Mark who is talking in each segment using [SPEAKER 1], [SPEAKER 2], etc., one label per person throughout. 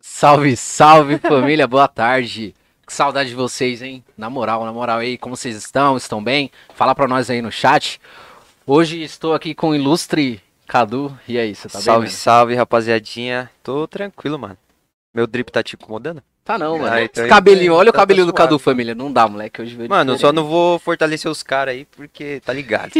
[SPEAKER 1] Salve, salve família, boa tarde. Que saudade de vocês, hein? Na moral, na moral aí, como vocês estão? Estão bem? Fala pra nós aí no chat. Hoje estou aqui com o ilustre Cadu. E aí, você tá
[SPEAKER 2] salve,
[SPEAKER 1] bem? mano?
[SPEAKER 2] salve, rapaziadinha. Tô tranquilo, mano. Meu drip tá te incomodando?
[SPEAKER 1] Tá não, mano.
[SPEAKER 2] Ah,
[SPEAKER 1] Esse
[SPEAKER 2] então ele-
[SPEAKER 1] cabelinho, olha o
[SPEAKER 2] tá-
[SPEAKER 1] cabelinho
[SPEAKER 2] tá
[SPEAKER 1] do Cadu,
[SPEAKER 2] suave.
[SPEAKER 1] família. Não dá, moleque. Hoje veio
[SPEAKER 2] Mano, eu só
[SPEAKER 1] diferente.
[SPEAKER 2] não vou fortalecer os caras aí porque tá ligado.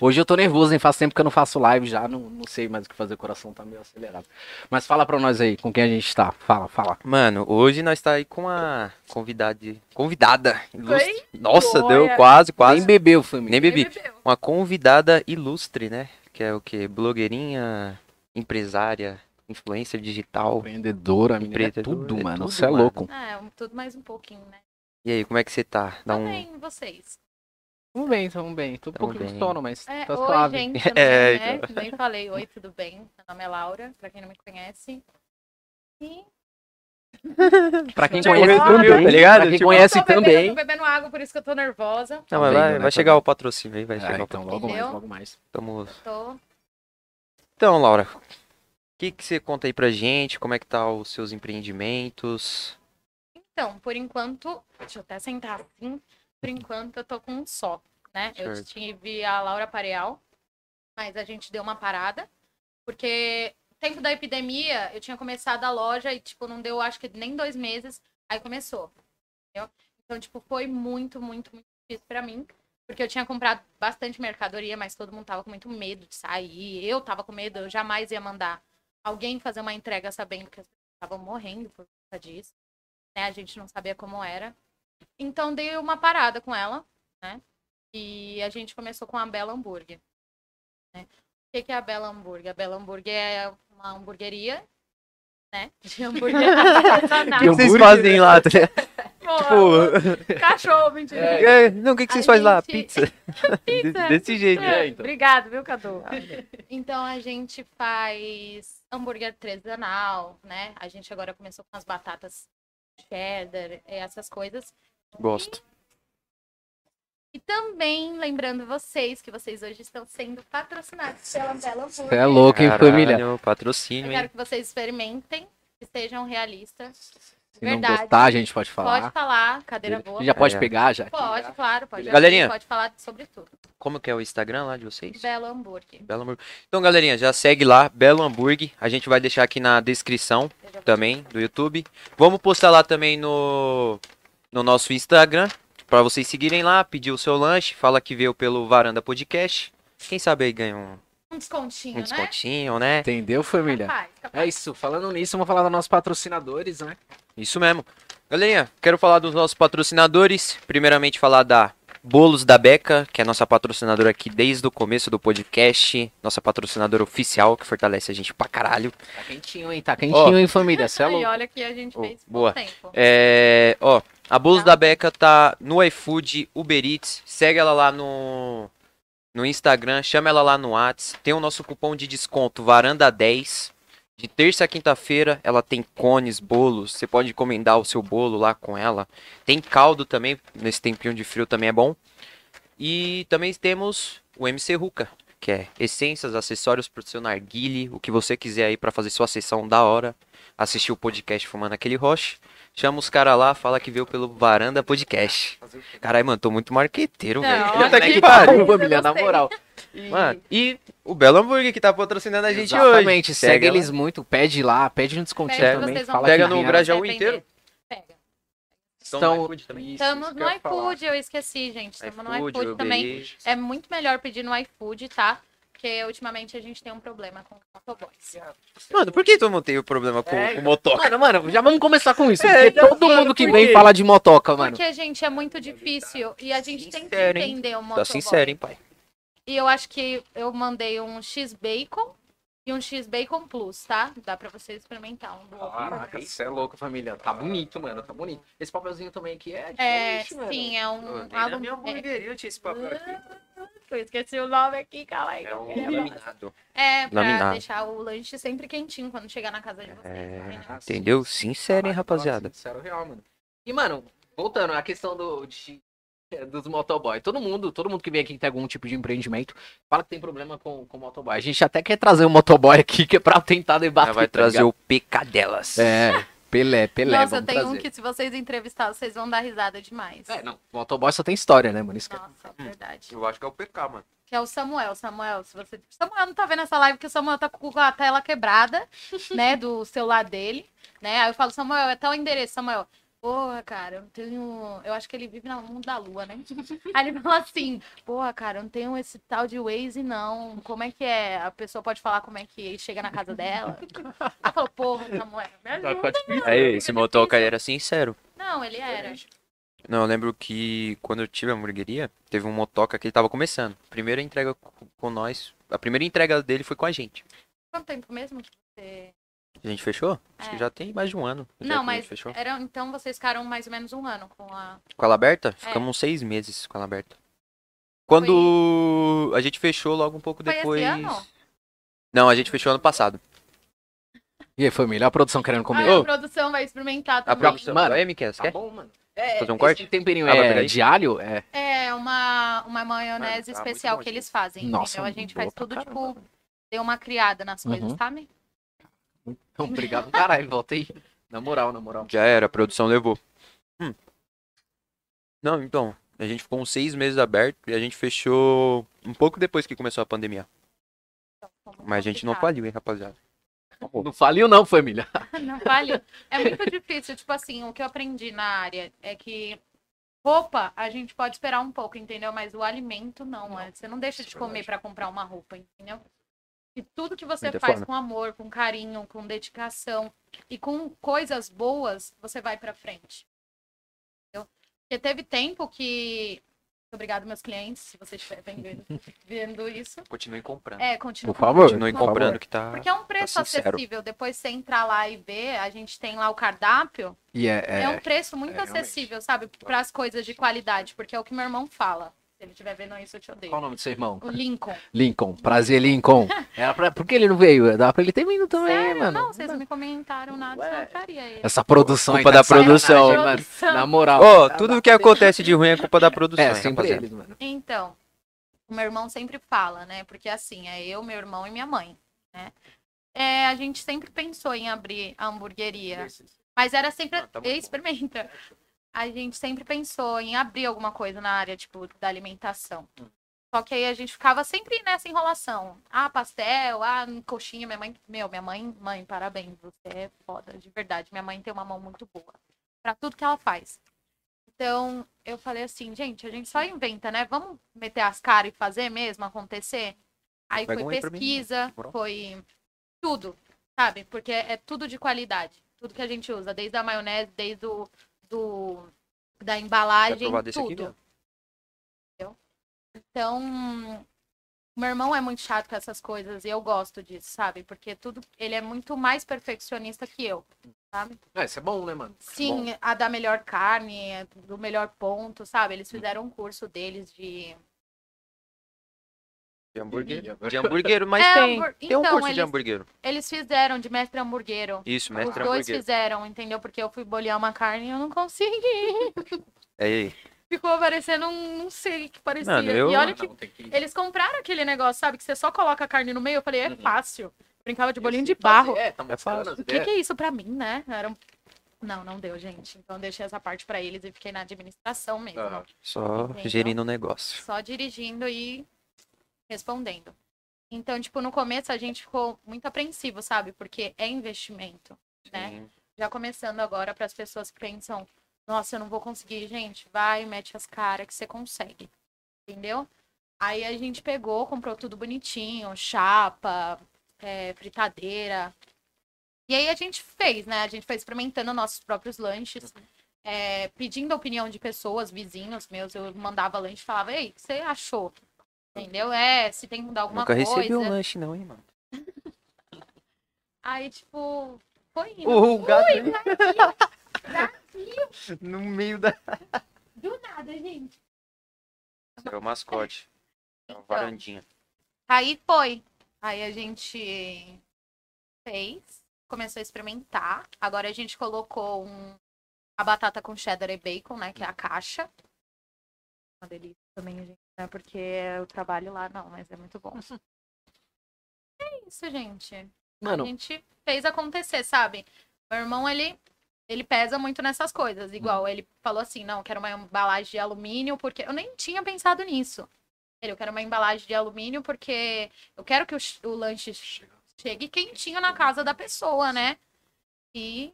[SPEAKER 1] Hoje eu tô nervoso, hein? Faz tempo que eu não faço live já. Não, não sei mais o que fazer, o coração tá meio acelerado. Mas fala pra nós aí, com quem a gente tá. Fala, fala.
[SPEAKER 2] Mano, hoje nós tá aí com a convidada. Convidada ilustre.
[SPEAKER 3] Oi?
[SPEAKER 2] Nossa, deu
[SPEAKER 3] Olha.
[SPEAKER 2] quase, quase.
[SPEAKER 1] Nem bebeu, família.
[SPEAKER 2] Nem bebi.
[SPEAKER 3] Ele bebeu.
[SPEAKER 2] Uma convidada ilustre, né? Que é o quê? Blogueirinha, empresária, influencer digital.
[SPEAKER 1] Vendedora, menina, é
[SPEAKER 2] Empreendedor,
[SPEAKER 1] tudo,
[SPEAKER 2] é
[SPEAKER 1] mano.
[SPEAKER 2] tudo,
[SPEAKER 1] Você é
[SPEAKER 2] mano.
[SPEAKER 1] louco.
[SPEAKER 3] Ah, um- tudo mais um pouquinho, né?
[SPEAKER 2] E aí, como é que você tá?
[SPEAKER 1] Hum.
[SPEAKER 2] Dá um.
[SPEAKER 3] Também, vocês.
[SPEAKER 1] Tamo bem, tamo bem. Tô um
[SPEAKER 2] Tamo
[SPEAKER 1] pouco de
[SPEAKER 2] bem.
[SPEAKER 1] sono, mas
[SPEAKER 3] É,
[SPEAKER 1] tá
[SPEAKER 3] oi,
[SPEAKER 1] suave. então.
[SPEAKER 3] gente,
[SPEAKER 2] É,
[SPEAKER 3] também, né? Nem falei, oi, tudo bem? Meu nome é Laura, pra quem não me conhece. E
[SPEAKER 1] Pra quem
[SPEAKER 3] Tipo,
[SPEAKER 1] conhece
[SPEAKER 3] resumiu,
[SPEAKER 1] também,
[SPEAKER 2] tá ligado?
[SPEAKER 1] pra quem
[SPEAKER 2] Tipo,
[SPEAKER 1] conhece
[SPEAKER 3] eu tô bebendo, eu
[SPEAKER 1] também.
[SPEAKER 3] tô bebendo água, por isso que eu tô nervosa.
[SPEAKER 2] Não, mas
[SPEAKER 1] Também,
[SPEAKER 2] vai,
[SPEAKER 1] né,
[SPEAKER 2] vai chegar o patrocínio aí, vai
[SPEAKER 1] Ah,
[SPEAKER 2] chegar o
[SPEAKER 1] então logo mais,
[SPEAKER 3] Entendeu?
[SPEAKER 1] logo mais.
[SPEAKER 2] patrocínio.
[SPEAKER 3] Tô...
[SPEAKER 2] Então, Laura, o que, que você conta aí pra gente? Como é que tá os seus empreendimentos?
[SPEAKER 3] Então, por enquanto, deixa eu até sentar assim. Por enquanto, eu tô com um só, né? Eu
[SPEAKER 2] Certo.
[SPEAKER 3] tive a Laura Pareal, mas a gente deu uma parada, porque no tempo da epidemia, eu tinha começado a loja e, tipo, não deu, acho que nem dois meses, aí começou. entendeu? Então, tipo, foi muito, muito, muito difícil pra mim, porque eu tinha comprado bastante mercadoria, mas todo mundo tava com muito medo de sair. Eu tava com medo, eu jamais ia mandar alguém fazer uma entrega sabendo que as pessoas estavam morrendo por conta disso né? A gente não sabia como era. Então dei uma parada com ela, né? E a gente começou com a Bela Hambúrguer. né? O que que é a Bela Hambúrguer? A Bela Hambúrguer é uma hamburgueria, né? De hambúrguer artesanal.
[SPEAKER 1] Que
[SPEAKER 2] O que, vocês
[SPEAKER 1] hambúrguer,
[SPEAKER 2] fazem lá? tá ligado?
[SPEAKER 3] Pô,
[SPEAKER 2] Tipo,
[SPEAKER 3] Cachorro, mentira.
[SPEAKER 2] é, não, o que, que vocês
[SPEAKER 3] A
[SPEAKER 2] fazem lá?
[SPEAKER 3] gente-
[SPEAKER 2] Pizza? De- Desse jeito.
[SPEAKER 1] É. então. Ah,
[SPEAKER 3] Obrigado, viu, Cadu? Então a gente faz hambúrguer artesanal, né? A gente agora começou com as batatas cheddar, eh, essas coisas.
[SPEAKER 2] Gosto.
[SPEAKER 3] E também lembrando vocês que vocês hoje estão sendo patrocinados pela Bela
[SPEAKER 1] Você
[SPEAKER 3] Hambúrguer.
[SPEAKER 1] é louco, hein, família?
[SPEAKER 2] Caralho,
[SPEAKER 3] Eu
[SPEAKER 2] patrocínio, hein?
[SPEAKER 3] quero que vocês experimentem, que sejam realistas.
[SPEAKER 1] Se não
[SPEAKER 3] Verdade.
[SPEAKER 1] gostar, a gente pode
[SPEAKER 3] Pode
[SPEAKER 1] falar.
[SPEAKER 3] falar, cadeira boa.
[SPEAKER 1] Já pode
[SPEAKER 2] É.
[SPEAKER 1] pegar, já.
[SPEAKER 3] Pode, claro, pode.
[SPEAKER 2] Galerinha.
[SPEAKER 3] Pode falar sobre tudo.
[SPEAKER 2] Como que é o Instagram lá de vocês?
[SPEAKER 3] Belo Hambúrguer.
[SPEAKER 2] Belo Hambúrguer. Então, galerinha, já segue lá, Belo Hambúrguer. A gente vai deixar aqui na descrição
[SPEAKER 3] Eu já vou-
[SPEAKER 2] também do YouTube. Vamos postar lá também no, no nosso Instagram. Pra vocês seguirem lá, pedir o seu lanche. Fala que veio pelo Varanda Podcast. Quem sabe aí ganha um,
[SPEAKER 3] Um
[SPEAKER 2] um
[SPEAKER 3] descontinho, né?
[SPEAKER 2] descontinho, né?
[SPEAKER 1] Entendeu, família?
[SPEAKER 3] Capaz, capaz.
[SPEAKER 1] É isso. Falando nisso, vamos falar dos nossos patrocinadores, né?
[SPEAKER 2] Isso mesmo. Galerinha, quero falar dos nossos patrocinadores. Primeiramente, falar da Bolos da Beca, que é a nossa patrocinadora aqui desde o começo do podcast. Nossa patrocinadora oficial, que fortalece a gente pra caralho.
[SPEAKER 1] Tá quentinho, hein? Tá quentinho, hein, família? Você é
[SPEAKER 3] E
[SPEAKER 1] louco.
[SPEAKER 3] olha que a gente
[SPEAKER 2] Oh,
[SPEAKER 3] fez por
[SPEAKER 2] boa.
[SPEAKER 3] tempo.
[SPEAKER 2] É, ó, a Bolos
[SPEAKER 3] Tá.
[SPEAKER 2] da Beca tá no iFood, Uber Eats. Segue ela lá no, no Instagram, chama ela lá no Whats. Tem o nosso cupom de desconto, Varanda10. De terça a quinta-feira, ela tem cones, bolos. Você pode encomendar o seu bolo lá com ela. Tem caldo também, nesse tempinho de frio também é bom. E também temos o MC Ruca, que é essências, acessórios pro seu narguile, o que você quiser aí pra fazer sua sessão da hora. Assistir o podcast Fumando Aquele Roche. Chama os caras lá, fala que veio pelo Varanda Podcast. Caralho, mano, tô muito marqueteiro,
[SPEAKER 3] Não,
[SPEAKER 2] velho.
[SPEAKER 3] olha
[SPEAKER 1] é
[SPEAKER 2] Puta
[SPEAKER 3] que tá
[SPEAKER 2] que
[SPEAKER 1] tá?
[SPEAKER 2] pariu.
[SPEAKER 3] eu
[SPEAKER 1] família, na
[SPEAKER 3] gostei.
[SPEAKER 1] moral.
[SPEAKER 2] Mano, e o Belo Hambúrguer que tá patrocinando a gente hoje.
[SPEAKER 1] Exatamente. Segue
[SPEAKER 2] ela.
[SPEAKER 1] eles muito. Pede lá, pede um descontinho
[SPEAKER 3] Pede,
[SPEAKER 1] também.
[SPEAKER 3] vocês vão
[SPEAKER 1] Fala
[SPEAKER 2] Pega
[SPEAKER 1] que
[SPEAKER 2] no
[SPEAKER 1] vieram.
[SPEAKER 2] Brasil Grajaú
[SPEAKER 3] Vai vender.
[SPEAKER 2] inteiro?
[SPEAKER 3] Pega.
[SPEAKER 2] Estão
[SPEAKER 1] Estão-
[SPEAKER 2] no iFood também.
[SPEAKER 1] é Isso,
[SPEAKER 3] Estamos
[SPEAKER 1] isso que
[SPEAKER 3] no
[SPEAKER 1] eu ia falar.
[SPEAKER 3] iFood, eu esqueci, gente. Estamos no
[SPEAKER 2] iFood,
[SPEAKER 3] iFood
[SPEAKER 2] Uber
[SPEAKER 3] também.
[SPEAKER 2] Eats.
[SPEAKER 3] É muito melhor pedir no iFood, tá? Porque ultimamente a gente tem um problema com motoboys.
[SPEAKER 2] Mano, por que todo mundo tem o problema com,
[SPEAKER 1] É,
[SPEAKER 2] com motoca?
[SPEAKER 1] Mano, mano, já vamos começar com isso.
[SPEAKER 2] É,
[SPEAKER 1] porque
[SPEAKER 2] já-
[SPEAKER 1] todo mundo que
[SPEAKER 2] por
[SPEAKER 1] vem
[SPEAKER 2] quê?
[SPEAKER 1] fala de motoca, mano.
[SPEAKER 3] Porque, gente, é muito difícil e a gente tem que
[SPEAKER 2] Sincero, hein?
[SPEAKER 3] entender o
[SPEAKER 2] Tá
[SPEAKER 3] motoboy.
[SPEAKER 2] sincero, hein, pai?
[SPEAKER 3] E eu acho que eu mandei um X-Bacon e um X-Bacon Plus, tá? Dá pra você experimentar um do outro.
[SPEAKER 1] Caraca, isso é louco, família. Tá bonito, mano. Tá bonito. Esse papelzinho também aqui é
[SPEAKER 3] É,
[SPEAKER 1] diferente, mano.
[SPEAKER 3] sim, é um... algo- é,
[SPEAKER 2] eu tinha esse papel aqui.
[SPEAKER 3] eu esqueci o nome aqui, cala aí.
[SPEAKER 2] É um
[SPEAKER 3] É,
[SPEAKER 2] laminado.
[SPEAKER 3] pra
[SPEAKER 2] Laminado.
[SPEAKER 3] deixar o lanche sempre quentinho quando chegar na casa de vocês. né? entendeu?
[SPEAKER 2] É, entendeu? Sincero, hein,
[SPEAKER 1] Caraca,
[SPEAKER 2] rapaziada?
[SPEAKER 1] nossa, Sincero real, mano. E, mano, voltando à questão do, de- é, dos motoboys. Todo mundo, todo mundo que vem aqui que tem algum tipo de empreendimento, fala que tem problema com, com motoboy. A gente até quer trazer um motoboy aqui, que é pra tentar debater.
[SPEAKER 2] Ela vai
[SPEAKER 1] tá
[SPEAKER 2] trazer
[SPEAKER 1] ligado?
[SPEAKER 2] o PK delas.
[SPEAKER 1] É. Pelé, Pelé.
[SPEAKER 3] Nossa,
[SPEAKER 1] vamos
[SPEAKER 3] tem um
[SPEAKER 1] trazer.
[SPEAKER 3] que se vocês entrevistar, vocês vão dar risada demais.
[SPEAKER 1] É, não. Motoboy só tem história, né, mano? Isso que é-
[SPEAKER 3] Nossa, verdade.
[SPEAKER 2] Eu acho que é o PK, mano.
[SPEAKER 3] Que é o Samuel. Samuel, se você. Samuel não tá vendo essa live, porque o Samuel tá com a tela quebrada, né? Do celular dele. Né? Aí eu falo, Samuel, é tal endereço, Samuel. Porra, cara, eu não tenho. Eu acho que ele vive no mundo da lua, né? Aí ele fala assim: Porra, cara, eu não tenho esse tal de Waze, não. Como é que é? A pessoa pode falar como é que chega na casa dela? Eu falo, porra, Samuel. me ajuda."
[SPEAKER 2] Aí, esse motoca ele era sincero.
[SPEAKER 3] Não, ele era.
[SPEAKER 2] Não, eu lembro que quando eu tive a hamburgueria, teve um motoca que ele tava começando. Primeira entrega co- com nós. A primeira entrega dele foi com a gente.
[SPEAKER 3] Quanto tempo mesmo que você.
[SPEAKER 2] A gente fechou? Acho que
[SPEAKER 3] É.
[SPEAKER 2] já tem mais de um ano. já que
[SPEAKER 3] Não,
[SPEAKER 2] A
[SPEAKER 3] mas
[SPEAKER 2] gente fechou.
[SPEAKER 3] era, então vocês ficaram mais ou menos um ano com a.
[SPEAKER 2] Com ela aberta?
[SPEAKER 3] É.
[SPEAKER 2] Ficamos uns seis meses com ela aberta. Quando a gente fechou logo um pouco
[SPEAKER 3] Foi esse
[SPEAKER 2] depois.
[SPEAKER 3] ano?
[SPEAKER 2] Não, a gente fechou ano passado.
[SPEAKER 1] E aí, família, a produção querendo comer.
[SPEAKER 3] Ah,
[SPEAKER 1] Ô,
[SPEAKER 3] a produção vai experimentar
[SPEAKER 2] A
[SPEAKER 3] também. né?
[SPEAKER 2] produção.
[SPEAKER 1] Mano,
[SPEAKER 2] Mano, aí, Miquel, você
[SPEAKER 1] tá
[SPEAKER 2] quer?
[SPEAKER 1] bom, mano. É,
[SPEAKER 2] Fazer um corte?
[SPEAKER 1] esse temperinho
[SPEAKER 2] Ah, vai pegar
[SPEAKER 1] é
[SPEAKER 2] aí?
[SPEAKER 1] de alho? É.
[SPEAKER 3] É uma, uma maionese
[SPEAKER 2] Mano, tá muito
[SPEAKER 3] especial
[SPEAKER 2] bom,
[SPEAKER 3] que
[SPEAKER 2] gente.
[SPEAKER 3] eles fazem.
[SPEAKER 1] Nossa,
[SPEAKER 3] entendeu? A gente
[SPEAKER 1] boa
[SPEAKER 3] faz
[SPEAKER 1] pra
[SPEAKER 3] tudo,
[SPEAKER 1] caramba,
[SPEAKER 3] tipo, deu uma criada nas coisas,
[SPEAKER 1] Uhum.
[SPEAKER 3] sabe?
[SPEAKER 1] Então, obrigado. Caralho, volta aí. Na moral, na moral.
[SPEAKER 2] Já era, a produção levou. Hum. Não, então. A gente ficou uns seis meses aberto e a gente fechou um pouco depois que começou a pandemia. Mas a gente não faliu, hein, rapaziada.
[SPEAKER 1] Não faliu não, família.
[SPEAKER 3] Não vale. É muito difícil. Tipo assim, o que eu aprendi na área é que roupa a gente pode esperar um pouco, entendeu? Mas o alimento não. é. Você não deixa de
[SPEAKER 2] Isso é
[SPEAKER 3] comer pra comprar uma roupa, entendeu? E tudo que você
[SPEAKER 2] Muita
[SPEAKER 3] faz
[SPEAKER 2] forma.
[SPEAKER 3] com amor, com carinho, com dedicação e com coisas boas, você vai pra frente. Entendeu? Porque teve tempo que. Muito obrigado, meus clientes, se vocês estiverem vendo, vendo isso.
[SPEAKER 2] Continue comprando.
[SPEAKER 3] É, continua.
[SPEAKER 1] Por favor.
[SPEAKER 2] Continue
[SPEAKER 1] Por favor.
[SPEAKER 2] comprando que tá.
[SPEAKER 3] Porque é um preço
[SPEAKER 2] sincero.
[SPEAKER 3] acessível. Depois você entrar lá e ver, a gente tem lá o cardápio.
[SPEAKER 1] E é,
[SPEAKER 3] É,
[SPEAKER 1] é-
[SPEAKER 3] um preço muito
[SPEAKER 1] é, realmente.
[SPEAKER 3] acessível, sabe? Para as coisas de qualidade, porque é o que meu irmão fala. Se ele estiver vendo isso, eu te odeio.
[SPEAKER 1] Qual o nome do seu irmão?
[SPEAKER 3] O Lincoln.
[SPEAKER 1] Lincoln. Prazer, Lincoln. Era pra... Por que ele não veio? Dava pra ele ter vindo também,
[SPEAKER 3] Sério?
[SPEAKER 1] mano.
[SPEAKER 3] Não, vocês não me comentaram nada,
[SPEAKER 1] Ué.
[SPEAKER 3] senão eu faria ele.
[SPEAKER 1] Essa produção
[SPEAKER 2] Culpa
[SPEAKER 1] aí tá
[SPEAKER 2] da
[SPEAKER 1] de sacanagem,
[SPEAKER 2] produção.
[SPEAKER 1] mano.
[SPEAKER 3] Produção.
[SPEAKER 1] Na moral.
[SPEAKER 2] Ó, tudo que acontece de ruim é culpa da produção.
[SPEAKER 1] É,
[SPEAKER 2] hein,
[SPEAKER 1] sempre
[SPEAKER 2] rapaziada.
[SPEAKER 1] eles, mano.
[SPEAKER 3] Então, o meu irmão sempre fala, né? Porque assim, é eu, meu irmão e minha mãe, né? É, a gente sempre pensou em abrir a hamburgueria. Mas era sempre.
[SPEAKER 2] Ah, tá muito bom.
[SPEAKER 3] experimenta. A gente sempre pensou em abrir alguma coisa na área, tipo, da alimentação.
[SPEAKER 2] Hum.
[SPEAKER 3] Só que aí a gente ficava sempre nessa enrolação. Ah, pastel, ah, coxinha, minha mãe. Meu, minha mãe, mãe, parabéns. Você é foda, de verdade. Minha mãe tem uma mão muito boa. Pra tudo que ela faz. Então, eu falei assim, gente, a gente só inventa, né? Vamos meter as caras e fazer mesmo acontecer? Aí
[SPEAKER 2] Pega um
[SPEAKER 3] foi
[SPEAKER 2] aí pra mim,
[SPEAKER 3] pesquisa,
[SPEAKER 2] moral.
[SPEAKER 3] foi tudo, sabe? Porque é tudo de qualidade. Tudo que a gente usa, desde a maionese, desde o do, da
[SPEAKER 2] Quer
[SPEAKER 3] embalagem,
[SPEAKER 2] provar desse aqui?
[SPEAKER 3] tudo.
[SPEAKER 2] Bia?
[SPEAKER 3] Então, meu irmão é muito chato com essas coisas e eu gosto disso, sabe? Porque tudo, ele é muito mais perfeccionista que eu.
[SPEAKER 1] É, isso é bom, né, mano?
[SPEAKER 3] Sim, a da melhor carne, do melhor ponto, sabe? Eles fizeram um curso deles de.
[SPEAKER 2] De hambúrguer.
[SPEAKER 1] Hambúrguer.
[SPEAKER 2] De hambúrguer, mas
[SPEAKER 3] É,
[SPEAKER 2] tem.
[SPEAKER 3] hambúrguer.
[SPEAKER 2] Tem um
[SPEAKER 3] Então,
[SPEAKER 2] curso de
[SPEAKER 3] eles-
[SPEAKER 2] hambúrguer.
[SPEAKER 3] Eles fizeram de mestre hamburguero.
[SPEAKER 2] Isso,
[SPEAKER 3] Os
[SPEAKER 2] mestre
[SPEAKER 3] dois
[SPEAKER 2] hambúrguer.
[SPEAKER 3] fizeram, entendeu? Porque eu fui bolhar uma carne e eu não consegui.
[SPEAKER 2] É aí.
[SPEAKER 3] Ficou parecendo um. Não sei o que parecia.
[SPEAKER 2] Mano, eu-
[SPEAKER 3] E olha que
[SPEAKER 1] Não, tem que-
[SPEAKER 3] Eles compraram aquele negócio, sabe? Que você só coloca a carne no meio. Eu falei, é
[SPEAKER 1] Uhum.
[SPEAKER 3] fácil. Brincava de bolinho de
[SPEAKER 1] Esse-
[SPEAKER 3] barro.
[SPEAKER 1] É, tá
[SPEAKER 2] É fácil.
[SPEAKER 1] bacana,
[SPEAKER 3] O que, que é isso pra mim, né? Era um- Não, não deu, gente. Então eu deixei essa parte pra eles e fiquei na administração mesmo.
[SPEAKER 1] Aham.
[SPEAKER 2] Só
[SPEAKER 3] Entendeu?
[SPEAKER 2] gerindo o negócio.
[SPEAKER 3] Só dirigindo e respondendo. Então, tipo, no começo a gente ficou muito apreensivo, sabe? Porque é investimento, né?
[SPEAKER 2] Sim.
[SPEAKER 3] já começando agora para as pessoas que pensam, nossa, eu não vou conseguir, gente, vai, mete as caras que você consegue. Entendeu? Aí a gente pegou, comprou tudo bonitinho, chapa, é, fritadeira. E aí a gente fez, né? A gente foi experimentando nossos próprios lanches, é, pedindo a opinião de pessoas, vizinhos meus, eu mandava lanche e falava, ei, o que você achou? Entendeu? É, se tem que mudar alguma
[SPEAKER 2] Nunca
[SPEAKER 3] coisa.
[SPEAKER 2] recebi um lanche, não, hein, mano.
[SPEAKER 3] Aí, tipo, foi indo.
[SPEAKER 2] O gato no meio da.
[SPEAKER 3] Do nada, gente.
[SPEAKER 2] É o mascote. É uma
[SPEAKER 3] Então,
[SPEAKER 2] varandinha.
[SPEAKER 3] Aí foi. Aí a gente fez, começou a experimentar. Agora a gente colocou um, a batata com cheddar e bacon, né? Que é a caixa. Uma delícia também, gente, né? Porque eu trabalho lá, não, mas é muito bom. É isso, gente.
[SPEAKER 1] Mano,
[SPEAKER 3] A gente fez acontecer, sabe? Meu irmão, ele ele pesa muito nessas coisas. Igual ele falou assim: não, quero uma embalagem de alumínio, porque eu nem tinha pensado nisso. Ele, eu quero uma embalagem de alumínio, porque eu quero que o, ch- o lanche ch- chegue quentinho na casa da pessoa, né? E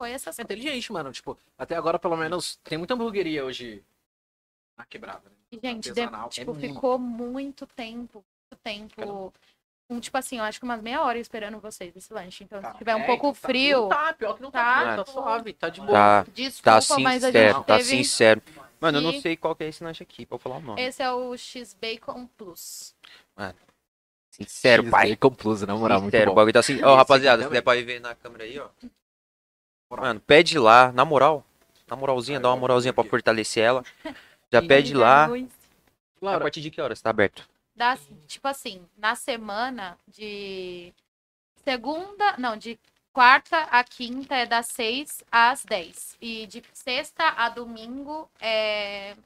[SPEAKER 3] foi essas
[SPEAKER 1] É
[SPEAKER 3] coisas.
[SPEAKER 1] inteligente, mano. Tipo, até agora, pelo menos, tem muita hamburgueria hoje na quebrada, né?
[SPEAKER 3] E, Gente, de-
[SPEAKER 1] Artesanal.
[SPEAKER 3] tipo,
[SPEAKER 1] É muito.
[SPEAKER 3] ficou muito tempo, muito tempo. Um, tipo assim, eu acho que umas meia hora esperando vocês esse lanche. Então,
[SPEAKER 1] Tá,
[SPEAKER 3] se tiver um
[SPEAKER 1] é,
[SPEAKER 3] pouco
[SPEAKER 1] então tá-
[SPEAKER 3] frio,
[SPEAKER 1] Não tá, pior que não tá,
[SPEAKER 3] Tá.
[SPEAKER 1] frio, tá suave, tá de boa.
[SPEAKER 2] Tá,
[SPEAKER 3] desculpa,
[SPEAKER 2] tá
[SPEAKER 3] mas a gente
[SPEAKER 2] sincero,
[SPEAKER 3] teve...
[SPEAKER 2] tá sincero. Mano, eu não
[SPEAKER 3] E-
[SPEAKER 2] sei qual que é esse lanche aqui, pra eu falar o nome.
[SPEAKER 3] Esse é o X-Bacon Plus.
[SPEAKER 2] Sincero,
[SPEAKER 1] X,
[SPEAKER 2] pai.
[SPEAKER 1] Bacon Plus, é na moral, muito
[SPEAKER 2] Sincero, o
[SPEAKER 1] bom.
[SPEAKER 2] bagulho tá assim.
[SPEAKER 1] Esse
[SPEAKER 2] Ó,
[SPEAKER 1] aqui
[SPEAKER 2] rapaziada, se
[SPEAKER 1] também.
[SPEAKER 2] der pra ver na câmera aí, ó. Mano, pede lá, na moral. Na moralzinha, dá uma moralzinha pra fortalecer ela. Já
[SPEAKER 1] E-
[SPEAKER 2] pede lá. A
[SPEAKER 1] Laura,
[SPEAKER 2] partir de que horas tá aberto?
[SPEAKER 3] Dá, tipo assim, na semana de segunda, não, de quarta a quinta é das seis às dez E de sexta a domingo é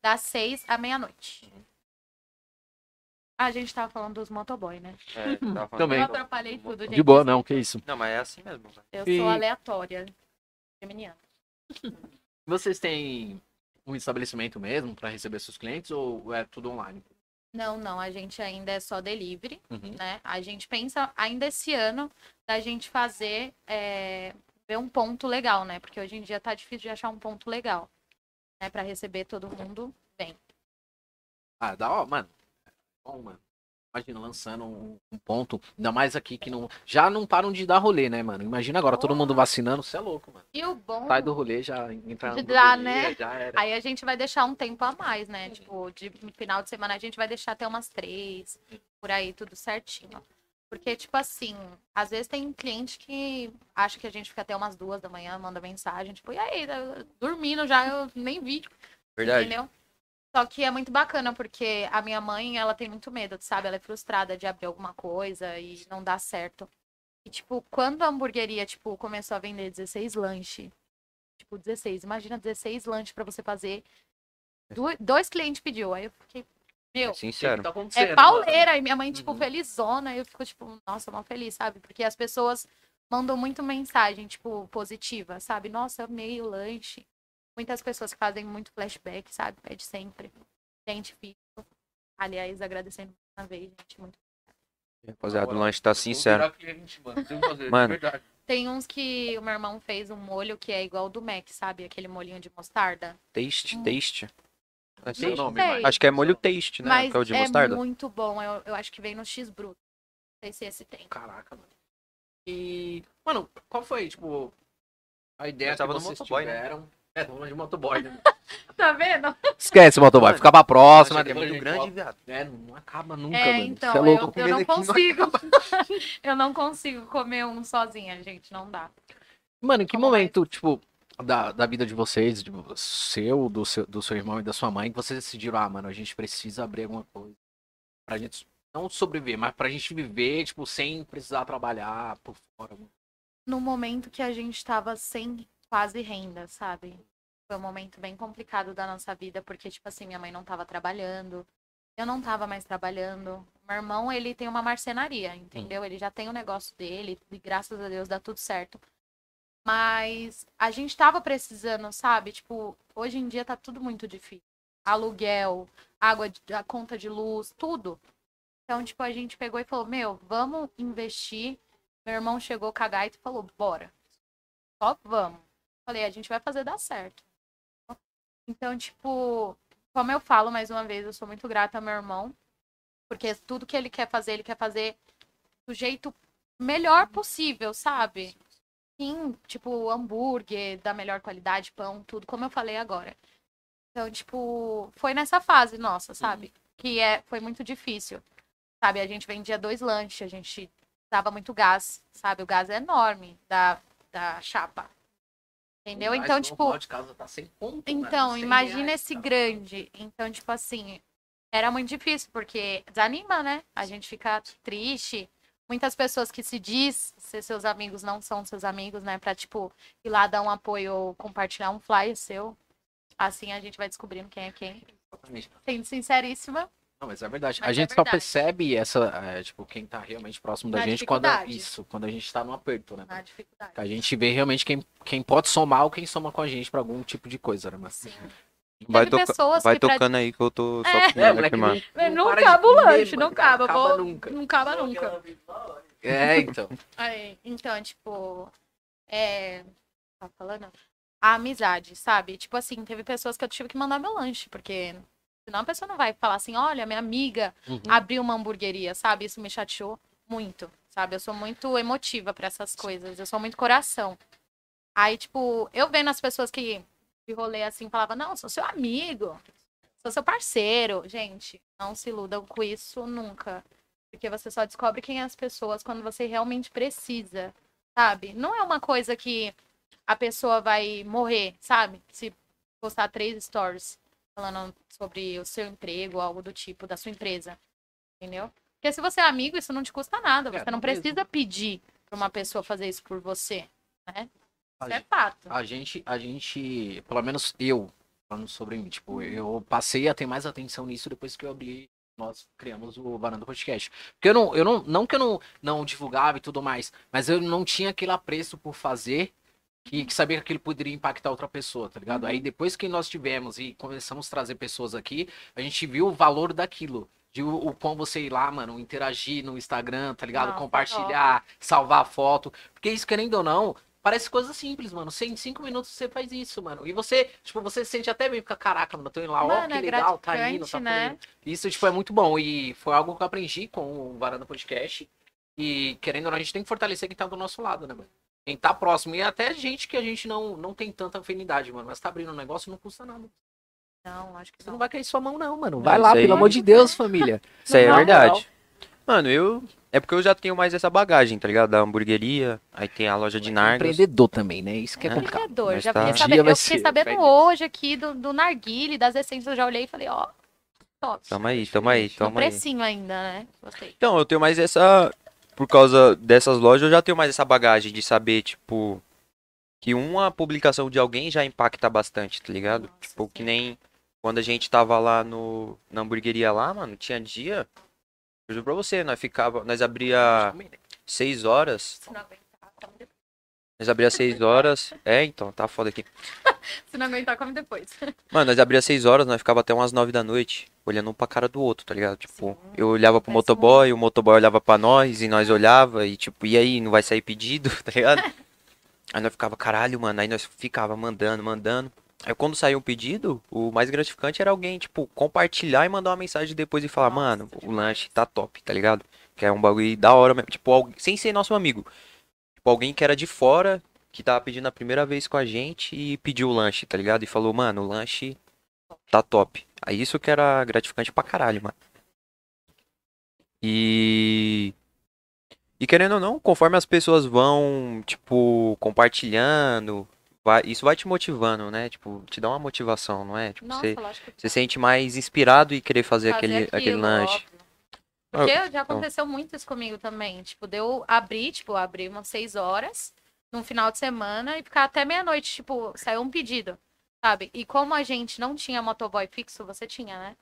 [SPEAKER 3] das seis à meia-noite. Ah, A gente tava falando dos motoboy, né?
[SPEAKER 2] É, tava falando.
[SPEAKER 1] Também.
[SPEAKER 3] Eu atrapalhei tudo, gente.
[SPEAKER 1] Tá de boa não, que isso.
[SPEAKER 2] Não, mas é assim mesmo. velho.
[SPEAKER 3] Eu
[SPEAKER 1] E-
[SPEAKER 3] sou aleatória. Feminina.
[SPEAKER 1] Vocês têm um estabelecimento mesmo pra receber seus clientes ou é tudo online?
[SPEAKER 3] Não, não, a gente ainda é só delivery.
[SPEAKER 1] Uhum.
[SPEAKER 3] né? A gente pensa ainda esse ano da gente fazer é, ver um ponto legal, né? Porque hoje em dia tá difícil de achar um ponto legal, né? Para receber todo mundo.
[SPEAKER 1] Ah, dá, ó, mano. Bom, mano. Imagina, lançando um, um ponto, ainda mais aqui que não. Já não param de dar rolê, né, mano? Imagina agora, todo mundo vacinando, você é louco, mano.
[SPEAKER 3] E o bom,
[SPEAKER 1] Sai do rolê, já entra na
[SPEAKER 3] De dar,
[SPEAKER 1] hamburgueria,
[SPEAKER 3] né?
[SPEAKER 1] Já era.
[SPEAKER 3] aí a gente vai deixar um tempo a mais, né? Tipo, de no final de semana a gente vai deixar até umas três, por aí, tudo certinho. Porque, tipo assim, às vezes tem cliente que acha que a gente fica até umas duas da manhã, manda mensagem, tipo, e aí, Eu- dormindo já, eu nem vi.
[SPEAKER 2] Verdade.
[SPEAKER 3] Entendeu? Só que é muito bacana, porque a minha mãe, ela tem muito medo, sabe? Ela é frustrada de abrir alguma coisa e não dar certo. E, tipo, quando a hamburgueria, tipo, começou a vender 16 lanches, tipo, 16, imagina 16 lanches pra você fazer. Du- dois clientes pediu, aí eu fiquei, meu,
[SPEAKER 1] O que
[SPEAKER 2] Sincero.
[SPEAKER 1] tá acontecendo, mano?
[SPEAKER 3] é pauleira. E minha mãe, tipo,
[SPEAKER 1] Uhum.
[SPEAKER 3] felizona. E eu fico, tipo, nossa, mal feliz, sabe? Porque as pessoas mandam muito mensagem, tipo, positiva, sabe? Nossa, amei o lanche. Muitas pessoas que fazem muito flashback, sabe? Pede sempre. Gente, fico. Aliás, agradecendo mais uma vez, gente. Muito. Então,
[SPEAKER 2] Rapaziada, o lanche tá sincero.
[SPEAKER 1] Vou virar cliente, mano. Tem que fazer, de
[SPEAKER 2] Mano.
[SPEAKER 1] verdade.
[SPEAKER 3] Tem uns que o meu irmão fez um molho que é igual ao do Mac, sabe? Aquele molhinho de mostarda.
[SPEAKER 2] Taste,
[SPEAKER 3] Hum.
[SPEAKER 2] taste. É
[SPEAKER 1] Seu
[SPEAKER 2] taste?
[SPEAKER 1] nome,
[SPEAKER 3] sei.
[SPEAKER 1] Mike.
[SPEAKER 2] Acho que é molho taste, né?
[SPEAKER 3] Mas
[SPEAKER 2] que é o de
[SPEAKER 3] é
[SPEAKER 2] mostarda.
[SPEAKER 3] muito bom. Eu, eu acho que vem no X bruto. Não sei se esse tem.
[SPEAKER 1] Caraca, mano. E, mano, qual foi, tipo, a ideia
[SPEAKER 2] Eu tava
[SPEAKER 1] que
[SPEAKER 2] no
[SPEAKER 1] vocês
[SPEAKER 2] motoboy, né?
[SPEAKER 1] tiveram? É, tava de motoboy, né?
[SPEAKER 3] Tá vendo?
[SPEAKER 1] Esquece, motoboy. Fica pra próxima.
[SPEAKER 2] é
[SPEAKER 1] depois
[SPEAKER 2] muito
[SPEAKER 1] a gente
[SPEAKER 2] grande, viado.
[SPEAKER 1] É, não acaba nunca,
[SPEAKER 3] É,
[SPEAKER 1] mano.
[SPEAKER 3] então,
[SPEAKER 1] Você é louco.
[SPEAKER 3] eu, eu não
[SPEAKER 2] comendo aqui não
[SPEAKER 3] consigo. eu não consigo comer um sozinha, gente, não dá.
[SPEAKER 1] Mano, em que
[SPEAKER 3] Como
[SPEAKER 1] momento, tipo, da, da vida de vocês, de vo- seu, do seu, do seu irmão e da sua mãe, que vocês decidiram, ah, mano, a gente precisa abrir alguma coisa. Pra gente não sobreviver, mas pra gente viver, tipo, sem precisar trabalhar por fora. mano.
[SPEAKER 3] No momento que a gente tava sem quase renda, sabe? Foi um momento bem complicado da nossa vida, porque, tipo assim, minha mãe não tava trabalhando, eu não tava mais trabalhando. Meu irmão, ele tem uma marcenaria, entendeu? Ele já tem o negócio dele, e graças a Deus dá tudo certo. Mas a gente tava precisando, sabe? Tipo, hoje em dia tá tudo muito difícil. Aluguel, água, de- a conta de luz, tudo. Então, tipo, a gente pegou e falou, meu, vamos investir. Meu irmão chegou com a gaita e falou, bora. Só vamos. Falei, a gente vai fazer dar certo. Então, tipo, como eu falo mais uma vez, eu sou muito grata ao meu irmão. Porque tudo que ele quer fazer, ele quer fazer do jeito melhor possível, sabe? Sim, tipo, hambúrguer da melhor qualidade, pão, tudo, como eu falei agora. Então, tipo, foi nessa fase nossa, sabe? Que é, foi muito difícil. Sabe, a gente vendia dois lanches, a gente dava muito gás, sabe? O gás é enorme da, da chapa. Entendeu?
[SPEAKER 1] Mas
[SPEAKER 3] Então,
[SPEAKER 1] no
[SPEAKER 3] tipo,
[SPEAKER 1] local de casa tá sem conta,
[SPEAKER 3] então, imagina esse grande. Então, tipo assim, era muito difícil, porque desanima, né? A gente fica triste. Muitas pessoas que se diz ser seus amigos não são seus amigos, né? Pra, tipo, ir lá dar um apoio ou compartilhar um flyer seu. Assim a gente vai descobrindo quem é quem.
[SPEAKER 1] grande.
[SPEAKER 3] Sendo sinceríssima.
[SPEAKER 1] Não, mas é verdade.
[SPEAKER 3] Mas
[SPEAKER 1] a
[SPEAKER 3] é
[SPEAKER 1] gente só
[SPEAKER 3] verdade.
[SPEAKER 1] percebe essa, é, tipo, quem tá realmente próximo da
[SPEAKER 3] Na
[SPEAKER 1] gente quando a-
[SPEAKER 3] dificuldade.
[SPEAKER 1] isso, quando a gente tá no aperto, né?
[SPEAKER 3] na dificuldade.
[SPEAKER 1] A gente vê realmente quem, quem pode somar ou quem soma com a gente pra algum tipo de coisa, né, mas...
[SPEAKER 3] Sim.
[SPEAKER 2] Vai,
[SPEAKER 3] Teve
[SPEAKER 2] toca-
[SPEAKER 3] pessoas
[SPEAKER 2] vai
[SPEAKER 3] que pra-
[SPEAKER 2] tocando aí que eu tô só
[SPEAKER 1] É,
[SPEAKER 2] comendo
[SPEAKER 1] moleque,
[SPEAKER 2] aqui, mano.
[SPEAKER 1] não
[SPEAKER 3] Não
[SPEAKER 1] para de
[SPEAKER 3] acaba o
[SPEAKER 1] comer,
[SPEAKER 3] lanche,
[SPEAKER 1] mano.
[SPEAKER 3] não acaba.
[SPEAKER 1] Acaba
[SPEAKER 3] vou-
[SPEAKER 1] nunca.
[SPEAKER 3] Não acaba nunca.
[SPEAKER 1] É, então.
[SPEAKER 3] Aí, então, tipo, é. Tá falando? A amizade, sabe? Tipo assim, teve pessoas que eu tive que mandar meu lanche, porque senão a pessoa não vai falar assim: olha, minha amiga
[SPEAKER 1] Uhum.
[SPEAKER 3] abriu uma hamburgueria, sabe? Isso me chateou muito, sabe? Eu sou muito emotiva pra essas coisas, eu sou muito coração. Aí, tipo, eu vendo as pessoas que de rolê assim, falava: não, sou seu amigo, sou seu parceiro. Gente, não se iludam com isso nunca. Porque você só descobre quem é as pessoas quando você realmente precisa, sabe? Não é uma coisa que a pessoa vai morrer, sabe? Se postar três stories falando sobre o seu emprego, algo do tipo, da sua empresa. Entendeu? Porque se você é amigo, isso não te custa nada. Você
[SPEAKER 1] É, não
[SPEAKER 3] não
[SPEAKER 1] mesmo.
[SPEAKER 3] precisa pedir pra uma pessoa fazer isso por você. Né?
[SPEAKER 1] A
[SPEAKER 3] Isso é
[SPEAKER 1] gente-
[SPEAKER 3] fato.
[SPEAKER 1] A gente, a gente, pelo menos eu, falando sobre mim, tipo, eu passei a ter mais atenção nisso depois que eu abri, nós criamos o Varanda Podcast. Porque eu não, eu não, não que eu não, não divulgava e tudo mais, mas eu não tinha aquele apreço por fazer que, que sabia que aquilo poderia impactar outra pessoa, tá ligado? Aí depois que nós tivemos e começamos a trazer pessoas aqui, a gente viu o valor daquilo. De o, o quão você ir lá, mano, interagir no Instagram, tá ligado?
[SPEAKER 3] Nossa,
[SPEAKER 1] Compartilhar, salvar a foto. Porque isso, querendo ou não, Parece coisa simples, mano. Cê, em cinco minutos você faz isso, mano. E você, tipo, você se sente até bem, fica, caraca, mano, eu tô indo lá, ó,
[SPEAKER 3] Mano,
[SPEAKER 1] que
[SPEAKER 3] é
[SPEAKER 1] legal, tá
[SPEAKER 3] gratificante,
[SPEAKER 1] indo, tá
[SPEAKER 3] né?
[SPEAKER 1] fluindo. Isso, tipo, é muito bom. E foi algo que eu aprendi com o Varanda Podcast. E, querendo ou não, a gente tem que fortalecer quem tá do nosso lado, né, mano? Quem tá próximo. E até gente que a gente não, não tem tanta afinidade, mano. Mas tá abrindo um negócio, não custa nada.
[SPEAKER 3] Não, acho que
[SPEAKER 1] Você não
[SPEAKER 3] não.
[SPEAKER 1] vai cair sua mão, não, mano. Vai
[SPEAKER 2] isso
[SPEAKER 1] lá,
[SPEAKER 2] aí. é
[SPEAKER 1] pelo amor de Deus, família.
[SPEAKER 2] Isso aí é
[SPEAKER 1] Não,
[SPEAKER 2] verdade. Mano, eu. É porque eu já tenho mais essa bagagem, tá ligado? Da hamburgueria, aí tem a loja de nargos.
[SPEAKER 1] Empreendedor também, né? Isso que é
[SPEAKER 2] É.
[SPEAKER 1] complicado.
[SPEAKER 3] Empreendedor,
[SPEAKER 2] mas
[SPEAKER 3] já
[SPEAKER 2] tá.
[SPEAKER 3] fiquei
[SPEAKER 2] Um
[SPEAKER 1] dia
[SPEAKER 3] sabendo,
[SPEAKER 1] vai
[SPEAKER 3] eu fiquei
[SPEAKER 1] ser,
[SPEAKER 3] sabendo
[SPEAKER 1] vai ter.
[SPEAKER 3] hoje aqui do, do narguile, das essências, eu já olhei e falei, ó, top.
[SPEAKER 2] Tamo aí, tamo aí,
[SPEAKER 1] No
[SPEAKER 3] No
[SPEAKER 2] tamo aí.
[SPEAKER 3] precinho ainda, né? Gostei.
[SPEAKER 2] Então, eu tenho mais essa. Por causa dessas lojas, eu já tenho mais essa bagagem de saber, tipo. Que uma publicação de alguém já impacta bastante, tá ligado?
[SPEAKER 3] Nossa,
[SPEAKER 2] tipo, que
[SPEAKER 3] sim.
[SPEAKER 2] nem quando a gente tava lá no, na hamburgueria lá, mano, tinha dia. Eu juro pra você, nós ficava. Nós abria
[SPEAKER 1] Tipo,
[SPEAKER 2] seis horas.
[SPEAKER 3] Se não aguentar, come depois.
[SPEAKER 2] Nós abria seis horas. É, então, tá foda aqui.
[SPEAKER 3] Se não aguentar, come depois.
[SPEAKER 2] Mano, nós abria às 6 horas, nós ficava até umas 9 da noite, olhando um pra cara do outro, tá ligado? Tipo,
[SPEAKER 3] Sim,
[SPEAKER 2] eu olhava pro
[SPEAKER 3] acontece
[SPEAKER 2] motoboy, o motoboy olhava pra nós, e nós olhava, e tipo, e aí, não vai sair pedido, tá ligado? Aí nós ficava, caralho, mano, aí nós ficava mandando, mandando. Aí É quando saiu o pedido, o mais gratificante era alguém, tipo, compartilhar e mandar uma mensagem depois e falar,
[SPEAKER 3] Nossa,
[SPEAKER 2] mano, o
[SPEAKER 3] demais.
[SPEAKER 2] lanche tá top, tá ligado? Que é um bagulho da hora mesmo, tipo, alguém, sem ser nosso amigo. Tipo, alguém que era de fora, que tava pedindo a primeira vez com a gente e pediu o lanche, tá ligado? E falou, mano, o lanche tá top. Aí isso que era gratificante pra caralho, mano. E. E querendo ou não, conforme as pessoas vão, tipo, compartilhando, vai- isso vai te motivando, né? Tipo, te dá uma motivação, não é? Tipo,
[SPEAKER 3] Nossa,
[SPEAKER 2] você
[SPEAKER 3] lógico que tá.
[SPEAKER 2] você sente mais inspirado e querer fazer,
[SPEAKER 3] fazer
[SPEAKER 2] aquele, aquele
[SPEAKER 3] aquilo,
[SPEAKER 2] lanche.
[SPEAKER 3] óbvio. Porque já aconteceu muito isso comigo também. Tipo, deu abrir, tipo, abrir umas seis horas num final de semana e ficar até meia-noite, tipo, saiu um pedido, sabe? E como a gente não tinha motoboy fixo, você tinha, né?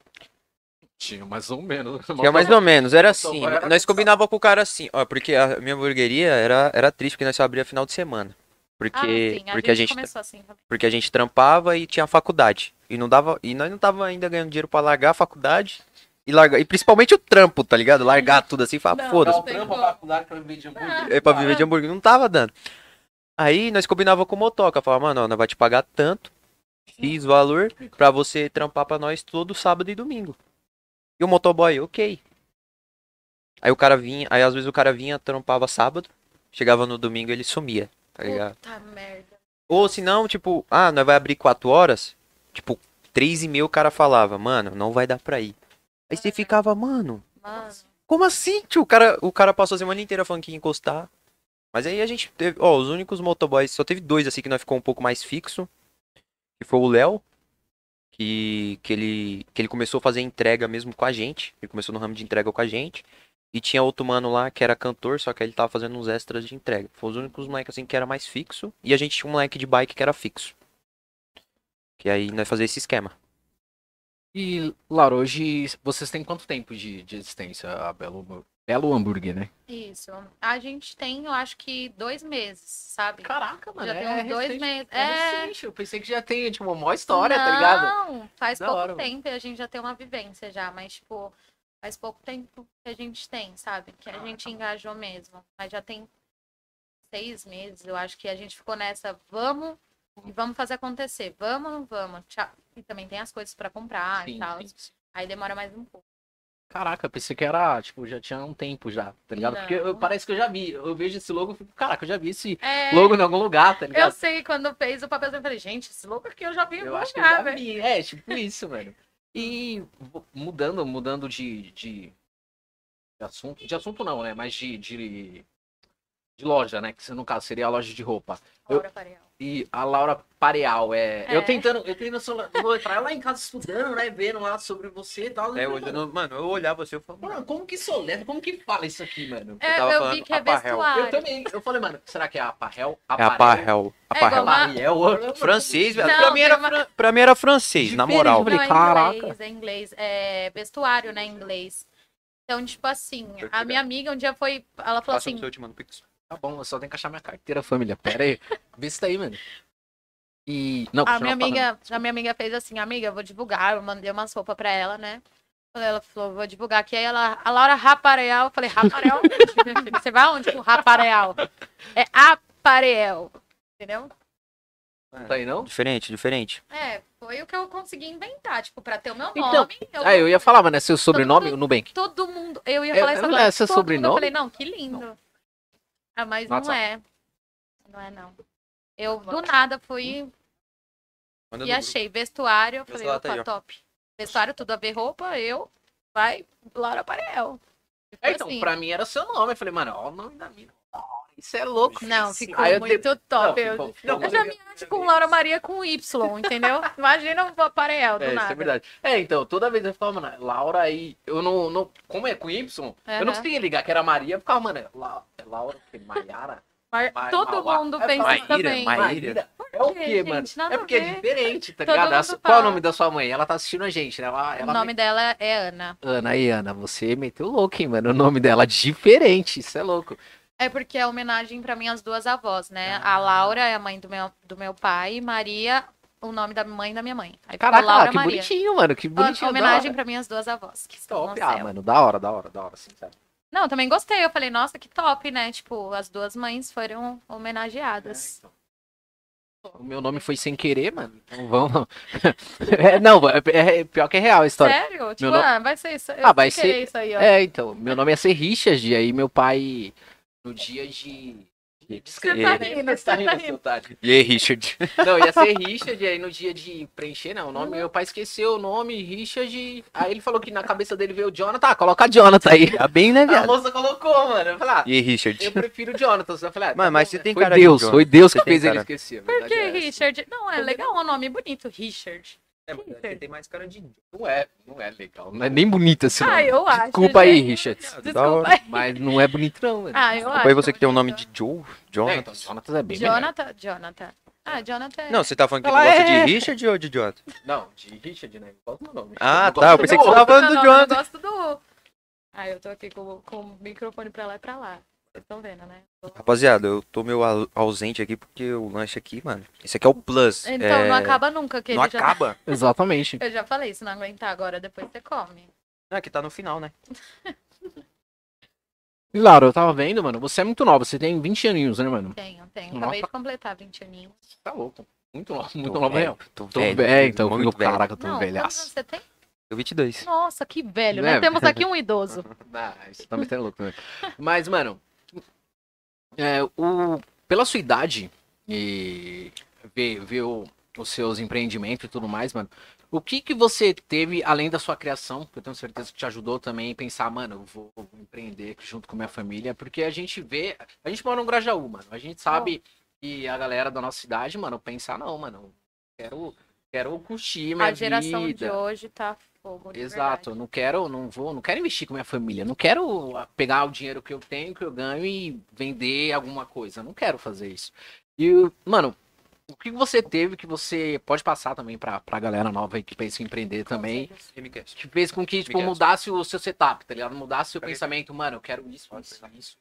[SPEAKER 1] Tinha mais ou menos.
[SPEAKER 2] Que é mais ou menos, era assim.
[SPEAKER 1] Motoboy era
[SPEAKER 2] Nós
[SPEAKER 1] cansado.
[SPEAKER 2] combinava com o cara assim, ó, porque a minha hamburgueria era, era triste, porque nós só abria final de semana.
[SPEAKER 3] Ah,
[SPEAKER 2] Porque,
[SPEAKER 3] sim, a
[SPEAKER 2] porque, a
[SPEAKER 3] gente
[SPEAKER 2] gente,
[SPEAKER 3] começou assim também.
[SPEAKER 2] porque a gente trampava e tinha faculdade. E não dava. E nós não tava ainda ganhando dinheiro pra largar a faculdade. E, largar, e principalmente o trampo, tá ligado? Largar tudo assim e falar,
[SPEAKER 3] Não,
[SPEAKER 1] é
[SPEAKER 2] foda-se.
[SPEAKER 3] não tem como.
[SPEAKER 1] faculdade pra viver de
[SPEAKER 3] Ah.
[SPEAKER 1] hambúrguer.
[SPEAKER 2] É pra viver de hambúrguer. Não tava dando. Aí nós combinava com o motoca. Falava, mano, ó, nós vai te pagar tanto, X valor, pra você trampar pra nós todo sábado e domingo. E o motoboy, ok. Aí o cara vinha, aí às vezes o cara vinha, trampava sábado, chegava no domingo e ele sumia, tá ligado?
[SPEAKER 3] Puta merda.
[SPEAKER 2] Ou se não, tipo, ah, nós vai abrir 4 horas, tipo, 3 e meia o cara falava, mano, não vai dar pra ir. Aí você ficava, mano,
[SPEAKER 3] Mano.
[SPEAKER 2] como assim, tio? O cara, o cara passou a semana inteira falando que ia encostar. Mas aí a gente teve. Ó, os únicos motoboys. Só teve dois assim que nós ficou um pouco mais fixo. Que foi o Léo. Que, que, ele, que ele começou a fazer entrega mesmo com a gente. Ele começou no ramo de entrega com a gente. E tinha outro mano lá que era cantor, só que ele tava fazendo uns extras de entrega. Foi os únicos moleques assim que era mais fixo. E a gente tinha um moleque de bike que era fixo. Que aí nós fazia esse esquema.
[SPEAKER 1] E, Laura, hoje vocês têm quanto tempo de, de existência a Belo, Belo Hambúrguer, né?
[SPEAKER 3] Isso. A gente tem, eu acho que dois meses, sabe?
[SPEAKER 1] Caraca, mano.
[SPEAKER 3] já tem uns dois meses.
[SPEAKER 1] É,
[SPEAKER 3] É,
[SPEAKER 1] recente, eu pensei que já tem, tipo, uma maior história, tá ligado?
[SPEAKER 3] Não, faz
[SPEAKER 1] Da
[SPEAKER 3] pouco
[SPEAKER 1] hora, mano.
[SPEAKER 3] tempo e a gente já tem uma vivência já, mas tipo, faz pouco tempo que a gente tem, sabe? Que a gente engajou mesmo. Mas já tem seis meses, eu acho que a gente ficou nessa, vamos e vamos fazer acontecer. Vamos, não vamos. Tchau. E também tem as coisas pra comprar e
[SPEAKER 1] Sim,
[SPEAKER 3] tal.
[SPEAKER 1] sim, sim.
[SPEAKER 3] Aí demora mais um pouco.
[SPEAKER 1] Caraca, eu pensei que era, tipo, já tinha um tempo já, tá ligado? Porque eu-
[SPEAKER 3] Não.
[SPEAKER 1] parece que eu já vi. Eu vejo esse logo e fico, caraca, eu já vi esse
[SPEAKER 3] É,
[SPEAKER 1] logo em algum lugar, tá
[SPEAKER 3] eu
[SPEAKER 1] ligado?
[SPEAKER 3] sei, quando fez o papel, eu falei, gente, esse louco aqui eu já vi em
[SPEAKER 1] Eu,
[SPEAKER 3] algum
[SPEAKER 1] acho que eu
[SPEAKER 3] lugar,
[SPEAKER 1] já
[SPEAKER 3] velho.
[SPEAKER 1] vi. É, tipo isso, velho. E vo- mudando, mudando de, de, de assunto. De assunto não, né? Mas de, de, de loja, né? Que no caso seria a loja de roupa. Eu-
[SPEAKER 3] Laura Pareal.
[SPEAKER 1] E a Laura Pareal, é.
[SPEAKER 3] É.
[SPEAKER 1] Eu tentando, eu tentando sola- soletrar ela em casa estudando, né? Vendo lá sobre você e tal.
[SPEAKER 2] É,
[SPEAKER 1] Eu-
[SPEAKER 2] olhando, mano, eu olhava assim, eu falava, mano,
[SPEAKER 1] Mano, como que soletra? Como que fala isso aqui, mano?
[SPEAKER 3] É,
[SPEAKER 2] tava
[SPEAKER 3] eu vi
[SPEAKER 2] falando
[SPEAKER 3] que é
[SPEAKER 2] aparel.
[SPEAKER 3] vestuário.
[SPEAKER 1] Eu também. Eu falei, mano, será que é a Parrel?
[SPEAKER 2] é a Parrel. A
[SPEAKER 3] É igual
[SPEAKER 2] Parrel.
[SPEAKER 3] uma-
[SPEAKER 1] Parrel.
[SPEAKER 2] Francês, velho.
[SPEAKER 3] Não,
[SPEAKER 2] pra, mim
[SPEAKER 3] tem
[SPEAKER 2] era
[SPEAKER 3] uma-
[SPEAKER 2] fran- pra mim era francês, na
[SPEAKER 1] Diferente,
[SPEAKER 2] moral.
[SPEAKER 1] eu falei,
[SPEAKER 3] não, é
[SPEAKER 1] "Caraca."
[SPEAKER 3] inglês, é inglês. É vestuário, né, em inglês. Então, tipo assim,
[SPEAKER 2] Perfeito.
[SPEAKER 3] a minha amiga um dia foi, ela falou
[SPEAKER 2] Passa no
[SPEAKER 3] assim,
[SPEAKER 2] seu último ano, Pix.
[SPEAKER 1] Tá bom, eu só tenho que achar minha carteira, família. Pera aí. Vê isso daí, mano. E. Não,
[SPEAKER 3] a
[SPEAKER 1] continua
[SPEAKER 2] tá
[SPEAKER 3] minha
[SPEAKER 1] falando.
[SPEAKER 3] amiga, a minha amiga fez assim, amiga, eu vou divulgar, eu mandei umas roupas pra ela, né? Ela falou, vou divulgar aqui. Aí ela, a Laura Rapareal, eu falei, Rapareal? Você vai aonde com Rapareal? É aparel, entendeu?
[SPEAKER 1] Não Tá aí, não?
[SPEAKER 2] Diferente, diferente.
[SPEAKER 3] É, foi o que eu consegui inventar, tipo, pra ter o meu nome.
[SPEAKER 1] Então,
[SPEAKER 3] eu-
[SPEAKER 1] Ah, eu ia falar, mano, é seu sobrenome,
[SPEAKER 3] Todo-
[SPEAKER 1] o Nubank?
[SPEAKER 3] Todo mundo. Eu ia
[SPEAKER 1] É,
[SPEAKER 3] falar isso
[SPEAKER 1] eu-
[SPEAKER 3] agora.
[SPEAKER 1] é seu
[SPEAKER 3] todo mundo,
[SPEAKER 1] sobrenome?
[SPEAKER 3] Eu falei, não, que lindo. Ah, mas não
[SPEAKER 1] Nossa.
[SPEAKER 3] é. Não é, não. Eu do nada fui
[SPEAKER 2] Manda
[SPEAKER 3] e
[SPEAKER 2] no
[SPEAKER 3] achei vestuário. Eu
[SPEAKER 2] Meu
[SPEAKER 3] falei,
[SPEAKER 2] celular tá
[SPEAKER 3] opa,
[SPEAKER 2] aí, ó.
[SPEAKER 3] top. Vestuário, tudo a ver roupa, eu, vai, Laura Parel. Tipo
[SPEAKER 1] É, então,
[SPEAKER 3] assim.
[SPEAKER 1] pra mim era seu nome. Eu falei, mano, ó o nome da mina. Da hora, Isso é louco.
[SPEAKER 3] Não,
[SPEAKER 1] Sim.
[SPEAKER 3] ficou
[SPEAKER 1] Aí eu
[SPEAKER 3] muito
[SPEAKER 1] Não,
[SPEAKER 3] top. eu-
[SPEAKER 1] ficou-
[SPEAKER 3] eu
[SPEAKER 1] ficou
[SPEAKER 3] já me
[SPEAKER 1] legal.
[SPEAKER 3] acho com Laura Maria com Y, entendeu? Imagina o Parel, do
[SPEAKER 1] É, isso
[SPEAKER 3] nada.
[SPEAKER 1] é verdade. É, então, toda vez eu ficava, mano, Laura aí. Eu não. não como é com Y? Eu não
[SPEAKER 3] Aham.
[SPEAKER 1] conseguia ligar que era Maria. Eu ficava, mano, é La- é Laura, o quê? Maiara?
[SPEAKER 3] Mar-
[SPEAKER 1] Vai,
[SPEAKER 3] Todo
[SPEAKER 1] Mauá.
[SPEAKER 3] mundo
[SPEAKER 1] É,
[SPEAKER 3] pensa
[SPEAKER 2] Maíra,
[SPEAKER 3] também.
[SPEAKER 2] Maíra.
[SPEAKER 1] É o
[SPEAKER 3] quê,
[SPEAKER 1] quê,
[SPEAKER 3] gente?
[SPEAKER 1] mano? É
[SPEAKER 3] Nada a
[SPEAKER 1] porque é
[SPEAKER 3] ver.
[SPEAKER 1] diferente, tá
[SPEAKER 3] Todo
[SPEAKER 1] ligado? A
[SPEAKER 3] mundo
[SPEAKER 1] su-
[SPEAKER 3] fala.
[SPEAKER 1] Qual é o nome da sua mãe? Ela tá assistindo a gente, né? Ela,
[SPEAKER 3] O
[SPEAKER 1] ela
[SPEAKER 3] nome dela é Ana.
[SPEAKER 1] Ana e Ana, você meteu louco, hein, mano? O nome dela é diferente, isso é louco.
[SPEAKER 3] É porque é homenagem para minhas duas avós, né?
[SPEAKER 1] Ah.
[SPEAKER 3] A Laura é a mãe do meu, do meu pai e Maria, o nome da mãe da minha mãe. Aí ficou
[SPEAKER 1] Caraca,
[SPEAKER 3] Laura
[SPEAKER 1] que
[SPEAKER 3] Maria.
[SPEAKER 1] bonitinho, mano, que
[SPEAKER 3] Ó,
[SPEAKER 1] bonitinho.
[SPEAKER 3] homenagem
[SPEAKER 1] da hora.
[SPEAKER 3] para minhas duas avós, que estão
[SPEAKER 1] Top,
[SPEAKER 3] no
[SPEAKER 1] ah,
[SPEAKER 3] céu.
[SPEAKER 1] mano, da hora, da hora, da hora, assim, sabe?
[SPEAKER 3] Não, eu também gostei. Eu falei, nossa, que top, né? Tipo, as duas mães foram
[SPEAKER 1] É,
[SPEAKER 3] homenageadas.
[SPEAKER 1] então. O meu nome foi sem querer, mano. Então vamos. É, não, é, é pior que é real a história.
[SPEAKER 3] Sério? Tipo,
[SPEAKER 1] nome-
[SPEAKER 3] ah, vai ser isso. Eu
[SPEAKER 1] Ah, vai
[SPEAKER 3] queria
[SPEAKER 1] ser-
[SPEAKER 3] isso aí, ó.
[SPEAKER 1] É, então, meu nome ia ser Richard, e aí meu pai, no dia de. de escrever.
[SPEAKER 2] Você tá
[SPEAKER 3] rindo,
[SPEAKER 1] Você tá
[SPEAKER 3] você tá
[SPEAKER 1] rindo, seu otário.
[SPEAKER 2] grupo. E aí, Richard?
[SPEAKER 1] Não, ia ser Richard, aí no dia de preencher, não, o nome, meu pai esqueceu o nome, Richard, aí ele falou que na cabeça dele veio o Jonathan, ah, coloca Jonathan aí.
[SPEAKER 2] Tá bem, né,
[SPEAKER 1] A
[SPEAKER 2] viado?
[SPEAKER 1] moça colocou, mano, eu falei, ah,
[SPEAKER 2] E aí, Richard?
[SPEAKER 1] eu prefiro o Jonathan, eu falei, ah, tá
[SPEAKER 2] Mano, mas
[SPEAKER 1] bom,
[SPEAKER 2] você
[SPEAKER 1] né?
[SPEAKER 2] tem
[SPEAKER 1] foi
[SPEAKER 2] cara de
[SPEAKER 1] Deus,
[SPEAKER 2] Jonathan.
[SPEAKER 1] foi Deus que
[SPEAKER 2] Você tem
[SPEAKER 1] fez ele
[SPEAKER 2] cara-
[SPEAKER 1] esquecer. a
[SPEAKER 3] Por
[SPEAKER 1] verdade é
[SPEAKER 3] que
[SPEAKER 1] essa.
[SPEAKER 3] Richard? Não, é legal, é um nome bonito, Richard.
[SPEAKER 2] É, mas você tem mais cara de
[SPEAKER 1] Não é, não é legal, não é nem bonito assim,
[SPEAKER 3] Ah, eu acho.
[SPEAKER 1] Desculpa aí,
[SPEAKER 3] gente.
[SPEAKER 1] Richard,
[SPEAKER 2] Da hora.
[SPEAKER 3] Desculpa aí.
[SPEAKER 1] mas não é bonito não,
[SPEAKER 2] né?
[SPEAKER 1] mano.
[SPEAKER 3] Ah, eu acho.
[SPEAKER 2] Aí você que tem o nome
[SPEAKER 3] bonito.
[SPEAKER 2] de Joe?
[SPEAKER 1] É,
[SPEAKER 2] Jonathan?
[SPEAKER 1] então, Jonathan é bem melhor.
[SPEAKER 3] Jonathan, Jonathan. Ah, Jonathan. é-
[SPEAKER 2] Não, você tá falando que
[SPEAKER 1] Ela
[SPEAKER 2] gosta
[SPEAKER 1] é-
[SPEAKER 2] de Richard ou de Jonathan?
[SPEAKER 1] Não, de Richard, né, qual o meu nome?
[SPEAKER 2] Ah,
[SPEAKER 1] Eu
[SPEAKER 2] tá, eu
[SPEAKER 1] gosto
[SPEAKER 2] pensei
[SPEAKER 1] do
[SPEAKER 2] que você tava
[SPEAKER 3] Não,
[SPEAKER 2] falando do
[SPEAKER 3] não, eu
[SPEAKER 2] Jonathan.
[SPEAKER 3] gosto do. Ah, eu tô aqui com, com o microfone pra lá e pra lá. Vocês estão vendo, né?
[SPEAKER 2] Rapaziada, eu tô meio au- ausente aqui porque o lanche aqui, mano. Esse aqui é o Plus.
[SPEAKER 3] Então,
[SPEAKER 2] é,
[SPEAKER 3] não acaba nunca, que
[SPEAKER 2] Não
[SPEAKER 3] ele já-
[SPEAKER 2] acaba.
[SPEAKER 1] outro. Exatamente.
[SPEAKER 3] Eu já falei, se não aguentar agora, depois você come.
[SPEAKER 2] Não, é que tá no final, né?
[SPEAKER 1] E Laura, eu tava vendo, mano, você é muito nova, você tem 20 aninhos, né, mano?
[SPEAKER 3] Tenho, tenho. Acabei
[SPEAKER 1] Nossa.
[SPEAKER 3] de completar 20 aninhos.
[SPEAKER 1] Tá louco. Muito nova,
[SPEAKER 2] Tô
[SPEAKER 1] muito nova,
[SPEAKER 2] velho,
[SPEAKER 1] real.
[SPEAKER 2] Tô
[SPEAKER 1] Então Tô
[SPEAKER 2] velho.
[SPEAKER 1] velho, então.
[SPEAKER 2] É, muito
[SPEAKER 1] meu,
[SPEAKER 2] velho.
[SPEAKER 1] Caraca, eu tô
[SPEAKER 3] Não, tá quantos anos
[SPEAKER 1] velhaço.
[SPEAKER 3] você tem?
[SPEAKER 2] Tô 22.
[SPEAKER 3] Nossa, que velho,
[SPEAKER 1] Né?
[SPEAKER 2] é
[SPEAKER 3] né? Temos aqui um idoso.
[SPEAKER 1] Ah, isso tá me tendo louco, né? Mas, mano, é, o, pela sua idade e ver, ver o- os seus empreendimentos e tudo mais, mano, o que que você teve além da sua criação, que eu tenho certeza que te ajudou também a pensar, mano, eu vou empreender junto com minha família, porque a gente vê, a gente mora no Grajaú, mano, a gente sabe que a galera da nossa idade, mano, pensa, não, mano, quero, quero curtir
[SPEAKER 2] é
[SPEAKER 1] minha
[SPEAKER 3] A geração
[SPEAKER 1] vida.
[SPEAKER 3] de hoje tá fogo. de
[SPEAKER 1] Exato, eu não quero, não vou, não quero investir com minha família, não quero ah, pegar o dinheiro que eu tenho, que eu ganho e vender alguma coisa, não quero fazer isso. E, mano, o que você teve que você pode passar também pra, pra galera nova aí que pensa em empreender também?
[SPEAKER 3] Conselhos.
[SPEAKER 2] MCast.
[SPEAKER 1] Que fez com que, tipo,
[SPEAKER 2] Miguel.
[SPEAKER 1] mudasse o seu setup, tá ligado? Mudasse o seu
[SPEAKER 2] Peraí.
[SPEAKER 1] pensamento, mano, eu quero isso, isso, isso.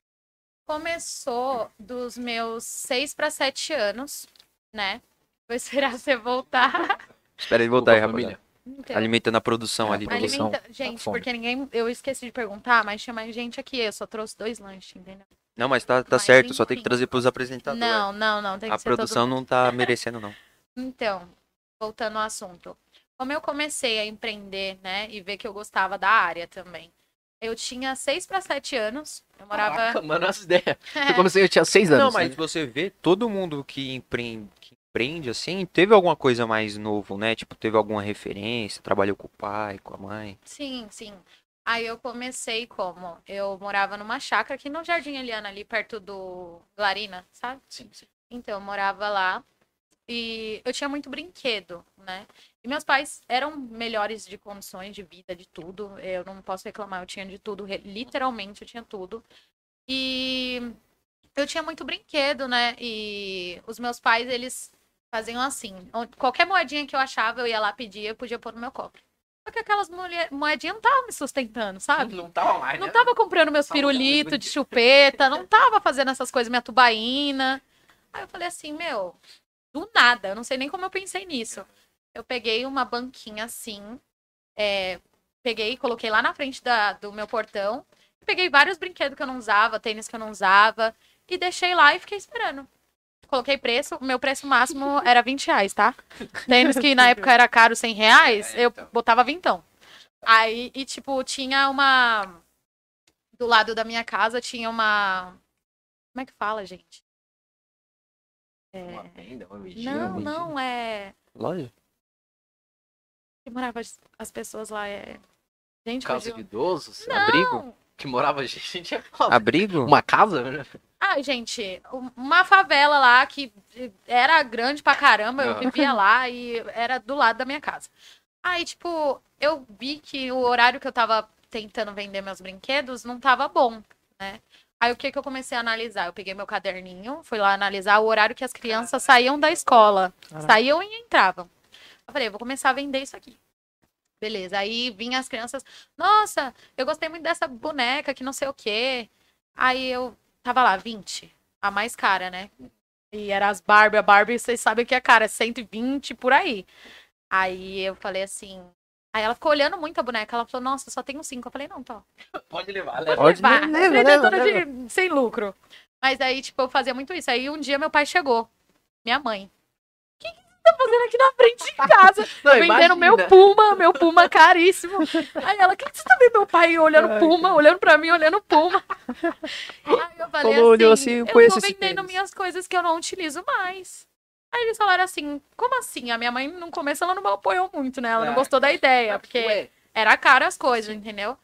[SPEAKER 3] Começou dos meus seis para sete anos, né? Vou esperar você voltar.
[SPEAKER 2] Espera aí, voltar aí,
[SPEAKER 1] Desculpa,
[SPEAKER 2] rapaziada.
[SPEAKER 3] Então,
[SPEAKER 2] Alimentando a produção
[SPEAKER 1] É,
[SPEAKER 2] ali.
[SPEAKER 1] a produção.
[SPEAKER 3] Alimenta... Gente,
[SPEAKER 1] fome.
[SPEAKER 3] porque ninguém. Eu esqueci de perguntar, mas tinha mais gente aqui. Eu só trouxe dois lanches, entendeu?
[SPEAKER 2] Não, mas tá, tá
[SPEAKER 3] Mas
[SPEAKER 2] certo, só tem que
[SPEAKER 3] enfim.
[SPEAKER 2] trazer pros
[SPEAKER 1] Tá
[SPEAKER 2] apresentadores.
[SPEAKER 3] não, não, não. Tem que
[SPEAKER 2] A
[SPEAKER 3] ser todo
[SPEAKER 2] produção não tá merecendo, não.
[SPEAKER 3] Então, voltando ao assunto, como eu comecei a empreender, né, e ver que eu gostava da área também. Eu tinha seis para sete anos, eu morava.
[SPEAKER 1] Caraca, mano, essa ideia. Eu comecei, eu tinha seis anos. né?
[SPEAKER 2] Não, mas você vê, todo mundo que empreende, que empreende, assim, teve alguma coisa mais novo, né? Tipo, teve alguma referência, trabalhou com o pai, com a mãe.
[SPEAKER 3] Sim, sim. Aí eu comecei como? Eu morava numa chácara aqui no Jardim Eliana, ali perto do Glarina, sabe?
[SPEAKER 1] Sim, sim.
[SPEAKER 3] Então, eu morava lá e eu tinha muito brinquedo, né? E meus pais eram melhores de condições de vida, de tudo. Eu não posso reclamar, eu tinha de tudo, re- literalmente eu tinha tudo. E eu tinha muito brinquedo, né? E os meus pais, eles faziam assim: on- qualquer moedinha que eu achava, eu ia lá pedir, eu podia pôr no meu copo. Só que aquelas mulher- moedinhas não estavam me sustentando, sabe?
[SPEAKER 1] Ah, Não tava mais,
[SPEAKER 3] Não
[SPEAKER 1] né?
[SPEAKER 3] tava comprando meus
[SPEAKER 1] Saudades
[SPEAKER 3] pirulitos
[SPEAKER 1] bonitas.
[SPEAKER 3] de chupeta, não tava fazendo essas coisas, minha tubaína. Aí eu falei assim, meu, do nada, eu não sei nem como eu pensei nisso. Eu peguei uma banquinha assim, é, peguei, coloquei lá na frente da, do meu portão, peguei vários brinquedos que eu não usava, tênis que eu não usava, e deixei lá e fiquei esperando. Coloquei preço, o meu preço máximo era 20 reais, tá? Tênis que na época era caro 100 reais,
[SPEAKER 2] É,
[SPEAKER 3] eu
[SPEAKER 2] então.
[SPEAKER 3] botava vintão. Aí, e tipo, tinha uma do lado da minha casa tinha uma. Como é que fala, gente?
[SPEAKER 1] Uma venda, uma medida,
[SPEAKER 3] Não,
[SPEAKER 1] uma medida.
[SPEAKER 3] não, é.
[SPEAKER 2] Lógias.
[SPEAKER 3] Que morava as- as pessoas lá, é. Gente,
[SPEAKER 1] Casa de
[SPEAKER 3] fugiu.
[SPEAKER 1] idosos?
[SPEAKER 2] Abrigo?
[SPEAKER 3] Não!
[SPEAKER 1] Que morava gente, é foda.
[SPEAKER 2] Abrigo?
[SPEAKER 1] Uma casa? né?
[SPEAKER 3] Ai, gente, um- uma favela lá que eh, era grande pra caramba, eu
[SPEAKER 1] Não.
[SPEAKER 3] vivia lá e era do lado da minha casa. Aí, tipo, eu vi que o horário que eu tava tentando vender meus brinquedos não tava bom, né? Aí o que que eu comecei a analisar? Eu peguei meu caderninho, fui lá analisar o horário que as crianças saíam da escola.
[SPEAKER 2] Caraca.
[SPEAKER 3] Saíam e entravam. Eu falei, eu vou começar a vender isso aqui. Beleza. Aí vinham as crianças, nossa, eu gostei muito dessa boneca que não sei o quê. Aí eu tava lá, 20. A mais cara, né? E era as Barbie. A Barbie, vocês sabem o que é cara, 120 por aí. Aí eu falei assim. Aí ela ficou olhando muito a boneca. Ela falou, nossa, só tenho cinco. Eu falei, não, tá.
[SPEAKER 1] Pode levar, né?
[SPEAKER 2] Pode
[SPEAKER 3] Vá,
[SPEAKER 2] levar, leva,
[SPEAKER 3] vendedora
[SPEAKER 2] leva,
[SPEAKER 3] de- sem lucro. Mas aí, tipo, eu fazia muito isso. Aí um dia meu pai chegou. Minha mãe. O que, que você tá fazendo aqui na frente de casa?
[SPEAKER 1] Não,
[SPEAKER 3] vendendo meu Puma, meu Puma caríssimo. Aí ela, o que, que você tá vendo meu pai olhando
[SPEAKER 2] Ai,
[SPEAKER 3] Puma, olhando pra mim, olhando Puma? Aí eu falei
[SPEAKER 2] Falou, olhou assim, eu
[SPEAKER 3] assim, eu
[SPEAKER 2] conheço
[SPEAKER 3] tô
[SPEAKER 2] esse
[SPEAKER 3] vendendo
[SPEAKER 2] tênis."
[SPEAKER 3] minhas coisas que eu não utilizo mais. Aí eles falaram assim, como assim? A minha mãe, no começo, ela não me apoiou muito, né? Ela
[SPEAKER 2] É.
[SPEAKER 3] não
[SPEAKER 1] Ah,
[SPEAKER 3] gostou da ideia, porque
[SPEAKER 1] Ué,
[SPEAKER 3] era caro as coisas, entendeu?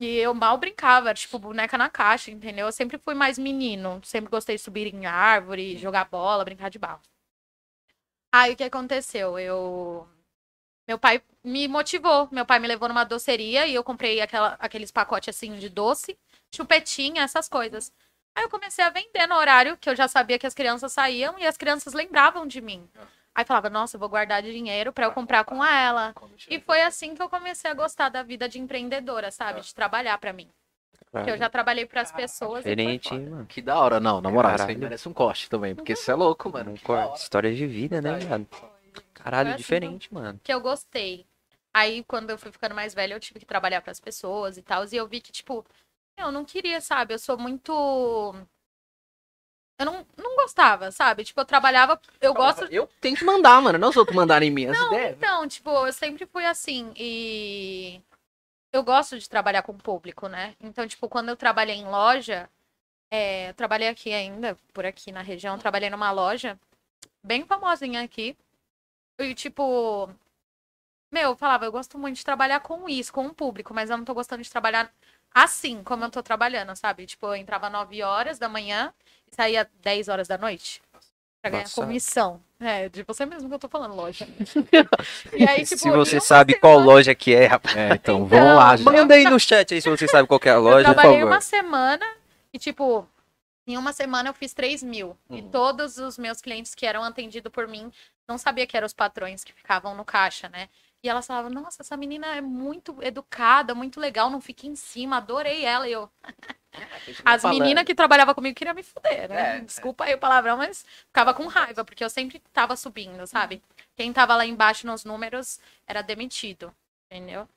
[SPEAKER 3] E eu mal brincava, era tipo boneca na caixa, entendeu? Eu sempre fui mais menino, sempre gostei de subir em árvore, jogar bola, brincar de barro. Aí o que aconteceu? Eu meu pai me motivou, meu pai me levou numa doceria e eu comprei aquela, aqueles pacotes assim de doce, chupetinha, essas coisas. Aí eu comecei a vender no horário que eu já sabia que as crianças saíam e as crianças lembravam de mim. Aí falava, nossa, eu vou guardar dinheiro pra eu comprar com ela. E foi assim que eu comecei a gostar da vida de empreendedora, sabe? De trabalhar pra mim. Porque eu já trabalhei para as pessoas. e foi
[SPEAKER 2] Diferente,
[SPEAKER 3] foda.
[SPEAKER 2] hein, mano.
[SPEAKER 1] Que da hora, não, na moral, isso aí
[SPEAKER 2] Caralho.
[SPEAKER 1] merece um corte também, porque isso é louco, mano. que da
[SPEAKER 2] Cor-
[SPEAKER 1] hora.
[SPEAKER 2] História de vida, né,
[SPEAKER 1] Verdade.
[SPEAKER 2] mano?
[SPEAKER 3] Foi
[SPEAKER 2] Caralho,
[SPEAKER 3] assim,
[SPEAKER 2] diferente, mano.
[SPEAKER 3] que eu gostei. Aí, quando eu fui ficando mais velha, eu tive que trabalhar para as pessoas e tal. E eu vi que, tipo, eu não queria, sabe? Eu sou muito. Eu não, não gostava, sabe? Tipo, eu trabalhava. Eu gosto
[SPEAKER 1] Eu tenho que mandar, mano, não os outros mandarem em mim, as ideias.
[SPEAKER 3] Então, tipo, eu sempre fui assim e eu gosto de trabalhar com o público, né? Então, tipo, quando eu trabalhei em loja, é, eu trabalhei aqui ainda, por aqui na região, eu trabalhei numa loja bem famosinha aqui. E, tipo, meu, eu falava, eu gosto muito de trabalhar com isso, com o público, mas eu não tô gostando de trabalhar assim, como eu tô trabalhando, sabe? Tipo, eu entrava 9 horas da manhã e saía 10 horas da noite. Pra ganhar
[SPEAKER 2] Passado.
[SPEAKER 3] comissão. É, de você mesmo que eu tô falando, loja. E aí, tipo,
[SPEAKER 2] se
[SPEAKER 3] eu
[SPEAKER 2] você
[SPEAKER 3] não
[SPEAKER 2] sabe
[SPEAKER 3] sei
[SPEAKER 2] qual
[SPEAKER 3] mais.
[SPEAKER 2] loja que é, rapaz.
[SPEAKER 1] É, então,
[SPEAKER 3] vamos lá,
[SPEAKER 1] gente.
[SPEAKER 2] Manda aí no chat aí se você sabe qual que é a
[SPEAKER 3] Eu
[SPEAKER 2] loja, por
[SPEAKER 3] trabalhei
[SPEAKER 2] favor.
[SPEAKER 3] uma semana e, tipo, Em uma semana eu fiz 3 mil. E
[SPEAKER 1] Uhum.
[SPEAKER 3] todos os meus clientes que eram atendidos por mim não sabia que eram os patrões que ficavam no caixa, né? E elas falavam, nossa, essa menina é muito educada, muito legal, não fica em cima, adorei ela. E eu, as meninas que trabalhavam comigo queriam me fuder, né?
[SPEAKER 1] É,
[SPEAKER 3] Desculpa aí o palavrão, mas ficava com raiva, porque eu sempre tava subindo, sabe? Quem tava lá embaixo nos números era demitido, entendeu?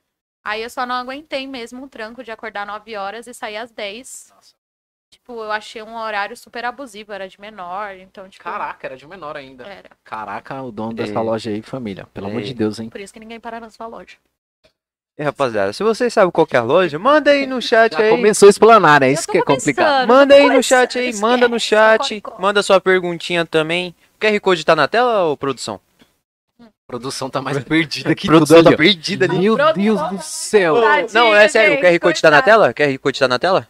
[SPEAKER 3] Aí eu só não aguentei mesmo o tranco de acordar 9 horas e sair às 10.
[SPEAKER 1] Nossa.
[SPEAKER 3] Tipo, eu achei um horário super abusivo, era de menor, então, tipo.
[SPEAKER 1] Caraca, era de menor ainda.
[SPEAKER 3] Era.
[SPEAKER 1] Caraca, o dono dessa
[SPEAKER 2] Ei.
[SPEAKER 1] loja aí, família. Pelo amor
[SPEAKER 2] Ei.
[SPEAKER 1] de Deus, hein?
[SPEAKER 3] Por isso que ninguém para na sua loja.
[SPEAKER 2] E, rapaziada, se vocês sabem qualquer é loja, manda aí no chat
[SPEAKER 1] Já
[SPEAKER 2] aí.
[SPEAKER 1] começou a explanar, é
[SPEAKER 3] Eu
[SPEAKER 1] isso
[SPEAKER 3] tô
[SPEAKER 1] que é complicado.
[SPEAKER 3] começando,
[SPEAKER 2] Manda
[SPEAKER 3] tô
[SPEAKER 2] aí no chat
[SPEAKER 3] começando,
[SPEAKER 2] aí, manda no
[SPEAKER 3] esquece,
[SPEAKER 2] chat,
[SPEAKER 3] corre, corre.
[SPEAKER 2] manda sua perguntinha também. O QR Code tá na tela, ô produção?
[SPEAKER 1] A produção tá mais perdida que tudo
[SPEAKER 2] produção
[SPEAKER 1] ali,
[SPEAKER 2] tá
[SPEAKER 1] ó.
[SPEAKER 2] perdida ali.
[SPEAKER 1] Meu
[SPEAKER 3] Produção
[SPEAKER 1] Deus
[SPEAKER 3] tá
[SPEAKER 1] do
[SPEAKER 3] mais
[SPEAKER 1] céu.
[SPEAKER 3] perdida.
[SPEAKER 2] Ô, não, é
[SPEAKER 3] Tadinho,
[SPEAKER 2] sério, o QR
[SPEAKER 3] gente,
[SPEAKER 2] Code tá na
[SPEAKER 3] coitado.
[SPEAKER 2] tela? O QR Code tá na tela?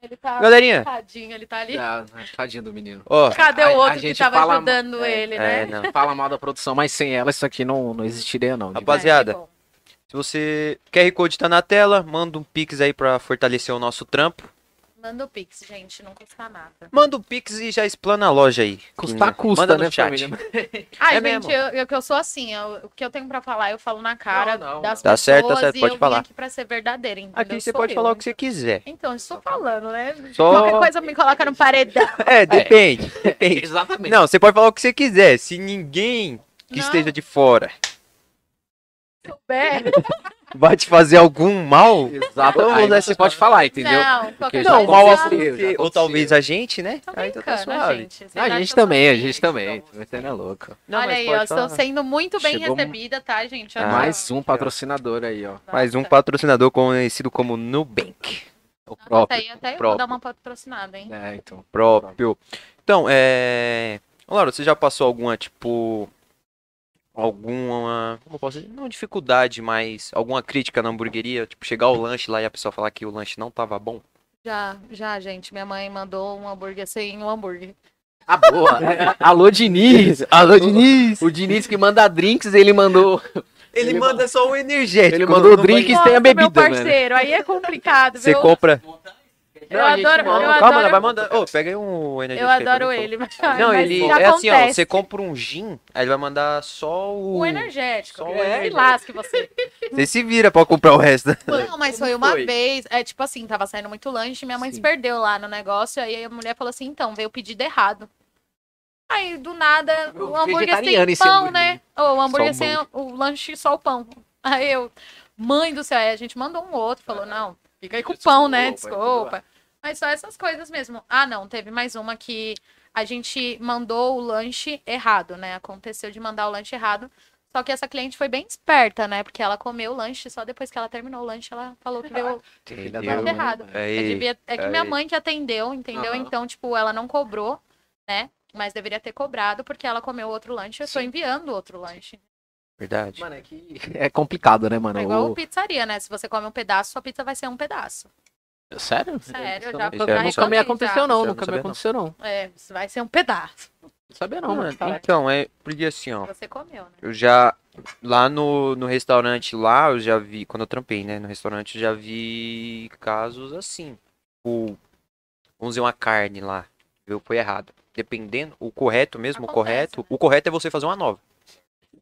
[SPEAKER 3] Ele tá
[SPEAKER 2] Galerinha,
[SPEAKER 3] tadinho, ele tá ali.
[SPEAKER 1] Ah, Tadinho do menino.
[SPEAKER 2] ó.
[SPEAKER 3] Cadê
[SPEAKER 1] A- a
[SPEAKER 3] o outro que
[SPEAKER 1] gente
[SPEAKER 3] tava
[SPEAKER 1] fala-
[SPEAKER 3] ajudando
[SPEAKER 1] é,
[SPEAKER 3] ele,
[SPEAKER 2] É,
[SPEAKER 3] né?
[SPEAKER 2] não.
[SPEAKER 1] Fala mal da produção, mas sem ela isso aqui não, não existiria, não. de
[SPEAKER 2] Rapaz-
[SPEAKER 1] verdade.
[SPEAKER 2] Rapaziada,
[SPEAKER 3] É, que bom.
[SPEAKER 2] Se você. o QR Code tá na tela, manda um pix aí pra fortalecer o nosso trampo.
[SPEAKER 3] Manda o Pix, gente, não custa nada.
[SPEAKER 2] Manda o pix e já explana a loja aí.
[SPEAKER 1] Custa, custa,
[SPEAKER 2] Manda no
[SPEAKER 1] né,
[SPEAKER 2] chat.
[SPEAKER 1] família?
[SPEAKER 3] Ai,
[SPEAKER 2] É
[SPEAKER 3] gente,
[SPEAKER 2] mesmo.
[SPEAKER 3] eu, eu, que eu sou assim, eu- o que eu tenho pra falar, eu falo na cara
[SPEAKER 1] Não, não,
[SPEAKER 3] das
[SPEAKER 2] não. Tá
[SPEAKER 3] pessoas
[SPEAKER 2] certo, tá certo,
[SPEAKER 3] e
[SPEAKER 2] pode
[SPEAKER 3] eu
[SPEAKER 2] falar.
[SPEAKER 3] vim aqui pra ser verdadeira, entendeu?
[SPEAKER 2] Aqui você
[SPEAKER 3] Sou
[SPEAKER 2] pode
[SPEAKER 3] eu.
[SPEAKER 2] falar o que você quiser.
[SPEAKER 3] Então, eu estou falando, né? Qualquer
[SPEAKER 2] Só.
[SPEAKER 3] coisa me coloca no paredão.
[SPEAKER 2] É, depende. Depende.
[SPEAKER 1] Exatamente.
[SPEAKER 2] Não, você pode falar o que você quiser, se ninguém que
[SPEAKER 3] Não.
[SPEAKER 2] esteja de fora
[SPEAKER 3] Bem,
[SPEAKER 2] vai te fazer algum mal. Vamos
[SPEAKER 1] Exatamente.
[SPEAKER 2] usar
[SPEAKER 1] Aí
[SPEAKER 2] esse
[SPEAKER 1] você pode falar, entendeu? Ah,
[SPEAKER 3] não, qualquer
[SPEAKER 1] já assim.
[SPEAKER 2] Não,
[SPEAKER 3] coisa.
[SPEAKER 2] mal
[SPEAKER 1] aconteceu,
[SPEAKER 2] a
[SPEAKER 1] já
[SPEAKER 2] você,
[SPEAKER 1] aconteceu.
[SPEAKER 2] ou talvez a gente, né?
[SPEAKER 3] Tô
[SPEAKER 2] Aí então tá
[SPEAKER 3] brincando,
[SPEAKER 2] suave.
[SPEAKER 3] gente. Vocês
[SPEAKER 1] Ah, A
[SPEAKER 3] acham
[SPEAKER 1] gente
[SPEAKER 3] que eu sou
[SPEAKER 1] também, a
[SPEAKER 3] assim?
[SPEAKER 1] gente também. Você não é louca.
[SPEAKER 2] Não,
[SPEAKER 3] Olha
[SPEAKER 2] mas
[SPEAKER 3] aí,
[SPEAKER 2] pode
[SPEAKER 3] ó, estou
[SPEAKER 2] falar.
[SPEAKER 3] sendo muito bem
[SPEAKER 1] Chegou um-
[SPEAKER 3] recebida, tá, gente? Olha
[SPEAKER 2] Ah,
[SPEAKER 1] Mais um patrocinador aí, ó.
[SPEAKER 3] só.
[SPEAKER 2] Mais um
[SPEAKER 3] Nossa,
[SPEAKER 2] patrocinador conhecido como Nubank.
[SPEAKER 1] O
[SPEAKER 3] Nossa,
[SPEAKER 1] próprio.
[SPEAKER 3] aí até eu vou
[SPEAKER 2] próprio.
[SPEAKER 3] dar uma patrocinada, hein?
[SPEAKER 1] É, então.
[SPEAKER 2] próprio. Então, é. Ô, Laura, você já passou alguma, tipo. Alguma. Como eu posso dizer? Não dificuldade, mas. Alguma crítica na hamburgueria? Tipo, chegar o lanche lá e a pessoa falar que o lanche não tava bom?
[SPEAKER 3] Já, já, gente. Minha mãe mandou um hambúrguer sem um hambúrguer.
[SPEAKER 1] Ah, boa.
[SPEAKER 3] É.
[SPEAKER 1] Alô, Diniz.
[SPEAKER 2] Alô,
[SPEAKER 1] Diniz. O Diniz que manda drinks, ele mandou.
[SPEAKER 2] Ele,
[SPEAKER 1] Ele
[SPEAKER 2] manda só o energético.
[SPEAKER 1] Ele mandou o
[SPEAKER 2] não
[SPEAKER 1] drink
[SPEAKER 2] vai-
[SPEAKER 1] e tem a bebida, né?
[SPEAKER 3] meu
[SPEAKER 1] velho.
[SPEAKER 3] parceiro, aí é complicado,
[SPEAKER 2] Você
[SPEAKER 3] viu?
[SPEAKER 2] compra.
[SPEAKER 3] Eu
[SPEAKER 1] Não, a gente
[SPEAKER 3] adoro,
[SPEAKER 1] manda.
[SPEAKER 3] eu
[SPEAKER 2] Calma,
[SPEAKER 3] adoro,
[SPEAKER 2] ela vai mandar. Ô, pega aí um
[SPEAKER 1] É,
[SPEAKER 2] energético.
[SPEAKER 3] eu
[SPEAKER 2] aí pra
[SPEAKER 3] adoro
[SPEAKER 2] mim,
[SPEAKER 3] ele. Mas,
[SPEAKER 2] por favor. Não,
[SPEAKER 3] mas
[SPEAKER 2] ele.
[SPEAKER 3] já
[SPEAKER 2] É assim, ó.
[SPEAKER 3] acontece.
[SPEAKER 2] Você compra um gin, aí ele vai mandar só o.
[SPEAKER 3] O energético.
[SPEAKER 2] Só
[SPEAKER 1] um
[SPEAKER 2] o
[SPEAKER 3] É. Se
[SPEAKER 2] energético.
[SPEAKER 3] lasque você.
[SPEAKER 2] Você se vira pra comprar o resto.
[SPEAKER 3] Não, mas
[SPEAKER 1] Como
[SPEAKER 3] foi uma
[SPEAKER 1] foi?
[SPEAKER 3] vez. É tipo assim, tava saindo muito lanche, minha mãe se
[SPEAKER 1] Sim.
[SPEAKER 3] perdeu lá no negócio. Aí a mulher falou assim: então, veio o pedido errado. Aí, do nada,
[SPEAKER 1] Eu
[SPEAKER 3] o hambúrguer
[SPEAKER 1] vegetariano
[SPEAKER 3] sem
[SPEAKER 1] esse
[SPEAKER 3] pão,
[SPEAKER 1] hambúrguer.
[SPEAKER 3] né? Ou o hambúrguer
[SPEAKER 1] Só um o
[SPEAKER 3] sem o lanche só o pão. Aí eu, mãe do céu, aí a gente mandou um outro, falou, não, fica aí com o pão, né?
[SPEAKER 1] Desculpa,
[SPEAKER 3] Desculpa. Mas só essas coisas mesmo. Ah, não, teve mais uma que a gente mandou o lanche errado, né? Aconteceu de mandar o lanche errado. Só que essa cliente foi bem esperta, né? Porque ela comeu o lanche, só depois que ela terminou o lanche, ela falou que veio
[SPEAKER 1] Filha
[SPEAKER 3] Tá
[SPEAKER 1] da mãe,
[SPEAKER 3] errado.
[SPEAKER 1] mano.
[SPEAKER 3] eu
[SPEAKER 2] Aí.
[SPEAKER 3] devia- É que minha
[SPEAKER 2] aí.
[SPEAKER 3] mãe que atendeu, entendeu?
[SPEAKER 1] Aham.
[SPEAKER 3] Então, tipo, ela não cobrou, né? Mas deveria ter cobrado, porque ela comeu outro lanche, eu estou enviando outro lanche.
[SPEAKER 2] Verdade.
[SPEAKER 1] Mano, é que é complicado, né, mano?
[SPEAKER 3] É igual
[SPEAKER 1] O-
[SPEAKER 3] pizzaria, né? Se você come um pedaço, sua pizza vai ser um pedaço.
[SPEAKER 1] Sério?
[SPEAKER 3] Sério,
[SPEAKER 1] Isso é,
[SPEAKER 3] eu já
[SPEAKER 1] nunca-
[SPEAKER 2] já
[SPEAKER 1] Nunca me
[SPEAKER 3] reclamei,
[SPEAKER 1] aconteceu, não.
[SPEAKER 3] já.
[SPEAKER 2] Isso eu é não
[SPEAKER 1] Nunca me
[SPEAKER 2] sabia, não.
[SPEAKER 1] aconteceu, não.
[SPEAKER 3] É, isso vai ser um pedaço.
[SPEAKER 1] Não sabia, não, mano.
[SPEAKER 2] Mano, então, é. Porque assim, ó.
[SPEAKER 3] Você comeu, né?
[SPEAKER 2] Eu já. Lá no, no restaurante, lá eu já vi. Quando eu trampei, né? No restaurante, eu já vi casos assim. O, vamos dizer, uma carne lá. Viu? Foi errado. Dependendo, o correto mesmo, o
[SPEAKER 3] Acontece,
[SPEAKER 2] correto.
[SPEAKER 3] né?
[SPEAKER 2] O correto é você fazer uma nova.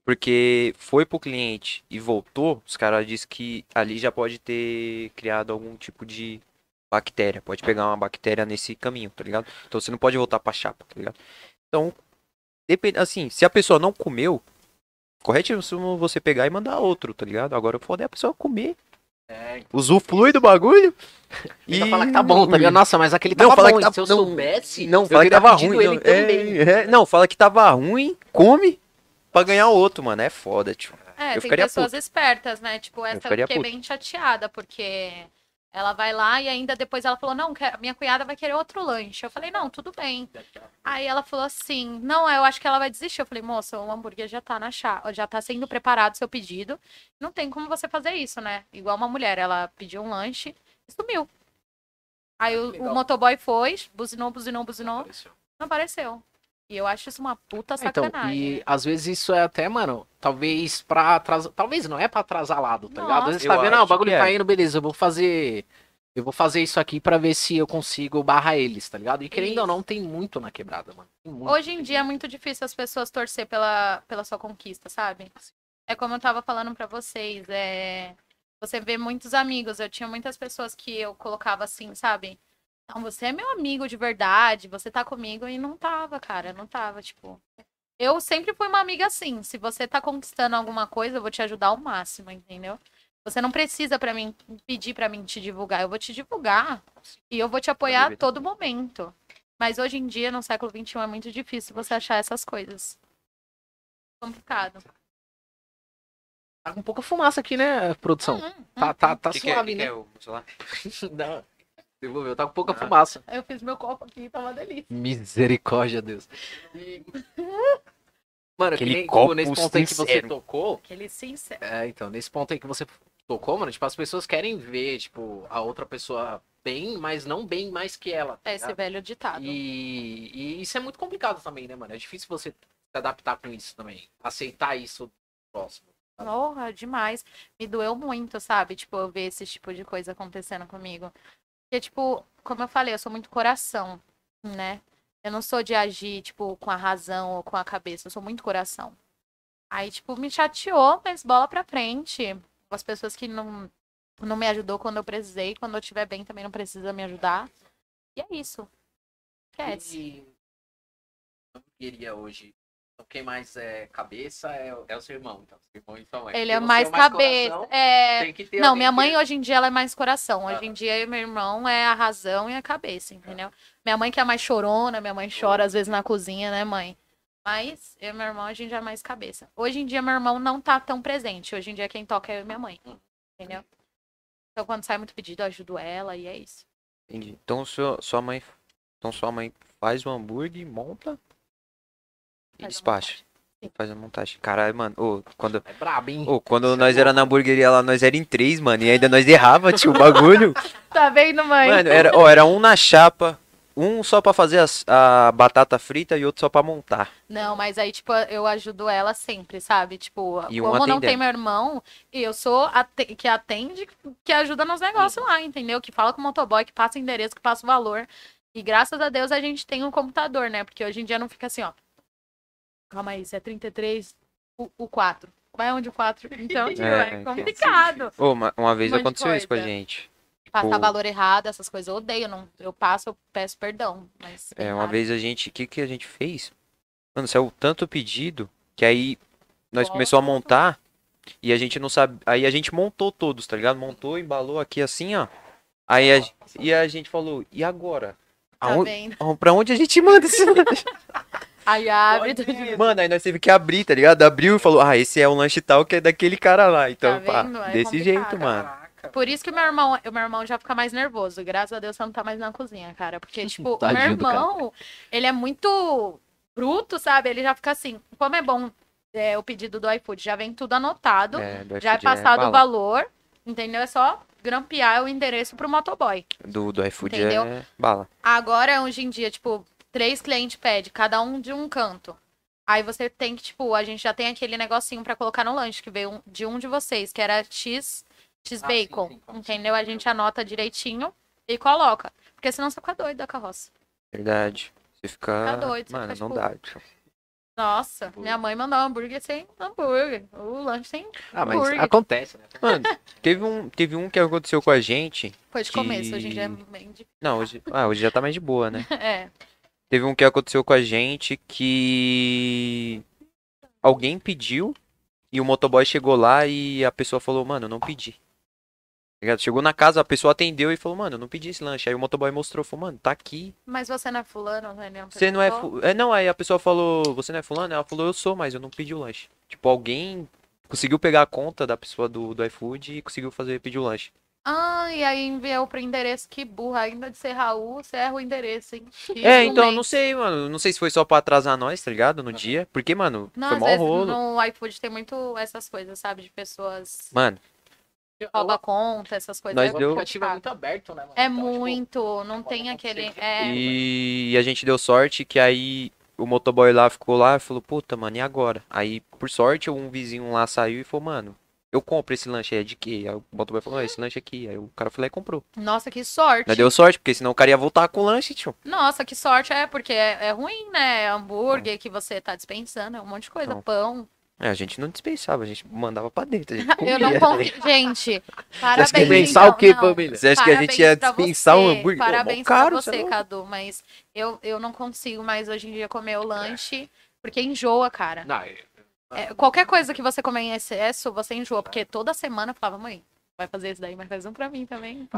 [SPEAKER 2] Porque foi pro cliente e voltou, os caras dizem que ali já pode ter criado algum tipo de bactéria. Pode pegar uma bactéria nesse caminho, tá ligado? Então você não pode voltar pra chapa, tá ligado? Então, depende, assim, se a pessoa não comeu, corretíssimo você pegar e mandar outro, tá ligado? Agora o foda é a pessoa comer.
[SPEAKER 1] É,
[SPEAKER 2] Usufrui do bagulho.
[SPEAKER 1] E falar que tá bom, tá ligado? Nossa, mas aquele tava
[SPEAKER 2] Não, fala
[SPEAKER 1] bom,
[SPEAKER 2] que
[SPEAKER 1] hein?
[SPEAKER 2] tá-
[SPEAKER 1] Se eu
[SPEAKER 2] não,
[SPEAKER 1] soubesse,
[SPEAKER 2] Não,
[SPEAKER 1] eu
[SPEAKER 2] fala que tá
[SPEAKER 1] teria
[SPEAKER 2] tava
[SPEAKER 1] pedido
[SPEAKER 2] ruim.
[SPEAKER 1] ele
[SPEAKER 2] Não,
[SPEAKER 1] também.
[SPEAKER 2] é, é, não, fala que tava ruim, come pra ganhar outro, mano. É foda, tio.
[SPEAKER 3] É,
[SPEAKER 2] Eu
[SPEAKER 3] tem
[SPEAKER 2] ficaria
[SPEAKER 3] pessoas espertas, né? Tipo, essa eu
[SPEAKER 2] ficaria
[SPEAKER 3] fiquei
[SPEAKER 2] puto.
[SPEAKER 3] bem chateada, porque ela vai lá e ainda depois ela falou, não, que a minha cunhada vai querer outro lanche. Eu falei, não, tudo bem. Aí ela falou assim, não, eu acho que ela vai desistir. Eu falei, moça, o hambúrguer já tá na chapa, já tá sendo preparado o seu pedido. Não tem como você fazer isso, né? Igual uma mulher, ela pediu um lanche e sumiu. Aí o, o motoboy foi, buzinou, buzinou, buzinou, não apareceu. E eu acho isso uma
[SPEAKER 2] Ah,
[SPEAKER 3] puta
[SPEAKER 1] Então,
[SPEAKER 3] sacanagem.
[SPEAKER 1] e às vezes isso é até, mano, talvez pra atrasar. Talvez não é pra atrasar lado, tá ligado? Às vezes
[SPEAKER 2] Nossa.
[SPEAKER 1] tá
[SPEAKER 2] Eu
[SPEAKER 1] vendo, ah, o
[SPEAKER 2] acho
[SPEAKER 1] bagulho
[SPEAKER 2] que
[SPEAKER 1] tá
[SPEAKER 2] é.
[SPEAKER 1] indo, beleza, eu vou fazer eu vou fazer isso aqui pra ver se eu consigo barrar eles, tá ligado? E querendo ou
[SPEAKER 3] Isso.
[SPEAKER 1] não, tem muito na quebrada, mano. Tem muito.
[SPEAKER 3] Hoje em dia é muito difícil as pessoas torcer pela, pela sua conquista, sabe? É como eu tava falando pra vocês, é... Você vê muitos amigos, eu tinha muitas pessoas que eu colocava assim, sabe? Não, você é meu amigo de verdade, você tá comigo e não tava, cara, não tava, tipo... Eu sempre fui uma amiga assim, se você tá conquistando alguma coisa, eu vou te ajudar ao máximo, entendeu? Você não precisa para mim pedir pra mim te divulgar, eu vou te divulgar e eu vou te apoiar a
[SPEAKER 2] Pode ver.
[SPEAKER 3] todo momento. Mas hoje em dia, no século XXI, é muito difícil você achar essas coisas. Complicado.
[SPEAKER 1] Tá com pouca fumaça aqui, né, produção?
[SPEAKER 3] Uhum,
[SPEAKER 1] Tá, tá, tá
[SPEAKER 2] que que é-
[SPEAKER 1] suave,
[SPEAKER 2] que que
[SPEAKER 1] né?
[SPEAKER 2] é o celular?
[SPEAKER 1] Não. Devolveu, tá com pouca
[SPEAKER 2] Ah.
[SPEAKER 1] fumaça.
[SPEAKER 3] Eu fiz meu copo aqui e tá uma delícia.
[SPEAKER 1] Misericórdia, Deus. E- Mano, que
[SPEAKER 2] Aquele
[SPEAKER 1] nem, tipo,
[SPEAKER 2] copo
[SPEAKER 1] nesse ponto aí que você
[SPEAKER 2] sincero.
[SPEAKER 1] tocou.
[SPEAKER 3] Aquele sincero.
[SPEAKER 1] É, então, nesse ponto aí que você tocou, mano, tipo, as pessoas querem ver, tipo, a outra pessoa bem, mas não bem mais que ela. tá
[SPEAKER 3] É esse
[SPEAKER 1] ligado?
[SPEAKER 3] velho ditado.
[SPEAKER 1] E, e isso é muito complicado também, né, mano? É difícil você se adaptar com isso também. Aceitar isso do próximo.
[SPEAKER 3] Porra, demais. Me doeu muito, sabe? Tipo, eu ver esse tipo de coisa acontecendo comigo. Porque, tipo, como eu falei, eu sou muito coração, né? Eu não sou de agir, tipo, com a razão ou com a cabeça. Eu sou muito coração. Aí, tipo, me chateou, mas bola pra frente. As pessoas que não, não me ajudou quando eu precisei, quando eu estiver bem também não precisa me ajudar. E é isso. Esquece.
[SPEAKER 1] E não queria hoje. Então, quem mais é cabeça é, o- é o seu irmão. Então, seu irmão então
[SPEAKER 3] Ele
[SPEAKER 1] Porque
[SPEAKER 3] é
[SPEAKER 1] você
[SPEAKER 3] mais cabeça.
[SPEAKER 1] coração,
[SPEAKER 3] é,
[SPEAKER 1] tem que ter
[SPEAKER 3] Não,
[SPEAKER 1] alguém
[SPEAKER 3] minha
[SPEAKER 1] que
[SPEAKER 3] mãe hoje em dia ela é mais coração. Hoje
[SPEAKER 1] Ah.
[SPEAKER 3] em dia eu e meu irmão é a razão e a cabeça, entendeu? Minha mãe que é mais chorona, minha mãe chora às vezes na cozinha, né, mãe? Mas eu e meu irmão a gente é mais cabeça. Hoje em dia meu irmão não tá tão presente. Hoje em dia quem toca é eu e minha mãe, entendeu? Então quando sai muito pedido eu ajudo ela e é isso.
[SPEAKER 2] Entendi. Então sua, sua mãe. Então sua mãe faz o hambúrguer, monta e
[SPEAKER 3] Faz um a
[SPEAKER 2] despacha.
[SPEAKER 3] Sim.
[SPEAKER 2] Faz a montagem. Caralho, mano. Ô, quando,
[SPEAKER 1] É brabo, hein?
[SPEAKER 2] ô, quando nós era na hamburgueria lá, nós era em três, mano. E ainda nós errava, tio, o bagulho.
[SPEAKER 3] Tá vendo, mãe?
[SPEAKER 2] Mano, era,
[SPEAKER 3] é?
[SPEAKER 2] ó, era um na chapa, um só pra fazer as- a batata frita e outro só pra montar.
[SPEAKER 3] Não, mas aí, tipo, eu ajudo ela sempre, sabe? Tipo,
[SPEAKER 2] E um
[SPEAKER 3] como não tem
[SPEAKER 2] atendendo.
[SPEAKER 3] meu irmão, e eu sou ate- que atende, que ajuda nos negócios lá, entendeu? Que fala com o motoboy, que passa o endereço, que passa o valor. E graças a Deus a gente tem um computador, né? Porque hoje em dia não fica assim, ó. Calma aí, se é 33, o, o 4. Vai onde o 4? Então, tipo, é,
[SPEAKER 2] É,
[SPEAKER 3] complicado.
[SPEAKER 2] Ô, ma- uma vez
[SPEAKER 3] Um monte de
[SPEAKER 2] aconteceu isso com a
[SPEAKER 3] coisa.
[SPEAKER 2] gente.
[SPEAKER 3] Passar
[SPEAKER 2] Tipo-
[SPEAKER 3] valor errado, essas coisas eu odeio. Não, eu passo, eu peço perdão. Mas
[SPEAKER 2] É,
[SPEAKER 3] tem
[SPEAKER 2] uma
[SPEAKER 3] hora-
[SPEAKER 2] vez a gente. O que, que a gente fez? Mano, saiu tanto pedido que aí nós
[SPEAKER 3] Nossa.
[SPEAKER 2] começou a montar e a gente não sabe. Aí a gente montou todos, tá ligado? Montou, embalou aqui assim, ó. Aí a, e a gente falou, e agora?
[SPEAKER 3] Tá
[SPEAKER 2] Aonde,
[SPEAKER 3] vendo?
[SPEAKER 2] aon- pra onde a gente manda esse lanche?
[SPEAKER 3] Aí abre tudo.
[SPEAKER 2] Mano, aí nós teve que abrir, tá ligado? Abriu e falou, ah, esse é o lanche tal que é daquele cara lá. Então, pá,
[SPEAKER 3] vendo? É
[SPEAKER 2] desse
[SPEAKER 3] complicado.
[SPEAKER 2] jeito, mano.
[SPEAKER 1] Caraca.
[SPEAKER 3] Por isso que meu irmão, meu irmão já fica mais nervoso. Graças a Deus você não tá mais na cozinha, cara. Porque, tipo, meu
[SPEAKER 1] Tadinho do cara.
[SPEAKER 3] irmão, ele é muito bruto, sabe? Ele já fica assim, como é bom é, o pedido do iFood, já vem tudo anotado,
[SPEAKER 2] É, do
[SPEAKER 3] já é
[SPEAKER 2] iFood é
[SPEAKER 3] passado
[SPEAKER 2] bala.
[SPEAKER 3] o valor, entendeu? É só grampear o endereço pro motoboy.
[SPEAKER 2] Do, do iFood
[SPEAKER 3] Entendeu?
[SPEAKER 2] é bala.
[SPEAKER 3] Agora, hoje em dia, tipo, três clientes pedem, cada um de um canto. Aí você tem que, tipo, a gente já tem aquele negocinho pra colocar no lanche, que veio um- de um de vocês, que era X, X
[SPEAKER 1] Ah,
[SPEAKER 3] bacon.
[SPEAKER 1] sim, sim, como
[SPEAKER 3] entendeu?
[SPEAKER 1] sim,
[SPEAKER 3] A gente anota direitinho e coloca. Porque senão você fica doido da carroça.
[SPEAKER 2] Verdade. Você fica.
[SPEAKER 3] Fica doido, você
[SPEAKER 2] mano,
[SPEAKER 3] fica,
[SPEAKER 2] não
[SPEAKER 3] tipo,
[SPEAKER 2] dá. tio.
[SPEAKER 3] Nossa,
[SPEAKER 1] Hambúrguer.
[SPEAKER 3] minha mãe mandou um hambúrguer sem hambúrguer. O lanche sem.
[SPEAKER 1] Ah, mas
[SPEAKER 3] Hambúrguer.
[SPEAKER 1] acontece, né?
[SPEAKER 2] Mano, teve um, teve um que aconteceu com a gente.
[SPEAKER 3] Foi de
[SPEAKER 2] Que-
[SPEAKER 3] começo, hoje em dia é bem de...
[SPEAKER 2] Não, hoje, ah, hoje já tá mais de boa, né?
[SPEAKER 3] É.
[SPEAKER 2] Teve um que aconteceu com a gente que alguém pediu e o motoboy chegou lá e a pessoa falou, mano, eu não pedi. Tá ligado? Chegou na casa, a pessoa atendeu e falou, mano, eu não pedi esse lanche. Aí o motoboy mostrou, falou, mano, tá aqui.
[SPEAKER 3] Mas você não é fulano, né? Leão?
[SPEAKER 2] Você não é,
[SPEAKER 3] Pessoa?
[SPEAKER 2] fu- é. Não, aí a pessoa falou, você não é fulano? Ela falou, eu sou, mas eu não pedi o lanche. Tipo, alguém conseguiu pegar a conta da pessoa do, do iFood e conseguiu fazer pedir o lanche.
[SPEAKER 3] Ah, e aí enviou pro endereço, que burra, ainda de ser Raul, você erra o endereço, hein? Fiz
[SPEAKER 2] É,
[SPEAKER 3] um
[SPEAKER 2] então,
[SPEAKER 3] mês.
[SPEAKER 2] não sei, mano. Não sei se foi só pra atrasar nós, tá ligado? No dia. Porque, mano,
[SPEAKER 3] Não,
[SPEAKER 2] foi
[SPEAKER 3] às
[SPEAKER 2] mó
[SPEAKER 3] vezes
[SPEAKER 2] rolo.
[SPEAKER 3] é, no iFood tem muito essas coisas, sabe? De pessoas
[SPEAKER 2] Mano,
[SPEAKER 3] rouba conta, essas coisas.
[SPEAKER 2] Nós
[SPEAKER 3] é,
[SPEAKER 2] deu-
[SPEAKER 1] O aplicativo é
[SPEAKER 3] complicado.
[SPEAKER 1] muito aberto, né, mano?
[SPEAKER 3] É
[SPEAKER 1] Então, tipo,
[SPEAKER 3] muito, não
[SPEAKER 1] pode
[SPEAKER 3] tem
[SPEAKER 1] acontecer
[SPEAKER 3] aquele.
[SPEAKER 1] de
[SPEAKER 3] É,
[SPEAKER 1] tudo.
[SPEAKER 2] e a gente deu sorte que aí o motoboy lá ficou lá e falou, puta, mano, e agora? Aí, por sorte, um vizinho lá saiu e falou, mano, eu compro esse lanche, é de quê? Aí o motoboy falou, "Ah, esse lanche aqui. Aí o cara foi lá e comprou.
[SPEAKER 3] Nossa, que sorte.
[SPEAKER 2] Mas deu sorte, porque senão o cara ia voltar com o lanche, tio.
[SPEAKER 3] Nossa, que sorte é, porque é, é ruim, né? É hambúrguer que você tá dispensando, é um monte de coisa,
[SPEAKER 2] Não.
[SPEAKER 3] pão.
[SPEAKER 2] É, a gente não dispensava, a gente mandava pra dentro. A gente comia,
[SPEAKER 3] Eu não
[SPEAKER 2] tá
[SPEAKER 3] confio. Gente, parabéns.
[SPEAKER 2] que
[SPEAKER 1] Pensar
[SPEAKER 3] então,
[SPEAKER 1] o que,
[SPEAKER 3] não.
[SPEAKER 1] família?
[SPEAKER 2] Você acha que a gente ia
[SPEAKER 3] Parabéns pra
[SPEAKER 2] dispensar um
[SPEAKER 3] você,
[SPEAKER 2] hambúrguer? Pô, mó
[SPEAKER 3] Parabéns
[SPEAKER 2] caro,
[SPEAKER 3] pra
[SPEAKER 2] cê é
[SPEAKER 3] você,
[SPEAKER 2] louco.
[SPEAKER 3] Cadu, mas eu, eu não consigo mais hoje em dia comer o lanche, porque enjoa, cara.
[SPEAKER 1] Não, eu-
[SPEAKER 3] É, qualquer coisa que você comer em excesso, você enjoa, porque toda semana eu falava, mãe, vai fazer isso daí, mas faz um pra mim também.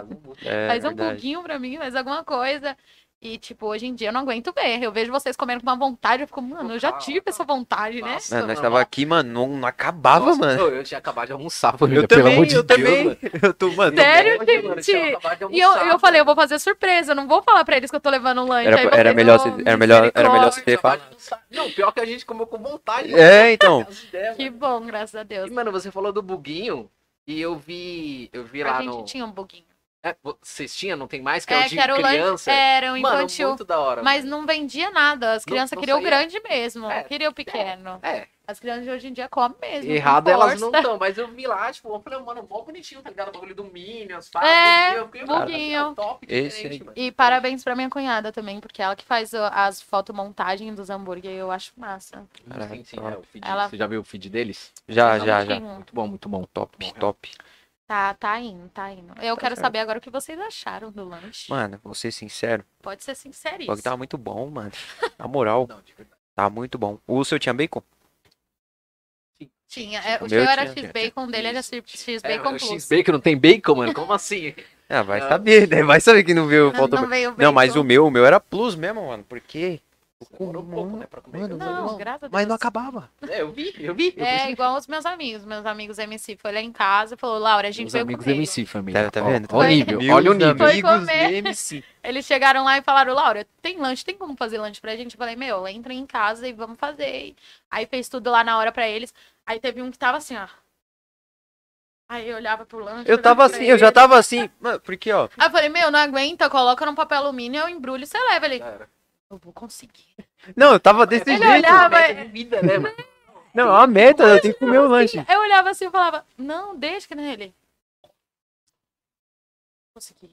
[SPEAKER 2] É,
[SPEAKER 3] faz um
[SPEAKER 2] verdade.
[SPEAKER 3] pouquinho pra mim, faz alguma coisa. E, tipo, hoje em dia eu não aguento ver. Eu vejo vocês comendo com uma vontade, eu fico, mano, eu já
[SPEAKER 1] Total,
[SPEAKER 3] tive essa vontade, né?
[SPEAKER 1] Nossa,
[SPEAKER 2] Mano, nós
[SPEAKER 1] mano.
[SPEAKER 2] tava aqui, mano, não, não acabava,
[SPEAKER 1] Nossa,
[SPEAKER 2] mano.
[SPEAKER 1] Eu tinha acabado de almoçar, família, pelo amor de Deus, mano.
[SPEAKER 2] Eu tô, mano.
[SPEAKER 3] Sério?
[SPEAKER 1] Hoje, mano, eu tinha
[SPEAKER 3] gente?
[SPEAKER 1] acabado de
[SPEAKER 3] E eu,
[SPEAKER 1] almoçar,
[SPEAKER 3] eu falei, eu vou fazer surpresa, eu não vou falar pra eles que eu tô levando um lanche.
[SPEAKER 2] Era,
[SPEAKER 3] aí vocês,
[SPEAKER 2] era, melhor,
[SPEAKER 3] "Oh,
[SPEAKER 2] se- era, melhor, era melhor
[SPEAKER 1] mano,
[SPEAKER 2] se
[SPEAKER 1] eu
[SPEAKER 2] ter
[SPEAKER 1] tinha acabado
[SPEAKER 2] falado.
[SPEAKER 1] de almoçar. Não, pior que a gente comeu com vontade.
[SPEAKER 2] É, então.
[SPEAKER 1] as ideias,
[SPEAKER 3] Que
[SPEAKER 1] mano.
[SPEAKER 3] bom, graças a Deus.
[SPEAKER 1] E, mano, você falou do buguinho e eu vi. Eu vi
[SPEAKER 3] A
[SPEAKER 1] lá
[SPEAKER 3] gente
[SPEAKER 1] no.
[SPEAKER 3] tinha um buguinho.
[SPEAKER 1] É, vocês tinham? Não tem mais? Que é,
[SPEAKER 3] É,
[SPEAKER 1] o de
[SPEAKER 3] que era o lanche,
[SPEAKER 1] criança.
[SPEAKER 3] era um
[SPEAKER 1] mano,
[SPEAKER 3] infantil.
[SPEAKER 1] muito da hora.
[SPEAKER 3] mas
[SPEAKER 1] mano.
[SPEAKER 3] não vendia nada. As
[SPEAKER 1] Não-
[SPEAKER 3] crianças
[SPEAKER 1] não
[SPEAKER 3] queriam o
[SPEAKER 1] saía.
[SPEAKER 3] grande mesmo. não
[SPEAKER 1] É,
[SPEAKER 3] queriam o pequeno.
[SPEAKER 1] É,
[SPEAKER 3] As crianças de hoje em dia comem mesmo. com
[SPEAKER 1] errado elas
[SPEAKER 3] força.
[SPEAKER 1] não estão, mas eu vi lá, tipo, eu falei, mano, mó bonitinho, tá ligado? O bagulho do Minions, pá,
[SPEAKER 3] É,
[SPEAKER 1] buguinho, eu fiquei,
[SPEAKER 3] buguinho.
[SPEAKER 1] mano, é um top
[SPEAKER 2] Esse
[SPEAKER 1] diferente,
[SPEAKER 2] aí.
[SPEAKER 1] mano.
[SPEAKER 3] E parabéns pra minha cunhada também, porque ela que faz ó, as fotomontagens dos hambúrguer, eu acho massa.
[SPEAKER 2] Caraca,
[SPEAKER 1] Sim, sim,
[SPEAKER 2] top.
[SPEAKER 1] é, o feed,
[SPEAKER 3] Ela-
[SPEAKER 1] Você já viu o feed deles?
[SPEAKER 2] Já,
[SPEAKER 3] Só um
[SPEAKER 2] já, já.
[SPEAKER 3] minutinho.
[SPEAKER 1] Muito bom, muito bom.
[SPEAKER 2] Top, top.
[SPEAKER 3] Tá, tá indo, tá indo. Eu
[SPEAKER 2] Tá
[SPEAKER 3] quero
[SPEAKER 2] certo.
[SPEAKER 3] saber agora o que vocês acharam do lanche.
[SPEAKER 2] Mano, vou ser sincero.
[SPEAKER 3] Pode ser
[SPEAKER 2] O
[SPEAKER 3] sinceríssimo.
[SPEAKER 2] bagulho tava muito bom, mano. Na moral,
[SPEAKER 1] Não, de verdade.
[SPEAKER 2] tá muito bom. O seu tinha bacon?
[SPEAKER 3] Tinha, é,
[SPEAKER 2] O
[SPEAKER 3] o
[SPEAKER 2] meu
[SPEAKER 3] meu era
[SPEAKER 2] tinha,
[SPEAKER 3] X-Bacon, o dele era
[SPEAKER 1] É,
[SPEAKER 3] X-Bacon
[SPEAKER 1] o
[SPEAKER 3] Plus.
[SPEAKER 1] X-Bacon não tem bacon, mano? Como assim?
[SPEAKER 2] Ah, vai
[SPEAKER 1] Não.
[SPEAKER 2] saber, né? Vai saber que não viu
[SPEAKER 3] Não,
[SPEAKER 2] falta.
[SPEAKER 3] Ah, não
[SPEAKER 2] Não,
[SPEAKER 3] veio bacon.
[SPEAKER 2] não, mas o meu, o meu era plus mesmo, mano. Porque.
[SPEAKER 1] Demorou um pouco, né, pra comer.
[SPEAKER 2] Mano,
[SPEAKER 1] mas-
[SPEAKER 3] Não, graças a Deus.
[SPEAKER 2] Mas não acabava.
[SPEAKER 1] É, eu vi, eu vi. eu
[SPEAKER 3] É
[SPEAKER 1] vi.
[SPEAKER 3] igual os meus amigos. Meus amigos MC foi lá em casa e falou, Laura, a gente
[SPEAKER 1] Os
[SPEAKER 3] veio
[SPEAKER 1] amigos
[SPEAKER 3] comigo.
[SPEAKER 1] MC, família.
[SPEAKER 2] Tá- tá
[SPEAKER 1] Ó,
[SPEAKER 2] vendo?
[SPEAKER 1] Olha o nível, olha o
[SPEAKER 2] Meus
[SPEAKER 1] nível.
[SPEAKER 3] Foi
[SPEAKER 2] Amigos
[SPEAKER 3] comer.
[SPEAKER 2] MC.
[SPEAKER 3] Eles chegaram lá e falaram, Laura, tem lanche, tem como fazer lanche pra gente? Eu falei, meu, entra em casa e vamos fazer. Aí fez tudo lá na hora pra eles. Aí teve um que tava assim, ó. Aí eu olhava pro lanche.
[SPEAKER 2] Eu
[SPEAKER 3] olhava
[SPEAKER 2] tava
[SPEAKER 3] pra
[SPEAKER 2] assim, eu já
[SPEAKER 3] ele.
[SPEAKER 2] tava assim. Mano, porque, ó.
[SPEAKER 3] Aí eu falei, meu, não aguenta, coloca num papel alumínio, eu embrulho e você leva. Ele,
[SPEAKER 1] Cara,
[SPEAKER 3] eu vou conseguir.
[SPEAKER 2] Não, eu tava desse
[SPEAKER 3] Ele
[SPEAKER 2] jeito.
[SPEAKER 3] olhava,
[SPEAKER 1] meta de vida, né, mano?
[SPEAKER 2] Não, é uma meta, eu tenho que comer o lanche.
[SPEAKER 3] Eu olhava assim e falava, não, deixa que nele. Consegui.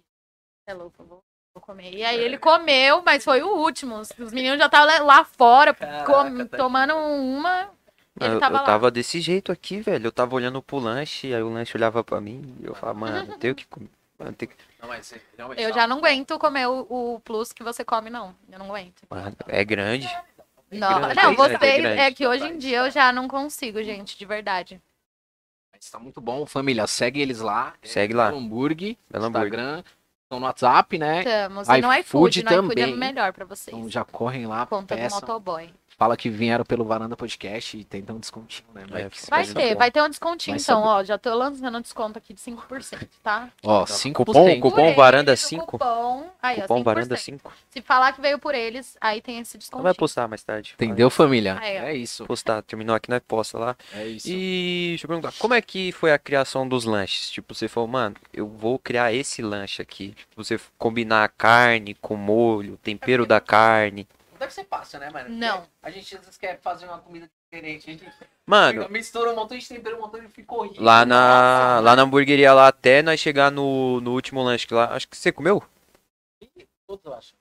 [SPEAKER 3] É louco, eu vou, vou comer. E aí ele comeu, mas foi o último. Os os meninos já estavam lá- lá fora,
[SPEAKER 1] Caraca,
[SPEAKER 2] tá
[SPEAKER 3] com-
[SPEAKER 1] tadinho.
[SPEAKER 3] tomando uma.
[SPEAKER 2] Mano,
[SPEAKER 3] Ele
[SPEAKER 2] eu,
[SPEAKER 3] tava
[SPEAKER 2] eu
[SPEAKER 3] lá.
[SPEAKER 2] tava desse jeito aqui, velho. Eu tava olhando pro lanche, aí o lanche olhava pra mim e eu falava, mano, eu tenho que comer. Mano, tem que...
[SPEAKER 1] Não, mas, é, realmente,
[SPEAKER 3] Eu
[SPEAKER 1] tá.
[SPEAKER 3] já não aguento comer o, o plus que você come, não. Eu não aguento.
[SPEAKER 2] mano, é grande.
[SPEAKER 3] Não,
[SPEAKER 2] grande,
[SPEAKER 3] não
[SPEAKER 2] é grande,
[SPEAKER 3] vocês.
[SPEAKER 2] é grande.
[SPEAKER 3] É que hoje em dia eu já não consigo, gente, de verdade.
[SPEAKER 1] Mas tá muito bom, família. Segue eles lá. É
[SPEAKER 2] Segue lá.
[SPEAKER 1] Belo Hambúrguer,
[SPEAKER 2] Belo Hambúrguer.
[SPEAKER 1] Instagram. Estão no WhatsApp, né?
[SPEAKER 3] Estamos. E no
[SPEAKER 1] iFood
[SPEAKER 3] iFood, no iFood é
[SPEAKER 1] também.
[SPEAKER 3] melhor pra vocês.
[SPEAKER 1] Então já correm lá,
[SPEAKER 3] Conta do
[SPEAKER 1] peçam.
[SPEAKER 3] motoboy.
[SPEAKER 1] Fala que vieram pelo Varanda Podcast e tentam um descontinho, né?
[SPEAKER 2] É,
[SPEAKER 1] que-
[SPEAKER 3] Vai
[SPEAKER 2] Mas
[SPEAKER 3] ter,
[SPEAKER 2] tá
[SPEAKER 3] vai ter um descontinho
[SPEAKER 1] Mas
[SPEAKER 3] então, ó. Já tô lançando um desconto aqui de 5%, tá?
[SPEAKER 1] Ó, 5%.
[SPEAKER 2] Cupom,
[SPEAKER 3] Por
[SPEAKER 2] cupom
[SPEAKER 3] eles,
[SPEAKER 2] varanda
[SPEAKER 3] o
[SPEAKER 2] 5.
[SPEAKER 3] Cupom, aí, ó,
[SPEAKER 2] Cupom varanda
[SPEAKER 3] 5%.
[SPEAKER 2] 5.
[SPEAKER 3] Se falar que veio por eles, aí tem esse
[SPEAKER 2] Não
[SPEAKER 3] desconto.
[SPEAKER 2] vai postar mais tarde.
[SPEAKER 1] Entendeu, família?
[SPEAKER 3] Aí, ó.
[SPEAKER 1] É isso.
[SPEAKER 2] Vai Postar, terminou aqui, nós posta lá.
[SPEAKER 1] É isso.
[SPEAKER 2] E deixa eu perguntar, como é que foi a criação dos lanches? Tipo, você falou, mano, eu vou criar esse lanche aqui. Tipo, você combinar a carne com molho, tempero da carne.
[SPEAKER 1] Não deve ser fácil, né, mano?
[SPEAKER 3] Não.
[SPEAKER 1] A gente às vezes quer fazer uma comida diferente. A gente
[SPEAKER 2] Mano,
[SPEAKER 1] mistura um montão de tempero, um montão de ficou rico.
[SPEAKER 2] Lá na, lá na hamburgueria, lá até nós chegar no, no último lanche que lá. Acho que você comeu?
[SPEAKER 1] Outro, eu acho.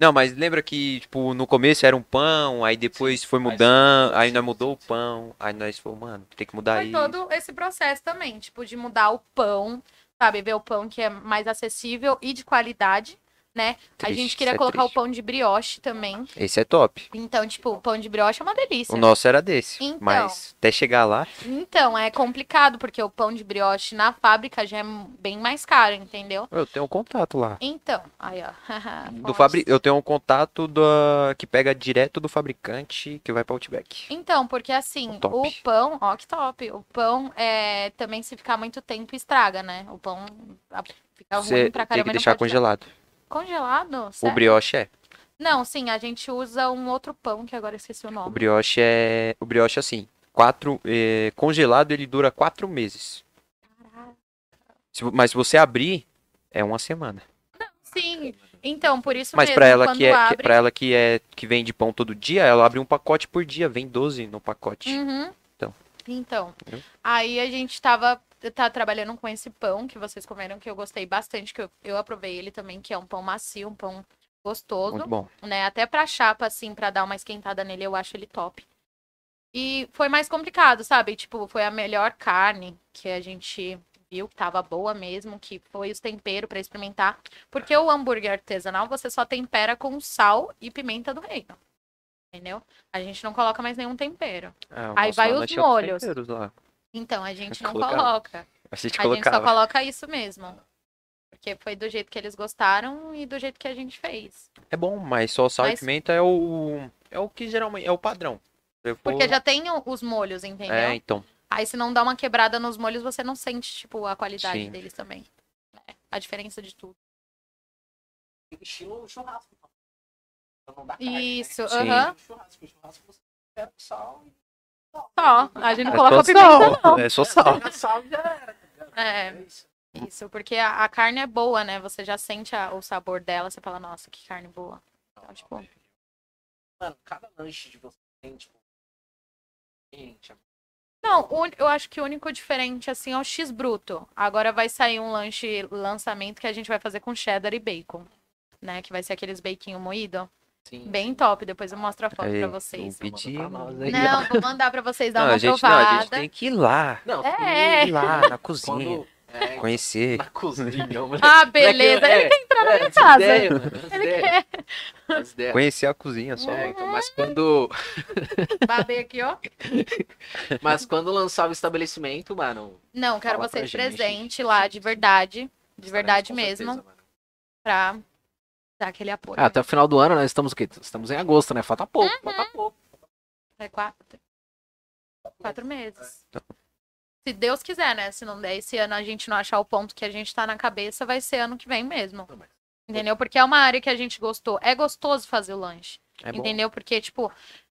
[SPEAKER 2] Não, mas lembra que, tipo, no começo era um pão, aí depois foi
[SPEAKER 1] mas-
[SPEAKER 2] mudando, aí
[SPEAKER 1] sim,
[SPEAKER 2] nós
[SPEAKER 1] sim,
[SPEAKER 2] mudou
[SPEAKER 1] sim.
[SPEAKER 2] o pão, aí nós falou, mano, tem que mudar
[SPEAKER 3] Foi
[SPEAKER 2] isso.
[SPEAKER 3] todo esse processo também, tipo, de mudar o pão, sabe? Ver o pão que é mais acessível e de qualidade.
[SPEAKER 2] Triste,
[SPEAKER 3] a gente
[SPEAKER 2] isso
[SPEAKER 3] queria
[SPEAKER 2] é
[SPEAKER 3] colocar o
[SPEAKER 2] triste.
[SPEAKER 3] pão de brioche também.
[SPEAKER 2] Esse é top.
[SPEAKER 3] Então, tipo, o pão de brioche é uma delícia.
[SPEAKER 2] O nosso era desse,
[SPEAKER 3] Então.
[SPEAKER 2] mas até chegar lá,
[SPEAKER 3] Então, é complicado, porque o pão de brioche na fábrica já é bem mais caro, entendeu?
[SPEAKER 2] eu tenho um contato lá.
[SPEAKER 3] Então, aí, ó.
[SPEAKER 2] Do
[SPEAKER 3] fontes.
[SPEAKER 2] fabri... Eu tenho um contato da... que pega direto do fabricante que vai pra Outback.
[SPEAKER 3] Então, porque assim,
[SPEAKER 2] Top.
[SPEAKER 3] o pão, ó que top, o pão é, também se ficar muito tempo estraga, né? O pão a- fica
[SPEAKER 2] Você
[SPEAKER 3] Tá ruim pra
[SPEAKER 2] tem
[SPEAKER 3] caramba.
[SPEAKER 2] que
[SPEAKER 3] e não
[SPEAKER 2] deixar
[SPEAKER 3] pode-
[SPEAKER 2] congelado.
[SPEAKER 3] Congelado?
[SPEAKER 2] O
[SPEAKER 3] Sério?
[SPEAKER 2] brioche é.
[SPEAKER 3] Não, sim, a gente usa um outro pão, que agora eu esqueci o
[SPEAKER 2] O
[SPEAKER 3] nome.
[SPEAKER 2] brioche é. O brioche, assim, quatro. é, Congelado ele dura quatro meses. Se vo- Mas se você abrir, é uma semana.
[SPEAKER 3] Sim, então, por isso
[SPEAKER 2] Mas
[SPEAKER 3] mesmo,
[SPEAKER 2] pra ela
[SPEAKER 3] quando
[SPEAKER 2] que é.
[SPEAKER 3] abre...
[SPEAKER 2] para ela que é. Que vende pão todo dia, ela abre um pacote por dia, vem 12 no pacote.
[SPEAKER 3] Uhum.
[SPEAKER 2] é Então.
[SPEAKER 3] Então,
[SPEAKER 2] Entendeu?
[SPEAKER 3] aí a gente tava tá trabalhando com esse pão que vocês comeram, que eu gostei bastante, que eu, eu aprovei ele também, que é um pão macio, um pão gostoso,
[SPEAKER 2] Muito bom.
[SPEAKER 3] né? Até pra chapa, assim, pra dar uma esquentada nele, eu acho ele top. E foi mais complicado, sabe? Tipo, foi a melhor carne que a gente viu, que tava boa mesmo, que foi os temperos pra experimentar. Porque o hambúrguer artesanal, você só tempera com sal e pimenta do reino. Entendeu? A gente não coloca mais nenhum tempero.
[SPEAKER 2] Ah, o
[SPEAKER 3] Aí
[SPEAKER 2] nosso
[SPEAKER 3] vai
[SPEAKER 2] lá,
[SPEAKER 3] os
[SPEAKER 2] nós tínhamos
[SPEAKER 3] molhos.
[SPEAKER 2] temperos lá.
[SPEAKER 3] Então, a gente não
[SPEAKER 2] Colocava.
[SPEAKER 3] coloca.
[SPEAKER 2] A gente
[SPEAKER 3] A gente só
[SPEAKER 2] colocava.
[SPEAKER 3] coloca isso mesmo. Porque foi do jeito que eles gostaram e do jeito que a gente fez.
[SPEAKER 2] É bom, mas só sal e
[SPEAKER 3] Mas-
[SPEAKER 2] pimenta é o. É o que geralmente. É o padrão. Eu vou-
[SPEAKER 3] Porque já tem o- os molhos, entendeu?
[SPEAKER 2] É, então.
[SPEAKER 3] Aí se não dá uma quebrada nos molhos, você não sente, tipo, a qualidade
[SPEAKER 2] Sim.
[SPEAKER 3] deles também. É, a diferença de tudo.
[SPEAKER 4] Estilo churrasco. então. Então não dá carne,
[SPEAKER 3] Isso,
[SPEAKER 2] Sim.
[SPEAKER 3] aham.
[SPEAKER 4] né? Churrasco, churrasco você pega o sal e.
[SPEAKER 3] Só. A gente não
[SPEAKER 2] É
[SPEAKER 3] coloca
[SPEAKER 2] só
[SPEAKER 3] pimenta,
[SPEAKER 2] sal.
[SPEAKER 3] não.
[SPEAKER 2] É só sal.
[SPEAKER 4] Pega sal e já era. tá ligado?
[SPEAKER 3] É,
[SPEAKER 4] É isso.
[SPEAKER 3] isso. Porque a, a carne é boa, né? Você já sente a- o sabor dela, você fala, nossa, que carne boa. Então, tipo,
[SPEAKER 4] é, Mano, cada lanche de vocês tem, tipo. Gente,
[SPEAKER 3] Não, o uni- eu acho que o único diferente, assim, é o X bruto. Agora vai sair um lanche lançamento que a gente vai fazer com cheddar e bacon. Né? Que vai ser aqueles beiquinho moído.
[SPEAKER 4] assim.
[SPEAKER 3] Bem top. Depois eu mostro a foto
[SPEAKER 2] Aí,
[SPEAKER 3] pra
[SPEAKER 2] não
[SPEAKER 3] vocês.
[SPEAKER 2] pedi.
[SPEAKER 1] pra nós aí.
[SPEAKER 3] Não, vou mandar pra vocês dar
[SPEAKER 2] né? Não,
[SPEAKER 3] uma
[SPEAKER 2] a gente, não,
[SPEAKER 3] provada.
[SPEAKER 2] a gente tem que ir lá.
[SPEAKER 4] Não,
[SPEAKER 3] É.
[SPEAKER 2] Ir lá na cozinha.
[SPEAKER 4] quando. É,
[SPEAKER 2] Conhecer.
[SPEAKER 4] na cozinha, mano.
[SPEAKER 3] Ah, beleza.
[SPEAKER 1] É,
[SPEAKER 3] Ele quer entrar na minha
[SPEAKER 1] as
[SPEAKER 3] casa.
[SPEAKER 1] ideias, mano, as ideias, as ideias.
[SPEAKER 2] Conhecer a cozinha só.
[SPEAKER 3] Hum,
[SPEAKER 1] É, então, mas quando,
[SPEAKER 3] Babei aqui, ó.
[SPEAKER 1] mas quando lançar o estabelecimento, mano,
[SPEAKER 3] Não, quero
[SPEAKER 1] Fala pra
[SPEAKER 3] vocês
[SPEAKER 1] gente.
[SPEAKER 3] presentes lá, de verdade. De verdade
[SPEAKER 1] com
[SPEAKER 3] mesmo,
[SPEAKER 1] certeza, mano.
[SPEAKER 3] pra dar aquele apoio.
[SPEAKER 1] Ah, até o final do ano, nós estamos o quê? Estamos em agosto, né? Falta
[SPEAKER 3] Uhum.
[SPEAKER 1] pouco, falta pouco.
[SPEAKER 3] É quatro. Quatro meses.
[SPEAKER 1] Tá.
[SPEAKER 3] Se Deus quiser, né? Se não der esse ano, a gente não achar o ponto que a gente tá na cabeça, vai ser ano que vem mesmo.
[SPEAKER 1] Não, mas-
[SPEAKER 3] Entendeu? Porque é uma área que a gente gostou. É gostoso fazer o lanche.
[SPEAKER 2] É bom.
[SPEAKER 3] entendeu? Porque, tipo,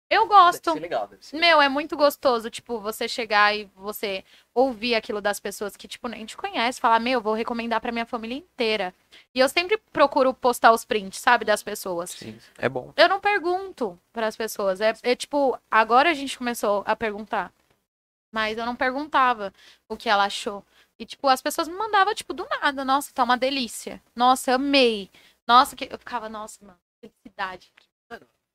[SPEAKER 3] eu
[SPEAKER 1] Deve
[SPEAKER 3] gosto.
[SPEAKER 1] ser legal, deve ser.
[SPEAKER 3] Meu, é muito gostoso, tipo, você chegar e você ouvir aquilo das pessoas que, tipo, nem te conhece, falar, meu, vou recomendar pra minha família inteira. E eu sempre procuro postar os prints, sabe, das pessoas.
[SPEAKER 2] Sim, é bom.
[SPEAKER 3] Eu não pergunto para as pessoas. É, é tipo, agora a gente começou a perguntar. Mas eu não perguntava o que ela achou. E, tipo, as pessoas me mandavam, tipo, do nada. Nossa, tá uma delícia. Nossa, amei. Nossa, que... eu ficava, nossa, mano, felicidade.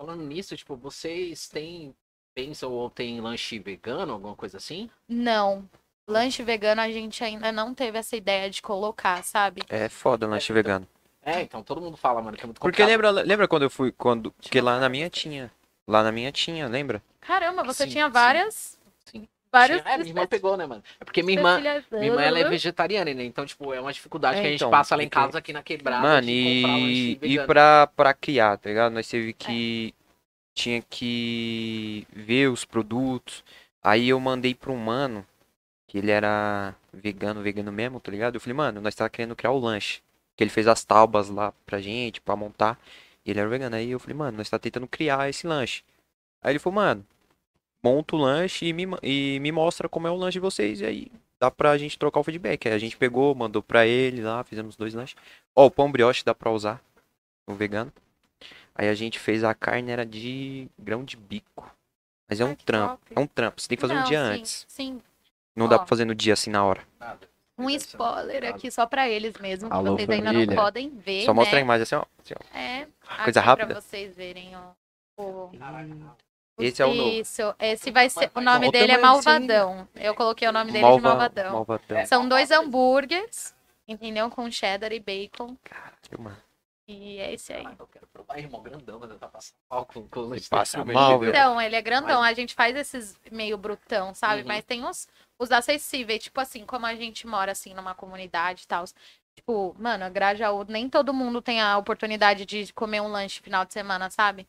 [SPEAKER 1] Falando nisso, tipo, vocês têm pensam ou tem lanche vegano, alguma coisa assim?
[SPEAKER 3] Não. Lanche vegano a gente ainda não teve essa ideia de colocar, sabe?
[SPEAKER 2] É foda o lanche
[SPEAKER 1] É, então,
[SPEAKER 2] vegano.
[SPEAKER 1] É, então todo mundo fala, mano, que é muito
[SPEAKER 2] Porque
[SPEAKER 1] complicado.
[SPEAKER 2] lembra, lembra quando eu fui quando que lá na minha tinha, lá na minha tinha, lembra?
[SPEAKER 3] Caramba, você
[SPEAKER 1] Sim,
[SPEAKER 3] tinha
[SPEAKER 1] sim.
[SPEAKER 3] várias.
[SPEAKER 1] Sim.
[SPEAKER 3] Vários.
[SPEAKER 1] É, minha irmã pegou, né, mano? É porque minha irmã, minha irmã ela é vegetariana, né? Então, tipo, é uma dificuldade
[SPEAKER 2] É,
[SPEAKER 1] que a gente
[SPEAKER 2] então,
[SPEAKER 1] passa lá em
[SPEAKER 2] porque-
[SPEAKER 1] casa, aqui na quebrada.
[SPEAKER 2] Mano,
[SPEAKER 1] de comprar um lanche
[SPEAKER 2] e e
[SPEAKER 1] vegano.
[SPEAKER 2] pra para criar, tá ligado? Nós teve que tinha que ver os produtos. Aí eu mandei pra um mano que ele era vegano, vegano mesmo, tá ligado? Eu falei, mano, nós tava querendo criar o lanche. Que ele fez as taubas lá pra gente, pra montar. E ele era vegano. Aí eu falei, mano, nós tá tentando criar esse lanche. Aí ele falou, mano, monta o lanche e me, ma- e me mostra como é o lanche de vocês. E aí dá pra gente trocar o feedback. Aí a gente pegou, mandou pra ele lá, fizemos dois lanches. Ó, o pão brioche dá pra usar, o vegano. Aí a gente fez a carne, era de grão de bico. Mas é um trampo, é um trampo. Você tem que fazer um dia antes.
[SPEAKER 3] Sim.
[SPEAKER 2] Não dá
[SPEAKER 3] Ó.
[SPEAKER 2] pra fazer no dia assim na hora.
[SPEAKER 1] Nada.
[SPEAKER 3] Um
[SPEAKER 1] Deve ser
[SPEAKER 3] spoiler
[SPEAKER 1] complicado.
[SPEAKER 3] aqui só pra eles mesmo, que
[SPEAKER 1] Alô,
[SPEAKER 3] vocês ainda
[SPEAKER 1] família.
[SPEAKER 3] não podem ver,
[SPEAKER 2] Só mostra a
[SPEAKER 3] né?
[SPEAKER 2] imagem assim, ó. assim, ó.
[SPEAKER 3] É,
[SPEAKER 2] coisa
[SPEAKER 3] aqui
[SPEAKER 2] rápida.
[SPEAKER 3] Pra vocês verem, ó. O-
[SPEAKER 4] Caraca.
[SPEAKER 2] Esse é o novo.
[SPEAKER 3] Isso, esse vai ser. O nome
[SPEAKER 2] Bom,
[SPEAKER 3] dele é
[SPEAKER 2] tamanho desse aí.
[SPEAKER 3] Malvadão. Eu coloquei o nome dele é de
[SPEAKER 2] Malva-
[SPEAKER 3] Malvadão.
[SPEAKER 1] É,
[SPEAKER 2] Malvadão.
[SPEAKER 3] São dois hambúrgueres, entendeu? Com cheddar e bacon.
[SPEAKER 2] Caralho, mano.
[SPEAKER 3] E é esse aí.
[SPEAKER 1] Eu quero provar irmão grandão, mas eu tava passando mal com, com o lanche
[SPEAKER 2] Passa
[SPEAKER 1] desse,
[SPEAKER 2] mal,
[SPEAKER 1] entendeu?
[SPEAKER 3] Então, ele é grandão. A gente faz esses meio brutão, sabe?
[SPEAKER 1] Uhum.
[SPEAKER 3] Mas tem os, os acessíveis. Tipo assim, como a gente mora assim numa comunidade e tal. Tipo, mano, Grajaú, nem todo mundo tem a oportunidade de comer um lanche final de semana, sabe?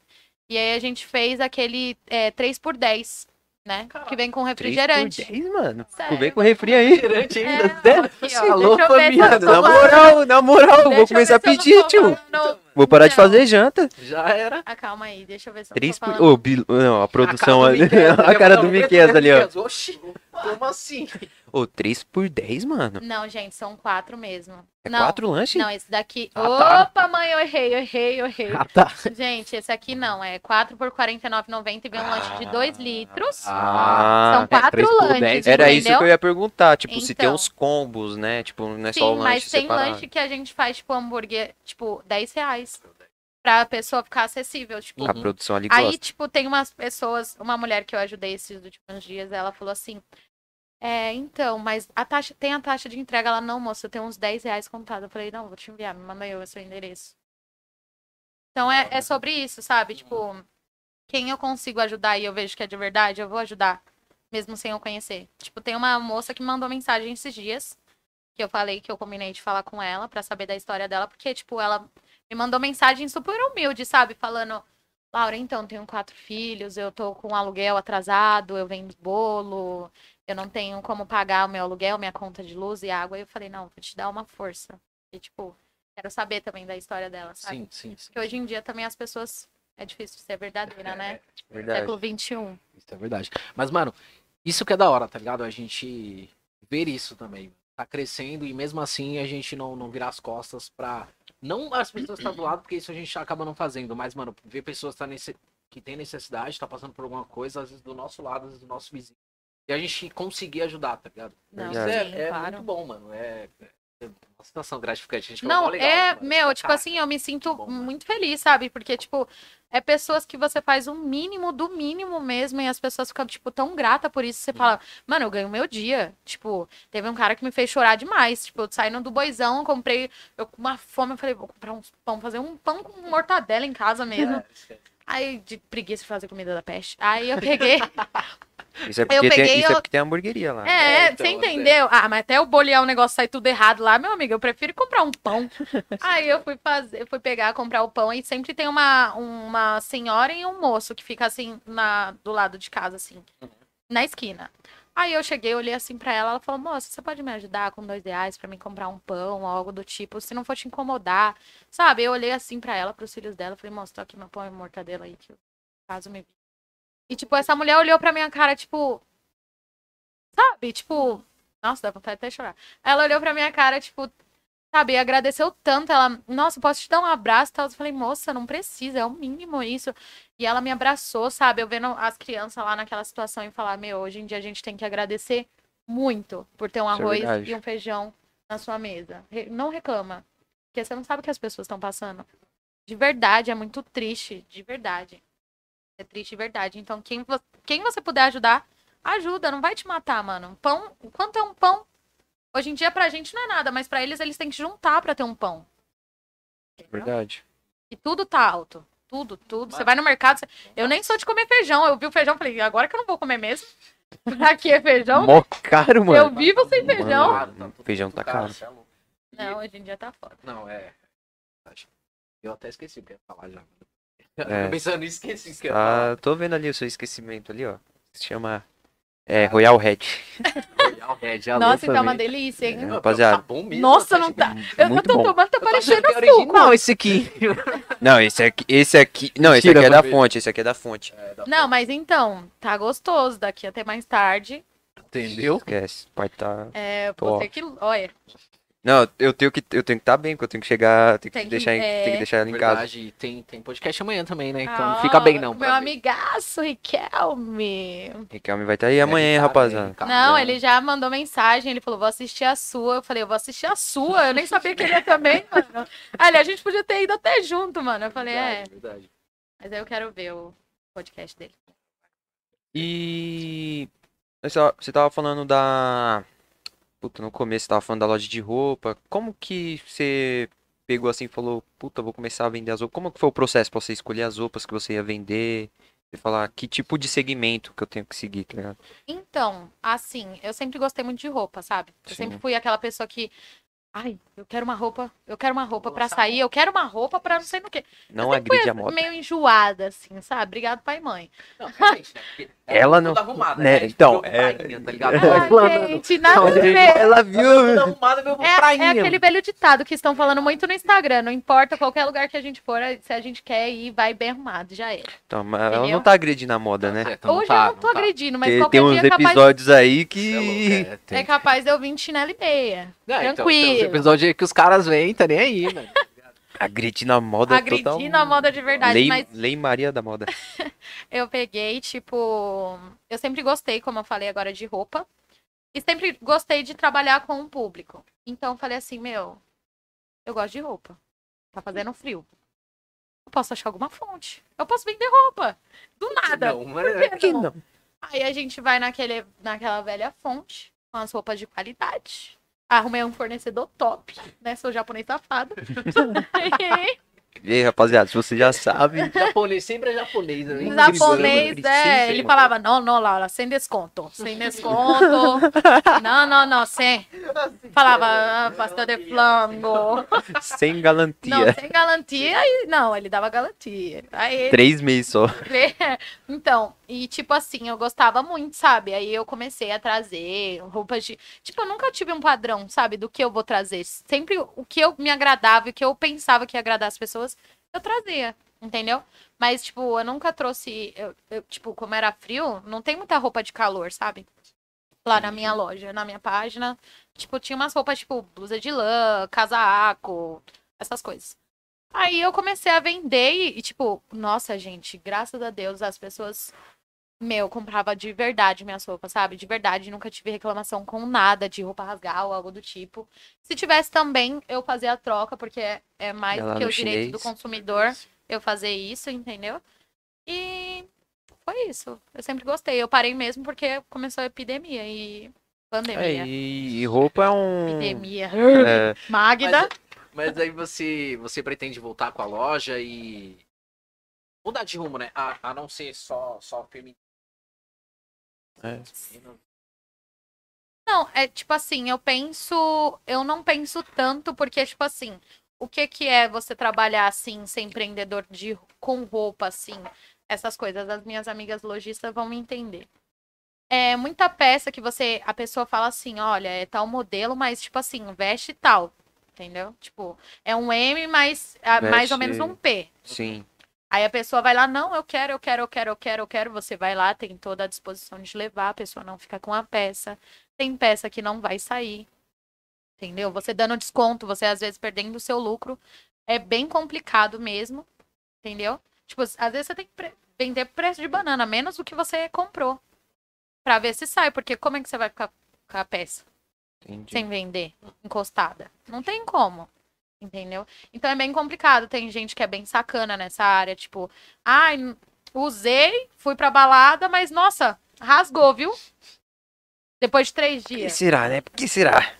[SPEAKER 3] E aí a gente fez aquele é, 3x10, né?
[SPEAKER 1] Caraca.
[SPEAKER 3] Que vem com
[SPEAKER 2] Três
[SPEAKER 3] refrigerante. É,
[SPEAKER 2] por dez, mano.
[SPEAKER 3] Sério.
[SPEAKER 2] Ficou bem com refri aí.
[SPEAKER 1] Refrigerante
[SPEAKER 3] É,
[SPEAKER 1] ainda. né?
[SPEAKER 3] ó, aqui, ó.
[SPEAKER 2] Alô,
[SPEAKER 3] Deixa eu ver se eu
[SPEAKER 2] família.
[SPEAKER 3] não tô
[SPEAKER 2] Na
[SPEAKER 3] falando.
[SPEAKER 2] moral, na moral.
[SPEAKER 3] Deixa eu
[SPEAKER 2] vou
[SPEAKER 3] ver
[SPEAKER 2] começar a
[SPEAKER 3] se eu não
[SPEAKER 2] pedir,
[SPEAKER 3] tô
[SPEAKER 2] tio.
[SPEAKER 3] falando-
[SPEAKER 2] Vou parar de
[SPEAKER 3] Não.
[SPEAKER 2] fazer janta.
[SPEAKER 1] Já era.
[SPEAKER 3] Ah, calma aí, deixa eu ver se eu não
[SPEAKER 2] Três
[SPEAKER 3] tô
[SPEAKER 2] por...
[SPEAKER 3] falando.
[SPEAKER 2] Ô, Bilo- não, a produção...
[SPEAKER 1] do
[SPEAKER 2] ali-
[SPEAKER 1] Miquel,
[SPEAKER 2] A
[SPEAKER 1] né?
[SPEAKER 2] cara
[SPEAKER 1] Não,
[SPEAKER 2] do
[SPEAKER 1] não,
[SPEAKER 2] Miquel ali, ó.
[SPEAKER 1] Oxi, como assim?
[SPEAKER 2] Ô, 3 por 10, mano.
[SPEAKER 3] Não, gente, são quatro mesmo.
[SPEAKER 2] É
[SPEAKER 3] não,
[SPEAKER 2] quatro lanches?
[SPEAKER 3] não, esse daqui.
[SPEAKER 1] Ah, tá.
[SPEAKER 3] Opa, mãe, eu errei, eu errei, eu errei.
[SPEAKER 1] Ah, tá.
[SPEAKER 3] Gente, esse aqui não. É 4 por R$ 49,90 e vem um lanche de 2 litros.
[SPEAKER 2] Ah,
[SPEAKER 3] São quatro
[SPEAKER 1] três por
[SPEAKER 3] lanches.
[SPEAKER 1] dez.
[SPEAKER 2] Era
[SPEAKER 3] entendeu?
[SPEAKER 2] isso que eu ia perguntar, tipo, se tem
[SPEAKER 3] Então.
[SPEAKER 2] uns combos, né? Tipo, não é só
[SPEAKER 3] Sim,
[SPEAKER 2] o lanche
[SPEAKER 3] mas tem
[SPEAKER 2] separado.
[SPEAKER 3] lanche que a gente faz, tipo, hambúrguer, tipo, 10 reais. Pra pessoa ficar acessível, tipo.
[SPEAKER 2] A produção ali
[SPEAKER 3] Aí,
[SPEAKER 2] gosta.
[SPEAKER 3] tipo, tem umas pessoas, uma mulher que eu ajudei esses últimos dias, ela falou assim: É, então, mas a taxa, tem a taxa de entrega lá, não, moça, eu tenho uns 10 reais contado. Eu falei, não, vou te enviar, me manda aí o seu endereço. Então é, é sobre isso, sabe? Tipo, quem eu consigo ajudar e eu vejo que é de verdade, eu vou ajudar, mesmo sem eu conhecer. Tipo, tem uma moça que mandou mensagem esses dias, que eu falei que eu combinei de falar com ela pra saber da história dela, porque, tipo, ela me mandou mensagem super humilde, sabe? Falando. Laura, então, tenho quatro filhos, eu tô com aluguel atrasado, eu vendo bolo, eu não tenho como pagar o meu aluguel, minha conta de luz e água. E eu falei, não, vou te dar uma força. E, tipo, quero saber também da história dela, sabe?
[SPEAKER 1] Sim, sim, sim.
[SPEAKER 3] Porque hoje em dia também as pessoas. É difícil ser verdadeira, né?
[SPEAKER 2] É Verdade.
[SPEAKER 3] Século um. XXI.
[SPEAKER 1] Isso é verdade. Mas, mano, isso que é da hora, tá ligado? A gente ver isso também. Tá crescendo e mesmo assim a gente não, não virar as costas pra. Não as pessoas que tá do lado, porque isso a gente acaba não fazendo. Mas, mano, ver pessoas tá nesse... que tem necessidade, tá passando por alguma coisa, às vezes do nosso lado, às vezes do nosso vizinho. E a gente conseguir ajudar, tá ligado?
[SPEAKER 3] Não,
[SPEAKER 1] isso
[SPEAKER 2] Verdade.
[SPEAKER 1] é,
[SPEAKER 3] sim,
[SPEAKER 1] é
[SPEAKER 3] claro.
[SPEAKER 1] muito bom, mano. É. é Uma situação gratificante. A gente
[SPEAKER 3] Não,
[SPEAKER 1] mó legal, né,
[SPEAKER 3] é,
[SPEAKER 1] mano?
[SPEAKER 3] meu, tipo
[SPEAKER 1] Cara,
[SPEAKER 3] assim, eu me sinto
[SPEAKER 1] bom, mano.
[SPEAKER 3] muito feliz, sabe? Porque, tipo, é pessoas que você faz o mínimo do mínimo mesmo e as pessoas ficam, tipo, tão grata por isso. Você fala,
[SPEAKER 1] Uhum.
[SPEAKER 3] mano, eu ganho meu dia. Tipo, teve um cara que me fez chorar demais. Tipo, eu saindo do boizão, comprei, eu com uma fome, eu falei, vou comprar um pão, fazer um pão com mortadela em casa
[SPEAKER 1] É,
[SPEAKER 3] mesmo.
[SPEAKER 1] tipo
[SPEAKER 3] Aí, de preguiça de fazer comida da peste. Aí eu peguei.
[SPEAKER 2] Isso é porque, tem,
[SPEAKER 3] peguei,
[SPEAKER 2] isso é
[SPEAKER 3] eu-
[SPEAKER 2] porque tem hamburgueria lá.
[SPEAKER 1] É,
[SPEAKER 3] É,
[SPEAKER 1] então,
[SPEAKER 3] você
[SPEAKER 1] mas é.
[SPEAKER 3] entendeu? Ah, mas até o bolear o negócio sai tudo errado lá, meu amigo, eu prefiro comprar um pão. Aí eu fui fazer, fui pegar, comprar o pão e sempre tem uma, uma senhora e um moço que fica assim na, do lado de casa, assim, na esquina. Aí eu cheguei, olhei assim pra ela, ela falou, moça, você pode me ajudar com dois reais pra mim comprar um pão ou algo do tipo, se não for te incomodar, sabe? Eu olhei assim pra ela, pros filhos dela, falei, moça, tô aqui meu pão e mortadela aí, que eu caso me... E, tipo, essa mulher olhou pra minha cara, tipo, sabe? Tipo, nossa, dá vontade até de chorar. Ela olhou pra minha cara, tipo, sabe, agradeceu tanto. Ela, nossa, posso te dar um abraço e tal? Eu falei, moça, não precisa, é o mínimo isso. E ela me abraçou, sabe? Eu vendo as crianças lá naquela situação e falar, meu, hoje em dia a gente tem que agradecer muito por ter um
[SPEAKER 2] Isso é
[SPEAKER 3] arroz
[SPEAKER 2] verdade.
[SPEAKER 3] e um feijão na sua mesa. Re- Não reclama. Porque você não sabe o que as pessoas estão passando. De verdade, é muito triste, de verdade. É triste de verdade. Então, quem, vo- quem você puder ajudar, ajuda, não vai te matar, mano. Pão, quanto é um pão? Hoje em dia pra gente não é nada, mas pra eles eles têm que juntar pra ter um pão.
[SPEAKER 2] Verdade.
[SPEAKER 3] E tudo tá alto. Tudo, tudo. Você vai no mercado, você- eu nem sou de comer feijão. Eu vi o feijão, falei, agora que eu não vou comer mesmo. Aqui é feijão.
[SPEAKER 2] Mó caro, mano.
[SPEAKER 3] eu vivo sem feijão.
[SPEAKER 2] Mano, feijão tá caro.
[SPEAKER 1] você é louco.
[SPEAKER 3] Não, hoje em dia tá foda.
[SPEAKER 1] Não, é. Eu até esqueci o que eu ia falar já.
[SPEAKER 2] É.
[SPEAKER 1] Eu pensando nisso, esqueci o que eu ia falar.
[SPEAKER 2] Ah, tô vendo ali o seu esquecimento ali, ó. Se chama. É, Royal Red.
[SPEAKER 1] Royal Red, é, já
[SPEAKER 2] louco
[SPEAKER 3] Nossa, tá uma
[SPEAKER 2] também.
[SPEAKER 3] delícia, hein?
[SPEAKER 2] É. rapaziada.
[SPEAKER 1] Tá bom mesmo.
[SPEAKER 3] Nossa,
[SPEAKER 1] tá
[SPEAKER 3] não tá. Eu, eu
[SPEAKER 2] Muito
[SPEAKER 3] tô
[SPEAKER 2] bom.
[SPEAKER 3] tomando, tá
[SPEAKER 1] Eu tô achando
[SPEAKER 3] parecendo
[SPEAKER 1] que é
[SPEAKER 3] suco.
[SPEAKER 1] original esse aqui.
[SPEAKER 2] Não, esse aqui. Esse aqui. Não, esse
[SPEAKER 1] Mentira,
[SPEAKER 2] aqui é da
[SPEAKER 1] foi-
[SPEAKER 2] fonte, esse aqui é da fonte.
[SPEAKER 3] Não, mas então, tá gostoso. Daqui até mais tarde.
[SPEAKER 1] Entendeu?
[SPEAKER 2] Esquece. Pode tá.
[SPEAKER 3] É,
[SPEAKER 2] Tô.
[SPEAKER 3] você que. Olha,
[SPEAKER 2] Não, eu tenho que eu tenho que estar bem, porque eu tenho que chegar, eu tenho que
[SPEAKER 3] Tem que-
[SPEAKER 2] deixar, em-
[SPEAKER 3] é.
[SPEAKER 2] tenho que deixar ela em casa.
[SPEAKER 1] Verdade, tem, tem podcast amanhã também, né? Então
[SPEAKER 3] Ah,
[SPEAKER 1] não fica bem não.
[SPEAKER 3] Meu amigaço, Riquelme.
[SPEAKER 2] Riquelme vai estar aí amanhã,
[SPEAKER 1] É tá
[SPEAKER 2] hein,
[SPEAKER 1] né?
[SPEAKER 2] rapaziada.
[SPEAKER 3] Não, ele já mandou mensagem, ele falou, vou assistir a sua. Eu falei, eu vou assistir a sua. Eu nem sabia que ele ia também, mano. Ali, a gente podia ter ido até junto, mano. Eu falei, é.
[SPEAKER 1] Verdade.
[SPEAKER 3] Mas aí eu quero ver o podcast dele.
[SPEAKER 2] E você tava- você tava falando da Puta, no começo você tava falando da loja de roupa. Como que você pegou assim e falou, puta, vou começar a vender as roupas? Como que foi o processo pra você escolher as roupas que você ia vender? Você falar que tipo de segmento que eu tenho que seguir, tá ligado?
[SPEAKER 3] Então, assim, eu sempre gostei muito de roupa, sabe? Eu
[SPEAKER 2] Sim.
[SPEAKER 3] sempre fui aquela pessoa que. Ai, eu quero uma roupa, eu quero uma roupa
[SPEAKER 1] Vou
[SPEAKER 3] pra
[SPEAKER 1] lançar
[SPEAKER 3] sair, eu quero uma roupa pra não sei no quê.
[SPEAKER 2] Não
[SPEAKER 3] sempre fui
[SPEAKER 2] agride a moda.
[SPEAKER 3] meio enjoada, assim, sabe? Obrigado, pai e mãe.
[SPEAKER 1] Não, realmente, né? Porque
[SPEAKER 2] Ela não-
[SPEAKER 4] Toda arrumada,
[SPEAKER 2] né,
[SPEAKER 4] né? Tipo,
[SPEAKER 2] então,
[SPEAKER 4] veio
[SPEAKER 2] é-
[SPEAKER 4] prainha, tá ligado?
[SPEAKER 1] Ela
[SPEAKER 3] Ah,
[SPEAKER 1] explanando.
[SPEAKER 3] gente, nada a
[SPEAKER 1] Onde ele-
[SPEAKER 3] ver.
[SPEAKER 2] Ela viu.
[SPEAKER 4] Toda arrumada, veio
[SPEAKER 3] É,
[SPEAKER 4] prainha.
[SPEAKER 3] é aquele velho ditado que estão falando muito no Instagram. Não importa qualquer lugar que a gente for, se a gente quer ir, vai bem arrumado, já é.
[SPEAKER 2] Então, mas ela
[SPEAKER 3] Entendeu?
[SPEAKER 2] não tá agredindo a moda, né?
[SPEAKER 1] É, então
[SPEAKER 3] Hoje
[SPEAKER 1] tá,
[SPEAKER 3] eu não tô
[SPEAKER 1] tá.
[SPEAKER 3] agredindo, mas
[SPEAKER 2] Porque
[SPEAKER 3] qualquer
[SPEAKER 2] tem uns
[SPEAKER 3] dia é capaz,
[SPEAKER 2] episódios aí
[SPEAKER 1] Você é
[SPEAKER 2] que.
[SPEAKER 1] louco, é, tem-
[SPEAKER 3] é capaz de eu vir de chinelo e meia.
[SPEAKER 1] Não, então,
[SPEAKER 3] tranquilo.
[SPEAKER 1] tem uns episódios aí que os caras vêm, tá nem aí, mano.
[SPEAKER 2] Agredindo a moda é total.
[SPEAKER 3] Agredindo a moda de verdade,
[SPEAKER 2] Lei,
[SPEAKER 3] mas
[SPEAKER 2] Lei Maria da moda.
[SPEAKER 3] eu peguei, tipo. Eu sempre gostei, como eu falei agora, de roupa. E sempre gostei de trabalhar com o público. Então eu falei assim, meu, eu gosto de roupa. Tá fazendo frio. Eu posso achar alguma fonte. Eu posso vender roupa. Do nada.
[SPEAKER 1] Não, mano,
[SPEAKER 2] Que não.
[SPEAKER 3] Aí a gente vai naquele, naquela velha fonte, com as roupas de qualidade. Arrumei um fornecedor top, né? Sou japonês safado.
[SPEAKER 2] E aí, rapaziada, se você já sabe.
[SPEAKER 1] japonês, sempre é japonês. né?
[SPEAKER 3] Em
[SPEAKER 1] Incrível,
[SPEAKER 3] japonês,
[SPEAKER 1] né, mano?
[SPEAKER 3] é,
[SPEAKER 1] Sempre,
[SPEAKER 3] ele
[SPEAKER 1] mano.
[SPEAKER 3] falava, não, não, Laura, sem desconto, sem desconto, não, não, não, sem. Falava, ah, pastel de flango,
[SPEAKER 2] Sem garantia.
[SPEAKER 3] não, sem garantia, e não, ele dava garantia. Aí
[SPEAKER 2] Três meses só.
[SPEAKER 3] Então, e tipo assim, eu gostava muito, sabe? Aí eu comecei a trazer roupas de. Tipo, eu nunca tive um padrão, sabe? Do que eu vou trazer. Sempre o que eu me agradava e o que eu pensava que ia agradar as pessoas, eu trazia, entendeu? Mas, tipo, eu nunca trouxe. eu- eu, tipo, como era frio, não tem muita roupa de calor, sabe? Lá na
[SPEAKER 2] Uhum.
[SPEAKER 3] minha loja, na minha página. Tipo, tinha umas roupas, tipo, blusa de lã, casaco, essas coisas. Aí eu comecei a vender e, e, tipo, nossa, gente, graças a Deus, as pessoas, meu, comprava de verdade minhas roupas, sabe? De verdade, nunca tive reclamação com nada de roupa rasgar ou algo do tipo. Se tivesse também, eu fazia a troca, porque é, é mais
[SPEAKER 2] Vai lá
[SPEAKER 3] do que
[SPEAKER 2] no
[SPEAKER 3] o direito do
[SPEAKER 2] chinês.
[SPEAKER 3] consumidor eu fazer isso, entendeu? E foi isso. Eu sempre gostei. Eu parei mesmo porque começou a epidemia e pandemia.
[SPEAKER 2] É, e e roupa é um.
[SPEAKER 3] Epidemia.
[SPEAKER 2] É,
[SPEAKER 3] Magda.
[SPEAKER 1] Mas aí você, você pretende voltar com a loja e mudar de rumo, né? A, a não ser só, só feminino.
[SPEAKER 2] É.
[SPEAKER 3] Não, é tipo assim, eu penso, eu não penso tanto porque tipo assim, o que que é você trabalhar assim, ser empreendedor de com roupa assim, essas coisas, as minhas amigas lojistas vão me entender. É muita peça que você, a pessoa fala assim, olha, é tal modelo, mas tipo assim, veste tal, entendeu? Tipo, é um M, mas ah, mais ou
[SPEAKER 2] Veste-
[SPEAKER 3] menos um P.
[SPEAKER 2] sim.
[SPEAKER 3] Aí a pessoa vai lá, não, eu quero, eu quero, eu quero, eu quero, eu quero. Você vai lá, tem toda a disposição de levar, a pessoa não fica com a peça. Tem peça que não vai sair. Entendeu? Você dando desconto, você às vezes perdendo o seu lucro. É bem complicado mesmo. Entendeu? Tipo, às vezes você tem que pre- vender preço de banana, menos do que você comprou. Pra ver se sai, porque como é que você vai ficar com a peça?
[SPEAKER 2] Entendi.
[SPEAKER 3] sem vender, encostada. Não tem como. Entendeu? Então é bem complicado. Tem gente que é bem sacana nessa área, tipo, ai, n- usei, fui pra balada, mas nossa, rasgou, viu? Depois de três
[SPEAKER 2] Por que
[SPEAKER 3] dias.
[SPEAKER 2] será, né? Por que será?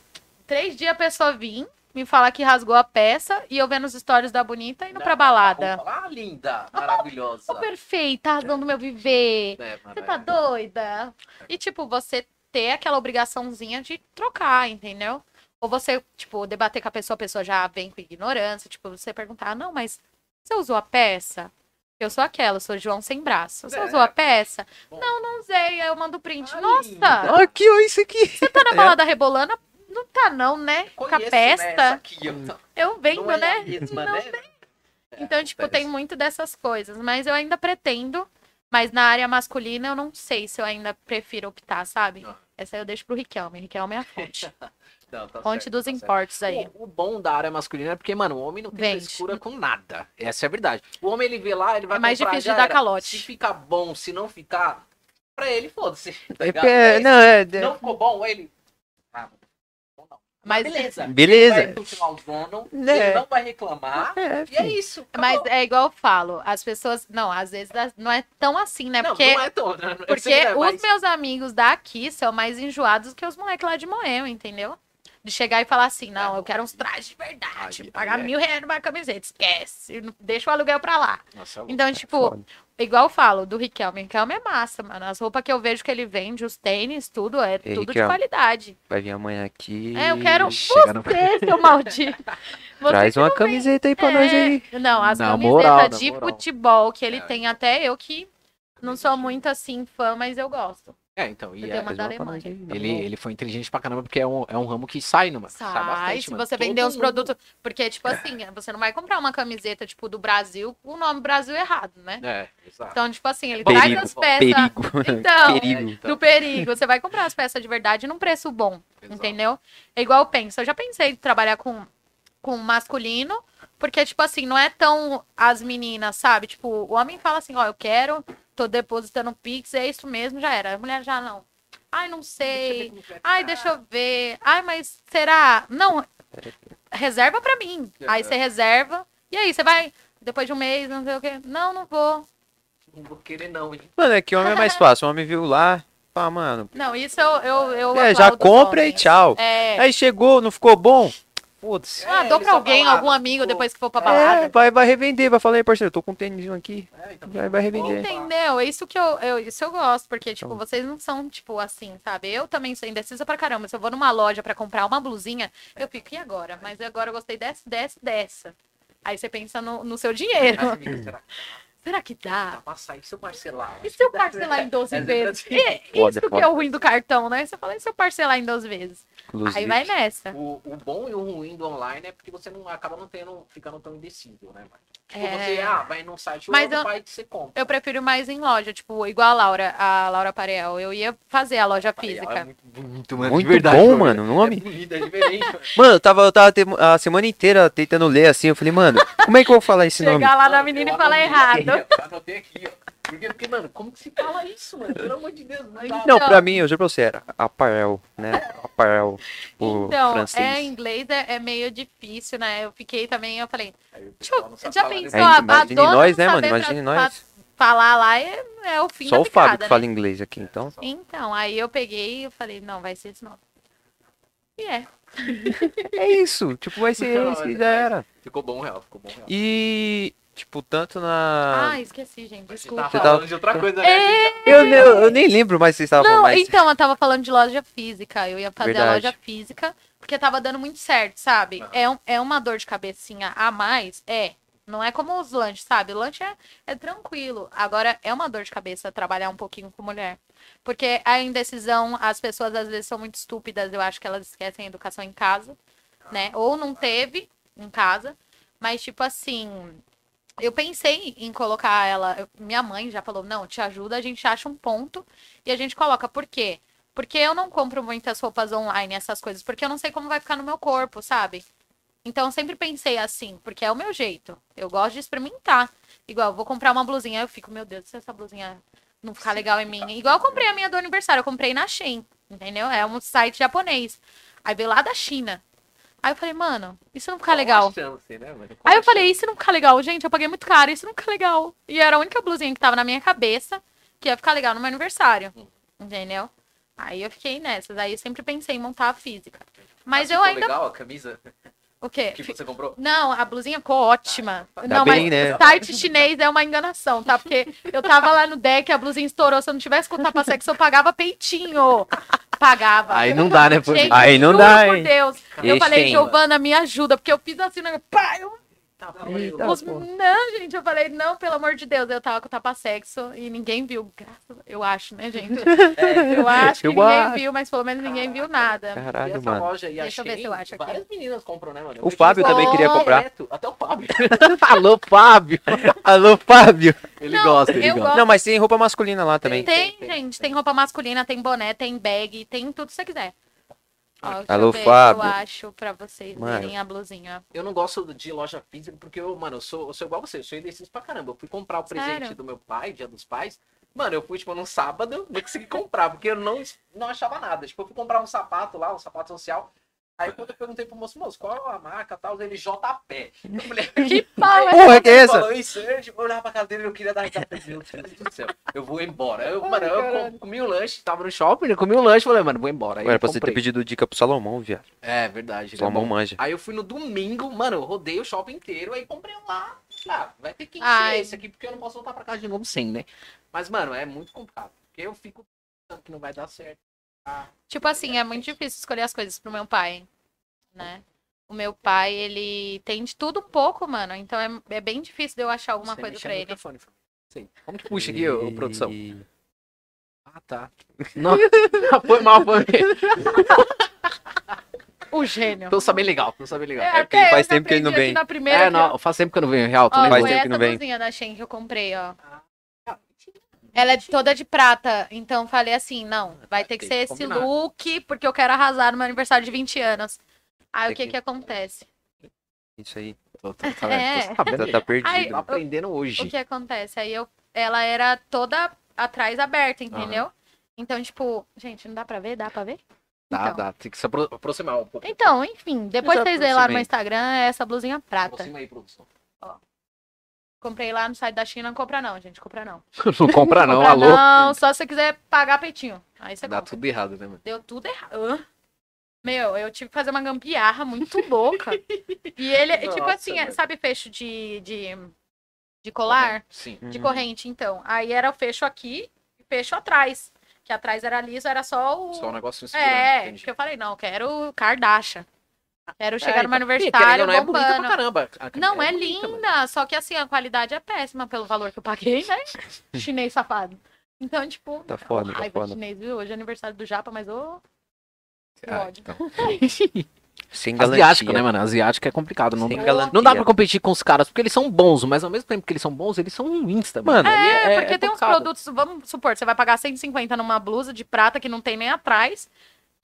[SPEAKER 3] Três dias a pessoa vim me falar que rasgou a peça e eu vendo os stories da bonita indo pra balada.
[SPEAKER 1] Ah, linda, maravilhosa.
[SPEAKER 3] Ô, perfeita, razão do meu viver.
[SPEAKER 1] É, mano,
[SPEAKER 3] Você tá
[SPEAKER 1] é.
[SPEAKER 3] doida? E, tipo, você ter aquela obrigaçãozinha de trocar, entendeu? Ou você, tipo, debater com a pessoa, a pessoa já vem com ignorância, tipo, você perguntar, não, mas você usou a peça? Eu sou aquela, eu sou João sem braço. Você
[SPEAKER 1] É.
[SPEAKER 3] usou a peça?
[SPEAKER 1] Bom.
[SPEAKER 3] Não, não usei. Aí eu mando print.
[SPEAKER 1] Ai,
[SPEAKER 3] Nossa,
[SPEAKER 1] linda.
[SPEAKER 2] Ah, Aqui, ó, isso aqui.
[SPEAKER 3] tá na balada rebolando? Não tá não, né? Com a
[SPEAKER 1] Conheço, né,
[SPEAKER 3] pesta.
[SPEAKER 1] essa aqui, ó.
[SPEAKER 3] Eu vendo,
[SPEAKER 1] Não é
[SPEAKER 3] né?
[SPEAKER 1] a mesma,
[SPEAKER 3] Não
[SPEAKER 1] né?
[SPEAKER 3] Então, tipo, tem muito dessas coisas, mas eu ainda pretendo, mas na área masculina eu não sei se eu ainda prefiro optar, sabe?
[SPEAKER 1] Não.
[SPEAKER 3] Essa eu deixo pro Riquelme, Riquelme é a fonte,
[SPEAKER 1] Não, Ah. tá
[SPEAKER 3] fonte
[SPEAKER 1] certo,
[SPEAKER 3] dos
[SPEAKER 1] tá certo.
[SPEAKER 3] importes aí.
[SPEAKER 1] O, o bom da área masculina é porque, mano, o homem não tem
[SPEAKER 3] Vende.
[SPEAKER 1] frescura com nada. Essa é a verdade. O homem, ele vê lá, ele vai
[SPEAKER 3] É mais
[SPEAKER 1] comprar,
[SPEAKER 3] difícil
[SPEAKER 1] já
[SPEAKER 3] de dar
[SPEAKER 1] era.
[SPEAKER 3] calote.
[SPEAKER 1] Se ficar bom, se não ficar, pra ele, foda-se. tá ligado?
[SPEAKER 2] É,
[SPEAKER 1] É
[SPEAKER 2] não, é.
[SPEAKER 1] isso.
[SPEAKER 2] é-
[SPEAKER 1] Não ficou bom, ele... Ah,
[SPEAKER 3] Mas, é,
[SPEAKER 1] beleza. tá Vai
[SPEAKER 2] é. Beleza.
[SPEAKER 1] continuar usando,
[SPEAKER 2] Né?
[SPEAKER 1] ele não vai reclamar.
[SPEAKER 2] É,
[SPEAKER 1] E é isso.
[SPEAKER 3] mas
[SPEAKER 1] acabou.
[SPEAKER 3] é igual eu falo, as pessoas, não, às vezes as- não é tão assim, né?
[SPEAKER 1] não,
[SPEAKER 3] Porque,
[SPEAKER 1] não é tão, né? Eu
[SPEAKER 3] porque
[SPEAKER 1] sei que não é,
[SPEAKER 3] os
[SPEAKER 1] mas-
[SPEAKER 3] meus amigos daqui são mais enjoados que os moleques lá de Moema, entendeu? De chegar e falar assim, não, eu quero uns trajes de verdade,
[SPEAKER 1] É. Aí- aí
[SPEAKER 3] pagar
[SPEAKER 1] é.
[SPEAKER 3] mil reais numa camiseta, esquece, deixa o aluguel pra lá.
[SPEAKER 1] Nossa, é louco.
[SPEAKER 3] Então, tipo,
[SPEAKER 2] foda.
[SPEAKER 3] igual eu falo, do Riquelme. Riquelme é massa, mano. As roupas que eu vejo que ele vende, os tênis, tudo, é tudo de
[SPEAKER 2] Riquelme.
[SPEAKER 3] qualidade.
[SPEAKER 2] Vai vir amanhã aqui.
[SPEAKER 3] É, eu quero
[SPEAKER 1] Chega no-
[SPEAKER 3] você, seu maldito. Você
[SPEAKER 2] Traz uma camiseta aí pra
[SPEAKER 3] é.
[SPEAKER 2] nós aí.
[SPEAKER 3] Não, as
[SPEAKER 1] Na
[SPEAKER 3] camisetas
[SPEAKER 1] moral, na
[SPEAKER 3] de
[SPEAKER 1] moral.
[SPEAKER 3] futebol que ele
[SPEAKER 1] É.
[SPEAKER 3] tem até eu que Não sou muito assim fã, mas eu gosto.
[SPEAKER 5] É, então. E
[SPEAKER 3] Porque
[SPEAKER 5] é-
[SPEAKER 3] é uma da Alemanha.
[SPEAKER 5] ele, ele foi inteligente pra caramba, porque é um, é um ramo que sai numa.
[SPEAKER 1] tá
[SPEAKER 5] Sai,
[SPEAKER 3] Sai,
[SPEAKER 5] bastante,
[SPEAKER 3] se
[SPEAKER 5] mano.
[SPEAKER 3] você
[SPEAKER 5] Todo
[SPEAKER 3] vender os
[SPEAKER 5] mundo-
[SPEAKER 3] produtos. Porque, tipo assim, você não vai comprar uma camiseta, tipo, do Brasil com o nome Brasil errado, né?
[SPEAKER 5] É, exato.
[SPEAKER 3] Então, tipo assim, ele
[SPEAKER 5] Perigo,
[SPEAKER 3] traz as peças
[SPEAKER 2] é Perigo.
[SPEAKER 3] Então,
[SPEAKER 1] É,
[SPEAKER 2] Perigo.
[SPEAKER 5] então.
[SPEAKER 3] do perigo. Você vai comprar as peças de verdade num preço bom,
[SPEAKER 5] Exato.
[SPEAKER 3] entendeu? É igual eu penso. Eu já pensei em trabalhar com, com masculino, porque, tipo assim, não é tão as meninas, sabe? Tipo, o homem fala assim, ó, eu quero, tô depositando Pix, é isso mesmo, já era. A mulher já não. Ai, não sei.
[SPEAKER 1] é tá.
[SPEAKER 3] Ai, deixa eu ver. Ai, mas será? Não, reserva pra mim.
[SPEAKER 5] É.
[SPEAKER 3] Aí você reserva. E aí, você vai depois de um mês, não sei o quê. Não, não vou.
[SPEAKER 1] Não vou querer, não, hein?
[SPEAKER 2] Mano, é que homem é mais fácil. O homem viu lá, pá, mano.
[SPEAKER 3] Não, isso eu. eu, eu
[SPEAKER 2] É, já
[SPEAKER 3] aplaudo os
[SPEAKER 2] compra e
[SPEAKER 3] homens.
[SPEAKER 2] tchau.
[SPEAKER 3] É.
[SPEAKER 2] Aí chegou, não ficou bom? Putz.
[SPEAKER 3] Ah,
[SPEAKER 1] É,
[SPEAKER 3] dou
[SPEAKER 1] eles
[SPEAKER 3] pra
[SPEAKER 1] só
[SPEAKER 3] alguém,
[SPEAKER 1] falaram,
[SPEAKER 3] algum amigo,
[SPEAKER 1] pô.
[SPEAKER 3] depois que for pra balada.
[SPEAKER 2] É, vai, vai revender, vai falar aí, parceiro, eu tô com um tênisinho aqui.
[SPEAKER 1] É, então,
[SPEAKER 2] Vai, vai revender.
[SPEAKER 3] Entendeu? É isso que eu, eu, isso eu gosto, porque, tipo,
[SPEAKER 2] Então.
[SPEAKER 3] vocês não são, tipo, assim, sabe? Eu também sou indecisa pra caramba. Se eu vou numa loja pra comprar uma blusinha, eu fico, e agora? Mas agora eu gostei dessa, dessa, e dessa. Aí você pensa no, no seu dinheiro.
[SPEAKER 1] Ai, amiga, será que
[SPEAKER 3] Será que dá?
[SPEAKER 1] dá pra sair se eu parcelar?
[SPEAKER 3] E se eu parcelar em 12
[SPEAKER 1] É,
[SPEAKER 3] vezes?
[SPEAKER 1] é,
[SPEAKER 3] E-
[SPEAKER 2] Foda,
[SPEAKER 3] isso que
[SPEAKER 2] foda.
[SPEAKER 3] é o ruim do cartão, né? Você fala, e se eu parcelar em 12 vezes? Aí vai nessa.
[SPEAKER 1] O, o bom e o ruim do online é porque você não acaba não tendo, ficando tão indeciso, né? mano? Tipo,
[SPEAKER 3] É.
[SPEAKER 1] você ah, vai num site
[SPEAKER 3] Mas
[SPEAKER 1] ou
[SPEAKER 3] eu-
[SPEAKER 1] outro, vai que você compra.
[SPEAKER 3] Eu prefiro mais em loja, tipo, igual a Laura, a Laura Parel. Eu ia fazer a loja
[SPEAKER 5] É
[SPEAKER 3] física.
[SPEAKER 5] muito bonito, mano.
[SPEAKER 2] Muito
[SPEAKER 5] de verdade,
[SPEAKER 2] bom,
[SPEAKER 5] mano.
[SPEAKER 2] mano, o nome.
[SPEAKER 5] É bonito, é diferente. mano.
[SPEAKER 2] Mano, eu tava, eu tava te- a semana inteira tentando ler assim, eu falei, mano, como é que eu vou falar esse nome?
[SPEAKER 3] Chegar lá na
[SPEAKER 1] Mano,
[SPEAKER 3] menina
[SPEAKER 1] eu
[SPEAKER 3] e falar
[SPEAKER 1] anotei
[SPEAKER 3] errado.
[SPEAKER 1] aqui, ó, anotei aqui, ó. Porque, porque, mano, como que se fala isso, mano? Pelo amor de Deus, não dá.
[SPEAKER 2] Não,
[SPEAKER 3] Então-
[SPEAKER 2] pra mim, eu juro pra você, era aparel, né? Aparel, tipo,
[SPEAKER 3] Então,
[SPEAKER 2] francês.
[SPEAKER 3] é, em inglês é, é meio difícil, né? Eu fiquei também, eu falei,
[SPEAKER 1] Aí o
[SPEAKER 3] deixa eu-
[SPEAKER 1] pessoal não sabe
[SPEAKER 3] já
[SPEAKER 1] falar, né?
[SPEAKER 3] pensou
[SPEAKER 2] É,
[SPEAKER 3] a, a
[SPEAKER 2] imagine
[SPEAKER 3] dona
[SPEAKER 2] nós,
[SPEAKER 3] não
[SPEAKER 2] né, mano?
[SPEAKER 3] saber pra-
[SPEAKER 2] Imagine
[SPEAKER 3] pra
[SPEAKER 2] nós.
[SPEAKER 3] falar lá é, é o fim
[SPEAKER 2] Só
[SPEAKER 3] da
[SPEAKER 2] o Fábio
[SPEAKER 3] picada,
[SPEAKER 2] que
[SPEAKER 3] né?
[SPEAKER 2] fala inglês aqui, então.
[SPEAKER 3] Então, aí eu peguei e eu falei, não, vai ser esse nome. E é.
[SPEAKER 2] É isso, tipo, vai ser
[SPEAKER 1] Não,
[SPEAKER 2] isso que
[SPEAKER 1] mas-
[SPEAKER 2] já era.
[SPEAKER 1] Ficou bom, real, ficou bom, real.
[SPEAKER 2] E, tipo, tanto na...
[SPEAKER 3] Ah, esqueci, gente,
[SPEAKER 1] Mas Você tá
[SPEAKER 3] desculpa. É.
[SPEAKER 2] Você
[SPEAKER 1] falando de outra coisa, né?
[SPEAKER 2] Eu, ne- eu nem lembro mais se vocês estavam
[SPEAKER 3] Não,
[SPEAKER 2] falando, mas...
[SPEAKER 3] então, eu tava falando de loja física. Eu ia fazer a
[SPEAKER 2] Verdade.
[SPEAKER 3] loja física, porque tava dando muito certo, sabe?
[SPEAKER 1] Aham.
[SPEAKER 3] É, um, é uma dor de cabecinha a mais, é. Não é como os lanches, sabe? O lanche é, é tranquilo. Agora, é uma dor de cabeça trabalhar um pouquinho com mulher. Porque a indecisão, as pessoas às vezes são muito estúpidas. Eu acho que elas esquecem a educação em casa, né? Ou não teve em casa. Mas, tipo assim, eu pensei em colocar ela. eu- minha mãe já falou: não, te ajuda, a gente acha um ponto e a gente coloca. Por quê? Porque eu não compro muitas roupas online, essas coisas, porque eu não sei como vai ficar no meu corpo, sabe? Então eu sempre pensei assim, porque é o meu jeito. Eu gosto de experimentar. Igual, eu vou comprar uma blusinha, eu fico, meu Deus, se essa blusinha não ficar legal em mim. Igual eu comprei a minha do aniversário, eu comprei na Shein, entendeu? É um site japonês. Aí veio lá da China. Aí eu falei, mano, isso não ficar legal.
[SPEAKER 1] Qual a chance, né, mano? Qual
[SPEAKER 3] Aí eu
[SPEAKER 1] a
[SPEAKER 3] falei, isso não fica legal, gente. Eu paguei muito caro, isso não fica legal. E era a única blusinha que tava na minha cabeça que ia ficar legal no meu aniversário. Entendeu? Aí eu fiquei nessas. Aí eu sempre pensei em montar a física. Mas
[SPEAKER 1] chance?
[SPEAKER 3] eu
[SPEAKER 1] Ficou
[SPEAKER 3] ainda.
[SPEAKER 1] Tá tipo legal a camisa
[SPEAKER 3] O quê?
[SPEAKER 1] que você comprou?
[SPEAKER 3] Não, a blusinha ficou ótima. não,
[SPEAKER 2] bem,
[SPEAKER 3] mas
[SPEAKER 2] né?
[SPEAKER 3] o site chinês é uma enganação, tá? Porque eu tava lá no deck, a blusinha estourou. Se eu não tivesse com tapa sexo, eu pagava peitinho. Pagava.
[SPEAKER 5] Aí não dá, né? Por...
[SPEAKER 3] Gente,
[SPEAKER 2] Aí não
[SPEAKER 3] juro
[SPEAKER 2] dá,
[SPEAKER 3] por
[SPEAKER 2] hein?
[SPEAKER 3] Deus. Eu
[SPEAKER 2] Ixi,
[SPEAKER 3] falei,
[SPEAKER 2] hein?
[SPEAKER 3] Giovana, me ajuda. Porque eu fiz assim, né? pá, eu
[SPEAKER 1] Tá,
[SPEAKER 2] Eita.
[SPEAKER 3] os-
[SPEAKER 2] pô.
[SPEAKER 3] Não, gente, eu falei, não, pelo amor de Deus, eu tava com tapa-sexo e ninguém viu. Graças- Eu acho, né, gente? É, Eu acho que
[SPEAKER 2] Eu
[SPEAKER 3] ninguém
[SPEAKER 2] acho.
[SPEAKER 3] viu, mas pelo menos ninguém viu nada.
[SPEAKER 1] E
[SPEAKER 2] Caralho,
[SPEAKER 1] essa
[SPEAKER 2] mano.
[SPEAKER 1] loja aí, a
[SPEAKER 3] Deixa eu ver
[SPEAKER 1] Shein,
[SPEAKER 3] se eu acho aqui.
[SPEAKER 1] Várias meninas compram, né, mano?
[SPEAKER 2] O Fábio
[SPEAKER 1] vejo
[SPEAKER 2] também queria
[SPEAKER 1] direto,
[SPEAKER 2] comprar.
[SPEAKER 1] Até o Fábio.
[SPEAKER 5] Alô, Fábio!
[SPEAKER 2] Alô, Fábio.
[SPEAKER 5] Ele
[SPEAKER 3] Não,
[SPEAKER 5] gosta, ele
[SPEAKER 3] eu
[SPEAKER 5] gosta.
[SPEAKER 2] Não, mas tem roupa masculina lá também.
[SPEAKER 3] Tem,
[SPEAKER 1] Tem, tem,
[SPEAKER 3] gente, tem roupa masculina, tem boné, tem bag, tem tudo que você quiser. Ó, deixa
[SPEAKER 2] Alô,
[SPEAKER 3] eu ver se
[SPEAKER 2] Fábio.
[SPEAKER 3] Eu acho pra vocês
[SPEAKER 2] Mano.
[SPEAKER 3] verem a blusinha.
[SPEAKER 1] Eu não gosto de loja física porque eu, mano, eu sou, eu sou igual você, eu sou indeciso pra caramba. Eu fui comprar o presente
[SPEAKER 3] Sério?
[SPEAKER 1] do meu pai, dia dos pais. Mano, eu fui, tipo, num sábado, não consegui comprar, porque eu não, não achava nada. Tipo, eu fui comprar um sapato lá, um sapato social. Aí quando eu perguntei pro moço, moço, qual a marca e tal, ele JP. Eu falei,
[SPEAKER 3] Que pau, é?
[SPEAKER 2] Porra, que é essa?
[SPEAKER 1] falou isso, eu tipo, eu olhava pra casa dele, eu queria dar risada. Meu Deus do céu, eu vou embora. Eu, mano, eu
[SPEAKER 3] caralho.
[SPEAKER 1] com- comi um lanche, tava no shopping, eu comi um lanche, falei, mano, vou embora. Aí
[SPEAKER 2] Era
[SPEAKER 1] eu
[SPEAKER 2] pra você ter
[SPEAKER 1] comprei.
[SPEAKER 2] pedido dica pro Salomão, viado.
[SPEAKER 1] É, verdade. né?
[SPEAKER 2] Salomão manja.
[SPEAKER 1] Aí eu fui no domingo, mano, eu rodei o shopping inteiro, aí comprei um lá. Ah, vai ter que encher
[SPEAKER 3] Ai.
[SPEAKER 1] esse aqui, porque eu não posso voltar pra casa de novo sem, né? Mas, mano, é muito complicado. Porque eu fico pensando que não vai dar certo.
[SPEAKER 3] Tipo assim, é muito difícil escolher as coisas pro meu pai, né? O meu pai, ele tem de tudo um pouco, mano. Então é, é bem difícil de eu achar alguma
[SPEAKER 1] Você
[SPEAKER 3] coisa
[SPEAKER 1] mexer
[SPEAKER 3] pra
[SPEAKER 1] no
[SPEAKER 3] ele.
[SPEAKER 1] microfone, Fábio.
[SPEAKER 4] Sei. Como que puxa aqui, ô, ô, produção?
[SPEAKER 2] E-
[SPEAKER 4] Ah, tá.
[SPEAKER 1] Não,
[SPEAKER 4] foi mal, foi mal.
[SPEAKER 3] O gênio.
[SPEAKER 4] Tô sabendo legal, tô sabendo
[SPEAKER 3] É,
[SPEAKER 4] legal.
[SPEAKER 2] É porque faz tempo que ele não
[SPEAKER 3] aprendi
[SPEAKER 2] vem.
[SPEAKER 3] aqui Na primeira
[SPEAKER 1] é,
[SPEAKER 3] aqui,
[SPEAKER 1] não, faz tempo que eu não venho, real, tô
[SPEAKER 3] Ó,
[SPEAKER 1] nervoso.
[SPEAKER 2] Faz
[SPEAKER 3] foi
[SPEAKER 2] tempo
[SPEAKER 3] essa
[SPEAKER 2] que não vem.
[SPEAKER 3] blusinha da Shein que eu comprei, ó. Ela é de- toda de prata, então falei assim, não, vai ter que
[SPEAKER 4] Tem
[SPEAKER 3] ser
[SPEAKER 4] que
[SPEAKER 3] esse
[SPEAKER 4] combinar.
[SPEAKER 3] look, porque eu quero arrasar no meu aniversário de 20 anos. Aí
[SPEAKER 2] Tem
[SPEAKER 3] o que
[SPEAKER 2] que-
[SPEAKER 3] que acontece?
[SPEAKER 2] Isso aí.
[SPEAKER 1] Tô, tô, tô,
[SPEAKER 3] É.
[SPEAKER 1] tô
[SPEAKER 2] Tá,
[SPEAKER 1] sabendo.
[SPEAKER 2] tá
[SPEAKER 3] Ai,
[SPEAKER 2] perdido.
[SPEAKER 4] Tô aprendendo hoje.
[SPEAKER 3] O que acontece? Aí eu, ela era toda atrás aberta, entendeu? Então, tipo, gente, não dá pra ver? Dá pra ver?
[SPEAKER 1] Dá,
[SPEAKER 3] Então.
[SPEAKER 1] dá, tem que se apro- aproximar um pouco.
[SPEAKER 3] Então, enfim, depois
[SPEAKER 2] já
[SPEAKER 3] vocês veem lá no
[SPEAKER 2] aproximei.
[SPEAKER 3] meu Instagram, é essa blusinha prata.
[SPEAKER 4] Aproxima aí, produção.
[SPEAKER 3] Comprei lá no site da China, não compra não, gente, compra não.
[SPEAKER 1] Não compra não,
[SPEAKER 3] Compra
[SPEAKER 1] alô.
[SPEAKER 3] não, só se você quiser pagar peitinho. Aí você
[SPEAKER 1] Dá
[SPEAKER 3] compra.
[SPEAKER 1] tudo errado, né, mano?
[SPEAKER 3] Deu tudo errado. Hã? Meu, eu tive que fazer uma gambiarra muito louca. E ele, é tipo
[SPEAKER 4] Nossa,
[SPEAKER 3] assim,
[SPEAKER 4] velho.
[SPEAKER 3] sabe fecho de, de, de colar?
[SPEAKER 1] Sim.
[SPEAKER 4] Uhum.
[SPEAKER 3] De corrente, então. Aí era o fecho aqui e fecho atrás. Que atrás era liso, era só o.
[SPEAKER 1] Só um negócio segurando.
[SPEAKER 3] é,
[SPEAKER 1] entendi.
[SPEAKER 3] porque eu falei, não, eu quero Kardashian. Quero
[SPEAKER 4] É,
[SPEAKER 3] chegar numa
[SPEAKER 4] então,
[SPEAKER 3] universitária
[SPEAKER 4] querendo ou não é bonita pra
[SPEAKER 3] bombando.
[SPEAKER 4] caramba. A- a-
[SPEAKER 3] Não, é,
[SPEAKER 4] bonita, mano.
[SPEAKER 3] linda, só que assim, a qualidade é péssima pelo valor que eu paguei, né? chinês safado. Então, tipo,
[SPEAKER 2] Tá foda, tá
[SPEAKER 3] raiva de
[SPEAKER 2] foda.
[SPEAKER 3] chinês, viu? Hoje é aniversário do Japa, mas ô. que
[SPEAKER 1] Ah,
[SPEAKER 3] ódio.
[SPEAKER 1] então.
[SPEAKER 2] Sem galantia.
[SPEAKER 1] Asiático, né, mano? Asiático é complicado. Não,
[SPEAKER 2] Sem
[SPEAKER 3] Não
[SPEAKER 2] galantia.
[SPEAKER 1] não dá pra competir com os caras, porque eles são bons, mas ao mesmo tempo que eles são bons, eles são um insta, mano.
[SPEAKER 2] Mano,
[SPEAKER 1] Aí
[SPEAKER 3] É, porque tem uns
[SPEAKER 1] complicado.
[SPEAKER 3] produtos, vamos supor, você vai pagar 150 numa blusa de prata que não tem nem atrás,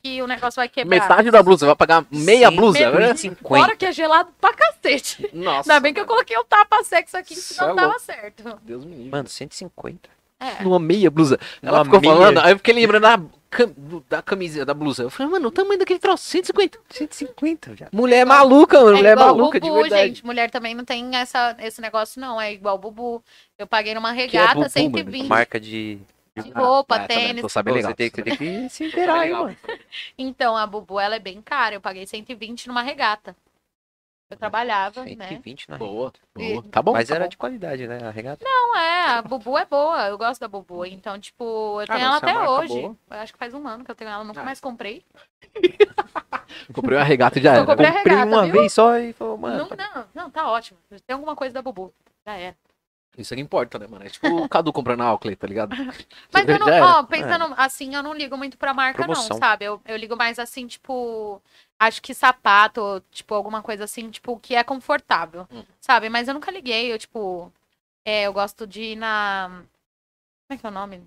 [SPEAKER 3] e o negócio vai quebrar.
[SPEAKER 1] Metade da blusa, vai pagar meia
[SPEAKER 2] Sim,
[SPEAKER 1] blusa.
[SPEAKER 3] meia
[SPEAKER 1] né?
[SPEAKER 3] blusa. Fora que é gelado pra cacete.
[SPEAKER 1] Nossa.
[SPEAKER 3] Ainda bem que eu coloquei o tapa sexo aqui,
[SPEAKER 1] Cê
[SPEAKER 3] senão
[SPEAKER 1] é
[SPEAKER 3] não tava certo.
[SPEAKER 1] Deus me livre.
[SPEAKER 2] Mano, 150.
[SPEAKER 3] É.
[SPEAKER 1] numa meia blusa. Ela
[SPEAKER 2] Numa
[SPEAKER 1] ficou
[SPEAKER 2] meia.
[SPEAKER 1] falando, aí eu fiquei lembrando da, cam- do- da camisa, da blusa. Eu falei, mano, o tamanho daquele troço, 150.
[SPEAKER 2] 150, já.
[SPEAKER 1] Mulher é maluca, mano.
[SPEAKER 3] É
[SPEAKER 1] mulher é
[SPEAKER 3] igual
[SPEAKER 1] maluca, de
[SPEAKER 3] bubu,
[SPEAKER 1] verdade.
[SPEAKER 3] gente. Mulher também não tem essa, esse negócio, não. É igual bubu. Eu paguei numa regata,
[SPEAKER 1] é bubu, mano?
[SPEAKER 3] 120
[SPEAKER 2] Marca de.
[SPEAKER 3] de roupa,
[SPEAKER 1] Ah, tá bem,
[SPEAKER 3] tênis.
[SPEAKER 1] Tô sabendo
[SPEAKER 2] Pô,
[SPEAKER 1] legal.
[SPEAKER 2] Você tem, que- você tem que se
[SPEAKER 4] Tá
[SPEAKER 2] inteirar aí,
[SPEAKER 4] legal.
[SPEAKER 2] mano.
[SPEAKER 3] Então, a bubu, ela é bem cara. Eu paguei 120 numa regata. Eu trabalhava, né?
[SPEAKER 2] 120 na
[SPEAKER 1] Boa, boa.
[SPEAKER 3] boa.
[SPEAKER 1] Tá bom.
[SPEAKER 2] Mas
[SPEAKER 1] tá
[SPEAKER 2] era
[SPEAKER 1] bom.
[SPEAKER 2] de qualidade, né? A regata.
[SPEAKER 3] Não, é. A bubu é boa. Eu gosto da bubu. Então, tipo, eu tenho
[SPEAKER 2] não,
[SPEAKER 3] ela
[SPEAKER 2] essa é
[SPEAKER 3] até
[SPEAKER 2] uma marca
[SPEAKER 3] hoje.
[SPEAKER 2] boa.
[SPEAKER 3] Eu acho que faz um ano que eu tenho ela. Nunca
[SPEAKER 4] Ah.
[SPEAKER 3] mais comprei.
[SPEAKER 1] Comprei um uma regata já
[SPEAKER 3] Eu
[SPEAKER 1] era.
[SPEAKER 3] comprei a
[SPEAKER 2] Comprei
[SPEAKER 3] regata,
[SPEAKER 2] uma
[SPEAKER 3] viu?
[SPEAKER 2] vez só e falou, mano.
[SPEAKER 3] Não,
[SPEAKER 2] tá-
[SPEAKER 3] não, não, tá ótimo. Tem alguma coisa da bubu. Já é.
[SPEAKER 1] Isso que importa, né, mano? É tipo o Cadu comprando a Oakley, tá ligado?
[SPEAKER 3] Mas eu não,
[SPEAKER 1] Já era.
[SPEAKER 3] ó, pensando assim, eu não ligo muito pra marca,
[SPEAKER 2] Promoção.
[SPEAKER 3] não, sabe? Eu, eu ligo mais assim, tipo, acho que sapato, tipo, alguma coisa assim, tipo, que é confortável,
[SPEAKER 1] Hum.
[SPEAKER 3] sabe? Mas eu nunca liguei, eu, tipo, é, eu gosto de ir na. Como é que é o nome?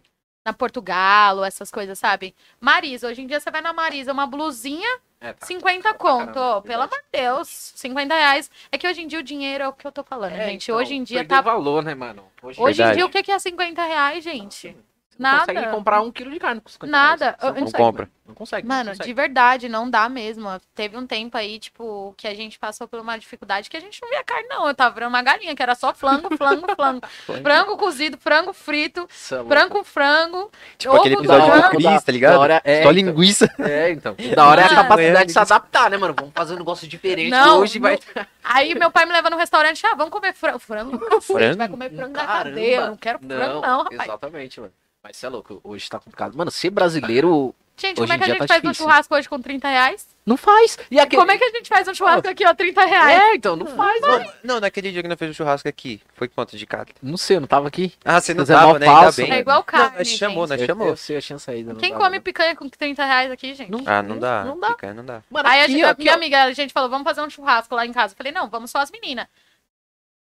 [SPEAKER 3] Na Portugalo, essas coisas, sabe? Marisa, hoje em dia você vai na Marisa, uma blusinha,
[SPEAKER 4] É, tá.
[SPEAKER 3] 50
[SPEAKER 4] pra
[SPEAKER 3] conto.
[SPEAKER 4] caramba,
[SPEAKER 3] ó, pelo amor de Deus, 50 reais. É que hoje em dia o dinheiro é o que eu tô falando,
[SPEAKER 4] É,
[SPEAKER 3] gente.
[SPEAKER 4] então,
[SPEAKER 3] hoje em dia
[SPEAKER 4] perdeu
[SPEAKER 3] tá.
[SPEAKER 4] o valor, né, mano?
[SPEAKER 3] Hoje em
[SPEAKER 1] tá
[SPEAKER 2] Verdade.
[SPEAKER 3] dia, o que que é 50 reais, gente?
[SPEAKER 4] Não
[SPEAKER 3] Nada.
[SPEAKER 4] consegue comprar um quilo de carne com 50
[SPEAKER 3] Nada.
[SPEAKER 4] reais. Você
[SPEAKER 3] Eu- eu
[SPEAKER 2] não
[SPEAKER 4] consegue,
[SPEAKER 2] compra.
[SPEAKER 4] mano. Não consegue. não
[SPEAKER 3] Mano,
[SPEAKER 4] consegue.
[SPEAKER 3] de verdade, não dá mesmo. Teve um tempo aí, tipo, que a gente passou por uma dificuldade que a gente não via carne, não. Eu tava virando uma galinha, que era só flango, flango, flango. frango cozido, frango frito,
[SPEAKER 1] Isso é louco.
[SPEAKER 3] frango com frango.
[SPEAKER 2] Tipo aquele
[SPEAKER 3] ovo
[SPEAKER 2] episódio
[SPEAKER 1] da-
[SPEAKER 2] do
[SPEAKER 3] branco.
[SPEAKER 2] Chris, tá
[SPEAKER 1] Da
[SPEAKER 2] ligado?
[SPEAKER 1] hora é,
[SPEAKER 2] Só
[SPEAKER 1] então.
[SPEAKER 2] linguiça.
[SPEAKER 1] É, então. O Da hora é a
[SPEAKER 3] Mano.
[SPEAKER 1] capacidade de se adaptar, né, mano? Vamos fazer um negócio diferente.
[SPEAKER 3] Não,
[SPEAKER 1] hoje vai.
[SPEAKER 3] Aí meu pai me leva no restaurante, ah, vamos comer frango. Frango? A gente vai comer frango na
[SPEAKER 4] Caramba.
[SPEAKER 3] cadeia. Eu não quero frango, não, rapaz.
[SPEAKER 1] Exatamente, mano. Mas você é louco, hoje tá complicado. Mano, ser brasileiro
[SPEAKER 3] Gente,
[SPEAKER 1] Hoje
[SPEAKER 3] como é
[SPEAKER 1] em
[SPEAKER 3] que a
[SPEAKER 1] dia
[SPEAKER 3] gente
[SPEAKER 1] tá
[SPEAKER 3] faz
[SPEAKER 1] difícil.
[SPEAKER 3] um churrasco hoje com 30 reais?
[SPEAKER 1] não faz. E aquele...
[SPEAKER 3] Como é que a gente faz um churrasco aqui, ó, 30 reais?
[SPEAKER 1] É, então, não faz, mano.
[SPEAKER 2] Não, naquele dia que nós fez o churrasco aqui. Foi quanto de cada?
[SPEAKER 1] Não sei, eu não tava aqui.
[SPEAKER 2] Ah, você não
[SPEAKER 1] Mas é mó
[SPEAKER 2] tava, né? Ainda
[SPEAKER 1] falso,
[SPEAKER 2] bem.
[SPEAKER 1] mano.
[SPEAKER 3] É igual carne,
[SPEAKER 2] Não, nós chamou,
[SPEAKER 3] gente.
[SPEAKER 2] nós
[SPEAKER 1] Eu-
[SPEAKER 2] chamou.
[SPEAKER 1] Eu sei, eu tinha saído. não
[SPEAKER 3] Quem
[SPEAKER 1] dava,
[SPEAKER 3] come
[SPEAKER 1] né?
[SPEAKER 3] picanha com 30 reais aqui, gente?
[SPEAKER 2] Ah, não dá.
[SPEAKER 1] Não dá.
[SPEAKER 2] Picanha não dá.
[SPEAKER 1] Mano,
[SPEAKER 3] Aí a
[SPEAKER 1] aqui,
[SPEAKER 3] gente,
[SPEAKER 1] ó,
[SPEAKER 3] a
[SPEAKER 1] aqui,
[SPEAKER 3] minha
[SPEAKER 1] ó.
[SPEAKER 3] amiga, a gente falou, vamos fazer um churrasco lá em casa. Eu falei, não, vamos só as meninas.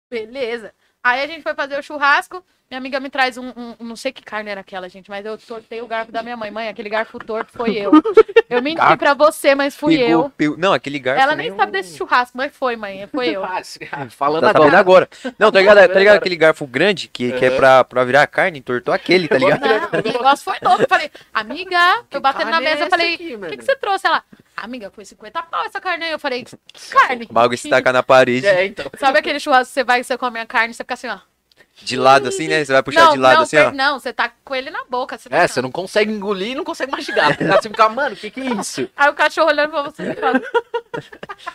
[SPEAKER 3] Beleza. Aí a gente foi fazer o churrasco. Minha amiga me traz um, um- um- não sei que carne era aquela, gente, mas eu tortei o garfo da minha mãe. Mãe, aquele garfo torto foi eu. Eu menti
[SPEAKER 1] Garfo.
[SPEAKER 3] pra você, mas fui
[SPEAKER 2] Pegou,
[SPEAKER 3] eu.
[SPEAKER 2] pegou- Não, aquele garfo. né?
[SPEAKER 3] Ela nem
[SPEAKER 2] eu-
[SPEAKER 3] sabe desse churrasco, mas foi, mãe, foi eu.
[SPEAKER 1] Ah, se- ah, Falando
[SPEAKER 2] Tá sabendo
[SPEAKER 1] agora.
[SPEAKER 2] agora. Não, tá ligado,
[SPEAKER 1] Tá sabendo
[SPEAKER 2] tá ligado
[SPEAKER 1] agora.
[SPEAKER 2] aquele garfo grande que, que é pra, pra virar carne? Entortou aquele, tá ligado?
[SPEAKER 3] Não, o negócio foi louco. Eu falei, amiga, eu batendo na
[SPEAKER 1] carne é
[SPEAKER 3] mesa, eu
[SPEAKER 1] essa
[SPEAKER 3] falei,
[SPEAKER 1] aqui,
[SPEAKER 3] o que,
[SPEAKER 1] mano?"
[SPEAKER 3] que você trouxe? Ela, amiga, foi 50 pau essa carne aí. Eu falei, que carne?
[SPEAKER 2] O bagulho se tacar na
[SPEAKER 3] tá
[SPEAKER 2] parede,
[SPEAKER 1] É, então.
[SPEAKER 3] Sabe aquele churrasco que você vai e você come a carne, você fica assim, ó.
[SPEAKER 2] de lado assim, né? Você vai puxar de lado
[SPEAKER 3] não,
[SPEAKER 2] assim, ó.
[SPEAKER 3] per- Não, você tá com ele na boca. Você tá
[SPEAKER 1] É,
[SPEAKER 3] assim,
[SPEAKER 1] você não consegue engolir e não consegue mastigar. Tá? Você fica, mano, o que que é isso?
[SPEAKER 3] ó. Aí o cachorro olhando pra você e falando.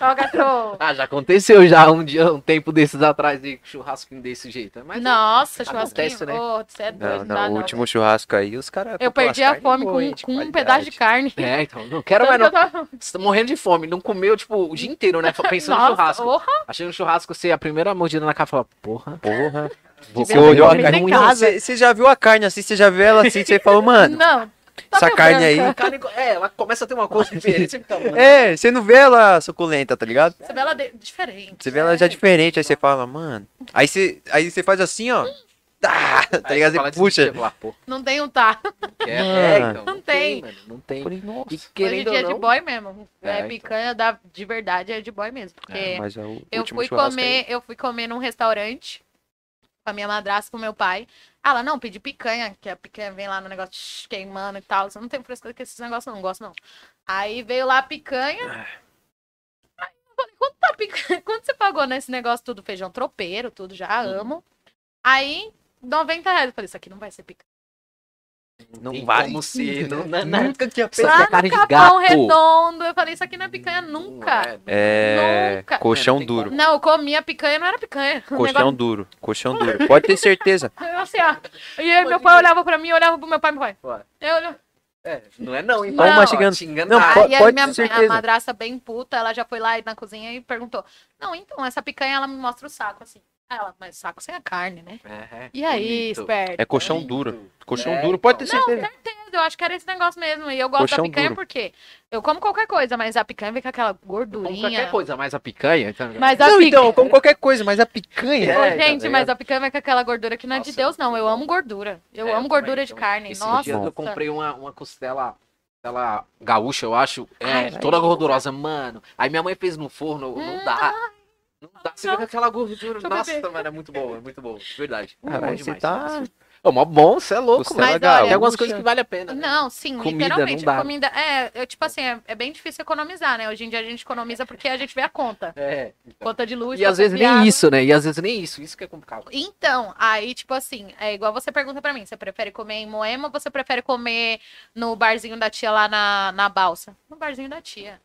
[SPEAKER 3] Ó, cachorro.
[SPEAKER 1] Ah, já aconteceu já um dia, um tempo desses atrás, de churrasquinho desse jeito. né?
[SPEAKER 2] é
[SPEAKER 1] Mas
[SPEAKER 3] Nossa,
[SPEAKER 1] acontece, né?
[SPEAKER 3] churrasquinho. Ô, você é doido,
[SPEAKER 2] Não,
[SPEAKER 3] não,
[SPEAKER 2] não,
[SPEAKER 3] dá,
[SPEAKER 2] o
[SPEAKER 3] não.
[SPEAKER 2] último churrasco aí, os caras.
[SPEAKER 3] Eu perdi a fome com, com um pedaço de carne.
[SPEAKER 1] É, então, não quero mais
[SPEAKER 3] Tanto
[SPEAKER 1] não.
[SPEAKER 3] que eu tava-
[SPEAKER 1] Você tá morrendo de fome, não comeu, tipo, o dia inteiro, né? Pensando no
[SPEAKER 3] Nossa,
[SPEAKER 1] churrasco.
[SPEAKER 3] porra.
[SPEAKER 1] Achei um churrasco, você a primeira mordida na cara fala, porra,
[SPEAKER 2] Porra.
[SPEAKER 6] Vou
[SPEAKER 2] Você
[SPEAKER 6] comer
[SPEAKER 2] olhou a
[SPEAKER 6] uma
[SPEAKER 2] carne.
[SPEAKER 7] em
[SPEAKER 6] unha.
[SPEAKER 7] casa.
[SPEAKER 2] Você você já viu a carne assim, você já viu ela assim, você falou, mano,
[SPEAKER 3] Não.
[SPEAKER 2] essa carne aí.
[SPEAKER 1] A carne, é, ela começa a ter uma coisa diferente. sempre tá bom.
[SPEAKER 2] É, você não vê ela suculenta, tá ligado?
[SPEAKER 3] Você vê ela de- diferente. É,
[SPEAKER 2] Você vê ela já diferente, aí você fala, mano. Aí você, aí você faz assim, ó. Tá, tá
[SPEAKER 1] Aí
[SPEAKER 2] ligado?
[SPEAKER 1] fala
[SPEAKER 2] Você
[SPEAKER 1] desse
[SPEAKER 2] puxa.
[SPEAKER 1] tipo lá, pô,
[SPEAKER 3] Não tem um tá.
[SPEAKER 1] que é, é,
[SPEAKER 2] Mano.
[SPEAKER 1] então,
[SPEAKER 3] Não tem.
[SPEAKER 1] mano, não tem.
[SPEAKER 2] Falei, nossa.
[SPEAKER 1] E
[SPEAKER 3] Hoje em
[SPEAKER 1] querendo
[SPEAKER 3] dia é
[SPEAKER 1] ou
[SPEAKER 3] de
[SPEAKER 1] não,
[SPEAKER 3] boy mesmo.
[SPEAKER 1] É,
[SPEAKER 3] É,
[SPEAKER 1] então.
[SPEAKER 3] picanha da, de verdade é de boy mesmo. Porque
[SPEAKER 2] É, mas é o
[SPEAKER 3] eu
[SPEAKER 2] último
[SPEAKER 3] fui
[SPEAKER 2] churrasco aí.
[SPEAKER 3] comer, eu fui comer num restaurante com a minha madrasta, com meu pai. Ah, Ela, não, pedi picanha, que a picanha vem lá no negócio shh, queimando e tal. Eu não tenho frescura com esses negócios, não, não gosto não. Aí veio lá a picanha. Aí eu falei, quanto, tá a picanha? quanto você pagou nesse negócio tudo? Feijão tropeiro, tudo, já amo. Aí, 90 reais. Eu falei, isso aqui não vai ser picanha.
[SPEAKER 2] Não
[SPEAKER 1] tem
[SPEAKER 2] vai.
[SPEAKER 1] como ser, não- não- não-
[SPEAKER 2] Nunca tinha
[SPEAKER 6] Isso aqui
[SPEAKER 3] Lá
[SPEAKER 6] é carne de
[SPEAKER 3] no
[SPEAKER 6] gato.
[SPEAKER 3] capão redondo. Eu falei, isso aqui não é picanha nunca.
[SPEAKER 1] Não é, não
[SPEAKER 2] É.
[SPEAKER 3] Nunca.
[SPEAKER 2] Colchão
[SPEAKER 1] Tem
[SPEAKER 2] duro.
[SPEAKER 3] Não, eu comia picanha, não era picanha. O
[SPEAKER 2] Colchão duro. Colchão duro. Pode ter certeza.
[SPEAKER 3] Eu, assim, ó. E aí meu pai olhava pra mim, olhava pro meu pai e meu pai.
[SPEAKER 1] Ué.
[SPEAKER 3] Eu olhava.
[SPEAKER 1] É, não é não, então.
[SPEAKER 3] Não.
[SPEAKER 1] ó,
[SPEAKER 2] mastigando.
[SPEAKER 1] Te
[SPEAKER 2] Não,
[SPEAKER 1] enganaram.
[SPEAKER 2] po-
[SPEAKER 3] Aí a
[SPEAKER 2] pode
[SPEAKER 3] minha
[SPEAKER 2] ter
[SPEAKER 3] a
[SPEAKER 2] certeza.
[SPEAKER 3] madraça bem puta, ela já foi lá na cozinha e perguntou. Não, então, essa picanha ela me mostra o saco, assim. Aí Ela, mas saco sem a carne, né?
[SPEAKER 1] É,
[SPEAKER 3] E aí,
[SPEAKER 1] bonito.
[SPEAKER 3] esperto.
[SPEAKER 2] É colchão duro. Colchão
[SPEAKER 1] É,
[SPEAKER 2] duro. Pode ter
[SPEAKER 1] então.
[SPEAKER 2] certeza.
[SPEAKER 3] Eu acho que era esse negócio mesmo. E eu gosto
[SPEAKER 2] Colchão
[SPEAKER 3] da picanha
[SPEAKER 2] duro.
[SPEAKER 3] porque eu como qualquer coisa, mas a picanha vem com aquela
[SPEAKER 1] Como
[SPEAKER 3] gordurinha.
[SPEAKER 1] qualquer coisa, mas a picanha. Então,
[SPEAKER 3] Mas a
[SPEAKER 2] Não,
[SPEAKER 3] picanha.
[SPEAKER 2] então, como qualquer coisa, mas a picanha.
[SPEAKER 1] É.
[SPEAKER 3] Ô,
[SPEAKER 1] tá
[SPEAKER 3] gente,
[SPEAKER 1] ligado?
[SPEAKER 3] mas a picanha vem com aquela gordura que não é de
[SPEAKER 1] Nossa,
[SPEAKER 3] Deus, não. Eu
[SPEAKER 1] muito
[SPEAKER 3] amo gordura. Eu
[SPEAKER 1] É, eu
[SPEAKER 3] amo gordura
[SPEAKER 1] também,
[SPEAKER 3] de
[SPEAKER 1] eu-
[SPEAKER 3] carne.
[SPEAKER 1] Esses
[SPEAKER 3] Nossa.
[SPEAKER 1] dias eu comprei uma, uma costela, costela gaúcha, eu acho. É,
[SPEAKER 3] Ai,
[SPEAKER 1] toda
[SPEAKER 3] velho.
[SPEAKER 1] gordurosa, mano. Aí minha mãe fez no forno, não dá. Não dá. Você vê
[SPEAKER 3] Não.
[SPEAKER 1] com aquela gordura.
[SPEAKER 3] Deixa eu
[SPEAKER 1] Nossa,
[SPEAKER 3] beber.
[SPEAKER 1] mano, é muito bom, é muito bom. de Verdade.
[SPEAKER 2] Caralho,
[SPEAKER 1] bom
[SPEAKER 2] você
[SPEAKER 1] demais.
[SPEAKER 2] tá.
[SPEAKER 1] Ô, mó bom, você é louco,
[SPEAKER 2] Costela
[SPEAKER 1] mano.
[SPEAKER 3] Mas
[SPEAKER 2] gaúcha.
[SPEAKER 3] olha,
[SPEAKER 1] Tem algumas coisas que vale a pena. né?
[SPEAKER 3] Não, sim,
[SPEAKER 1] Comida,
[SPEAKER 3] literalmente.
[SPEAKER 1] não dá.
[SPEAKER 3] Comida, é, eu, tipo assim, é, é bem difícil economizar, né? Hoje em dia a gente economiza porque a gente vê a conta.
[SPEAKER 1] É. então.
[SPEAKER 3] Conta de luz,
[SPEAKER 1] E às
[SPEAKER 3] conta
[SPEAKER 1] vezes
[SPEAKER 3] de água.
[SPEAKER 1] nem isso, né? E às vezes nem isso. Isso que é complicado.
[SPEAKER 3] Então, aí, tipo assim, é igual você pergunta pra mim, você prefere comer em Moema ou você prefere comer no barzinho da tia lá na, na balsa? No barzinho da tia.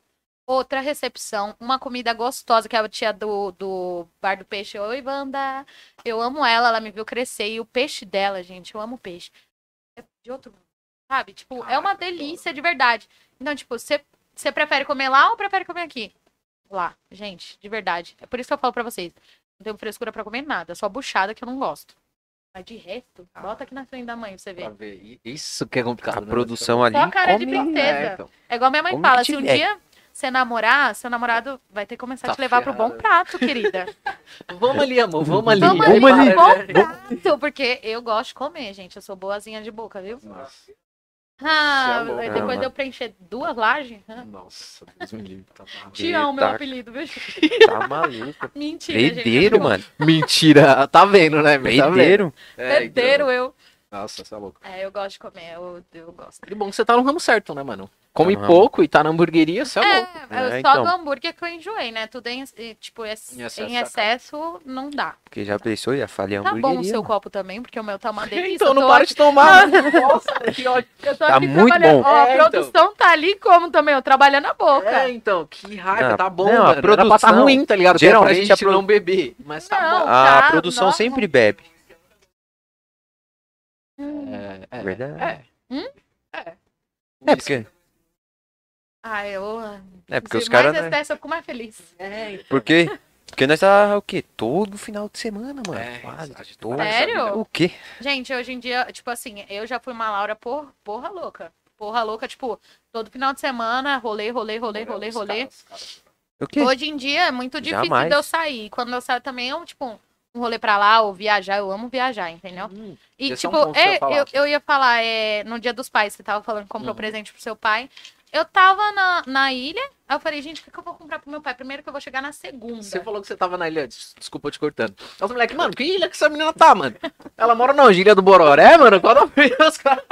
[SPEAKER 3] Outra recepção, uma comida gostosa, que é a tia do, do Bar do Peixe. Oi, Wanda! Eu amo ela, ela me viu crescer. E o peixe dela, gente, eu amo peixe. É de outro mundo, sabe? Tipo, é uma
[SPEAKER 1] Caraca,
[SPEAKER 3] delícia de verdade. Então, tipo, você você prefere comer lá ou prefere comer aqui? Lá, gente, de verdade. É por isso que eu falo pra vocês. Não tenho frescura pra comer nada, só buchada que eu não gosto. Ah. Mas de resto, bota aqui na frente da mãe pra você
[SPEAKER 1] Pra
[SPEAKER 3] ver.
[SPEAKER 1] ver. E Isso que é complicado.
[SPEAKER 2] A
[SPEAKER 1] né?
[SPEAKER 2] produção ali.
[SPEAKER 3] Só a cara de
[SPEAKER 2] come- né?
[SPEAKER 3] princesa.
[SPEAKER 1] É, então.
[SPEAKER 3] É igual minha mãe
[SPEAKER 2] Como
[SPEAKER 3] fala,
[SPEAKER 2] que
[SPEAKER 3] se um
[SPEAKER 2] tiver.
[SPEAKER 3] dia você namorar, seu namorado vai ter que começar a
[SPEAKER 1] Tá
[SPEAKER 3] te levar pro bom
[SPEAKER 1] ferrado.
[SPEAKER 3] prato, querida.
[SPEAKER 1] Vamos ali, amor. Vamos ali.
[SPEAKER 3] Vamos ali,
[SPEAKER 2] Vamos ali.
[SPEAKER 3] pro bom prato, porque eu gosto de comer, gente. Eu sou boazinha de boca, viu?
[SPEAKER 1] Nossa,
[SPEAKER 3] Ah,
[SPEAKER 1] Você é louca.
[SPEAKER 3] depois
[SPEAKER 2] Não,
[SPEAKER 3] de eu preencher duas lajes. ah,
[SPEAKER 1] nossa, Deus me livre. Tá maluco.
[SPEAKER 3] Tião, meu
[SPEAKER 2] Eita.
[SPEAKER 3] apelido, viu?
[SPEAKER 2] Tá maluco.
[SPEAKER 3] Mentira, gente. Tá
[SPEAKER 2] Peideiro, mano.
[SPEAKER 6] Mentira, tá vendo, né? meu? Tá vendo?
[SPEAKER 2] Peideiro.
[SPEAKER 1] É, então.
[SPEAKER 3] Pedeiro, eu.
[SPEAKER 1] Nossa, você é louco.
[SPEAKER 3] É, eu gosto de comer, eu, eu gosto.
[SPEAKER 1] E bom que você tá no ramo certo, né, mano? Come
[SPEAKER 2] no ramo.
[SPEAKER 1] pouco e tá na hamburgueria, você é,
[SPEAKER 3] É,
[SPEAKER 1] louco.
[SPEAKER 3] eu
[SPEAKER 2] É,
[SPEAKER 3] só
[SPEAKER 2] então.
[SPEAKER 3] do hambúrguer que eu enjoei, né? Tudo em, eh, tipo, ex-
[SPEAKER 1] Em excesso
[SPEAKER 3] em
[SPEAKER 1] acaba.
[SPEAKER 3] excesso não dá.
[SPEAKER 2] Porque já pensou, ia falhar
[SPEAKER 3] Tá bom o
[SPEAKER 2] É hamburgueria.
[SPEAKER 3] seu copo também, porque o meu tá uma delícia.
[SPEAKER 1] então
[SPEAKER 3] eu
[SPEAKER 1] não
[SPEAKER 3] tô
[SPEAKER 1] para
[SPEAKER 3] aqui-
[SPEAKER 1] de tomar. Nossa, que ódio.
[SPEAKER 3] Eu tô
[SPEAKER 2] Tá
[SPEAKER 3] aqui
[SPEAKER 2] muito
[SPEAKER 3] trabalhando-
[SPEAKER 2] bom.
[SPEAKER 3] Ó,
[SPEAKER 1] É,
[SPEAKER 3] a
[SPEAKER 1] então.
[SPEAKER 3] produção tá ali como também, eu trabalhando a boca.
[SPEAKER 1] É, então, que raiva,
[SPEAKER 2] Não,
[SPEAKER 1] tá bom,
[SPEAKER 2] não, a
[SPEAKER 1] mano. Era pra tá
[SPEAKER 2] produção-
[SPEAKER 1] ruim, tá ligado? Que
[SPEAKER 2] Geralmente
[SPEAKER 1] é pra gente
[SPEAKER 2] a produ-
[SPEAKER 1] não beber, mas tá
[SPEAKER 3] Não.
[SPEAKER 1] bom.
[SPEAKER 2] A
[SPEAKER 3] Tá,
[SPEAKER 2] produção
[SPEAKER 3] nossa.
[SPEAKER 2] sempre bebe.
[SPEAKER 3] Hum.
[SPEAKER 1] É, é,
[SPEAKER 2] Verdade.
[SPEAKER 1] É.
[SPEAKER 3] Hum?
[SPEAKER 1] É.
[SPEAKER 2] É porque,
[SPEAKER 3] Ah, eu.
[SPEAKER 2] é porque
[SPEAKER 3] se
[SPEAKER 2] os caras.
[SPEAKER 3] Mais
[SPEAKER 2] Né,
[SPEAKER 3] excesso, eu fico mais feliz.
[SPEAKER 1] É, então.
[SPEAKER 2] por quê? Porque nós tá o quê? Todo final de semana, mano.
[SPEAKER 1] É,
[SPEAKER 2] Quase.
[SPEAKER 1] a gente
[SPEAKER 2] todo.
[SPEAKER 1] faz essa
[SPEAKER 3] Sério?
[SPEAKER 1] vida.
[SPEAKER 2] O quê?
[SPEAKER 3] Gente, hoje em dia, tipo assim, eu já fui uma Laura por, porra louca. Porra louca, tipo, todo final de semana, rolê, rolê, rolê, rolê,
[SPEAKER 1] Os
[SPEAKER 3] rolê.
[SPEAKER 1] caras, os caras.
[SPEAKER 2] O quê?
[SPEAKER 3] Hoje em dia é muito difícil
[SPEAKER 2] Jamais.
[SPEAKER 3] de eu sair. Quando eu saio também é um, tipo, um rolê pra lá ou viajar. Eu amo viajar, entendeu?
[SPEAKER 1] Hum,
[SPEAKER 3] E,
[SPEAKER 1] Esse é um
[SPEAKER 3] tipo,
[SPEAKER 1] ponto que eu
[SPEAKER 3] é,
[SPEAKER 1] ia falar.
[SPEAKER 3] eu, eu ia falar, é, no dia dos pais, você tava falando que comprou
[SPEAKER 1] Uhum.
[SPEAKER 3] presente pro seu pai. Eu tava na, na ilha, aí eu falei, gente, o que, que eu vou comprar pro meu pai? Primeiro que eu vou chegar na segunda.
[SPEAKER 1] Você falou que você tava na ilha, des- desculpa eu te cortando. Aí Os moleques, mano, que ilha que essa menina tá, mano? Ela mora na Ilha do Bororé, mano? Qual é o nome? Os caras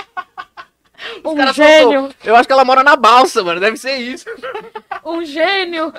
[SPEAKER 3] um
[SPEAKER 1] caras
[SPEAKER 3] gênio!
[SPEAKER 1] Eu acho que ela mora na balsa, mano. Deve ser isso.
[SPEAKER 3] Um gênio!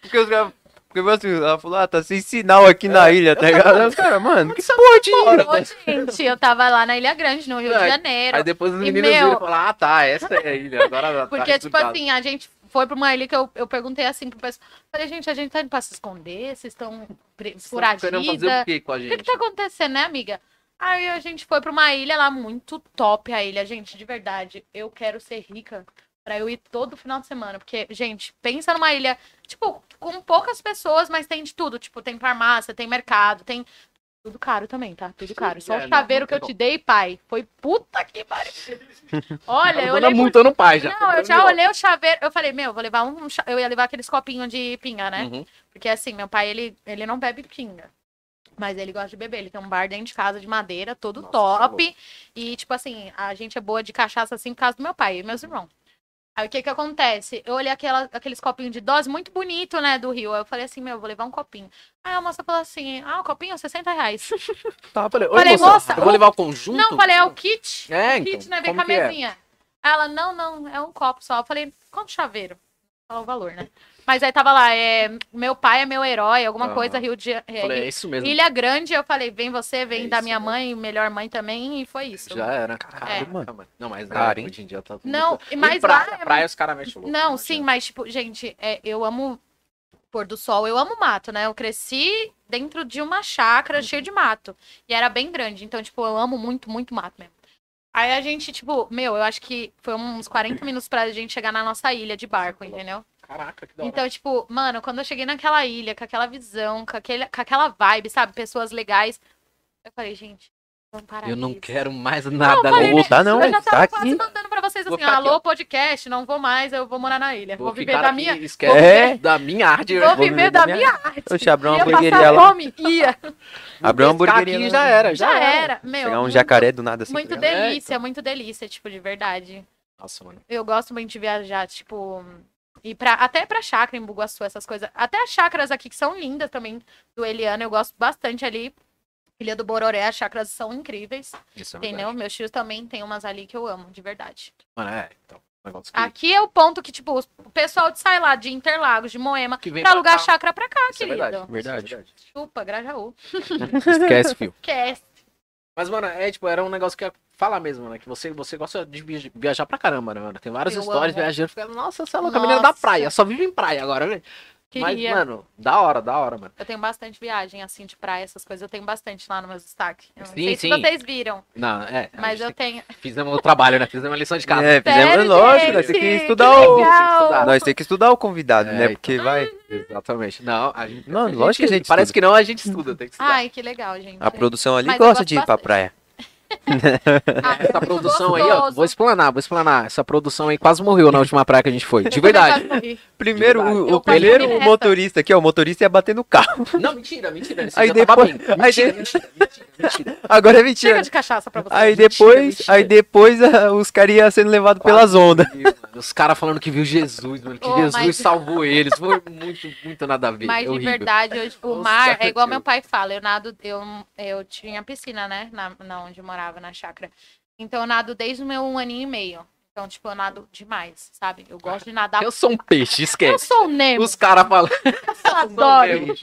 [SPEAKER 2] Porque os caras. Porque meu filho, ela falou, ah, tá sem sinal aqui na ilha, tá ligado? Os caras, mano, que porra de ilha?
[SPEAKER 3] Ô, gente, eu tava lá na Ilha Grande, no Rio de
[SPEAKER 1] É,
[SPEAKER 3] Janeiro.
[SPEAKER 1] Aí depois os
[SPEAKER 3] E,
[SPEAKER 1] meninos
[SPEAKER 3] meu-
[SPEAKER 1] viram e falaram, ah, tá, essa é a ilha. Agora ela tá
[SPEAKER 3] Porque, tipo
[SPEAKER 1] explicado.
[SPEAKER 3] assim, a gente foi pra uma ilha que eu, eu perguntei assim pro pessoal. Falei, gente, a gente tá indo pra se esconder? Vocês estão pre-
[SPEAKER 1] Vocês querem Tá fazer
[SPEAKER 3] furadidas?
[SPEAKER 1] o quê com a
[SPEAKER 3] O
[SPEAKER 1] gente?
[SPEAKER 3] que, que tá acontecendo, né, amiga? Aí a gente foi pra uma ilha lá muito top, a ilha, gente, de verdade. Eu quero ser rica pra eu ir todo final de semana. Porque, gente, pensa numa ilha, tipo, com poucas pessoas, mas tem de tudo. Tipo, tem farmácia, tem mercado, tem Tudo caro também, tá? Tudo caro. Só
[SPEAKER 4] É,
[SPEAKER 3] o
[SPEAKER 4] não,
[SPEAKER 3] chaveiro
[SPEAKER 4] não
[SPEAKER 3] que eu
[SPEAKER 4] tem
[SPEAKER 3] te dei, pai, foi puta que pariu. Olha, eu
[SPEAKER 1] eu dando
[SPEAKER 3] olhei pro
[SPEAKER 1] multa no pai já.
[SPEAKER 3] Não, eu já olhei o chaveiro. Eu falei, meu, vou levar um. cha- Eu ia levar aqueles copinhos de pinga, né?
[SPEAKER 1] Uhum.
[SPEAKER 3] Porque assim, meu pai, ele, ele não bebe pinga. Mas ele gosta de beber. Ele tem um bar dentro de casa de madeira, todo
[SPEAKER 4] Nossa,
[SPEAKER 3] top. e, tipo assim, a gente é boa de cachaça assim por causa do meu pai e meus irmãos. Aí o que que acontece? Eu olhei aquela, aqueles copinhos de dose muito bonito, né, do Rio. Aí eu falei assim, meu, vou levar um copinho. Aí a moça falou assim, ah, o copinho, 60 reais.
[SPEAKER 1] Tá, falei, "Ô,
[SPEAKER 3] Falei, moça,
[SPEAKER 1] eu vou
[SPEAKER 3] o-
[SPEAKER 1] levar o conjunto?
[SPEAKER 3] Não, falei, é o kit.
[SPEAKER 1] É, então,
[SPEAKER 3] kit, né? Vem com
[SPEAKER 1] como
[SPEAKER 3] a
[SPEAKER 1] que é?
[SPEAKER 3] mesinha. Ela, não, não, é um copo só. Eu falei, quanto chaveiro? Falar o valor, né? Mas aí tava lá, é, meu pai é meu herói, alguma
[SPEAKER 1] Aham.
[SPEAKER 3] coisa, Rio de é,
[SPEAKER 1] Falei, é isso mesmo.
[SPEAKER 3] Ilha Grande, eu falei, vem você, vem
[SPEAKER 1] É
[SPEAKER 3] da
[SPEAKER 1] isso,
[SPEAKER 3] minha
[SPEAKER 1] né?
[SPEAKER 3] mãe, melhor mãe também, e foi isso.
[SPEAKER 1] Já era. Caralho,
[SPEAKER 3] É.
[SPEAKER 1] mano. Não, mas na
[SPEAKER 2] Cara,
[SPEAKER 1] época,
[SPEAKER 2] hein?
[SPEAKER 1] hoje em dia tá tudo
[SPEAKER 3] Não,
[SPEAKER 1] muito-
[SPEAKER 3] e mas
[SPEAKER 4] pra,
[SPEAKER 3] lá é
[SPEAKER 4] praia os caras mexem louco.
[SPEAKER 3] Não,
[SPEAKER 1] né?
[SPEAKER 4] adianta.
[SPEAKER 3] sim, mas, tipo, gente, é, eu amo pôr do sol, eu amo mato, né? Eu cresci dentro de uma chácara
[SPEAKER 1] Uhum.
[SPEAKER 3] cheia de mato. E era bem grande. Então, tipo, eu amo muito, muito mato mesmo. Aí a gente, tipo, meu, eu acho que foi uns 40 minutos pra gente chegar na nossa ilha de barco, entendeu?
[SPEAKER 4] Caraca, que da hora.
[SPEAKER 3] Então, tipo, mano, quando eu cheguei naquela ilha, com aquela visão, com, aquele, com aquela vibe, sabe? Pessoas legais. Eu falei, gente, vamos parar
[SPEAKER 1] Eu não
[SPEAKER 3] isso.
[SPEAKER 1] quero mais nada,
[SPEAKER 2] Não
[SPEAKER 3] falei,
[SPEAKER 1] não.
[SPEAKER 2] vou tá, não.
[SPEAKER 3] eu já
[SPEAKER 2] Tá
[SPEAKER 3] tava
[SPEAKER 2] aqui.
[SPEAKER 3] quase mandando pra vocês
[SPEAKER 1] Vou
[SPEAKER 3] assim,
[SPEAKER 1] ficar aqui,
[SPEAKER 3] alô, podcast, não vou mais, eu vou morar na ilha. é, Vou,
[SPEAKER 1] Vou
[SPEAKER 3] viver
[SPEAKER 1] ficar
[SPEAKER 3] da
[SPEAKER 1] aqui,
[SPEAKER 3] minha.
[SPEAKER 1] esquece
[SPEAKER 2] É.
[SPEAKER 1] da minha arte.
[SPEAKER 3] Vou
[SPEAKER 2] vou
[SPEAKER 3] viver da minha arte.
[SPEAKER 2] Eu já abri uma
[SPEAKER 3] Ia
[SPEAKER 2] hamburgueria
[SPEAKER 3] passar
[SPEAKER 2] lá.
[SPEAKER 3] fome? Ia.
[SPEAKER 2] Abriu né? uma
[SPEAKER 1] Tá
[SPEAKER 2] hamburgueria
[SPEAKER 1] aqui
[SPEAKER 2] lá.
[SPEAKER 1] já era, já,
[SPEAKER 3] Já era. Meu,
[SPEAKER 2] Pegar um
[SPEAKER 3] muito-
[SPEAKER 2] jacaré do nada assim.
[SPEAKER 3] Muito
[SPEAKER 2] tá ligado?
[SPEAKER 1] ligado?
[SPEAKER 3] delícia, muito delícia, tipo, de verdade.
[SPEAKER 1] Nossa, mano.
[SPEAKER 3] Eu gosto muito de viajar, tipo. E pra, até pra chácara em Bugaçu, essas coisas. Até as chácaras aqui que são lindas também, do Eliana, eu gosto bastante ali. Ilha do Bororé, as chácaras são incríveis. né,
[SPEAKER 1] Isso é verdade.
[SPEAKER 3] Entendeu? Meus tios também tem umas ali que eu amo, de verdade.
[SPEAKER 1] Mano, é, então. um negócio que,
[SPEAKER 3] Aqui é o ponto que, tipo, o pessoal de sai lá de Interlagos, de Moema,
[SPEAKER 1] que vem
[SPEAKER 3] pra alugar a
[SPEAKER 1] cá.
[SPEAKER 3] chácara pra cá,
[SPEAKER 1] Isso é
[SPEAKER 3] querido.
[SPEAKER 1] verdade.
[SPEAKER 2] Verdade.
[SPEAKER 1] Isso é verdade.
[SPEAKER 3] Chupa, Grajaú. é,
[SPEAKER 2] Esquece, filho.
[SPEAKER 3] Esquece.
[SPEAKER 1] Mas, mano, é tipo, era um negócio que eu ia falar mesmo, né? Que você, você gosta de vi- viajar pra caramba, né, mano? Tem várias
[SPEAKER 3] Eu
[SPEAKER 1] histórias
[SPEAKER 3] amo.
[SPEAKER 1] viajando. Fica, nossa, você é louca, a menina da
[SPEAKER 3] Nossa.
[SPEAKER 1] praia. Só vive em praia agora, né? Mas,
[SPEAKER 3] Queria.
[SPEAKER 1] mano, da hora, da hora, mano.
[SPEAKER 3] Eu tenho bastante viagem, assim, de praia, essas coisas. Eu tenho bastante lá no meu destaque. Eu não
[SPEAKER 1] Sim,
[SPEAKER 3] sei
[SPEAKER 1] sim.
[SPEAKER 3] se vocês viram,
[SPEAKER 1] Não, é. a
[SPEAKER 3] mas
[SPEAKER 1] gente
[SPEAKER 3] eu tenho.
[SPEAKER 1] tem- Fizemos o trabalho, né? Fizemos a lição de casa.
[SPEAKER 2] É, fizemos,
[SPEAKER 3] Sério,
[SPEAKER 2] lógico, nós temos
[SPEAKER 3] gente?
[SPEAKER 2] que
[SPEAKER 3] Que
[SPEAKER 2] estudar o.
[SPEAKER 3] legal!
[SPEAKER 1] Tem que
[SPEAKER 2] Nós temos que estudar o convidado,
[SPEAKER 1] É,
[SPEAKER 2] né? Porque vai.
[SPEAKER 1] Exatamente. Não, a gente.
[SPEAKER 2] Mano, lógico que a gente
[SPEAKER 1] Parece
[SPEAKER 2] estuda.
[SPEAKER 1] que não, a gente estuda. Tem que estudar.
[SPEAKER 3] Ai, que legal, gente.
[SPEAKER 2] A produção ali
[SPEAKER 3] Mas eu
[SPEAKER 2] gosta
[SPEAKER 3] gosto
[SPEAKER 2] de ir pra
[SPEAKER 3] bastante.
[SPEAKER 2] praia.
[SPEAKER 3] Ah, é
[SPEAKER 1] Essa
[SPEAKER 3] muito
[SPEAKER 1] produção aí, ó.
[SPEAKER 3] gostoso.
[SPEAKER 1] Vou explanar, vou explanar. Essa produção aí quase morreu na última praia que a gente foi. De
[SPEAKER 3] Eu
[SPEAKER 1] verdade.
[SPEAKER 3] também quase morri.
[SPEAKER 2] Primeiro,
[SPEAKER 1] verdade.
[SPEAKER 2] o,
[SPEAKER 3] Eu
[SPEAKER 2] o primeiro
[SPEAKER 3] quase morri
[SPEAKER 2] o
[SPEAKER 3] nessa.
[SPEAKER 2] motorista aqui, ó, o motorista ia bater no carro.
[SPEAKER 1] Não, mentira, mentira. Esse
[SPEAKER 2] Aí
[SPEAKER 1] dia tava
[SPEAKER 2] depois-
[SPEAKER 1] bem.
[SPEAKER 2] aí
[SPEAKER 1] Mentira,
[SPEAKER 2] de-
[SPEAKER 1] mentira, mentira, mentira.
[SPEAKER 2] Agora é mentira.
[SPEAKER 3] Chega de cachaça pra vocês.
[SPEAKER 2] Aí
[SPEAKER 1] mentira,
[SPEAKER 2] depois,
[SPEAKER 1] mentira.
[SPEAKER 2] aí depois ah, os caras iam sendo levados pelas ondas.
[SPEAKER 1] Ih, mano, Os caras falando que viu Jesus, mano. Que
[SPEAKER 3] Ô,
[SPEAKER 1] Jesus
[SPEAKER 3] Oh, mas-
[SPEAKER 1] salvou eles. Foi muito, muito nada a ver.
[SPEAKER 2] É
[SPEAKER 1] é
[SPEAKER 3] Mas de
[SPEAKER 1] horrível.
[SPEAKER 3] verdade, hoje, o
[SPEAKER 1] Nossa,
[SPEAKER 3] mar é igual
[SPEAKER 1] eu-
[SPEAKER 3] meu pai fala. Eu nado, eu, eu tinha piscina, né? Na, na onde eu morava, na chácara. Então eu nado desde o meu um aninho e meio. Então, tipo, eu nado demais, sabe? Eu gosto de nadar.
[SPEAKER 1] Eu sou um peixe,
[SPEAKER 3] Eu
[SPEAKER 1] esquece.
[SPEAKER 3] sou o Nemo,
[SPEAKER 1] Os caras falam.
[SPEAKER 3] eu adoro.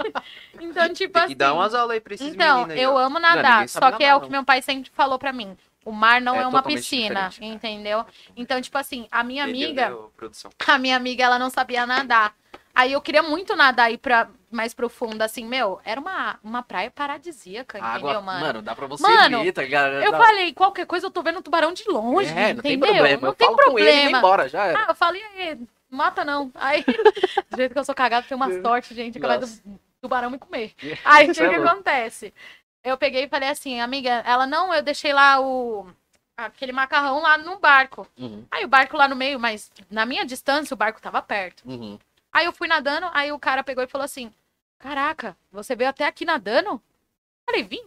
[SPEAKER 3] Então, tipo assim.
[SPEAKER 2] aulas aí pra
[SPEAKER 3] Então, eu amo nadar,
[SPEAKER 2] ninguém sabe
[SPEAKER 3] só que
[SPEAKER 2] nadar,
[SPEAKER 3] é o
[SPEAKER 2] não.
[SPEAKER 3] que meu pai sempre falou pra mim. O mar não
[SPEAKER 2] É
[SPEAKER 3] é, uma
[SPEAKER 2] totalmente
[SPEAKER 3] piscina,
[SPEAKER 2] diferente, cara.
[SPEAKER 3] entendeu? Então, tipo assim, a minha amiga, a minha amiga, ela não sabia nadar. Aí eu queria muito nadar aí para mais profundo, assim, meu, era uma, uma praia paradisíaca,
[SPEAKER 1] Água,
[SPEAKER 3] entendeu, mano?
[SPEAKER 1] mano, dá pra você
[SPEAKER 3] Mano,
[SPEAKER 1] ver, tá ligado?
[SPEAKER 3] eu
[SPEAKER 1] Dá-
[SPEAKER 3] falei, qualquer coisa eu tô vendo um tubarão de longe,
[SPEAKER 1] É, não
[SPEAKER 3] entendeu?
[SPEAKER 1] tem problema.
[SPEAKER 3] Não
[SPEAKER 1] eu
[SPEAKER 3] tem
[SPEAKER 1] falo com ele e vou
[SPEAKER 3] problema.
[SPEAKER 1] embora, já era.
[SPEAKER 3] Ah, eu falei, "É, mata não. Aí, do jeito que eu sou cagada, tem uma sorte, gente, que vai do
[SPEAKER 1] Nossa.
[SPEAKER 3] tubarão me comer. Aí, o
[SPEAKER 1] Isso é
[SPEAKER 3] que, que
[SPEAKER 1] louco.
[SPEAKER 3] acontece? Eu peguei e falei assim, amiga, ela, não, eu deixei lá o... Aquele macarrão lá no barco.
[SPEAKER 1] Uhum,
[SPEAKER 3] Aí o barco lá no meio, mas na minha distância o barco tava perto.
[SPEAKER 1] uhum.
[SPEAKER 3] Aí eu fui nadando, aí o cara pegou e falou assim: Caraca, você veio até aqui nadando? Falei, vim.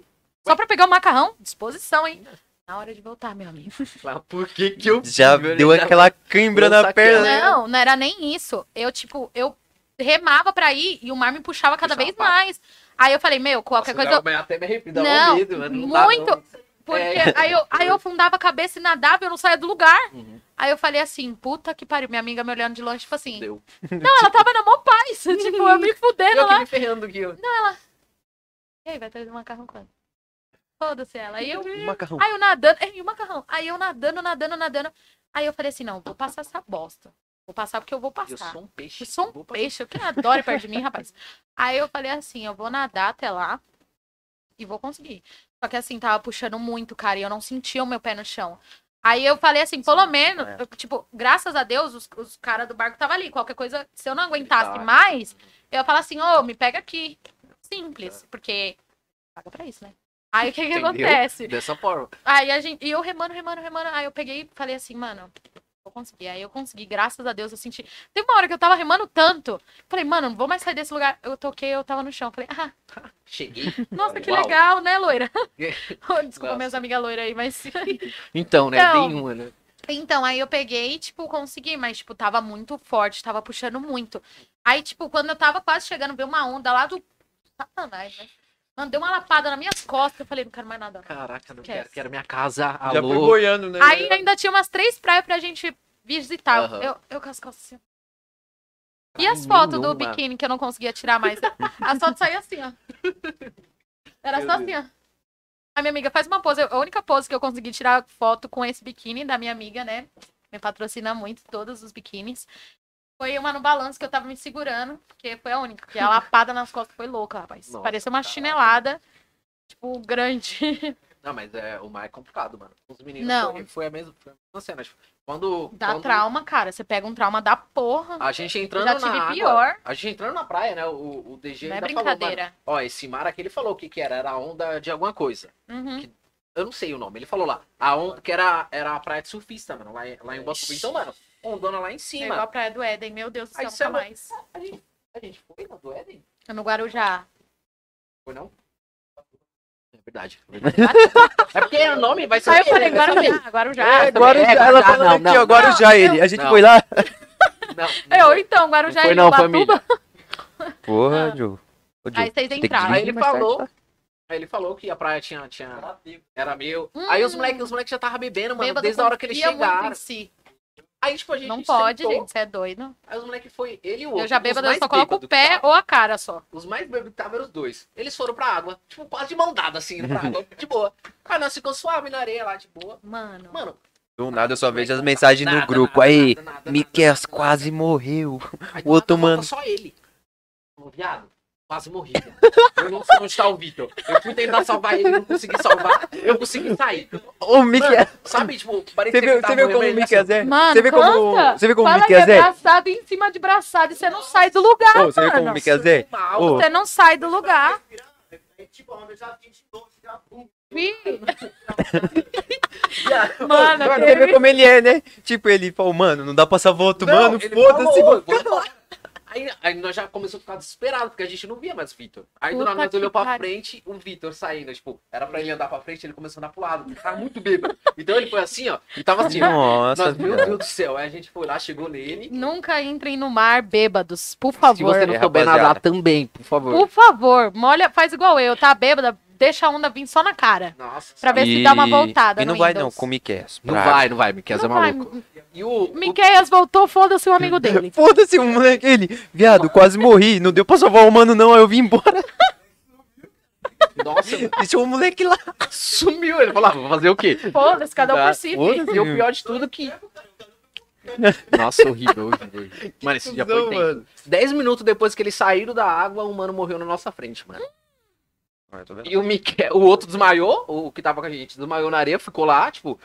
[SPEAKER 3] Só pra pegar o macarrão? Disposição, hein? Na hora de voltar, meu amigo.
[SPEAKER 1] Mas por que que eu...
[SPEAKER 2] Já
[SPEAKER 1] eu
[SPEAKER 2] deu aquela cãibra
[SPEAKER 1] Eu
[SPEAKER 2] na
[SPEAKER 1] saquei.
[SPEAKER 2] perna.
[SPEAKER 3] Não, não era nem isso. Eu, tipo, eu remava pra ir e o mar me puxava cada
[SPEAKER 1] Puxava
[SPEAKER 3] vez
[SPEAKER 1] pra-
[SPEAKER 3] mais. Aí eu falei, meu, qualquer
[SPEAKER 1] Nossa,
[SPEAKER 3] coisa.
[SPEAKER 1] dá- Até me arrepio, dá
[SPEAKER 3] Não,
[SPEAKER 1] um medo, mano. Não dá,
[SPEAKER 3] muito.
[SPEAKER 1] não.
[SPEAKER 3] Porque
[SPEAKER 1] É.
[SPEAKER 3] aí, eu, aí eu afundava a cabeça e nadava, eu não saía do lugar.
[SPEAKER 1] Uhum.
[SPEAKER 3] Aí eu falei assim, puta que pariu. Minha amiga me olhando de longe, tipo assim.
[SPEAKER 1] Deu.
[SPEAKER 3] Não, ela tava na mó paz. tipo, eu me fudendo
[SPEAKER 1] Eu
[SPEAKER 3] lá.
[SPEAKER 1] que me ferrando aqui, ó.
[SPEAKER 3] E aí, vai trazer o macarrão quando? Foda-se ela. Aí eu,
[SPEAKER 2] Macarrão.
[SPEAKER 3] aí eu nadando. é, E o macarrão? Aí eu nadando, nadando, nadando. Aí eu falei assim: não, vou passar essa bosta. Vou passar porque eu vou
[SPEAKER 1] Eu
[SPEAKER 3] passar.
[SPEAKER 1] sou um peixe.
[SPEAKER 3] Eu sou um
[SPEAKER 1] Vou pra-
[SPEAKER 3] peixe, eu que adoro perto de mim, rapaz. Aí eu falei assim: eu vou nadar até lá e vou conseguir. Só que assim, tava puxando muito, cara, e eu não sentia o meu pé no chão. Aí eu falei assim, pelo menos,
[SPEAKER 1] é.
[SPEAKER 3] eu, tipo, graças a Deus, os, os caras do barco estavam ali. Qualquer coisa, se eu não aguentasse
[SPEAKER 1] Tá.
[SPEAKER 3] mais, eu ia falar assim, ô, me pega aqui. Simples, porque paga pra isso, né? Aí o que que
[SPEAKER 1] É. Entendeu?
[SPEAKER 3] acontece?
[SPEAKER 1] Dessa forma.
[SPEAKER 3] Aí a gente, e eu remando, remando, remando. Aí eu peguei e falei assim, mano, vou conseguir. Aí eu consegui, graças a Deus, eu senti. Tem uma hora que eu tava remando tanto. Falei, mano, não vou mais sair desse lugar. Eu toquei, eu tava no chão. Falei, ah,
[SPEAKER 1] Cheguei.
[SPEAKER 3] nossa, que
[SPEAKER 1] Uau.
[SPEAKER 3] legal, né, loira? Desculpa,
[SPEAKER 1] Nossa.
[SPEAKER 3] minhas amigas loiras aí, mas.
[SPEAKER 8] Então, né?
[SPEAKER 3] Então.
[SPEAKER 8] Tem uma, né?
[SPEAKER 3] Então, aí eu peguei, tipo, consegui, mas, tipo, tava muito forte, tava puxando muito. Aí, tipo, quando eu tava quase chegando, veio uma onda lá do. Satanás, né? Mandei uma lapada nas minhas costas. Eu falei, não quero mais nada. não.
[SPEAKER 1] Caraca, não
[SPEAKER 3] Esquece.
[SPEAKER 1] quero. Quero minha casa. Alô.
[SPEAKER 2] Já foi boiando, né?
[SPEAKER 3] Aí ainda tinha umas três praias pra gente visitar.
[SPEAKER 1] Aham.
[SPEAKER 3] Eu, eu com as costas assim. E as
[SPEAKER 1] Ai,
[SPEAKER 3] fotos do
[SPEAKER 1] nenhuma.
[SPEAKER 3] biquíni que eu não conseguia tirar mais? As fotos saíam assim, ó. Era
[SPEAKER 1] Meu
[SPEAKER 3] só assim, ó. A minha amiga faz uma pose. A única pose que eu consegui tirar foto com esse biquíni da minha amiga, né? Me patrocina muito todos os biquínis. Foi uma no balanço que eu tava me segurando, porque foi a única. Porque a lapada nas costas foi louca, rapaz.
[SPEAKER 1] Nossa,
[SPEAKER 3] Pareceu uma
[SPEAKER 1] caraca.
[SPEAKER 3] chinelada, tipo, grande.
[SPEAKER 1] Não, mas é, o mar é complicado, mano. Os meninos
[SPEAKER 3] Não.
[SPEAKER 1] Foi, foi a mesma, foi a mesma cena. Tipo, quando.
[SPEAKER 3] Dá
[SPEAKER 1] quando
[SPEAKER 3] trauma, cara. Você pega um trauma da porra.
[SPEAKER 1] A gente
[SPEAKER 3] Eu
[SPEAKER 1] entrando
[SPEAKER 3] já
[SPEAKER 1] na
[SPEAKER 3] tive
[SPEAKER 1] água.
[SPEAKER 3] pior.
[SPEAKER 1] A gente entrando na praia, né? O, o DG
[SPEAKER 3] Não é
[SPEAKER 1] ainda falou, mano.
[SPEAKER 3] brincadeira.
[SPEAKER 1] Ó, esse mar aqui ele falou o que, que era. Era a onda de alguma coisa.
[SPEAKER 3] Uhum.
[SPEAKER 1] Eu não sei o nome. Ele falou lá. A onda que era, era a praia de surfista, mano. Lá, em- lá em Botucatu. Então, mano, ondona lá em
[SPEAKER 3] É
[SPEAKER 1] cima.
[SPEAKER 3] igual a Praia do Éden, meu Deus do
[SPEAKER 1] Aí
[SPEAKER 3] céu,
[SPEAKER 1] você
[SPEAKER 3] nunca
[SPEAKER 1] vai-
[SPEAKER 3] mais.
[SPEAKER 1] A gente, a gente foi na do Éden?
[SPEAKER 3] É No Guarujá.
[SPEAKER 1] Foi não? É verdade. é verdade. é porque o nome vai ser.
[SPEAKER 3] Aí eu falei,
[SPEAKER 1] vai saber.
[SPEAKER 3] Guarujá, Guarujá.
[SPEAKER 1] É,
[SPEAKER 8] Guarujá,
[SPEAKER 1] Guarujá,
[SPEAKER 8] ela
[SPEAKER 1] não,
[SPEAKER 8] falando
[SPEAKER 1] não,
[SPEAKER 8] aqui, ó,
[SPEAKER 1] não.
[SPEAKER 3] Guarujá, Não, ele.
[SPEAKER 2] A
[SPEAKER 1] gente foi
[SPEAKER 2] lá.
[SPEAKER 1] Não, não
[SPEAKER 3] Eu,
[SPEAKER 1] foi.
[SPEAKER 3] então, Guarujá
[SPEAKER 8] Não foi
[SPEAKER 3] e
[SPEAKER 8] não,
[SPEAKER 3] Ubatuba.
[SPEAKER 8] família.
[SPEAKER 2] Porra, Diogo. Ô,
[SPEAKER 3] Aí
[SPEAKER 2] Diogo.
[SPEAKER 3] vocês
[SPEAKER 2] que
[SPEAKER 3] entraram.
[SPEAKER 1] Aí
[SPEAKER 2] dirigir.
[SPEAKER 1] ele
[SPEAKER 2] mais tarde,
[SPEAKER 1] falou.
[SPEAKER 2] tá?
[SPEAKER 1] Aí ele falou que a praia tinha. tinha era meu.
[SPEAKER 3] Hum.
[SPEAKER 1] Aí os moleques os moleque já tava bebendo, mano,
[SPEAKER 3] Bêbado
[SPEAKER 1] desde a hora que eles
[SPEAKER 3] confia muito
[SPEAKER 1] chegaram.
[SPEAKER 3] em si.
[SPEAKER 1] Aí, tipo, a gente.
[SPEAKER 3] Não pode,
[SPEAKER 1] sentou,
[SPEAKER 3] gente, você é doido.
[SPEAKER 1] Aí os moleques foi. Ele e o outro.
[SPEAKER 3] Eu já
[SPEAKER 1] os
[SPEAKER 3] bêbado, eu
[SPEAKER 1] um mais
[SPEAKER 3] só coloco
[SPEAKER 1] bêbado que
[SPEAKER 3] o pé
[SPEAKER 1] tava-
[SPEAKER 3] ou a cara só.
[SPEAKER 1] Os mais bêbados que tava eram os dois. Eles foram pra água, tipo, quase de mão dada, assim, indo pra água, de boa. Aí nós ficou suave na areia lá, de boa.
[SPEAKER 3] Mano.
[SPEAKER 1] Mano,
[SPEAKER 2] Do nada eu só vejo as mensagens
[SPEAKER 1] nada,
[SPEAKER 2] no grupo.
[SPEAKER 1] nada,
[SPEAKER 2] Aí,
[SPEAKER 1] nada, nada,
[SPEAKER 2] Miquel
[SPEAKER 1] nada, nada.
[SPEAKER 2] quase morreu.
[SPEAKER 1] Aí
[SPEAKER 2] o
[SPEAKER 1] do nada volta
[SPEAKER 2] outro mano.
[SPEAKER 1] Só ele. Falou, viado, quase morri. viado. Eu não sei onde tá o Vitor. Eu fui tentar salvar ele, não consegui salvar. Eu consegui sair.
[SPEAKER 2] Ô, Miquel.
[SPEAKER 1] Sabe, tipo,
[SPEAKER 2] é? Você
[SPEAKER 1] parecia
[SPEAKER 2] viu,
[SPEAKER 3] tá
[SPEAKER 1] que
[SPEAKER 2] você
[SPEAKER 1] tava
[SPEAKER 2] viu como o
[SPEAKER 1] morrendo,
[SPEAKER 2] Miquel
[SPEAKER 1] assim,
[SPEAKER 2] Zé?
[SPEAKER 3] Mano,
[SPEAKER 2] Você vê como,
[SPEAKER 3] canta.
[SPEAKER 2] você vê como o
[SPEAKER 3] Fala que
[SPEAKER 2] Miquel
[SPEAKER 3] é
[SPEAKER 2] Zé?
[SPEAKER 3] braçado em cima de braçado e você não sai do lugar,
[SPEAKER 2] Ô, Você vê como o
[SPEAKER 3] mano.
[SPEAKER 2] Miquel Zé?
[SPEAKER 1] mal. assim. É, tipo,
[SPEAKER 2] Ô,
[SPEAKER 3] Você não sai do lugar. Vi,
[SPEAKER 1] viado.
[SPEAKER 3] Mano,
[SPEAKER 2] Mano, você
[SPEAKER 3] teve-
[SPEAKER 2] vê como ele é, né? Tipo, ele falou, mano, não dá pra salvar outro,
[SPEAKER 1] Não,
[SPEAKER 2] mano,
[SPEAKER 1] ele
[SPEAKER 2] foda-se,
[SPEAKER 1] falou,
[SPEAKER 2] mano.
[SPEAKER 1] vou embora. Aí, aí nós já começamos a ficar desesperados, porque a gente não via mais o Vitor. Aí do
[SPEAKER 3] Puta
[SPEAKER 1] nada nós
[SPEAKER 3] que
[SPEAKER 1] olhou pra
[SPEAKER 3] pariu.
[SPEAKER 1] frente, o Vitor saindo. Tipo, era pra ele andar pra frente, ele começou a andar pro lado. porque Tava muito bêbado. Então ele foi assim, ó. E tava assim, ó.
[SPEAKER 2] Nossa,
[SPEAKER 1] Nós, meu
[SPEAKER 2] viado.
[SPEAKER 1] Deus do céu. Aí a gente foi lá, chegou nele.
[SPEAKER 3] Nunca entrem no mar bêbados, por favor.
[SPEAKER 8] Se você não
[SPEAKER 2] É,
[SPEAKER 8] souber
[SPEAKER 2] rapaziada.
[SPEAKER 8] nadar também, por favor.
[SPEAKER 3] Por favor, molha, faz igual eu, tá bêbada, deixa a onda vir só na cara.
[SPEAKER 1] Nossa.
[SPEAKER 3] Pra ver se dá uma voltada
[SPEAKER 2] E não
[SPEAKER 3] no
[SPEAKER 2] vai não,
[SPEAKER 3] Windows.
[SPEAKER 2] com o Miquel.
[SPEAKER 8] Não vai, não vai, Miquel, é
[SPEAKER 3] Não vai,
[SPEAKER 8] maluco.
[SPEAKER 1] E o, o
[SPEAKER 3] Miqueias voltou, foda-se o amigo dele.
[SPEAKER 2] Foda-se o moleque, ele. Viado, quase morri. Não deu pra salvar o mano, não. Aí eu vim embora.
[SPEAKER 1] Nossa,
[SPEAKER 2] Deixou o moleque lá.
[SPEAKER 1] sumiu. Ele falou, ah, vou fazer o quê?
[SPEAKER 3] Foda-se, cada
[SPEAKER 2] Tá,
[SPEAKER 3] um por si. filho.
[SPEAKER 1] E o pior de tudo que.
[SPEAKER 8] Nossa, horrível, horrível. horrível. Mano, esse dia foi tenso.
[SPEAKER 1] Dez minutos depois que eles saíram da água, um mano morreu na nossa frente, mano.
[SPEAKER 3] tá
[SPEAKER 2] É
[SPEAKER 1] E o Miquel, o outro desmaiou, o que tava com a gente, desmaiou na areia, ficou lá, tipo,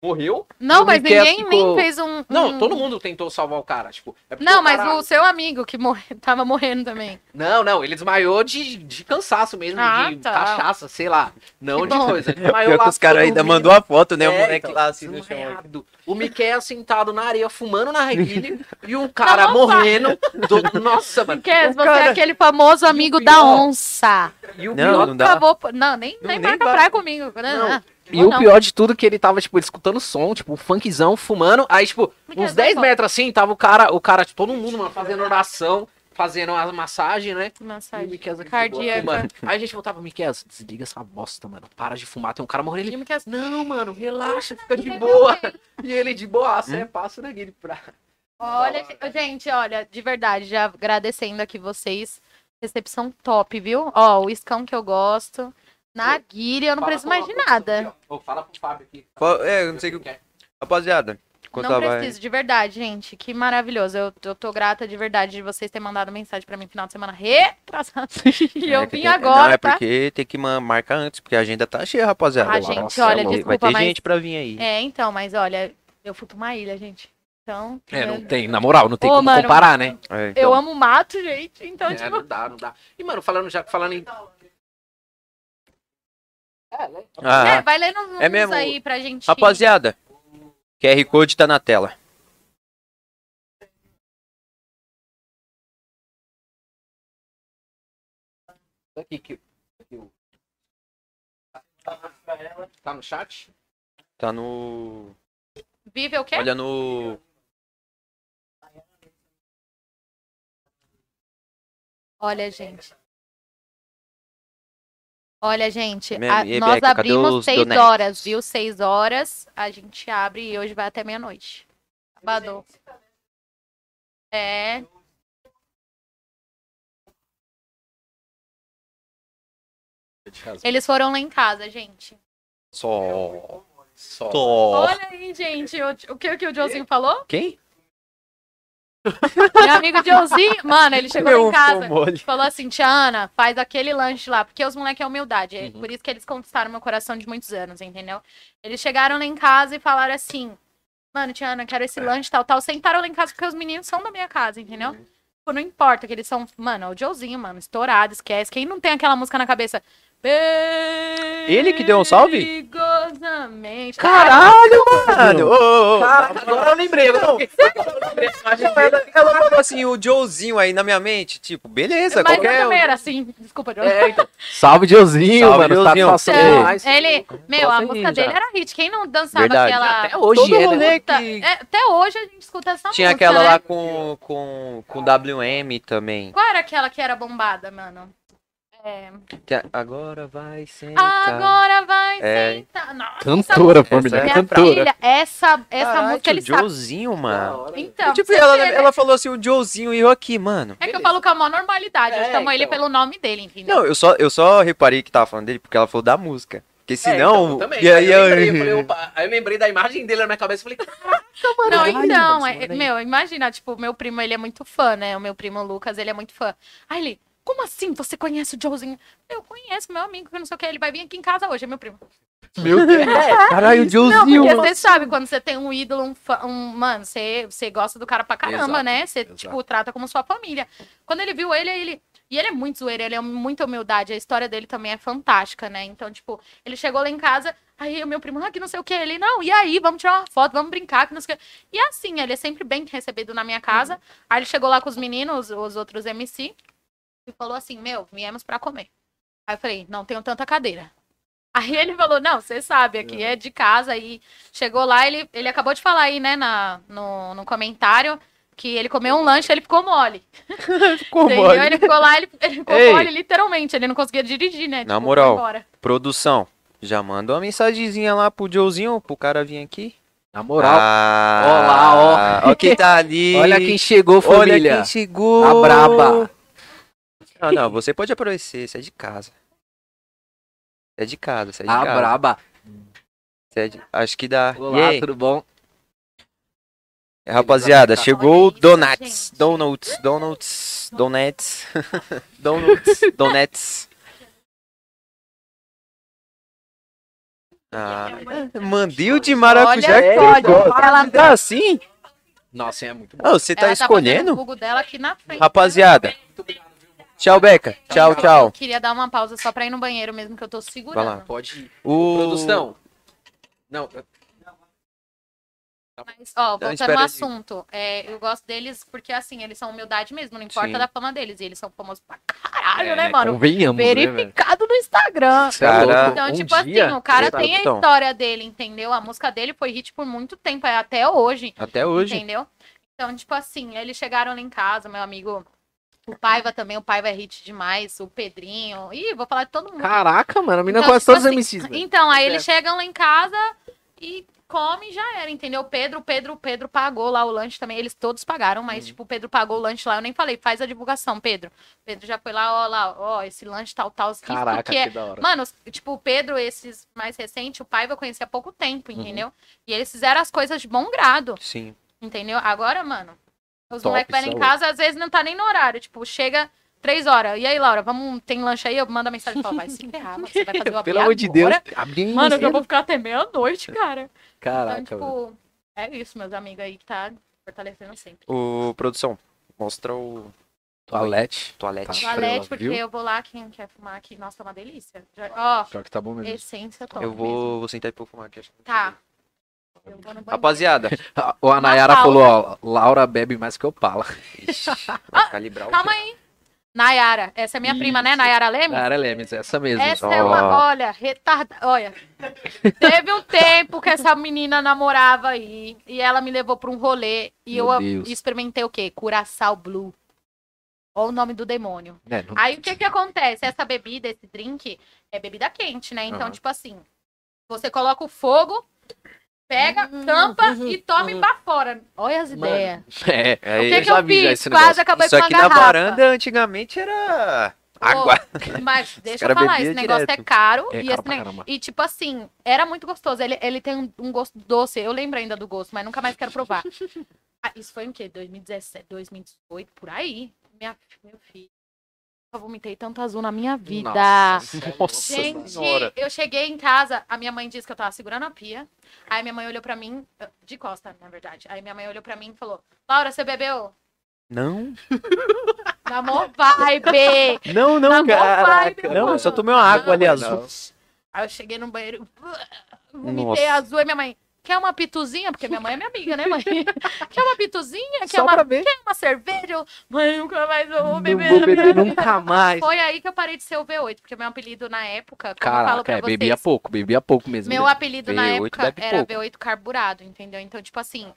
[SPEAKER 1] morreu.
[SPEAKER 3] Não,
[SPEAKER 1] O
[SPEAKER 3] mas
[SPEAKER 1] Miquel
[SPEAKER 3] ninguém
[SPEAKER 1] ficou-
[SPEAKER 3] nem fez um.
[SPEAKER 1] Não,
[SPEAKER 3] um-
[SPEAKER 1] todo mundo tentou salvar o cara, tipo. é porque
[SPEAKER 3] Não, mas
[SPEAKER 1] cara-
[SPEAKER 3] o seu amigo que morre... tava morrendo também.
[SPEAKER 1] Não, não, ele desmaiou de, de cansaço mesmo,
[SPEAKER 3] Ah,
[SPEAKER 1] de
[SPEAKER 3] tá.
[SPEAKER 1] cachaça, sei lá. Não
[SPEAKER 3] Que
[SPEAKER 1] de
[SPEAKER 3] bom.
[SPEAKER 1] coisa. Ele desmaiou
[SPEAKER 2] Pior
[SPEAKER 1] lá,
[SPEAKER 2] que os caras ainda
[SPEAKER 1] dormindo.
[SPEAKER 2] mandou a foto, né? O
[SPEAKER 1] É,
[SPEAKER 2] moleque
[SPEAKER 1] então,
[SPEAKER 2] lá assim no chão.
[SPEAKER 1] desmaiado. O Miquel é sentado na areia, fumando na narguilha, e um cara
[SPEAKER 3] Tá bom,
[SPEAKER 1] morrendo. do- Nossa, mano.
[SPEAKER 3] Miquel, você
[SPEAKER 2] cara-
[SPEAKER 3] é aquele famoso amigo da
[SPEAKER 1] pior-
[SPEAKER 3] onça.
[SPEAKER 1] E o
[SPEAKER 2] Não,
[SPEAKER 1] pior,
[SPEAKER 2] não
[SPEAKER 3] Por
[SPEAKER 2] dá.
[SPEAKER 3] favor, não, nem,
[SPEAKER 2] Não, nem
[SPEAKER 3] nem marca
[SPEAKER 2] vai.
[SPEAKER 3] praia comigo. né? Ah, Não.
[SPEAKER 1] e o pior de tudo que ele tava, tipo, ele escutando som, tipo, um funkzão, fumando. Aí, tipo,
[SPEAKER 3] Miquel,
[SPEAKER 1] uns
[SPEAKER 3] vai
[SPEAKER 1] 10
[SPEAKER 3] embora.
[SPEAKER 1] metros assim, tava o cara, o cara, tipo, todo mundo, mano, fazendo oração, fazendo a massagem, né? E o
[SPEAKER 3] Massagem.
[SPEAKER 1] Miquel aqui,
[SPEAKER 3] Cardíaca.
[SPEAKER 1] de boa, fumando. Aí a gente voltava, Miquel, desliga essa bosta, mano. Para de fumar, tem um cara morrendo.
[SPEAKER 3] E
[SPEAKER 1] Ele,
[SPEAKER 3] o Miquel- assim,
[SPEAKER 1] não, mano, relaxa, fica de boa. E ele de boa,
[SPEAKER 2] Hum?
[SPEAKER 1] é passo naquele pra.
[SPEAKER 3] Olha,
[SPEAKER 2] Então, né?
[SPEAKER 3] que- gente, olha, de verdade, já agradecendo aqui vocês. Recepção top, viu? Ó, o escão que eu gosto. Na guilha, eu não preciso mais de nada.
[SPEAKER 1] assim, Fala pro Fábio aqui.
[SPEAKER 2] Fa- É, eu não sei o que. Rapaziada, enquanto
[SPEAKER 3] não
[SPEAKER 2] ela vai.
[SPEAKER 3] preciso, de verdade, gente. Que maravilhoso. Eu, eu tô grata de verdade de vocês terem mandado mensagem pra mim no final de semana retrasado. E eu
[SPEAKER 2] É,
[SPEAKER 3] vim
[SPEAKER 2] tem-
[SPEAKER 3] agora,
[SPEAKER 2] Não, é
[SPEAKER 3] tá?
[SPEAKER 2] porque tem que ma- marcar antes, porque a agenda tá cheia, rapaziada.
[SPEAKER 3] Ah, gente,
[SPEAKER 2] Nossa,
[SPEAKER 3] olha,
[SPEAKER 2] é louco. Vai
[SPEAKER 3] desculpa,
[SPEAKER 2] ter
[SPEAKER 3] mas-
[SPEAKER 2] gente pra vir aí.
[SPEAKER 3] É, então, mas olha, eu fui pra uma ilha, gente. Então,
[SPEAKER 8] É, não
[SPEAKER 3] né?
[SPEAKER 8] tem, na moral, não tem
[SPEAKER 3] Ô,
[SPEAKER 8] como
[SPEAKER 3] mano,
[SPEAKER 8] comparar, né?
[SPEAKER 2] É,
[SPEAKER 3] eu
[SPEAKER 2] então.
[SPEAKER 3] amo mato, gente. Então,
[SPEAKER 1] É,
[SPEAKER 3] tipo,
[SPEAKER 1] não dá, não dá. E, mano, falando já falando em.
[SPEAKER 4] É, né?
[SPEAKER 2] Ah.
[SPEAKER 3] É, vai lendo uns
[SPEAKER 2] É mesmo.
[SPEAKER 3] aí pra gente.
[SPEAKER 2] Rapaziada, QR Code tá na tela.
[SPEAKER 4] Tá Aqui que que eu- Tá no chat?
[SPEAKER 2] Tá no.
[SPEAKER 3] Vive o é quê?
[SPEAKER 2] Olha no.
[SPEAKER 3] Olha, gente. Olha, gente,
[SPEAKER 2] Me-
[SPEAKER 3] a-
[SPEAKER 2] e,
[SPEAKER 3] nós
[SPEAKER 2] Beca, cadê
[SPEAKER 3] abrimos
[SPEAKER 2] os
[SPEAKER 3] seis
[SPEAKER 2] donetes?
[SPEAKER 3] horas, viu? Seis horas, a gente abre e hoje vai até meia-noite. Acabador. É. Eles foram lá em casa, gente.
[SPEAKER 2] Só.
[SPEAKER 4] Só.
[SPEAKER 2] Só.
[SPEAKER 3] Olha aí, gente, o, o que, o que o Joãozinho falou?
[SPEAKER 2] Quem?
[SPEAKER 3] Meu amigo Joãozinho, mano, ele chegou lá em casa.
[SPEAKER 2] ovo mole.
[SPEAKER 3] Falou assim, Tiana, faz aquele lanche lá, porque os moleques é humildade. é
[SPEAKER 2] Uhum.
[SPEAKER 3] Por isso que eles conquistaram meu coração de muitos anos, entendeu? Eles chegaram lá em casa e falaram assim: Mano, Tiana, quero
[SPEAKER 2] É.
[SPEAKER 3] esse lanche, tal, tal. Sentaram lá em casa porque os meninos são da minha casa, entendeu?
[SPEAKER 2] Uhum.
[SPEAKER 3] Tipo, não importa que eles são. Mano, é o Joezinho, mano, estourado, esquece. Quem não tem aquela música na cabeça? Ele
[SPEAKER 2] que deu um salve?
[SPEAKER 3] Perigosamente.
[SPEAKER 2] Caralho, mano! Ô, ô, ô.
[SPEAKER 4] Caraca, agora eu lembrei. Agora eu fiquei- agora eu lembrei.
[SPEAKER 2] Ela, ela falou assim, o Joezinho aí na minha mente. Tipo, beleza,
[SPEAKER 3] Mas eu
[SPEAKER 2] qualquer.
[SPEAKER 3] também era assim, desculpa, Joe.
[SPEAKER 4] É, então.
[SPEAKER 1] Salve, Diozinho,
[SPEAKER 2] Salve,
[SPEAKER 1] mano.
[SPEAKER 2] Diozinho.
[SPEAKER 1] satisfação
[SPEAKER 3] Então,
[SPEAKER 1] demais.
[SPEAKER 4] Mas-
[SPEAKER 3] ele, meu, a
[SPEAKER 2] Gosto
[SPEAKER 4] é
[SPEAKER 3] música
[SPEAKER 2] de
[SPEAKER 3] dele
[SPEAKER 2] já.
[SPEAKER 3] era hit. Quem não dançava
[SPEAKER 2] é Verdade.
[SPEAKER 3] aquela.
[SPEAKER 1] Até hoje
[SPEAKER 2] Todo
[SPEAKER 1] é, né?
[SPEAKER 2] rolê.
[SPEAKER 3] Puta,
[SPEAKER 2] que-
[SPEAKER 3] é, até hoje a gente escuta essa
[SPEAKER 2] Tinha
[SPEAKER 3] música.
[SPEAKER 2] aquela
[SPEAKER 3] né?
[SPEAKER 2] lá com, com, com WM também.
[SPEAKER 3] Qual era aquela que era bombada, mano? É,
[SPEAKER 2] Tem a- Agora vai sentar.
[SPEAKER 3] Agora vai
[SPEAKER 2] É.
[SPEAKER 3] sentar. Nossa,
[SPEAKER 1] Cantora,
[SPEAKER 2] Essa
[SPEAKER 1] família.
[SPEAKER 2] é
[SPEAKER 3] Minha
[SPEAKER 1] cantora.
[SPEAKER 3] filha, essa, essa
[SPEAKER 2] Caralho,
[SPEAKER 3] música ele
[SPEAKER 2] o
[SPEAKER 3] sabe.
[SPEAKER 2] Joezinho,
[SPEAKER 4] Da
[SPEAKER 2] mano.
[SPEAKER 4] hora,
[SPEAKER 3] Então,
[SPEAKER 2] tipo,
[SPEAKER 3] você
[SPEAKER 2] ela,
[SPEAKER 3] vê,
[SPEAKER 2] ela falou assim, o Joezinho e eu aqui, mano.
[SPEAKER 3] É que eu
[SPEAKER 4] Beleza.
[SPEAKER 3] falo com a maior normalidade. Eu
[SPEAKER 4] É,
[SPEAKER 3] chamo ele
[SPEAKER 4] então.
[SPEAKER 3] pelo nome dele, entendeu?
[SPEAKER 2] Não, eu só, eu só reparei que tava falando dele porque ela falou da música. Porque
[SPEAKER 4] É, então,
[SPEAKER 2] senão.
[SPEAKER 4] eu também.
[SPEAKER 2] e aí,
[SPEAKER 4] eu
[SPEAKER 2] eu-
[SPEAKER 4] lembrei, eu falei, opa, aí eu lembrei da imagem dele na minha cabeça e falei,
[SPEAKER 3] Não,
[SPEAKER 2] Caralho,
[SPEAKER 3] então,
[SPEAKER 2] mano,
[SPEAKER 3] é-
[SPEAKER 2] isso não é
[SPEAKER 3] meu, imagina, tipo, meu primo, ele é muito fã, né? O meu primo Lucas, ele é muito fã. Aí ele, como assim você conhece o Joezinho? Eu conheço meu amigo, que não sei o que, ele vai vir aqui em casa hoje, é meu primo.
[SPEAKER 1] Meu Deus.
[SPEAKER 2] Caralho, o
[SPEAKER 3] Não,
[SPEAKER 2] Joezinho.
[SPEAKER 3] porque
[SPEAKER 2] mano.
[SPEAKER 3] você sabe, quando você tem um ídolo, um, fã, um mano, você, você gosta do cara pra caramba,
[SPEAKER 1] Exato,
[SPEAKER 3] né? Você,
[SPEAKER 1] exato.
[SPEAKER 3] tipo, trata como sua família. Quando ele viu ele, ele... E ele é muito zoeiro, ele é muita humildade, a história dele também é fantástica, né? Então, tipo, ele chegou lá em casa, aí o meu primo, ah, que não sei o que, ele, não, e aí, vamos tirar uma foto, vamos brincar, que não sei o que. E é assim, ele é sempre bem recebido na minha casa.
[SPEAKER 1] Uhum.
[SPEAKER 3] Aí ele chegou lá com os meninos, os outros MC, e falou assim, meu, viemos pra comer. Aí eu falei, não tenho tanta cadeira. Aí ele falou, não, você sabe, aqui é de casa. E chegou lá, ele, ele acabou de falar aí, né, na, no, no comentário, que ele comeu um lanche, ele ficou mole.
[SPEAKER 2] Ficou
[SPEAKER 3] entendeu?
[SPEAKER 2] mole.
[SPEAKER 3] Ele ficou lá, ele, ele ficou
[SPEAKER 2] Ei.
[SPEAKER 3] mole, literalmente. Ele não conseguia dirigir, né?
[SPEAKER 2] Na
[SPEAKER 3] foi
[SPEAKER 2] moral.
[SPEAKER 3] embora.
[SPEAKER 2] Produção, já manda uma mensagenzinha lá pro Joezinho, pro cara vir aqui.
[SPEAKER 1] Na moral.
[SPEAKER 2] Ah,
[SPEAKER 1] Olá, ó.
[SPEAKER 2] Ó quem tá ali.
[SPEAKER 1] Olha quem chegou,
[SPEAKER 2] Olha
[SPEAKER 1] família.
[SPEAKER 2] quem chegou.
[SPEAKER 1] A braba.
[SPEAKER 2] Não, não, você pode aparecer, você é de casa. Você é de casa, você é de
[SPEAKER 4] Ah,
[SPEAKER 1] A
[SPEAKER 2] casa.
[SPEAKER 1] Tá braba.
[SPEAKER 2] Você é de- Acho que dá. E
[SPEAKER 1] Olá,
[SPEAKER 2] aí?
[SPEAKER 1] tudo bom?
[SPEAKER 2] Rapaziada,
[SPEAKER 1] Olha
[SPEAKER 2] chegou o
[SPEAKER 3] isso,
[SPEAKER 2] Donuts.
[SPEAKER 3] gente.
[SPEAKER 2] Donuts, Donuts, Donuts. Donuts, Donuts. Ah,
[SPEAKER 3] tá
[SPEAKER 2] mandil de maracujá.
[SPEAKER 3] Olha só,
[SPEAKER 2] que gosta.
[SPEAKER 3] ela-
[SPEAKER 2] Tá assim?
[SPEAKER 4] nossa, é muito bom.
[SPEAKER 2] Ah, você tá
[SPEAKER 3] Ela fazendo o
[SPEAKER 2] escolhendo?
[SPEAKER 3] vulgo dela aqui na frente. né?
[SPEAKER 2] Rapaziada. Tchau, Beca. Tchau,
[SPEAKER 3] Eu
[SPEAKER 2] tchau.
[SPEAKER 3] queria dar uma pausa só pra ir no banheiro mesmo, que eu tô segurando.
[SPEAKER 2] Vai lá.
[SPEAKER 4] Pode ir.
[SPEAKER 2] O...
[SPEAKER 4] Produção. Não,
[SPEAKER 3] Mas, ó,
[SPEAKER 2] Então,
[SPEAKER 3] voltando
[SPEAKER 2] espera
[SPEAKER 3] ao
[SPEAKER 2] aí.
[SPEAKER 3] assunto, é, eu gosto deles porque, assim, eles são humildade mesmo, não importa
[SPEAKER 2] Sim.
[SPEAKER 3] da fama deles. E eles são famosos pra caralho,
[SPEAKER 4] É,
[SPEAKER 3] né,
[SPEAKER 4] né,
[SPEAKER 3] mano?
[SPEAKER 1] Convenhamos, né, velho?
[SPEAKER 3] Verificado no Instagram.
[SPEAKER 1] Cê é
[SPEAKER 2] Cara,
[SPEAKER 1] louco.
[SPEAKER 3] Então,
[SPEAKER 1] Um
[SPEAKER 3] tipo
[SPEAKER 1] dia-
[SPEAKER 3] assim, o cara
[SPEAKER 2] Exato,
[SPEAKER 3] tem a
[SPEAKER 2] então.
[SPEAKER 3] história dele, entendeu? A música dele foi hit por muito tempo, é até hoje,
[SPEAKER 2] Até hoje.
[SPEAKER 3] entendeu? Então, tipo assim, eles chegaram lá em casa, meu amigo. O Paiva também, o Paiva é hit demais, o Pedrinho. Ih, vou falar de todo mundo.
[SPEAKER 1] Caraca, mano. A menina
[SPEAKER 3] Então,
[SPEAKER 1] conhece
[SPEAKER 3] tipo
[SPEAKER 1] todos os
[SPEAKER 3] assim,
[SPEAKER 1] MCs, velho.
[SPEAKER 3] Então, aí
[SPEAKER 4] É.
[SPEAKER 3] eles chegam lá em casa e comem e já era, entendeu? O Pedro, o Pedro, o Pedro pagou lá o lanche também. Eles todos pagaram, mas,
[SPEAKER 1] Uhum.
[SPEAKER 3] tipo, o Pedro pagou o lanche lá. Eu nem falei, faz a divulgação, Pedro. O Pedro já foi lá, ó, lá, ó, esse lanche tal, tal. isso
[SPEAKER 1] Caraca,
[SPEAKER 3] que é-
[SPEAKER 1] que da hora.
[SPEAKER 3] Mano, os- tipo, o Pedro, esses mais recentes, o Paiva eu conheci há pouco tempo,
[SPEAKER 1] Uhum.
[SPEAKER 3] entendeu? E eles fizeram as coisas de bom grado,
[SPEAKER 2] Sim.
[SPEAKER 3] entendeu? Agora, mano, os
[SPEAKER 1] Top,
[SPEAKER 3] moleques vêm
[SPEAKER 1] isso
[SPEAKER 3] em
[SPEAKER 1] é
[SPEAKER 3] casa, às vezes não tá nem no horário. Tipo, chega três horas. E aí, Laura, vamos, tem lanche aí? Eu mando a mensagem e falo, vai se ferrar, mano, você vai fazer o
[SPEAKER 1] Pelo amor de Deus.
[SPEAKER 3] agora?
[SPEAKER 1] Abri
[SPEAKER 3] Mano, eu já vou ficar até meia-noite, cara.
[SPEAKER 1] Caraca, velho.
[SPEAKER 3] então, tipo, é isso, meus amigos aí que tá fortalecendo sempre.
[SPEAKER 2] O produção, mostra o
[SPEAKER 3] tipo,
[SPEAKER 1] Toalete.
[SPEAKER 2] Toalete.
[SPEAKER 1] Tá.
[SPEAKER 3] Toalete, porque
[SPEAKER 1] viu?
[SPEAKER 3] eu vou lá, quem quer fumar aqui, nossa, tá uma delícia. Já- Ó,
[SPEAKER 1] Pior que tá bom mesmo.
[SPEAKER 3] essência top
[SPEAKER 2] Eu
[SPEAKER 3] mesmo.
[SPEAKER 2] vou, vou sentar e pôr fumar aqui. acho que-
[SPEAKER 3] Tá. Eu vou no banheiro.
[SPEAKER 2] Rapaziada,
[SPEAKER 1] Ou Ah, a Nayara
[SPEAKER 3] Pausa.
[SPEAKER 1] falou, ó, Laura bebe mais que eu pala.
[SPEAKER 2] ixi, vai calibrar o
[SPEAKER 3] Ah, Calma aí. Nayara, essa é minha prima, né? Nayara Leme?
[SPEAKER 1] Nayara é Lemes, essa mesmo.
[SPEAKER 3] Essa
[SPEAKER 1] Ah, Ó,
[SPEAKER 3] é uma, olha, retardada. Olha, teve um tempo que essa menina namorava aí e ela me levou pra um rolê e
[SPEAKER 1] Meu
[SPEAKER 3] eu
[SPEAKER 1] Deus.
[SPEAKER 3] experimentei o quê? Curaçao Blue. Olha o nome do demônio.
[SPEAKER 1] né, não-
[SPEAKER 3] Aí o que que acontece? Essa bebida, esse drink, é bebida quente, né? Então,
[SPEAKER 2] Aham.
[SPEAKER 3] tipo assim, você coloca o fogo, pega, tampa e toma pra fora. Olha as
[SPEAKER 1] Mano,
[SPEAKER 3] ideias.
[SPEAKER 1] É,
[SPEAKER 2] É,
[SPEAKER 3] O que
[SPEAKER 1] eu
[SPEAKER 3] que
[SPEAKER 1] já
[SPEAKER 3] eu
[SPEAKER 1] vi já
[SPEAKER 3] fiz?
[SPEAKER 1] esse
[SPEAKER 3] Quase
[SPEAKER 1] negócio.
[SPEAKER 3] acabei
[SPEAKER 2] Isso
[SPEAKER 3] com a
[SPEAKER 2] aqui na
[SPEAKER 3] garrafa.
[SPEAKER 2] varanda antigamente era água.
[SPEAKER 3] Mas deixa eu
[SPEAKER 2] cara
[SPEAKER 3] falar,
[SPEAKER 2] bebia
[SPEAKER 3] esse negócio
[SPEAKER 2] direto.
[SPEAKER 3] é caro.
[SPEAKER 1] É
[SPEAKER 3] e,
[SPEAKER 1] caro
[SPEAKER 3] esse
[SPEAKER 1] pra
[SPEAKER 3] ne-
[SPEAKER 1] caramba.
[SPEAKER 3] e, tipo assim, era muito gostoso. Ele, ele tem um, um gosto doce. Eu lembro ainda do gosto, mas nunca mais quero provar. Ah, isso foi em quê? 2017, 2018, por aí. Minha, meu filho. Eu vomitei tanto azul na minha vida.
[SPEAKER 1] Nossa
[SPEAKER 3] Gente,
[SPEAKER 1] senhora.
[SPEAKER 3] eu cheguei em casa, a minha mãe disse que eu tava segurando a pia. Aí minha mãe olhou pra mim, de costa, na verdade. Aí minha mãe olhou pra mim e falou: Laura, você bebeu?
[SPEAKER 2] Não,
[SPEAKER 3] Na mó vibe!
[SPEAKER 2] não, não,
[SPEAKER 3] Tá bom,
[SPEAKER 2] caraca.
[SPEAKER 3] vai, meu
[SPEAKER 2] não, eu
[SPEAKER 3] mano.
[SPEAKER 2] só tomei uma água ali
[SPEAKER 3] Não,
[SPEAKER 2] azul.
[SPEAKER 3] Aí eu cheguei no banheiro, vomitei
[SPEAKER 2] Nossa.
[SPEAKER 3] azul. E minha mãe: Quer uma pituzinha? Porque minha mãe é minha amiga, né, mãe? Quer uma pituzinha? Quer
[SPEAKER 2] Só
[SPEAKER 3] uma,
[SPEAKER 2] pra ver.
[SPEAKER 3] quer uma cerveja? Eu, Mãe, nunca mais eu vou
[SPEAKER 1] Não
[SPEAKER 3] beber.
[SPEAKER 1] vou
[SPEAKER 3] na minha
[SPEAKER 1] beber
[SPEAKER 3] vida."
[SPEAKER 1] nunca mais.
[SPEAKER 3] Foi aí que eu parei de ser o V8, porque meu apelido na época, como eu falo
[SPEAKER 1] Caraca,
[SPEAKER 3] pra
[SPEAKER 1] é,
[SPEAKER 3] vocês,
[SPEAKER 1] bebia pouco, bebia pouco mesmo.
[SPEAKER 3] Meu apelido na
[SPEAKER 2] V8
[SPEAKER 3] época
[SPEAKER 2] né? bebe
[SPEAKER 3] era
[SPEAKER 2] pouco.
[SPEAKER 3] V8 carburado, entendeu? Então, tipo assim,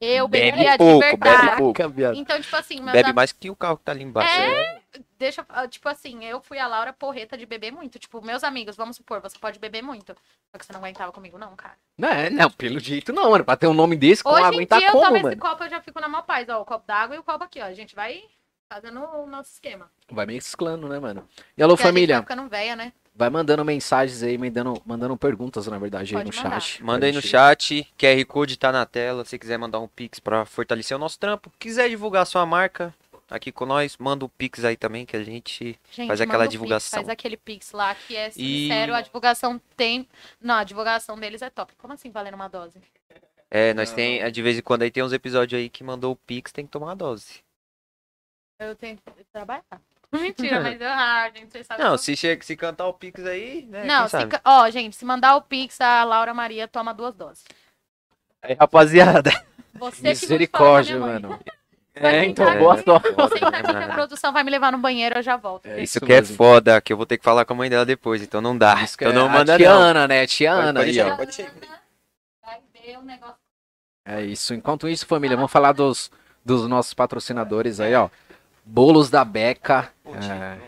[SPEAKER 3] eu
[SPEAKER 2] Bebe
[SPEAKER 3] bebia
[SPEAKER 2] pouco,
[SPEAKER 3] de
[SPEAKER 2] bebe
[SPEAKER 3] verdade.
[SPEAKER 2] pouco.
[SPEAKER 3] Então, tipo assim, meus
[SPEAKER 2] Bebe
[SPEAKER 3] am-
[SPEAKER 2] mais que o carro que tá ali embaixo.
[SPEAKER 3] É. deixa, ah, tipo assim, eu fui a Laura porreta de beber muito. Tipo, meus amigos, vamos supor, você pode beber muito. Só que você não aguentava comigo, não, cara.
[SPEAKER 1] Não, é, não, pelo jeito não, mano. Pra ter um nome desse, com
[SPEAKER 3] Hoje
[SPEAKER 1] água,
[SPEAKER 3] em
[SPEAKER 1] tá
[SPEAKER 3] dia eu
[SPEAKER 1] como,
[SPEAKER 3] tomo
[SPEAKER 1] mano?
[SPEAKER 3] esse copo, eu já fico na maior paz. Ó, o copo d'água e o copo aqui, ó. A gente vai fazendo o nosso esquema.
[SPEAKER 1] Vai mesclando, né, mano? E alô,
[SPEAKER 3] Porque a gente
[SPEAKER 1] família,
[SPEAKER 3] vai ficando velha, né?
[SPEAKER 1] vai mandando mensagens aí, mandando, mandando perguntas, na verdade, aí
[SPEAKER 3] Pode
[SPEAKER 1] no
[SPEAKER 3] mandar.
[SPEAKER 1] chat.
[SPEAKER 2] Manda aí no chat, QR Code tá na tela, se quiser mandar um pix pra fortalecer o nosso trampo. Quiser divulgar sua marca tá aqui com nós, manda um pix aí também que a gente...
[SPEAKER 3] Gente,
[SPEAKER 2] Faz
[SPEAKER 3] manda
[SPEAKER 2] aquela
[SPEAKER 3] o Pix,
[SPEAKER 2] divulgação.
[SPEAKER 3] faz aquele pix lá que é
[SPEAKER 2] E-
[SPEAKER 3] sincero, a divulgação tem. Não, a divulgação deles é top. Como assim valendo uma dose?
[SPEAKER 2] É, nós tem, de vez em quando aí tem uns episódios aí que mandou o pix, tem que tomar a dose.
[SPEAKER 3] Eu tenho que trabalhar. Mentira, mas eu ah, gente, vocês sabem.
[SPEAKER 2] Não,
[SPEAKER 3] que
[SPEAKER 2] se, chega, se cantar o pix aí, né,
[SPEAKER 3] eu-
[SPEAKER 2] quem
[SPEAKER 3] não se
[SPEAKER 2] sabe?
[SPEAKER 3] ca- ó, gente, se mandar o Pix, a Laura Maria toma duas doses.
[SPEAKER 2] Aí, rapaziada.
[SPEAKER 3] Você
[SPEAKER 1] É, Misericórdia,
[SPEAKER 3] que não fala
[SPEAKER 1] mano.
[SPEAKER 3] né, Vai
[SPEAKER 1] É, então,
[SPEAKER 3] tentar-
[SPEAKER 1] boa sorte.
[SPEAKER 3] pra minha mãe. Você
[SPEAKER 2] Foda, né,
[SPEAKER 3] tá aqui que a
[SPEAKER 2] mano?
[SPEAKER 3] produção vai me levar no banheiro, eu já volto.
[SPEAKER 1] É
[SPEAKER 2] Isso
[SPEAKER 1] isso
[SPEAKER 2] que é
[SPEAKER 1] mesmo.
[SPEAKER 2] foda, que eu vou ter que falar com a mãe dela depois, então não dá.
[SPEAKER 1] Isso que
[SPEAKER 2] então
[SPEAKER 1] é
[SPEAKER 2] não
[SPEAKER 1] a
[SPEAKER 2] manda
[SPEAKER 1] tia
[SPEAKER 2] não.
[SPEAKER 1] Ana, né? Tia Ana
[SPEAKER 2] pode
[SPEAKER 1] aí,
[SPEAKER 2] deixar.
[SPEAKER 1] ó.
[SPEAKER 2] pode ser.
[SPEAKER 3] Vai ver o negócio.
[SPEAKER 1] É isso. Enquanto isso, família, vamos falar dos, dos nossos patrocinadores aí, ó. Bolos da Beca. É,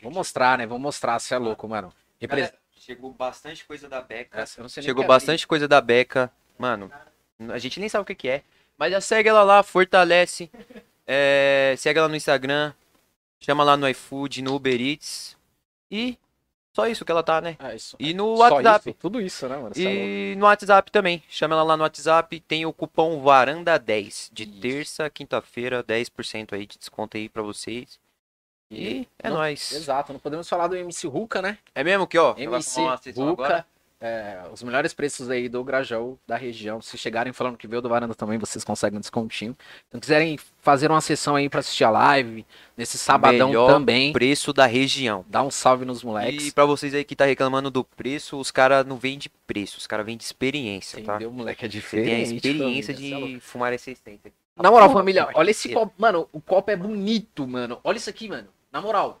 [SPEAKER 1] vou mostrar, né? Vou mostrar, você é louco, mano. Repre-
[SPEAKER 2] Chegou bastante coisa da Beca.
[SPEAKER 1] Essa, eu não sei nem
[SPEAKER 2] Chegou
[SPEAKER 1] o que é.
[SPEAKER 2] bastante coisa da Beca. Mano, a gente nem sabe o que, que é. Mas já segue ela lá, fortalece. É, segue ela no Instagram. Chama lá no iFood, no Uber Eats. E só isso que ela tá, né?
[SPEAKER 1] É isso.
[SPEAKER 2] E no
[SPEAKER 1] Só
[SPEAKER 2] WhatsApp.
[SPEAKER 1] isso? Tudo isso, né, mano? Cê é louco.
[SPEAKER 2] E no WhatsApp também. Chama ela lá no WhatsApp. Tem o cupom Varanda10. De
[SPEAKER 1] Isso.
[SPEAKER 2] terça, a quinta-feira, 10% aí de desconto aí pra vocês. E é
[SPEAKER 1] Não,
[SPEAKER 2] nóis.
[SPEAKER 1] Exato, não podemos falar do MC Ruka, né?
[SPEAKER 2] É mesmo que, ó. ela vai
[SPEAKER 1] MC
[SPEAKER 2] fumar uma sessão agora.
[SPEAKER 1] Ruka, é, os melhores preços aí do Grajaú, da região. Se chegarem falando que veio do Varanda também, vocês conseguem um descontinho. Então, quiserem fazer uma sessão aí pra assistir a live, nesse sabadão
[SPEAKER 2] Melhor
[SPEAKER 1] também,
[SPEAKER 2] Preço da região.
[SPEAKER 1] dá um salve nos moleques.
[SPEAKER 2] E pra vocês aí que tá reclamando do preço, os caras não vendem preço, os caras vendem experiência, tá?
[SPEAKER 1] Entendeu? Moleque é
[SPEAKER 2] Você tem a
[SPEAKER 1] diferente.
[SPEAKER 2] experiência
[SPEAKER 1] família, cê é louco.
[SPEAKER 2] de fumar essa Tá essência.
[SPEAKER 1] Na moral,
[SPEAKER 2] Porra,
[SPEAKER 1] família,
[SPEAKER 2] que
[SPEAKER 1] olha esse
[SPEAKER 2] parceiro.
[SPEAKER 1] copo. Mano, o copo é bonito, mano. Olha isso aqui, mano. Na moral.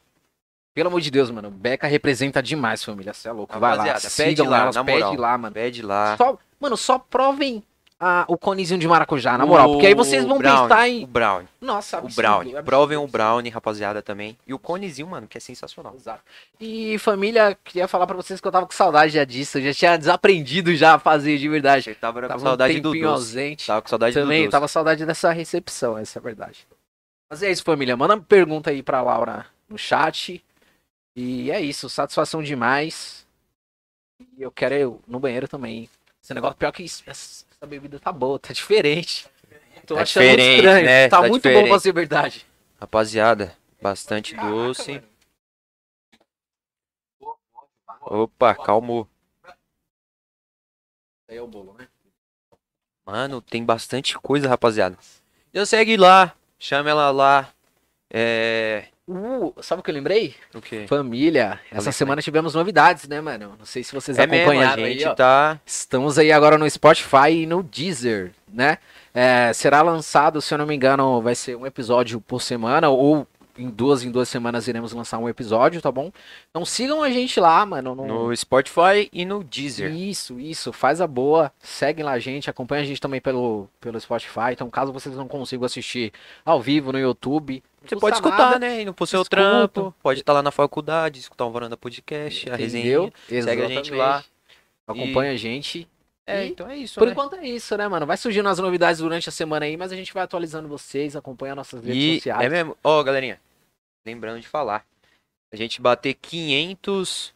[SPEAKER 1] Pelo amor de Deus, mano. Beca representa demais, família. Você é louco. Vai lá,
[SPEAKER 2] Rapaziada,
[SPEAKER 1] sigam
[SPEAKER 2] pede lá,
[SPEAKER 1] lá, elas,
[SPEAKER 2] na
[SPEAKER 1] pede
[SPEAKER 2] moral.
[SPEAKER 1] lá, mano.
[SPEAKER 2] Pede lá.
[SPEAKER 1] Só- mano, só provem ah, o conezinho de maracujá, na moral. Porque aí vocês
[SPEAKER 2] O
[SPEAKER 1] vão
[SPEAKER 2] brownie,
[SPEAKER 1] pensar em.
[SPEAKER 2] O Brownie.
[SPEAKER 1] Nossa,
[SPEAKER 2] O
[SPEAKER 1] absurdo,
[SPEAKER 2] Brownie.
[SPEAKER 1] absurdo.
[SPEAKER 2] Provem o Brownie, rapaziada, também. E o conezinho, mano, que é sensacional.
[SPEAKER 1] Exato. E família, queria falar pra vocês que eu tava com saudade já disso. Eu já tinha desaprendido já a fazer de verdade.
[SPEAKER 2] Você tava,
[SPEAKER 1] Tava
[SPEAKER 2] com
[SPEAKER 1] um
[SPEAKER 2] saudade do
[SPEAKER 1] tempinho
[SPEAKER 2] doce.
[SPEAKER 1] ausente.
[SPEAKER 2] Tava com saudade
[SPEAKER 1] Também,
[SPEAKER 2] do doce.
[SPEAKER 1] tava saudade dessa recepção, essa é a verdade. Mas é isso, família. Manda uma pergunta aí pra Laura no chat. E é isso, satisfação demais. E eu quero eu no banheiro também. Esse negócio pior que isso, essa essa bebida tá boa, tá diferente. Tô
[SPEAKER 2] Tá
[SPEAKER 1] achando
[SPEAKER 2] diferente,
[SPEAKER 1] estranho.
[SPEAKER 2] né?
[SPEAKER 1] Tá,
[SPEAKER 2] Tá
[SPEAKER 1] muito
[SPEAKER 2] diferente.
[SPEAKER 1] bom pra ser verdade.
[SPEAKER 2] Rapaziada, bastante
[SPEAKER 1] Caraca,
[SPEAKER 2] doce.
[SPEAKER 1] mano.
[SPEAKER 2] Opa, calmou.
[SPEAKER 1] Aí é o bolo, né?
[SPEAKER 2] Mano, tem bastante coisa, rapaziada. Eu segue lá, chama ela lá. É.
[SPEAKER 1] Uh, sabe o que eu lembrei?
[SPEAKER 2] O quê?
[SPEAKER 1] Família, essa
[SPEAKER 2] Falei,
[SPEAKER 1] semana tivemos novidades, né, mano? Não sei se vocês
[SPEAKER 2] É mesmo, a
[SPEAKER 1] acompanharam
[SPEAKER 2] gente
[SPEAKER 1] aí, ó.
[SPEAKER 2] tá.
[SPEAKER 1] Estamos aí agora no Spotify e no Deezer, né? É, será lançado, se eu não me engano, vai ser um episódio por semana, ou em duas em duas semanas iremos lançar um episódio, tá bom? Então sigam a gente lá, mano. no-
[SPEAKER 2] No Spotify e no Deezer.
[SPEAKER 1] Isso, isso, faz a boa, segue lá a gente, acompanha a gente também pelo, pelo Spotify. Então, caso vocês não consigam assistir ao vivo no YouTube,
[SPEAKER 2] Você pode escutar, né? Indo pro seu
[SPEAKER 1] tá Escuta.
[SPEAKER 2] trampo. Pode estar lá na faculdade, escutar um Varanda Podcast, a resenha.
[SPEAKER 1] entendeu?
[SPEAKER 2] Segue a gente lá.
[SPEAKER 1] Acompanha a gente.
[SPEAKER 2] É,
[SPEAKER 1] E,
[SPEAKER 2] então é isso,
[SPEAKER 1] Por
[SPEAKER 2] né?
[SPEAKER 1] enquanto é isso, né, mano? Vai surgindo as novidades durante a semana aí, mas a gente vai atualizando vocês, acompanha nossas redes
[SPEAKER 2] E
[SPEAKER 1] sociais.
[SPEAKER 2] é mesmo. Ó, galerinha, lembrando de falar. A gente bater 500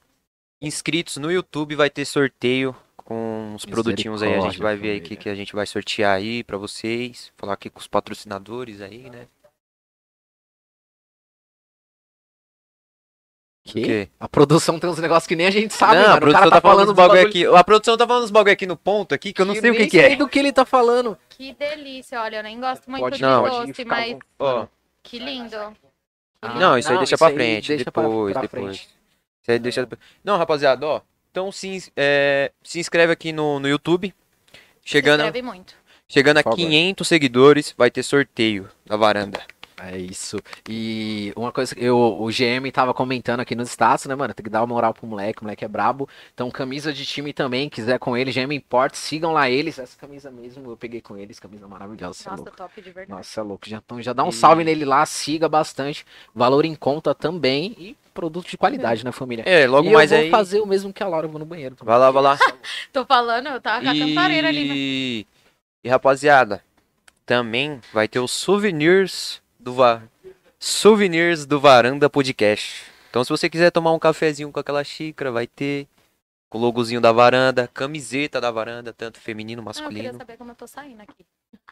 [SPEAKER 2] inscritos no YouTube, vai ter sorteio com os produtinhos aí. A gente vai ver aí o que,
[SPEAKER 1] Misericórdia,
[SPEAKER 2] que a gente vai sortear aí pra vocês. Falar aqui com os patrocinadores aí, né?
[SPEAKER 1] Que?
[SPEAKER 2] O quê?
[SPEAKER 1] A produção tem uns negócios que nem a gente sabe,
[SPEAKER 2] não,
[SPEAKER 1] mano.
[SPEAKER 2] a
[SPEAKER 1] O
[SPEAKER 2] produção
[SPEAKER 1] cara
[SPEAKER 2] tá, falando
[SPEAKER 1] uns
[SPEAKER 2] uns bagulho
[SPEAKER 1] bagulho
[SPEAKER 2] aqui. A produção tá falando uns bagulho aqui no ponto aqui que eu não sei o que
[SPEAKER 1] nem
[SPEAKER 2] que é.
[SPEAKER 1] sei do que ele tá falando.
[SPEAKER 3] Que delícia, olha, eu nem gosto muito
[SPEAKER 1] Pode-
[SPEAKER 3] de
[SPEAKER 2] não,
[SPEAKER 1] pode
[SPEAKER 3] doce,
[SPEAKER 1] ficar
[SPEAKER 3] mas
[SPEAKER 2] Ó,
[SPEAKER 3] que lindo.
[SPEAKER 1] Ah,
[SPEAKER 2] não, isso aí deixa pra frente,
[SPEAKER 1] deixa pra-
[SPEAKER 2] depois,
[SPEAKER 1] pra
[SPEAKER 2] depois.
[SPEAKER 1] frente.
[SPEAKER 2] isso aí deixa... Não, rapaziada, ó. Então se, ins- é, se inscreve aqui no, no YouTube. tá Chegando,
[SPEAKER 3] Se inscreve muito.
[SPEAKER 2] chegando a
[SPEAKER 1] Por favor.
[SPEAKER 2] 500 seguidores, vai ter sorteio na varanda.
[SPEAKER 1] É isso. E uma coisa que eu, o GM tava comentando aqui nos status, né, mano? Tem que dar uma moral pro moleque, o moleque é brabo. Então, camisa de time também, quiser com ele, GM Import, sigam lá eles. Essa camisa mesmo eu peguei com eles, camisa maravilhosa, você é
[SPEAKER 3] Nossa,
[SPEAKER 1] louco.
[SPEAKER 3] top de verdade.
[SPEAKER 1] Nossa, é louco. Já, então, já dá um salve nele lá, siga bastante. Valor em conta também e produto de qualidade, né, família?
[SPEAKER 2] É, logo
[SPEAKER 1] e
[SPEAKER 2] mais
[SPEAKER 1] eu vou
[SPEAKER 2] aí.
[SPEAKER 1] fazer o mesmo que a Laura, eu vou no banheiro. também.
[SPEAKER 2] Vai lá, vai lá.
[SPEAKER 3] Tô falando, eu tava com a campareira ali. né?
[SPEAKER 2] E... e rapaziada, também vai ter os souvenirs do va... souvenirs do Varanda Podcast. Então se você quiser tomar um cafezinho com aquela xícara, vai ter com o logozinho da varanda, camiseta da varanda, tanto feminino,
[SPEAKER 3] Ah, eu queria
[SPEAKER 2] masculino.
[SPEAKER 3] saber como eu tô saindo aqui.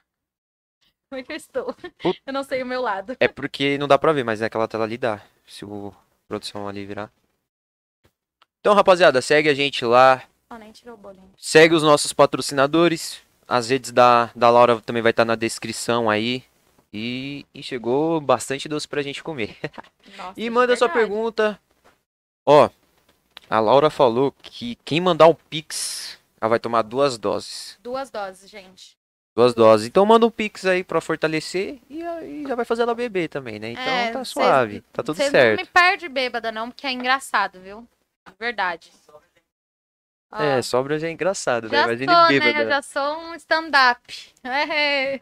[SPEAKER 3] Como é que eu estou?
[SPEAKER 2] Put-
[SPEAKER 3] Eu não sei o meu lado.
[SPEAKER 2] É porque não dá pra ver, mas naquela tela ali dá. Se o produção ali virar. Então, rapaziada, segue a gente lá,
[SPEAKER 3] Ah, nem tirou o bolinho.
[SPEAKER 2] Segue os nossos patrocinadores. As redes da, da Laura também vai estar na descrição aí. E, e chegou bastante doce pra gente comer.
[SPEAKER 3] Nossa,
[SPEAKER 2] E
[SPEAKER 3] de
[SPEAKER 2] manda sua
[SPEAKER 3] verdade.
[SPEAKER 2] pergunta. Ó, a Laura falou que quem mandar um pix, ela vai tomar duas doses.
[SPEAKER 3] Duas doses, gente.
[SPEAKER 2] Duas doses. Então manda um pix aí pra fortalecer e aí já vai fazer ela beber também, né? Então
[SPEAKER 3] É,
[SPEAKER 2] tá
[SPEAKER 3] cês-
[SPEAKER 2] suave, tá tudo
[SPEAKER 3] Vocês não
[SPEAKER 2] certo.
[SPEAKER 3] me perde bêbada, não, porque é engraçado, viu? De verdade. Ó,
[SPEAKER 2] É, sobra já é engraçado, né?
[SPEAKER 3] já
[SPEAKER 2] Imagine
[SPEAKER 3] sou, né?
[SPEAKER 2] bêbada.
[SPEAKER 3] Eu já sou um stand-up. É.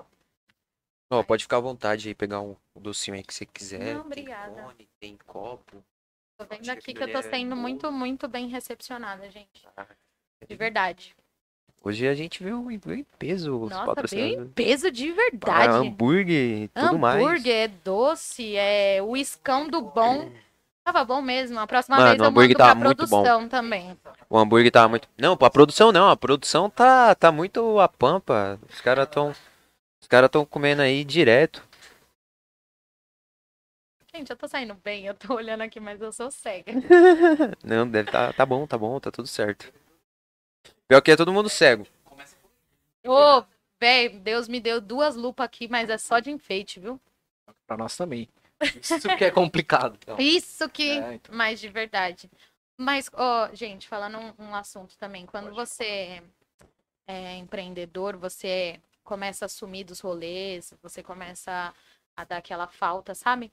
[SPEAKER 2] Ó, pode ficar à vontade aí, pegar um docinho aí que você quiser.
[SPEAKER 3] Não, obrigada.
[SPEAKER 2] Tem cone, tem copo.
[SPEAKER 3] Tô vendo
[SPEAKER 2] Acho que
[SPEAKER 3] aqui que eu tô
[SPEAKER 2] mulher é
[SPEAKER 3] sendo
[SPEAKER 2] boa.
[SPEAKER 3] muito, muito bem recepcionada, gente.
[SPEAKER 2] Ah,
[SPEAKER 3] De verdade.
[SPEAKER 2] Hoje a gente veio em, veio em peso os
[SPEAKER 3] Nossa, veio em
[SPEAKER 2] patrocinadores.
[SPEAKER 3] peso de
[SPEAKER 2] Ah,
[SPEAKER 3] verdade.
[SPEAKER 2] hambúrguer e tudo mais.
[SPEAKER 3] hambúrguer, é doce, é uiscão do bom. Tava bom mesmo. A próxima
[SPEAKER 2] Mano,
[SPEAKER 3] vez
[SPEAKER 2] o
[SPEAKER 3] eu
[SPEAKER 2] hambúrguer
[SPEAKER 3] mando
[SPEAKER 2] tá
[SPEAKER 3] pra
[SPEAKER 2] muito bom.
[SPEAKER 3] produção também.
[SPEAKER 2] O hambúrguer tá muito. Não, a produção não. A produção tá, tá muito a pampa. Os caras tão. Os caras tão comendo aí direto.
[SPEAKER 3] Gente, eu tô saindo bem, eu tô olhando aqui, mas eu sou cega.
[SPEAKER 2] Não, deve tá. Tá bom, tá bom, tá tudo certo. Pior que é todo mundo cego.
[SPEAKER 3] Ô, véi, Deus me deu duas lupas aqui, mas é só de enfeite, viu?
[SPEAKER 1] Pra nós também. Isso que é complicado. Então.
[SPEAKER 3] Isso que.
[SPEAKER 1] É, então.
[SPEAKER 3] Mas de verdade. Mas, ó, gente, falando um, um assunto também, quando você é empreendedor, você é, começa a sumir dos rolês, você começa a dar aquela falta, sabe?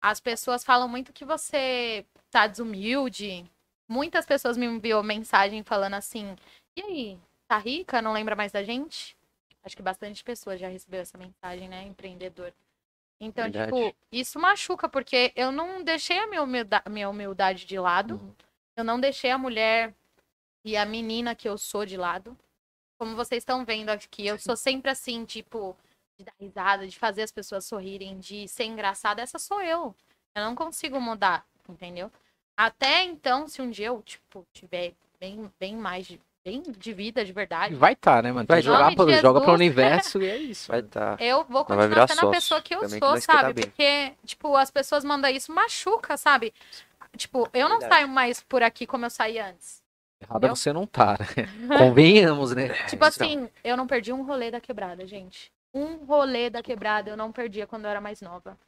[SPEAKER 3] As pessoas falam muito que você tá desumilde. Muitas pessoas me enviou mensagem falando assim: e aí, tá rica? Não lembra mais da gente? Acho que bastante pessoas já recebeu essa mensagem, né? Empreendedor. Então,
[SPEAKER 2] Verdade.
[SPEAKER 3] tipo, isso machuca, porque eu não deixei a minha humildade, minha humildade de lado. Eu não deixei a mulher e a menina que eu sou de lado. Como vocês estão vendo aqui, eu sou sempre assim, tipo, de dar risada, de fazer as pessoas sorrirem, de ser engraçada. Essa sou eu. Eu não consigo mudar, entendeu? Até então, se um dia eu, tipo, tiver bem, bem mais de, bem de vida de
[SPEAKER 1] E
[SPEAKER 3] verdade,
[SPEAKER 1] Vai tá, né, mano?
[SPEAKER 2] Vai
[SPEAKER 1] Vai
[SPEAKER 2] tá.
[SPEAKER 1] jogar
[SPEAKER 3] Nome de
[SPEAKER 1] pro, joga pro
[SPEAKER 3] Jesus.
[SPEAKER 1] universo e é isso.
[SPEAKER 2] Vai tá.
[SPEAKER 3] eu vou
[SPEAKER 2] Mas vai virar
[SPEAKER 3] continuar sendo
[SPEAKER 2] sócio.
[SPEAKER 3] a pessoa que eu
[SPEAKER 2] Também que
[SPEAKER 3] sou,
[SPEAKER 2] nós que tá
[SPEAKER 3] sabe?
[SPEAKER 2] bem.
[SPEAKER 3] Porque, tipo, as pessoas mandam isso, machuca, sabe? Tipo, eu não
[SPEAKER 2] Verdade.
[SPEAKER 3] saio mais por aqui como eu saí antes.
[SPEAKER 1] Errada
[SPEAKER 3] Entendeu?
[SPEAKER 1] você não tá, né? Convenhamos, né?
[SPEAKER 3] Tipo
[SPEAKER 2] Então.
[SPEAKER 3] assim, eu não perdi um rolê da quebrada, gente. Um rolê da quebrada eu não perdia quando eu era mais nova.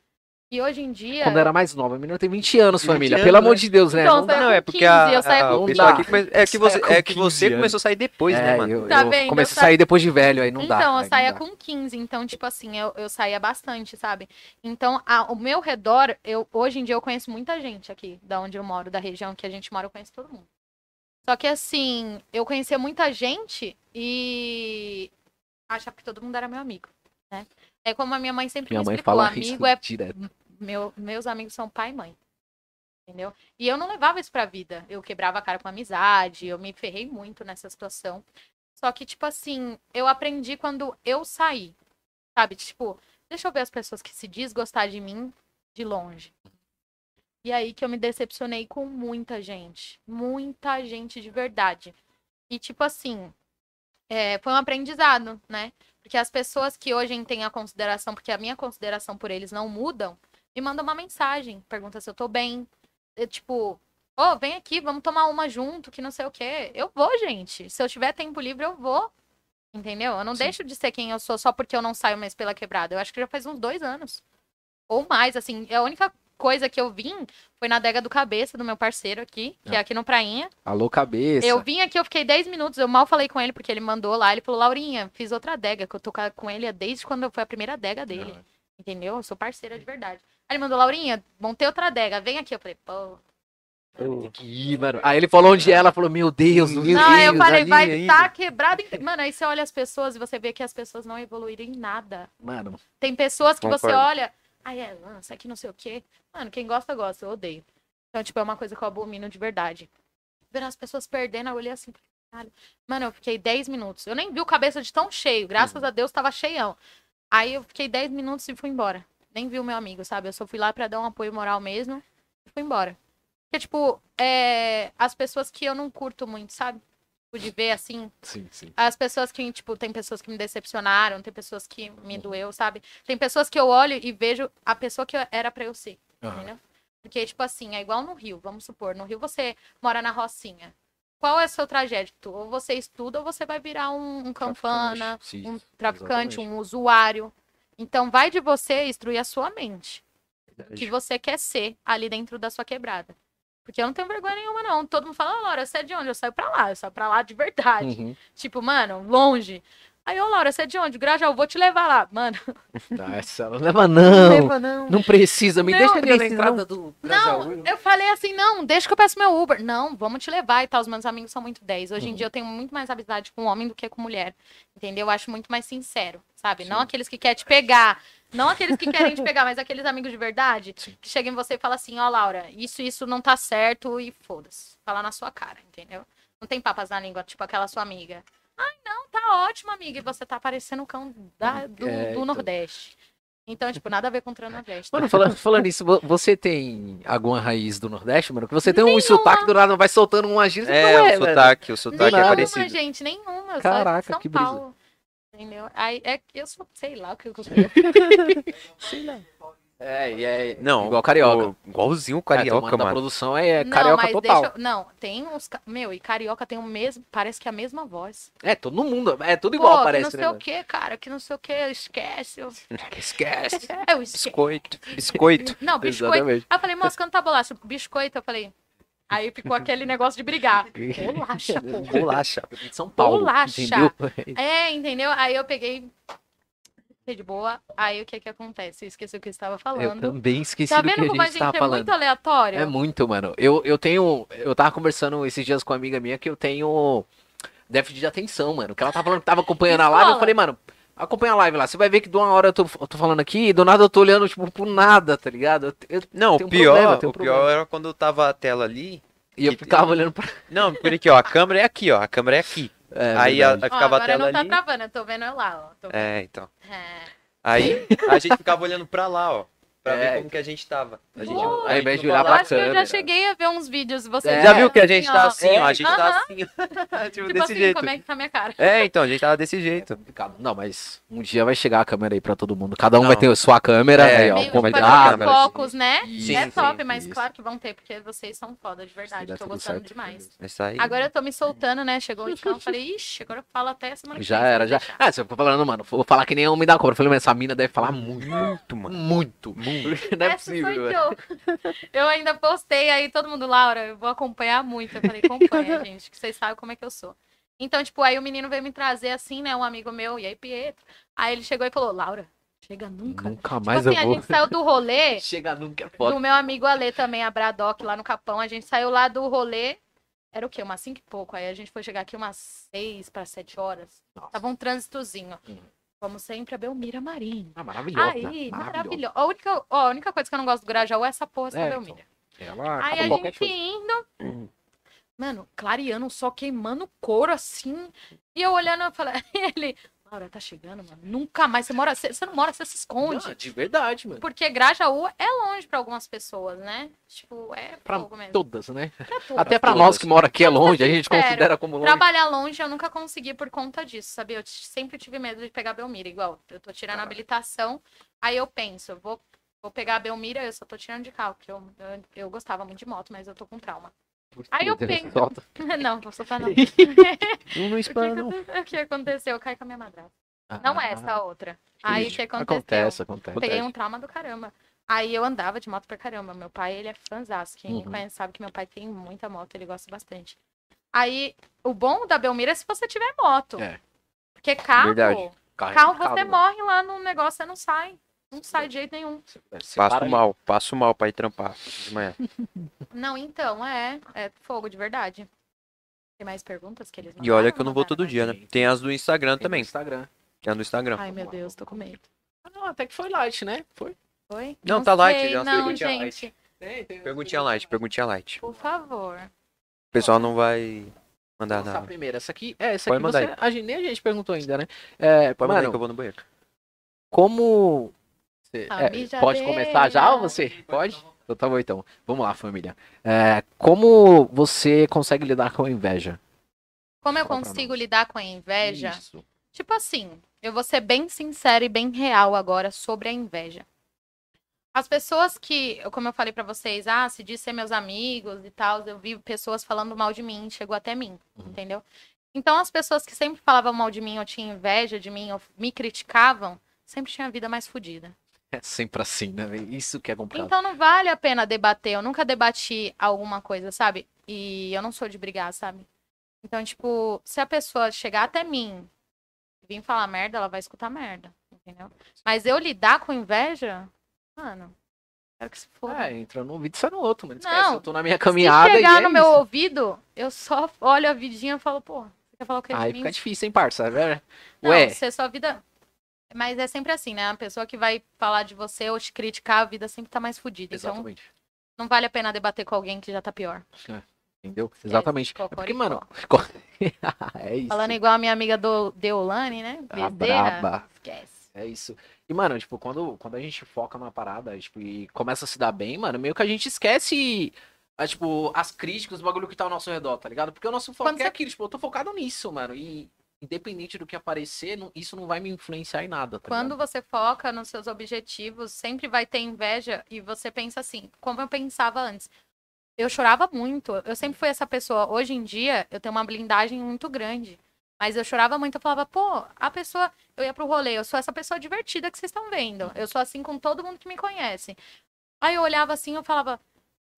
[SPEAKER 3] E hoje em dia.
[SPEAKER 1] Quando era mais nova. A menina tem 20 anos,
[SPEAKER 2] 20
[SPEAKER 1] família.
[SPEAKER 2] anos,
[SPEAKER 1] Pelo
[SPEAKER 2] né?
[SPEAKER 1] amor de Deus, né?
[SPEAKER 3] é. Então,
[SPEAKER 1] Não
[SPEAKER 3] foi-
[SPEAKER 1] dá.
[SPEAKER 2] Não,
[SPEAKER 3] com
[SPEAKER 2] é porque
[SPEAKER 3] 15,
[SPEAKER 2] a,
[SPEAKER 3] eu saí
[SPEAKER 2] a-
[SPEAKER 3] com
[SPEAKER 2] o pessoal
[SPEAKER 1] 15.
[SPEAKER 2] aqui come- é que você,
[SPEAKER 1] Saia com
[SPEAKER 2] é que
[SPEAKER 1] 15
[SPEAKER 2] você
[SPEAKER 1] anos.
[SPEAKER 2] começou a sair depois, né,
[SPEAKER 1] É,
[SPEAKER 2] mano?
[SPEAKER 1] eu,
[SPEAKER 3] Tá
[SPEAKER 1] eu
[SPEAKER 3] vendo?
[SPEAKER 1] comecei
[SPEAKER 3] Eu
[SPEAKER 1] a sair depois de velho, aí não dá.
[SPEAKER 3] então,
[SPEAKER 1] aí
[SPEAKER 3] eu
[SPEAKER 1] não
[SPEAKER 3] saía
[SPEAKER 1] dá.
[SPEAKER 3] com 15, então, tipo assim, eu, eu saía bastante, sabe? Então, a- o meu redor, eu, hoje em dia eu conheço muita gente aqui, da onde eu moro, da região que a gente mora, eu conheço todo mundo. Só que assim, eu conhecia muita gente e achava que todo mundo era meu amigo, né? É como a minha mãe sempre
[SPEAKER 1] Minha
[SPEAKER 3] me
[SPEAKER 1] mãe
[SPEAKER 3] explicou,
[SPEAKER 1] fala isso
[SPEAKER 3] amigo é
[SPEAKER 1] direto.
[SPEAKER 3] meu, meus amigos são pai e mãe. Entendeu? E eu não levava isso pra vida. Eu quebrava a cara com amizade, eu me ferrei muito nessa situação. Só que, tipo assim, eu aprendi quando eu saí. Sabe? Tipo, deixa eu ver as pessoas que se diz gostar de mim de longe. E aí que eu me decepcionei com muita gente. Muita gente de verdade. E, tipo assim, é, foi um aprendizado, né? Porque as pessoas que hoje têm a consideração, porque a minha consideração por eles não mudam, me manda uma mensagem, pergunta se eu tô bem. Eu, tipo, ô, vem aqui, vamos tomar uma junto, que não sei o quê. Eu vou, gente. Se eu tiver tempo livre, eu vou. Entendeu? Eu não
[SPEAKER 2] Sim.
[SPEAKER 3] deixo de ser quem eu sou só porque eu não saio mais pela quebrada. Eu acho que já faz uns dois anos. Ou mais, assim. A única coisa que eu vim foi na adega do cabeça do meu parceiro aqui, que é aqui no Prainha.
[SPEAKER 1] Alô, cabeça.
[SPEAKER 3] Eu vim aqui, eu fiquei 10 minutos, eu mal falei com ele, porque ele mandou lá, ele falou, Laurinha, fiz outra adega, que eu tô ca- com ele desde quando foi a primeira adega dele. Entendeu? Eu sou parceira de verdade. Aí ele mandou, Laurinha, montei outra adega, vem aqui. Eu falei, pô.
[SPEAKER 1] Ih, mano. Aí ele falou onde é, ela falou, meu Deus, meu
[SPEAKER 3] não, aí
[SPEAKER 1] Deus.
[SPEAKER 3] eu falei,
[SPEAKER 1] ali
[SPEAKER 3] vai
[SPEAKER 1] ainda.
[SPEAKER 3] tá quebrado. em- Mano, aí você olha as pessoas e você vê que as pessoas não evoluíram em nada.
[SPEAKER 1] Mano,
[SPEAKER 3] Tem pessoas que você
[SPEAKER 2] Concordo.
[SPEAKER 3] olha, aí é lança, aqui não sei o quê. Mano, quem gosta, gosta, eu odeio. Então, tipo, é uma coisa que eu abomino de verdade. Vendo as pessoas perdendo, eu olhei assim, caralho. Mano, eu fiquei 10 minutos. Eu nem vi o cabeça de tão cheio, graças a Deus tava cheião. Aí eu fiquei 10 minutos e fui embora. Nem vi o meu amigo, sabe? Eu só fui lá pra dar um apoio moral mesmo e fui embora. Porque, tipo, é... as pessoas que eu não curto muito, sabe? Tipo, de ver assim,
[SPEAKER 1] sim, sim.
[SPEAKER 3] as pessoas que, tipo, tem pessoas que me decepcionaram, tem pessoas que me doeu, sabe? Tem pessoas que eu olho e vejo a pessoa que eu- era pra eu ser,
[SPEAKER 1] Aham.
[SPEAKER 3] entendeu? Porque, tipo assim, é igual no Rio, vamos supor, no Rio você mora na Rocinha. Qual é o seu trajeto? Ou você estuda ou você vai virar um, um campana,
[SPEAKER 1] Sim,
[SPEAKER 3] um traficante, um usuário. Então vai de você instruir a sua mente. O que você quer ser ali dentro da sua quebrada. Porque eu não tenho vergonha nenhuma, não. Todo mundo fala, "Ô, Laura, você é de onde? Eu saio pra lá, eu saio pra lá de verdade.
[SPEAKER 1] Uhum.
[SPEAKER 3] Tipo, mano, longe. Aí, ô Laura, você é de onde? Grajaú, vou te levar lá. Mano,
[SPEAKER 1] Nossa, não leva né? não.
[SPEAKER 2] não.
[SPEAKER 1] Não precisa, me
[SPEAKER 3] Não,
[SPEAKER 1] deixa ali
[SPEAKER 4] Precisa,
[SPEAKER 1] na entrada.
[SPEAKER 4] do
[SPEAKER 3] não, eu falei assim, não, deixa que eu peço meu Uber. Não, vamos te levar e tal. Os meus amigos são muito 10. Hoje em dia eu tenho muito mais amizade com homem do que com mulher. Entendeu? Eu acho muito mais sincero, sabe? Não aqueles que querem te pegar. Não aqueles que querem te pegar, mas aqueles amigos de verdade que chegam em você e falam assim, ó, Laura, isso, isso não tá certo e foda-se. Fala na sua cara, entendeu? Não tem papas na língua, tipo aquela sua amiga. Ai, não, tá ótimo, amiga. E você tá parecendo um cão da- do,
[SPEAKER 1] É,
[SPEAKER 3] do
[SPEAKER 1] então.
[SPEAKER 3] Nordeste. Então, tipo, nada a ver com o Nordeste.
[SPEAKER 1] Mano, falando, falando isso, vo- você tem alguma raiz do Nordeste, mano? Que você tem um sotaque do nada, vai soltando um agir.
[SPEAKER 2] É, o
[SPEAKER 1] velho.
[SPEAKER 2] sotaque, o
[SPEAKER 1] Do
[SPEAKER 2] sotaque é
[SPEAKER 1] nada.
[SPEAKER 3] Nenhuma,
[SPEAKER 2] parecido.
[SPEAKER 3] gente, nenhuma. Eu
[SPEAKER 1] Caraca,
[SPEAKER 3] sou de São
[SPEAKER 1] que brisa.
[SPEAKER 3] Paulo. Entendeu? Aí é que eu sou, sei lá o que eu sou.
[SPEAKER 1] É, e é,
[SPEAKER 2] Não,
[SPEAKER 1] igual carioca.
[SPEAKER 2] o- igualzinho o
[SPEAKER 1] é, tô
[SPEAKER 2] carioca,
[SPEAKER 1] falando da
[SPEAKER 2] mano.
[SPEAKER 1] produção é carioca total.
[SPEAKER 3] eu. Não, tem uns. ca- Meu, e carioca tem o mesmo. Parece que é a mesma voz.
[SPEAKER 1] É, todo mundo, é tudo
[SPEAKER 3] Pô,
[SPEAKER 1] igual,
[SPEAKER 3] que
[SPEAKER 1] parece,
[SPEAKER 3] não
[SPEAKER 1] né?
[SPEAKER 3] sei o
[SPEAKER 1] mano?
[SPEAKER 3] que, cara, que não sei o que, esquece. Eu,
[SPEAKER 1] Esquece.
[SPEAKER 3] é, eu esqueço.
[SPEAKER 2] Biscoito, biscoito.
[SPEAKER 3] Não, biscoito.
[SPEAKER 1] Exatamente.
[SPEAKER 3] Aí eu falei, moço, canta bolacha. Biscoito, eu falei. Aí ficou aquele negócio de brigar. Bolacha, pô.
[SPEAKER 1] Bolacha. São Paulo.
[SPEAKER 3] Bolacha.
[SPEAKER 1] Entendeu?
[SPEAKER 3] É, entendeu? Aí eu peguei. Fiquei de boa. Aí o que que acontece? Eu esqueci o que eu estava
[SPEAKER 1] Eu
[SPEAKER 3] falando.
[SPEAKER 1] também esqueci
[SPEAKER 3] Tá
[SPEAKER 1] do que
[SPEAKER 3] vendo
[SPEAKER 1] a
[SPEAKER 3] como
[SPEAKER 1] gente,
[SPEAKER 3] a gente
[SPEAKER 1] tava
[SPEAKER 3] é
[SPEAKER 1] falando.
[SPEAKER 3] muito aleatório?
[SPEAKER 1] É muito, mano. Eu, eu tenho. Eu tava conversando esses dias com uma amiga minha que eu tenho déficit de atenção, mano. Que ela tava falando que tava acompanhando a live. Eu
[SPEAKER 3] Escola.
[SPEAKER 1] falei, mano, acompanha a live lá. Você vai ver que de uma hora eu tô, eu tô falando aqui e do nada eu tô olhando, tipo, pro nada, tá ligado? Eu- eu-
[SPEAKER 2] Não,
[SPEAKER 1] Tem
[SPEAKER 2] o
[SPEAKER 1] um
[SPEAKER 2] pior,
[SPEAKER 1] problema, tem um
[SPEAKER 2] o pior
[SPEAKER 1] problema.
[SPEAKER 2] era quando eu tava a tela ali.
[SPEAKER 1] e eu
[SPEAKER 2] E-
[SPEAKER 1] ficava olhando pra.
[SPEAKER 2] Não, por aqui, ó, a câmera é aqui, ó, a câmera é aqui.
[SPEAKER 1] É,
[SPEAKER 2] aí a,
[SPEAKER 1] verdade.
[SPEAKER 2] aí
[SPEAKER 3] Ó,
[SPEAKER 2] ficava a
[SPEAKER 3] agora
[SPEAKER 2] tela
[SPEAKER 3] não tá
[SPEAKER 2] ali.
[SPEAKER 3] travando, eu tô vendo eu lá, ó. Tô vendo.
[SPEAKER 2] É, então.
[SPEAKER 3] É.
[SPEAKER 2] Aí a gente ficava olhando pra lá, ó, pra
[SPEAKER 1] É.
[SPEAKER 2] ver como que a gente tava. A gente,
[SPEAKER 3] Pô,
[SPEAKER 1] ao invés de
[SPEAKER 2] não
[SPEAKER 1] olhar
[SPEAKER 3] Eu
[SPEAKER 1] pra
[SPEAKER 2] tava-
[SPEAKER 3] acho que eu já
[SPEAKER 1] câmera.
[SPEAKER 3] cheguei a ver uns vídeos. Você
[SPEAKER 1] É.
[SPEAKER 2] Tá Já viu que a gente
[SPEAKER 3] ó.
[SPEAKER 2] tá assim, ó, a gente
[SPEAKER 3] Aham.
[SPEAKER 2] tá assim, ó, tipo,
[SPEAKER 3] Tipo
[SPEAKER 2] desse
[SPEAKER 3] assim,
[SPEAKER 2] jeito.
[SPEAKER 3] como é que tá minha cara?
[SPEAKER 2] É, então, a gente tava desse jeito.
[SPEAKER 1] Complicado. Não, mas um dia vai chegar a câmera aí pra todo mundo. Cada um
[SPEAKER 2] Não.
[SPEAKER 1] vai ter a sua câmera.
[SPEAKER 2] É,
[SPEAKER 1] aí, ó,
[SPEAKER 2] meio
[SPEAKER 1] o
[SPEAKER 2] que vai ter
[SPEAKER 1] convidado.
[SPEAKER 2] câmera.
[SPEAKER 3] focos, né?
[SPEAKER 1] Isso,
[SPEAKER 3] é top,
[SPEAKER 2] sim,
[SPEAKER 3] mas
[SPEAKER 1] isso.
[SPEAKER 3] claro que vão ter, porque vocês são foda, de
[SPEAKER 1] Vai
[SPEAKER 3] verdade.
[SPEAKER 1] dar
[SPEAKER 3] Tô
[SPEAKER 1] tudo
[SPEAKER 3] gostando
[SPEAKER 1] certo.
[SPEAKER 3] demais.
[SPEAKER 2] É Isso aí.
[SPEAKER 3] Agora eu tô me soltando, né? Chegou o então, eu falei, ixi, agora eu falo até semana que
[SPEAKER 1] Já
[SPEAKER 3] vem, se
[SPEAKER 1] era,
[SPEAKER 3] eu
[SPEAKER 1] já.
[SPEAKER 3] deixar.
[SPEAKER 1] Ah, você ficou falando, mano, vou falar que nem homem da cobra. Eu falei, mas essa mina deve falar muito,
[SPEAKER 2] Muito, mano.
[SPEAKER 1] muito.
[SPEAKER 2] Hum, Muito.
[SPEAKER 4] Não é
[SPEAKER 3] Essa
[SPEAKER 4] possível,
[SPEAKER 3] sou
[SPEAKER 4] velho.
[SPEAKER 3] eu. Eu ainda postei aí, todo mundo, Laura, eu vou acompanhar muito. Eu falei, acompanha, gente, que vocês sabem como é que eu sou. Então, tipo, aí o menino veio me trazer assim, né? Um amigo meu, e aí, Pietro. Aí ele chegou e falou, Laura, chega
[SPEAKER 4] Hum,
[SPEAKER 3] nunca.
[SPEAKER 1] Nunca
[SPEAKER 3] Tipo
[SPEAKER 1] mais
[SPEAKER 3] assim,
[SPEAKER 1] eu
[SPEAKER 3] a
[SPEAKER 1] vou.
[SPEAKER 3] gente saiu do rolê
[SPEAKER 4] Chega nunca é foda.
[SPEAKER 3] do meu amigo Ale também, a Bradock, lá no Capão. A gente saiu lá do rolê, era o quê? Umas 5 e pouco. Aí a gente foi chegar aqui umas 6 para 7 horas.
[SPEAKER 1] Nossa.
[SPEAKER 3] Tava um trânsitozinho.
[SPEAKER 1] Hum.
[SPEAKER 3] Como sempre, a Belmira Marinho.
[SPEAKER 1] Ah, maravilhosa.
[SPEAKER 3] Aí,
[SPEAKER 1] maravilhosa.
[SPEAKER 3] maravilhoso. A única, ó, a única coisa que eu não gosto do Grajaú é essa porra, essa
[SPEAKER 1] É,
[SPEAKER 3] Belmira.
[SPEAKER 1] Ela
[SPEAKER 3] Aí
[SPEAKER 1] acabou
[SPEAKER 3] a
[SPEAKER 1] qualquer
[SPEAKER 3] gente
[SPEAKER 1] coisa.
[SPEAKER 3] indo. Mano, clareando, só queimando o couro assim. E eu olhando, eu falei, ele, Laura, tá chegando, mano. Nunca mais. Você mora, você, você não mora, você se esconde.
[SPEAKER 1] Ah,
[SPEAKER 4] Não, de verdade, mano.
[SPEAKER 3] Porque Grajaú é longe pra algumas pessoas, né? Tipo, é
[SPEAKER 1] Pra
[SPEAKER 3] pouco mesmo.
[SPEAKER 1] todas, né?
[SPEAKER 3] Pra todas.
[SPEAKER 1] Até pra
[SPEAKER 2] todas.
[SPEAKER 1] nós que mora aqui é
[SPEAKER 3] Vamos
[SPEAKER 1] longe,
[SPEAKER 3] ser
[SPEAKER 1] a gente
[SPEAKER 3] sinceros.
[SPEAKER 1] considera como longe.
[SPEAKER 3] Trabalhar longe eu nunca consegui por conta disso, sabia? Eu t- sempre tive medo de pegar Belmira, igual. Eu tô tirando a habilitação, aí eu penso, eu vou, vou pegar a Belmira, eu só tô tirando de carro, porque eu, eu, eu gostava muito de moto, mas eu tô com trauma. Aí eu
[SPEAKER 1] Deus,
[SPEAKER 3] penso.
[SPEAKER 1] solta.
[SPEAKER 3] não, vou soltar não.
[SPEAKER 1] Não, não
[SPEAKER 3] O que,
[SPEAKER 1] espana, não.
[SPEAKER 3] aconte- o que aconteceu? Eu caí com a minha madrasta. Não
[SPEAKER 1] é
[SPEAKER 3] essa, a outra. Aí o que aconteceu?
[SPEAKER 1] Acontece, acontece.
[SPEAKER 3] Peguei um trauma do caramba. Aí eu andava de moto pra caramba. Meu pai, ele é fanzaço. Quem me
[SPEAKER 1] Uhum.
[SPEAKER 3] conhece sabe que meu pai tem muita moto, ele gosta bastante. Aí, o bom da Belmira é se você tiver moto.
[SPEAKER 1] É.
[SPEAKER 3] Porque carro,
[SPEAKER 2] Verdade.
[SPEAKER 1] Carro,
[SPEAKER 3] carro você
[SPEAKER 1] mano.
[SPEAKER 3] morre lá no negócio, você não sai. Não sai de jeito nenhum.
[SPEAKER 1] Você para
[SPEAKER 2] Passo
[SPEAKER 1] aí.
[SPEAKER 2] mal, passo mal pra ir trampar de manhã.
[SPEAKER 3] Não, então, é. É fogo, de verdade. Tem mais perguntas que eles
[SPEAKER 2] E olha que eu
[SPEAKER 3] mandaram?
[SPEAKER 2] não vou todo
[SPEAKER 3] Mandaram,
[SPEAKER 2] dia, né? Tem as do Instagram
[SPEAKER 4] Tem
[SPEAKER 2] também.
[SPEAKER 4] no Instagram.
[SPEAKER 2] Tem as do
[SPEAKER 3] né?
[SPEAKER 2] Instagram.
[SPEAKER 3] Ai, meu Deus, tô com medo.
[SPEAKER 4] Ah, não, até que foi light, né? Foi.
[SPEAKER 3] Oi?
[SPEAKER 2] Não, tá light,
[SPEAKER 3] sei,
[SPEAKER 2] deu umas
[SPEAKER 3] Não,
[SPEAKER 2] perguntinhas
[SPEAKER 3] gente.
[SPEAKER 2] light.
[SPEAKER 4] Tem, tem.
[SPEAKER 2] Perguntinha light, perguntinha light.
[SPEAKER 3] Por favor.
[SPEAKER 2] O pessoal não vai mandar
[SPEAKER 4] Nossa, a
[SPEAKER 2] nada.
[SPEAKER 4] primeira. Essa aqui, é,
[SPEAKER 2] Tá,
[SPEAKER 4] essa
[SPEAKER 2] Pode
[SPEAKER 4] aqui
[SPEAKER 2] mandar
[SPEAKER 4] você, a gente, nem a gente perguntou ainda, né? É,
[SPEAKER 2] Pode mandar aí
[SPEAKER 4] mano,
[SPEAKER 2] que eu vou no banheiro.
[SPEAKER 1] Como. Cê-
[SPEAKER 3] A
[SPEAKER 1] é,
[SPEAKER 3] mijadeira.
[SPEAKER 1] pode começar já ou você? Pode? Então tá bom então. Vamos lá, família. É, como você consegue lidar com a inveja?
[SPEAKER 3] Como eu
[SPEAKER 1] Fala pra
[SPEAKER 3] consigo
[SPEAKER 1] nós.
[SPEAKER 3] lidar com a inveja?
[SPEAKER 1] Isso.
[SPEAKER 3] Tipo assim, eu vou ser bem sincera e bem real agora sobre a inveja. As pessoas que, como eu falei pra vocês, ah, se diz ser meus amigos e tal, eu vi pessoas falando mal de mim, chegou até mim,
[SPEAKER 1] Uhum.
[SPEAKER 3] entendeu? Então as pessoas que sempre falavam mal de mim, eu tinha inveja de mim, ou me criticavam, sempre tinha a vida mais fodida.
[SPEAKER 1] É sempre assim, né? velho? Isso que é complicado.
[SPEAKER 3] Então não vale a pena debater. Eu nunca debati alguma coisa, sabe? E eu não sou de brigar, sabe? Então, tipo, se a pessoa chegar até mim e vir falar merda, ela vai escutar merda, entendeu? Mas eu lidar com inveja, mano, quero que se foda.
[SPEAKER 1] É, entra num vídeo e sai no outro, mano.
[SPEAKER 3] Não.
[SPEAKER 1] Esquece, eu tô na minha caminhada
[SPEAKER 3] se
[SPEAKER 1] e
[SPEAKER 3] chegar
[SPEAKER 1] é
[SPEAKER 3] no meu
[SPEAKER 1] isso.
[SPEAKER 3] ouvido, eu só olho a vidinha e falo, pô, você quer falar o que de
[SPEAKER 1] Aí
[SPEAKER 3] mim?
[SPEAKER 1] fica difícil, hein, parça? Né?
[SPEAKER 3] Não,
[SPEAKER 1] Ué,
[SPEAKER 3] você sua vida. Mas é sempre assim, né? A pessoa que vai falar de você ou te criticar, a vida sempre tá mais fodida. Então,
[SPEAKER 1] exatamente. É,
[SPEAKER 3] não vale a pena debater com alguém que já tá pior.
[SPEAKER 1] Entendeu? Exatamente. É porque,
[SPEAKER 3] Cocoricó.
[SPEAKER 1] mano. é isso.
[SPEAKER 3] Falando igual a minha amiga do Deolane, né?
[SPEAKER 1] a
[SPEAKER 3] Bezerra.
[SPEAKER 1] braba.
[SPEAKER 3] Esquece.
[SPEAKER 1] É isso. E, mano, tipo, quando, quando a gente foca numa parada, tipo, e começa a se dar bem, mano, meio que a gente esquece, ah, tipo, as críticas, o bagulho que tá ao nosso redor, tá ligado? Porque o nosso foco
[SPEAKER 3] Quando
[SPEAKER 1] é
[SPEAKER 3] você-
[SPEAKER 1] aquilo, tipo, eu tô focado nisso, mano. E independente do que aparecer, não- isso não vai me influenciar em nada, tá
[SPEAKER 3] Quando
[SPEAKER 1] ligado?
[SPEAKER 3] você foca nos seus objetivos, sempre vai ter inveja e você pensa assim, como eu pensava antes. Eu chorava muito, eu sempre fui essa pessoa. Hoje em dia, eu tenho uma blindagem muito grande. Mas eu chorava muito, eu falava, pô, a pessoa. Eu ia pro rolê, eu sou essa pessoa divertida que vocês estão vendo. Eu sou assim com todo mundo que me conhece. Aí eu olhava assim, eu falava,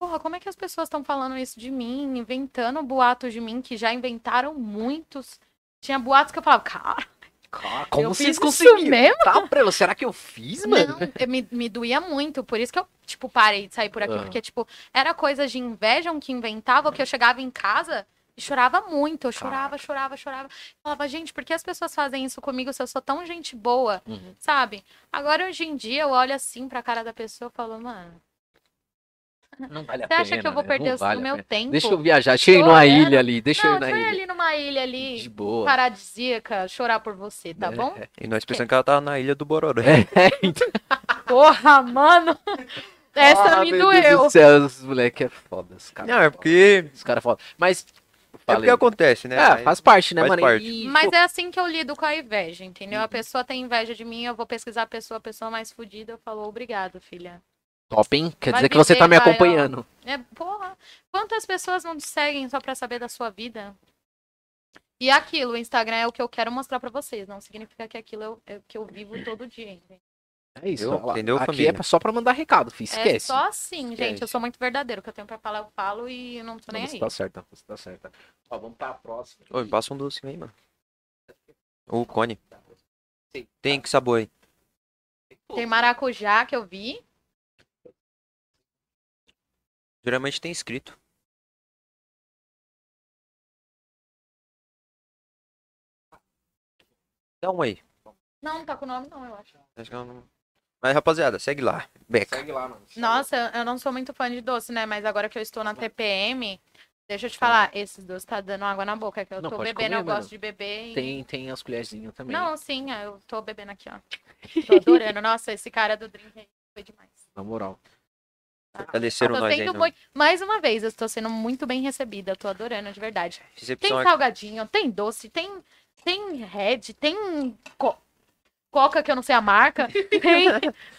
[SPEAKER 3] porra, como é que as pessoas estão falando isso de mim, inventando boatos de mim, que já inventaram muitos. Tinha boatos que eu falava, cara.
[SPEAKER 1] Cara, Tipo, "Ah, como
[SPEAKER 4] Eu
[SPEAKER 1] vocês
[SPEAKER 4] fiz isso
[SPEAKER 1] conseguiram?
[SPEAKER 3] mesmo?
[SPEAKER 1] Tá, Prelo, será que eu fiz, mano?
[SPEAKER 3] Não, eu me, me doía muito, por isso que eu, tipo, parei de sair por aqui,
[SPEAKER 1] Ah.
[SPEAKER 3] porque, tipo, era coisa de inveja um que inventava, que eu chegava em casa e chorava muito, eu chorava, chorava, chorava. Falava, gente, por que as pessoas fazem isso comigo se eu sou tão gente boa,
[SPEAKER 1] Uhum.
[SPEAKER 3] sabe? Agora, hoje em dia, eu olho assim pra cara da pessoa e falo, mano,
[SPEAKER 1] Não vale a
[SPEAKER 3] você acha que eu vou
[SPEAKER 1] né?
[SPEAKER 3] perder
[SPEAKER 1] Não
[SPEAKER 3] o
[SPEAKER 1] vale a
[SPEAKER 3] meu
[SPEAKER 1] pena.
[SPEAKER 3] tempo?
[SPEAKER 1] Deixa eu viajar, deixa eu ir numa
[SPEAKER 3] Chorando.
[SPEAKER 1] ilha ali, deixa eu
[SPEAKER 3] Não,
[SPEAKER 1] ir na
[SPEAKER 3] deixa eu ir
[SPEAKER 1] ilha.
[SPEAKER 3] ali numa ilha ali,
[SPEAKER 1] De boa. É.
[SPEAKER 3] paradisíaca, chorar por você, tá bom?
[SPEAKER 2] E nós pensando que ela tá na ilha do Bororó.
[SPEAKER 3] Porra, mano! Essa
[SPEAKER 1] Ah,
[SPEAKER 3] me
[SPEAKER 1] meu Deus
[SPEAKER 3] doeu.
[SPEAKER 1] do céu, os moleque é foda, os caras.
[SPEAKER 2] Não, é porque.
[SPEAKER 1] Os caras é foda. Mas.
[SPEAKER 2] É porque acontece, né?
[SPEAKER 1] É, faz parte, né,
[SPEAKER 2] Faz
[SPEAKER 1] mano?
[SPEAKER 2] parte.
[SPEAKER 1] E,
[SPEAKER 3] Mas
[SPEAKER 1] tipo,
[SPEAKER 3] é assim que eu lido com a inveja, entendeu?
[SPEAKER 1] Uhum.
[SPEAKER 3] A pessoa tem inveja de mim, eu vou pesquisar a pessoa, a pessoa mais fodida, eu falo, obrigado, filha.
[SPEAKER 1] top, hein? Quer
[SPEAKER 3] Vai
[SPEAKER 1] dizer que você tá me
[SPEAKER 3] viver, vai, ó.
[SPEAKER 1] acompanhando.
[SPEAKER 3] É, porra, quantas pessoas não te seguem só pra saber da sua vida? E
[SPEAKER 1] Uhum.
[SPEAKER 3] aquilo, o Instagram é o que eu quero mostrar pra vocês, não significa que aquilo é o é o que eu vivo todo dia, entendeu?
[SPEAKER 1] É isso.
[SPEAKER 2] Entendeu?
[SPEAKER 1] ó,
[SPEAKER 2] Entendeu,
[SPEAKER 1] aqui
[SPEAKER 2] família?
[SPEAKER 1] é pra- só pra mandar recado, filho. Esquece.
[SPEAKER 3] É só assim,
[SPEAKER 1] Esquece.
[SPEAKER 3] gente. Eu sou muito verdadeiro. O que eu tenho pra falar, eu falo e eu não tô
[SPEAKER 1] Não,
[SPEAKER 3] nem
[SPEAKER 1] você
[SPEAKER 3] aí.
[SPEAKER 1] tá certa.
[SPEAKER 4] Você tá certa. Ó, vamos pra próxima.
[SPEAKER 2] Ô, me passa um doce aí, mano. O cone.
[SPEAKER 4] Sim.
[SPEAKER 2] Tem que sabor aí.
[SPEAKER 3] Tem maracujá que eu vi.
[SPEAKER 2] Geralmente tem escrito. Dá um aí.
[SPEAKER 3] Não, não tá com o nome, não, eu acho.
[SPEAKER 2] Acho que eu não- Mas, rapaziada, segue lá. Beca.
[SPEAKER 4] Segue lá, mano. Segue lá.
[SPEAKER 3] Nossa, eu- eu não sou muito fã de doce, né? Mas agora que eu estou na TPM, deixa eu te falar, esses doces tá dando água na boca, que eu
[SPEAKER 1] Não,
[SPEAKER 3] tô
[SPEAKER 1] pode
[SPEAKER 3] bebendo, eu
[SPEAKER 1] comer, mano.
[SPEAKER 3] gosto de beber. e-
[SPEAKER 1] Tem, tem as colherzinhas também.
[SPEAKER 3] Não, sim, é, eu tô bebendo aqui, ó. Tô adorando. Nossa, esse cara do drink aí foi demais.
[SPEAKER 1] Na moral.
[SPEAKER 2] Fortaleceram
[SPEAKER 3] Tô
[SPEAKER 2] Tá nós aí. né?
[SPEAKER 3] sendo
[SPEAKER 2] no-
[SPEAKER 3] Tá muito- Mais uma vez, eu estou sendo muito bem recebida, eu tô adorando, de verdade. Tem
[SPEAKER 2] Recepção aqui.
[SPEAKER 3] salgadinho, tem doce, tem, tem red, tem co- coca, que eu não sei a marca, tem,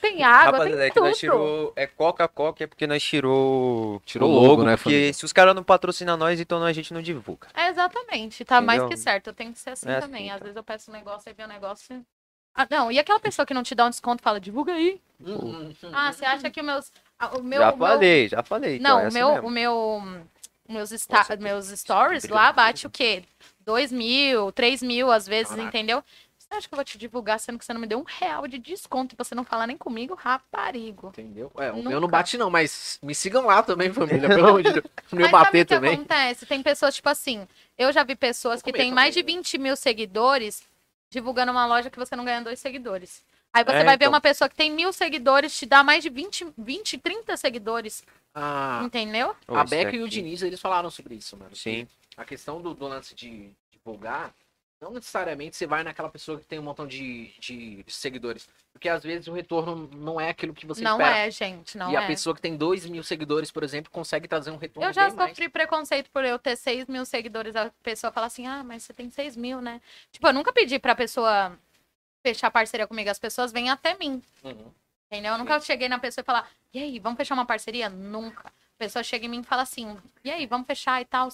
[SPEAKER 3] tem água,
[SPEAKER 2] Rapaziada, é
[SPEAKER 3] tem
[SPEAKER 2] que
[SPEAKER 3] tudo.
[SPEAKER 2] nós tirou. É Coca-Coca, é porque nós tirou.
[SPEAKER 1] Tirou
[SPEAKER 2] o
[SPEAKER 1] o logo, né,
[SPEAKER 2] Porque
[SPEAKER 1] família?
[SPEAKER 2] se os caras não patrocinam nós, então a gente não divulga.
[SPEAKER 3] É, exatamente, tá mais que
[SPEAKER 2] Entendeu?
[SPEAKER 3] certo, eu tenho que ser assim
[SPEAKER 2] É assim,
[SPEAKER 3] também. Às
[SPEAKER 2] cara.
[SPEAKER 3] vezes eu peço um negócio, aí vem um negócio... Ah, não, e aquela pessoa que não te dá um desconto fala, divulga aí.
[SPEAKER 4] Hum, hum, hum.
[SPEAKER 3] Ah, você acha que o meus... ah, O meu,
[SPEAKER 2] já
[SPEAKER 3] o meu-
[SPEAKER 2] falei, já falei. então,
[SPEAKER 3] Não,
[SPEAKER 2] é
[SPEAKER 3] o
[SPEAKER 2] assim
[SPEAKER 3] meu,
[SPEAKER 2] mesmo.
[SPEAKER 3] o meu, meus, sta-
[SPEAKER 2] Nossa, que- né?
[SPEAKER 3] meus stories
[SPEAKER 2] brilho
[SPEAKER 3] lá
[SPEAKER 2] incrível.
[SPEAKER 3] bate o quê? 2 mil, 3 mil às vezes,
[SPEAKER 1] Caraca.
[SPEAKER 3] entendeu? Você acha que eu vou te divulgar sendo que você não me deu um real de desconto pra você não falar nem comigo, raparigo?
[SPEAKER 1] Entendeu? É, o
[SPEAKER 3] Nunca.
[SPEAKER 1] meu não bate não, mas me sigam lá também, família. Pelo amor de Deus. O meu
[SPEAKER 3] Mas sabe
[SPEAKER 1] bater
[SPEAKER 3] o que
[SPEAKER 1] também.
[SPEAKER 3] acontece? Tem pessoas, tipo assim, eu já vi pessoas
[SPEAKER 4] Vou
[SPEAKER 3] que
[SPEAKER 4] comer
[SPEAKER 3] têm mais de
[SPEAKER 4] também,
[SPEAKER 3] 20 mil seguidores divulgando uma loja que você não ganha dois seguidores. Aí você
[SPEAKER 2] É,
[SPEAKER 3] vai ver
[SPEAKER 2] então.
[SPEAKER 3] uma pessoa que tem mil seguidores, te dá mais de 20, 20 30 seguidores,
[SPEAKER 1] Ah,
[SPEAKER 3] entendeu?
[SPEAKER 4] então
[SPEAKER 2] Ô,
[SPEAKER 1] a
[SPEAKER 2] isso
[SPEAKER 1] Beca e o
[SPEAKER 2] aqui.
[SPEAKER 1] Diniz, eles falaram sobre isso, mano.
[SPEAKER 2] Sim.
[SPEAKER 4] A questão do, do lance de divulgar, não necessariamente você vai naquela pessoa que tem um montão de, de seguidores. Porque às vezes o retorno não é aquilo que você
[SPEAKER 3] não
[SPEAKER 4] espera.
[SPEAKER 3] é, gente, não
[SPEAKER 4] e a
[SPEAKER 3] é.
[SPEAKER 4] pessoa que tem 2 mil seguidores, por exemplo, consegue trazer um retorno
[SPEAKER 3] Eu já
[SPEAKER 4] bem mais.
[SPEAKER 3] sofri preconceito por eu ter 6 mil seguidores. A pessoa fala assim, ah, mas você tem 6 mil, né? Tipo, eu nunca pedi pra pessoa fechar parceria comigo. As pessoas vêm até mim,
[SPEAKER 4] Uhum.
[SPEAKER 3] entendeu? Eu nunca cheguei na pessoa e falar, e aí, vamos fechar uma parceria? Nunca. A pessoa chega em mim e fala assim, e aí, vamos fechar e tal.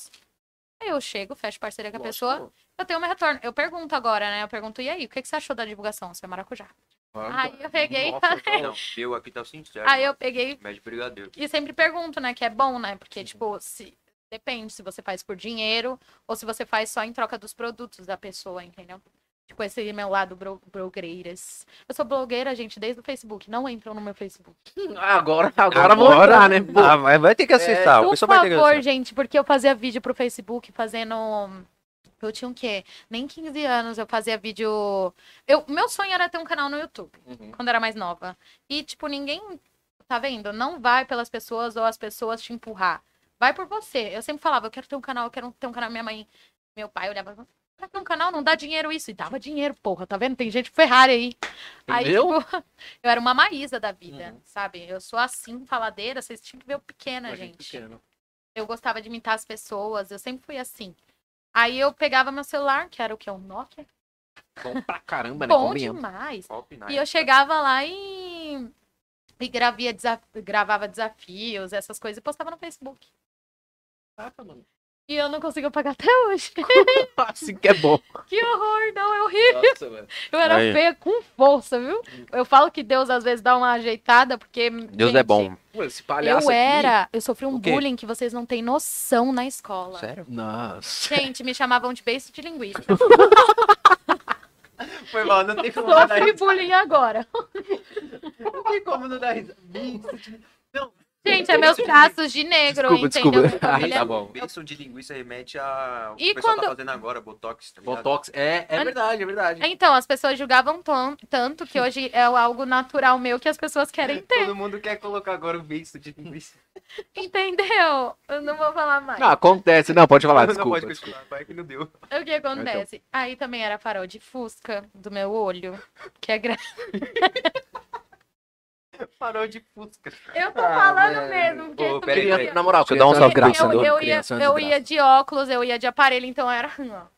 [SPEAKER 3] Aí eu chego, fecho parceria com a
[SPEAKER 4] Lógico,
[SPEAKER 3] pessoa, eu tenho meu retorno. Eu pergunto agora, né? Eu pergunto, e aí, o que, que você achou da divulgação? Você é maracujá. Aí eu peguei,
[SPEAKER 2] Não, meu aqui tá sincero.
[SPEAKER 3] aí eu peguei
[SPEAKER 2] Médio brigadeiro.
[SPEAKER 3] E sempre pergunto, né? Que é bom, né? Porque, tipo, se depende se você faz por dinheiro ou se você faz só em troca dos produtos da pessoa, entendeu? Tipo, esse meu lado bro blogueiras. Eu sou blogueira, gente, desde o Facebook. Não entram no meu Facebook.
[SPEAKER 4] Hum, Agora, agora,
[SPEAKER 1] Agora
[SPEAKER 4] vou
[SPEAKER 1] vou
[SPEAKER 4] entrar,
[SPEAKER 1] entrar,
[SPEAKER 4] né?
[SPEAKER 2] Ah, mas vai ter que acessar. o
[SPEAKER 3] É, Por
[SPEAKER 2] pessoal vai ter que
[SPEAKER 3] favor,
[SPEAKER 2] acessar.
[SPEAKER 3] gente, porque eu fazia vídeo pro Facebook fazendo. Eu tinha o quê? Nem 15 anos eu fazia vídeo. Eu... Meu sonho era ter um canal no YouTube.
[SPEAKER 4] Uhum.
[SPEAKER 3] quando era mais nova. E, tipo, ninguém. Tá vendo? Não vai pelas pessoas ou as pessoas te empurrar. Vai por você. Eu sempre falava, eu quero ter um canal, eu quero ter um canal. Minha mãe, meu pai olhava, pra ter um canal não dá dinheiro isso. E dava dinheiro, porra, tá vendo? Tem gente Ferrari aí. Aí, tipo, eu era uma Maísa da vida, sabe? Eu sou assim, faladeira, vocês tinham que ver o pequena, Né,
[SPEAKER 1] é
[SPEAKER 3] gente. Eu gostava de imitar as pessoas, eu sempre fui assim. Aí eu pegava meu celular, que era o que? Um Nokia?
[SPEAKER 1] Bom pra caramba, né?
[SPEAKER 3] Bom
[SPEAKER 1] Combinando.
[SPEAKER 3] demais.
[SPEAKER 2] Top, nice.
[SPEAKER 3] E eu chegava lá e, e gravia desa- gravava desafios, essas coisas, e postava no Facebook. E eu não consigo pagar até hoje.
[SPEAKER 1] Assim que é bom.
[SPEAKER 3] Que horror, não, eu ri.
[SPEAKER 4] Nossa, mano.
[SPEAKER 3] Eu era
[SPEAKER 2] Aí.
[SPEAKER 3] feia com força, viu? Eu falo que Deus às vezes dá uma ajeitada, porque.
[SPEAKER 2] Deus é
[SPEAKER 3] gente,
[SPEAKER 2] bom.
[SPEAKER 4] Pô, Esse palhaço
[SPEAKER 3] Eu
[SPEAKER 4] aqui-
[SPEAKER 3] era, eu sofri um
[SPEAKER 2] O quê?
[SPEAKER 3] bullying que vocês não têm noção na escola.
[SPEAKER 2] Sério?
[SPEAKER 1] Nossa.
[SPEAKER 3] Gente, me chamavam de beijo de linguiça.
[SPEAKER 4] Foi mal, não tem como não dar
[SPEAKER 3] Sofri
[SPEAKER 4] risada.
[SPEAKER 3] bullying agora.
[SPEAKER 4] Não tem como não dar risada. Bicho,
[SPEAKER 3] Gente, é meus traços de negro,
[SPEAKER 1] Desculpa,
[SPEAKER 3] entendeu?
[SPEAKER 1] desculpa.
[SPEAKER 3] Família-
[SPEAKER 1] tá bom.
[SPEAKER 2] Bênção de linguiça remete a.
[SPEAKER 3] E quando-
[SPEAKER 2] tá fazendo agora, Botox. tá ligado?
[SPEAKER 4] Botox, é, é
[SPEAKER 3] An-
[SPEAKER 4] verdade, é verdade.
[SPEAKER 3] Então, as pessoas julgavam tão- tanto que hoje é algo natural meu que as pessoas querem ter,
[SPEAKER 2] Todo mundo quer colocar agora o beijo de linguiça.
[SPEAKER 3] entendeu? Eu não vou falar mais.
[SPEAKER 1] Não, acontece. Não, pode falar,
[SPEAKER 2] Não
[SPEAKER 1] Ah, desculpa.
[SPEAKER 2] pode continuar, vai que não deu.
[SPEAKER 3] O que acontece? Aí também era farol de fusca do meu olho, que é gra...
[SPEAKER 2] Parou de fusca.
[SPEAKER 3] Eu tô
[SPEAKER 4] Ah,
[SPEAKER 3] falando
[SPEAKER 4] velho.
[SPEAKER 3] mesmo, porque é
[SPEAKER 2] Ô,
[SPEAKER 3] isso
[SPEAKER 2] peraí,
[SPEAKER 3] me-
[SPEAKER 1] Criança, na moral,
[SPEAKER 2] Deixa eu dar um
[SPEAKER 1] criança é uma
[SPEAKER 2] salve
[SPEAKER 1] desgraça,
[SPEAKER 2] pro
[SPEAKER 3] eu,
[SPEAKER 1] né?
[SPEAKER 3] eu, ia,
[SPEAKER 1] Criança é uma
[SPEAKER 3] eu
[SPEAKER 1] desgraça.
[SPEAKER 3] ia de óculos, eu ia de aparelho, então era... ó.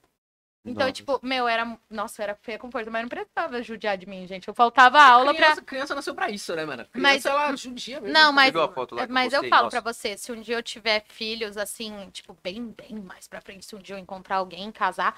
[SPEAKER 3] Então,
[SPEAKER 2] Nossa.
[SPEAKER 3] tipo, meu, era... Nossa, eu era feia com força, mas não precisava judiar de mim, gente. Eu faltava aula pra...
[SPEAKER 4] criança, criança nasceu pra isso, né, mano? Criança,
[SPEAKER 3] Mas-
[SPEAKER 4] ela judia mesmo.
[SPEAKER 3] Não, mas
[SPEAKER 2] viu a foto lá que eu
[SPEAKER 3] É, mas eu,
[SPEAKER 2] postei?
[SPEAKER 3] falo
[SPEAKER 2] Nossa.
[SPEAKER 3] pra você, se um dia eu tiver filhos, assim, tipo, bem, bem mais pra frente, se um dia eu encontrar alguém, casar,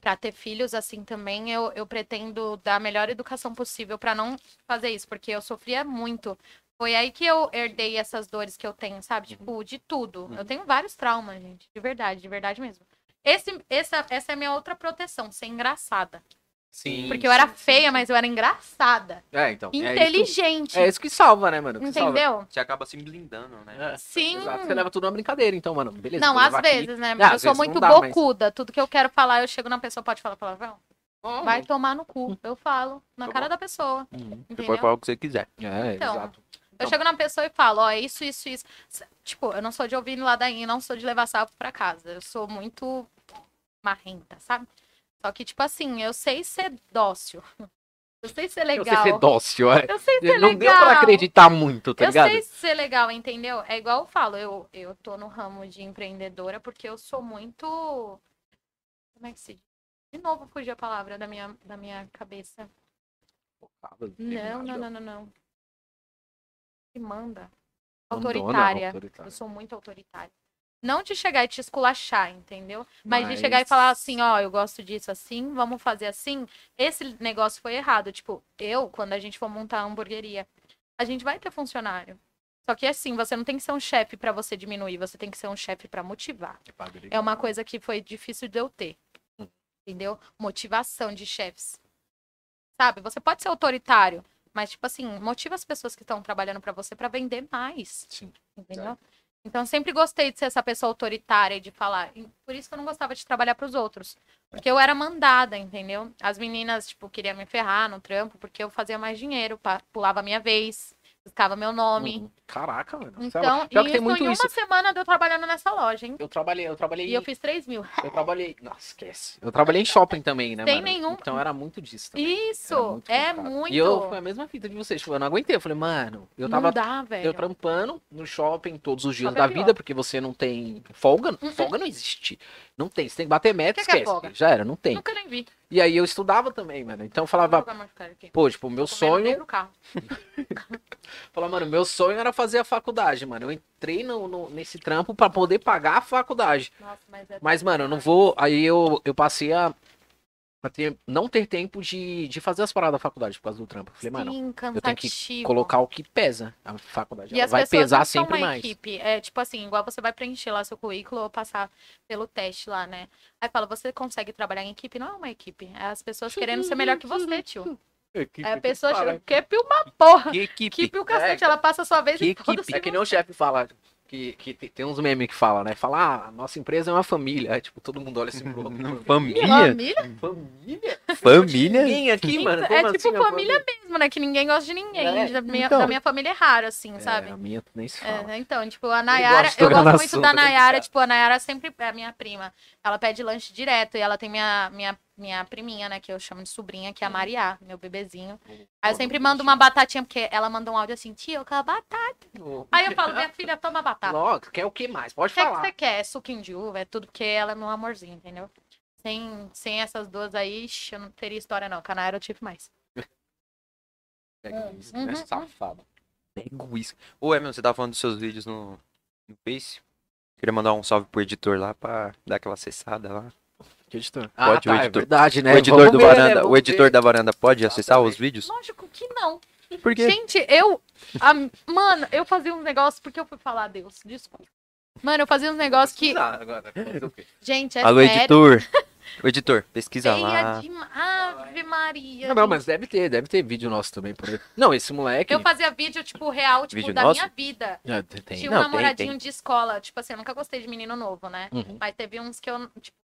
[SPEAKER 3] para ter filhos assim também, eu, eu pretendo dar a melhor educação possível para não fazer isso, porque eu sofria muito. Foi aí que eu herdei essas dores que eu tenho, sabe?
[SPEAKER 1] Uhum.
[SPEAKER 3] Tipo, de tudo. Eu tenho vários traumas, gente, de verdade, de verdade mesmo. Esse, essa, essa é a minha outra proteção, ser engraçada.
[SPEAKER 4] Sim.
[SPEAKER 3] Porque eu era feia, mas eu era engraçada.
[SPEAKER 1] É, então. é isso-
[SPEAKER 3] inteligente.
[SPEAKER 1] É isso que salva, né, mano? Que salva.
[SPEAKER 3] entendeu?
[SPEAKER 2] Você acaba se blindando, né?
[SPEAKER 4] É,
[SPEAKER 3] Sim.
[SPEAKER 1] Exato. Você leva tudo na brincadeira, então, mano. Beleza.
[SPEAKER 3] Não,
[SPEAKER 1] vou
[SPEAKER 3] às
[SPEAKER 1] levar aqui.
[SPEAKER 3] vezes, né?
[SPEAKER 1] Ah,
[SPEAKER 3] eu
[SPEAKER 1] às
[SPEAKER 3] sou
[SPEAKER 1] vezes não
[SPEAKER 3] muito
[SPEAKER 1] dá, mas-
[SPEAKER 3] bocuda. Tudo que eu quero falar, eu chego na pessoa, pode falar palavrão?
[SPEAKER 1] Tá
[SPEAKER 3] Vai tomar no cu. Eu falo, na
[SPEAKER 2] Tá
[SPEAKER 3] cara
[SPEAKER 2] bom.
[SPEAKER 3] da pessoa.
[SPEAKER 1] Uhum.
[SPEAKER 2] Você
[SPEAKER 3] Entendeu?
[SPEAKER 2] pode falar o que você quiser.
[SPEAKER 1] É,
[SPEAKER 3] Então,
[SPEAKER 1] exato.
[SPEAKER 3] Eu chego na pessoa e falo, ó, é isso, isso, isso. S- Tipo, eu não sou de ouvir ladainha, não sou de levar sapo pra casa. Eu sou muito marrenta, sabe? Só que, tipo assim, eu sei ser dócil. Eu sei ser
[SPEAKER 1] Eu sei
[SPEAKER 3] legal.
[SPEAKER 1] ser dócil, é.
[SPEAKER 3] Eu sei ser
[SPEAKER 1] Não deu pra
[SPEAKER 3] legal.
[SPEAKER 1] acreditar muito, tá
[SPEAKER 3] eu
[SPEAKER 1] ligado?
[SPEAKER 3] sei ser legal, entendeu? É igual eu falo, eu, eu tô no ramo de empreendedora porque eu sou muito. Como é que se diz? De novo fugiu a palavra da minha, da minha cabeça. Não, não, não, não, não. Que manda.
[SPEAKER 1] Mandona,
[SPEAKER 3] Autoritária.
[SPEAKER 1] autoritária.
[SPEAKER 3] Eu sou muito autoritária. Não de chegar e te esculachar, entendeu? Mas,
[SPEAKER 1] Mas-
[SPEAKER 3] de chegar e falar assim, ó, eu gosto disso assim, vamos fazer assim. Esse negócio foi errado. Tipo, eu, quando a gente for montar a hamburgueria, a gente vai ter funcionário. Só que assim, você não tem que ser um chefe pra você diminuir, você tem que ser um chefe pra motivar. É uma coisa que foi difícil de eu ter. Entendeu? Motivação de chefes. Sabe? Você pode ser autoritário, mas tipo assim, motiva as pessoas que estão trabalhando pra você pra vender mais.
[SPEAKER 1] Sim.
[SPEAKER 3] Entendeu? Então eu sempre gostei de ser essa pessoa autoritária e de falar. E Por isso que eu não gostava de trabalhar pros outros, porque eu era mandada, entendeu? As meninas tipo queriam me ferrar no trampo porque eu fazia mais dinheiro, pa- pulava a minha vez, riscava meu nome.
[SPEAKER 1] Uhum. Caraca, mano.
[SPEAKER 3] Então,
[SPEAKER 1] Pior que
[SPEAKER 3] e
[SPEAKER 1] tem
[SPEAKER 3] isso
[SPEAKER 1] muito
[SPEAKER 3] em uma
[SPEAKER 1] isso.
[SPEAKER 3] semana de eu trabalhando nessa loja, hein?
[SPEAKER 4] Eu trabalhei, eu trabalhei.
[SPEAKER 3] E eu fiz 3 mil.
[SPEAKER 4] Eu trabalhei. Nossa, esquece.
[SPEAKER 1] Eu trabalhei em shopping também, né,
[SPEAKER 3] Sem
[SPEAKER 1] mano?
[SPEAKER 3] nenhum-
[SPEAKER 1] Então era muito disso também. Era
[SPEAKER 3] Isso,
[SPEAKER 1] muito
[SPEAKER 3] é
[SPEAKER 1] complicado.
[SPEAKER 3] muito.
[SPEAKER 1] E eu, foi a mesma fita de vocês. Tipo, eu não aguentei. Eu falei, mano, eu tava
[SPEAKER 3] Não dá, velho.
[SPEAKER 1] eu trampando no shopping todos os dias
[SPEAKER 3] Shopping é
[SPEAKER 1] da
[SPEAKER 3] pior.
[SPEAKER 1] vida, porque você não tem folga.
[SPEAKER 3] Uhum.
[SPEAKER 1] Folga não existe. Não tem. Você tem que bater meta,
[SPEAKER 3] O que que é
[SPEAKER 1] esquece.
[SPEAKER 3] folga?
[SPEAKER 1] Já era, não tem.
[SPEAKER 3] Nunca nem vi.
[SPEAKER 1] E aí eu estudava também, mano. Então eu
[SPEAKER 3] Vou
[SPEAKER 1] falava,
[SPEAKER 3] jogar mais cara aqui.
[SPEAKER 1] pô, tipo, meu
[SPEAKER 3] Uhum. Tô comendo
[SPEAKER 1] sonho.
[SPEAKER 3] dentro do carro.
[SPEAKER 1] Falava, mano, meu sonho era fazer a faculdade, mano. Eu entrei no, no- nesse trampo pra poder pagar a faculdade.
[SPEAKER 3] Nossa, mas é.
[SPEAKER 1] Mas, mano, eu não vou. Aí eu, eu passei a, a ter- não ter tempo de, de fazer as paradas da faculdade por causa do trampo. Eu falei, mano,
[SPEAKER 3] Sim, cansativo.
[SPEAKER 1] eu tenho que colocar o que pesa. A faculdade
[SPEAKER 3] E
[SPEAKER 1] ela
[SPEAKER 3] as
[SPEAKER 1] vai
[SPEAKER 3] pessoas
[SPEAKER 1] pesar
[SPEAKER 3] não são
[SPEAKER 1] sempre
[SPEAKER 3] uma
[SPEAKER 1] mais.
[SPEAKER 3] equipe. É tipo assim, igual você vai preencher lá seu currículo ou passar pelo teste lá, né? Aí fala, você consegue trabalhar em equipe? Não é uma equipe. É as pessoas querendo ser melhor que
[SPEAKER 1] né?
[SPEAKER 3] você, tio.
[SPEAKER 1] É,
[SPEAKER 3] Aí É, a pessoa chega, que uma porra.
[SPEAKER 2] Que equipe?
[SPEAKER 3] Que o cacete, ela passa a sua vez
[SPEAKER 1] É, Que
[SPEAKER 3] e foda-se.
[SPEAKER 1] equipe? É que nem o chefe fala. Que, que tem, tem uns memes que fala, né? Fala, ah, a nossa empresa é uma família. Aí, tipo, todo mundo olha assim pro outro.
[SPEAKER 2] Família?
[SPEAKER 3] Família?
[SPEAKER 1] família?
[SPEAKER 2] Família?
[SPEAKER 1] Ninguém aqui, mano.
[SPEAKER 3] É
[SPEAKER 1] Como
[SPEAKER 3] tipo
[SPEAKER 1] assim, uma
[SPEAKER 3] família mesmo, né? Que ninguém gosta de ninguém.
[SPEAKER 1] É,
[SPEAKER 3] da, minha,
[SPEAKER 1] então.
[SPEAKER 3] da minha família é raro, assim,
[SPEAKER 1] É,
[SPEAKER 3] sabe?
[SPEAKER 1] a minha nem se
[SPEAKER 3] É,
[SPEAKER 1] fala.
[SPEAKER 3] né, então, tipo, a Nayara,
[SPEAKER 1] gosto de
[SPEAKER 3] eu
[SPEAKER 1] tocar
[SPEAKER 3] gosto
[SPEAKER 1] no
[SPEAKER 3] muito da
[SPEAKER 1] assunto, né,
[SPEAKER 3] Nayara,
[SPEAKER 1] cara?
[SPEAKER 3] tipo, a Nayara sempre é a minha prima. Ela pede lanche direto e ela tem minha, minha, minha priminha, né, que eu chamo de sobrinha, que é a Mariá, meu bebezinho. Aí eu sempre mando uma batatinha, porque ela manda um áudio assim, tia, eu quero batata. Aí eu falo, minha filha, toma batata.
[SPEAKER 1] Nossa, Tipo, quer o que mais? Pode
[SPEAKER 3] O que, é que
[SPEAKER 1] falar.
[SPEAKER 3] você quer? Suquinho de uva, é tudo, porque ela é meu amorzinho, entendeu? Sem, sem essas duas aí, ixi, eu não teria história não, com a Nayara eu tive mais.
[SPEAKER 1] Pega isso,
[SPEAKER 3] Uhum,
[SPEAKER 1] né?
[SPEAKER 3] uhum.
[SPEAKER 1] Safado.
[SPEAKER 2] Pego isso. Ô, Emerson, você tava falando dos seus vídeos no, no Face? Queria mandar um salve pro editor lá pra dar aquela acessada lá.
[SPEAKER 1] Que editor?
[SPEAKER 2] Pode, o
[SPEAKER 1] é
[SPEAKER 2] editor.
[SPEAKER 1] verdade, né?
[SPEAKER 2] o editor
[SPEAKER 1] Vamos
[SPEAKER 2] do
[SPEAKER 1] ver, né?
[SPEAKER 2] varanda,
[SPEAKER 1] Vamos
[SPEAKER 2] o editor
[SPEAKER 1] ver.
[SPEAKER 2] da varanda pode acessar
[SPEAKER 1] Exatamente.
[SPEAKER 2] os vídeos?
[SPEAKER 3] Lógico que não.
[SPEAKER 2] Por quê?
[SPEAKER 3] Gente, eu. a- mano, eu fazia uns negócios porque eu fui falar a Deus. Desculpa. Mano, eu fazia uns negócios que.
[SPEAKER 1] Pesquisar agora, fazer o quê?
[SPEAKER 3] Gente, é
[SPEAKER 2] Alô,
[SPEAKER 3] sério.
[SPEAKER 2] editor. O editor, pesquisa
[SPEAKER 3] feia
[SPEAKER 2] lá.
[SPEAKER 3] de Ave Maria.
[SPEAKER 1] Não, não,
[SPEAKER 3] gente.
[SPEAKER 1] mas é deve ter, deve ter vídeo nosso também por aí. Não, esse moleque.
[SPEAKER 3] Eu fazia vídeo, tipo, real, tipo,
[SPEAKER 2] Vídeo
[SPEAKER 3] da
[SPEAKER 2] nosso?
[SPEAKER 3] minha vida.
[SPEAKER 1] Já tem- tem.
[SPEAKER 3] Tinha um
[SPEAKER 2] Não, tem,
[SPEAKER 3] namoradinho
[SPEAKER 2] tem.
[SPEAKER 3] de escola. Tipo assim, eu nunca gostei de menino novo, né?
[SPEAKER 1] Uhum.
[SPEAKER 3] Mas teve uns que eu. Tipo,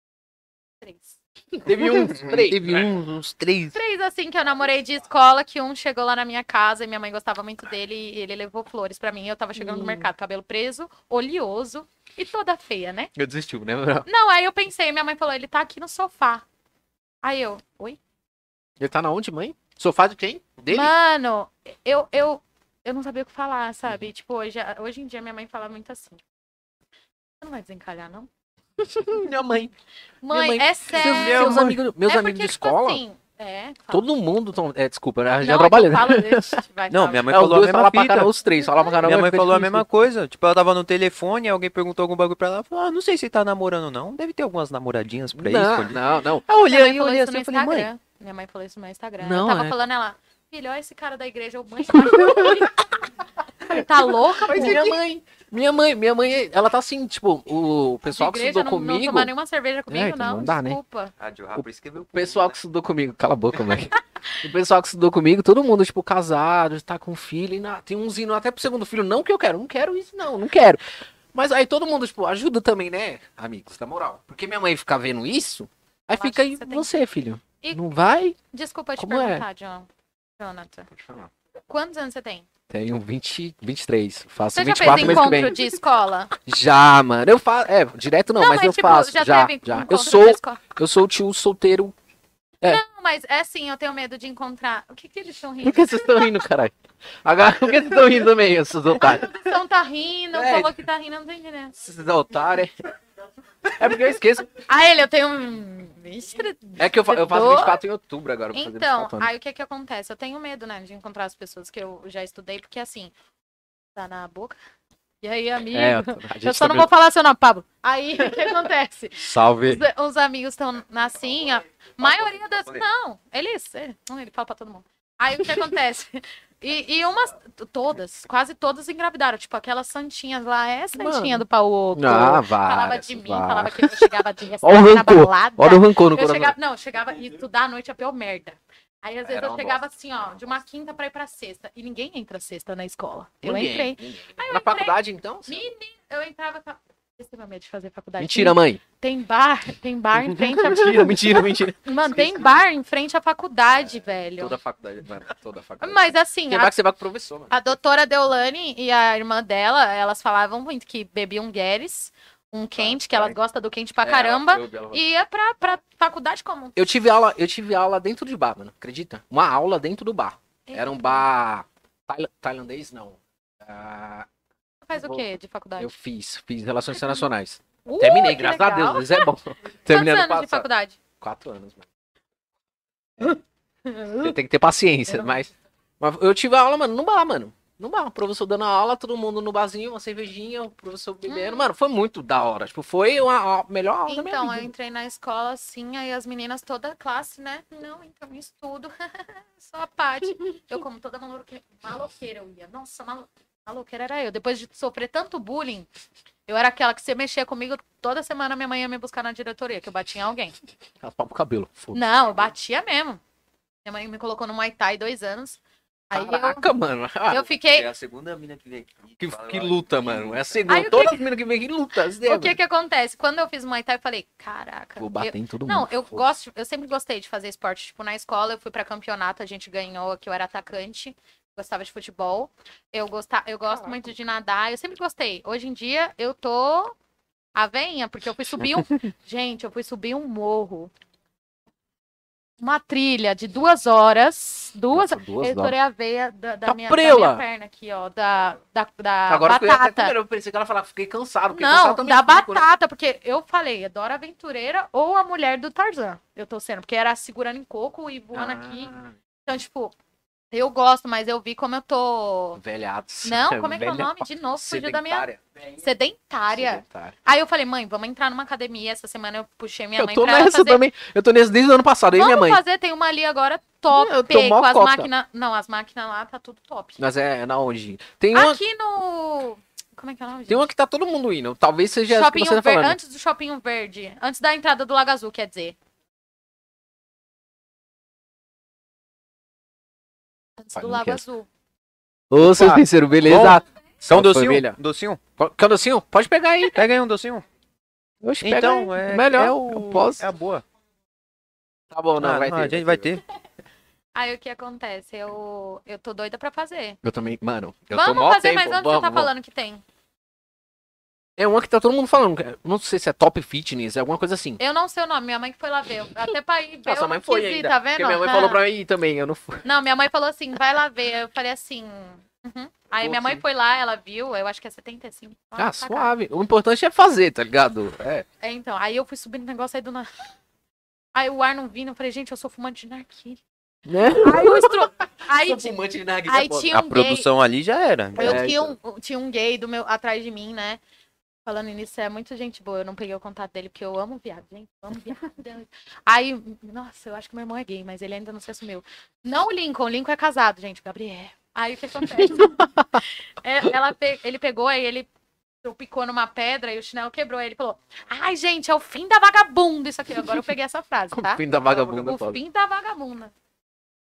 [SPEAKER 3] três.
[SPEAKER 1] Teve um três.
[SPEAKER 2] Teve uns, uns três.
[SPEAKER 3] Três, assim, que eu namorei de escola, que um chegou lá na minha casa e minha mãe gostava muito dele e ele levou flores pra mim. Eu tava chegando
[SPEAKER 1] Hum.
[SPEAKER 3] no mercado, cabelo preso, oleoso e toda feia, né?
[SPEAKER 1] Eu desistiu, né, Bruno?
[SPEAKER 3] Não, aí eu pensei, minha mãe falou, ele tá aqui no sofá. Aí eu, oi?
[SPEAKER 1] Ele tá na onde, mãe? Sofá de quem? Dele?
[SPEAKER 3] Mano, eu, eu, eu não sabia o que falar, sabe? Tipo, hoje, hoje em dia minha mãe fala muito assim. Você não vai desencalhar, não?
[SPEAKER 1] Minha mãe.
[SPEAKER 3] Mãe,
[SPEAKER 1] mãe,
[SPEAKER 3] é
[SPEAKER 1] Seus,
[SPEAKER 3] sério.
[SPEAKER 1] seus amigos, meus
[SPEAKER 3] é
[SPEAKER 1] amigos de
[SPEAKER 3] porque, tipo
[SPEAKER 1] escola.
[SPEAKER 3] assim, É, fala. um
[SPEAKER 1] Todo mundo. Tom... É, desculpa, já, já
[SPEAKER 3] Não,
[SPEAKER 1] trabalhei.
[SPEAKER 3] eu falo, a gente vai
[SPEAKER 2] Não,
[SPEAKER 3] falar.
[SPEAKER 2] minha mãe
[SPEAKER 1] É, os
[SPEAKER 2] falou a
[SPEAKER 1] dois
[SPEAKER 2] mesma
[SPEAKER 1] falaram pra
[SPEAKER 2] fita.
[SPEAKER 1] caramba, os três falaram pra caramba.
[SPEAKER 2] Minha mãe
[SPEAKER 1] fica
[SPEAKER 2] falou a
[SPEAKER 1] difícil.
[SPEAKER 2] mesma coisa. Tipo, ela tava no telefone, aí alguém perguntou alguma bagulho pra ela. ela Falou, ah, não sei se tá namorando, não. Deve ter algumas namoradinhas por aí
[SPEAKER 1] Não,
[SPEAKER 2] escondidas.
[SPEAKER 1] não, não.
[SPEAKER 2] Aí eu olhei
[SPEAKER 3] Minha mãe
[SPEAKER 2] aí, eu
[SPEAKER 3] falou
[SPEAKER 2] olhei
[SPEAKER 3] isso
[SPEAKER 2] assim
[SPEAKER 3] no
[SPEAKER 2] e falei, mãe.
[SPEAKER 3] Instagram. Minha mãe falou isso no meu Instagram.
[SPEAKER 1] Não,
[SPEAKER 3] eu tava
[SPEAKER 1] é.
[SPEAKER 3] falando ela, filho, olha esse cara da igreja, eu mãe. eu falei, tá louca, pô?
[SPEAKER 1] Mas
[SPEAKER 2] é
[SPEAKER 1] minha mãe, minha mãe, minha mãe, ela tá assim, tipo, o pessoal que
[SPEAKER 3] De
[SPEAKER 1] estudou
[SPEAKER 3] não, não
[SPEAKER 1] comigo.
[SPEAKER 3] tomar nenhuma cerveja comigo,
[SPEAKER 1] então
[SPEAKER 3] não,
[SPEAKER 1] não dá, né?
[SPEAKER 3] desculpa.
[SPEAKER 2] Ah, Joe Harper escreveu.
[SPEAKER 1] O pessoal que estudou comigo, cala a boca, mãe. O pessoal que estudou comigo, todo mundo, tipo, casado, tá com filho, e na- tem uns indo até pro segundo filho, não que eu quero, não quero isso, não, não quero. Mas aí todo mundo, tipo, ajuda também, né, amigos, na moral. Porque minha mãe fica vendo isso, aí
[SPEAKER 3] Eu
[SPEAKER 1] fica aí,
[SPEAKER 3] acho que você tem que-
[SPEAKER 1] você, filho,
[SPEAKER 3] E-
[SPEAKER 1] não vai?
[SPEAKER 3] Desculpa te
[SPEAKER 1] Como é?
[SPEAKER 3] perguntar, John. Jonathan.
[SPEAKER 1] Pode falar.
[SPEAKER 3] Quantos anos você tem?
[SPEAKER 1] Tenho 20, 23, faço
[SPEAKER 3] Você já fez
[SPEAKER 1] 24 mês que
[SPEAKER 3] encontro
[SPEAKER 1] vem.
[SPEAKER 3] de escola? tipo,
[SPEAKER 1] Já, mano, eu faço, é, direto não, mas eu faço, já, já. Eu
[SPEAKER 3] de
[SPEAKER 1] sou,
[SPEAKER 3] escola?
[SPEAKER 1] eu sou o tio solteiro.
[SPEAKER 3] Não, mas é assim, eu tenho medo de encontrar. O que que eles estão rindo?
[SPEAKER 1] Por que vocês estão rindo, caralho? Agora, por que vocês estão rindo também, esses otários?
[SPEAKER 3] O São tá rindo,
[SPEAKER 1] É.
[SPEAKER 3] falou que tá rindo, eu não tô entendendo.
[SPEAKER 1] Esses otários. É porque eu esqueço.
[SPEAKER 3] Ah, ele, eu tenho um... Estre-
[SPEAKER 1] É que eu, fa eu faço
[SPEAKER 3] Dor.
[SPEAKER 1] 24 em outubro agora. pra fazer
[SPEAKER 3] Então,
[SPEAKER 1] 24 anos.
[SPEAKER 3] aí o que que acontece? Eu tenho medo, né, de encontrar as pessoas que eu já estudei, porque assim, tá na boca. E aí, amigo?
[SPEAKER 1] É,
[SPEAKER 3] eu
[SPEAKER 1] a gente
[SPEAKER 3] só
[SPEAKER 1] tá
[SPEAKER 3] não vou falar seu nome, Pablo. Aí, o que acontece?
[SPEAKER 1] vendo. Salve.
[SPEAKER 3] Os, os amigos estão assim, a maioria das.
[SPEAKER 2] falei.
[SPEAKER 3] Não, eles. é, não, Ele fala pra todo mundo. Aí o que acontece? E, e umas. Todas, quase todas engravidaram. Tipo, aquelas santinhas lá, é santinha do Paulo.
[SPEAKER 1] Ah,
[SPEAKER 3] falava
[SPEAKER 1] vai.
[SPEAKER 3] de mim, falava que eu chegava de
[SPEAKER 1] Olha o
[SPEAKER 3] restaurante na
[SPEAKER 1] rancor,
[SPEAKER 3] balada.
[SPEAKER 1] Olha o rancor no
[SPEAKER 3] Eu
[SPEAKER 1] coração.
[SPEAKER 3] chegava, não, eu chegava e estudar à noite é a pior merda. Aí às vezes
[SPEAKER 4] Era
[SPEAKER 3] eu
[SPEAKER 4] uma
[SPEAKER 3] chegava assim, ó, de uma quinta pra ir pra sexta. E ninguém entra sexta na escola. Eu
[SPEAKER 1] Ninguém,
[SPEAKER 3] entrei.
[SPEAKER 1] ninguém.
[SPEAKER 3] Aí eu
[SPEAKER 1] Na
[SPEAKER 3] entrei.
[SPEAKER 1] faculdade, então?
[SPEAKER 3] Eu entrava. com a- Esse é meu medo de fazer faculdade.
[SPEAKER 1] Mentira, mãe.
[SPEAKER 3] Tem bar, tem bar em frente à
[SPEAKER 1] Mentira, mentira, mentira.
[SPEAKER 3] Mano, tem bar em frente à faculdade, velho.
[SPEAKER 1] Toda a faculdade, mano. Toda a faculdade.
[SPEAKER 3] Mas assim,
[SPEAKER 1] Tem
[SPEAKER 3] a,
[SPEAKER 1] mais que você vai com o professor, mano.
[SPEAKER 3] a doutora Deolane e a irmã dela, elas falavam muito que bebiam Gueres, um quente, que elas gostam do quente pra
[SPEAKER 1] Ah, tá. É,
[SPEAKER 3] caramba,
[SPEAKER 1] ela foi, ela-
[SPEAKER 3] e ia pra, pra faculdade comum.
[SPEAKER 1] Eu tive aula, eu tive aula dentro de bar, mano. Acredita? Uma aula dentro do bar. Era um bar taila- tailandês, não. Ah,
[SPEAKER 3] Faz o quê de faculdade?
[SPEAKER 1] eu fiz, fiz relações internacionais.
[SPEAKER 3] Uh,
[SPEAKER 1] Terminei,
[SPEAKER 3] que
[SPEAKER 1] graças a
[SPEAKER 3] legal.
[SPEAKER 1] Deus, isso é bom.
[SPEAKER 3] Quantos
[SPEAKER 1] Terminei ano
[SPEAKER 3] anos de
[SPEAKER 1] passado.
[SPEAKER 3] faculdade?
[SPEAKER 1] Quatro anos, mano. Você tem que ter paciência, mas... mas eu tive aula, mano, no bar, mano. No bar, o professor dando aula, todo mundo no barzinho, uma cervejinha, o professor bebendo. Mano, foi muito da hora. Tipo, foi uma a melhor aula da minha
[SPEAKER 3] Hum. Então, eu
[SPEAKER 1] vida.
[SPEAKER 3] entrei na escola assim, aí as meninas toda a classe, né? Não, então eu estudo. Só a parte. Eu, como toda maloque- maloqueira, eu ia. Nossa, malo- maloqueira era eu. Depois de sofrer tanto bullying, eu era aquela que se mexia comigo, toda semana minha mãe ia me buscar na diretoria, que eu batia em alguém.
[SPEAKER 1] Raspar pro cabelo. Foda.
[SPEAKER 3] Não, eu batia mesmo. Minha mãe me colocou no Muay Thai dois anos. Aí eu,
[SPEAKER 1] Caraca, mano. Ah,
[SPEAKER 3] eu fiquei.
[SPEAKER 2] É a segunda mina que vem aqui.
[SPEAKER 1] Que,
[SPEAKER 2] Fala,
[SPEAKER 1] que
[SPEAKER 2] olha,
[SPEAKER 1] luta, mano. É a
[SPEAKER 3] Aí, o
[SPEAKER 1] segunda.
[SPEAKER 3] que
[SPEAKER 1] Todas as meninas que vêm aqui lutam.
[SPEAKER 3] O que que acontece? Quando eu fiz Muay Thai, eu falei, caraca.
[SPEAKER 1] Vou
[SPEAKER 3] eu-
[SPEAKER 1] bater em todo mundo.
[SPEAKER 3] Não, eu
[SPEAKER 1] Foda.
[SPEAKER 3] gosto, eu sempre gostei de fazer esporte. Tipo, na escola eu fui pra campeonato, a gente ganhou aqui, eu era atacante, gostava de futebol. Eu, gosta, eu gosto muito de nadar, eu sempre gostei. Hoje em dia eu tô a veinha, porque eu fui subir um. gente, eu fui subir um morro. Uma trilha de duas horas. Duas.
[SPEAKER 1] Nossa, duas Tá
[SPEAKER 3] eu estourei a veia da, da minha, da
[SPEAKER 1] Caprela!
[SPEAKER 3] minha perna aqui, ó. Da, da, da
[SPEAKER 1] Ah, Agora que eu ia até
[SPEAKER 3] batata.
[SPEAKER 1] comer, eu pensei que ela falava, fiquei cansado. Fiquei
[SPEAKER 3] Não,
[SPEAKER 1] cansado também
[SPEAKER 3] da
[SPEAKER 1] fico, né?
[SPEAKER 3] batata, porque eu falei, é Dora Aventureira ou a mulher do Tarzan. Eu tô sendo, porque era segurando em coco e voando aqui.
[SPEAKER 1] Ah,
[SPEAKER 3] Então, tipo, eu gosto, mas eu vi como eu tô.
[SPEAKER 1] Velhados.
[SPEAKER 3] Não, como é que é o
[SPEAKER 1] Velha-
[SPEAKER 3] nome? De novo, fugiu da minha.
[SPEAKER 1] Sedentária.
[SPEAKER 3] Sedentária.
[SPEAKER 1] Sedentária.
[SPEAKER 3] Aí eu falei, mãe, vamos entrar numa academia. Essa semana eu puxei minha
[SPEAKER 1] Eu
[SPEAKER 3] mãe
[SPEAKER 1] tô
[SPEAKER 3] pra ela
[SPEAKER 1] nessa
[SPEAKER 3] fazer.
[SPEAKER 1] também. Eu tô nessa desde o ano passado. Eu e minha
[SPEAKER 3] Vamos
[SPEAKER 1] mãe.
[SPEAKER 3] fazer, tem uma ali agora top.
[SPEAKER 1] Eu tô mó
[SPEAKER 3] com as
[SPEAKER 1] cota.
[SPEAKER 3] máquinas. Não, as máquinas lá tá tudo top.
[SPEAKER 1] Mas é, é na onde? Tem uma,
[SPEAKER 3] Aqui no. Como é que é o nome?
[SPEAKER 1] tem
[SPEAKER 3] gente?
[SPEAKER 1] uma que tá todo mundo indo. Talvez seja essa que
[SPEAKER 3] Shopping
[SPEAKER 1] você tá
[SPEAKER 3] Ver-
[SPEAKER 1] falando.
[SPEAKER 3] Antes do Shopping Verde. Antes da entrada do Lago Azul, quer dizer. Antes
[SPEAKER 1] Pai,
[SPEAKER 3] do
[SPEAKER 1] não
[SPEAKER 3] Lago
[SPEAKER 1] quero.
[SPEAKER 3] Azul.
[SPEAKER 1] Ô, seus terceiro, beleza?
[SPEAKER 2] Quer um
[SPEAKER 1] Salve,
[SPEAKER 2] docinho?
[SPEAKER 1] família.
[SPEAKER 2] Um docinho?
[SPEAKER 1] Qual- Quer um docinho? Pode pegar aí.
[SPEAKER 2] Pega aí um docinho.
[SPEAKER 1] Oxe, pega
[SPEAKER 2] Então,
[SPEAKER 1] aí.
[SPEAKER 2] é,
[SPEAKER 1] Melhor.
[SPEAKER 2] é o-
[SPEAKER 1] Eu posso.
[SPEAKER 2] É a boa.
[SPEAKER 1] Tá bom, não,
[SPEAKER 2] Ah,
[SPEAKER 1] vai
[SPEAKER 2] não,
[SPEAKER 1] ter.
[SPEAKER 2] a gente vai ter.
[SPEAKER 3] Aí o que acontece? Eu, eu tô doida pra fazer.
[SPEAKER 1] Eu também, mano, eu tô
[SPEAKER 3] vamos
[SPEAKER 1] mó
[SPEAKER 3] fazer,
[SPEAKER 1] tempo.
[SPEAKER 3] mas onde
[SPEAKER 1] vamos,
[SPEAKER 3] você tá
[SPEAKER 1] vamos.
[SPEAKER 3] falando que tem?
[SPEAKER 1] É uma que tá todo mundo falando. cara. Não sei se é top fitness, é alguma coisa assim.
[SPEAKER 3] Eu não sei o nome, minha mãe que foi lá ver. Eu- Até pra ir ver.
[SPEAKER 1] Ah,
[SPEAKER 3] eu
[SPEAKER 1] sua mãe
[SPEAKER 3] não
[SPEAKER 1] foi
[SPEAKER 3] quis ir,
[SPEAKER 1] ainda.
[SPEAKER 3] tá vendo?
[SPEAKER 1] Porque minha mãe
[SPEAKER 3] Ah.
[SPEAKER 1] falou pra mim ir também, eu não fui.
[SPEAKER 3] Não, minha mãe falou assim, vai lá ver. Eu falei assim. uhum. Aí minha mãe
[SPEAKER 1] Docinho.
[SPEAKER 3] foi lá, ela viu, eu acho que é 75.
[SPEAKER 1] Ah,
[SPEAKER 3] Nossa, cara.
[SPEAKER 1] suave. O importante é fazer, tá ligado? É.
[SPEAKER 3] É, então, aí eu fui subindo o negócio aí do nada. Aí o ar não vindo, eu falei, gente, eu sou fumante de narguilha.
[SPEAKER 9] Né?
[SPEAKER 3] Aí o estro... Aí,
[SPEAKER 4] Sou é fumante de é narguilé,
[SPEAKER 3] aí
[SPEAKER 4] pô.
[SPEAKER 3] tinha
[SPEAKER 2] A
[SPEAKER 3] um gay.
[SPEAKER 2] produção ali já era.
[SPEAKER 3] Eu
[SPEAKER 4] É,
[SPEAKER 3] tinha,
[SPEAKER 1] então.
[SPEAKER 3] um, tinha um gay do meu, atrás de mim, né? Falando nisso, é muito gente boa. Eu não peguei o contato dele, porque eu amo viado, gente. Eu amo viado. Aí, nossa, eu acho que meu irmão é gay, mas ele ainda não se assumiu. Não o Lincoln, o Lincoln é casado, gente, Gabriel. Aí o que acontece? É, ela pe- ele pegou, aí ele picou numa pedra e o chinelo quebrou. Aí ele falou: Ai, gente, é o fim da vagabunda isso aqui. Agora eu peguei essa frase, tá?
[SPEAKER 1] O fim da vagabunda, é
[SPEAKER 3] O
[SPEAKER 1] foda.
[SPEAKER 3] fim da vagabunda.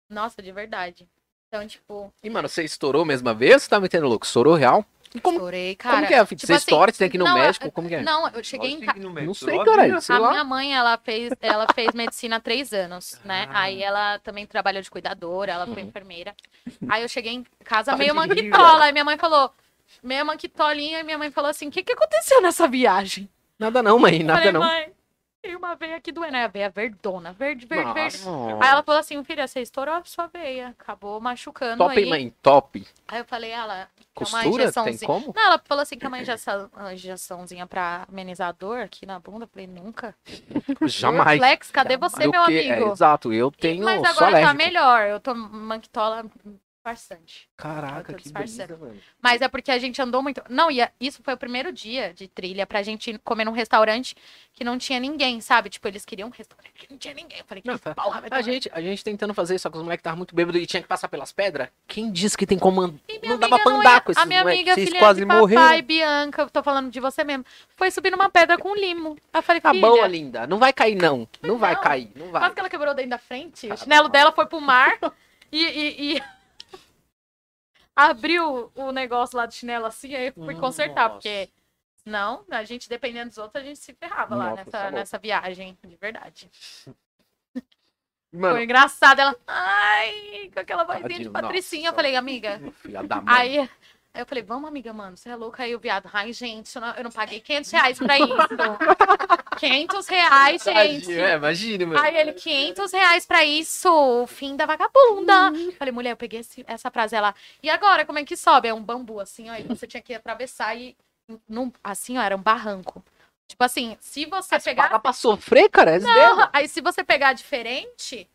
[SPEAKER 3] Nossa, de verdade. Então, tipo,
[SPEAKER 1] E, mano, você estourou mesmo a vez? Você tá metendo louco? Estourou real? E como,
[SPEAKER 3] chorei, cara.
[SPEAKER 1] como que é a fita?
[SPEAKER 3] tipo
[SPEAKER 1] Você
[SPEAKER 3] assim,
[SPEAKER 1] estoura, você tem que ir no
[SPEAKER 3] não,
[SPEAKER 1] médico? Como que é?
[SPEAKER 3] Não, eu cheguei em casa.
[SPEAKER 1] Não sei, caralho. Sei
[SPEAKER 3] A
[SPEAKER 1] lá.
[SPEAKER 3] minha mãe, ela fez, ela fez medicina há três anos, né?
[SPEAKER 1] Ah.
[SPEAKER 3] Aí ela também trabalhou de cuidadora, ela
[SPEAKER 1] Uhum.
[SPEAKER 3] foi enfermeira. Aí eu cheguei em casa meio manquitola, aí minha mãe falou, meio manquitolinha, e minha mãe falou assim, o que, que aconteceu nessa viagem?
[SPEAKER 1] Nada não, mãe.
[SPEAKER 3] Eu
[SPEAKER 1] Nada
[SPEAKER 3] falei,
[SPEAKER 1] não.
[SPEAKER 3] mãe, tem uma veia aqui doendo, é a veia verdona, verde, verde, verde.
[SPEAKER 1] Nossa.
[SPEAKER 3] Aí ela falou assim, filha, você estourou a sua veia, acabou machucando
[SPEAKER 1] Top,
[SPEAKER 3] aí.
[SPEAKER 1] hein, mãe. Top.
[SPEAKER 3] Aí eu falei, ela, que é
[SPEAKER 1] Costura?
[SPEAKER 3] uma
[SPEAKER 1] Tem
[SPEAKER 3] injeçãozinha.
[SPEAKER 1] como?
[SPEAKER 3] Não, ela falou assim que é uma injeção, uma injeçãozinha pra amenizar a dor aqui na bunda. Eu falei, nunca.
[SPEAKER 1] Jamais.
[SPEAKER 3] Flex, cadê você,
[SPEAKER 1] Do
[SPEAKER 3] meu
[SPEAKER 1] que- é,
[SPEAKER 3] amigo?
[SPEAKER 1] exato, eu tenho
[SPEAKER 3] Mas
[SPEAKER 1] só
[SPEAKER 3] agora tá
[SPEAKER 1] alérgico.
[SPEAKER 3] melhor. Eu tô manquitola bastante.
[SPEAKER 1] Caraca,
[SPEAKER 3] Eu tô
[SPEAKER 1] que
[SPEAKER 3] disfarçando.
[SPEAKER 1] beleza, mano.
[SPEAKER 3] Mas é porque a gente andou muito. Não, e a- isso foi o primeiro dia de trilha pra gente ir comer num restaurante que não tinha ninguém, sabe? Tipo, eles queriam um restaurante que não tinha ninguém. Eu falei, que
[SPEAKER 1] Não, tá.
[SPEAKER 3] porra, vai
[SPEAKER 1] A
[SPEAKER 3] tomar.
[SPEAKER 1] gente, a gente tentando fazer isso, só que os moleques estavam muito bêbados e tinha que passar pelas pedras. Quem disse que tem como andar?
[SPEAKER 3] E minha
[SPEAKER 1] Não dava
[SPEAKER 3] amiga
[SPEAKER 1] pra
[SPEAKER 3] não
[SPEAKER 1] andar
[SPEAKER 3] ia-
[SPEAKER 1] com esses
[SPEAKER 3] A minha
[SPEAKER 1] moleques.
[SPEAKER 3] amiga,
[SPEAKER 2] Vocês
[SPEAKER 3] filha
[SPEAKER 2] quase
[SPEAKER 3] de papai,
[SPEAKER 2] morreram.
[SPEAKER 3] Bianca, eu tô falando de você mesmo, foi subir numa pedra com um limo. Eu falei,
[SPEAKER 1] Tá
[SPEAKER 3] filha,
[SPEAKER 1] bom, linda. Não vai cair, não. Não vai
[SPEAKER 3] Não.
[SPEAKER 1] cair. Não vai.
[SPEAKER 3] Quase que ela quebrou o dente da frente. o chinelo dela foi pro mar e. e- e- Abriu o negócio lá do chinelo assim, aí eu
[SPEAKER 1] Hum,
[SPEAKER 3] fui consertar,
[SPEAKER 2] Nossa.
[SPEAKER 3] porque. Não, a gente, dependendo dos outros, a gente se ferrava lá
[SPEAKER 1] Nossa, tá
[SPEAKER 3] nessa,
[SPEAKER 1] louco.
[SPEAKER 3] nessa viagem, de verdade.
[SPEAKER 1] Mano,
[SPEAKER 3] Foi engraçado. Ela. Ai, com aquela vozinha de
[SPEAKER 1] Tadinho,
[SPEAKER 3] patricinha. Eu
[SPEAKER 1] nossa.
[SPEAKER 3] falei, amiga.
[SPEAKER 1] filha da mãe.
[SPEAKER 3] Aí. aí Eu falei, vamos, amiga, mano, você é louca aí, o viado. Ai, gente, eu não, eu não paguei 500 reais pra isso. 500 reais, gente.
[SPEAKER 1] Imagina, é, imagina, mano.
[SPEAKER 3] Aí ele, 500 reais pra isso, o fim da vagabunda. Falei, mulher, eu peguei esse- essa frase, ela, e agora, como é que sobe? É um bambu, assim, ó, e você tinha que atravessar e, num, assim, ó, era um barranco. Tipo assim, se você pegar,
[SPEAKER 1] Paga pra sofrer, cara. É zero.
[SPEAKER 3] aí se você pegar diferente,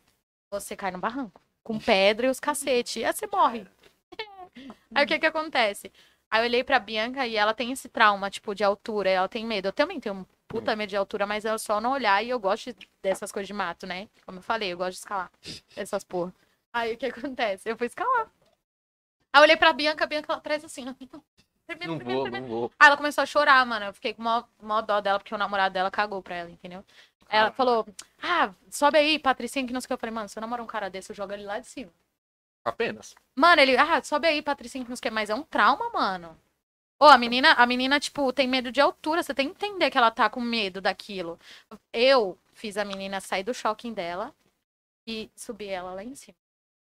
[SPEAKER 3] você cai no barranco, com pedra e os cacete, aí você morre. Aí o que que acontece? Aí eu olhei pra Bianca e ela tem esse trauma, tipo, de altura, ela tem medo. Eu também tenho um puta medo de altura, mas eu só não olhar e eu gosto de- dessas coisas de mato, né? Como eu falei, eu gosto de escalar essas porra. Aí o que acontece? Eu fui escalar. Aí eu olhei pra Bianca, a Bianca lá atrás assim, ó. Tremendo,
[SPEAKER 1] Não
[SPEAKER 3] tremendo,
[SPEAKER 1] vou,
[SPEAKER 3] tremendo.
[SPEAKER 1] não vou.
[SPEAKER 3] Aí ela começou a chorar, mano. Eu fiquei com mó, mó dó dela, porque o namorado dela cagou pra ela, entendeu? Ela falou, ah, sobe aí, Patricinha, que não sei o que. Eu falei, mano, se eu namorar um cara desse, eu jogo ele lá de cima.
[SPEAKER 1] Apenas.
[SPEAKER 3] Mano, ele, ah, sobe aí, Patricinha, que não sei o que. Mas é um trauma, mano. Ô, a menina, a menina, tipo, tem medo de altura. Você tem que entender que ela tá com medo daquilo. Eu fiz a menina sair do shopping dela e subir ela lá em cima.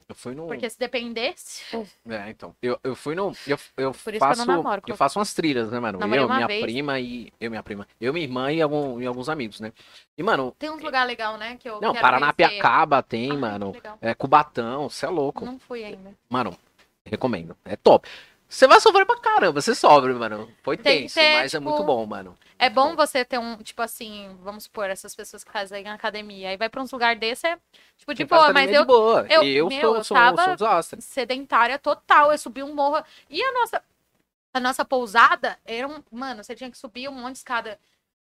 [SPEAKER 1] Eu fui num.
[SPEAKER 3] Porque se dependesse,
[SPEAKER 1] É, então. Eu, eu fui num. Eu, eu
[SPEAKER 3] Por isso que eu não
[SPEAKER 1] faço. Eu,
[SPEAKER 3] namoro, que eu-
[SPEAKER 1] faço umas trilhas, né, mano?
[SPEAKER 3] Namorei
[SPEAKER 1] eu,
[SPEAKER 3] uma
[SPEAKER 1] minha
[SPEAKER 3] vez.
[SPEAKER 1] prima e. Eu, minha prima. Eu, minha irmã e, algum- e alguns amigos, né? E, mano.
[SPEAKER 3] tem uns lugar legal, né? Que eu
[SPEAKER 1] Não,
[SPEAKER 3] quero conhecer.
[SPEAKER 1] Paranapiacaba tem,
[SPEAKER 3] Ah, que
[SPEAKER 1] mano.
[SPEAKER 3] legal.
[SPEAKER 1] É Cubatão, você é louco.
[SPEAKER 3] Não fui ainda.
[SPEAKER 1] Mano, recomendo. É top. Você vai sofrer pra caramba, você sofre, mano. Foi
[SPEAKER 3] Tem que
[SPEAKER 1] tenso,
[SPEAKER 3] ter,
[SPEAKER 1] mas é
[SPEAKER 3] tipo,
[SPEAKER 1] muito bom, mano.
[SPEAKER 3] É bom você ter um, tipo assim, vamos supor, essas pessoas que fazem academia. Aí vai pra uns lugar desse, é, tipo, de
[SPEAKER 1] Quem
[SPEAKER 3] boa,
[SPEAKER 1] faz
[SPEAKER 3] mas
[SPEAKER 1] também é
[SPEAKER 3] eu
[SPEAKER 1] de boa.
[SPEAKER 3] eu-
[SPEAKER 1] E eu,
[SPEAKER 3] meu,
[SPEAKER 1] sou,
[SPEAKER 3] eu
[SPEAKER 1] sou, sou
[SPEAKER 3] tava-
[SPEAKER 1] um desastre.
[SPEAKER 3] sedentária total. Eu subi um morro. E a nossa, a nossa pousada era um. Mano, você tinha que subir um monte de escada.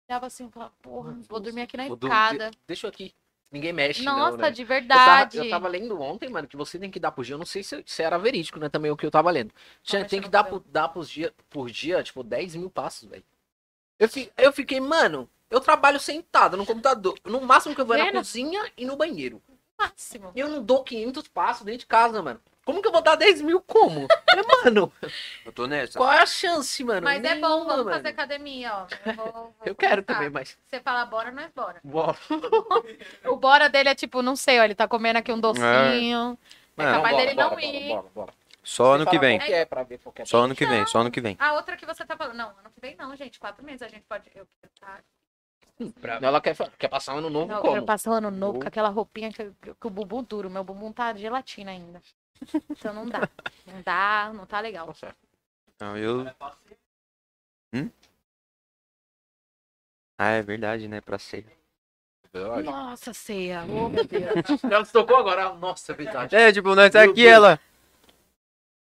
[SPEAKER 3] Dava assim, eu falava, porra, vou dormir aqui na
[SPEAKER 1] Vou dormir-
[SPEAKER 3] escada.
[SPEAKER 1] Deixa eu aqui. Ninguém mexe,
[SPEAKER 3] Nossa,
[SPEAKER 1] não, né?
[SPEAKER 3] de
[SPEAKER 1] Eu tava,
[SPEAKER 3] verdade.
[SPEAKER 1] eu tava lendo ontem, mano, que você tem que dar por dia. Eu não sei se, se era verídico, né? Também o que eu tava lendo. Tinha,
[SPEAKER 3] mexer
[SPEAKER 1] tem que
[SPEAKER 3] no
[SPEAKER 1] dar,
[SPEAKER 3] cabelo.
[SPEAKER 1] por, dar por, dia, por dia, tipo, 10 mil passos, velho. Eu, fi- eu fiquei, mano, eu trabalho sentado no computador. No máximo que eu vou é na
[SPEAKER 3] Vendo?
[SPEAKER 1] cozinha e no banheiro.
[SPEAKER 3] Máximo.
[SPEAKER 1] E eu não dou 500 passos dentro de casa, mano. Como que eu vou dar 10 mil como? É, mano,
[SPEAKER 2] Eu tô nessa.
[SPEAKER 1] qual é a chance, mano?
[SPEAKER 3] Mas é
[SPEAKER 1] Nenhuma,
[SPEAKER 3] bom, vamos
[SPEAKER 1] mano.
[SPEAKER 3] fazer Tá. academia, ó. Eu, vou- vou
[SPEAKER 1] Eu quero
[SPEAKER 3] começar.
[SPEAKER 1] também, mas...
[SPEAKER 3] Você fala bora, não é bora.
[SPEAKER 1] Uau.
[SPEAKER 3] O bora dele é tipo, não sei, ó, ele tá comendo aqui um docinho. É,
[SPEAKER 2] É,
[SPEAKER 3] capaz
[SPEAKER 1] bora,
[SPEAKER 3] dele
[SPEAKER 1] bora,
[SPEAKER 3] não
[SPEAKER 1] bora,
[SPEAKER 3] ir.
[SPEAKER 1] bora, bora.
[SPEAKER 2] Só ano que
[SPEAKER 4] Fala
[SPEAKER 2] vem.
[SPEAKER 4] qual que é pra ver qual que é.
[SPEAKER 2] Só ano que vem, só ano que vem.
[SPEAKER 3] A outra que você tá falando. Não, ano que vem não, gente. Quatro meses a gente pode. Eu quero tá-
[SPEAKER 1] Ela quer, fa- quer passar um ano novo
[SPEAKER 3] Não, eu
[SPEAKER 1] como?
[SPEAKER 3] quero passar o ano novo
[SPEAKER 1] Ou-
[SPEAKER 3] com aquela roupinha que, que- que o bumbum duro. Meu bumbum tá gelatina ainda. Então não dá. Não dá, não tá legal.
[SPEAKER 1] Nossa,
[SPEAKER 2] Não, eu. Hum? Ah, é verdade, né? Pra ser.
[SPEAKER 1] Lógico.
[SPEAKER 3] Nossa, ceia. Ô, meu Deus.
[SPEAKER 4] Ela se tocou agora. ah, Nossa, é verdade.
[SPEAKER 2] É, tipo, nós tá
[SPEAKER 4] Meu
[SPEAKER 2] aqui,
[SPEAKER 4] Deus.
[SPEAKER 2] ela.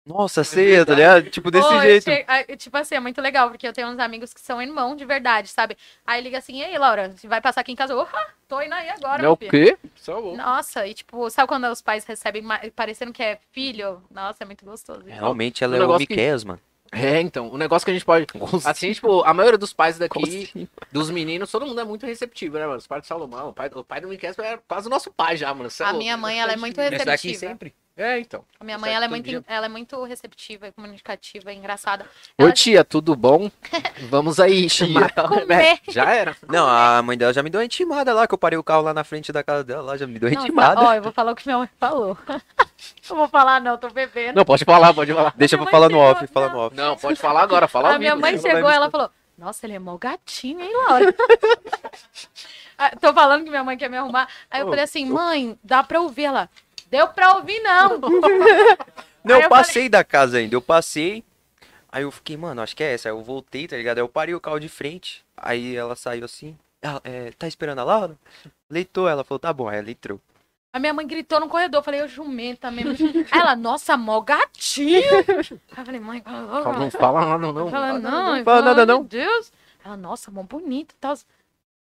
[SPEAKER 2] Nossa, ceia, tá ligado? Tipo, desse
[SPEAKER 3] Ô, eu
[SPEAKER 2] jeito.
[SPEAKER 3] che- ah, eu- Tipo assim, é muito legal, porque eu tenho uns amigos que são irmão de verdade, sabe? Aí liga assim, e aí, Laura, você vai passar aqui em casa? Oh, tô indo aí agora,
[SPEAKER 1] É o
[SPEAKER 3] filho.
[SPEAKER 1] quê?
[SPEAKER 4] Só vou.
[SPEAKER 3] Nossa, e tipo, sabe quando os pais recebem ma- parecendo que é filho? Nossa, é muito gostoso. isso.
[SPEAKER 2] Realmente, ela
[SPEAKER 1] Um
[SPEAKER 2] é o
[SPEAKER 1] negócio que-
[SPEAKER 2] Miquel, mano.
[SPEAKER 1] É, então, o negócio que a gente pode. Assim, tipo, a maioria dos pais daqui,
[SPEAKER 2] Assim?
[SPEAKER 1] dos meninos, todo mundo é muito receptivo, né, mano? Os pais de Salomão, o pai, o pai do Miquel é quase o nosso pai já, mano. Cê é
[SPEAKER 3] A
[SPEAKER 1] louco.
[SPEAKER 3] minha mãe, ela é muito
[SPEAKER 4] Nós tá aqui
[SPEAKER 3] receptiva.
[SPEAKER 4] sempre. É, então.
[SPEAKER 3] A minha
[SPEAKER 4] Nós
[SPEAKER 3] mãe,
[SPEAKER 4] tá
[SPEAKER 3] ela é
[SPEAKER 2] um
[SPEAKER 4] aqui
[SPEAKER 3] muito,
[SPEAKER 4] todo
[SPEAKER 3] ela é muito receptiva, e comunicativa, e engraçada.
[SPEAKER 1] Ô
[SPEAKER 3] Ela-
[SPEAKER 1] tia, tudo bom? Vamos aí, chamar.
[SPEAKER 2] é
[SPEAKER 3] Comer.
[SPEAKER 1] Já era.
[SPEAKER 2] Não, a mãe dela já me deu uma intimada lá, que eu parei o carro lá na frente da casa dela, lá já me deu uma
[SPEAKER 3] Nossa,
[SPEAKER 2] intimada.
[SPEAKER 3] Ó, eu vou falar o que minha mãe falou. não vou falar, não, tô bebendo.
[SPEAKER 1] Não, pode falar, pode falar.
[SPEAKER 2] Deixa
[SPEAKER 3] minha
[SPEAKER 2] pra
[SPEAKER 3] mãe
[SPEAKER 2] falar no
[SPEAKER 3] chegou-
[SPEAKER 2] off, fala
[SPEAKER 3] não.
[SPEAKER 2] no off.
[SPEAKER 1] Não, pode falar agora, fala
[SPEAKER 3] a minha
[SPEAKER 1] amigo,
[SPEAKER 3] mãe
[SPEAKER 1] você não vai
[SPEAKER 3] chegou,
[SPEAKER 1] me
[SPEAKER 3] ela falou: Nossa, ele é mó gatinho, hein, Laura? Ah, Tô falando que minha mãe quer me arrumar. Aí eu
[SPEAKER 2] Ô,
[SPEAKER 3] falei assim: Mãe, dá pra ouvir? Ela: Deu pra ouvir, não.
[SPEAKER 2] Não, eu
[SPEAKER 3] Aí eu
[SPEAKER 2] passei da casa ainda, eu passei. Aí eu fiquei, mano, acho que é essa. Aí eu voltei, tá ligado? Aí eu parei o carro de frente. Aí ela saiu assim. "Ah, é, tá esperando a Laura? Leitou, ela falou, tá bom, aí ela entrou.
[SPEAKER 3] A minha mãe gritou no corredor. Eu falei: Eu jumenta mesmo. Aí ela: Nossa, mó gatinho. Aí eu falei: Mãe, cala a boca,
[SPEAKER 2] um
[SPEAKER 1] Fala,
[SPEAKER 3] mano."
[SPEAKER 1] Não fala nada, não.
[SPEAKER 3] Ela, não,
[SPEAKER 2] não fala nada, não.
[SPEAKER 3] Meu Deus. Ela, nossa, mó bonito e tal.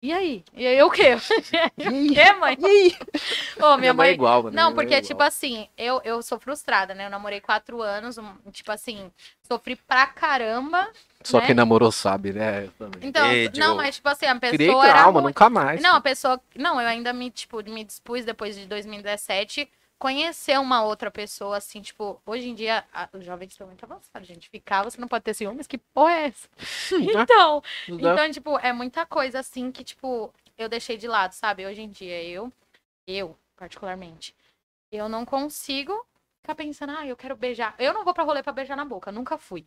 [SPEAKER 3] E aí? E aí, eu o quê? E aí, o quê, mãe? Ô, minha mãe...
[SPEAKER 1] é igual, mano.
[SPEAKER 3] Não, porque, tipo assim, eu, eu sou frustrada, né? Eu namorei quatro anos, um- tipo assim, sofri pra caramba.
[SPEAKER 1] Só
[SPEAKER 3] né?
[SPEAKER 1] quem namorou sabe, né? Eu também.
[SPEAKER 3] Então,
[SPEAKER 2] Ei,
[SPEAKER 3] não,
[SPEAKER 2] Diogo.
[SPEAKER 3] mas, tipo assim, a pessoa
[SPEAKER 1] Criei
[SPEAKER 3] era
[SPEAKER 1] trauma,
[SPEAKER 3] ruim.
[SPEAKER 1] nunca mais.
[SPEAKER 3] Não, a pessoa. Não, eu ainda me, tipo, me dispus depois de 2017 conhecer uma outra pessoa, assim, tipo, hoje em dia, a- os jovens estão muito avançados, gente. Ficar, você não pode ter ciúmes, que porra é essa?
[SPEAKER 2] né?
[SPEAKER 3] Então, então, tipo, é muita coisa assim que, tipo, eu deixei de lado, sabe? Hoje em dia, eu, eu, particularmente, eu não consigo ficar pensando, ah, eu quero beijar. Eu não vou pra rolê pra beijar na boca, nunca fui.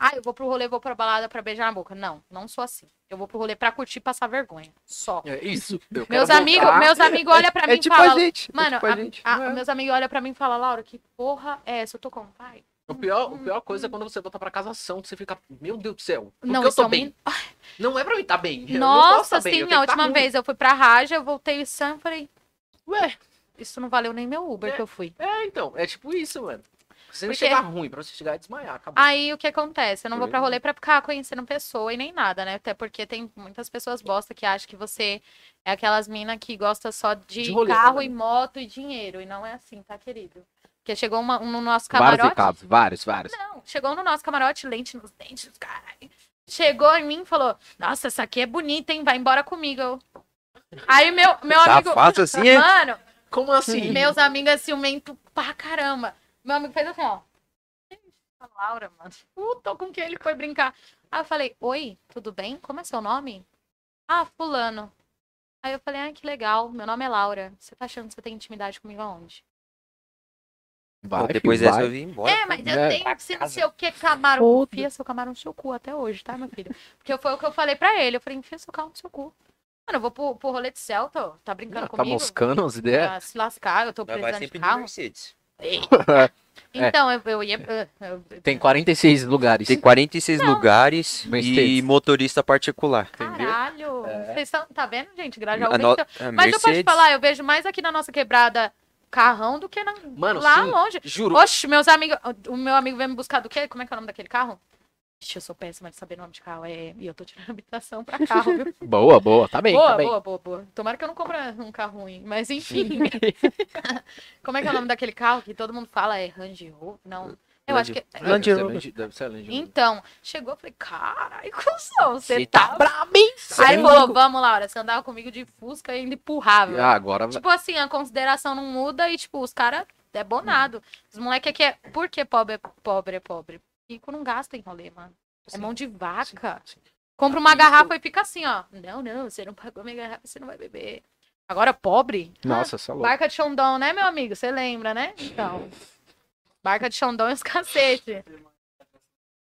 [SPEAKER 3] Ah, eu vou pro rolê, vou pra balada pra beijar na boca. Não, não sou assim. Eu vou pro rolê pra curtir e passar vergonha. Só.
[SPEAKER 1] É isso. eu quero
[SPEAKER 3] Meus
[SPEAKER 1] voltar.
[SPEAKER 3] amigos, meus amigos olham pra mim
[SPEAKER 2] é
[SPEAKER 3] e
[SPEAKER 2] tipo
[SPEAKER 3] falam.
[SPEAKER 2] a gente.
[SPEAKER 3] Mano,
[SPEAKER 2] é tipo a, gente.
[SPEAKER 3] a-
[SPEAKER 2] É.
[SPEAKER 3] meus amigos olham pra mim e falam, Laura, que porra é essa? Eu tô com o pai?
[SPEAKER 4] O pior, o pior coisa é quando você volta pra casa são, que você fica, meu Deus do céu, porque
[SPEAKER 3] Não,
[SPEAKER 4] eu
[SPEAKER 3] isso é
[SPEAKER 4] tô
[SPEAKER 3] um
[SPEAKER 4] bem.
[SPEAKER 3] min-
[SPEAKER 4] Não é pra mim estar bem. eu não posso
[SPEAKER 3] Nossa,
[SPEAKER 4] tá bem, eu
[SPEAKER 3] sim, a
[SPEAKER 4] tenho que tá
[SPEAKER 3] última
[SPEAKER 4] ruim.
[SPEAKER 3] vez eu fui pra Raja, eu voltei em Sam e falei,
[SPEAKER 4] Ué,
[SPEAKER 3] isso não valeu nem meu Uber
[SPEAKER 4] É.
[SPEAKER 3] que eu fui.
[SPEAKER 4] é então, é tipo isso, mano. Você não
[SPEAKER 3] Porque- Ah,
[SPEAKER 4] chegar ruim, pra você chegar e desmaiar, acabou.
[SPEAKER 3] Aí o que acontece? Eu não
[SPEAKER 2] Uhum.
[SPEAKER 3] vou pra rolê pra ficar conhecendo pessoa e nem nada, né? Até porque tem muitas pessoas bosta que acham que você é aquelas minas que gosta só de,
[SPEAKER 4] De rolê,
[SPEAKER 3] carro
[SPEAKER 4] né?
[SPEAKER 3] e moto e dinheiro. E não é assim, tá, querido? Porque chegou uma- um no nosso
[SPEAKER 1] Vários
[SPEAKER 3] camarote.
[SPEAKER 1] recados, vários, vários.
[SPEAKER 3] Não, chegou um no nosso camarote, lente nos dentes, caralho. Chegou em mim e falou: Nossa, essa aqui é bonita, hein? Vai embora comigo. Eu- Aí meu, meu
[SPEAKER 2] Tá
[SPEAKER 3] amigo.
[SPEAKER 2] fácil assim, hein?
[SPEAKER 3] Mano,
[SPEAKER 4] Como assim?
[SPEAKER 3] meus amigos é ciumento pra caramba. Meu amigo fez assim, ó. A Laura, mano. Puta, com quem ele foi brincar. Aí eu falei, oi, tudo bem? Como é seu nome? Ah, fulano. Aí eu falei, ah, que legal. Meu nome é Laura. Você tá achando que você tem intimidade comigo aonde?
[SPEAKER 1] Vai,
[SPEAKER 2] Bom, depois
[SPEAKER 1] filho,
[SPEAKER 2] dessa
[SPEAKER 1] vai.
[SPEAKER 2] eu vim embora.
[SPEAKER 3] é, mas eu
[SPEAKER 1] né?
[SPEAKER 3] tenho que ser não sei o que, camarão.
[SPEAKER 1] Foda.
[SPEAKER 3] Enfia seu camarão no seu cu até hoje, tá, meu filho? Porque foi o que eu falei pra ele. Eu falei, enfia seu carro no seu cu. Mano, eu vou pro, pro rolê de Celta, ó. tá
[SPEAKER 1] Tá
[SPEAKER 3] brincando comigo?
[SPEAKER 1] moscando as ideias?
[SPEAKER 3] Ah, se lascar, eu tô
[SPEAKER 2] é. Mas vai
[SPEAKER 3] precisando de
[SPEAKER 2] sempre de
[SPEAKER 3] carro.
[SPEAKER 2] Mercedes. É.
[SPEAKER 3] Então, eu, eu ia. eu- eu-
[SPEAKER 1] Tem 46 lugares.
[SPEAKER 2] Tem 46 lugares e
[SPEAKER 1] Mercedes.
[SPEAKER 2] motorista particular.
[SPEAKER 3] Caralho! Vocês estão. Tá vendo, gente? Grajaú
[SPEAKER 2] É. A
[SPEAKER 3] bem
[SPEAKER 2] no-
[SPEAKER 3] seu-
[SPEAKER 2] a
[SPEAKER 3] Mas eu posso te
[SPEAKER 2] Mercedes-
[SPEAKER 3] falar, eu vejo mais aqui na nossa quebrada carrão do que na-
[SPEAKER 4] Mano,
[SPEAKER 3] lá
[SPEAKER 4] sim.
[SPEAKER 3] longe.
[SPEAKER 4] Juro.
[SPEAKER 3] Oxe, meus amigos. O meu amigo veio me buscar do quê? Como é que é o nome daquele carro? Ixi, eu sou péssima de saber nome de carro. É... E eu tô tirando habitação pra carro, viu?
[SPEAKER 1] Boa, boa. Tá bem,
[SPEAKER 3] boa,
[SPEAKER 1] tá bem.
[SPEAKER 3] boa, boa, boa. Tomara que eu não compre um carro ruim. Mas enfim. Como é que é o nome daquele carro que todo mundo fala? É Range Rover? Não. Eu acho que.
[SPEAKER 1] É, deve
[SPEAKER 2] Land
[SPEAKER 1] ser
[SPEAKER 2] Rover.
[SPEAKER 1] Land- Deve ser Land Rover.
[SPEAKER 3] Então, chegou, eu falei, caralho, cuzão, você
[SPEAKER 1] Cê
[SPEAKER 3] tá
[SPEAKER 1] brabo, hein?
[SPEAKER 3] Aí
[SPEAKER 4] é
[SPEAKER 3] ele
[SPEAKER 1] Cê-
[SPEAKER 3] falou, vamos, Laura, você andava comigo de Fusca e ainda empurrava.
[SPEAKER 1] Ah, agora vai.
[SPEAKER 3] Tipo assim, a consideração não muda e, tipo, os caras é bonado. Os moleque aqui é. Por que pobre é pobre? É pobre? Rico não gasta em rolê, mano. É mão de vaca. Compra uma
[SPEAKER 4] Isso.
[SPEAKER 3] garrafa e fica assim, ó. Não, não, você não pagou minha garrafa, você não vai beber. Agora, pobre?
[SPEAKER 1] Nossa, você é
[SPEAKER 3] Ah,
[SPEAKER 1] louco.
[SPEAKER 3] barca de Xondon, né, meu amigo? Você lembra, né? Então. Barca de Xondon e os cacete.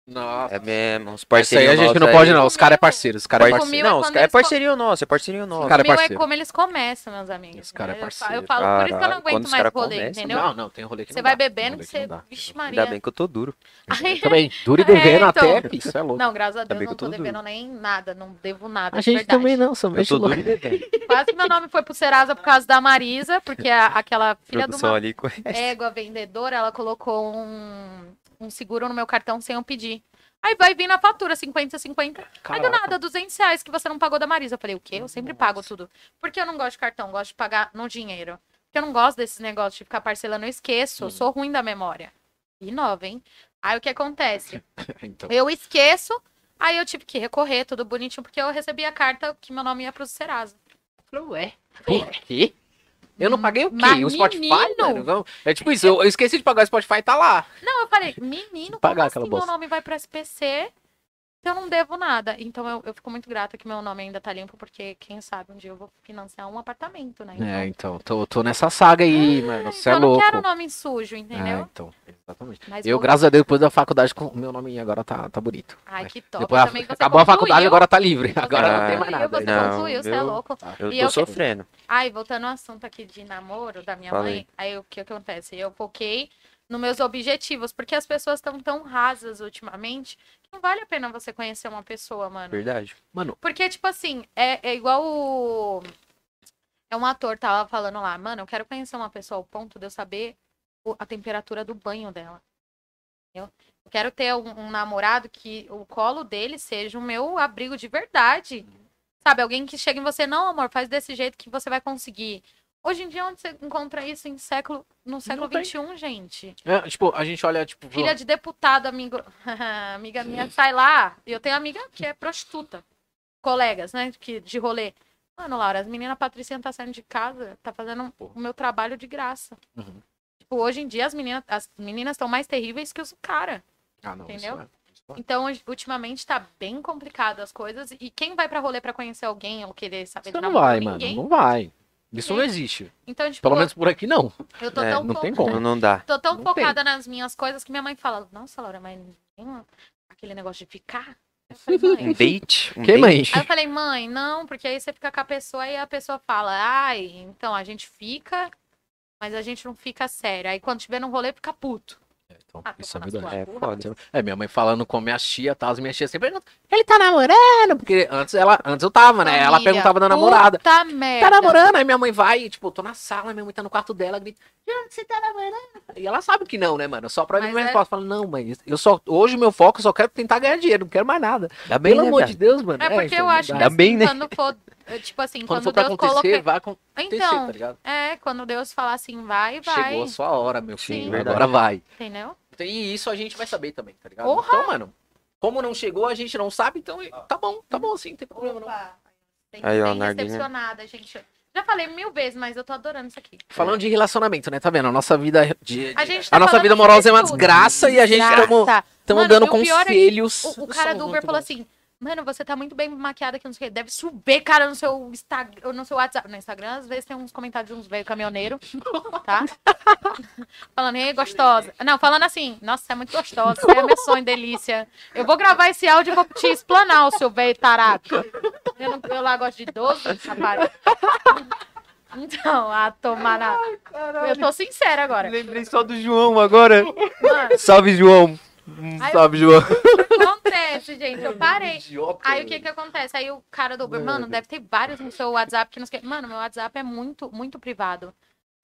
[SPEAKER 4] Nossa.
[SPEAKER 2] É mesmo, uns
[SPEAKER 1] Isso aí
[SPEAKER 2] parceiros
[SPEAKER 1] a gente não pode, não. Os caras é parceiro, os caras é
[SPEAKER 2] Par-
[SPEAKER 1] parceiro.
[SPEAKER 3] é
[SPEAKER 2] Não, os
[SPEAKER 3] quando
[SPEAKER 2] ca- é
[SPEAKER 3] eles co-
[SPEAKER 2] parceria nossa, é parceria nossa.
[SPEAKER 1] Cara, é
[SPEAKER 3] Comigo
[SPEAKER 1] parceiro.
[SPEAKER 3] como eles começam, meus amigos.
[SPEAKER 1] Esse cara é
[SPEAKER 3] né? Eu fa-
[SPEAKER 1] parceiro.
[SPEAKER 3] Eu falo, por isso que eu não
[SPEAKER 2] Caralho, quando
[SPEAKER 3] aguento
[SPEAKER 2] os
[SPEAKER 3] mais
[SPEAKER 2] cara
[SPEAKER 3] rolê,
[SPEAKER 2] começam,
[SPEAKER 3] entendeu?
[SPEAKER 1] Não, não, tem rolê que
[SPEAKER 3] né? Você
[SPEAKER 1] não dá,
[SPEAKER 3] vai
[SPEAKER 1] tem
[SPEAKER 3] bebendo
[SPEAKER 1] rolê
[SPEAKER 3] que você.
[SPEAKER 1] não dá.
[SPEAKER 3] Vixe,
[SPEAKER 2] Ainda
[SPEAKER 3] Maria.
[SPEAKER 2] bem que eu tô duro.
[SPEAKER 1] Eu Também, duro e devendo
[SPEAKER 3] É, então.
[SPEAKER 1] até, isso é louco.
[SPEAKER 3] Não, graças a
[SPEAKER 2] Ainda
[SPEAKER 3] Deus,
[SPEAKER 2] bem que
[SPEAKER 3] não
[SPEAKER 2] eu
[SPEAKER 3] tô
[SPEAKER 2] tô
[SPEAKER 3] devendo nem nada, não devo nada.
[SPEAKER 1] A
[SPEAKER 3] de
[SPEAKER 1] gente
[SPEAKER 3] verdade.
[SPEAKER 1] também não, somos
[SPEAKER 2] Eu tô
[SPEAKER 1] louco.
[SPEAKER 2] duro e devendo.
[SPEAKER 3] Quase que meu nome foi pro Serasa por causa da Marisa, porque a- aquela filha do
[SPEAKER 2] Produção
[SPEAKER 3] uma
[SPEAKER 2] ali. co-
[SPEAKER 3] égua vendedora, ela colocou um, um seguro no meu cartão sem eu pedir. Aí vai vir na fatura, 50, 50. Aí do nada, 200 reais que você não pagou da Marisa. Eu falei, o quê? Eu sempre pago tudo. Porque eu não gosto de cartão, gosto de pagar no dinheiro. Porque eu não gosto desses negócios de ficar parcelando, eu esqueço. Eu sou ruim da memória. E nova, hein? Aí o que acontece?
[SPEAKER 1] Então,
[SPEAKER 3] Eu esqueço, aí eu tive que recorrer, tudo bonitinho, porque eu recebi a carta que meu nome ia pro Serasa.
[SPEAKER 4] Falei, ué.
[SPEAKER 1] por quê? Eu não paguei o quê?
[SPEAKER 3] Mas,
[SPEAKER 1] o Spotify?
[SPEAKER 3] menino!
[SPEAKER 1] mano? Não, É tipo isso, eu, eu esqueci de pagar o Spotify, tá lá.
[SPEAKER 3] Não, Então eu falei, menino, como
[SPEAKER 1] Pagar
[SPEAKER 3] assim
[SPEAKER 1] aquela
[SPEAKER 3] meu
[SPEAKER 1] bosta.
[SPEAKER 3] nome vai pro SPC? se Eu não devo nada. Então eu, eu fico muito grata que meu nome ainda tá limpo, porque quem sabe um dia eu vou financiar um apartamento, né? Então,
[SPEAKER 1] É, então, tô, tô nessa saga aí, mano, você
[SPEAKER 3] então
[SPEAKER 1] é
[SPEAKER 3] eu não
[SPEAKER 1] louco.
[SPEAKER 3] quero nome sujo, entendeu?
[SPEAKER 1] É, então, exatamente.
[SPEAKER 3] Mas
[SPEAKER 1] Eu,
[SPEAKER 3] vou-
[SPEAKER 1] graças a Deus, depois da faculdade, com- meu nome agora tá, tá bonito.
[SPEAKER 3] Ai, que top.
[SPEAKER 1] Depois a-
[SPEAKER 3] Também você
[SPEAKER 1] acabou a faculdade,
[SPEAKER 3] concluiu,
[SPEAKER 1] agora tá livre. Agora
[SPEAKER 3] você
[SPEAKER 1] não tem mais
[SPEAKER 3] concluiu,
[SPEAKER 1] nada. então.
[SPEAKER 3] Você
[SPEAKER 2] Não,
[SPEAKER 3] concluiu, você é
[SPEAKER 2] eu-
[SPEAKER 3] louco.
[SPEAKER 2] Eu
[SPEAKER 3] E
[SPEAKER 2] tô
[SPEAKER 3] eu-
[SPEAKER 2] sofrendo.
[SPEAKER 3] Ai, voltando ao assunto aqui de namoro da minha
[SPEAKER 2] Fala aí.
[SPEAKER 3] mãe, aí o que acontece? Eu foquei nos meus objetivos, porque as pessoas estão tão rasas ultimamente que não vale a pena você conhecer uma pessoa, mano.
[SPEAKER 2] Verdade.
[SPEAKER 3] Porque, tipo assim, é, é igual o. É um ator tava falando lá, mano, eu quero conhecer uma pessoa ao ponto de eu saber o- a temperatura do banho dela. Entendeu? Eu quero ter um, um namorado que o colo dele seja o meu abrigo de verdade. Sabe, alguém que chega em você, não, amor, faz desse jeito que você vai conseguir. Hoje em dia, onde você encontra isso em século, no século
[SPEAKER 1] tem.
[SPEAKER 3] XXI, gente?
[SPEAKER 1] É, tipo, a gente olha, tipo,
[SPEAKER 3] Filha de deputado, amigo. amiga minha sai lá. E eu tenho amiga que é prostituta. Colegas, né? Que, de rolê. Mano, Laura, as meninas Patricinha tá saindo de casa, tá fazendo
[SPEAKER 1] Porra.
[SPEAKER 3] o meu trabalho de graça.
[SPEAKER 1] Uhum.
[SPEAKER 3] Tipo, hoje em dia as meninas as meninas estão mais terríveis que os cara.
[SPEAKER 1] Ah, não,
[SPEAKER 3] Entendeu?
[SPEAKER 1] isso é- isso é-
[SPEAKER 3] Então, hoje- ultimamente tá bem complicado as coisas. E quem vai pra rolê pra conhecer alguém ou querer saber
[SPEAKER 1] Você
[SPEAKER 3] de
[SPEAKER 1] não
[SPEAKER 3] namoro? é
[SPEAKER 1] vai, mano.
[SPEAKER 3] Ninguém.
[SPEAKER 1] Não vai. Isso
[SPEAKER 3] Ninguém.
[SPEAKER 1] não existe.
[SPEAKER 3] Então, tipo,
[SPEAKER 1] Pelo menos por aqui não.
[SPEAKER 3] eu tô
[SPEAKER 2] É,
[SPEAKER 3] tão
[SPEAKER 1] Não tem
[SPEAKER 3] fo-
[SPEAKER 1] como.
[SPEAKER 2] Não, não dá.
[SPEAKER 3] Tô tão
[SPEAKER 1] Não
[SPEAKER 3] focada nas minhas coisas que minha mãe fala, nossa, Laura, mas não tem uma- aquele negócio de ficar? Eu falei,
[SPEAKER 2] Um
[SPEAKER 3] mãe.
[SPEAKER 2] date? Um
[SPEAKER 1] Que,
[SPEAKER 2] date?
[SPEAKER 1] mãe?
[SPEAKER 3] Aí eu falei, mãe, não, porque aí você fica com a pessoa e a pessoa fala, ai, então a gente fica, mas a gente não fica sério. Aí quando tiver num rolê, fica puto.
[SPEAKER 1] É, então,
[SPEAKER 3] Ah, tô
[SPEAKER 1] isso é
[SPEAKER 3] falando
[SPEAKER 1] verdade.
[SPEAKER 3] sua
[SPEAKER 2] É
[SPEAKER 3] porra.
[SPEAKER 2] foda.
[SPEAKER 1] É, minha mãe falando com minhas tias, tá? As minhas tias sempre perguntam, ele tá namorando? Porque antes, ela, antes eu tava, né? ela
[SPEAKER 3] Família,
[SPEAKER 1] perguntava da namorada.
[SPEAKER 3] Puta merda.
[SPEAKER 1] Tá namorando? Aí minha mãe vai, tipo, tô na sala, minha mãe tá no quarto dela, grita, "Jana, você tá namorando? E ela sabe que não, né, mano? Só pra mim,
[SPEAKER 3] Mas
[SPEAKER 1] minha
[SPEAKER 3] é-
[SPEAKER 1] resposta fala, não, mãe, eu só, hoje o meu foco, eu só quero tentar ganhar dinheiro, não quero mais nada.
[SPEAKER 2] Dá bem,
[SPEAKER 1] Pelo
[SPEAKER 2] né,
[SPEAKER 1] amor
[SPEAKER 2] viado?
[SPEAKER 1] de Deus, mano.
[SPEAKER 3] É porque
[SPEAKER 1] então,
[SPEAKER 3] eu
[SPEAKER 1] não
[SPEAKER 3] acho
[SPEAKER 1] dá.
[SPEAKER 3] que
[SPEAKER 2] Ainda
[SPEAKER 3] assim,
[SPEAKER 2] bem, né?
[SPEAKER 3] quando for, eh, tipo assim,
[SPEAKER 1] Quando
[SPEAKER 3] quando,
[SPEAKER 1] for pra
[SPEAKER 3] Deus
[SPEAKER 1] acontecer,
[SPEAKER 3] colocar...
[SPEAKER 1] vai acontecer,
[SPEAKER 3] Então,
[SPEAKER 1] tá ligado?
[SPEAKER 3] é, quando Deus falar assim, vai, vai,
[SPEAKER 1] Chegou a sua hora, meu
[SPEAKER 3] Sim.
[SPEAKER 1] filho,
[SPEAKER 2] Verdade.
[SPEAKER 1] agora vai.
[SPEAKER 3] entendeu?
[SPEAKER 1] E isso a gente vai saber também, tá ligado?
[SPEAKER 3] Porra!
[SPEAKER 1] Então, mano, como não chegou, a gente não sabe, então tá bom, tá bom assim, não tem problema não.
[SPEAKER 3] Opa, bem,
[SPEAKER 2] Aí, ó,
[SPEAKER 3] bem
[SPEAKER 2] narguilha.
[SPEAKER 3] decepcionada, gente. Já falei mil vezes, mas eu tô adorando isso aqui.
[SPEAKER 1] Falando de relacionamento, né? Tá vendo? A nossa vida de.
[SPEAKER 3] A
[SPEAKER 1] de-
[SPEAKER 3] gente tá
[SPEAKER 1] a nossa
[SPEAKER 3] falando
[SPEAKER 1] vida
[SPEAKER 3] de
[SPEAKER 1] amorosa é uma
[SPEAKER 3] tudo.
[SPEAKER 1] desgraça e a gente estamos
[SPEAKER 3] Desgraça. Mano,
[SPEAKER 1] dando
[SPEAKER 3] e o pior é que
[SPEAKER 1] conselhos.
[SPEAKER 3] O, o cara do Uber falou assim: Mano, você tá muito bem maquiada que não sei o que. Deve subir, cara, no seu Instagram, no seu WhatsApp. No Instagram, às vezes tem uns comentários de uns velho caminhoneiro, tá? falando, ei, gostosa. Não, falando assim, nossa, você é muito gostosa, você é meu sonho, delícia. Eu vou gravar esse áudio e vou te explanar, o seu velho tarado. Eu, não- eu lá gosto de idoso, rapaz. Então, a tomar na. Eu tô sincera agora.
[SPEAKER 2] Lembrei só do João agora.
[SPEAKER 3] Mano,
[SPEAKER 2] Salve, João. Hum,
[SPEAKER 3] Ai,
[SPEAKER 2] Salve, João.
[SPEAKER 3] acontece, gente. Eu parei.
[SPEAKER 4] Idiota.
[SPEAKER 3] Aí o que que acontece? Aí o cara do Uber, mano, deve ter vários no seu WhatsApp que não sei. o quê. Mano, meu WhatsApp é muito, muito privado.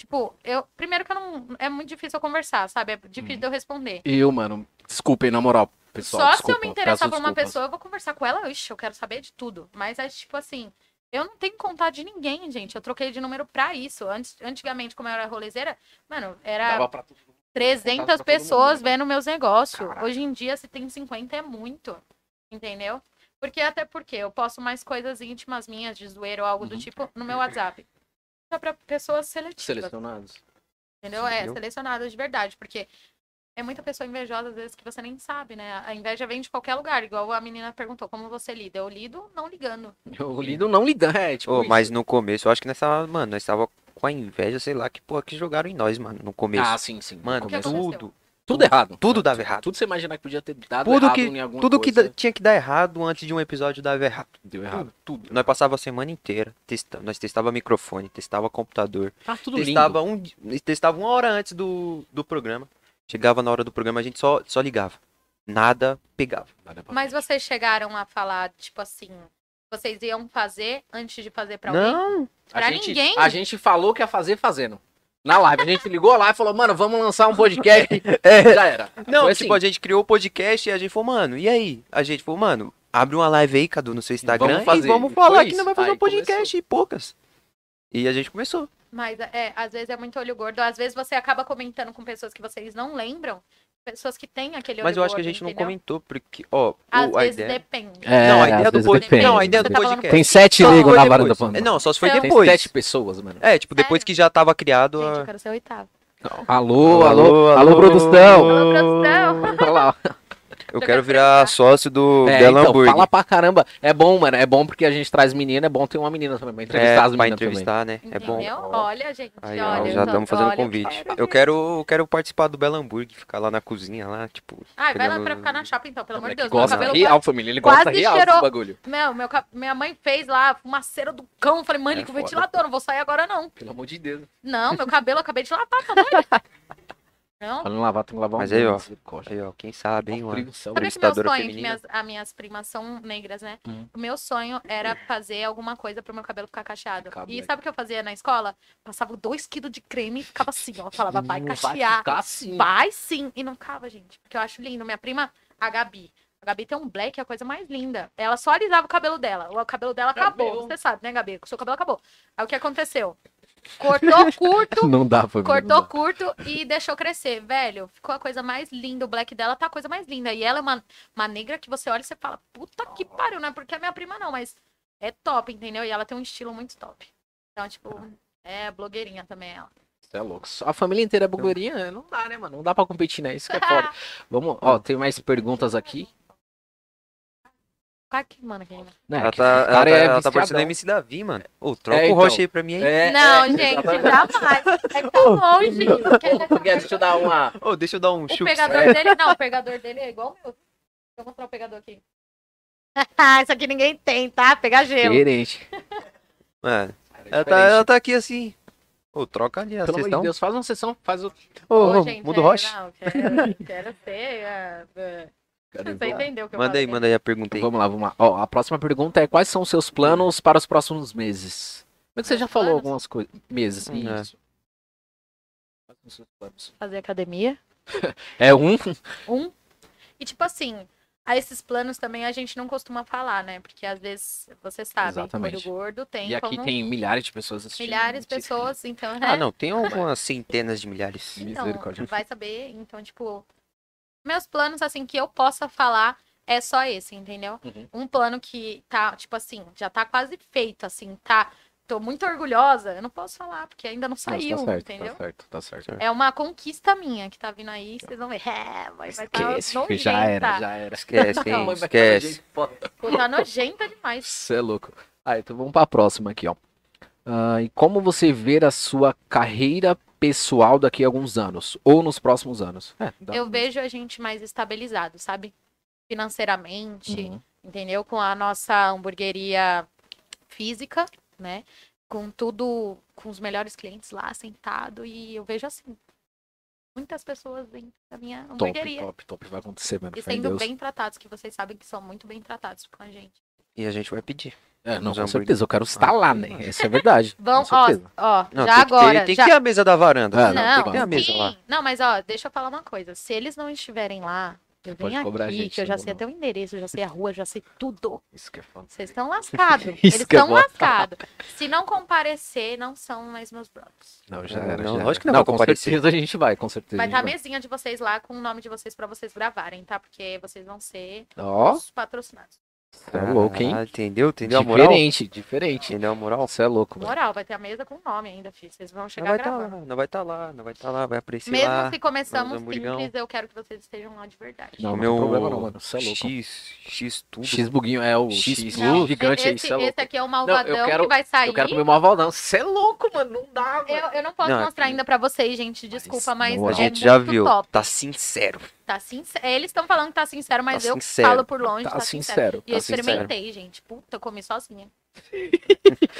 [SPEAKER 3] Tipo, eu. Primeiro que eu não. É muito difícil eu conversar, sabe? É difícil de eu responder.
[SPEAKER 1] Eu, mano, desculpem, na moral, Uhum. pessoal.
[SPEAKER 3] Só
[SPEAKER 1] desculpa,
[SPEAKER 3] se eu me interessar
[SPEAKER 1] peço
[SPEAKER 3] por uma
[SPEAKER 1] desculpas.
[SPEAKER 3] pessoa, eu vou conversar com ela. Ixi, eu quero saber de tudo. Mas é tipo assim. Eu não tenho contato de ninguém, gente. Eu troquei de número pra isso. Antes, antigamente, como eu era rolezeira, mano, era
[SPEAKER 4] Dava pra tudo.
[SPEAKER 3] 300
[SPEAKER 4] Contato pra todo
[SPEAKER 3] pessoas
[SPEAKER 4] mundo,
[SPEAKER 3] vendo meus negócios.
[SPEAKER 1] Caraca.
[SPEAKER 3] Hoje em dia, se tem 50, é muito. Entendeu? Porque até porque eu posto mais coisas íntimas minhas, de zoeira ou algo do
[SPEAKER 1] Uhum.
[SPEAKER 3] tipo, no meu WhatsApp. Só pra pessoas seletivas,
[SPEAKER 1] Selecionados.
[SPEAKER 3] entendeu? É,
[SPEAKER 2] Entendeu?
[SPEAKER 3] selecionadas de verdade. Porque é muita pessoa invejosa, às vezes, que você nem sabe, né? A inveja vem de qualquer lugar. Igual a menina perguntou, como você lida? Eu lido não ligando.
[SPEAKER 1] Eu lido não lidando. É, tipo.
[SPEAKER 2] Ô,
[SPEAKER 1] isso.
[SPEAKER 2] mas no começo, eu acho que nessa, mano, nós tava com a inveja, sei lá, que porra que jogaram em nós, mano, no começo.
[SPEAKER 1] Ah, sim, sim.
[SPEAKER 2] mano,
[SPEAKER 3] O que
[SPEAKER 1] começo-
[SPEAKER 3] aconteceu?
[SPEAKER 2] tudo.
[SPEAKER 1] Tudo errado.
[SPEAKER 2] Tudo dava errado.
[SPEAKER 1] Tudo você imaginar que podia ter dado
[SPEAKER 2] Tudo
[SPEAKER 1] errado
[SPEAKER 2] que-
[SPEAKER 1] em alguma
[SPEAKER 2] Tudo que
[SPEAKER 1] coisa,
[SPEAKER 2] da- tinha que dar errado antes de um episódio dava errado.
[SPEAKER 1] deu errado. Tudo.
[SPEAKER 2] Nós passava a semana inteira, testando, nós testava microfone, testava computador,
[SPEAKER 1] Tá tudo lindo.
[SPEAKER 2] testava, um, di- testava uma hora antes do, do programa. Chegava na hora do programa, a gente só, só ligava. Nada pegava.
[SPEAKER 1] Nada pra-
[SPEAKER 3] Mas vocês chegaram a falar, tipo assim, vocês iam fazer antes de fazer pra alguém?
[SPEAKER 2] Não,
[SPEAKER 1] a
[SPEAKER 3] pra
[SPEAKER 1] gente,
[SPEAKER 3] ninguém?
[SPEAKER 1] A gente falou que ia fazer fazendo. Na live. A gente ligou lá e falou, mano, vamos lançar um podcast. Já era.
[SPEAKER 2] não,
[SPEAKER 1] Foi
[SPEAKER 2] É. tipo,
[SPEAKER 1] assim.
[SPEAKER 2] a gente criou o podcast e a gente falou, mano, e aí? A gente falou, mano, abre uma live aí, Cadu, no seu Instagram
[SPEAKER 1] vamos fazer.
[SPEAKER 2] e vamos
[SPEAKER 1] E
[SPEAKER 2] falar
[SPEAKER 1] foi
[SPEAKER 2] que
[SPEAKER 1] isso.
[SPEAKER 2] não vai fazer
[SPEAKER 1] Aí
[SPEAKER 2] um podcast e poucas. E a gente começou.
[SPEAKER 3] Mas é, às vezes é muito olho gordo. Às vezes você acaba comentando com pessoas que vocês não lembram, pessoas que têm aquele olho
[SPEAKER 2] Mas eu acho que a
[SPEAKER 3] gordo,
[SPEAKER 2] gente não
[SPEAKER 3] entendeu?
[SPEAKER 2] comentou, porque, ó,
[SPEAKER 3] Às
[SPEAKER 2] o, a
[SPEAKER 3] vezes
[SPEAKER 2] ideia...
[SPEAKER 3] depende.
[SPEAKER 1] É,
[SPEAKER 2] não, a
[SPEAKER 1] às
[SPEAKER 2] ideia do
[SPEAKER 1] vezes
[SPEAKER 2] pod-
[SPEAKER 1] depende.
[SPEAKER 2] Não, a ideia do
[SPEAKER 3] Você tá falando-
[SPEAKER 2] podcast.
[SPEAKER 1] Tem sete
[SPEAKER 2] Só se
[SPEAKER 1] negros
[SPEAKER 2] foi
[SPEAKER 1] na vara da
[SPEAKER 2] depois.
[SPEAKER 1] Pamela.
[SPEAKER 2] Não, só se foi
[SPEAKER 3] Tem
[SPEAKER 1] Tem
[SPEAKER 2] depois.
[SPEAKER 1] sete pessoas, mano.
[SPEAKER 2] É, tipo, depois que já tava criado
[SPEAKER 3] Gente, eu
[SPEAKER 2] a...
[SPEAKER 3] quero ser oitava.
[SPEAKER 1] Alô, alô, alô, produção.
[SPEAKER 3] Alô, produção.
[SPEAKER 1] Olha lá.
[SPEAKER 2] Eu quero virar sócio do
[SPEAKER 1] É,
[SPEAKER 2] Del
[SPEAKER 1] então,
[SPEAKER 2] Hamburger.
[SPEAKER 1] fala pra caramba. É bom, mano. É bom porque a gente traz menina, é bom ter uma menina também. Pra entrevistar
[SPEAKER 2] é,
[SPEAKER 1] as
[SPEAKER 2] pra
[SPEAKER 1] meninas também.
[SPEAKER 2] entrevistar, né? É bom.
[SPEAKER 3] Entendeu? Olha, gente,
[SPEAKER 2] Aí, ó,
[SPEAKER 3] olha.
[SPEAKER 2] já
[SPEAKER 3] eu tô-
[SPEAKER 2] estamos fazendo
[SPEAKER 3] olha, eu
[SPEAKER 2] convite.
[SPEAKER 3] quero.
[SPEAKER 2] Eu quero, eu quero participar do Bel Hamburger, ficar lá na cozinha, lá, tipo...
[SPEAKER 3] Ai, Ah, vai lá
[SPEAKER 2] pegando-
[SPEAKER 3] pra ficar na chapa
[SPEAKER 2] É
[SPEAKER 3] então, pelo amor de Deus. Meu
[SPEAKER 1] Gosta
[SPEAKER 3] cabelo
[SPEAKER 1] real, família. Ele
[SPEAKER 3] quase
[SPEAKER 1] gosta real
[SPEAKER 3] cheirou-
[SPEAKER 1] do bagulho.
[SPEAKER 3] Meu, meu cap- minha mãe fez lá fumaceira do cão. Eu Falei, mãe, liga o
[SPEAKER 2] É foda,
[SPEAKER 3] ventilador, não vou sair agora, não.
[SPEAKER 1] Pelo amor de Deus.
[SPEAKER 3] Não, meu cabelo eu acabei de lavar, tá doido? Não,
[SPEAKER 1] Pra não lavar, tem que lavar um
[SPEAKER 2] Mas aí, ó,
[SPEAKER 1] misericórdia.
[SPEAKER 2] Aí, ó, quem sabe, hein, mano?
[SPEAKER 1] Frio, são-
[SPEAKER 3] Sabe que meu
[SPEAKER 2] entrevistadora
[SPEAKER 3] sonho, que
[SPEAKER 2] feminina.
[SPEAKER 3] minhas, as minhas primas são negras, né?
[SPEAKER 1] Hum.
[SPEAKER 3] O meu sonho era fazer alguma coisa pro meu cabelo ficar cacheado.
[SPEAKER 1] Ficar
[SPEAKER 3] e
[SPEAKER 1] black.
[SPEAKER 3] sabe o que eu fazia na escola? Passava dois quilos de creme e ficava assim, ó. Falava, vai
[SPEAKER 1] Não
[SPEAKER 3] cachear.
[SPEAKER 1] ficar assim.
[SPEAKER 3] Vai sim. E não ficava, gente. Porque eu acho lindo. Minha prima, a Gabi. A Gabi tem um black, é a coisa mais linda. Ela só alisava o cabelo dela. O cabelo dela acabou.
[SPEAKER 4] Cabelo.
[SPEAKER 3] Você sabe, né, Gabi? O seu cabelo acabou. Aí o que aconteceu? Cortou curto,
[SPEAKER 1] Não dá, família.
[SPEAKER 3] cortou curto e deixou crescer. Velho, ficou a coisa mais linda. O black dela tá a coisa mais linda. E ela é uma, uma negra que você olha e você fala, puta que pariu, não é porque é minha prima, não, mas é top, entendeu? E ela tem um estilo muito top. Então, tipo, é blogueirinha também ela.
[SPEAKER 1] Você é louco. Só A família inteira é bugueirinha, né? não dá, né, mano? Não dá pra competir, né? Isso que é foda. Vamos, ó, tem mais perguntas aqui.
[SPEAKER 3] Qual que manda aqui, né?
[SPEAKER 1] Né,
[SPEAKER 2] Ela
[SPEAKER 1] que
[SPEAKER 2] tá,
[SPEAKER 1] esse
[SPEAKER 2] ela tá,
[SPEAKER 1] cara é
[SPEAKER 2] ela tá parecendo
[SPEAKER 1] viciadão.
[SPEAKER 2] MC Davi, mano. Ô, troca
[SPEAKER 1] então.
[SPEAKER 2] o Rocha aí pra mim, hein?
[SPEAKER 1] É,
[SPEAKER 3] Não,
[SPEAKER 1] é,
[SPEAKER 3] gente,
[SPEAKER 1] exatamente.
[SPEAKER 3] jamais. É que tá longe.
[SPEAKER 1] Porque Deixa eu dar uma.
[SPEAKER 2] Ô, deixa eu dar um
[SPEAKER 3] O
[SPEAKER 2] chup.
[SPEAKER 3] pegador
[SPEAKER 1] É.
[SPEAKER 3] dele, não, o pegador dele é igual o meu. Deixa eu mostrar o pegador aqui. Ah, Isso aqui ninguém tem, tá? Pegar gelo.
[SPEAKER 1] Diferente.
[SPEAKER 2] Mano,
[SPEAKER 1] Cara, é
[SPEAKER 2] ela tá,
[SPEAKER 1] diferente.
[SPEAKER 2] ela tá aqui assim. Ô, troca ali a
[SPEAKER 1] Pelo amor de
[SPEAKER 2] sessão.
[SPEAKER 1] Deus, faz uma sessão, faz o.
[SPEAKER 2] Ô, ô, muda o Rocha.
[SPEAKER 3] é, Não, quero, quero ser. ah, ah,
[SPEAKER 1] Tá
[SPEAKER 3] Você entendeu o que eu
[SPEAKER 2] Manda aí,
[SPEAKER 3] falei.
[SPEAKER 2] manda aí a pergunta aí.
[SPEAKER 1] Vamos lá, vamos lá. Ó, a próxima pergunta é: quais são os seus planos para os próximos meses? Como é que você já falou
[SPEAKER 3] Planos?
[SPEAKER 1] algumas coisas? Meses.
[SPEAKER 2] Hum, é.
[SPEAKER 1] Isso. Quais são os seus planos?
[SPEAKER 3] Fazer academia.
[SPEAKER 1] É um.
[SPEAKER 3] Um. E tipo assim, a esses planos também a gente não costuma falar, né? Porque às vezes, você sabe,
[SPEAKER 1] Exatamente.
[SPEAKER 3] olho gordo tem
[SPEAKER 1] E aqui
[SPEAKER 3] como
[SPEAKER 1] tem milhares de pessoas assistindo.
[SPEAKER 3] milhares de pessoas, então, né?
[SPEAKER 2] Ah, não, tem algumas centenas de milhares.
[SPEAKER 3] Então,
[SPEAKER 1] Misericórdia.
[SPEAKER 3] vai saber. Então, tipo, meus planos, assim, que eu possa falar é só esse, entendeu?
[SPEAKER 1] Uhum.
[SPEAKER 3] Um plano que tá, tipo assim, já tá quase feito, assim, tá. Tô muito orgulhosa. Eu não posso falar, porque ainda não
[SPEAKER 1] Não,
[SPEAKER 3] saiu,
[SPEAKER 1] tá certo,
[SPEAKER 3] entendeu?
[SPEAKER 1] Tá certo, tá certo.
[SPEAKER 3] É uma conquista minha que tá vindo aí, vocês vão ver. É, vai estar tá
[SPEAKER 1] Esquece, filho,
[SPEAKER 3] nojenta.
[SPEAKER 1] já era, já era.
[SPEAKER 2] Esquece,
[SPEAKER 1] Não,
[SPEAKER 2] hein?
[SPEAKER 1] mas vai
[SPEAKER 2] Esquece.
[SPEAKER 1] ficar nojento.
[SPEAKER 3] Pô, Tá nojenta demais.
[SPEAKER 1] Você é louco. Ah, então vamos pra próxima aqui, ó. Ah, e como você vê a sua carreira pessoal daqui a alguns anos? Ou nos próximos anos? É, dá-
[SPEAKER 3] Eu vejo a gente mais estabilizado, sabe? Financeiramente,
[SPEAKER 1] Uhum.
[SPEAKER 3] entendeu? Com a nossa hamburgueria física, né? Com tudo, com os melhores clientes lá sentado e eu vejo assim, muitas pessoas dentro da minha
[SPEAKER 1] Top,
[SPEAKER 3] hamburgueria
[SPEAKER 1] top, top. Vai acontecer, mano.
[SPEAKER 3] e
[SPEAKER 1] fé em
[SPEAKER 3] sendo
[SPEAKER 1] Deus.
[SPEAKER 3] bem tratados, que vocês sabem que são muito bem tratados com a gente.
[SPEAKER 2] E a gente vai pedir.
[SPEAKER 1] É, não,
[SPEAKER 2] Nos
[SPEAKER 1] com
[SPEAKER 2] hambúrguer.
[SPEAKER 1] certeza. Eu quero
[SPEAKER 2] Ah,
[SPEAKER 1] estar lá, né? Essa é verdade.
[SPEAKER 3] Vão,
[SPEAKER 1] com
[SPEAKER 3] ó,
[SPEAKER 1] certeza.
[SPEAKER 3] ó,
[SPEAKER 2] Não,
[SPEAKER 3] já
[SPEAKER 2] tem que
[SPEAKER 3] agora,
[SPEAKER 2] ter, tem
[SPEAKER 3] já
[SPEAKER 2] que ter a mesa da varanda.
[SPEAKER 1] Ah,
[SPEAKER 3] Não,
[SPEAKER 1] tem
[SPEAKER 2] que ter a mesa
[SPEAKER 3] sim.
[SPEAKER 2] lá.
[SPEAKER 3] Não, mas ó, deixa eu falar uma coisa. Se eles não estiverem lá, eu
[SPEAKER 1] Pode
[SPEAKER 3] venho
[SPEAKER 1] cobrar a
[SPEAKER 3] aqui,
[SPEAKER 1] gente,
[SPEAKER 3] que eu
[SPEAKER 1] não
[SPEAKER 3] já
[SPEAKER 1] vou
[SPEAKER 3] sei
[SPEAKER 1] não.
[SPEAKER 3] até o endereço, eu já sei a rua, eu já sei tudo.
[SPEAKER 1] Isso que é foda.
[SPEAKER 3] Vocês estão lascados. Eles
[SPEAKER 1] Isso que eu
[SPEAKER 3] estão
[SPEAKER 1] vou
[SPEAKER 3] lascados. Se não comparecer, não são mais meus brothers.
[SPEAKER 1] É, Não, já
[SPEAKER 2] Ah,
[SPEAKER 1] era.
[SPEAKER 2] não,
[SPEAKER 1] já
[SPEAKER 2] lógico que
[SPEAKER 1] era.
[SPEAKER 2] não vai
[SPEAKER 1] com
[SPEAKER 2] comparecer.
[SPEAKER 1] certeza a gente vai, com certeza.
[SPEAKER 3] Vai
[SPEAKER 1] a
[SPEAKER 3] estar a
[SPEAKER 1] gente
[SPEAKER 3] mesinha de tá? vocês lá com o nome de vocês pra vocês gravarem, tá? Porque vocês vão ser
[SPEAKER 1] vai. Ó,
[SPEAKER 3] os patrocinados.
[SPEAKER 1] Você é louco, hein?
[SPEAKER 2] Caralho, Entendeu? Ah, Entendeu a moral?
[SPEAKER 1] Diferente, diferente.
[SPEAKER 2] Entendeu a moral?
[SPEAKER 1] Você é tá louco, mano.
[SPEAKER 3] Moral, vai ter a mesa com nome ainda, filho. Vocês vão
[SPEAKER 2] Não
[SPEAKER 3] chegar
[SPEAKER 2] vai estar
[SPEAKER 3] gravando.
[SPEAKER 2] lá, não vai estar lá, não vai estar lá, vai apreciar.
[SPEAKER 3] Mesmo assim,
[SPEAKER 2] lá.
[SPEAKER 3] se começamos
[SPEAKER 2] fazer um
[SPEAKER 3] simples,
[SPEAKER 2] hamburgão.
[SPEAKER 3] eu quero que vocês estejam lá de verdade.
[SPEAKER 1] Não,
[SPEAKER 2] o
[SPEAKER 1] não
[SPEAKER 2] meu
[SPEAKER 1] tem problema não, mano. Você é louco.
[SPEAKER 2] X, X tudo.
[SPEAKER 1] X buguinho é o X,
[SPEAKER 2] X
[SPEAKER 1] X
[SPEAKER 3] Não,
[SPEAKER 1] gigante aí,
[SPEAKER 3] esse,
[SPEAKER 1] você é louco.
[SPEAKER 3] esse aqui é o malvadão
[SPEAKER 1] Não, eu quero-
[SPEAKER 3] que vai sair.
[SPEAKER 1] Eu quero comer o Malvaldão. Você é louco, mano. Não dá, mano.
[SPEAKER 3] Eu, eu não posso
[SPEAKER 2] Não, é
[SPEAKER 3] mostrar
[SPEAKER 2] aqui-
[SPEAKER 3] ainda pra vocês, gente. Desculpa, mas,
[SPEAKER 1] não,
[SPEAKER 2] a
[SPEAKER 1] moral.
[SPEAKER 3] é
[SPEAKER 2] gente já
[SPEAKER 3] muito
[SPEAKER 2] viu,
[SPEAKER 3] top.
[SPEAKER 2] tá sincero.
[SPEAKER 3] Tá sincero. Eles estão falando que tá sincero, mas
[SPEAKER 2] Tá
[SPEAKER 3] eu
[SPEAKER 2] sincero.
[SPEAKER 3] falo por longe.
[SPEAKER 1] Tá
[SPEAKER 3] Tá,
[SPEAKER 1] sincero,
[SPEAKER 3] sincero. E eu
[SPEAKER 2] tá sincero.
[SPEAKER 3] experimentei, gente. Puta, eu comi sozinha.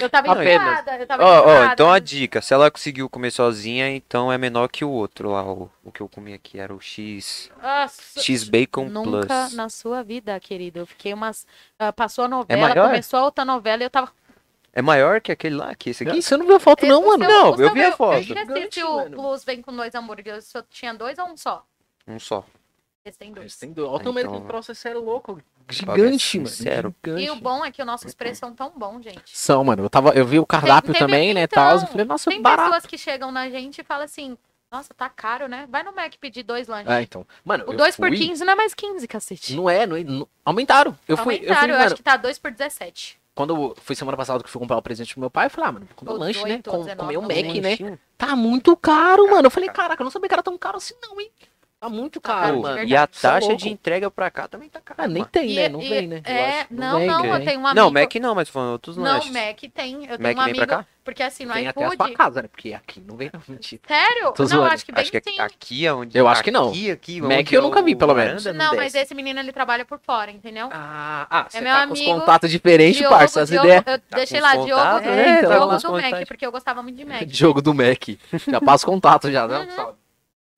[SPEAKER 3] eu tava
[SPEAKER 1] Apenas.
[SPEAKER 3] enjoada. Eu
[SPEAKER 2] Ó,
[SPEAKER 3] tava
[SPEAKER 2] ó,
[SPEAKER 3] enjoada.
[SPEAKER 2] então a dica, se ela conseguiu comer sozinha, então é menor que o outro lá, o, o que eu comi aqui, era o X,
[SPEAKER 3] Nossa.
[SPEAKER 2] X Bacon Plus.
[SPEAKER 3] Nunca na sua vida, querido. Eu fiquei umas. ah, passou a novela,
[SPEAKER 2] maior?
[SPEAKER 3] começou a outra novela e eu tava.
[SPEAKER 2] É maior que aquele lá, que esse aqui?
[SPEAKER 1] Você não viu a foto, não,
[SPEAKER 3] é O
[SPEAKER 1] mano.
[SPEAKER 3] seu-
[SPEAKER 2] Não,
[SPEAKER 3] o
[SPEAKER 2] eu
[SPEAKER 3] seu
[SPEAKER 2] vi a
[SPEAKER 3] veio-
[SPEAKER 2] foto.
[SPEAKER 3] Eu esqueci se
[SPEAKER 1] Gigante,
[SPEAKER 3] o
[SPEAKER 1] mano.
[SPEAKER 3] Plus vem com dois hambúrgueres. Se eu tinha dois ou um só?
[SPEAKER 1] É.
[SPEAKER 2] Um só.
[SPEAKER 3] Esse tem dois.
[SPEAKER 1] Tem do- Olha o tamanho
[SPEAKER 2] Então-
[SPEAKER 1] do troço, você é louco.
[SPEAKER 2] bagulho é
[SPEAKER 1] Gigante, mano.
[SPEAKER 2] sincero.
[SPEAKER 1] Gigante.
[SPEAKER 3] E o bom é que os nossos preços são tão bons, gente.
[SPEAKER 1] São, mano. Eu, tava, eu vi o cardápio
[SPEAKER 3] Teve-
[SPEAKER 1] também, né,
[SPEAKER 3] então,
[SPEAKER 1] tal. Eu falei, nossa,
[SPEAKER 3] Tem
[SPEAKER 1] barato.
[SPEAKER 3] pessoas que chegam na gente e falam assim: Nossa, tá caro, né? Vai no Mac pedir dois lanches.
[SPEAKER 1] É, então. Mano,
[SPEAKER 3] o
[SPEAKER 1] eu
[SPEAKER 3] 2 por
[SPEAKER 1] fui-
[SPEAKER 3] 15 não é mais 15, cacete.
[SPEAKER 1] Não é, não, é- não- aumentaram. Eu fui, eu
[SPEAKER 3] Aumentaram,
[SPEAKER 1] fui,
[SPEAKER 3] eu,
[SPEAKER 1] mano,
[SPEAKER 3] acho que tá 2 por 17.
[SPEAKER 1] quando eu fui semana passada que eu fui comprar o presente pro meu pai, eu falei, ah, mano, vou comer um
[SPEAKER 3] Ou
[SPEAKER 1] lanche, né?
[SPEAKER 3] 18,
[SPEAKER 1] Com,
[SPEAKER 3] ou 19,
[SPEAKER 1] comer um
[SPEAKER 3] não
[SPEAKER 1] Mac,
[SPEAKER 3] lembro.
[SPEAKER 1] né?
[SPEAKER 2] Lanchinho.
[SPEAKER 1] Tá muito caro, mano. Eu falei,
[SPEAKER 3] Tá
[SPEAKER 1] caraca, eu não sabia que era tão caro assim, não, hein? Tá muito caro,
[SPEAKER 2] Pô,
[SPEAKER 1] mano.
[SPEAKER 3] Ah, verdade. Tá
[SPEAKER 2] e a
[SPEAKER 1] Cê é
[SPEAKER 2] taxa
[SPEAKER 1] louco.
[SPEAKER 2] de entrega pra cá também tá cara.
[SPEAKER 1] Ah, nem
[SPEAKER 2] mano.
[SPEAKER 1] tem,
[SPEAKER 3] E-
[SPEAKER 1] né? Não
[SPEAKER 3] e-
[SPEAKER 1] vem, né? Eu
[SPEAKER 3] é,
[SPEAKER 1] acho.
[SPEAKER 3] não,
[SPEAKER 1] vem,
[SPEAKER 3] não,
[SPEAKER 1] né?
[SPEAKER 3] eu tenho um amigo.
[SPEAKER 2] Não, Mac não, mas tô falando outros
[SPEAKER 3] Não,
[SPEAKER 2] lanches.
[SPEAKER 3] Mac tem. Eu
[SPEAKER 2] Mac
[SPEAKER 3] tenho um
[SPEAKER 2] vem pra
[SPEAKER 3] amigo.
[SPEAKER 2] cá?
[SPEAKER 3] Porque assim, no
[SPEAKER 1] Vem até a
[SPEAKER 3] iFood.
[SPEAKER 1] sua casa, né? Porque aqui não vem, não. Mentira.
[SPEAKER 3] Sério?
[SPEAKER 1] Tô
[SPEAKER 3] não,
[SPEAKER 1] zoando.
[SPEAKER 3] acho que bem
[SPEAKER 2] Acho que
[SPEAKER 3] sim.
[SPEAKER 2] aqui- aqui é onde.
[SPEAKER 1] Eu acho que não.
[SPEAKER 2] Aqui, aqui,
[SPEAKER 1] Mac
[SPEAKER 2] onde
[SPEAKER 1] eu
[SPEAKER 2] é
[SPEAKER 1] nunca
[SPEAKER 2] o-
[SPEAKER 1] vi, pelo
[SPEAKER 2] a
[SPEAKER 1] menos.
[SPEAKER 2] varanda
[SPEAKER 3] Não, mas
[SPEAKER 2] desce.
[SPEAKER 3] esse menino ele trabalha por fora, entendeu?
[SPEAKER 1] Ah, ah, você
[SPEAKER 3] É meu
[SPEAKER 1] tá com os
[SPEAKER 3] amigo,
[SPEAKER 1] contatos diferentes,
[SPEAKER 3] Diogo,
[SPEAKER 1] parça. As
[SPEAKER 3] Diogo-
[SPEAKER 1] ideias.
[SPEAKER 3] Eu
[SPEAKER 2] Tá
[SPEAKER 3] deixei
[SPEAKER 2] com
[SPEAKER 3] lá,
[SPEAKER 2] os
[SPEAKER 3] Diogo,
[SPEAKER 2] contatos,
[SPEAKER 1] né? Tá
[SPEAKER 3] Diogo
[SPEAKER 2] lá os
[SPEAKER 3] do Mac,
[SPEAKER 2] contatos.
[SPEAKER 3] porque eu gostava muito de Mac.
[SPEAKER 1] Jogo do Mac. Já passa o contato, já. dá um
[SPEAKER 3] Uhum.
[SPEAKER 1] salve.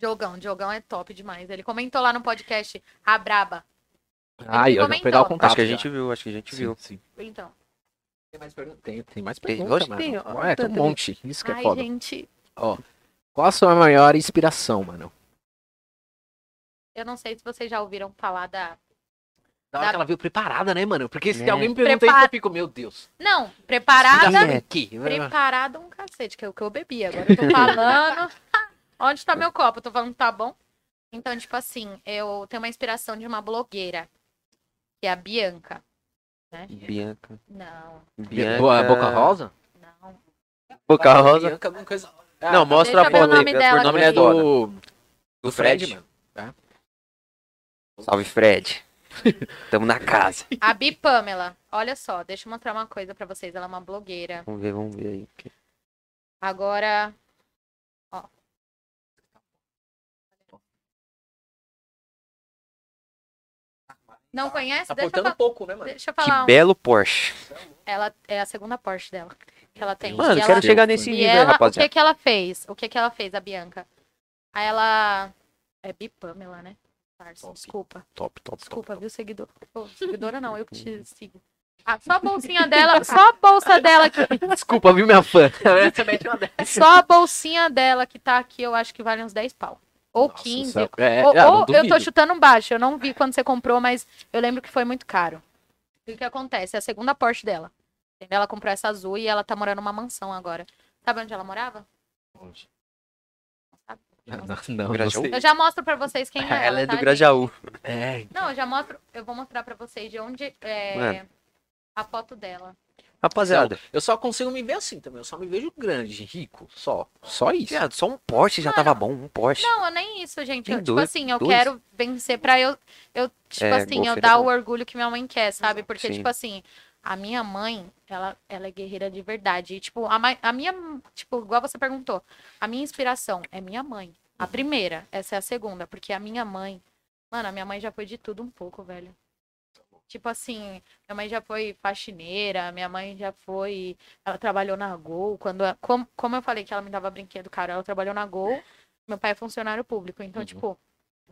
[SPEAKER 3] Diogão, Diogão é top demais. Ele comentou lá no podcast A Braba.
[SPEAKER 1] Ai, Ah, eu já vou
[SPEAKER 3] comentou.
[SPEAKER 1] pegar o contato.
[SPEAKER 2] Acho que a
[SPEAKER 1] já.
[SPEAKER 2] gente viu, acho que a gente viu.
[SPEAKER 1] Sim, sim.
[SPEAKER 3] Então.
[SPEAKER 4] Tem mais perguntas?
[SPEAKER 1] Tem, tem mais
[SPEAKER 2] Tem,
[SPEAKER 1] perguntas,
[SPEAKER 2] lógico
[SPEAKER 1] mano.
[SPEAKER 2] que tem, ó,
[SPEAKER 1] é, tem um
[SPEAKER 2] tanta
[SPEAKER 1] monte. Isso que é
[SPEAKER 3] Ai,
[SPEAKER 1] foda.
[SPEAKER 3] gente,
[SPEAKER 1] Qual a sua maior inspiração, mano?
[SPEAKER 3] eu não sei se vocês já ouviram falar da.
[SPEAKER 1] Da hora
[SPEAKER 3] Da-
[SPEAKER 1] que ela veio preparada, né, mano? Porque se
[SPEAKER 2] Né?
[SPEAKER 1] alguém me perguntar isso,
[SPEAKER 3] Prepara- Ah,
[SPEAKER 1] eu fico, meu Deus.
[SPEAKER 3] Não, preparada.
[SPEAKER 2] Nada.
[SPEAKER 1] Aqui.
[SPEAKER 3] Preparada um cacete, que é o que eu bebi. Agora eu tô falando. Onde tá meu copo? Eu tô falando que tá bom. Então, tipo assim, eu tenho uma inspiração de uma blogueira, que é a Bianca.
[SPEAKER 2] Bianca.
[SPEAKER 3] Não,
[SPEAKER 2] Bianca.
[SPEAKER 1] Boa, Boca Rosa?
[SPEAKER 3] não.
[SPEAKER 2] Boca Rosa.
[SPEAKER 4] Bianca, alguma coisa... Ah,
[SPEAKER 2] Não, mostra
[SPEAKER 3] Deixa
[SPEAKER 2] a
[SPEAKER 3] eu ver o
[SPEAKER 2] foto aí.
[SPEAKER 3] nome dela
[SPEAKER 2] por
[SPEAKER 1] A
[SPEAKER 2] nome
[SPEAKER 1] mulher
[SPEAKER 3] aqui.
[SPEAKER 2] é do...
[SPEAKER 1] do,
[SPEAKER 2] do Fred.
[SPEAKER 1] mano.
[SPEAKER 2] Salve, Fred. Tamo na casa.
[SPEAKER 3] A Bi Pamela. Olha só, deixa eu mostrar uma coisa pra vocês. Ela é uma blogueira.
[SPEAKER 2] Vamos ver, vamos ver aí.
[SPEAKER 3] Agora, ó. Não conhece?
[SPEAKER 4] Tá
[SPEAKER 3] deixa, eu
[SPEAKER 4] faltando
[SPEAKER 3] fa-
[SPEAKER 4] pouco, né, mano?
[SPEAKER 3] deixa eu
[SPEAKER 2] Que
[SPEAKER 3] falar. um.
[SPEAKER 2] belo Porsche.
[SPEAKER 3] Ela é a segunda Porsche dela que ela tem.
[SPEAKER 2] Mano,
[SPEAKER 3] e
[SPEAKER 2] quero
[SPEAKER 3] ela,
[SPEAKER 2] chegar nesse
[SPEAKER 3] e
[SPEAKER 2] nível aí,
[SPEAKER 3] ela- o
[SPEAKER 2] rapaziada.
[SPEAKER 3] que que ela fez? O que que ela fez, a Bianca? Aí ela é Bipamela, né? Tarso,
[SPEAKER 1] Top.
[SPEAKER 3] desculpa.
[SPEAKER 1] Top, top, top.
[SPEAKER 3] Desculpa, viu, seguidor? Ô, seguidora não, eu que
[SPEAKER 2] Uhum.
[SPEAKER 3] te sigo. Ah, só a bolsinha dela, só a bolsa dela aqui.
[SPEAKER 1] Desculpa, viu, minha fã?
[SPEAKER 4] Você mete uma dessa.
[SPEAKER 3] É Só a bolsinha dela que tá aqui, eu acho que vale uns 10 pau. Ou 15.
[SPEAKER 1] Nossa, é,
[SPEAKER 3] ou,
[SPEAKER 1] ah, não
[SPEAKER 3] ou- eu tô
[SPEAKER 1] duvido.
[SPEAKER 3] chutando um baixo, eu não vi quando você comprou, mas eu lembro que foi muito caro. E o que acontece? É a segunda Porsche dela. Entendeu? Ela comprou essa azul e ela tá morando numa mansão agora. Sabe onde ela morava?
[SPEAKER 1] Não, não, não
[SPEAKER 2] Grajaú?
[SPEAKER 1] sei.
[SPEAKER 3] Eu já mostro pra vocês quem é ela.
[SPEAKER 2] Ela é
[SPEAKER 3] tá,
[SPEAKER 2] do Grajaú.
[SPEAKER 1] É,
[SPEAKER 3] gente? Não, eu já mostro. Eu vou mostrar pra vocês de onde é
[SPEAKER 2] Mano.
[SPEAKER 3] a foto dela.
[SPEAKER 2] Rapaziada,
[SPEAKER 1] Eu só consigo me ver assim também. Eu só me vejo grande, rico, só. Só isso.
[SPEAKER 2] viado, só um Porsche já tava bom. Um Porsche.
[SPEAKER 3] Não, eu nem isso, gente.
[SPEAKER 2] Tem
[SPEAKER 3] Eu, tipo
[SPEAKER 2] dois-
[SPEAKER 3] assim, eu
[SPEAKER 2] dois?
[SPEAKER 3] quero vencer pra eu, eu tipo
[SPEAKER 2] É,
[SPEAKER 3] assim, eu
[SPEAKER 2] golfeira
[SPEAKER 3] dar o
[SPEAKER 2] não.
[SPEAKER 3] orgulho que minha mãe quer, sabe? Porque,
[SPEAKER 2] Sim.
[SPEAKER 3] tipo assim, a minha mãe, ela, ela é guerreira de verdade. E, tipo, a, mai- a minha, tipo, igual você perguntou, a minha inspiração é minha mãe. A primeira, essa é a segunda, porque a minha mãe, mano, a minha mãe já foi de tudo um pouco, velho. Tipo assim, minha mãe já foi faxineira, minha mãe já foi. Ela trabalhou na Gol. Quando, a- como, como eu falei que ela me dava brinquedo, cara, ela trabalhou na Gol. Meu pai é funcionário público. Então,
[SPEAKER 1] Uhum.
[SPEAKER 3] tipo,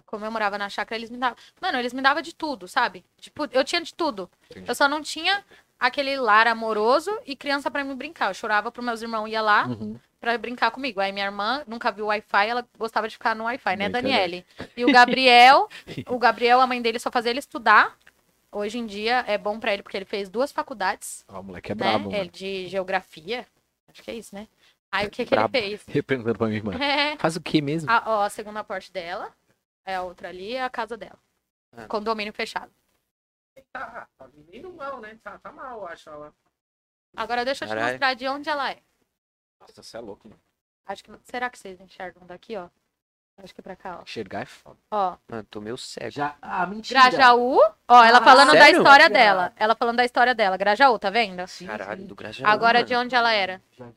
[SPEAKER 3] como eu morava na chácara, eles me davam. Mano, eles me davam de tudo, sabe? Tipo, eu tinha de tudo.
[SPEAKER 1] Entendi.
[SPEAKER 3] Eu só não tinha aquele lar amoroso e criança pra me brincar. Eu chorava pro meus irmãos ia lá
[SPEAKER 1] Uhum.
[SPEAKER 3] pra brincar comigo. Aí minha irmã nunca viu Wi-Fi, ela gostava de ficar no Wi-Fi, né,
[SPEAKER 1] Na
[SPEAKER 3] Daniele? E o Gabriel, o Gabriel, a mãe dele só fazia ele estudar. Hoje em dia é bom pra ele porque ele fez duas faculdades,
[SPEAKER 1] Ah, o moleque é
[SPEAKER 3] né?
[SPEAKER 1] brabo,
[SPEAKER 3] Ele
[SPEAKER 1] mano.
[SPEAKER 3] de geografia, acho que é isso, né? Aí o que que
[SPEAKER 2] Brabo.
[SPEAKER 3] ele fez?
[SPEAKER 1] Representando pra minha irmã.
[SPEAKER 3] É,
[SPEAKER 1] Faz o que mesmo?
[SPEAKER 3] a, ó, a segunda parte dela, é a outra ali, é a casa dela.
[SPEAKER 2] Ah.
[SPEAKER 3] Condomínio fechado.
[SPEAKER 4] tá, tá vindo mal, né? Tá, tá mal, eu acho ela.
[SPEAKER 3] Agora deixa eu te
[SPEAKER 2] Caralho.
[SPEAKER 3] mostrar de onde ela é.
[SPEAKER 4] Nossa, você é louco,
[SPEAKER 1] né?
[SPEAKER 4] mano.
[SPEAKER 3] Acho que. Será que vocês enxergam daqui, ó? Acho que pra cá, ó.
[SPEAKER 1] Enxergar é foda.
[SPEAKER 3] Ó.
[SPEAKER 2] Mano, tô meio cego.
[SPEAKER 4] Já... Ah, mentira.
[SPEAKER 3] Grajaú. Ó, ela falando da
[SPEAKER 2] Sério?
[SPEAKER 3] história dela. Ela falando da história dela. Grajaú, tá vendo?
[SPEAKER 4] Sim,
[SPEAKER 2] Caralho,
[SPEAKER 4] sim.
[SPEAKER 2] do Grajaú.
[SPEAKER 3] Agora
[SPEAKER 2] mano.
[SPEAKER 3] de onde ela era?
[SPEAKER 4] Já-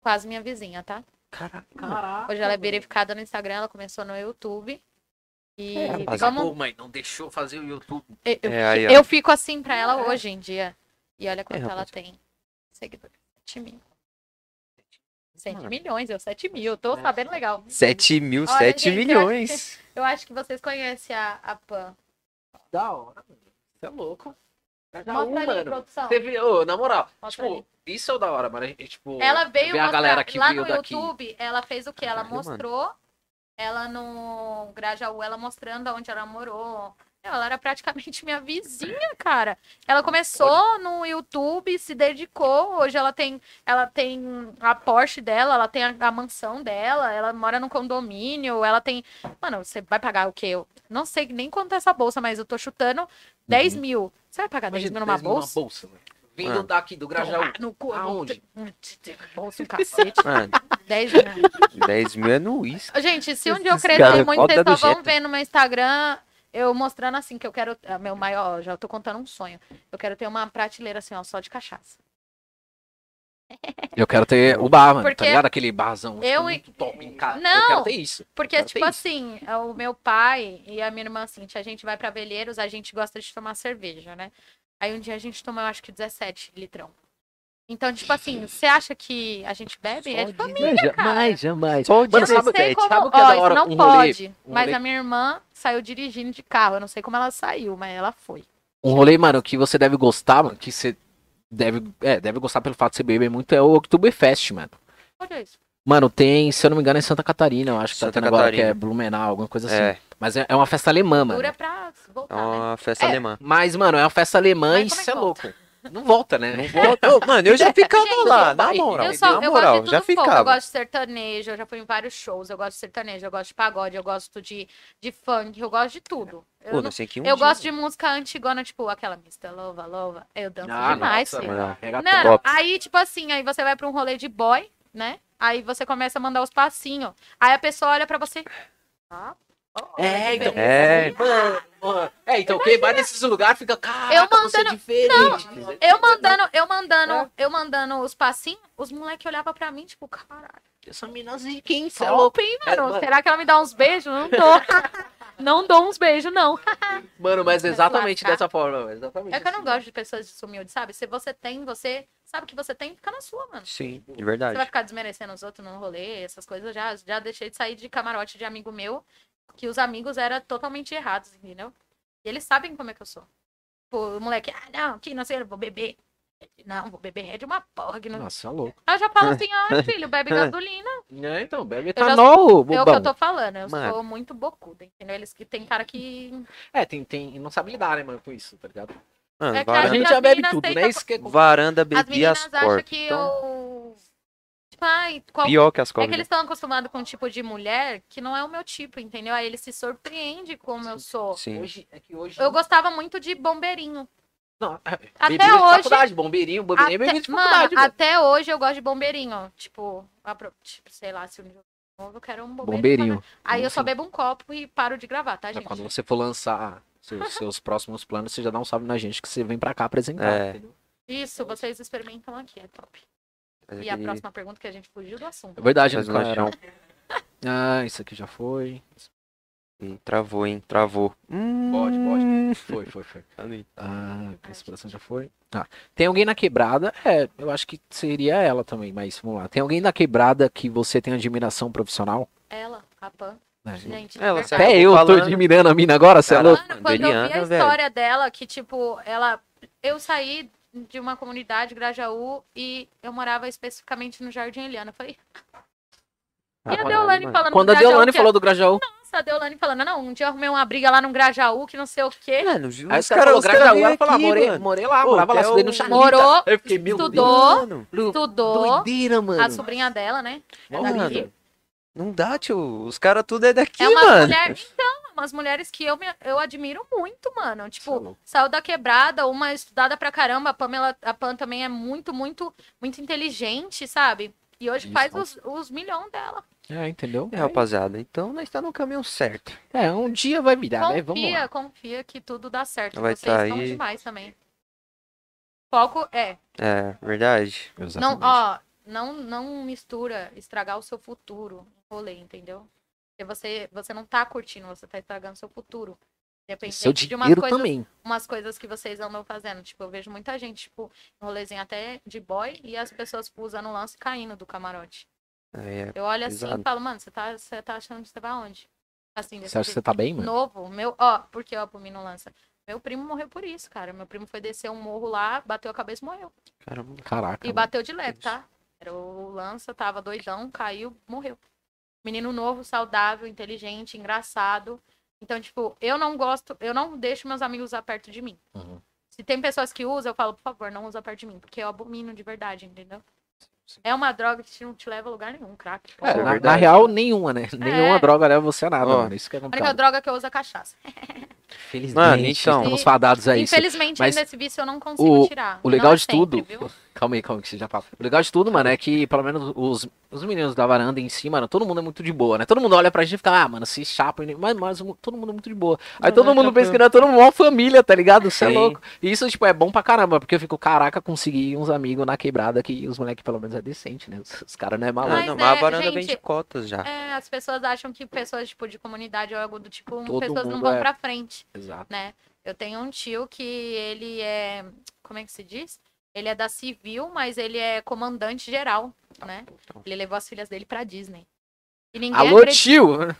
[SPEAKER 3] Quase minha vizinha, tá?
[SPEAKER 2] Caraca.
[SPEAKER 4] Caraca.
[SPEAKER 3] Hoje ela é
[SPEAKER 4] mano.
[SPEAKER 3] verificada no Instagram, ela começou no YouTube. E
[SPEAKER 2] É, rapaz,
[SPEAKER 3] vamos.
[SPEAKER 1] Pô, mãe, não deixou fazer o YouTube.
[SPEAKER 3] Eu, eu-
[SPEAKER 2] É, aí, ó. É,
[SPEAKER 3] eu fico assim pra ela hoje em dia. E olha quanto ela
[SPEAKER 2] rapaz.
[SPEAKER 3] tem. Seguidor. 7 mil. 7
[SPEAKER 2] Mano.
[SPEAKER 3] milhões, eu 7 mil.
[SPEAKER 1] né?
[SPEAKER 3] Tô
[SPEAKER 4] É.
[SPEAKER 3] sabendo legal.
[SPEAKER 2] 7 mil,
[SPEAKER 3] Olha,
[SPEAKER 2] 7
[SPEAKER 3] gente,
[SPEAKER 2] milhões.
[SPEAKER 3] Eu acho que vocês conhecem a, a Pan.
[SPEAKER 4] Da hora, mano. Você é louco. Grajaú,
[SPEAKER 3] Mostra ali,
[SPEAKER 4] um, mano.
[SPEAKER 3] produção.
[SPEAKER 4] Você vê, ô, na moral,
[SPEAKER 3] Mostra
[SPEAKER 4] tipo,
[SPEAKER 3] ali.
[SPEAKER 4] isso é o da hora, mano. É, tipo,
[SPEAKER 3] Ela veio
[SPEAKER 1] ver a
[SPEAKER 3] mostrar.
[SPEAKER 1] galera que
[SPEAKER 3] lá
[SPEAKER 1] veio
[SPEAKER 3] no
[SPEAKER 1] daqui.
[SPEAKER 3] YouTube, ela fez o que? Ela
[SPEAKER 2] Caralho, mano.
[SPEAKER 3] mostrou, ela no Grajaú, ela mostrando onde ela morou. Ela era praticamente minha vizinha, cara. Ela começou no YouTube, se dedicou. Hoje ela tem, ela tem a Porsche dela, ela tem a, a mansão dela, ela mora num condomínio, ela tem. Mano, você vai pagar o quê? Eu não sei nem quanto é essa bolsa, mas eu tô chutando 10 mil. Você vai pagar 10 mil Tá numa
[SPEAKER 4] 10 mil
[SPEAKER 3] bolsa?
[SPEAKER 4] mano. Vindo
[SPEAKER 2] Mano.
[SPEAKER 4] daqui do Grajaú.
[SPEAKER 3] Ah, no cu,
[SPEAKER 4] Aonde?
[SPEAKER 3] Bolsa, um cacete.
[SPEAKER 2] Mano,
[SPEAKER 3] 10 mil.
[SPEAKER 2] 10 mil é no uísque.
[SPEAKER 3] Gente, se um
[SPEAKER 2] Esses
[SPEAKER 3] dia eu crescer
[SPEAKER 2] caras,
[SPEAKER 3] muito,
[SPEAKER 2] qual
[SPEAKER 3] vocês só
[SPEAKER 2] dado
[SPEAKER 3] vão
[SPEAKER 2] jeito?
[SPEAKER 3] ver no meu Instagram eu mostrando assim que eu quero. ah, Meu maior, ó, já tô contando um sonho. Eu quero ter uma prateleira assim, ó, só de cachaça.
[SPEAKER 1] Eu quero ter o bar, mano.
[SPEAKER 3] Porque
[SPEAKER 1] Tá ligado? Aquele barzão. tipo,
[SPEAKER 3] eu-
[SPEAKER 1] muito top, hein, cara.
[SPEAKER 3] Não!
[SPEAKER 1] Eu quero ter isso.
[SPEAKER 3] Porque,
[SPEAKER 1] Cara,
[SPEAKER 3] tipo
[SPEAKER 1] tem
[SPEAKER 3] assim, o meu pai e a minha irmã Cintia, a gente vai pra Belheiros, a gente gosta de tomar cerveja, né? Aí um dia a gente toma, eu acho que 17 litrão. Então, tipo assim, você acha que a gente bebe? é de família, cara.
[SPEAKER 1] jamais.
[SPEAKER 2] Só o
[SPEAKER 3] Eu
[SPEAKER 2] dia
[SPEAKER 1] Mano, sabe
[SPEAKER 3] não
[SPEAKER 1] o que
[SPEAKER 3] sei
[SPEAKER 1] é?
[SPEAKER 3] como.
[SPEAKER 1] Sabe o que é
[SPEAKER 3] ó,
[SPEAKER 1] da
[SPEAKER 3] isso
[SPEAKER 1] hora?
[SPEAKER 3] não
[SPEAKER 1] Um rolê-
[SPEAKER 3] pode.
[SPEAKER 1] um
[SPEAKER 3] mas
[SPEAKER 1] rolê-
[SPEAKER 3] a minha irmã saiu dirigindo de carro. Eu não sei como ela saiu, mas ela foi.
[SPEAKER 1] Um rolê, mano, que você deve gostar, mano, que você deve, é, deve gostar pelo fato de você beber muito, é o Oktoberfest, mano.
[SPEAKER 3] Olha isso.
[SPEAKER 1] Mano, tem, se eu não me engano, em Santa Catarina, eu acho que
[SPEAKER 2] Santa
[SPEAKER 1] tá tendo agora, que
[SPEAKER 2] Catarina.
[SPEAKER 1] é Blumenau, alguma coisa assim.
[SPEAKER 2] É,
[SPEAKER 1] Mas é, é uma festa alemã, mano.
[SPEAKER 3] Dura pra
[SPEAKER 2] é
[SPEAKER 3] voltar, né?
[SPEAKER 2] uma festa
[SPEAKER 3] É.
[SPEAKER 2] alemã.
[SPEAKER 1] Mas, mano, é uma festa alemã
[SPEAKER 3] Mas
[SPEAKER 1] e
[SPEAKER 3] como é
[SPEAKER 1] isso é
[SPEAKER 3] que
[SPEAKER 1] louco. Não volta, né? Não volta.
[SPEAKER 2] Ô, mano, eu já ficava
[SPEAKER 3] Gente,
[SPEAKER 2] lá, na
[SPEAKER 1] eu
[SPEAKER 2] moral.
[SPEAKER 3] Eu, só,
[SPEAKER 2] na
[SPEAKER 3] eu
[SPEAKER 2] moral,
[SPEAKER 3] gosto de
[SPEAKER 2] já
[SPEAKER 3] tudo pouco. Eu
[SPEAKER 2] ficava.
[SPEAKER 3] gosto de sertanejo, eu já fui em vários shows. Eu gosto de sertanejo, eu gosto de pagode, eu gosto de, de funk, eu gosto de tudo. Eu,
[SPEAKER 2] Pô,
[SPEAKER 3] não-
[SPEAKER 2] não sei que um
[SPEAKER 3] eu
[SPEAKER 2] dia-
[SPEAKER 3] gosto de música antigona, tipo aquela mista, louva, louva. Eu danço
[SPEAKER 1] Ah,
[SPEAKER 3] demais,
[SPEAKER 1] nossa,
[SPEAKER 3] filho.
[SPEAKER 1] mano,
[SPEAKER 2] Não.
[SPEAKER 1] pega
[SPEAKER 3] Não,
[SPEAKER 1] top.
[SPEAKER 2] Top.
[SPEAKER 3] aí, tipo assim, aí você vai pra um rolê de boy, né? Aí você começa a mandar os passinhos. Aí a pessoa olha pra você. Ah, ó,
[SPEAKER 1] É, então.
[SPEAKER 2] É.
[SPEAKER 1] Mano, mano. É, então quem vai nesses lugares fica, cara, você é
[SPEAKER 3] mandando-
[SPEAKER 1] diferente. filho."
[SPEAKER 3] Eu mandando, eu mandando, eu mandando os passinhos, os moleque olhava pra mim, tipo, caralho,
[SPEAKER 1] Essa minazinha, quem
[SPEAKER 3] você é
[SPEAKER 1] louco?
[SPEAKER 3] louco, hein,
[SPEAKER 1] É,
[SPEAKER 3] mano?
[SPEAKER 1] mano.
[SPEAKER 3] Será que ela me dá uns beijos? Não dou. não dou uns beijos, não.
[SPEAKER 1] Mano, mas
[SPEAKER 3] Vai se
[SPEAKER 1] exatamente
[SPEAKER 3] lascar.
[SPEAKER 1] dessa forma, mano, exatamente.
[SPEAKER 3] É que eu não
[SPEAKER 1] assim.
[SPEAKER 3] gosto de pessoas desumildes, sabe? Se você tem, você sabe que você tem, fica na sua, mano.
[SPEAKER 2] Sim, de
[SPEAKER 3] Você vai
[SPEAKER 2] verdade.
[SPEAKER 3] ficar desmerecendo os outros no rolê, essas coisas. Eu já, já deixei de sair de camarote de amigo meu, que os amigos eram totalmente errados, entendeu? E eles sabem como é que eu sou. Tipo, o moleque, ah, não, que não sei, eu vou beber. Não, vou beber Red uma porra. Que não...
[SPEAKER 1] Nossa, é louco.
[SPEAKER 3] Aí Eu já falo assim, ai, filho, bebe gasolina.
[SPEAKER 1] É, então, bebe
[SPEAKER 3] já-
[SPEAKER 1] etanol,
[SPEAKER 3] É o que eu
[SPEAKER 1] bobão.
[SPEAKER 3] tô falando. Eu
[SPEAKER 2] Mano.
[SPEAKER 3] sou muito bocuda, entendeu? Eles que tem cara que.
[SPEAKER 1] É, tem, tem, não sabe lidar, né, mano, com isso, tá ligado?
[SPEAKER 2] Mano,
[SPEAKER 3] É que
[SPEAKER 1] A
[SPEAKER 3] As
[SPEAKER 1] gente
[SPEAKER 2] varanda,
[SPEAKER 3] meninas-
[SPEAKER 1] já bebe
[SPEAKER 3] meninas
[SPEAKER 1] tudo,
[SPEAKER 3] têm
[SPEAKER 1] né?
[SPEAKER 3] que-
[SPEAKER 1] Isso que é
[SPEAKER 2] varanda
[SPEAKER 3] As
[SPEAKER 2] bebia
[SPEAKER 3] meninas
[SPEAKER 2] as
[SPEAKER 3] acham
[SPEAKER 2] corpos.
[SPEAKER 3] que
[SPEAKER 2] então,
[SPEAKER 3] eu. Tipo, ai, qual
[SPEAKER 2] Pior que as
[SPEAKER 3] É
[SPEAKER 1] né?
[SPEAKER 3] que
[SPEAKER 2] corpos.
[SPEAKER 3] eles estão acostumados com um tipo de mulher que não é o meu tipo, entendeu? Aí ele se surpreende como eu sou.
[SPEAKER 2] Sim.
[SPEAKER 4] Hoje, é que hoje.
[SPEAKER 3] Eu gostava muito de bombeirinho.
[SPEAKER 1] Não, é,
[SPEAKER 3] Até
[SPEAKER 1] bebida de
[SPEAKER 3] hoje-
[SPEAKER 1] faculdade, bombeirinho, bombeirinho, é
[SPEAKER 3] Até,
[SPEAKER 1] bebida de
[SPEAKER 3] mano,
[SPEAKER 1] faculdade, mano.
[SPEAKER 3] até hoje eu gosto de bombeirinho. Tipo, apro- tipo, sei lá, se um dia eu novo, eu quero um bombeirinho.
[SPEAKER 1] Bombeirinho.
[SPEAKER 3] Aí eu só
[SPEAKER 1] Como
[SPEAKER 3] bebo um copo e paro de gravar, tá,
[SPEAKER 1] Mas
[SPEAKER 3] gente?
[SPEAKER 1] Quando você for lançar seus, seus próximos planos, você já dá um salve na gente que você vem pra cá apresentar,
[SPEAKER 2] É.
[SPEAKER 1] entendeu?
[SPEAKER 3] Isso, vocês experimentam aqui, é top.
[SPEAKER 2] Fazer
[SPEAKER 3] E a
[SPEAKER 2] aquele-
[SPEAKER 3] próxima pergunta que a gente fugiu do assunto.
[SPEAKER 1] É verdade, né,
[SPEAKER 2] fazer um
[SPEAKER 1] cara?
[SPEAKER 2] lanchão.
[SPEAKER 1] Ah, isso aqui já foi.
[SPEAKER 2] Ih, Travou, hein? Travou. Hum.
[SPEAKER 1] Pode, pode. Foi, foi, foi.
[SPEAKER 2] pode.
[SPEAKER 1] Ah, a exploração já foi. Tá. Tem alguém na quebrada? É, eu acho que seria ela também, mas vamos lá. Tem alguém na quebrada que você tem admiração profissional?
[SPEAKER 3] Ela, a Pan,
[SPEAKER 1] Né?
[SPEAKER 3] gente. de
[SPEAKER 2] Ela
[SPEAKER 3] verdade.
[SPEAKER 2] sabe-
[SPEAKER 1] Até eu tô
[SPEAKER 2] falando.
[SPEAKER 1] admirando a mina agora, você é
[SPEAKER 2] Cara,
[SPEAKER 1] louco?
[SPEAKER 3] Mano, quando eu vi a
[SPEAKER 2] Deliana, velho.
[SPEAKER 3] história dela, que tipo, ela. Eu saí de uma comunidade, Grajaú, e eu morava especificamente no Jardim Eliana. Eu falei,
[SPEAKER 2] Tá
[SPEAKER 3] e a
[SPEAKER 1] quando-
[SPEAKER 3] Deolane falando
[SPEAKER 1] Ah, Quando
[SPEAKER 3] do
[SPEAKER 1] a
[SPEAKER 3] Grajaú,
[SPEAKER 1] Deolane
[SPEAKER 3] que- é
[SPEAKER 1] falou do Grajaú,
[SPEAKER 3] Nossa, a Deolane falando, não, um dia eu arrumei uma briga lá num Grajaú, que não sei o quê.
[SPEAKER 2] Mano, viu?
[SPEAKER 1] aí
[SPEAKER 2] os
[SPEAKER 1] os
[SPEAKER 3] tá
[SPEAKER 1] caras
[SPEAKER 2] caras
[SPEAKER 1] falou Grajaú,
[SPEAKER 2] vêm
[SPEAKER 1] ela falou,
[SPEAKER 2] aqui,
[SPEAKER 1] morei,
[SPEAKER 2] mano.
[SPEAKER 1] morei lá,
[SPEAKER 2] Pô,
[SPEAKER 1] morava lá,
[SPEAKER 2] até
[SPEAKER 1] estudei
[SPEAKER 2] o-
[SPEAKER 1] no Charita.
[SPEAKER 3] Morou,
[SPEAKER 1] Aí eu fiquei, meu
[SPEAKER 3] estudou,
[SPEAKER 1] Deus.
[SPEAKER 2] Mano,
[SPEAKER 3] estudou,
[SPEAKER 1] Doideira, mano.
[SPEAKER 3] a sobrinha dela, né?
[SPEAKER 2] mano,
[SPEAKER 3] daqui.
[SPEAKER 2] não dá, tio. Os caras tudo é daqui,
[SPEAKER 3] é uma
[SPEAKER 2] mano.
[SPEAKER 3] mulher. Então, umas mulheres que eu, me, eu admiro muito, mano.
[SPEAKER 4] Cê é
[SPEAKER 3] Tipo,
[SPEAKER 4] louco.
[SPEAKER 3] saiu da quebrada, uma é estudada pra caramba. A Pamela, a Pan também é muito, muito, muito inteligente, sabe? E hoje
[SPEAKER 1] Isso.
[SPEAKER 3] faz os, os milhões dela.
[SPEAKER 1] É, entendeu?
[SPEAKER 2] É, rapaziada, então nós está no caminho certo.
[SPEAKER 1] É, um dia vai virar, né? Vamos
[SPEAKER 3] confia,
[SPEAKER 1] lá.
[SPEAKER 3] confia que tudo dá certo.
[SPEAKER 2] Vai
[SPEAKER 3] Vocês
[SPEAKER 2] tá
[SPEAKER 3] estão
[SPEAKER 2] aí.
[SPEAKER 3] demais também. Foco é,
[SPEAKER 2] É, verdade.
[SPEAKER 3] Não, ó, não, não mistura estragar o seu futuro no rolê, entendeu? Porque você, você não tá curtindo, você tá estragando seu futuro. Dependente
[SPEAKER 1] Seu
[SPEAKER 3] de assim,
[SPEAKER 1] dinheiro
[SPEAKER 3] umas coisas,
[SPEAKER 1] também.
[SPEAKER 3] umas coisas que vocês andam fazendo. Tipo, eu vejo muita gente, tipo, no rolezinho até de boy e as pessoas tipo, usando o lance e caindo do camarote.
[SPEAKER 2] É,
[SPEAKER 3] Eu olho assim
[SPEAKER 2] Exato.
[SPEAKER 3] e falo, mano, você tá, você tá achando que você vai aonde? Assim, desse
[SPEAKER 1] Você acha que
[SPEAKER 3] jeito.
[SPEAKER 1] você tá bem, mano?
[SPEAKER 3] Novo, meu, ó, porque ó, por mim não lança. Meu primo morreu por isso, cara. Meu primo foi descer um morro lá, bateu a cabeça e morreu.
[SPEAKER 2] caramba.
[SPEAKER 1] Caraca.
[SPEAKER 3] E
[SPEAKER 1] mano.
[SPEAKER 3] bateu de leve, tá? Era o lança, tava doidão, caiu, morreu. Menino novo, saudável, inteligente, engraçado. Então, tipo, eu não gosto, eu não deixo meus amigos usar perto de mim.
[SPEAKER 1] Uhum.
[SPEAKER 3] Se tem pessoas que usam, eu falo, por favor, não usa perto de mim, porque eu abomino de verdade, entendeu? É uma droga que te- não te leva a lugar nenhum, crack.
[SPEAKER 1] É,
[SPEAKER 2] Pô,
[SPEAKER 1] na, na
[SPEAKER 2] verdade.
[SPEAKER 1] real, nenhuma,
[SPEAKER 3] É.
[SPEAKER 1] né? Nenhuma droga leva você a nada,
[SPEAKER 2] Ó.
[SPEAKER 1] mano. Isso que é
[SPEAKER 3] A única
[SPEAKER 1] complicado.
[SPEAKER 3] droga que eu uso é cachaça.
[SPEAKER 1] Felizmente,
[SPEAKER 2] Mano, então-
[SPEAKER 1] estamos fadados a É isso.
[SPEAKER 3] Infelizmente,
[SPEAKER 1] Mas
[SPEAKER 3] ainda esse vício eu não consigo tirar.
[SPEAKER 1] o legal
[SPEAKER 3] Não é
[SPEAKER 1] de tudo-
[SPEAKER 3] sempre, viu?
[SPEAKER 1] Calma aí, calma aí, que você já fala. O legal de tudo, mano, é que pelo menos os, os meninos da varanda em si, mano, todo mundo é muito de boa, né? Todo mundo olha pra gente e fica, ah, mano, se chapa, mas, mas todo mundo é muito de boa. Aí
[SPEAKER 2] Não,
[SPEAKER 1] todo
[SPEAKER 2] não,
[SPEAKER 1] mundo pensa
[SPEAKER 2] tranquilo.
[SPEAKER 1] que nós é todo mundo uma família, tá ligado? Você é
[SPEAKER 2] Sim.
[SPEAKER 1] louco. E isso, tipo, é bom pra caramba, porque eu fico, caraca, consegui uns amigos na quebrada que os moleques pelo menos é decente, né? Os, os caras não é
[SPEAKER 2] Ah,
[SPEAKER 1] maluco.
[SPEAKER 3] Mas
[SPEAKER 2] não, mas
[SPEAKER 3] é,
[SPEAKER 2] a varanda vem
[SPEAKER 3] gente,
[SPEAKER 2] de cotas já.
[SPEAKER 3] É, as pessoas acham que pessoas, tipo, de comunidade ou algo do tipo,
[SPEAKER 1] Todo
[SPEAKER 3] pessoas não
[SPEAKER 1] mundo
[SPEAKER 3] vão
[SPEAKER 1] é.
[SPEAKER 3] pra frente.
[SPEAKER 1] Exato.
[SPEAKER 3] né? Eu tenho um tio que ele é. Como é que se diz? Ele é da civil, mas ele é comandante geral, né? Ele levou as filhas dele pra Disney. E ninguém
[SPEAKER 1] Alô,
[SPEAKER 3] acredita.
[SPEAKER 1] tio!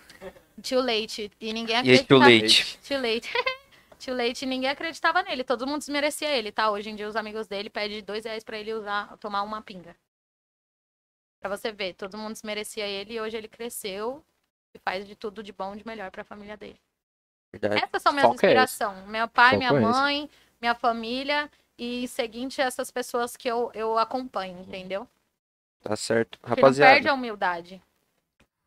[SPEAKER 3] Tio Leite. E ninguém
[SPEAKER 2] E esse tio
[SPEAKER 3] acreditava.
[SPEAKER 2] leite.
[SPEAKER 3] Tio Leite. Tio Leite, ninguém acreditava nele. Todo mundo desmerecia ele, tá? Hoje em dia, os amigos dele pedem dois reais pra ele usar, tomar uma pinga. Pra você ver, todo mundo desmerecia ele e hoje ele cresceu e faz de tudo de bom, de melhor pra família dele.
[SPEAKER 2] Verdade.
[SPEAKER 3] Essas são minhas
[SPEAKER 1] Foco é
[SPEAKER 3] inspirações. Meu pai,
[SPEAKER 1] Foco
[SPEAKER 3] minha
[SPEAKER 1] é esse.
[SPEAKER 3] mãe, minha família e seguinte essas pessoas que eu, eu acompanho, entendeu?
[SPEAKER 2] Tá certo.
[SPEAKER 3] Que não perde
[SPEAKER 2] Rapaziada,
[SPEAKER 3] a humildade.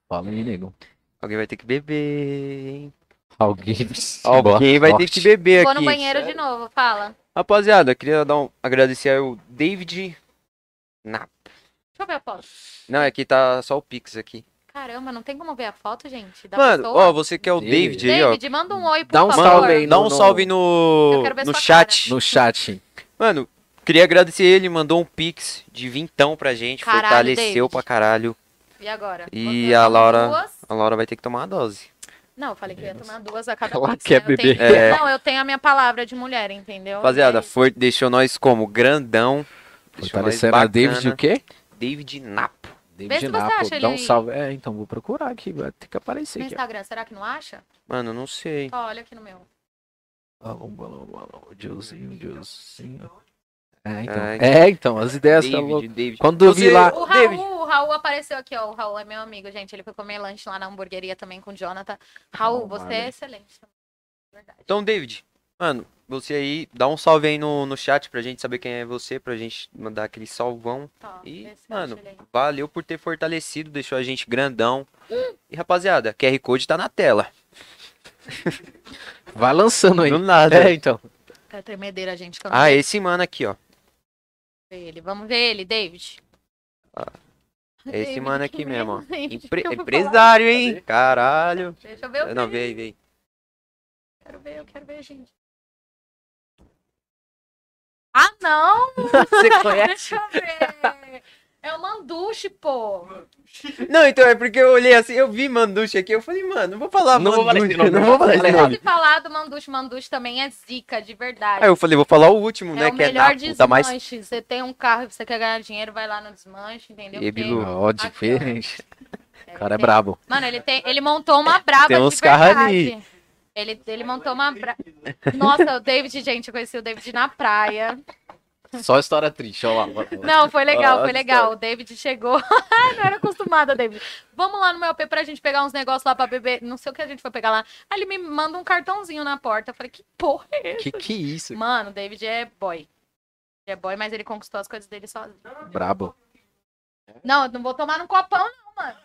[SPEAKER 1] Fala aí, nego.
[SPEAKER 2] alguém vai ter que beber, hein?
[SPEAKER 1] Alguém.
[SPEAKER 2] Alguém vai ter que beber
[SPEAKER 3] Vou no
[SPEAKER 2] aqui.
[SPEAKER 3] banheiro de novo, fala.
[SPEAKER 2] Rapaziada, eu queria dar um... agradecer ao David.
[SPEAKER 3] Deixa eu ver a foto.
[SPEAKER 2] Não, aqui tá só o Pix aqui.
[SPEAKER 3] Caramba, não tem como ver a foto, gente, da
[SPEAKER 2] Mano,
[SPEAKER 3] pessoa.
[SPEAKER 2] ó, você que é o
[SPEAKER 1] David.
[SPEAKER 2] David, aí, ó.
[SPEAKER 3] David, manda um oi, por
[SPEAKER 1] Dá um
[SPEAKER 3] favor.
[SPEAKER 1] salve aí,
[SPEAKER 2] Dá
[SPEAKER 1] no-
[SPEAKER 2] um salve no,
[SPEAKER 3] Eu quero ver
[SPEAKER 2] no
[SPEAKER 3] sua
[SPEAKER 2] chat.
[SPEAKER 1] No chat.
[SPEAKER 2] Mano, queria agradecer ele, mandou um pix de vintão pra gente,
[SPEAKER 3] Caralho,
[SPEAKER 2] fortaleceu
[SPEAKER 3] David.
[SPEAKER 2] pra caralho.
[SPEAKER 3] E agora?
[SPEAKER 2] E
[SPEAKER 3] Você
[SPEAKER 2] a
[SPEAKER 3] toma
[SPEAKER 2] Laura-
[SPEAKER 3] duas?
[SPEAKER 2] A Laura vai ter que tomar uma dose.
[SPEAKER 3] Não, eu falei que eu ia tomar duas a cada
[SPEAKER 1] Ela
[SPEAKER 3] vez,
[SPEAKER 1] quer
[SPEAKER 3] né? Eu tenho-
[SPEAKER 2] beber. É.
[SPEAKER 3] Não, eu tenho a minha palavra de mulher, entendeu?
[SPEAKER 2] Rapaziada,
[SPEAKER 3] É isso.
[SPEAKER 2] for- deixou nós como grandão. Deixou nós
[SPEAKER 1] Fortalecendo a David
[SPEAKER 2] bacana.
[SPEAKER 1] o quê?
[SPEAKER 2] David Napo.
[SPEAKER 3] Vê se
[SPEAKER 1] David
[SPEAKER 3] você
[SPEAKER 1] Napo.
[SPEAKER 3] acha
[SPEAKER 1] Dá um
[SPEAKER 3] ele tá aí.
[SPEAKER 1] salve. É, então vou procurar aqui. Vai ter que aparecer
[SPEAKER 3] no
[SPEAKER 1] aqui. ó.
[SPEAKER 3] Instagram, será que não acha?
[SPEAKER 2] Mano, não sei.
[SPEAKER 3] Ó, olha aqui no meu.
[SPEAKER 1] Balão, balão, balão. Deusinho, Deusinho. É, então.
[SPEAKER 2] É,
[SPEAKER 1] É, então, as ideias tá louco.
[SPEAKER 2] David, David.
[SPEAKER 1] Quando eu vi
[SPEAKER 2] Você-
[SPEAKER 1] lá.
[SPEAKER 3] O Raul,
[SPEAKER 2] David.
[SPEAKER 3] o Raul apareceu aqui, ó. O Raul é meu amigo, gente. Ele foi comer lanche lá na hamburgueria também com o Jonathan. Raul,
[SPEAKER 1] Raul,
[SPEAKER 3] você
[SPEAKER 1] vale.
[SPEAKER 3] é excelente. Verdade.
[SPEAKER 2] Oh, Então, David, mano, você aí, dá um salve aí no, no chat pra gente saber quem é você, pra gente mandar aquele salvão.
[SPEAKER 3] Tá,
[SPEAKER 2] E,
[SPEAKER 3] vê se eu
[SPEAKER 2] mano,
[SPEAKER 3] acho ele aí.
[SPEAKER 2] valeu por ter fortalecido, deixou a gente grandão. E, rapaziada, QR Code tá na tela.
[SPEAKER 1] Vai lançando aí.
[SPEAKER 2] Do nada.
[SPEAKER 1] É, então.
[SPEAKER 3] É tremedeira, gente. que eu não
[SPEAKER 2] Ah,
[SPEAKER 3] sei
[SPEAKER 2] esse mano aqui, ó.
[SPEAKER 3] ver ele. Vamos ver ele, David.
[SPEAKER 2] É esse
[SPEAKER 3] David,
[SPEAKER 2] mano
[SPEAKER 3] que
[SPEAKER 2] aqui mesmo, ó.
[SPEAKER 3] merda, gente,
[SPEAKER 2] Empre-
[SPEAKER 3] que eu vou
[SPEAKER 2] empresário, hein?
[SPEAKER 4] Cadê?
[SPEAKER 2] Caralho.
[SPEAKER 3] Deixa eu ver o
[SPEAKER 2] Não,
[SPEAKER 3] David.
[SPEAKER 2] vem aí, vem aí.
[SPEAKER 3] Eu quero ver, eu quero ver, gente. Ah, não!
[SPEAKER 2] Você conhece?
[SPEAKER 3] Deixa eu ver. É o Manduche, pô.
[SPEAKER 2] Não, então é porque eu olhei assim, eu vi Manduche aqui, eu falei, mano, não vou falar
[SPEAKER 1] Não vou falar
[SPEAKER 2] Manduche,
[SPEAKER 1] esse nome,
[SPEAKER 2] não vou falar esse
[SPEAKER 1] Falei
[SPEAKER 2] nome.
[SPEAKER 3] Se falar do Manduche, Manduche também é zica, de verdade.
[SPEAKER 2] Aí eu falei, vou falar o último, né,
[SPEAKER 3] É o
[SPEAKER 2] que é
[SPEAKER 3] melhor
[SPEAKER 2] Napo, tá mais...
[SPEAKER 3] desmanche. Você tem um carro e você quer ganhar dinheiro, vai lá no desmanche, entendeu?
[SPEAKER 2] E aí,
[SPEAKER 3] Porque
[SPEAKER 2] Bilu?
[SPEAKER 1] Ó, diferente. O cara é brabo.
[SPEAKER 3] Mano, ele, tem, ele montou uma braba
[SPEAKER 2] É, Tem
[SPEAKER 3] de
[SPEAKER 2] uns carros
[SPEAKER 3] verdade.
[SPEAKER 2] ali.
[SPEAKER 3] Ele, ele montou uma braba. Nossa, o David, gente, eu conheci o David na praia.
[SPEAKER 1] Só história triste, ó lá. ó lá.
[SPEAKER 3] Não, foi legal,
[SPEAKER 2] Ah,
[SPEAKER 3] foi legal. O David chegou. Ai, não era acostumada, David. Vamos lá no meu AP pra gente pegar uns negócios lá pra beber. Não sei o que a gente vai pegar lá. Aí ele me manda um cartãozinho na porta. Eu falei, que porra é essa?
[SPEAKER 1] Que que é isso?
[SPEAKER 3] Mano, o David é boy. Ele É boy, mas ele conquistou as coisas dele sozinho.
[SPEAKER 1] Brabo.
[SPEAKER 3] Não, eu não vou tomar num copão, não, mano.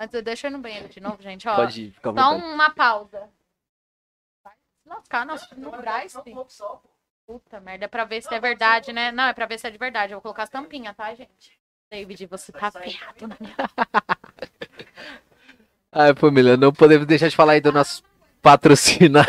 [SPEAKER 3] Mas eu deixo ele no banheiro de novo, gente. Ó,
[SPEAKER 1] Pode ir, fica à
[SPEAKER 3] só
[SPEAKER 1] vontade.
[SPEAKER 3] uma pausa. Vai se lascar nossa, no
[SPEAKER 4] Não, não,
[SPEAKER 3] Braz,
[SPEAKER 4] não,
[SPEAKER 3] filho.
[SPEAKER 4] não, só.
[SPEAKER 3] Puta merda, é pra ver se é verdade, né? Não, é pra ver se é de verdade. Eu vou colocar as tampinhas, tá, gente? David, você tá ferrado na minha.
[SPEAKER 1] Ai, família, não podemos deixar de falar aí do nosso patrocina.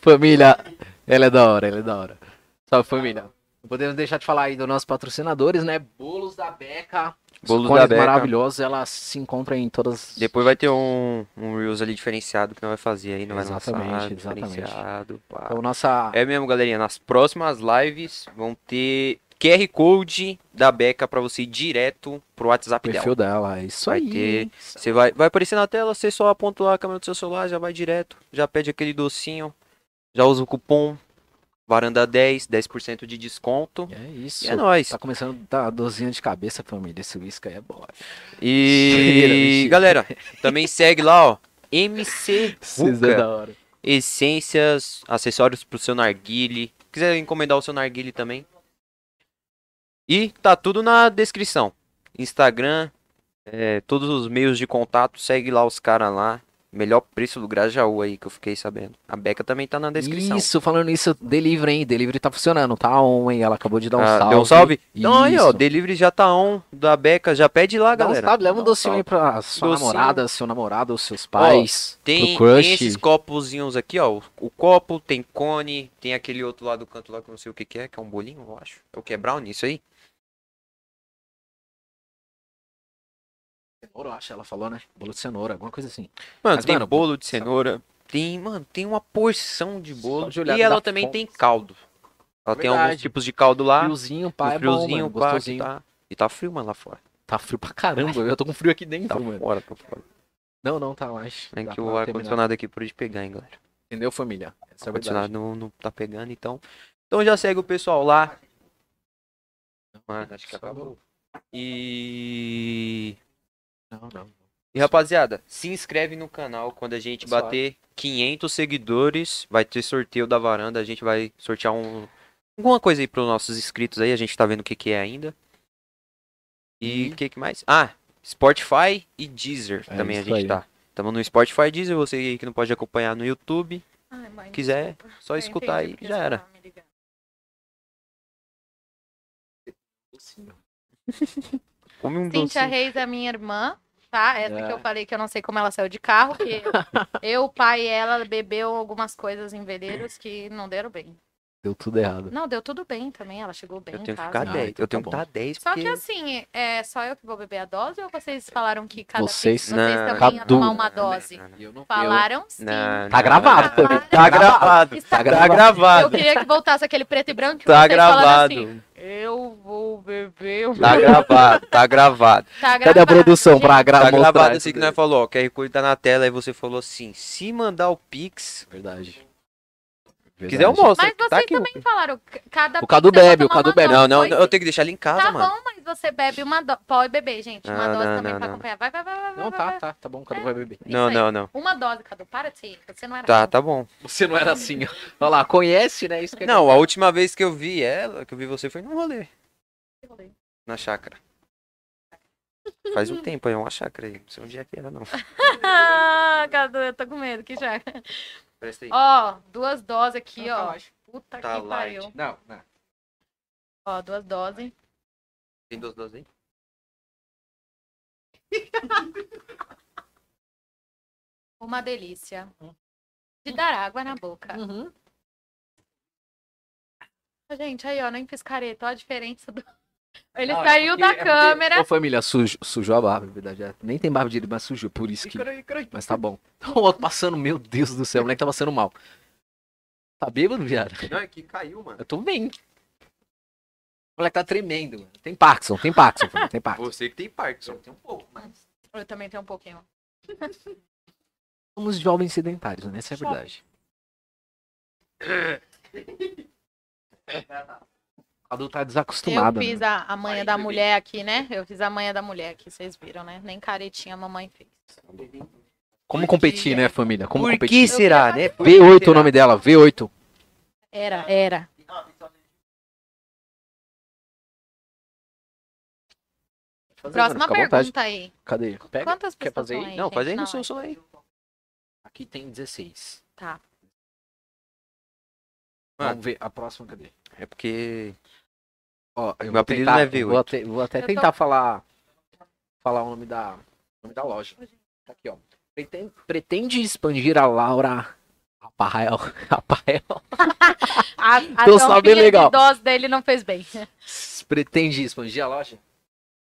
[SPEAKER 1] família, ela é da hora, ela é da hora. Salve, família. Não podemos deixar de falar aí dos nossos patrocinadores, né? Bolos da Beca.
[SPEAKER 2] Bolos
[SPEAKER 1] Cones
[SPEAKER 2] da Beca.
[SPEAKER 1] maravilhosos, ela se encontra em todas.
[SPEAKER 2] Depois vai ter um, um Reels ali diferenciado que não vai fazer aí, não vai lançar.
[SPEAKER 1] Exatamente, exatamente.
[SPEAKER 2] Diferenciado, pá.
[SPEAKER 1] Então, nossa.
[SPEAKER 2] É mesmo, galerinha. Nas próximas lives vão ter QR Code da Beca pra você ir direto pro WhatsApp dela.
[SPEAKER 1] perfil dela, é isso
[SPEAKER 2] Vai
[SPEAKER 1] aí.
[SPEAKER 2] ter. Você vai, vai aparecer na tela, você só aponta lá a câmera do seu celular, já vai direto, já pede aquele docinho, já usa o cupom Varanda 10, 10% de desconto.
[SPEAKER 1] É isso.
[SPEAKER 2] E é nóis.
[SPEAKER 1] Tá começando a dar dorzinha de cabeça, família. Esse uísque aí é bom. Cheira,
[SPEAKER 2] E
[SPEAKER 1] bichinho.
[SPEAKER 2] galera, também segue lá, ó, MC
[SPEAKER 1] Vocês é
[SPEAKER 2] Ruca,
[SPEAKER 1] da hora.
[SPEAKER 2] essências, acessórios pro seu narguile. Quiser encomendar o seu narguile também. E tá tudo na descrição. Instagram, é, todos os meios de contato, segue lá os caras lá. Melhor preço do Grajaú aí que eu fiquei sabendo. A Beca também tá na descrição.
[SPEAKER 1] Isso, falando isso, delivery, hein? Delivery tá funcionando, tá on, hein? Ela acabou de dar um
[SPEAKER 2] Ah,
[SPEAKER 1] salve.
[SPEAKER 2] deu um salve? Então aí, ó,
[SPEAKER 1] Isso.
[SPEAKER 2] delivery já tá on da Beca, já pede lá,
[SPEAKER 1] Dá um
[SPEAKER 2] galera.
[SPEAKER 1] salve, leva um
[SPEAKER 2] Dá
[SPEAKER 1] docinho aí pra sua
[SPEAKER 2] Docinho.
[SPEAKER 1] namorada, seu namorado, seus pais,
[SPEAKER 2] Tem,
[SPEAKER 1] pro crush.
[SPEAKER 2] tem esses copozinhos aqui, ó. O, o copo, tem cone, tem aquele outro lá do canto lá que eu não sei o que, que é, que é um bolinho, eu acho. É o que é brownie, isso aí?
[SPEAKER 1] Cenoura, eu acho, ela falou, né? Bolo de cenoura, alguma coisa assim.
[SPEAKER 2] Mano,
[SPEAKER 1] Mas,
[SPEAKER 2] tem
[SPEAKER 1] mano,
[SPEAKER 2] bolo de cenoura. Tem, mano, tem uma porção de bolo.
[SPEAKER 1] de olhar
[SPEAKER 2] E
[SPEAKER 1] dá
[SPEAKER 2] ela também
[SPEAKER 1] fome.
[SPEAKER 2] tem caldo. Ela tem
[SPEAKER 1] Verdade.
[SPEAKER 2] alguns tipos de caldo lá.
[SPEAKER 1] Friozinho,
[SPEAKER 2] um
[SPEAKER 1] pá, é bom,
[SPEAKER 2] friozinho,
[SPEAKER 1] mano,
[SPEAKER 2] pá, que
[SPEAKER 1] gostosinho. Tá...
[SPEAKER 2] tá. E tá frio, mano, lá fora.
[SPEAKER 1] frio pra caramba, eu tô com frio aqui dentro,
[SPEAKER 2] Tá
[SPEAKER 1] mano.
[SPEAKER 2] fora, tá fora.
[SPEAKER 1] Não, não, tá mais.
[SPEAKER 2] Tem
[SPEAKER 1] Dá
[SPEAKER 2] que
[SPEAKER 1] pra
[SPEAKER 2] o
[SPEAKER 1] terminar.
[SPEAKER 2] ar-condicionado aqui por de pegar, hein, galera.
[SPEAKER 1] Entendeu, família?
[SPEAKER 2] O
[SPEAKER 1] Essa é a verdade.
[SPEAKER 2] ar-condicionado não, não tá pegando, então. Então já segue o pessoal lá.
[SPEAKER 1] é
[SPEAKER 2] Mano, acho que acabou. E.
[SPEAKER 1] Não, não.
[SPEAKER 2] E rapaziada, se inscreve no canal quando a gente
[SPEAKER 1] Pessoal.
[SPEAKER 2] bater 500 seguidores, vai ter sorteio da varanda, a gente vai sortear um alguma coisa aí para os nossos inscritos aí, a gente tá vendo o que que é ainda. E
[SPEAKER 1] E-
[SPEAKER 2] o que que mais? Ah, Spotify e Deezer
[SPEAKER 1] Uhum. É
[SPEAKER 2] também a
[SPEAKER 1] isso
[SPEAKER 2] gente
[SPEAKER 1] aí.
[SPEAKER 2] tá. Tamo no Spotify e Deezer, você aí que não pode acompanhar no YouTube,
[SPEAKER 3] Ai, mãe,
[SPEAKER 2] quiser
[SPEAKER 3] desculpa.
[SPEAKER 2] só
[SPEAKER 3] Eu
[SPEAKER 2] escutar
[SPEAKER 3] entendi
[SPEAKER 2] aí,
[SPEAKER 3] porque
[SPEAKER 2] já
[SPEAKER 3] você
[SPEAKER 2] era.
[SPEAKER 3] tava me ligando.
[SPEAKER 1] é
[SPEAKER 2] Come um
[SPEAKER 3] Cíntia
[SPEAKER 2] docinho.
[SPEAKER 3] Reis é minha irmã, tá? Essa
[SPEAKER 1] É.
[SPEAKER 3] que eu falei que eu não sei como ela saiu de carro, que eu, o pai e ela bebeu algumas coisas em veleiros que não deram bem.
[SPEAKER 1] Deu tudo errado.
[SPEAKER 3] Não, deu tudo bem também, ela chegou bem
[SPEAKER 2] Eu
[SPEAKER 3] em
[SPEAKER 2] tenho que
[SPEAKER 3] casa.
[SPEAKER 2] ficar
[SPEAKER 1] Ah,
[SPEAKER 2] 10,
[SPEAKER 1] então
[SPEAKER 2] eu
[SPEAKER 1] tá
[SPEAKER 2] tenho que
[SPEAKER 1] bom.
[SPEAKER 2] estar 10
[SPEAKER 3] Só
[SPEAKER 2] porque
[SPEAKER 3] que assim, é só eu que vou beber a dose ou vocês falaram que cada
[SPEAKER 1] Vocês-
[SPEAKER 3] vez vocês
[SPEAKER 2] Não,
[SPEAKER 3] também iam
[SPEAKER 1] Cadu.
[SPEAKER 3] tomar uma dose?
[SPEAKER 2] Não, não, não.
[SPEAKER 1] E eu não
[SPEAKER 3] Falaram sim.
[SPEAKER 2] Não,
[SPEAKER 1] Tá
[SPEAKER 2] não,
[SPEAKER 1] gravado,
[SPEAKER 2] não, não.
[SPEAKER 1] família.
[SPEAKER 2] Tá gravado.
[SPEAKER 3] Está-
[SPEAKER 1] Tá
[SPEAKER 2] Tá
[SPEAKER 1] gravado.
[SPEAKER 2] gravado.
[SPEAKER 3] Eu queria que voltasse aquele preto e branco. e
[SPEAKER 2] Tá
[SPEAKER 3] vocês falando
[SPEAKER 2] gravado.
[SPEAKER 3] assim, eu vou beber. uma-
[SPEAKER 2] Tá gravado, tá gravado.
[SPEAKER 3] Tá
[SPEAKER 1] Cadê a
[SPEAKER 3] gravado,
[SPEAKER 1] produção
[SPEAKER 3] gente.
[SPEAKER 1] pra
[SPEAKER 2] Tá
[SPEAKER 1] gravar?
[SPEAKER 2] gravado assim que nós falou, ó, o QR Code tá na tela, aí você falou assim, se mandar o Pix,
[SPEAKER 1] Verdade.
[SPEAKER 2] quiser eu mostro,
[SPEAKER 3] Mas vocês
[SPEAKER 2] tá aqui.
[SPEAKER 3] também falaram, c- cada
[SPEAKER 1] O Cadu
[SPEAKER 3] você vai
[SPEAKER 1] bebe, o
[SPEAKER 3] tomar
[SPEAKER 1] Cadu
[SPEAKER 3] uma
[SPEAKER 1] bebe.
[SPEAKER 3] dose,
[SPEAKER 2] Não, não,
[SPEAKER 3] pois
[SPEAKER 2] eu tenho que deixar ele em casa,
[SPEAKER 3] Tá
[SPEAKER 2] mano.
[SPEAKER 3] bom, mas você bebe uma dose. Pode beber, gente. Uma
[SPEAKER 2] Não,
[SPEAKER 3] dose
[SPEAKER 2] não,
[SPEAKER 3] também
[SPEAKER 2] não,
[SPEAKER 3] pra
[SPEAKER 2] não.
[SPEAKER 3] acompanhar. Vai, vai, vai, vai.
[SPEAKER 1] Não,
[SPEAKER 3] vai,
[SPEAKER 1] tá,
[SPEAKER 3] vai.
[SPEAKER 1] tá, tá bom, o Cadu vai beber.
[SPEAKER 2] Não,
[SPEAKER 3] Isso aí.
[SPEAKER 2] não, não.
[SPEAKER 3] Uma dose, Cadu. Para de ser. Você não era.
[SPEAKER 2] Tá,
[SPEAKER 3] assim.
[SPEAKER 2] tá bom.
[SPEAKER 1] Você não era assim, ó. Olha lá, conhece, né? Isso que é
[SPEAKER 2] Não, a última vez que eu vi ela, que eu vi você foi num rolê, tá. na chácara. Faz um tempo aí, uma chácara aí. Não sei onde é que era, não.
[SPEAKER 3] Ah, Cadu, eu tô com medo. Que já.
[SPEAKER 2] Presta aí.
[SPEAKER 3] Ó, duas doses aqui,
[SPEAKER 4] Não, tá
[SPEAKER 3] ó.
[SPEAKER 4] ótimo.
[SPEAKER 3] Puta
[SPEAKER 2] Tá
[SPEAKER 3] que
[SPEAKER 2] light.
[SPEAKER 3] pariu.
[SPEAKER 4] Não, não.
[SPEAKER 3] Ó, duas doses.
[SPEAKER 2] Tem duas doses aí?
[SPEAKER 3] Uma delícia. De dar água na boca. Ah,
[SPEAKER 1] Uhum.
[SPEAKER 3] Gente, aí, ó, nem fiz careta. Olha a diferença do. Ele
[SPEAKER 4] Ah, é
[SPEAKER 3] saiu
[SPEAKER 4] porque-
[SPEAKER 3] da
[SPEAKER 4] é porque-
[SPEAKER 3] câmera.
[SPEAKER 1] Ô, família, sujo, sujou a barba, na verdade. é. Nem tem barba direito, mas sujou, por isso que...
[SPEAKER 4] Icaro, icaro.
[SPEAKER 1] Mas tá bom. O outro passando, meu Deus do céu, o moleque tá passando mal. Tá bêbado, viado?
[SPEAKER 2] Não, é que caiu, mano.
[SPEAKER 1] Eu tô bem. O moleque tá tremendo, mano. Tem Parkinson, tem Parkinson, família, tem Parkinson.
[SPEAKER 2] Você que tem Parkinson.
[SPEAKER 4] Tem um pouco, mas
[SPEAKER 3] Eu também tenho um pouquinho.
[SPEAKER 1] Somos jovens sedentários, né? Essa é a verdade. O Cadu tá desacostumado,
[SPEAKER 3] Eu fiz
[SPEAKER 1] né?
[SPEAKER 3] a, a manha
[SPEAKER 4] Aí,
[SPEAKER 3] da
[SPEAKER 4] bebê.
[SPEAKER 3] mulher aqui, né? Eu fiz a manha da mulher aqui, vocês viram, né? Nem caretinha a mamãe fez.
[SPEAKER 1] Como competir, né, família? Como
[SPEAKER 2] Por que
[SPEAKER 1] competir?
[SPEAKER 2] será,
[SPEAKER 3] É,
[SPEAKER 2] né? Por que
[SPEAKER 1] V8
[SPEAKER 2] será?
[SPEAKER 1] o nome dela, V8.
[SPEAKER 3] Era, era.
[SPEAKER 1] fazer,
[SPEAKER 3] Próxima
[SPEAKER 1] mano, fica à vontade.
[SPEAKER 3] pergunta aí.
[SPEAKER 1] Cadê? Pega.
[SPEAKER 3] Quantas
[SPEAKER 1] Quer
[SPEAKER 3] pessoas
[SPEAKER 1] fazer
[SPEAKER 3] estão
[SPEAKER 1] aí?
[SPEAKER 3] aí?
[SPEAKER 2] Não,
[SPEAKER 3] gente,
[SPEAKER 2] faz aí no
[SPEAKER 3] na
[SPEAKER 2] seu
[SPEAKER 3] live?
[SPEAKER 2] celular aí.
[SPEAKER 1] Aqui tem 16.
[SPEAKER 3] Tá.
[SPEAKER 2] Mano.
[SPEAKER 1] Vamos ver a próxima, cadê?
[SPEAKER 2] É porque.
[SPEAKER 1] Ó, eu
[SPEAKER 2] Meu
[SPEAKER 1] vou
[SPEAKER 2] apelido
[SPEAKER 1] tentar-
[SPEAKER 2] não é V8.
[SPEAKER 1] Vou até, vou até
[SPEAKER 3] Eu tô-
[SPEAKER 1] tentar falar, falar o nome da, o nome da loja. Tá aqui, ó. Pretende, pretende expandir a Laura Aparrael. Aparrael.
[SPEAKER 3] A, a
[SPEAKER 1] Teu saldo é
[SPEAKER 3] tampinha de
[SPEAKER 1] legal.
[SPEAKER 3] dose dele não fez bem.
[SPEAKER 1] Pretende expandir a loja?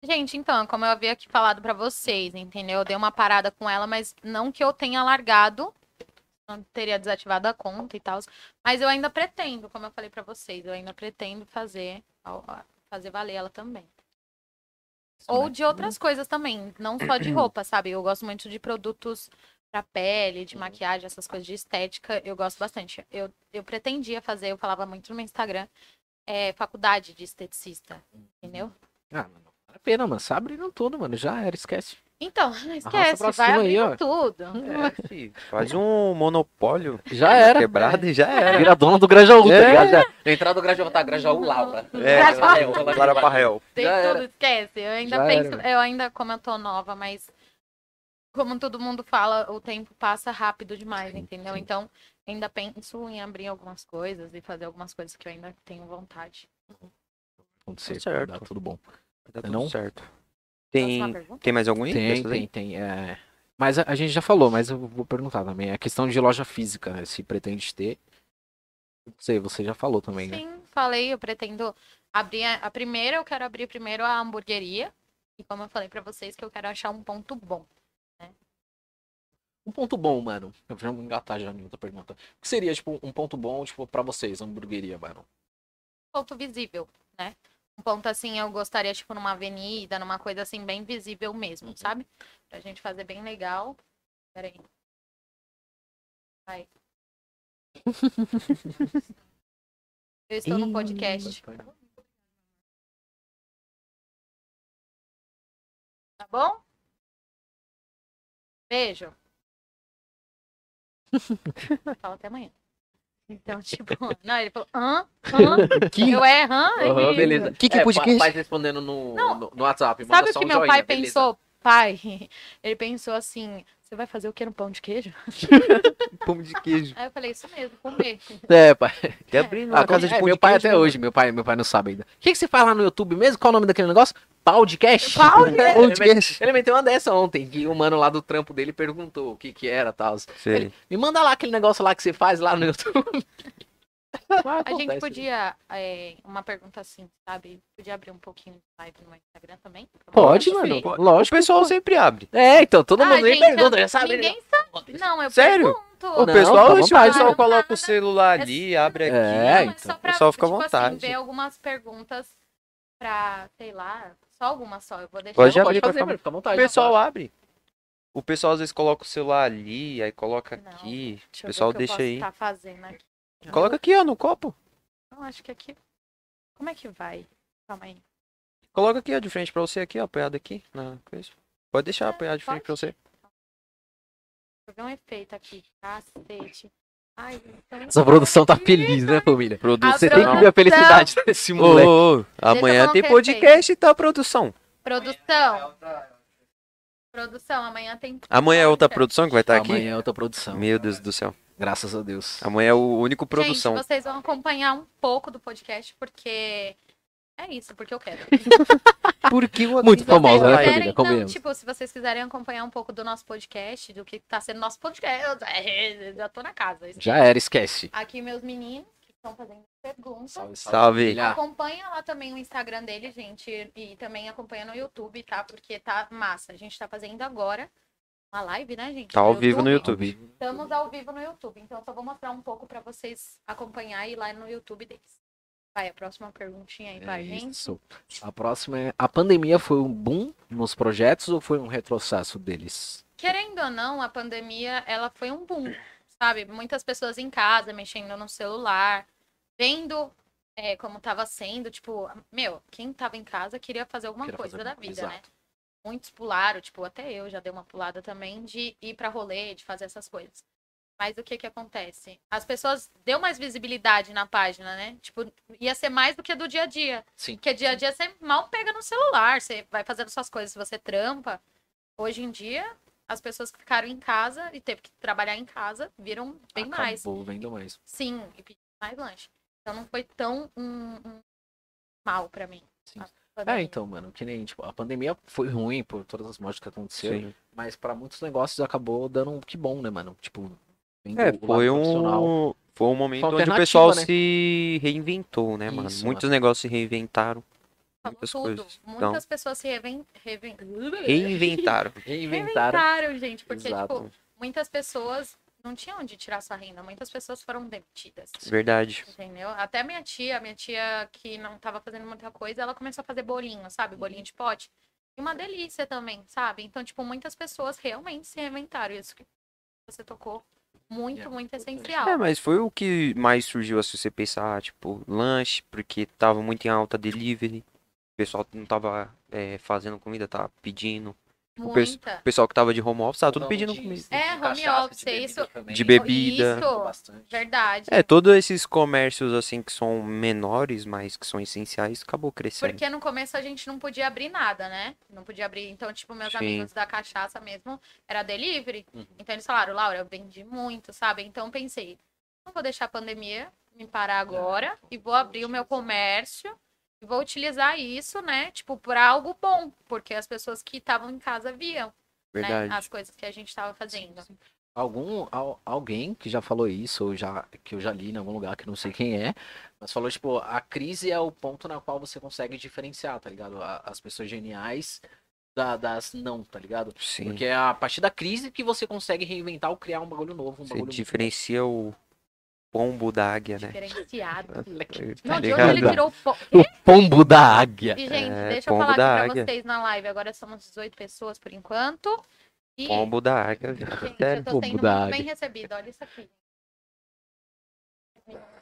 [SPEAKER 3] Gente, então, como eu havia aqui falado pra vocês, entendeu? Eu dei uma parada com ela, mas não que eu tenha largado, não teria desativado a conta e tal, mas eu ainda pretendo, como eu falei pra vocês, eu ainda pretendo fazer a- a- fazer valer ela também. Ou de outras coisas também, não só de roupa, sabe? Eu gosto muito de produtos pra pele, de maquiagem, essas coisas de estética, eu gosto bastante. Eu, eu pretendia fazer, eu falava muito no meu Instagram, é, faculdade de esteticista, entendeu?
[SPEAKER 1] Ah, mano, não vale a pena, mano. Só abrindo tudo, mano. Já era, esquece.
[SPEAKER 3] Então, esquece,
[SPEAKER 1] pra
[SPEAKER 3] vai
[SPEAKER 1] cima aí,
[SPEAKER 3] abrindo
[SPEAKER 1] ó.
[SPEAKER 3] tudo.
[SPEAKER 2] É, fi, faz um monopólio
[SPEAKER 1] Já era.
[SPEAKER 2] quebrado e já era.
[SPEAKER 1] Vira dona do Grajaú,
[SPEAKER 2] É.
[SPEAKER 1] tá ligado? Já-
[SPEAKER 4] Entrada do Grajaú, tá? Grajaú Laura.
[SPEAKER 2] É,
[SPEAKER 3] Grajaú.
[SPEAKER 4] Parrael, ela-
[SPEAKER 2] Clara Parrel.
[SPEAKER 3] Tem
[SPEAKER 1] Já
[SPEAKER 3] tudo, esquece. Eu ainda
[SPEAKER 1] Já era,
[SPEAKER 3] penso, eu ainda, como eu tô nova, mas como todo mundo fala, o tempo passa rápido demais, entendeu? Então, ainda penso em abrir algumas coisas e fazer algumas coisas que eu ainda tenho vontade.
[SPEAKER 1] Acontecer,
[SPEAKER 2] certo.
[SPEAKER 1] Dá tudo bom.
[SPEAKER 2] Tá
[SPEAKER 1] tudo
[SPEAKER 2] tudo certo. Tem,
[SPEAKER 3] Próxima pergunta?
[SPEAKER 2] tem mais algum aí?
[SPEAKER 1] Tem,
[SPEAKER 2] Dessas aí?
[SPEAKER 1] tem, tem. é. Mas a, a gente já falou, mas eu vou perguntar também. A questão de loja física, né? Se pretende ter. Não sei, você já falou também, né?
[SPEAKER 3] Sim, falei, eu pretendo abrir a, a primeira, eu quero abrir primeiro a hamburgueria. E como eu falei pra vocês, que eu quero achar um ponto bom.
[SPEAKER 1] Um ponto bom, mano. Eu vou engatar já em outra pergunta. O que seria, tipo, um ponto bom, tipo, pra vocês, hamburgueria, mano?
[SPEAKER 3] ponto visível, né? Um ponto assim, eu gostaria, tipo, numa avenida, numa coisa assim, bem visível mesmo,
[SPEAKER 1] Uhum.
[SPEAKER 3] sabe? Pra gente fazer bem legal. Peraí. Vai. eu estou no podcast, tá bom? Beijo. Fala até amanhã. Então, tipo, não, ele falou, hã? Hã?
[SPEAKER 1] Que?
[SPEAKER 3] Eu é hã?
[SPEAKER 1] Aham,
[SPEAKER 3] E-
[SPEAKER 1] beleza.
[SPEAKER 2] Que que
[SPEAKER 1] é,
[SPEAKER 2] podcast?
[SPEAKER 1] pa- Pais respondendo no, no, no WhatsApp. manda
[SPEAKER 3] Sabe o
[SPEAKER 1] só
[SPEAKER 3] que
[SPEAKER 1] um
[SPEAKER 3] meu
[SPEAKER 1] joinha,
[SPEAKER 3] pai
[SPEAKER 1] beleza.
[SPEAKER 3] pensou? Pai, ele pensou assim: você vai fazer o que no pão de queijo?
[SPEAKER 2] Pão de queijo.
[SPEAKER 3] Aí eu falei: isso mesmo, comer.
[SPEAKER 1] É, pai.
[SPEAKER 2] Quer abrir
[SPEAKER 1] Ah, casa
[SPEAKER 2] numa casa
[SPEAKER 1] é,
[SPEAKER 2] de
[SPEAKER 1] de
[SPEAKER 2] pão
[SPEAKER 1] meu
[SPEAKER 2] de
[SPEAKER 1] pai
[SPEAKER 2] queijo,
[SPEAKER 1] até
[SPEAKER 2] né?
[SPEAKER 1] hoje, meu pai, meu pai não sabe ainda. O que, que você faz lá no YouTube mesmo? Qual o nome daquele negócio? Podcast?
[SPEAKER 2] Pão de queijo.
[SPEAKER 1] Ele meteu uma dessa ontem, que o mano lá do trampo dele perguntou o que que era e tal.
[SPEAKER 2] Sei.
[SPEAKER 1] Me manda lá aquele negócio lá que você faz lá no YouTube.
[SPEAKER 3] A gente podia, é, uma pergunta assim, sabe? Podia abrir um pouquinho de live no Instagram também?
[SPEAKER 1] Pode,
[SPEAKER 3] Sim.
[SPEAKER 1] mano.
[SPEAKER 2] Pode.
[SPEAKER 1] Lógico.
[SPEAKER 2] O pessoal sempre abre.
[SPEAKER 1] É, então, todo
[SPEAKER 3] Ah,
[SPEAKER 1] mundo nem
[SPEAKER 3] gente,
[SPEAKER 1] pergunta, já sabe. né?
[SPEAKER 3] Ninguém sabe. Não, eu
[SPEAKER 2] Sério?
[SPEAKER 3] pergunto.
[SPEAKER 1] Ô,
[SPEAKER 2] O
[SPEAKER 1] Não,
[SPEAKER 2] pessoal,
[SPEAKER 1] tá à
[SPEAKER 2] o
[SPEAKER 1] vontade.
[SPEAKER 2] pessoal
[SPEAKER 3] Não,
[SPEAKER 2] coloca
[SPEAKER 3] não,
[SPEAKER 2] o celular ali, abre aqui.
[SPEAKER 1] É,
[SPEAKER 3] Não,
[SPEAKER 1] então.
[SPEAKER 3] só pra,
[SPEAKER 2] O pessoal fica à
[SPEAKER 3] tipo
[SPEAKER 2] vontade.
[SPEAKER 3] Assim, ver algumas perguntas pra, sei lá, só algumas só. Eu vou deixar.
[SPEAKER 2] Pode
[SPEAKER 1] Não,
[SPEAKER 2] abrir pra
[SPEAKER 1] fazer,
[SPEAKER 2] falar.
[SPEAKER 1] mano, fica à
[SPEAKER 2] O
[SPEAKER 1] vontade.
[SPEAKER 2] pessoal abre. O pessoal às vezes coloca o celular ali, aí coloca
[SPEAKER 3] Não.
[SPEAKER 2] aqui.
[SPEAKER 3] Deixa eu ver
[SPEAKER 2] pessoal
[SPEAKER 3] o que eu
[SPEAKER 2] deixa
[SPEAKER 3] posso
[SPEAKER 2] aí.
[SPEAKER 3] Tá fazendo aqui.
[SPEAKER 2] Coloca aqui, ó, no copo.
[SPEAKER 3] Não, acho que aqui. Como é que vai? Calma aí.
[SPEAKER 2] Coloca aqui, ó, de frente pra você aqui, ó, apoiado aqui. Na coisa. Pode deixar
[SPEAKER 3] É,
[SPEAKER 2] apoiado de frente pra
[SPEAKER 3] pode.
[SPEAKER 2] você.
[SPEAKER 3] Deixa eu ver um efeito aqui. Cacete. Ai, então...
[SPEAKER 1] Essa produção tá feliz, né, família?
[SPEAKER 2] Produção.
[SPEAKER 1] Você tem que ver a felicidade desse
[SPEAKER 2] Ô,
[SPEAKER 1] moleque.
[SPEAKER 2] ô, amanhã
[SPEAKER 3] colocar
[SPEAKER 2] tem
[SPEAKER 3] efeito.
[SPEAKER 2] podcast, tá, produção?
[SPEAKER 3] Produção. Produção, amanhã tem.
[SPEAKER 2] Amanhã é outra
[SPEAKER 3] Gente,
[SPEAKER 2] produção que vai estar aqui?
[SPEAKER 1] Amanhã é outra produção.
[SPEAKER 2] Meu Deus do céu.
[SPEAKER 1] Graças a Deus.
[SPEAKER 2] Amanhã é o único produção.
[SPEAKER 3] vocês vão acompanhar um pouco do podcast, porque. É isso, porque eu quero.
[SPEAKER 2] Porque o
[SPEAKER 1] Muito famosa, né,
[SPEAKER 3] Quiserem,
[SPEAKER 1] família?
[SPEAKER 3] então,
[SPEAKER 1] Combinamos.
[SPEAKER 3] tipo, se vocês quiserem acompanhar um pouco do nosso podcast, do que tá sendo nosso podcast, eu já tô na casa.
[SPEAKER 1] Já era, esquece.
[SPEAKER 3] Aqui meus meninos que estão fazendo perguntas.
[SPEAKER 2] Salve.
[SPEAKER 1] Filha.
[SPEAKER 3] Acompanha lá também o Instagram dele, gente. E também acompanha no YouTube, tá? Porque tá massa. A gente tá fazendo agora uma live, né, gente?
[SPEAKER 2] Tá ao vivo no YouTube.
[SPEAKER 3] Estamos ao vivo no YouTube. Então, só vou mostrar um pouco pra vocês acompanhar e ir lá no YouTube deles. Vai, a próxima perguntinha aí pra
[SPEAKER 1] É
[SPEAKER 3] gente.
[SPEAKER 1] isso. A próxima é: a pandemia foi um boom nos projetos ou foi um retrocesso deles?
[SPEAKER 3] Querendo ou não, a pandemia, ela foi um boom, sabe? Muitas pessoas em casa, mexendo no celular, vendo é, como tava sendo. Tipo, meu, quem tava em casa queria fazer alguma
[SPEAKER 1] Queria
[SPEAKER 3] coisa
[SPEAKER 1] fazer
[SPEAKER 3] da
[SPEAKER 1] alguma-
[SPEAKER 3] vida, né?
[SPEAKER 1] Exato.
[SPEAKER 3] muitos pularam, tipo, até eu já dei uma pulada também de ir pra rolê, de fazer essas coisas. Mas o que que acontece? As pessoas deu mais visibilidade na página, né? Tipo, ia ser mais do que do dia a dia.
[SPEAKER 1] Sim.
[SPEAKER 3] Porque dia a dia você mal pega no celular, você vai fazendo suas coisas, você trampa. Hoje em dia, as pessoas que ficaram em casa e teve que trabalhar em casa viram é bem mais.
[SPEAKER 1] Acabou vendo mais.
[SPEAKER 3] Sim, e pediram mais lanche. Então não foi tão um, um mal pra mim.
[SPEAKER 1] Sim.
[SPEAKER 3] a
[SPEAKER 1] É,
[SPEAKER 3] pandemia.
[SPEAKER 1] então, mano, que nem, tipo, a pandemia foi ruim por todas as mortes que aconteceram, mas pra muitos negócios acabou dando um que bom, né, mano? Tipo, vendo o
[SPEAKER 2] É,
[SPEAKER 1] lado
[SPEAKER 2] foi
[SPEAKER 1] profissional.
[SPEAKER 2] um, foi um momento
[SPEAKER 1] Foi
[SPEAKER 2] onde o
[SPEAKER 1] alternativa,
[SPEAKER 2] pessoal
[SPEAKER 1] né?
[SPEAKER 2] se reinventou, né, mano?
[SPEAKER 1] Isso,
[SPEAKER 2] Muitos negócios se reinventaram.
[SPEAKER 3] Falou
[SPEAKER 2] muitas
[SPEAKER 3] tudo.
[SPEAKER 2] coisas. Então
[SPEAKER 3] Muitas pessoas se reven... reven-
[SPEAKER 2] Reinventaram.
[SPEAKER 3] É
[SPEAKER 1] Reinventaram.
[SPEAKER 3] reinventaram, gente. Porque,
[SPEAKER 1] Exato.
[SPEAKER 3] tipo, muitas pessoas não tinham onde tirar sua renda. Muitas pessoas foram demitidas.
[SPEAKER 2] Verdade.
[SPEAKER 3] Entendeu? Até minha tia, minha tia que não tava fazendo muita coisa, ela começou a fazer bolinho,
[SPEAKER 2] Uhum.
[SPEAKER 3] sabe? Bolinho de pote. E uma delícia também, sabe? Então, tipo, muitas pessoas realmente se reinventaram. Isso que você tocou muito,
[SPEAKER 1] É,
[SPEAKER 3] muito
[SPEAKER 1] importante.
[SPEAKER 3] essencial.
[SPEAKER 2] É, mas foi o que mais surgiu a se você pensar, tipo, lanche, porque tava muito em alta delivery. O pessoal não tava é, fazendo comida, tava pedindo. o pes-
[SPEAKER 3] Muita.
[SPEAKER 2] O pessoal que tava de home office tava Tá tudo
[SPEAKER 4] Não,
[SPEAKER 2] pedindo
[SPEAKER 4] de-
[SPEAKER 2] comida.
[SPEAKER 3] É,
[SPEAKER 4] de
[SPEAKER 3] home
[SPEAKER 4] cachaça, de
[SPEAKER 3] office,
[SPEAKER 4] bebida
[SPEAKER 3] isso.
[SPEAKER 4] também.
[SPEAKER 2] De bebida.
[SPEAKER 3] Isso,
[SPEAKER 4] Bastante.
[SPEAKER 3] verdade.
[SPEAKER 2] É, todos esses comércios assim que são menores, mas que são essenciais, acabou crescendo.
[SPEAKER 3] Porque no começo a gente não podia abrir nada, né? Não podia abrir. Então, tipo, meus
[SPEAKER 2] Sim. Hum.
[SPEAKER 3] amigos da cachaça mesmo era delivery. Então eles falaram, Laura, eu vendi muito, sabe? Então eu pensei, não vou deixar a pandemia me parar agora e vou abrir o meu comércio e vou utilizar isso, né? Tipo, pra algo bom, porque as pessoas que estavam em casa viam,
[SPEAKER 2] Verdade.
[SPEAKER 3] né? As coisas que a gente tava fazendo.
[SPEAKER 1] Algum, al- alguém que já falou isso, ou já, que eu já li em algum lugar que eu não sei quem é, mas falou, tipo, a crise é o ponto na qual você consegue diferenciar, tá ligado? A- As pessoas geniais da- das não, tá ligado?
[SPEAKER 2] Sim.
[SPEAKER 1] Porque é a partir da crise que você consegue reinventar ou criar um bagulho novo, um
[SPEAKER 2] Você
[SPEAKER 1] bagulho
[SPEAKER 2] diferencia o pombo da águia, né?
[SPEAKER 3] Diferenciado.
[SPEAKER 2] Tá
[SPEAKER 3] Não, de onde ele
[SPEAKER 2] ligado?
[SPEAKER 3] tirou o pão?
[SPEAKER 1] O pombo da águia.
[SPEAKER 3] E, gente,
[SPEAKER 2] É,
[SPEAKER 3] deixa eu
[SPEAKER 2] pombo
[SPEAKER 3] falar aqui
[SPEAKER 2] da
[SPEAKER 3] pra
[SPEAKER 2] águia.
[SPEAKER 3] vocês na live. Agora somos 18 pessoas por enquanto. E,
[SPEAKER 2] Pombo da águia, velho.
[SPEAKER 3] gente,
[SPEAKER 2] Sério.
[SPEAKER 3] eu tô
[SPEAKER 1] pombo
[SPEAKER 3] sendo
[SPEAKER 1] da
[SPEAKER 3] muito
[SPEAKER 1] águia.
[SPEAKER 3] bem recebida. Olha isso aqui.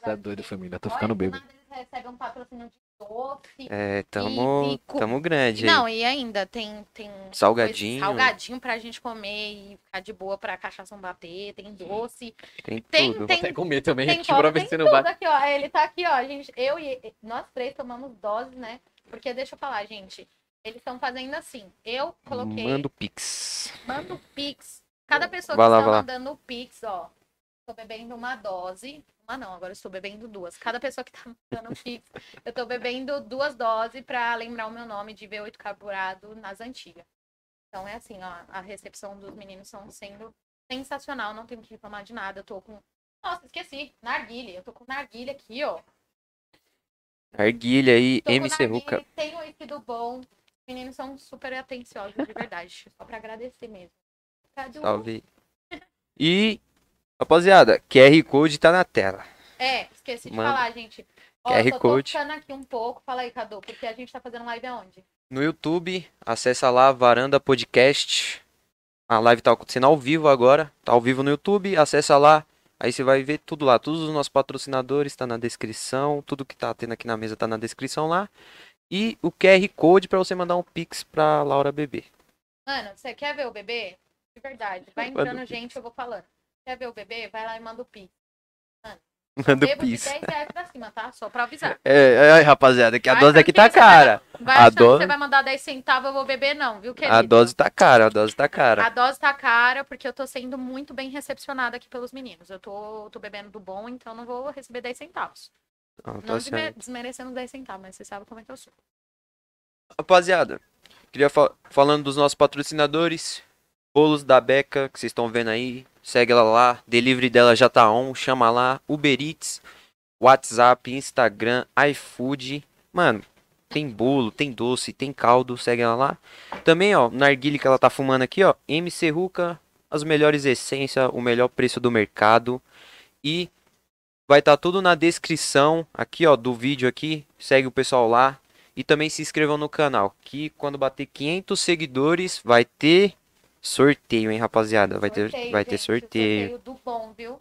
[SPEAKER 1] Tá doido, família. Tô
[SPEAKER 3] Olha,
[SPEAKER 1] ficando
[SPEAKER 3] do
[SPEAKER 1] bêbado.
[SPEAKER 3] nada eles recebem um patrocínio de doce.
[SPEAKER 2] É, tamo,
[SPEAKER 3] Pico.
[SPEAKER 2] tamo grande aí.
[SPEAKER 3] Não, e ainda tem, tem coisa-
[SPEAKER 2] Salgadinho.
[SPEAKER 3] salgadinho pra gente comer e ficar de boa pra cachaça não bater. Tem doce.
[SPEAKER 2] Tem
[SPEAKER 3] Tem,
[SPEAKER 2] tudo.
[SPEAKER 1] Até
[SPEAKER 3] tem,
[SPEAKER 1] comer também
[SPEAKER 3] tem
[SPEAKER 1] aqui pra
[SPEAKER 3] copo,
[SPEAKER 1] ver
[SPEAKER 3] tem
[SPEAKER 1] se
[SPEAKER 3] tudo
[SPEAKER 1] não bate.
[SPEAKER 3] aqui, ó. Ele tá aqui, ó. Gente, eu e nós três tomamos doses, né? Porque deixa eu falar, gente. Eles estão fazendo assim. Eu coloquei.
[SPEAKER 2] Manda o pix.
[SPEAKER 3] Manda o Pix. Cada pessoa
[SPEAKER 2] Vai
[SPEAKER 3] que
[SPEAKER 2] lá,
[SPEAKER 3] está
[SPEAKER 2] vai lá.
[SPEAKER 3] mandando o Pix, ó. Estou bebendo uma dose. Uma não, agora eu estou bebendo duas. Cada pessoa que tá mandando o Pix, eu estou bebendo duas doses para lembrar o meu nome de V8 carburado nas antigas. Então é assim, ó. A recepção dos meninos estão sendo sensacional. Não tenho que reclamar de nada. Eu tô com. Nossa, esqueci. Narguile. Eu tô com narguile aqui, ó.
[SPEAKER 2] Arguilha aí,
[SPEAKER 3] Tô com
[SPEAKER 2] MC
[SPEAKER 3] narguilé,
[SPEAKER 2] Ruca.
[SPEAKER 3] Tenho sido bom. Os meninos são super atenciosos, de verdade. Só para agradecer mesmo. Cadu.
[SPEAKER 2] Salve. E, rapaziada, QR Code tá na tela.
[SPEAKER 3] É, esqueci de
[SPEAKER 2] Manda.
[SPEAKER 3] falar, gente. Ó,
[SPEAKER 2] QR
[SPEAKER 3] eu tô
[SPEAKER 2] Code.
[SPEAKER 3] tocando aqui um pouco. Fala aí, Cadu, porque a gente tá fazendo live aonde?
[SPEAKER 2] No YouTube, acessa lá Varanda Podcast. A live tá acontecendo ao vivo agora. Tá ao vivo no YouTube, acessa lá. Aí você vai ver tudo lá. Todos os nossos patrocinadores tá na descrição. Tudo que tá tendo aqui na mesa tá na descrição lá. E o QR Code pra você mandar um pix pra Laura Bebê.
[SPEAKER 3] Mano, você quer ver o bebê? De verdade. Vai
[SPEAKER 2] Manda o
[SPEAKER 3] entrando
[SPEAKER 2] pix.
[SPEAKER 3] gente, eu vou falando. Quer ver o bebê? Vai lá e manda o pix.
[SPEAKER 2] Manda o
[SPEAKER 3] Bebo de
[SPEAKER 2] pix.
[SPEAKER 3] 10 reais pra cima, tá? Só pra avisar.
[SPEAKER 2] É, é, rapaziada, que a
[SPEAKER 3] Vai,
[SPEAKER 2] dose aqui tá
[SPEAKER 3] Francisco,
[SPEAKER 2] cara.
[SPEAKER 3] Vai
[SPEAKER 2] A
[SPEAKER 3] achando que
[SPEAKER 2] dose-
[SPEAKER 3] você vai mandar 10 centavos, eu vou beber não, viu, querido?
[SPEAKER 2] A dose tá cara, a dose tá cara.
[SPEAKER 3] A dose tá cara, porque eu tô sendo muito bem recepcionada aqui pelos meninos. Eu tô, tô bebendo do bom, então não vou receber 10 centavos.
[SPEAKER 2] Não, tá
[SPEAKER 3] não
[SPEAKER 2] certo.
[SPEAKER 3] desme- desmerecendo 10 centavos, mas você sabe como é que eu sou.
[SPEAKER 2] Rapaziada, queria fa- falando dos nossos patrocinadores, bolos da Beca, que vocês estão vendo aí, segue ela lá, delivery dela já tá on, chama lá, Uber Eats, WhatsApp, Instagram, iFood, mano, tem bolo, tem doce, tem caldo, segue ela lá. Também, ó, narguile que ela tá fumando aqui, ó, MC Ruca, as melhores essências, o melhor preço do mercado e vai estar tudo na descrição aqui, ó, do vídeo aqui, segue o pessoal lá, e também se inscrevam no canal, que quando bater 500 seguidores vai ter sorteio, hein, rapaziada? Vai ter,
[SPEAKER 3] Sorteio,
[SPEAKER 2] vai ter
[SPEAKER 3] gente,
[SPEAKER 2] sorteio.
[SPEAKER 3] Sorteio do bom, viu?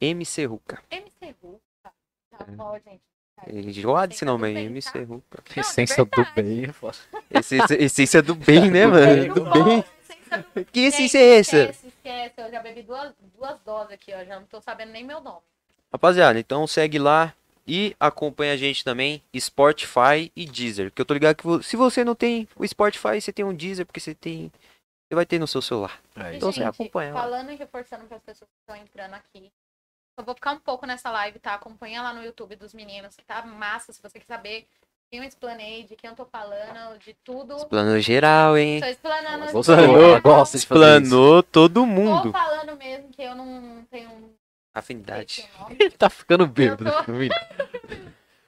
[SPEAKER 2] MC Ruca.
[SPEAKER 3] MC Ruca.
[SPEAKER 2] É.
[SPEAKER 3] Tá bom, gente.
[SPEAKER 2] Enjoado esse
[SPEAKER 3] Essência do
[SPEAKER 2] nome aí,
[SPEAKER 3] bem,
[SPEAKER 2] MC
[SPEAKER 3] tá?
[SPEAKER 2] Ruca.
[SPEAKER 3] Essência do
[SPEAKER 1] bem.
[SPEAKER 2] Essência, essência do bem, né, mano?
[SPEAKER 3] Eu
[SPEAKER 2] Do
[SPEAKER 3] falo,
[SPEAKER 2] bem.
[SPEAKER 3] vocês
[SPEAKER 2] Que essência é essa?
[SPEAKER 3] Esquece, esquece. Eu já bebi duas, duas doses aqui, ó. Já não tô sabendo nem meu nome.
[SPEAKER 2] Rapaziada, então segue lá e acompanha a gente também, Spotify e Deezer. Que eu tô ligado que vo- se você não tem o Spotify, você tem um Deezer, porque você tem. Você vai ter no seu celular.
[SPEAKER 1] É
[SPEAKER 3] E,
[SPEAKER 1] isso.
[SPEAKER 2] Então você acompanha lá.
[SPEAKER 3] Falando e reforçando para as pessoas que estão entrando aqui. Eu vou ficar um pouco nessa live, tá? Acompanha lá no YouTube dos meninos, que tá massa. Se você quer saber quem eu explanei, de quem eu tô falando, de tudo.
[SPEAKER 2] Plano geral, hein?
[SPEAKER 3] Tô explanando.
[SPEAKER 1] Você
[SPEAKER 2] Planou.
[SPEAKER 1] gosta de fazer isso.
[SPEAKER 2] Planou todo
[SPEAKER 3] Tô
[SPEAKER 2] mundo.
[SPEAKER 3] falando mesmo que eu não tenho
[SPEAKER 2] Afinidade.
[SPEAKER 3] o nome.
[SPEAKER 1] Ele tá ficando bêbado.
[SPEAKER 3] Eu tô-
[SPEAKER 1] menino.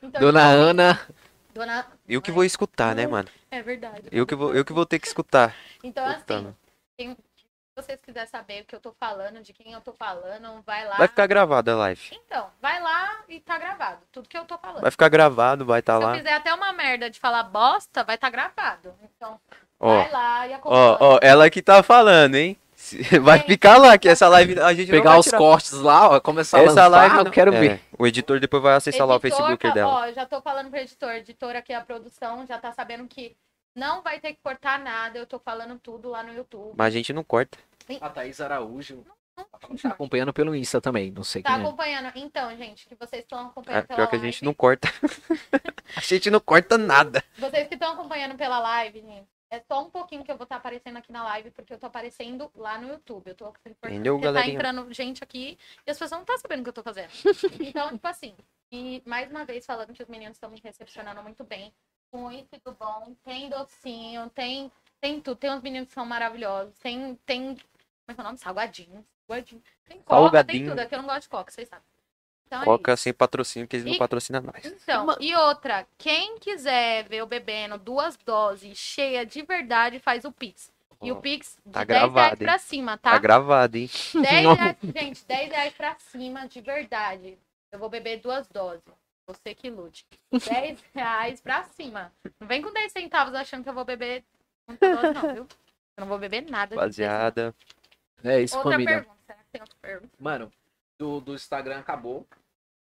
[SPEAKER 3] Então,
[SPEAKER 1] Dona Ana,
[SPEAKER 3] Dona...
[SPEAKER 2] Eu que vou escutar, né, mano?
[SPEAKER 3] É verdade.
[SPEAKER 2] Eu que vou, eu que vou ter que escutar.
[SPEAKER 3] Então, assim,
[SPEAKER 2] Voltando.
[SPEAKER 3] quem, se vocês quiserem saber o que eu tô falando, de quem eu tô falando, vai lá.
[SPEAKER 2] Vai ficar gravada a live.
[SPEAKER 3] Então, vai lá e tá gravado. Tudo que eu tô falando.
[SPEAKER 2] Vai ficar gravado, vai estar
[SPEAKER 3] se eu
[SPEAKER 2] lá.
[SPEAKER 3] fizer até uma merda de falar bosta, vai tá gravado. Então,
[SPEAKER 2] Ó,
[SPEAKER 3] vai lá e acompanha.
[SPEAKER 2] ó, ó, ela que tá falando, hein? Se- Vai
[SPEAKER 3] Gente.
[SPEAKER 2] ficar lá, que essa live a gente não
[SPEAKER 1] pegar
[SPEAKER 2] vai
[SPEAKER 1] os
[SPEAKER 2] tirar.
[SPEAKER 1] cortes lá, ó, começar a
[SPEAKER 2] Essa
[SPEAKER 1] lançar, né?
[SPEAKER 2] live
[SPEAKER 1] eu
[SPEAKER 2] não-
[SPEAKER 1] quero
[SPEAKER 2] É,
[SPEAKER 1] ver.
[SPEAKER 2] O editor depois vai acessar lá o
[SPEAKER 3] Editor,
[SPEAKER 2] Facebook
[SPEAKER 3] tá-
[SPEAKER 2] dela.
[SPEAKER 3] Ó, já tô falando pro editor. Editor aqui, a produção, já tá sabendo que não vai ter que cortar nada. Eu tô falando tudo lá no YouTube.
[SPEAKER 2] Mas a gente não corta.
[SPEAKER 4] A Thaís Araújo.
[SPEAKER 1] Tá acompanhando pelo Insta também, não sei
[SPEAKER 3] Tá
[SPEAKER 1] quem é.
[SPEAKER 3] acompanhando? Então, gente, que vocês estão
[SPEAKER 2] É,
[SPEAKER 3] acompanhando pela
[SPEAKER 2] pior que a
[SPEAKER 3] live.
[SPEAKER 2] gente não corta. a gente não corta nada.
[SPEAKER 3] Vocês que estão acompanhando pela live, gente, é só um pouquinho que eu vou estar aparecendo aqui na live, porque eu tô aparecendo lá no YouTube. Eu tô
[SPEAKER 2] Entendeu,
[SPEAKER 3] porque tá
[SPEAKER 2] um galerinha?
[SPEAKER 3] entrando gente aqui e as pessoas não estão sabendo o que eu tô fazendo. Então, tipo assim, e mais uma vez falando que os meninos estão me recepcionando muito bem. Muito bom, tem docinho, tem, tem tudo. Tem uns meninos que são maravilhosos, tem, tem, como é que é o nome? Salgadinho. Salgadinho. Tem coca, tem
[SPEAKER 2] Salgadinho.
[SPEAKER 3] tudo. É que eu não gosto de coca, vocês sabem. Então, é
[SPEAKER 2] Coca sem patrocínio, que eles não
[SPEAKER 3] E-
[SPEAKER 2] patrocinam nós.
[SPEAKER 3] então, e outra, quem quiser ver eu bebendo duas doses cheia de verdade, faz o Pix. E o
[SPEAKER 2] Ó,
[SPEAKER 3] Pix de
[SPEAKER 2] tá
[SPEAKER 3] 10
[SPEAKER 2] gravado,
[SPEAKER 3] reais pra cima,
[SPEAKER 2] Tá
[SPEAKER 3] tá?
[SPEAKER 2] gravado, hein?
[SPEAKER 3] 10 reais, gente, 10 reais pra cima, de verdade. Eu vou beber duas doses. Você que lute. 10 reais pra cima. Não vem com 10 centavos achando que eu vou beber muita dose, não, viu? Eu não vou beber nada. de 10 centavos.
[SPEAKER 2] Rapaziada.
[SPEAKER 1] É isso,
[SPEAKER 3] Outra
[SPEAKER 1] família.
[SPEAKER 3] pergunta. Será que tem outra pergunta?
[SPEAKER 4] Mano, do, do Instagram acabou.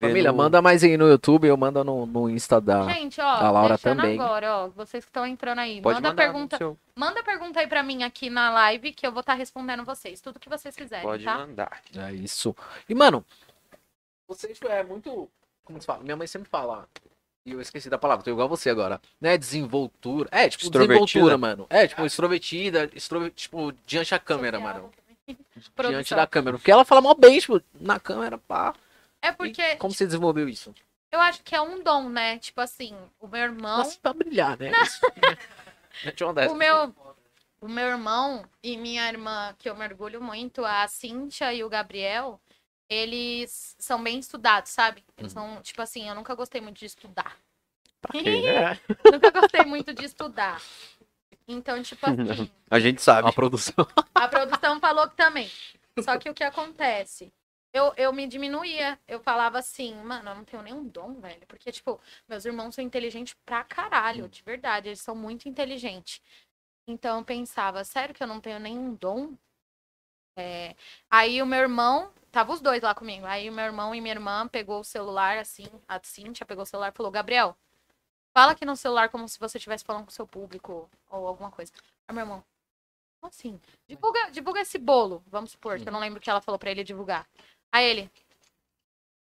[SPEAKER 1] Família,
[SPEAKER 2] pelo-
[SPEAKER 1] manda mais aí no YouTube, eu mando no, no Insta
[SPEAKER 2] Ah,
[SPEAKER 1] da.
[SPEAKER 3] Gente, ó,
[SPEAKER 1] a Laura
[SPEAKER 3] deixando
[SPEAKER 1] também.
[SPEAKER 3] agora, ó, vocês que estão entrando aí,
[SPEAKER 2] Pode
[SPEAKER 3] manda
[SPEAKER 2] mandar,
[SPEAKER 3] pergunta
[SPEAKER 2] seu-
[SPEAKER 3] Manda pergunta aí pra mim aqui na live que eu vou estar respondendo vocês. Tudo que vocês quiserem,
[SPEAKER 2] Pode
[SPEAKER 3] tá?
[SPEAKER 2] mandar.
[SPEAKER 1] É isso. E, mano,
[SPEAKER 4] Você tipo, é muito. Como se fala? Minha mãe sempre fala. E eu esqueci da palavra, tô igual você agora.
[SPEAKER 1] não é desenvoltura. É, tipo,
[SPEAKER 2] Extrovertida.
[SPEAKER 1] desenvoltura, mano. É, tipo, extrovertida, extro... tipo, diante da câmera,
[SPEAKER 3] Social.
[SPEAKER 1] mano. Diante
[SPEAKER 3] Produção.
[SPEAKER 1] da câmera. Porque ela fala mó bem, tipo, na câmera, pá.
[SPEAKER 3] É
[SPEAKER 1] E
[SPEAKER 3] porque
[SPEAKER 1] como você desenvolveu isso?
[SPEAKER 3] eu acho que é um dom, né? Tipo assim, o meu irmão,
[SPEAKER 1] Pra, pra brilhar, né? Isso. Deixa eu mandar
[SPEAKER 3] o
[SPEAKER 1] essa.
[SPEAKER 3] meu o meu irmão e minha irmã, que eu mergulho muito, a Cíntia e o Gabriel, eles são bem estudados, sabe? Eles
[SPEAKER 1] Uhum.
[SPEAKER 3] são, tipo assim, eu nunca gostei muito de estudar.
[SPEAKER 1] Tá
[SPEAKER 2] É,
[SPEAKER 3] nunca gostei muito de estudar. Então, tipo assim,
[SPEAKER 2] A gente sabe.
[SPEAKER 1] A produção.
[SPEAKER 3] A produção falou que também. Só que o que acontece? Eu, eu me diminuía. Eu falava assim, mano, eu não tenho nenhum dom, velho. Porque, tipo, meus irmãos são inteligentes pra caralho, de verdade. Eles são muito inteligentes. Então eu pensava, sério que eu não tenho nenhum dom? É, Aí o meu irmão, tava os dois lá comigo. Aí o meu irmão e minha irmã pegou o celular, assim, a Cíntia pegou o celular e falou, Gabriel, fala aqui no celular como se você estivesse falando com o seu público ou alguma coisa. Aí meu irmão, como assim? Divulga, divulga esse bolo, vamos supor, que eu não lembro o que ela falou pra ele divulgar. Aí ele,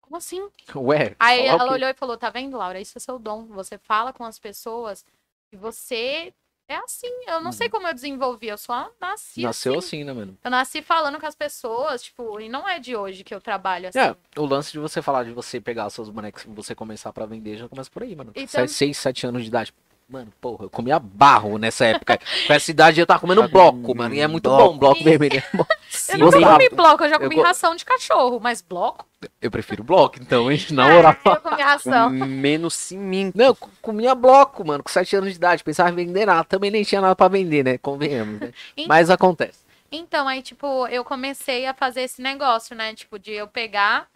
[SPEAKER 3] como assim?
[SPEAKER 1] Ué.
[SPEAKER 3] Aí
[SPEAKER 1] falar o
[SPEAKER 3] ela
[SPEAKER 1] quê?
[SPEAKER 3] olhou e falou: Tá vendo, Laura? Isso é seu dom. Você fala com as pessoas e você é assim. Eu não sei como eu desenvolvi, eu só nasci.
[SPEAKER 1] Uhum. Nasceu
[SPEAKER 3] assim.
[SPEAKER 1] assim, né, mano?
[SPEAKER 3] Eu nasci falando com as pessoas, tipo, e não é de hoje que eu trabalho assim.
[SPEAKER 1] É, o lance de você falar de você pegar os seus bonecos e você começar pra vender já começa por aí, mano.
[SPEAKER 3] Então-
[SPEAKER 1] Sai 6, 7 anos de idade. Mano, porra, eu comia barro nessa época. Com essa idade eu tava comendo
[SPEAKER 2] Sabe,
[SPEAKER 1] bloco,
[SPEAKER 2] hum,
[SPEAKER 1] mano. E é muito
[SPEAKER 2] bloco.
[SPEAKER 1] bom, bloco
[SPEAKER 3] E-
[SPEAKER 1] vermelho. é bom.
[SPEAKER 3] Eu não
[SPEAKER 1] Gostava.
[SPEAKER 3] comi bloco, eu já
[SPEAKER 1] Eu
[SPEAKER 3] comi
[SPEAKER 1] go-
[SPEAKER 3] ração de cachorro, mas bloco?
[SPEAKER 1] Eu prefiro bloco, então, hein?
[SPEAKER 3] Ah.
[SPEAKER 1] Na moral.
[SPEAKER 3] Eu comi ração.
[SPEAKER 2] Menos cimento.
[SPEAKER 1] Não, eu co- comia bloco, mano, com 7 anos de idade. Pensava em vender nada. Também nem tinha nada pra vender, né? Convenhamos, né?
[SPEAKER 3] Então-
[SPEAKER 1] Mas acontece.
[SPEAKER 3] Então, aí, tipo, eu comecei a fazer esse negócio, né? Tipo, de eu pegar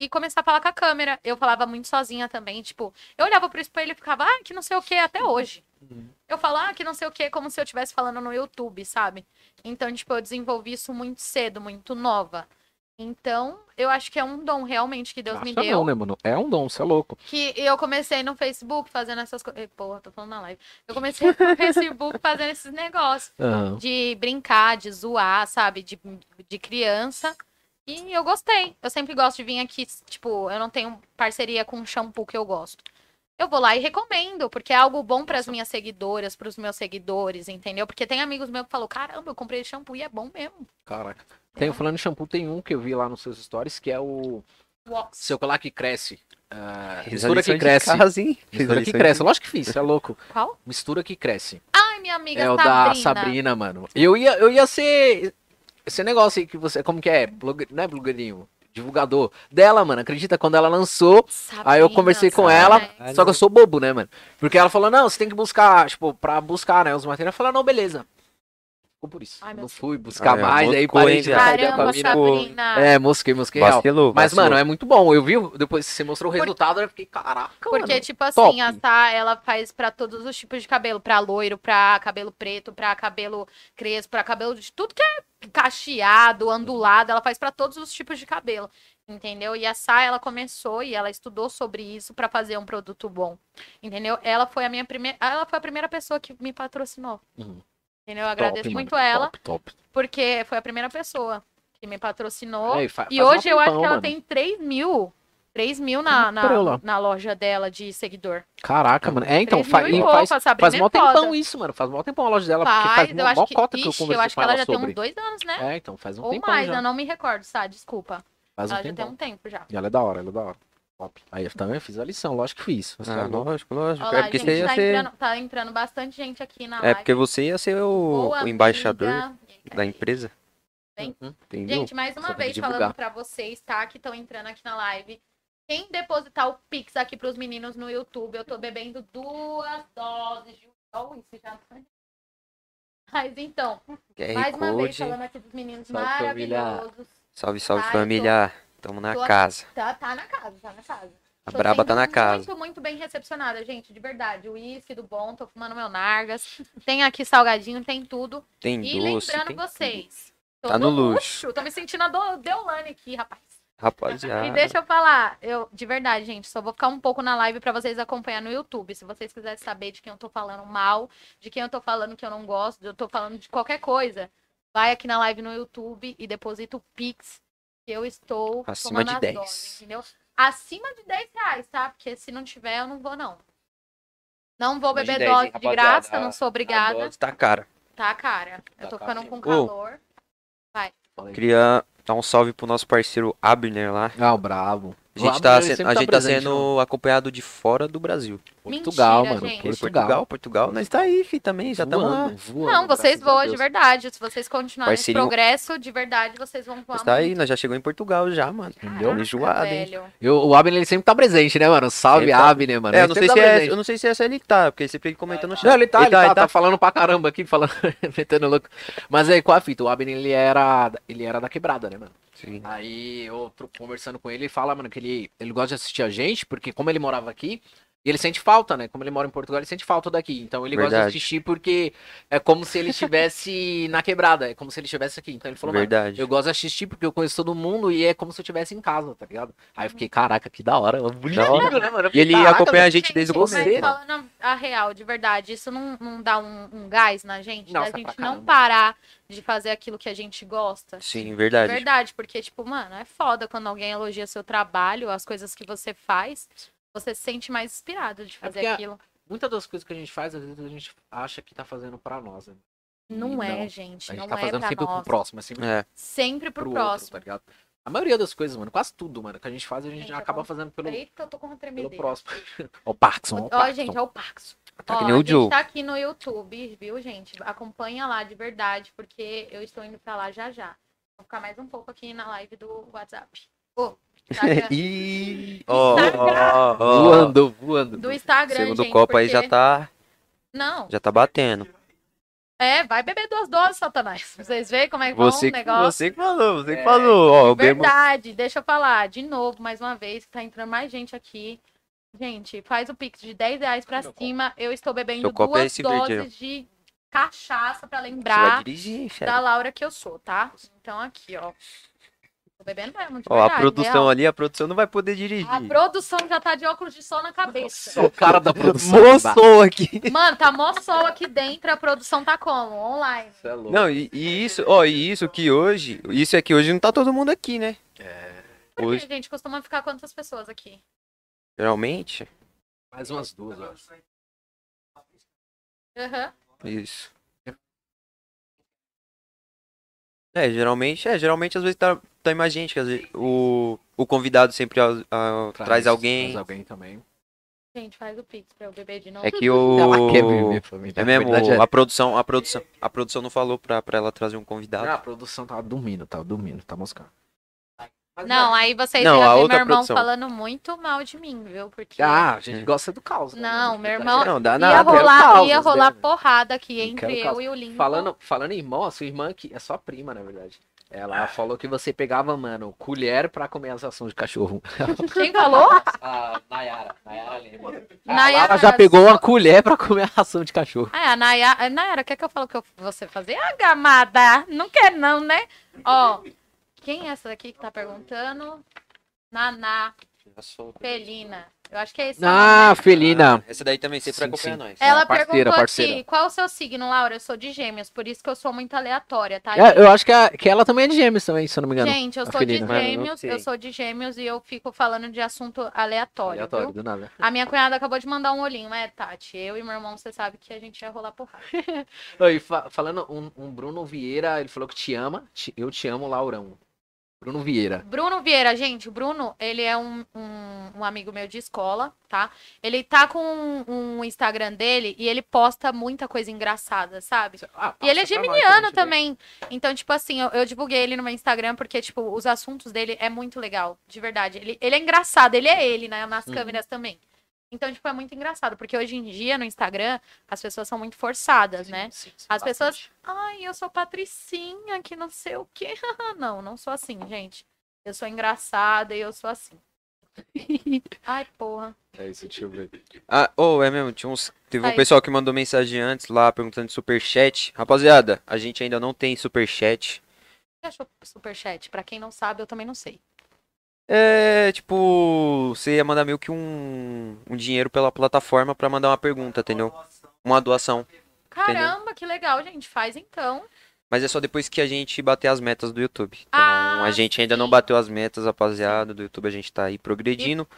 [SPEAKER 3] e começar a falar com a câmera. Eu falava muito sozinha também, tipo, eu olhava pro espelho e ficava, ah, que não sei o que, até hoje.
[SPEAKER 1] Uhum.
[SPEAKER 3] Eu falava ah, que não sei o que, como se eu estivesse falando no YouTube, sabe? Então, tipo, eu desenvolvi isso muito cedo, muito nova. Então, eu acho que é um dom realmente que Deus me
[SPEAKER 1] Acha
[SPEAKER 3] deu.
[SPEAKER 1] não, né, mano? É um dom, você é louco.
[SPEAKER 3] Que eu comecei no Facebook fazendo essas coisas. Porra, tô falando na live. Eu comecei no Facebook fazendo esses negócios.
[SPEAKER 1] Aham.
[SPEAKER 3] De brincar, de zoar, sabe? De, de criança. E eu gostei. Eu sempre gosto de vir aqui, tipo, eu não tenho parceria com um shampoo que eu gosto. Eu vou lá e recomendo, porque é algo bom para as minhas seguidoras, para os meus seguidores, entendeu? Porque tem amigos meus que falam: caramba, eu comprei esse shampoo e é bom mesmo.
[SPEAKER 1] Caraca. Tem, falando em shampoo, tem um que eu vi lá nos seus stories que é o
[SPEAKER 3] Uox.
[SPEAKER 1] Seu colar que cresce. Ah,
[SPEAKER 2] Fiz a
[SPEAKER 1] mistura
[SPEAKER 2] lição
[SPEAKER 1] que
[SPEAKER 2] de
[SPEAKER 1] cresce.
[SPEAKER 2] casa, hein? Fiz a
[SPEAKER 1] Mistura que
[SPEAKER 2] lição de-
[SPEAKER 1] cresce. Lógico que fiz, você é louco.
[SPEAKER 3] Qual?
[SPEAKER 1] Mistura que cresce.
[SPEAKER 3] Ai, minha amiga
[SPEAKER 1] é o
[SPEAKER 3] Sabrina.
[SPEAKER 1] da Sabrina, mano. Eu ia, eu ia ser. Esse negócio aí que você. Como que é? Blogue... Não é blogueirinho? Divulgador dela, mano. Acredita? Quando ela lançou, Aí eu conversei com
[SPEAKER 3] Sabrina,
[SPEAKER 1] ela,
[SPEAKER 3] Sabrina.
[SPEAKER 1] só que eu sou bobo, né, mano? Porque ela falou, não, você tem que buscar, tipo, pra buscar, né, os materiais. Eu falei, não, beleza. Ficou por isso.
[SPEAKER 3] Ai, meu
[SPEAKER 1] não
[SPEAKER 3] Deus.
[SPEAKER 1] fui buscar
[SPEAKER 2] Ah, é,
[SPEAKER 1] mais, aí
[SPEAKER 2] moscou,
[SPEAKER 1] parei
[SPEAKER 2] hein,
[SPEAKER 1] de
[SPEAKER 2] viado?
[SPEAKER 1] trocar ideia com a
[SPEAKER 3] Caramba,
[SPEAKER 1] mina.
[SPEAKER 2] Ficou-
[SPEAKER 3] Sabrina.
[SPEAKER 1] É, mosquei, mosquei, real.
[SPEAKER 2] Vacilou,
[SPEAKER 1] Mas,
[SPEAKER 2] vacilou.
[SPEAKER 1] mano, é muito bom. Eu vi, depois que você mostrou o
[SPEAKER 3] Por-
[SPEAKER 1] resultado, eu fiquei, caraca,
[SPEAKER 3] Porque,
[SPEAKER 1] mano.
[SPEAKER 3] tipo assim,
[SPEAKER 1] top.
[SPEAKER 3] a Sá, ela faz pra todos os tipos de cabelo. Pra loiro, pra cabelo preto, pra cabelo crespo, pra cabelo de tudo que é cacheado, ondulado. Ela faz pra todos os tipos de cabelo, entendeu? E a Sá, ela começou e ela estudou sobre isso pra fazer um produto bom, entendeu? Ela foi a minha primeira... Ela foi a primeira pessoa que me patrocinou,
[SPEAKER 1] Uhum.
[SPEAKER 3] entendeu? Eu agradeço
[SPEAKER 1] Top,
[SPEAKER 3] muito
[SPEAKER 1] mano,
[SPEAKER 3] ela,
[SPEAKER 1] Top, top.
[SPEAKER 3] porque foi a primeira pessoa que me patrocinou.
[SPEAKER 1] É, fa-
[SPEAKER 3] E
[SPEAKER 1] faz um
[SPEAKER 3] hoje eu acho que
[SPEAKER 1] tempão,
[SPEAKER 3] ela
[SPEAKER 1] mano.
[SPEAKER 3] tem 3 mil. 3 mil na, na,
[SPEAKER 1] Comprei lá.
[SPEAKER 3] na loja dela de seguidor.
[SPEAKER 1] Caraca, mano. É, então,
[SPEAKER 3] 3
[SPEAKER 1] fa-
[SPEAKER 3] mil
[SPEAKER 1] e
[SPEAKER 3] e
[SPEAKER 1] faz,
[SPEAKER 3] pouco, a Sabrina
[SPEAKER 1] faz mó
[SPEAKER 3] é foda.
[SPEAKER 1] tempão isso, mano. Faz mó tempão a loja dela, porque faz
[SPEAKER 3] eu
[SPEAKER 1] mó,
[SPEAKER 3] acho
[SPEAKER 1] mó
[SPEAKER 3] que,
[SPEAKER 1] cota que eu
[SPEAKER 3] Ixi,
[SPEAKER 1] conversei
[SPEAKER 3] eu acho
[SPEAKER 1] com
[SPEAKER 3] que ela
[SPEAKER 1] ela,
[SPEAKER 3] já tem
[SPEAKER 1] sobre.
[SPEAKER 3] uns dois anos, né?
[SPEAKER 1] É, então, faz um
[SPEAKER 3] Ou
[SPEAKER 1] tempão
[SPEAKER 3] mais,
[SPEAKER 1] já.
[SPEAKER 3] eu não me recordo, Sá, desculpa.
[SPEAKER 1] Faz um
[SPEAKER 3] ela já tem
[SPEAKER 1] tempão.
[SPEAKER 3] um tempo já.
[SPEAKER 1] E ela é da hora, ela é da hora. Top. Aí eu também fiz a lição, lógico que fiz. Você é
[SPEAKER 2] Ah,
[SPEAKER 1] louco.
[SPEAKER 2] lógico, lógico.
[SPEAKER 3] Olha lá,
[SPEAKER 2] é porque
[SPEAKER 3] gente,
[SPEAKER 2] você ia
[SPEAKER 3] tá,
[SPEAKER 2] ser.
[SPEAKER 3] entrando, tá entrando bastante gente aqui na
[SPEAKER 2] É
[SPEAKER 3] live.
[SPEAKER 2] porque você ia ser o,
[SPEAKER 3] Boa,
[SPEAKER 2] o embaixador
[SPEAKER 3] amiga.
[SPEAKER 2] da empresa.
[SPEAKER 3] Bem.
[SPEAKER 1] Uhum.
[SPEAKER 2] Entendeu?
[SPEAKER 3] Gente, mais
[SPEAKER 1] Só
[SPEAKER 3] uma
[SPEAKER 1] tem que
[SPEAKER 3] vez
[SPEAKER 1] divulgar.
[SPEAKER 3] falando pra vocês, tá? Que estão entrando aqui na live. Quem depositar o Pix aqui pros meninos no YouTube, eu tô bebendo duas doses de. Oh, isso já foi. Mas então,
[SPEAKER 2] QR
[SPEAKER 3] mais uma vez
[SPEAKER 2] Code.
[SPEAKER 3] falando aqui dos meninos
[SPEAKER 1] Salve, família.
[SPEAKER 3] maravilhosos.
[SPEAKER 2] Salve, salve
[SPEAKER 3] Ai, tô-
[SPEAKER 2] família. Tamo na
[SPEAKER 3] tô aqui.
[SPEAKER 2] casa.
[SPEAKER 3] Tá, tá na casa, tá na casa.
[SPEAKER 2] A
[SPEAKER 3] Tô
[SPEAKER 2] braba
[SPEAKER 3] sendo
[SPEAKER 2] tá na casa.
[SPEAKER 3] Muito, muito bem recepcionada, gente, de verdade. O uísque do bom, tô fumando meu Nargas. Tem aqui salgadinho, tem tudo.
[SPEAKER 2] Tem
[SPEAKER 3] E
[SPEAKER 2] doce.
[SPEAKER 3] lembrando
[SPEAKER 2] Tem...
[SPEAKER 3] vocês. Tô
[SPEAKER 2] Tá no luxo.
[SPEAKER 3] luxo. Tô me sentindo a do- Deolane aqui, rapaz.
[SPEAKER 2] Rapaziada.
[SPEAKER 3] E deixa eu falar, eu, de verdade, gente, só vou ficar um pouco na live pra vocês acompanhar no YouTube. Se vocês quiserem saber de quem eu tô falando mal, de quem eu tô falando que eu não gosto, eu tô falando de qualquer coisa, vai aqui na live no YouTube e deposita o Pix que eu estou
[SPEAKER 2] Acima de
[SPEAKER 3] tomando as
[SPEAKER 2] 10.
[SPEAKER 3] doses, entendeu? Acima de 10 reais, tá? Porque se não tiver, eu não vou, não. Não vou
[SPEAKER 2] Acima de
[SPEAKER 3] beber
[SPEAKER 2] 10,
[SPEAKER 3] dose
[SPEAKER 2] hein,
[SPEAKER 3] de
[SPEAKER 2] rapaziada?
[SPEAKER 3] graça, não sou
[SPEAKER 2] A
[SPEAKER 3] obrigada.
[SPEAKER 2] dose tá cara.
[SPEAKER 3] Tá, cara? Eu
[SPEAKER 1] Tá
[SPEAKER 3] tô
[SPEAKER 1] cara
[SPEAKER 3] ficando com
[SPEAKER 1] mesmo.
[SPEAKER 2] Ô.
[SPEAKER 3] calor.
[SPEAKER 2] Queria dar um salve pro nosso parceiro Abner lá.
[SPEAKER 1] Ah, o brabo.
[SPEAKER 2] A gente tá, sendo, a gente tá sendo acompanhado de fora do Brasil.
[SPEAKER 1] Portugal,
[SPEAKER 3] Mentira,
[SPEAKER 1] mano.
[SPEAKER 3] gente.
[SPEAKER 2] Por
[SPEAKER 1] Portugal.
[SPEAKER 2] Portugal, Portugal. Nós tá aí, fi, também. Já estamos lá.
[SPEAKER 3] Não, vocês voam, de verdade. Se vocês continuarem esse
[SPEAKER 2] Parceirinho-
[SPEAKER 3] progresso, de verdade, vocês vão voar
[SPEAKER 2] Nós tá aí,
[SPEAKER 3] muito.
[SPEAKER 2] nós já chegou em Portugal já, mano.
[SPEAKER 1] Entendeu?
[SPEAKER 3] Caraca,
[SPEAKER 2] Enjoado, hein?
[SPEAKER 3] velho.
[SPEAKER 1] Eu, o Abner, ele sempre tá presente, né, mano? Salve,
[SPEAKER 2] Ele tá-
[SPEAKER 1] Abner, mano.
[SPEAKER 2] é, eu
[SPEAKER 1] Ele
[SPEAKER 2] não
[SPEAKER 1] sempre
[SPEAKER 2] sei,
[SPEAKER 1] tá
[SPEAKER 2] se é,
[SPEAKER 1] presente.
[SPEAKER 2] eu não sei se essa ele tá, porque sempre ele comenta no chat.
[SPEAKER 1] Não, ele tá, ele tá,
[SPEAKER 2] ele
[SPEAKER 1] tá falando pra caramba aqui, falando, metendo louco. Mas aí, qual é a fita? O Abner, ele era, ele era da quebrada, né, mano?
[SPEAKER 2] Sim.
[SPEAKER 1] Aí, eu tro- conversando com ele, ele fala, mano, que ele, ele gosta de assistir a gente, porque como ele morava aqui, ele sente falta, né? Como ele mora em Portugal, ele sente falta daqui. Então, ele gosta de
[SPEAKER 2] Verdade.
[SPEAKER 1] assistir porque é como se ele estivesse na quebrada, é como se ele estivesse aqui. Então, ele falou, mano,
[SPEAKER 2] Verdade.
[SPEAKER 1] Eu gosto de assistir porque eu conheço todo mundo e é como se eu estivesse em casa, tá ligado? Aí eu fiquei, caraca, que da hora. Bonito,
[SPEAKER 2] Da hora.
[SPEAKER 1] né, mano? Eu
[SPEAKER 2] E
[SPEAKER 1] fiquei,
[SPEAKER 2] ele
[SPEAKER 1] caraca,
[SPEAKER 2] acompanha a
[SPEAKER 1] velho.
[SPEAKER 2] gente desde o
[SPEAKER 1] mas
[SPEAKER 2] começo. mano.
[SPEAKER 3] falando a real, de verdade, isso não, não dá um, um gás na gente?
[SPEAKER 1] Nossa,
[SPEAKER 3] da
[SPEAKER 1] pra
[SPEAKER 3] gente
[SPEAKER 1] caramba.
[SPEAKER 3] não parar de fazer aquilo que a gente gosta?
[SPEAKER 2] Sim,
[SPEAKER 3] De
[SPEAKER 2] verdade.
[SPEAKER 3] verdade, porque, tipo, mano, é foda quando alguém elogia seu trabalho, as coisas que você faz, você se sente mais inspirado de fazer
[SPEAKER 1] É porque a-
[SPEAKER 3] aquilo.
[SPEAKER 1] Muitas das coisas que a gente faz, às vezes a gente acha que tá fazendo pra nós. Né? E
[SPEAKER 3] Não, é,
[SPEAKER 1] não.
[SPEAKER 3] gente,
[SPEAKER 1] A gente
[SPEAKER 3] não
[SPEAKER 1] tá
[SPEAKER 3] é
[SPEAKER 1] fazendo
[SPEAKER 3] pra
[SPEAKER 1] sempre pro
[SPEAKER 3] nós.
[SPEAKER 1] próximo, é sempre
[SPEAKER 2] É,
[SPEAKER 3] Sempre pro,
[SPEAKER 1] pro, outro,
[SPEAKER 3] próximo.
[SPEAKER 1] tá ligado? A maioria das coisas, mano, quase tudo, mano, que a gente faz, a gente,
[SPEAKER 3] Gente, é eu
[SPEAKER 1] acaba
[SPEAKER 3] concordo.
[SPEAKER 1] fazendo pelo,
[SPEAKER 3] Eita, eu tô com uma
[SPEAKER 1] pelo
[SPEAKER 3] tremedeira.
[SPEAKER 1] próximo. Ó, o Parkinson, ó, o
[SPEAKER 3] Ó,
[SPEAKER 1] Parkinson.
[SPEAKER 3] gente, é o Paxo.
[SPEAKER 2] tá
[SPEAKER 3] Ó,
[SPEAKER 2] que nem
[SPEAKER 3] a
[SPEAKER 2] o
[SPEAKER 3] gente
[SPEAKER 2] Joe.
[SPEAKER 3] tá aqui no YouTube, viu, gente? Acompanha lá de verdade, porque eu estou indo pra lá já já. Vou ficar mais um pouco aqui na live do WhatsApp. Ô, Instagram.
[SPEAKER 2] Ih, É. ó, ó,
[SPEAKER 3] Instagram.
[SPEAKER 2] ó, ó.
[SPEAKER 1] Voando, voando.
[SPEAKER 3] do Instagram,
[SPEAKER 2] Segundo
[SPEAKER 3] gente,
[SPEAKER 2] copo aí já
[SPEAKER 3] porque-
[SPEAKER 2] tá,
[SPEAKER 3] Não,
[SPEAKER 2] já tá batendo.
[SPEAKER 3] é, vai beber duas doses, Satanás. Pra Vocês veem como é que
[SPEAKER 2] Você,
[SPEAKER 3] o
[SPEAKER 2] que-
[SPEAKER 3] negócio. É,
[SPEAKER 2] você que falou, você que falou. Ó, eu bebo.
[SPEAKER 3] Verdade, deixa eu falar de novo, mais uma vez, que tá entrando mais gente aqui. Gente, faz o pix de 10 reais pra
[SPEAKER 1] Meu copo.
[SPEAKER 3] cima. Eu estou bebendo
[SPEAKER 2] Seu copo é
[SPEAKER 3] duas
[SPEAKER 2] esse
[SPEAKER 3] doses
[SPEAKER 2] verde aí, ó.
[SPEAKER 3] de cachaça pra
[SPEAKER 2] Você vai
[SPEAKER 3] lembrar
[SPEAKER 2] dirigir, chefe.
[SPEAKER 3] tá? da Laura que eu sou, tá? Então aqui, ó. Tô bebendo mesmo, de
[SPEAKER 2] Ó,
[SPEAKER 3] verdade.
[SPEAKER 2] a produção
[SPEAKER 3] real.
[SPEAKER 2] ali, a produção não vai poder dirigir.
[SPEAKER 3] A produção já tá de óculos de sol na cabeça.
[SPEAKER 1] o cara da
[SPEAKER 2] Moçou aqui.
[SPEAKER 3] Mano, tá mó sol aqui dentro, a produção tá como? Online.
[SPEAKER 4] Isso é louco.
[SPEAKER 2] Não, e, e isso, ó, e isso que hoje, isso é que hoje não tá todo mundo aqui, né?
[SPEAKER 3] Por que,
[SPEAKER 2] Hoje,
[SPEAKER 3] gente, costuma ficar quantas pessoas aqui?
[SPEAKER 2] geralmente,
[SPEAKER 1] Mais umas duas, eu acho.
[SPEAKER 3] Aham.
[SPEAKER 2] isso. É, geralmente, é, geralmente às vezes tá, tá mais gente, que às vezes o, o convidado sempre ah, ah, traz, alguém.
[SPEAKER 1] Traz alguém também.
[SPEAKER 3] Gente, faz o pix pra eu beber de novo.
[SPEAKER 2] É que o
[SPEAKER 1] Ela quer viver, família.
[SPEAKER 2] É mesmo,
[SPEAKER 1] Na verdade,
[SPEAKER 2] a produção, a produção, a produção não falou pra, pra ela trazer um
[SPEAKER 1] é- Ah,
[SPEAKER 2] convidado.
[SPEAKER 1] a produção tava dormindo, tava dormindo, tá moscando.
[SPEAKER 4] Mas,
[SPEAKER 3] Não,
[SPEAKER 4] mano,
[SPEAKER 3] aí vocês
[SPEAKER 2] Não,
[SPEAKER 3] iam
[SPEAKER 2] a
[SPEAKER 3] ver meu
[SPEAKER 2] outra
[SPEAKER 3] irmão
[SPEAKER 2] produção.
[SPEAKER 3] falando muito mal de mim, viu? Porque
[SPEAKER 1] Ah, a gente
[SPEAKER 2] Hum.
[SPEAKER 1] gosta do caos. né?
[SPEAKER 3] Não,
[SPEAKER 1] Mas-
[SPEAKER 3] meu irmão-
[SPEAKER 2] Não, dá
[SPEAKER 3] ia
[SPEAKER 2] nada. é
[SPEAKER 1] rolar-
[SPEAKER 3] rolar,
[SPEAKER 1] causas,
[SPEAKER 3] ia
[SPEAKER 1] né,
[SPEAKER 3] rolar
[SPEAKER 1] velho?
[SPEAKER 3] porrada
[SPEAKER 1] Eu
[SPEAKER 3] aqui
[SPEAKER 1] quero
[SPEAKER 3] entre eu
[SPEAKER 1] causas.
[SPEAKER 3] e o Lincoln.
[SPEAKER 1] Falando, falando em irmão, a sua irmã que é sua prima, na verdade.
[SPEAKER 2] Ah.
[SPEAKER 1] Ela falou que você pegava, mano, colher pra comer as ações de cachorro.
[SPEAKER 3] Quem falou? Ah,
[SPEAKER 4] a Nayara, Nayara Lima.
[SPEAKER 3] Nayara,
[SPEAKER 1] Ela já pegou uma colher pra comer a ração de cachorro.
[SPEAKER 3] Ah, a Nayara, a Nayara, quer que eu fale o que eu- você fazer? Ah, gamada! Não quer não, né? Ó, quem é essa daqui que tá perguntando? Naná, Felina. Eu acho que é esse. o nome,
[SPEAKER 1] Ah,
[SPEAKER 3] né?
[SPEAKER 1] Felina.
[SPEAKER 2] Essa daí também sempre
[SPEAKER 1] Sim,
[SPEAKER 2] acompanha
[SPEAKER 1] sim.
[SPEAKER 2] nós.
[SPEAKER 1] É.
[SPEAKER 3] Ela
[SPEAKER 1] parceira,
[SPEAKER 3] perguntou
[SPEAKER 1] parceira.
[SPEAKER 3] aqui, qual o seu signo, Laura? Eu sou de gêmeos, por isso que eu sou muito aleatória, tá?
[SPEAKER 1] É, eu acho que, a- que ela também é de gêmeos também, se eu não me engano.
[SPEAKER 3] Gente, eu
[SPEAKER 1] a
[SPEAKER 3] sou
[SPEAKER 1] Felina.
[SPEAKER 3] de
[SPEAKER 2] Mano, não
[SPEAKER 3] gêmeos, eu
[SPEAKER 2] sei.
[SPEAKER 3] sou de gêmeos e eu fico falando de assunto aleatório,
[SPEAKER 1] Aleatório,
[SPEAKER 3] viu?
[SPEAKER 1] do nada.
[SPEAKER 3] A minha cunhada acabou de mandar um olhinho, é, Tati. Eu e meu irmão, você sabe que a gente ia rolar porrada.
[SPEAKER 1] Ô, e fa- falando, um, um Bruno Vieira, ele falou que te ama. Te- eu te amo, Laurão. Bruno Vieira.
[SPEAKER 3] Bruno Vieira, gente, o Bruno, ele é um, um, um amigo meu de escola, tá? Ele tá com um, um Instagram dele e ele posta muita coisa engraçada, sabe?
[SPEAKER 1] Ah,
[SPEAKER 3] E ele é
[SPEAKER 1] passa pra nós, pra
[SPEAKER 3] geminiano
[SPEAKER 1] gente ver.
[SPEAKER 3] também. Então, tipo assim, eu, eu divulguei ele no meu Instagram porque, tipo, os assuntos dele é muito legal, de verdade. Ele, ele é engraçado, ele é ele, né? Nas
[SPEAKER 1] Uhum.
[SPEAKER 3] câmeras também. Então, tipo, é muito engraçado, porque hoje em dia no Instagram as pessoas são muito forçadas, né?
[SPEAKER 1] Sim, sim,
[SPEAKER 3] As
[SPEAKER 1] bastante.
[SPEAKER 3] pessoas, ai, eu sou patricinha, que não sei o quê. não, não sou assim, gente. Eu sou engraçada e eu sou assim. Ai, porra.
[SPEAKER 1] É isso, deixa eu ver.
[SPEAKER 2] Ah, ou é mesmo, tinha uns, teve um
[SPEAKER 3] Aí.
[SPEAKER 2] pessoal que mandou mensagem antes lá perguntando de superchat. Rapaziada, a gente ainda não tem superchat.
[SPEAKER 3] Você achou superchat? Pra quem não sabe, eu também não sei.
[SPEAKER 2] É, tipo, você ia mandar meio que um, um dinheiro pela plataforma pra mandar uma pergunta, entendeu? Uma doação.
[SPEAKER 3] Caramba, que legal, gente. Faz então.
[SPEAKER 2] Mas é só depois que a gente bater as metas do YouTube. Então,
[SPEAKER 3] Ah,
[SPEAKER 2] a gente ainda não
[SPEAKER 3] sim.
[SPEAKER 2] bateu as metas, rapaziada, do YouTube. A gente tá aí progredindo.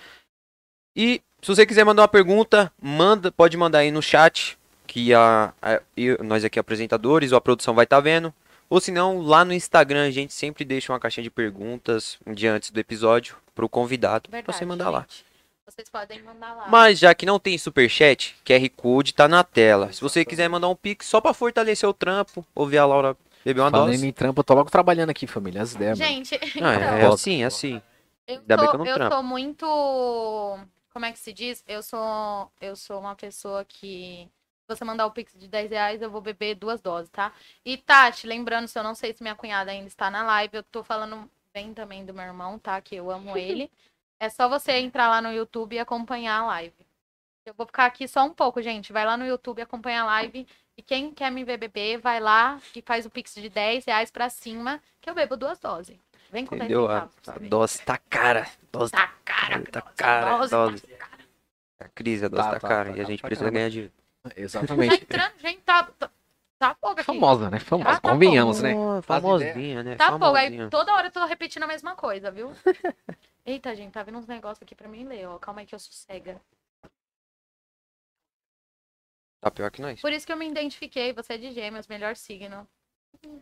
[SPEAKER 2] E se você quiser mandar uma pergunta, manda, pode mandar aí no chat. Que a, a- eu- nós aqui, apresentadores, ou a produção vai estar vendo. Ou se não, lá no Instagram a gente sempre deixa uma caixinha de perguntas um dia antes do episódio pro convidado. pra
[SPEAKER 3] Verdade, Ah.
[SPEAKER 2] você mandar lá.
[SPEAKER 3] gente. Vocês podem mandar lá.
[SPEAKER 2] Mas já que não tem superchat, QR Code tá na tela. Se você quiser mandar um pix só pra fortalecer o trampo, ouvir a Laura beber uma
[SPEAKER 1] Falando
[SPEAKER 2] dose.
[SPEAKER 1] em trampo, eu tô logo trabalhando aqui, família. As ideias, mano.
[SPEAKER 3] Gente,
[SPEAKER 2] Não,
[SPEAKER 3] então,
[SPEAKER 2] é, é assim, é assim.
[SPEAKER 3] eu,
[SPEAKER 2] ainda bem
[SPEAKER 3] sou,
[SPEAKER 2] que eu não
[SPEAKER 3] eu
[SPEAKER 2] trampo.
[SPEAKER 3] sou muito. Como é que se diz? Eu sou, eu sou uma pessoa que. Se você mandar o pix de 10 reais, eu vou beber duas doses, tá? E Tati, lembrando, se eu não sei se minha cunhada ainda está na live, eu tô falando bem também do meu irmão, tá? Que eu amo ele. É só você entrar lá no YouTube e acompanhar a live. Eu vou ficar aqui só um pouco, gente. Vai lá no YouTube, acompanha a live. E quem quer me ver beber, vai lá e faz o pix de 10 reais pra cima, que eu bebo duas doses. Vem com 10
[SPEAKER 2] Entendeu? Ah, A,
[SPEAKER 3] centavos.
[SPEAKER 2] a
[SPEAKER 3] pra mim.
[SPEAKER 2] dose tá cara. Dose tá,
[SPEAKER 3] Tá cara,
[SPEAKER 2] tá
[SPEAKER 3] dose,
[SPEAKER 2] cara.
[SPEAKER 1] é
[SPEAKER 3] dose,
[SPEAKER 2] Dose.
[SPEAKER 3] tá cara.
[SPEAKER 2] A crise, a dose
[SPEAKER 1] Tá,
[SPEAKER 2] tá,
[SPEAKER 1] tá, tá
[SPEAKER 2] cara. e a
[SPEAKER 1] cara
[SPEAKER 2] gente
[SPEAKER 1] pra
[SPEAKER 2] precisa
[SPEAKER 1] caramba.
[SPEAKER 2] ganhar dinheiro.
[SPEAKER 3] Tá
[SPEAKER 1] Exatamente.
[SPEAKER 3] entrando, gente, tá, tá, tá pouco aqui.
[SPEAKER 1] Famosa, é né? Famosa,
[SPEAKER 3] Ah, tá
[SPEAKER 1] convenhamos, né?
[SPEAKER 2] Famosinha, né?
[SPEAKER 3] Tá pouco, aí
[SPEAKER 2] Famosinha.
[SPEAKER 3] toda hora eu tô repetindo a mesma coisa, viu? Eita, gente, tá vindo uns negócios aqui pra mim ler, ó. Calma aí que eu sossega.
[SPEAKER 2] Tá pior que nós.
[SPEAKER 3] Por isso que eu me identifiquei, você é de gêmeos, melhor signo.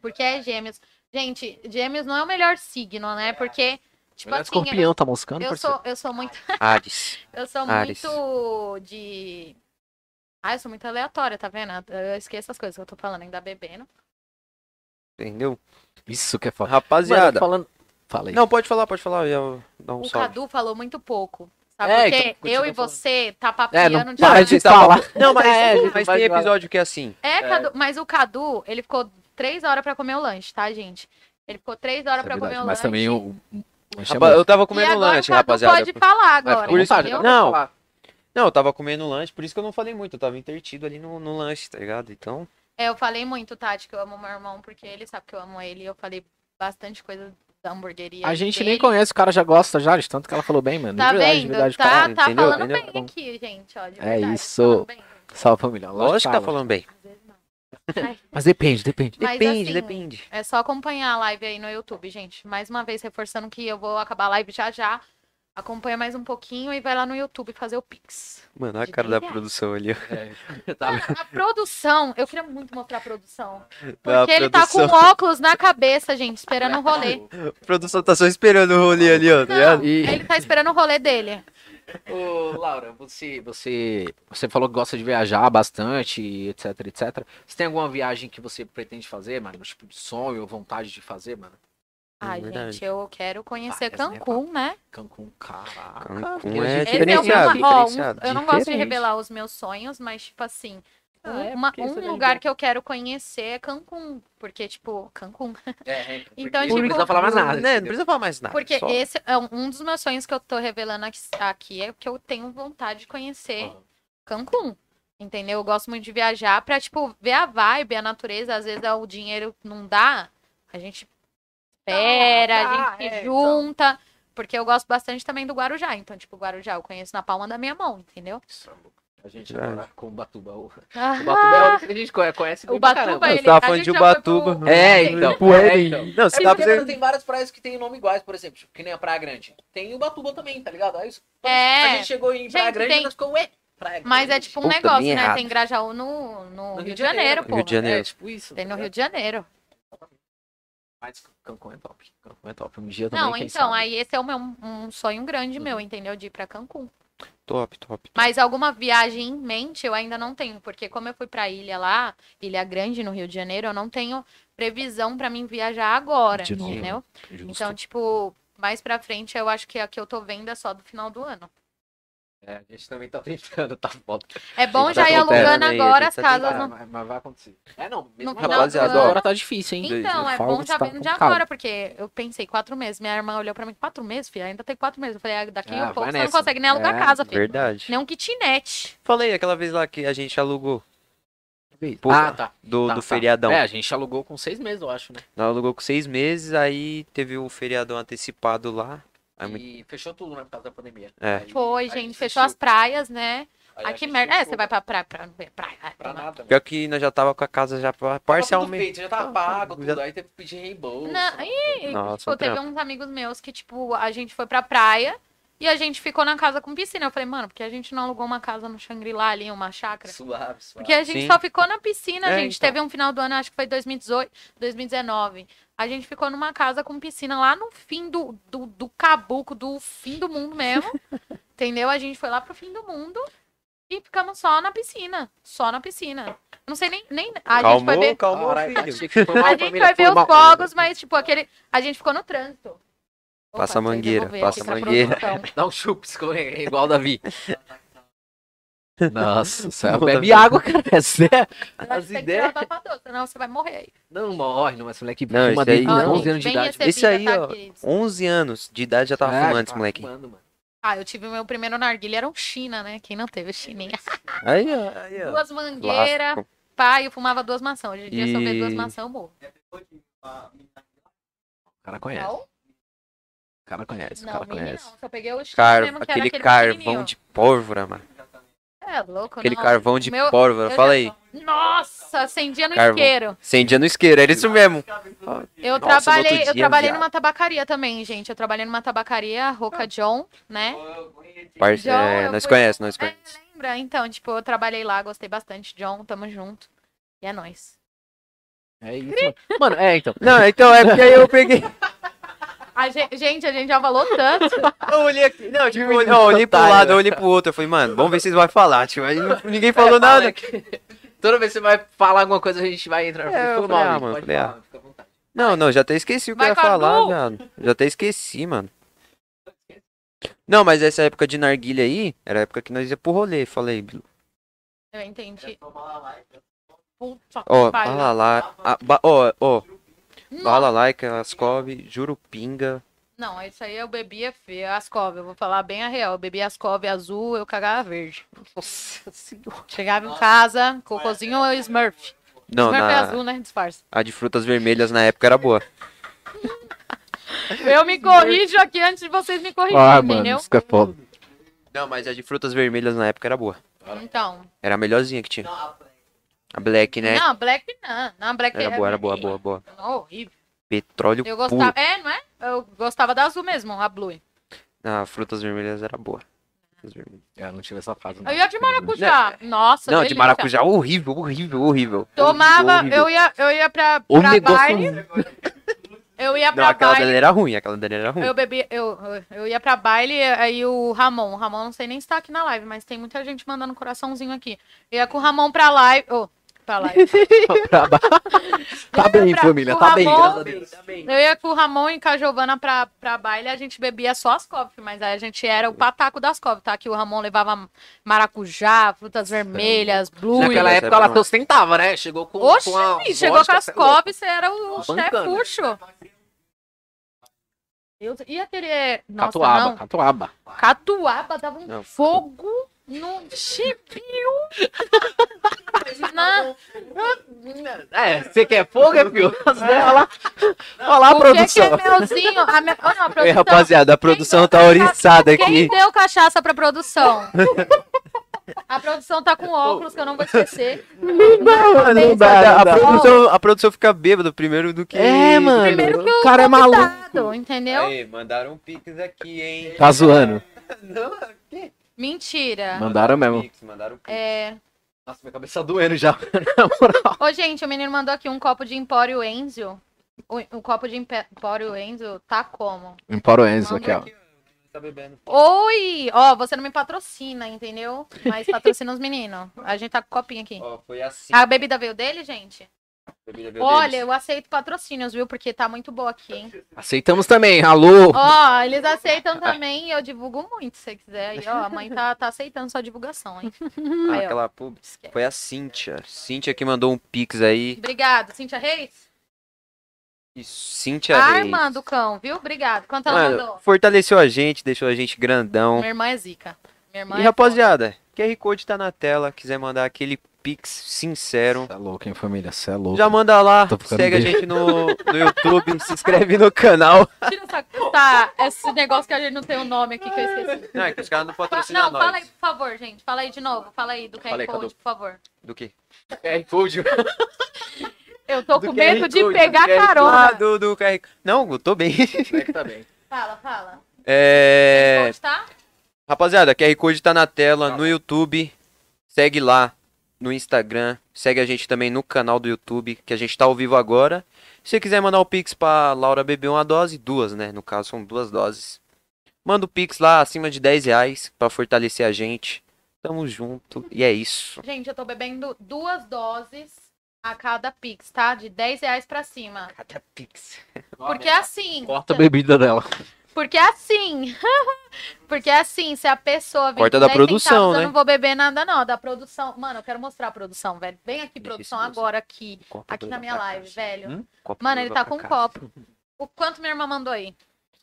[SPEAKER 3] Porque é gêmeos. Gente, gêmeos não é o melhor signo, né? Porque, tipo
[SPEAKER 1] Melhor
[SPEAKER 3] assim,
[SPEAKER 1] escorpião, tá moscando,
[SPEAKER 3] eu, eu
[SPEAKER 1] parceiro?
[SPEAKER 3] sou, eu sou muito.
[SPEAKER 2] Ares.
[SPEAKER 3] Eu sou
[SPEAKER 2] Ares.
[SPEAKER 3] muito de. Ah, eu sou muito aleatória, tá vendo? Eu esqueço as coisas que eu tô falando, ainda bebendo.
[SPEAKER 2] Entendeu?
[SPEAKER 1] Isso que é foda. Mano,
[SPEAKER 2] Rapaziada.
[SPEAKER 1] falando... Fala aí.
[SPEAKER 2] Não, pode falar, pode falar. Eu ia dar um
[SPEAKER 3] O
[SPEAKER 2] salve.
[SPEAKER 3] Cadu falou muito pouco. Sabe
[SPEAKER 1] É,
[SPEAKER 3] por
[SPEAKER 1] então,
[SPEAKER 3] quê?
[SPEAKER 1] continua
[SPEAKER 3] eu e
[SPEAKER 1] falando.
[SPEAKER 3] você tá
[SPEAKER 1] É,
[SPEAKER 3] papiando
[SPEAKER 1] não
[SPEAKER 3] de
[SPEAKER 1] para
[SPEAKER 3] lado.
[SPEAKER 1] de
[SPEAKER 2] Tá
[SPEAKER 1] falar.
[SPEAKER 2] Não, mas,
[SPEAKER 1] É, a gente
[SPEAKER 2] mas
[SPEAKER 1] vai
[SPEAKER 2] tem
[SPEAKER 1] falar.
[SPEAKER 2] episódio que é assim.
[SPEAKER 3] É, Cadu, mas o Cadu, ele ficou três horas pra comer o lanche, tá, gente? Ele ficou três horas
[SPEAKER 1] Isso é
[SPEAKER 3] pra comer o
[SPEAKER 1] verdade,
[SPEAKER 3] lanche.
[SPEAKER 1] Mas também o... o-
[SPEAKER 2] Rapaz, eu tava
[SPEAKER 3] e
[SPEAKER 2] comendo
[SPEAKER 3] agora
[SPEAKER 2] lanche,
[SPEAKER 3] o Cadu
[SPEAKER 2] rapaziada.
[SPEAKER 3] pode falar
[SPEAKER 1] Vai,
[SPEAKER 3] agora.
[SPEAKER 1] fica à vontade, Cadu,
[SPEAKER 3] entendeu?
[SPEAKER 1] pode
[SPEAKER 2] Não.
[SPEAKER 1] falar.
[SPEAKER 2] Não, eu tava comendo lanche, por isso que eu não falei muito. Eu tava entretido ali no, no lanche, tá ligado? Então.
[SPEAKER 3] É, eu falei muito, Tati, que eu amo meu irmão, porque ele sabe que eu amo ele. e Eu falei bastante coisa da hamburgueria.
[SPEAKER 1] A gente nem
[SPEAKER 3] dele.
[SPEAKER 1] conhece, o cara já gosta já, de tanto que ela falou bem, mano.
[SPEAKER 3] Tá
[SPEAKER 1] de verdade, de
[SPEAKER 3] vendo?
[SPEAKER 1] verdade. o
[SPEAKER 3] tá
[SPEAKER 1] cara-
[SPEAKER 2] cara,
[SPEAKER 3] tá
[SPEAKER 2] entendeu?
[SPEAKER 3] falando
[SPEAKER 2] Entendeu?
[SPEAKER 3] bem aqui, gente, ó. de
[SPEAKER 1] É
[SPEAKER 3] verdade, tá
[SPEAKER 1] isso.
[SPEAKER 3] falando bem.
[SPEAKER 1] Salve, família.
[SPEAKER 2] Lógico que tá falando bem.
[SPEAKER 3] Às vezes não.
[SPEAKER 1] Mas depende, depende.
[SPEAKER 3] Mas,
[SPEAKER 2] Depende,
[SPEAKER 3] assim,
[SPEAKER 2] depende.
[SPEAKER 3] É só acompanhar a live aí no YouTube, gente. Mais uma vez, reforçando que eu vou acabar a live já já. Acompanha mais um pouquinho e vai lá no YouTube fazer o Pix.
[SPEAKER 2] Mano, olha a
[SPEAKER 3] de é?
[SPEAKER 2] cara da
[SPEAKER 3] reais.
[SPEAKER 2] produção ali. ó.
[SPEAKER 1] É,
[SPEAKER 3] Mano,
[SPEAKER 1] Tá.
[SPEAKER 3] a produção, eu queria muito mostrar a produção.
[SPEAKER 2] Ah,
[SPEAKER 3] Porque ele tá com
[SPEAKER 2] produção.
[SPEAKER 3] óculos na cabeça, gente, esperando o Tá rolê.
[SPEAKER 2] A produção tá só esperando o rolê ali, ó. tá ligado?
[SPEAKER 3] Não,
[SPEAKER 1] E-
[SPEAKER 3] ele tá esperando o rolê
[SPEAKER 2] É
[SPEAKER 3] dele.
[SPEAKER 1] Ô, Laura, você, você, você falou que gosta de viajar bastante, etc, etc. Você tem alguma viagem que você pretende fazer, mano? Tipo, de sonho ou vontade de fazer, mano?
[SPEAKER 3] Ai,
[SPEAKER 2] verdade.
[SPEAKER 3] gente, eu quero conhecer
[SPEAKER 1] Várias, né,
[SPEAKER 3] Cancún, né?
[SPEAKER 1] Cancún, caraca.
[SPEAKER 2] Cancún
[SPEAKER 1] Esse é o
[SPEAKER 2] é
[SPEAKER 3] Esse é o meu-
[SPEAKER 2] diferenciado.
[SPEAKER 3] ó, um-
[SPEAKER 2] diferenciado.
[SPEAKER 3] eu não gosto de
[SPEAKER 2] Diferente.
[SPEAKER 3] revelar os meus sonhos, mas, tipo assim,
[SPEAKER 1] Ah,
[SPEAKER 3] um-
[SPEAKER 1] é,
[SPEAKER 3] uma-
[SPEAKER 1] porque isso
[SPEAKER 3] um
[SPEAKER 1] daí
[SPEAKER 3] lugar
[SPEAKER 1] já-
[SPEAKER 3] que eu quero conhecer é Cancún. Porque, tipo, Cancún.
[SPEAKER 1] É, é, porque
[SPEAKER 3] Então,
[SPEAKER 1] não
[SPEAKER 3] tipo,
[SPEAKER 1] precisa falar mais nada.
[SPEAKER 2] Né, não
[SPEAKER 1] entendeu?
[SPEAKER 2] precisa falar mais nada.
[SPEAKER 3] Porque
[SPEAKER 2] só.
[SPEAKER 3] esse é um- um dos meus sonhos que eu tô revelando aqui, aqui é que eu tenho vontade de conhecer
[SPEAKER 1] Aham.
[SPEAKER 3] Cancún. Entendeu? Eu gosto muito de viajar pra, tipo, ver a vibe, a natureza. Às vezes é o dinheiro não dá, a gente espera,
[SPEAKER 4] Não,
[SPEAKER 3] a
[SPEAKER 4] dá,
[SPEAKER 3] gente
[SPEAKER 4] é,
[SPEAKER 3] se
[SPEAKER 4] então.
[SPEAKER 3] junta. Porque eu gosto bastante também do Guarujá. Então, tipo, Guarujá eu conheço na palma da minha mão, entendeu?
[SPEAKER 1] Isso, amor. A gente
[SPEAKER 2] Verdade.
[SPEAKER 1] agora com o Batuba. O
[SPEAKER 3] Ah,
[SPEAKER 1] Batuba é a única que a gente conhece, conhece bem
[SPEAKER 3] o
[SPEAKER 1] pra
[SPEAKER 3] Batuba, é
[SPEAKER 1] caramba.
[SPEAKER 3] ele...
[SPEAKER 2] Eu tava
[SPEAKER 3] a
[SPEAKER 2] tá falando
[SPEAKER 3] gente
[SPEAKER 2] de
[SPEAKER 3] já foi
[SPEAKER 2] Ubatuba.
[SPEAKER 3] pro-
[SPEAKER 1] É, então. É, então.
[SPEAKER 2] Não, você
[SPEAKER 4] É
[SPEAKER 2] tá
[SPEAKER 4] porque, mano,
[SPEAKER 2] precisando.
[SPEAKER 4] tem várias praias que tem nome iguais, por exemplo, tipo, que nem a Praia Grande. Tem Ubatuba também, tá ligado? Aí,
[SPEAKER 3] É.
[SPEAKER 4] A gente chegou em Praia
[SPEAKER 3] Gente,
[SPEAKER 4] Grande
[SPEAKER 3] tem-
[SPEAKER 4] e nós ficou, ué, Praia Grande.
[SPEAKER 3] Mas é tipo um
[SPEAKER 2] Puta,
[SPEAKER 3] negócio, né?
[SPEAKER 2] bem errado.
[SPEAKER 3] Tem Grajaú no, no, Rio, de Janeiro, pô. né?
[SPEAKER 2] Rio de Janeiro.
[SPEAKER 4] É, tipo isso.
[SPEAKER 3] Tem
[SPEAKER 4] tá
[SPEAKER 3] no
[SPEAKER 4] ligado?
[SPEAKER 3] Rio de Janeiro.
[SPEAKER 1] Mas Cancún é top. Cancún é top. Um dia também,
[SPEAKER 3] Não,
[SPEAKER 1] quem
[SPEAKER 3] então,
[SPEAKER 1] sabe. Uhum.
[SPEAKER 3] aí esse é o meu, um sonho grande meu, entendeu? De ir pra Cancún.
[SPEAKER 2] Top, top.
[SPEAKER 3] Mas alguma viagem em mente eu ainda não tenho, porque como eu fui pra ilha lá, Ilha Grande, no Rio de Janeiro, eu não tenho previsão pra mim viajar agora,
[SPEAKER 1] De novo.
[SPEAKER 3] entendeu?
[SPEAKER 1] Justo.
[SPEAKER 3] Então, tipo, mais pra frente eu acho que a que eu tô vendo é só do final do ano.
[SPEAKER 1] É, a gente também tá tentando, tá foda.
[SPEAKER 3] É bom
[SPEAKER 1] gente
[SPEAKER 3] já
[SPEAKER 1] tá
[SPEAKER 3] ir
[SPEAKER 1] tentando
[SPEAKER 3] alugando
[SPEAKER 2] aí, a
[SPEAKER 3] agora
[SPEAKER 2] gente
[SPEAKER 3] as
[SPEAKER 2] tá
[SPEAKER 3] casas
[SPEAKER 1] Mas,
[SPEAKER 2] tentando.
[SPEAKER 3] no
[SPEAKER 1] mas- mas vai acontecer.
[SPEAKER 4] É, não. Mesmo
[SPEAKER 3] No
[SPEAKER 4] agora.
[SPEAKER 3] final do ano.
[SPEAKER 1] Agora tá difícil, hein?
[SPEAKER 3] Então, é
[SPEAKER 1] Fala
[SPEAKER 3] bom
[SPEAKER 1] que
[SPEAKER 3] já
[SPEAKER 1] tá
[SPEAKER 3] vendo
[SPEAKER 1] com
[SPEAKER 3] de
[SPEAKER 1] calma.
[SPEAKER 3] agora, porque eu pensei quatro meses. Minha irmã olhou pra mim, quatro meses, filha? Ainda tem quatro meses. Eu falei, ah, daqui
[SPEAKER 1] Ah,
[SPEAKER 3] a pouco
[SPEAKER 1] vai
[SPEAKER 3] você não
[SPEAKER 1] nessa.
[SPEAKER 3] consegue nem alugar
[SPEAKER 1] É,
[SPEAKER 3] casa, filho.
[SPEAKER 2] Verdade.
[SPEAKER 3] Nem um kitnet.
[SPEAKER 2] Falei aquela vez lá que a gente alugou Pô,
[SPEAKER 1] ah, tá.
[SPEAKER 2] do,
[SPEAKER 1] Tá,
[SPEAKER 2] do
[SPEAKER 1] tá.
[SPEAKER 2] feriadão.
[SPEAKER 1] É, a gente alugou com seis meses, eu acho, né?
[SPEAKER 2] Nós alugou com seis meses, aí teve o feriadão antecipado lá. Aí muito-
[SPEAKER 4] E fechou tudo, né, por causa da pandemia.
[SPEAKER 2] É.
[SPEAKER 4] Aí-
[SPEAKER 3] Foi,
[SPEAKER 4] aí a
[SPEAKER 3] gente. Fechou as praias, né?
[SPEAKER 4] aí a
[SPEAKER 3] Ai, que
[SPEAKER 4] gente
[SPEAKER 3] merda. É,
[SPEAKER 4] ficou
[SPEAKER 3] você vai pra praia, pra, pra, praia. ai,
[SPEAKER 4] Pra
[SPEAKER 3] toma.
[SPEAKER 4] nada, né? mano.
[SPEAKER 2] Pior que nós já tava com a casa já par- parcialmente.
[SPEAKER 4] Já
[SPEAKER 1] Ah,
[SPEAKER 4] tava feito, já tava pago, tudo.
[SPEAKER 2] Já-
[SPEAKER 4] Aí teve que pedir reembolso.
[SPEAKER 3] Não, e,
[SPEAKER 2] Nossa,
[SPEAKER 3] tipo,
[SPEAKER 2] um
[SPEAKER 3] teve uns amigos meus que, tipo, a gente foi pra praia e a gente ficou na casa com piscina. Eu falei, mano, porque a gente não alugou uma casa no Shangri-La ali, uma chácara?
[SPEAKER 4] Suave, suave.
[SPEAKER 3] Porque é a gente
[SPEAKER 2] Sim.
[SPEAKER 3] só ficou na piscina,
[SPEAKER 2] É,
[SPEAKER 3] gente.
[SPEAKER 2] então.
[SPEAKER 3] Teve um final do ano, acho que foi 2018, 2019. A gente ficou numa casa com piscina lá no fim do, do, do cabuco, do fim do mundo mesmo. entendeu? A gente foi lá pro fim do mundo e ficamos só na piscina. Só na piscina. Não sei nem. nem a gente foi
[SPEAKER 2] Calmou,
[SPEAKER 3] ver.
[SPEAKER 2] calmou,
[SPEAKER 1] Caralho,
[SPEAKER 2] filho.
[SPEAKER 1] achei que foi mal,
[SPEAKER 3] A gente
[SPEAKER 1] família,
[SPEAKER 3] foi ver
[SPEAKER 1] mal.
[SPEAKER 3] os fogos, mas, tipo, aquele. A gente ficou no trânsito. Opa,
[SPEAKER 2] Passa a
[SPEAKER 3] deixa eu
[SPEAKER 2] mangueira,
[SPEAKER 3] devolver
[SPEAKER 2] passa
[SPEAKER 3] aqui
[SPEAKER 2] a
[SPEAKER 3] pra
[SPEAKER 2] mangueira.
[SPEAKER 3] produção.
[SPEAKER 1] Dá um chup, escorre- igual o Davi. Nossa, céu,
[SPEAKER 2] Não,
[SPEAKER 1] bebe
[SPEAKER 2] Davi.
[SPEAKER 1] água, cara. É sério.
[SPEAKER 3] Eu acho que tem que
[SPEAKER 1] ideias.
[SPEAKER 3] tirar o abafador, Senão você vai morrer aí.
[SPEAKER 1] Não morre, não, esse moleque fuma
[SPEAKER 2] Não, isso
[SPEAKER 1] desde
[SPEAKER 2] aí
[SPEAKER 1] os
[SPEAKER 2] não.
[SPEAKER 1] 11 anos de
[SPEAKER 3] Bem
[SPEAKER 1] idade.
[SPEAKER 3] recebida,
[SPEAKER 2] Isso aí,
[SPEAKER 3] tá,
[SPEAKER 2] ó,
[SPEAKER 3] queridos?
[SPEAKER 2] 11 anos de idade já tava
[SPEAKER 1] É,
[SPEAKER 2] fumando esse
[SPEAKER 1] tá
[SPEAKER 2] moleque.
[SPEAKER 1] fumando, mano.
[SPEAKER 3] Ah, eu tive o meu primeiro narguilha, era um China, né? Quem não teve chininha?
[SPEAKER 2] Aí, ó, aí, ó.
[SPEAKER 3] Duas mangueiras,
[SPEAKER 2] Clássico.
[SPEAKER 3] pai, eu fumava duas maçãs. Hoje em dia, se eu ver duas
[SPEAKER 2] E-
[SPEAKER 3] maçãs, eu morro.
[SPEAKER 1] O cara
[SPEAKER 2] é,
[SPEAKER 1] conhece, o
[SPEAKER 3] Não,
[SPEAKER 1] cara conhece, o
[SPEAKER 3] não,
[SPEAKER 1] cara
[SPEAKER 3] menino,
[SPEAKER 1] conhece.
[SPEAKER 3] não. Se eu peguei o China
[SPEAKER 2] Carvo,
[SPEAKER 3] mesmo, que
[SPEAKER 2] aquele
[SPEAKER 3] era aquele
[SPEAKER 2] carvão
[SPEAKER 3] pequenininho.
[SPEAKER 2] de pólvora, mano.
[SPEAKER 3] É, louco,
[SPEAKER 2] Aquele
[SPEAKER 3] não.
[SPEAKER 2] carvão de
[SPEAKER 3] Meu- eu
[SPEAKER 2] pólvora.
[SPEAKER 3] já-
[SPEAKER 2] Fala aí.
[SPEAKER 3] Nossa, acendia no
[SPEAKER 2] Carvão.
[SPEAKER 3] isqueiro.
[SPEAKER 2] Acendia no isqueiro, era isso mesmo.
[SPEAKER 3] Eu
[SPEAKER 2] Nossa, no
[SPEAKER 3] trabalhei,
[SPEAKER 2] outro
[SPEAKER 3] eu
[SPEAKER 2] dia,
[SPEAKER 3] trabalhei
[SPEAKER 2] viado.
[SPEAKER 3] numa tabacaria também, gente. Eu trabalhei numa tabacaria, Roca John, né?
[SPEAKER 2] Parce-
[SPEAKER 3] John,
[SPEAKER 2] é,
[SPEAKER 3] eu
[SPEAKER 2] nós
[SPEAKER 3] fui-
[SPEAKER 2] conhecemos, nós
[SPEAKER 3] É,
[SPEAKER 2] conhecemos.
[SPEAKER 3] lembra? Então, tipo, eu trabalhei lá, gostei bastante. John, tamo junto. E é nóis.
[SPEAKER 1] É isso, mano. Mano, é, então.
[SPEAKER 2] Não, então é porque aí eu peguei.
[SPEAKER 3] A gente, gente, a gente já falou tanto.
[SPEAKER 2] Eu olhei aqui. Não, tipo, eu olhei, eu
[SPEAKER 1] Menino
[SPEAKER 2] olhei pro
[SPEAKER 1] otário.
[SPEAKER 2] lado, eu olhei pro outro. Eu falei, mano, vamos ver se vocês vão falar. Tipo, aí não- ninguém falou nada.
[SPEAKER 1] Toda vez que você vai falar alguma coisa, a gente vai entrar.
[SPEAKER 2] É, eu
[SPEAKER 1] Foi
[SPEAKER 2] falei, ah,
[SPEAKER 1] gente,
[SPEAKER 2] mano,
[SPEAKER 1] pode
[SPEAKER 2] falei, ah.
[SPEAKER 1] falar, fica à vontade.
[SPEAKER 2] Não, não, já até esqueci o que eu
[SPEAKER 3] Vai,
[SPEAKER 2] ia falar,
[SPEAKER 3] Cadu!
[SPEAKER 2] viado. Já até esqueci, mano. Não, mas essa época de narguilha aí, era a época que nós ia pro rolê. Falei,
[SPEAKER 3] Eu entendi. Puta
[SPEAKER 2] ó,
[SPEAKER 3] que pariu.
[SPEAKER 2] balalá, a- ba- ó, ó,
[SPEAKER 3] Nossa,
[SPEAKER 2] balalaica, Ascov, Jurupinga.
[SPEAKER 3] Não, isso aí eu bebia feio, ascove. Eu vou falar bem a real. Eu bebia ascove azul, eu cagava verde.
[SPEAKER 1] Nossa senhora.
[SPEAKER 3] Chegava em casa, cocôzinho ou Smurf.
[SPEAKER 2] Não,
[SPEAKER 3] Smurf é
[SPEAKER 2] na,
[SPEAKER 3] azul, né? Disfarça.
[SPEAKER 2] a de frutas vermelhas na época era boa.
[SPEAKER 3] Eu me corrijo aqui antes de vocês me corrigirem,
[SPEAKER 1] Ah, mano,
[SPEAKER 3] entendeu?
[SPEAKER 1] isso que é foda.
[SPEAKER 2] Não, mas a de frutas vermelhas na época era boa.
[SPEAKER 3] Então.
[SPEAKER 2] Era a melhorzinha que tinha. A black, né?
[SPEAKER 3] Não, Black não. Não, Black
[SPEAKER 2] Era boa, era boa, boa, boa.
[SPEAKER 3] Não, horrível.
[SPEAKER 2] Petróleo
[SPEAKER 3] Eu
[SPEAKER 2] puro.
[SPEAKER 3] gostava. É, não é? Eu gostava da azul mesmo, a Blue.
[SPEAKER 2] Ah, frutas vermelhas era boa. Frutas vermelhas.
[SPEAKER 1] Eu não tive essa fase. não.
[SPEAKER 3] Eu ia de maracujá. Nossa,
[SPEAKER 2] Né? Não, de
[SPEAKER 3] delícia.
[SPEAKER 2] maracujá, horrível, horrível, horrível.
[SPEAKER 3] Tomava,
[SPEAKER 2] Horrível.
[SPEAKER 3] eu ia, eu ia pra,
[SPEAKER 1] Então, O
[SPEAKER 3] pra baile,
[SPEAKER 1] negócio.
[SPEAKER 3] eu ia
[SPEAKER 2] Não,
[SPEAKER 3] pra
[SPEAKER 2] aquela dela
[SPEAKER 3] baile,
[SPEAKER 2] era ruim, aquela dela
[SPEAKER 1] é
[SPEAKER 2] era ruim.
[SPEAKER 3] eu bebia, eu, eu ia pra baile, aí o Ramon, o Ramon não sei nem se tá aqui na live, mas tem muita gente mandando coraçãozinho aqui. Eu ia com o Ramon pra live, ô, pra live.
[SPEAKER 1] Pra ba- tá bem, família,
[SPEAKER 3] o
[SPEAKER 1] tá bem.
[SPEAKER 3] Ramon-
[SPEAKER 1] graças
[SPEAKER 4] Graças
[SPEAKER 1] a
[SPEAKER 4] a
[SPEAKER 1] Deus.
[SPEAKER 4] Deus, amém.
[SPEAKER 3] Eu ia com o Ramon e com a Giovana pra, pra baile, a gente bebia só as copes, mas aí a gente era o pataco das copes, tá? Que o Ramon levava maracujá, frutas vermelhas, blue.
[SPEAKER 2] Essa
[SPEAKER 4] Naquela
[SPEAKER 1] é
[SPEAKER 4] época
[SPEAKER 2] época
[SPEAKER 4] ela
[SPEAKER 2] não.
[SPEAKER 4] se ostentava, né? Chegou com,
[SPEAKER 3] Oxi,
[SPEAKER 4] com a
[SPEAKER 3] chegou
[SPEAKER 4] vodka,
[SPEAKER 3] com as
[SPEAKER 4] cê é louco.
[SPEAKER 3] copes, você era o chefe
[SPEAKER 4] Bancando.
[SPEAKER 3] puxo. Eu ia querer. Nossa,
[SPEAKER 1] Catuaba,
[SPEAKER 3] não.
[SPEAKER 1] catuaba.
[SPEAKER 3] Catuaba dava um
[SPEAKER 2] Não.
[SPEAKER 3] fogo no chipio. Na...
[SPEAKER 1] É, você quer fogo, é pior. Olha lá, olha lá a
[SPEAKER 3] O que que,
[SPEAKER 1] produção.
[SPEAKER 3] é melzinho? A me... oh, não, a
[SPEAKER 1] Ei,
[SPEAKER 3] produção.
[SPEAKER 1] rapaziada, a produção tá oriçada
[SPEAKER 3] Quem
[SPEAKER 1] aqui.
[SPEAKER 3] deu cachaça pra produção? A produção tá com óculos que eu não vou esquecer. Tá
[SPEAKER 1] Não, mano, não dá, não
[SPEAKER 2] A
[SPEAKER 1] dá.
[SPEAKER 2] produção, a produção fica bêbada primeiro do que.
[SPEAKER 1] É, mano.
[SPEAKER 3] Primeiro que
[SPEAKER 1] o cara é maluco.
[SPEAKER 3] Cuidado, entendeu?
[SPEAKER 2] Aí, mandaram um pix aqui, hein?
[SPEAKER 1] Tá zoando.
[SPEAKER 4] Não,
[SPEAKER 3] Mentira.
[SPEAKER 1] Mandaram mesmo.
[SPEAKER 2] Pix, mandaram um pix.
[SPEAKER 3] É...
[SPEAKER 1] Nossa, minha cabeça tá doendo já.
[SPEAKER 3] Ô, gente, o menino mandou aqui um copo de Empório Enzo. O, o copo de Empe- Empório Enzo tá como?
[SPEAKER 1] Emporo Enzo
[SPEAKER 4] é
[SPEAKER 1] aqui, ó.
[SPEAKER 2] Tá bebendo.
[SPEAKER 3] Oi! Ó, você não me patrocina, entendeu? Mas patrocina os meninos. A gente tá com copinho aqui.
[SPEAKER 2] Ó, foi assim.
[SPEAKER 3] A bebida veio dele, gente?
[SPEAKER 2] bebida veio
[SPEAKER 3] Olha,
[SPEAKER 2] deles.
[SPEAKER 3] eu aceito patrocínios, viu? Porque tá muito boa aqui, hein?
[SPEAKER 1] Aceitamos também. Alô,
[SPEAKER 3] Ó, eles aceitam também. Eu divulgo muito, se você quiser. Aí, ó, a mãe tá, tá aceitando sua divulgação, hein?
[SPEAKER 2] Ah,
[SPEAKER 3] Aí, ó,
[SPEAKER 2] aquela pub.
[SPEAKER 3] esquece.
[SPEAKER 2] Foi a Cíntia. Cíntia que mandou um pix aí.
[SPEAKER 3] Obrigado, Cintia Reis.
[SPEAKER 2] Cíntia
[SPEAKER 3] A
[SPEAKER 2] Reis.
[SPEAKER 3] irmã do cão, viu? Obrigado. Quanto ela
[SPEAKER 2] Mano,
[SPEAKER 3] mandou?
[SPEAKER 2] fortaleceu a gente, deixou a gente grandão.
[SPEAKER 3] Minha irmã é zica. Minha irmã
[SPEAKER 2] E
[SPEAKER 3] é
[SPEAKER 2] rapaziada, QR Code tá na tela. Quiser mandar aquele pix sincero.
[SPEAKER 1] Cê é louco, hein, família? Cê é louco.
[SPEAKER 2] Já manda lá,
[SPEAKER 1] Tô ficando
[SPEAKER 2] segue a
[SPEAKER 1] bem.
[SPEAKER 2] gente no, no YouTube, se inscreve no canal.
[SPEAKER 3] foda. Tira essa, tá, esse negócio que a gente não tem o nome aqui que eu esqueci.
[SPEAKER 2] Não, é que os caras não
[SPEAKER 3] Fa-
[SPEAKER 2] patrocinam
[SPEAKER 3] Não,
[SPEAKER 2] nós.
[SPEAKER 3] fala aí, por favor, gente. Fala aí de novo. Fala aí do QR
[SPEAKER 1] Fala aí,
[SPEAKER 3] Code,
[SPEAKER 1] Cadu.
[SPEAKER 3] por favor.
[SPEAKER 2] Do que?
[SPEAKER 4] é food.
[SPEAKER 3] Eu tô
[SPEAKER 4] Do
[SPEAKER 3] com
[SPEAKER 4] QR
[SPEAKER 3] medo de
[SPEAKER 4] Code,
[SPEAKER 3] pegar
[SPEAKER 4] do QR
[SPEAKER 2] Ah,
[SPEAKER 3] carona.
[SPEAKER 2] do, do QR Não, eu tô bem.
[SPEAKER 4] Como é que tá bem?
[SPEAKER 3] Fala, fala.
[SPEAKER 2] É...
[SPEAKER 3] Code, tá?
[SPEAKER 2] Rapaziada, QR Code tá na tela, no YouTube. Segue lá no Instagram. Segue a gente também no canal do YouTube, que a gente tá ao vivo agora. Se você quiser mandar o Pix pra Laura beber uma dose, duas, né? No caso, são duas doses. Manda o Pix lá acima de 10 reais pra fortalecer a gente. Tamo junto. E é isso.
[SPEAKER 3] Gente, eu tô bebendo duas doses a cada Pix, tá? De 10 reais pra cima.
[SPEAKER 2] Cada Pix.
[SPEAKER 3] Porque assim.
[SPEAKER 1] Corta a bebida dela.
[SPEAKER 3] Porque assim. Porque assim, se a pessoa vem
[SPEAKER 2] Corta
[SPEAKER 3] com
[SPEAKER 2] da
[SPEAKER 3] 10
[SPEAKER 2] produção,
[SPEAKER 3] centavos,
[SPEAKER 2] né?
[SPEAKER 3] Eu não vou beber nada, não. Da produção. Mano, eu quero mostrar a produção, velho. Vem aqui, produção,
[SPEAKER 2] Delicioso.
[SPEAKER 3] agora aqui. Aqui na minha live, velho.
[SPEAKER 2] Hum?
[SPEAKER 3] Mano, ele tá com um
[SPEAKER 2] copo.
[SPEAKER 3] copo. O quanto minha irmã mandou aí?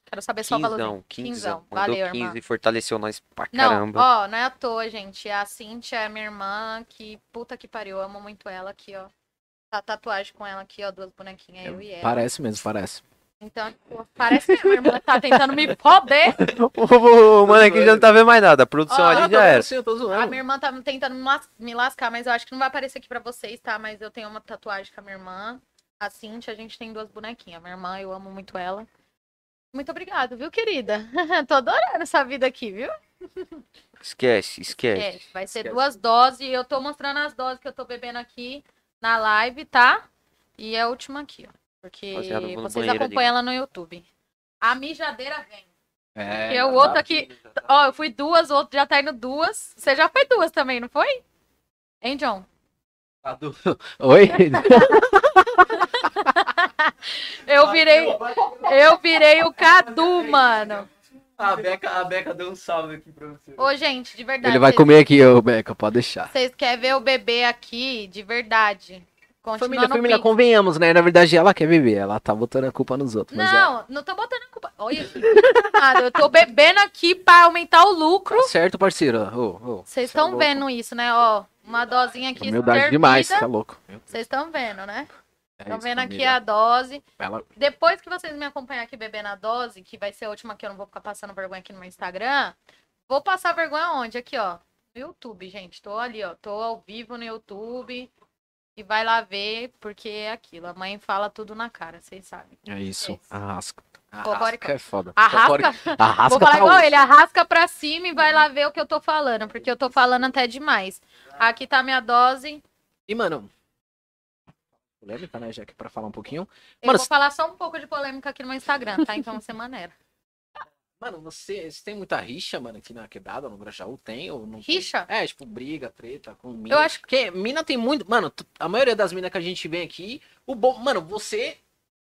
[SPEAKER 3] Quero saber só o valor.
[SPEAKER 2] Quinzão,
[SPEAKER 3] assim, Quinzão.
[SPEAKER 2] quinzão. Mandou
[SPEAKER 3] Valeu,
[SPEAKER 2] 15
[SPEAKER 3] irmã.
[SPEAKER 2] e fortaleceu nós pra
[SPEAKER 3] Não,
[SPEAKER 2] caramba.
[SPEAKER 3] ó, não é à toa, gente. A Cintia é minha irmã, que puta que pariu, eu amo muito ela aqui, ó. Tá tatuagem com ela aqui, ó, duas
[SPEAKER 2] É
[SPEAKER 3] bonequinhas,
[SPEAKER 2] um
[SPEAKER 3] eu e ela.
[SPEAKER 1] Parece mesmo, parece.
[SPEAKER 3] Então, tipo, parece que a minha irmã tá tentando me foder.
[SPEAKER 2] O mano aqui já não tá vendo mais nada. A produção
[SPEAKER 3] Ó,
[SPEAKER 2] ali
[SPEAKER 3] eu
[SPEAKER 2] já era.
[SPEAKER 4] Sim, eu tô
[SPEAKER 2] Hum.
[SPEAKER 3] A
[SPEAKER 4] zoando.
[SPEAKER 3] minha irmã tá tentando me las- me lascar, mas eu acho que não vai aparecer aqui pra vocês, tá? Mas eu tenho uma tatuagem com a minha irmã. A Cintia, a gente tem duas bonequinhas. Minha irmã, eu amo muito ela. Muito obrigada, viu, querida? Tô adorando essa vida aqui, viu?
[SPEAKER 2] Esquece, esquece.
[SPEAKER 3] É, vai ser
[SPEAKER 2] Esquece.
[SPEAKER 3] duas doses. e Eu tô mostrando as doses que eu tô bebendo aqui na live, tá? E a última aqui, ó. Porque
[SPEAKER 2] Rapaziada, eu vou no
[SPEAKER 3] vocês
[SPEAKER 2] banheiro
[SPEAKER 3] acompanham ela no YouTube. A mijadeira vem.
[SPEAKER 1] É.
[SPEAKER 3] Porque o outro aqui. Ó, eu fui duas, o outro já tá indo duas. Você já foi duas também, não foi? Hein, John?
[SPEAKER 1] Oi?
[SPEAKER 3] Eu virei. Eu virei o Cadu, mano.
[SPEAKER 4] A Beca, a Beca deu um salve aqui pra você.
[SPEAKER 3] Ô, gente, de verdade.
[SPEAKER 1] Ele vai
[SPEAKER 3] vocês-
[SPEAKER 1] comer aqui, ô Beca, pode deixar.
[SPEAKER 3] Vocês querem ver o bebê aqui, de verdade. Continua
[SPEAKER 1] Família,
[SPEAKER 3] no
[SPEAKER 1] família,
[SPEAKER 3] Pix.
[SPEAKER 1] convenhamos, né? Na verdade, ela quer beber, ela tá botando a culpa nos outros. mas é. Tá
[SPEAKER 3] Não, não tô botando a culpa. Olha, gente, nada, eu tô bebendo aqui pra aumentar o lucro.
[SPEAKER 1] é- Tá certo, parceiro. Ô, ô,
[SPEAKER 3] Vocês
[SPEAKER 1] cê é
[SPEAKER 3] estão
[SPEAKER 1] louco.
[SPEAKER 3] vendo isso, né? Ó, uma dosinha aqui
[SPEAKER 1] Humildade
[SPEAKER 3] servida.
[SPEAKER 1] demais, tá louco.
[SPEAKER 3] Vocês estão vendo, né?
[SPEAKER 1] É
[SPEAKER 3] Estão
[SPEAKER 1] isso,
[SPEAKER 3] vendo aqui
[SPEAKER 1] família.
[SPEAKER 3] a dose.
[SPEAKER 1] Ela-
[SPEAKER 3] Depois que vocês me acompanhar aqui bebendo a dose, que vai ser a última que eu não vou ficar passando vergonha aqui no meu Instagram, vou passar vergonha onde? Aqui, ó. No YouTube, gente. Tô ali, ó. Tô ao vivo no YouTube. E vai lá ver, porque é aquilo. A mãe fala tudo na cara, vocês sabem.
[SPEAKER 1] É isso.
[SPEAKER 3] Isso.
[SPEAKER 1] Arrasca.
[SPEAKER 3] Corrorica.
[SPEAKER 1] Arrasca é foda.
[SPEAKER 3] Arrasca.
[SPEAKER 1] Corrorica- Arrasca
[SPEAKER 3] Vou falar
[SPEAKER 1] tá
[SPEAKER 3] igual
[SPEAKER 1] osso.
[SPEAKER 3] ele, arrasca pra cima e vai lá ver o que eu tô falando, porque eu tô falando até demais. Aqui tá minha dose.
[SPEAKER 1] E, mano. Polêmica, né? Já que pra falar um pouquinho.
[SPEAKER 3] Eu
[SPEAKER 1] Mano,
[SPEAKER 3] vou
[SPEAKER 1] se-
[SPEAKER 3] falar só um pouco de polêmica aqui no meu Instagram, tá? Então você maneira.
[SPEAKER 1] Mano, você, você tem muita rixa, mano, aqui na quebrada, no Grajaú? Tem ou não? tem?
[SPEAKER 3] Rixa?
[SPEAKER 1] É, tipo, briga, treta com mina.
[SPEAKER 3] Eu acho
[SPEAKER 1] que mina tem muito. Mano, tu- a maioria das minas que a gente vem aqui, o bom. Mano, você,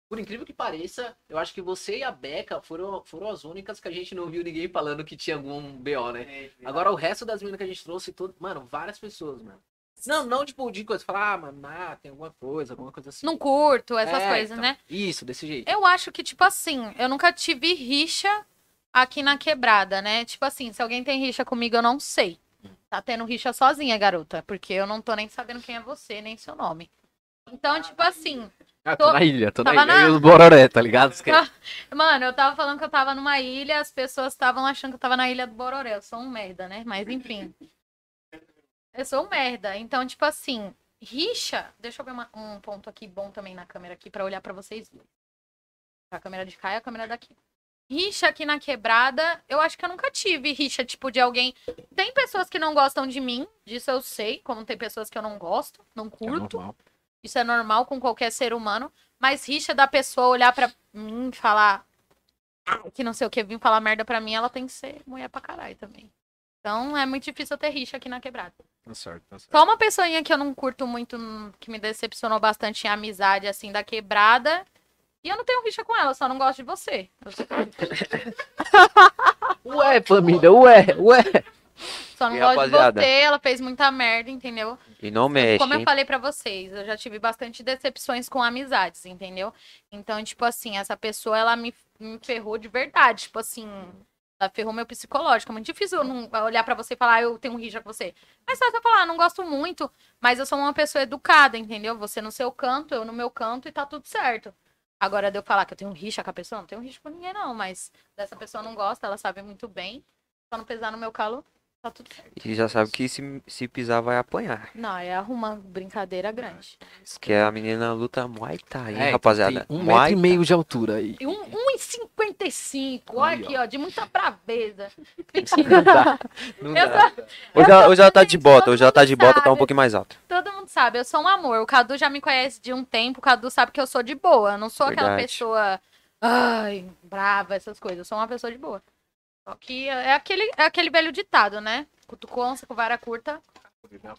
[SPEAKER 1] por incrível que pareça, eu acho que você e a Beca foram, foram as únicas que a gente não viu ninguém falando que tinha algum BO, né? Agora o resto das minas que a gente trouxe, todo... mano, várias pessoas, mano. Não, não, tipo, de coisa, falar, ah, mano, ah, tem alguma coisa, alguma coisa assim.
[SPEAKER 3] Não curto, essas
[SPEAKER 1] É,
[SPEAKER 3] coisas,
[SPEAKER 1] então.
[SPEAKER 3] né?
[SPEAKER 1] Isso, desse jeito.
[SPEAKER 3] Eu acho que, tipo assim, eu nunca tive rixa aqui na quebrada, né? Tipo assim, se alguém tem rixa comigo, eu não sei. Tá tendo rixa sozinha, garota, porque eu não tô nem sabendo quem é você, nem seu nome. Então, tipo assim,
[SPEAKER 1] Ah,
[SPEAKER 3] tô-
[SPEAKER 1] ilha, tô
[SPEAKER 3] tava na-
[SPEAKER 1] E os Bororé, tá ligado? Esquece.
[SPEAKER 3] Mano, eu tava falando que eu tava numa ilha, as pessoas estavam achando que eu tava na ilha do Bororé. Eu sou um merda, né? Mas enfim. Eu sou um merda. Então, tipo assim, rixa. Deixa eu ver uma- um ponto aqui bom também na câmera aqui pra olhar pra vocês. verem. A câmera de cá e a câmera daqui. Rixa aqui na quebrada, eu acho que eu nunca tive rixa, tipo, de alguém. Tem pessoas que não gostam de mim, disso eu sei, como tem pessoas que eu não gosto, não curto.
[SPEAKER 1] normal.
[SPEAKER 3] Isso é normal com qualquer ser humano. Mas rixa da pessoa olhar pra mim e Hum, falar "Ah, que não sei o que, vir falar merda pra mim, ela tem que ser mulher pra caralho também. Então é muito difícil eu ter rixa aqui na quebrada.
[SPEAKER 1] Tá certo, tá certo.
[SPEAKER 3] Só uma pessoinha que eu não curto muito, hum, que me decepcionou bastante em amizade, assim, da quebrada. E eu não tenho rixa com ela, eu só não gosto de você. Eu só-
[SPEAKER 1] Ué, família, ué, ué.
[SPEAKER 3] só não
[SPEAKER 2] E,
[SPEAKER 3] gosto
[SPEAKER 2] rapaziada?
[SPEAKER 3] de você, ela fez muita merda, entendeu?
[SPEAKER 2] E não mexe,
[SPEAKER 3] Como é eu
[SPEAKER 2] hein?
[SPEAKER 3] falei pra vocês, eu já tive bastante decepções com amizades, entendeu? Então, tipo assim, essa pessoa, ela me, me ferrou de verdade. Tipo assim, ela ferrou meu psicológico. É muito difícil eu não olhar pra você e falar, "Ah, eu tenho rixa com você. Mas só se eu falar, "Ah, não gosto muito, mas eu sou uma pessoa educada, entendeu? Você no seu canto, eu no meu canto e tá tudo certo. Agora, de eu falar que eu tenho rixa com a pessoa, eu não tenho rixa com ninguém, não. Mas dessa pessoa eu não gosta, ela sabe muito bem. Só não pesar no meu calo, tá tudo certo.
[SPEAKER 2] E já sabe que se, se pisar vai apanhar.
[SPEAKER 3] Não, é arrumar brincadeira grande.
[SPEAKER 2] Isso que a menina luta Muay Thai, hein,
[SPEAKER 1] É,
[SPEAKER 2] rapaziada?
[SPEAKER 1] tem um metro
[SPEAKER 2] Muay
[SPEAKER 1] e meio de altura aí.
[SPEAKER 3] E Um, um em 55, olha
[SPEAKER 1] Aí, ó.
[SPEAKER 3] aqui, ó, de muita braveza.
[SPEAKER 1] Não dá.
[SPEAKER 2] Não
[SPEAKER 3] Eu
[SPEAKER 2] dá.
[SPEAKER 3] sou-
[SPEAKER 2] Hoje ela, hoje ela tá de
[SPEAKER 3] Gente,
[SPEAKER 2] bota,
[SPEAKER 3] todo
[SPEAKER 2] hoje ela tá
[SPEAKER 3] mundo
[SPEAKER 2] de bota, tá um
[SPEAKER 3] sabe.
[SPEAKER 2] pouquinho mais alto.
[SPEAKER 3] todo mundo sabe, eu sou um amor. O Cadu já me conhece de um tempo, o Cadu sabe que eu sou de boa. Eu não sou aquela
[SPEAKER 2] Verdade.
[SPEAKER 3] pessoa, ai, brava, essas coisas. Eu sou uma pessoa de boa. Só que é aquele, é aquele velho ditado, né? Cutucou onça com vara curta,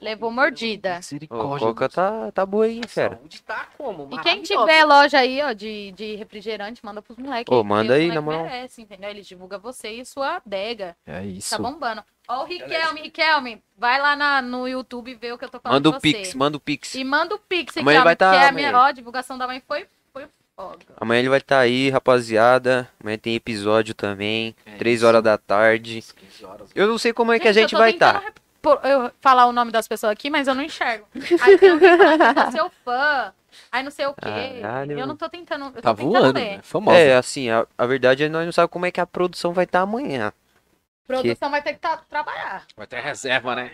[SPEAKER 3] levou mordida.
[SPEAKER 2] O
[SPEAKER 1] Misericórdia.
[SPEAKER 2] Coca tá, tá boa aí, hein, fera.
[SPEAKER 4] Saúde tá como?
[SPEAKER 3] E quem
[SPEAKER 4] Maravilhosa.
[SPEAKER 3] tiver loja aí, ó, de, de refrigerante, manda pros moleques.
[SPEAKER 2] Ô,
[SPEAKER 3] porque
[SPEAKER 2] manda
[SPEAKER 3] os
[SPEAKER 2] aí,
[SPEAKER 3] moleque
[SPEAKER 2] na moral.
[SPEAKER 3] Merece, entendeu? Ele divulga você e sua adega.
[SPEAKER 1] É isso.
[SPEAKER 3] Tá bombando. Ó o Riquelme, Riquelme, vai lá na- no YouTube e vê o que eu tô falando
[SPEAKER 2] Manda
[SPEAKER 3] de
[SPEAKER 2] o
[SPEAKER 3] você.
[SPEAKER 2] Pix, manda o Pix.
[SPEAKER 3] E manda o Pix,
[SPEAKER 2] Amanhã
[SPEAKER 3] Riquelme,
[SPEAKER 2] vai tá-
[SPEAKER 3] porque a
[SPEAKER 2] amanhã.
[SPEAKER 3] minha, ó, a divulgação da mãe foi, foi foda.
[SPEAKER 2] Amanhã ele vai estar aí, rapaziada. Amanhã tem episódio também,
[SPEAKER 1] É
[SPEAKER 2] 3
[SPEAKER 1] isso.
[SPEAKER 2] horas da tarde.
[SPEAKER 1] 15 horas.
[SPEAKER 2] Eu não sei como é que a gente
[SPEAKER 3] eu tô
[SPEAKER 2] vai
[SPEAKER 3] tentando
[SPEAKER 2] estar.
[SPEAKER 3] rep- por- eu falar o nome das pessoas aqui, mas eu não enxergo. Aí tem alguém falando que eu sou seu fã, aí não sei o quê.
[SPEAKER 2] Caralho.
[SPEAKER 3] Eu não tô tentando, eu tô
[SPEAKER 1] Tá
[SPEAKER 3] tentando
[SPEAKER 1] voando,
[SPEAKER 3] ler.
[SPEAKER 1] né? Famosa.
[SPEAKER 2] É, assim, a, a verdade é que nós não sabemos como é que a produção vai estar amanhã.
[SPEAKER 3] Produção vai ter que tá- trabalhar.
[SPEAKER 1] Vai ter reserva, né?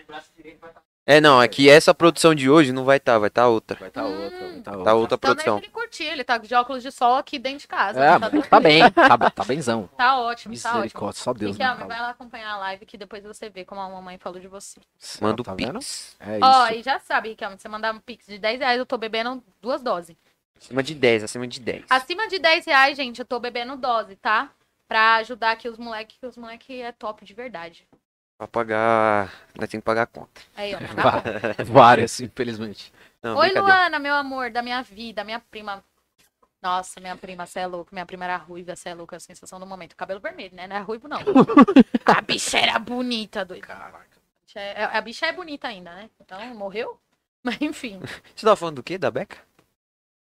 [SPEAKER 2] É, não, é que essa produção de hoje não vai estar, vai estar outra.
[SPEAKER 1] Vai tá
[SPEAKER 3] Hum.
[SPEAKER 1] outra, vai tá
[SPEAKER 2] Tá
[SPEAKER 1] outra.
[SPEAKER 2] outra
[SPEAKER 3] Então deixa
[SPEAKER 2] produção.
[SPEAKER 3] ele curtir, ele tá de óculos de sol aqui dentro de casa.
[SPEAKER 1] É,
[SPEAKER 3] né?
[SPEAKER 1] mas
[SPEAKER 3] tá,
[SPEAKER 1] tá bem, tá, bo- tá benzão.
[SPEAKER 3] tá ótimo, tá ótimo.
[SPEAKER 1] Misericórdia, só Deus.
[SPEAKER 3] Riquelme,
[SPEAKER 1] né,
[SPEAKER 3] vai lá acompanhar a live que depois você vê como a mamãe falou de você.
[SPEAKER 1] Paulo?
[SPEAKER 2] Manda o
[SPEAKER 1] Tá vendo?
[SPEAKER 2] Pix.
[SPEAKER 1] É
[SPEAKER 3] Ó,
[SPEAKER 1] isso.
[SPEAKER 3] e já sabe, Riquelme, se você mandar um pix de 10 reais, eu tô bebendo duas doses.
[SPEAKER 2] Acima de 10, acima de 10.
[SPEAKER 3] Acima de 10 reais, gente, eu tô bebendo dose, tá? Pra ajudar aqui os moleques, que os moleques é top de verdade.
[SPEAKER 2] Pra pagar. Nós temos que pagar a conta.
[SPEAKER 3] Aí, ó. tá bom.
[SPEAKER 1] Vá- Várias, É assim, infelizmente.
[SPEAKER 2] Não,
[SPEAKER 3] Oi,
[SPEAKER 2] brincadeira.
[SPEAKER 3] Luana, meu amor, da minha vida, minha prima. Nossa, minha prima, você é louco. Minha prima era ruiva, você é louco, é a sensação do momento. Cabelo vermelho, né? Não é ruivo, não. A bicha era bonita, doido.
[SPEAKER 1] Caraca.
[SPEAKER 3] A bicha é- A bicha é bonita ainda, né? Então, morreu? Mas enfim.
[SPEAKER 2] Você tava falando do quê? Da Beca?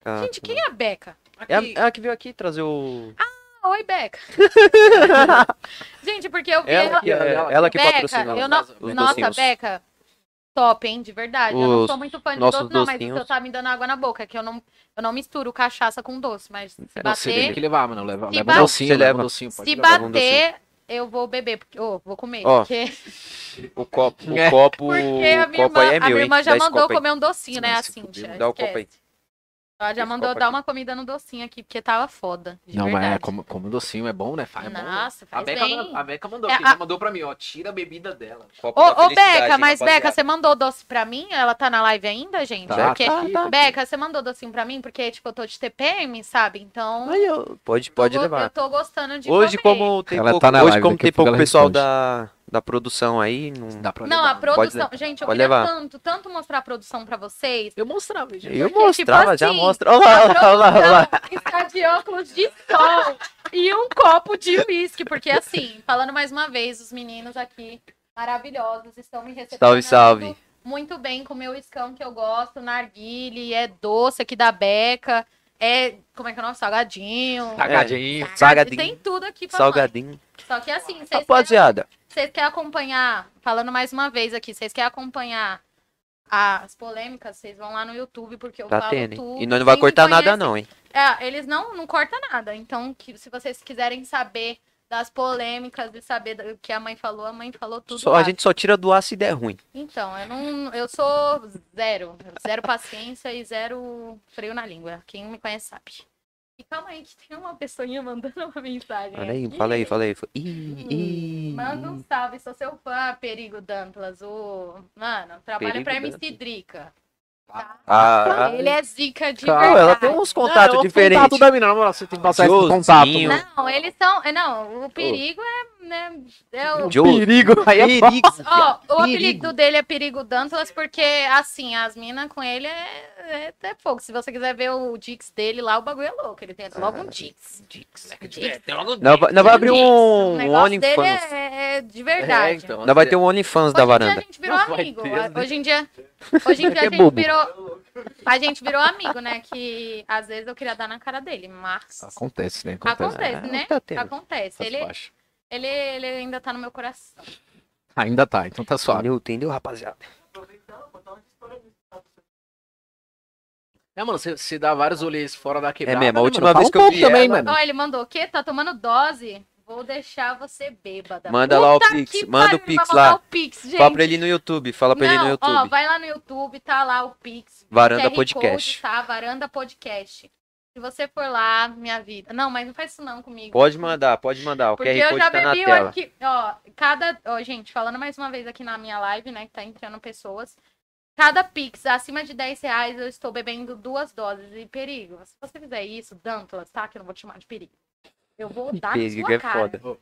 [SPEAKER 2] Ah,
[SPEAKER 3] Gente, Ah, quem é a Beca?
[SPEAKER 2] É a, é a que veio aqui trazer o.
[SPEAKER 3] Oi, Beca. Gente, porque eu vi
[SPEAKER 2] Ela
[SPEAKER 3] ela.
[SPEAKER 2] que, é-
[SPEAKER 1] ela-
[SPEAKER 2] ela que
[SPEAKER 3] Beca,
[SPEAKER 2] patrocina.
[SPEAKER 3] eu não...
[SPEAKER 2] os
[SPEAKER 3] Nossa,
[SPEAKER 2] docinhos.
[SPEAKER 3] Beca. top, hein? De verdade. eu não
[SPEAKER 2] Os
[SPEAKER 3] sou muito fã de
[SPEAKER 2] nossos
[SPEAKER 3] doce, não, mas
[SPEAKER 2] docinhos.
[SPEAKER 3] você tá me dando água na boca, que eu não, eu não misturo cachaça com doce, mas se
[SPEAKER 2] É, Não,
[SPEAKER 1] Você tem
[SPEAKER 3] bater,
[SPEAKER 1] que levar, mano. Leva,
[SPEAKER 3] Se
[SPEAKER 1] leva um
[SPEAKER 3] bater-
[SPEAKER 1] docinho,
[SPEAKER 2] Você
[SPEAKER 1] leva
[SPEAKER 2] leva.
[SPEAKER 1] um docinho. Pode
[SPEAKER 3] se
[SPEAKER 1] levar.
[SPEAKER 2] um
[SPEAKER 3] bater, eu vou beber, porque ô, vou comer,
[SPEAKER 2] Ó,
[SPEAKER 3] porque,
[SPEAKER 2] O copo,
[SPEAKER 1] É.
[SPEAKER 2] o copo,
[SPEAKER 3] porque a
[SPEAKER 2] o
[SPEAKER 3] minha
[SPEAKER 2] copo
[SPEAKER 3] irmã,
[SPEAKER 2] aí é meu,
[SPEAKER 3] a minha
[SPEAKER 2] hein?
[SPEAKER 3] irmã já
[SPEAKER 2] Dá esse
[SPEAKER 3] mandou
[SPEAKER 2] copo aí.
[SPEAKER 3] comer um docinho, né,
[SPEAKER 1] Não,
[SPEAKER 3] a
[SPEAKER 1] se fuder,
[SPEAKER 3] Cíntia.
[SPEAKER 2] dá o copo aí.
[SPEAKER 3] esquece. Ela já
[SPEAKER 2] Esse
[SPEAKER 3] mandou
[SPEAKER 2] copo
[SPEAKER 3] dar
[SPEAKER 2] aqui.
[SPEAKER 3] uma comida no docinho aqui, porque tava foda. de
[SPEAKER 1] Não, mas é,
[SPEAKER 3] verdade.
[SPEAKER 1] como, como docinho é bom, né? Faz é bom. né?
[SPEAKER 3] Nossa,
[SPEAKER 4] A
[SPEAKER 3] faz
[SPEAKER 4] Beca,
[SPEAKER 3] bem.
[SPEAKER 4] manda- a Beca mandou
[SPEAKER 3] É,
[SPEAKER 4] aqui,
[SPEAKER 3] a-
[SPEAKER 4] já mandou pra mim, ó. Tira a bebida dela.
[SPEAKER 2] Copo
[SPEAKER 3] Ô,
[SPEAKER 2] da
[SPEAKER 3] ô,
[SPEAKER 2] felicidade,
[SPEAKER 3] Beca,
[SPEAKER 2] hein,
[SPEAKER 3] mas
[SPEAKER 2] rapaziada.
[SPEAKER 3] Beca, você mandou doce pra mim? Ela tá na live ainda, gente?
[SPEAKER 1] Tá,
[SPEAKER 3] Porque-
[SPEAKER 1] tá, tá.
[SPEAKER 3] Beca, você mandou docinho pra mim? Porque, tipo, eu tô de TPM, sabe? Então,
[SPEAKER 2] Aí, ó, Pode, pode
[SPEAKER 3] eu, go-
[SPEAKER 2] levar.
[SPEAKER 3] eu tô gostando é de
[SPEAKER 2] Hoje,
[SPEAKER 3] comer.
[SPEAKER 2] como tem
[SPEAKER 1] Ela
[SPEAKER 2] pouco,
[SPEAKER 1] tá na
[SPEAKER 2] hoje,
[SPEAKER 1] live,
[SPEAKER 2] como
[SPEAKER 1] daqui a
[SPEAKER 2] tem
[SPEAKER 1] pouco
[SPEAKER 2] pouco
[SPEAKER 1] ela
[SPEAKER 2] pessoal
[SPEAKER 1] responde.
[SPEAKER 2] da, da produção aí, não...
[SPEAKER 1] Dá pra
[SPEAKER 3] Não,
[SPEAKER 1] levar,
[SPEAKER 3] a
[SPEAKER 1] né?
[SPEAKER 3] produção...
[SPEAKER 2] levar.
[SPEAKER 3] Gente, eu
[SPEAKER 2] Pode
[SPEAKER 3] queria
[SPEAKER 2] levar.
[SPEAKER 3] tanto, tanto mostrar a produção pra vocês.
[SPEAKER 4] Eu mostrava, gente.
[SPEAKER 2] eu
[SPEAKER 3] porque, tipo
[SPEAKER 2] mostrava, já
[SPEAKER 3] assim,
[SPEAKER 2] mostra. Olha lá, olha lá, olha lá.
[SPEAKER 3] Então, está de óculos de sol e um copo de uísque, porque assim, falando mais uma vez, os meninos aqui maravilhosos estão me recebendo.
[SPEAKER 2] Salve, salve.
[SPEAKER 3] Muito bem com o meu escão que eu gosto, narguile, é doce aqui da Beca, é, como é que é o nome? Salgadinho.
[SPEAKER 4] Tá, é
[SPEAKER 1] Tagadinho.
[SPEAKER 3] Tem
[SPEAKER 2] Salgadinho.
[SPEAKER 3] tudo aqui pra
[SPEAKER 2] Salgadinho.
[SPEAKER 3] nós. Só que assim, vocês querem
[SPEAKER 2] Rapaziada,
[SPEAKER 3] vocês querem acompanhar, falando mais uma vez aqui, vocês querem acompanhar as polêmicas, vocês vão lá no YouTube, porque eu
[SPEAKER 2] tá
[SPEAKER 3] falo
[SPEAKER 2] tendo. hein?
[SPEAKER 3] tudo.
[SPEAKER 2] E nós não vai
[SPEAKER 3] Quem me
[SPEAKER 2] cortar nada,
[SPEAKER 3] conhece-
[SPEAKER 2] não, hein?
[SPEAKER 3] É, eles não, não cortam nada. Então, que, se vocês quiserem saber das polêmicas e saber do que a mãe falou, a mãe falou tudo
[SPEAKER 2] Só,
[SPEAKER 3] lá.
[SPEAKER 2] a gente só tira do ar se der ruim.
[SPEAKER 3] Então, eu não. Eu sou zero. Zero paciência e zero freio na língua. Quem me conhece sabe. E calma aí, que tem uma pessoinha mandando uma mensagem.
[SPEAKER 2] Olha aí,
[SPEAKER 3] aqui.
[SPEAKER 2] fala aí, fala aí. Ih, ih.
[SPEAKER 3] Manda um salve, sou seu fã, Perigo Damplas. Ô, mano, trabalho
[SPEAKER 2] Perigo
[SPEAKER 3] pra MC
[SPEAKER 2] Damplas.
[SPEAKER 3] Drica.
[SPEAKER 2] Ah,
[SPEAKER 3] Ele é zica de
[SPEAKER 2] Não,
[SPEAKER 3] verdade.
[SPEAKER 2] ela tem um uns contatos
[SPEAKER 1] Não, é outro
[SPEAKER 2] diferentes.
[SPEAKER 1] Contato da mina, na moral, você tem que passar esse
[SPEAKER 2] Josinho.
[SPEAKER 1] contato. mano.
[SPEAKER 3] Não, eles são... é, Não, o perigo é... Né, é o...
[SPEAKER 2] Joe.
[SPEAKER 1] Perigo. Aí é bom.
[SPEAKER 2] Perigo.
[SPEAKER 3] Ó, o
[SPEAKER 2] perigo.
[SPEAKER 3] apelido dele é Perigo Dantas, porque, assim, as minas com ele é, é, é fogo. Se você quiser ver o Dix dele lá, o bagulho é louco. Ele tem logo um Dix. Dix. Dix.
[SPEAKER 4] né, tem
[SPEAKER 1] É
[SPEAKER 4] logo
[SPEAKER 2] Nós vai, nós vai abrir um,
[SPEAKER 3] O
[SPEAKER 2] um
[SPEAKER 3] negócio dele
[SPEAKER 2] OnlyFans.
[SPEAKER 3] é, é de verdade.
[SPEAKER 4] Então,
[SPEAKER 2] Nós vai ter um OnlyFans da
[SPEAKER 3] Hoje em dia
[SPEAKER 2] varanda.
[SPEAKER 3] a gente virou
[SPEAKER 4] Não vai
[SPEAKER 3] amigo.
[SPEAKER 4] ter, né?
[SPEAKER 3] Hoje em dia, hoje em dia a
[SPEAKER 2] Que
[SPEAKER 3] gente
[SPEAKER 2] bobo.
[SPEAKER 3] virou. A gente virou amigo, né? Que às vezes eu queria dar na cara dele, mas
[SPEAKER 1] Acontece, né? Acontece.
[SPEAKER 3] acontece,
[SPEAKER 2] Ah,
[SPEAKER 3] né?
[SPEAKER 2] tá tendo.
[SPEAKER 3] Acontece.
[SPEAKER 1] Faz
[SPEAKER 3] Ele,
[SPEAKER 1] parte.
[SPEAKER 3] ele, ele ainda tá no meu coração.
[SPEAKER 1] Ainda tá, então tá suave.
[SPEAKER 2] Entendeu, entendeu, rapaziada?
[SPEAKER 1] É, mano, você- você dá vários olhos fora da quebrada.
[SPEAKER 2] É mesmo, a
[SPEAKER 1] né,
[SPEAKER 2] última
[SPEAKER 1] mano? Fala
[SPEAKER 2] vez
[SPEAKER 1] um
[SPEAKER 2] que eu
[SPEAKER 1] pouco
[SPEAKER 2] vi
[SPEAKER 1] também,
[SPEAKER 2] ela-
[SPEAKER 1] mano.
[SPEAKER 3] Ó, ele mandou o quê? Tá tomando dose? Vou deixar você bêbada.
[SPEAKER 2] Manda lá o
[SPEAKER 3] Puta
[SPEAKER 2] Pix,
[SPEAKER 3] que
[SPEAKER 2] manda o
[SPEAKER 3] pariu, ele vai
[SPEAKER 2] Pix
[SPEAKER 3] mandar
[SPEAKER 2] lá.
[SPEAKER 3] o Pix, gente.
[SPEAKER 2] Fala pra ele no YouTube. Fala pra ele no
[SPEAKER 3] Não, ó,
[SPEAKER 2] YouTube.
[SPEAKER 3] vai lá no YouTube, tá lá o Pix.
[SPEAKER 2] Varanda
[SPEAKER 3] QR
[SPEAKER 2] Podcast.
[SPEAKER 3] Code, tá? Varanda Podcast. Se você for lá, minha vida. Não, mas não faz isso não comigo.
[SPEAKER 2] Pode mandar, pode mandar. O
[SPEAKER 3] Porque
[SPEAKER 2] QR
[SPEAKER 3] eu
[SPEAKER 2] Code
[SPEAKER 3] já
[SPEAKER 2] tá na
[SPEAKER 3] bebi o
[SPEAKER 2] tela.
[SPEAKER 3] arquivo. Ó, cada. Ó, gente, falando mais uma vez aqui na minha live, né? Que tá entrando pessoas. Cada Pix acima de 10 reais, eu estou bebendo duas doses de perigo. Se você fizer isso, Dantas, tá? Que eu não vou te chamar de perigo. Eu vou dar
[SPEAKER 2] Perigo
[SPEAKER 3] na sua
[SPEAKER 2] é
[SPEAKER 3] cara.
[SPEAKER 2] foda.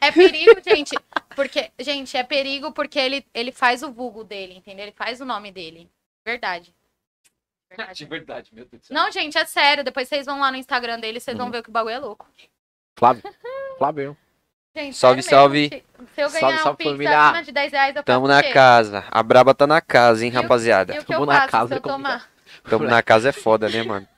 [SPEAKER 3] É perigo, gente, porque, gente, é perigo porque ele, ele faz o vulgo dele, entendeu? Ele faz o nome dele. Verdade.
[SPEAKER 4] De
[SPEAKER 3] Verdade.
[SPEAKER 4] verdade, meu Deus do céu.
[SPEAKER 3] Não, gente, é sério. Depois vocês vão lá no Instagram dele, vocês vão ver que o bagulho é louco.
[SPEAKER 1] Uhum. Flávio. Flávio.
[SPEAKER 3] Gente,
[SPEAKER 2] Salve,
[SPEAKER 3] sério
[SPEAKER 2] salve.
[SPEAKER 3] mesmo, Se se eu
[SPEAKER 1] Salve,
[SPEAKER 3] ganhar um
[SPEAKER 1] salve,
[SPEAKER 3] pix
[SPEAKER 1] família.
[SPEAKER 3] acima de 10 reais, eu
[SPEAKER 2] Tamo
[SPEAKER 3] faço
[SPEAKER 2] na
[SPEAKER 3] o quê?
[SPEAKER 2] casa. A braba tá na casa, hein,
[SPEAKER 3] E o-
[SPEAKER 2] rapaziada.
[SPEAKER 3] E o que
[SPEAKER 1] Tamo
[SPEAKER 3] eu
[SPEAKER 1] na
[SPEAKER 3] faço
[SPEAKER 1] casa,
[SPEAKER 3] se eu
[SPEAKER 1] é complicado.
[SPEAKER 3] tomar?
[SPEAKER 2] Tamo na casa é foda, né, mano?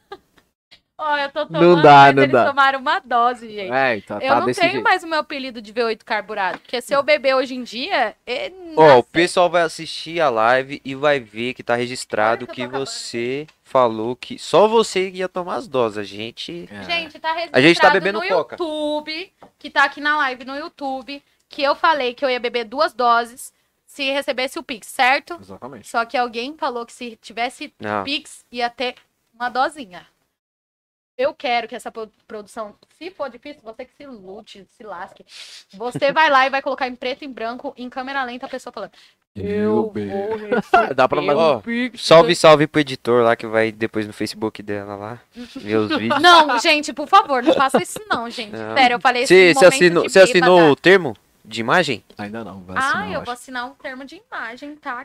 [SPEAKER 3] Ó, eu tô
[SPEAKER 1] Não
[SPEAKER 3] tomando,
[SPEAKER 1] dá,
[SPEAKER 3] mas
[SPEAKER 1] não
[SPEAKER 3] eles
[SPEAKER 1] dá.
[SPEAKER 3] tomaram uma dose, gente.
[SPEAKER 1] É, então
[SPEAKER 3] eu
[SPEAKER 1] tá
[SPEAKER 3] não
[SPEAKER 1] desse
[SPEAKER 3] tenho
[SPEAKER 1] jeito.
[SPEAKER 3] mais o meu apelido de V8 carburado, porque se eu beber hoje em dia, é...
[SPEAKER 2] Ó, o
[SPEAKER 3] nossa,
[SPEAKER 2] pessoal vai assistir a live e vai ver que tá registrado
[SPEAKER 3] Claro que
[SPEAKER 2] que
[SPEAKER 3] eu tô acabando.
[SPEAKER 2] você falou que só você ia tomar as doses, a gente.
[SPEAKER 1] É.
[SPEAKER 3] Gente, tá registrado
[SPEAKER 2] A gente tá bebendo
[SPEAKER 3] no
[SPEAKER 2] coca.
[SPEAKER 3] YouTube, que tá aqui na live no YouTube, que eu falei que eu ia beber duas doses se recebesse o Pix, certo?
[SPEAKER 1] Exatamente.
[SPEAKER 3] Só que alguém falou que se tivesse
[SPEAKER 2] Não.
[SPEAKER 3] Pix, ia ter uma dosinha. Eu quero que essa pro- produção, se for difícil, você que se lute, se lasque. Você vai lá e vai colocar em preto e branco, em câmera lenta, a pessoa falando. Eu vou
[SPEAKER 1] Ah, Dá pra
[SPEAKER 3] receber
[SPEAKER 2] Ó,
[SPEAKER 1] mais um
[SPEAKER 2] Salve, salve pro editor lá que vai depois no Facebook dela lá. Ver os vídeos.
[SPEAKER 3] Não, gente, por favor, não faça isso não, gente.
[SPEAKER 2] Não.
[SPEAKER 3] Sério, eu falei isso
[SPEAKER 2] Você você assinou, você assinou o termo de imagem?
[SPEAKER 1] Ainda não, vai
[SPEAKER 3] Ah,
[SPEAKER 1] assinar,
[SPEAKER 3] eu
[SPEAKER 1] acho.
[SPEAKER 3] vou assinar um termo de imagem, tá,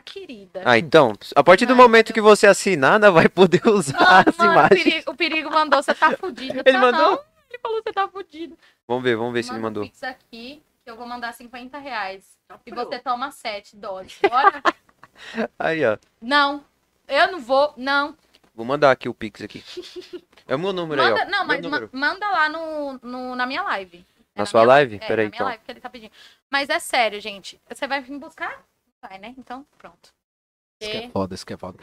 [SPEAKER 3] querida?
[SPEAKER 2] Ah, então, a partir do
[SPEAKER 3] Imagem,
[SPEAKER 2] momento que você assinar, nós vai poder usar
[SPEAKER 3] Mano,
[SPEAKER 2] Ah, as
[SPEAKER 3] mano, o,
[SPEAKER 2] imagens.
[SPEAKER 3] perigo, o Perigo mandou, você tá fudido. Eu
[SPEAKER 2] Ele
[SPEAKER 3] tá,
[SPEAKER 2] mandou?
[SPEAKER 3] Não. Ele falou, você tá fudido.
[SPEAKER 2] Vamos ver, vamos ver se ele
[SPEAKER 3] Manda
[SPEAKER 2] mandou.
[SPEAKER 3] um Pix aqui, que eu vou mandar 50 reais.
[SPEAKER 4] Tá
[SPEAKER 3] E
[SPEAKER 4] frio.
[SPEAKER 3] você toma 7 doses. Bora?
[SPEAKER 2] Aí, ó.
[SPEAKER 3] não. Eu não vou, não.
[SPEAKER 2] Vou mandar aqui o Pix aqui. É o meu número aí,
[SPEAKER 3] Manda,
[SPEAKER 2] ó.
[SPEAKER 3] não,
[SPEAKER 2] Meu
[SPEAKER 3] mas ma-
[SPEAKER 2] número.
[SPEAKER 3] manda lá no, no- na minha live. É
[SPEAKER 2] Na sua
[SPEAKER 3] minha-
[SPEAKER 2] live?
[SPEAKER 3] É,
[SPEAKER 2] Peraí,
[SPEAKER 3] na minha
[SPEAKER 2] então.
[SPEAKER 3] live que ele tá pedindo. Mas é sério, gente. Você vai vir buscar? Vai, né? Então, pronto.
[SPEAKER 1] Isso que é foda, isso que é foda.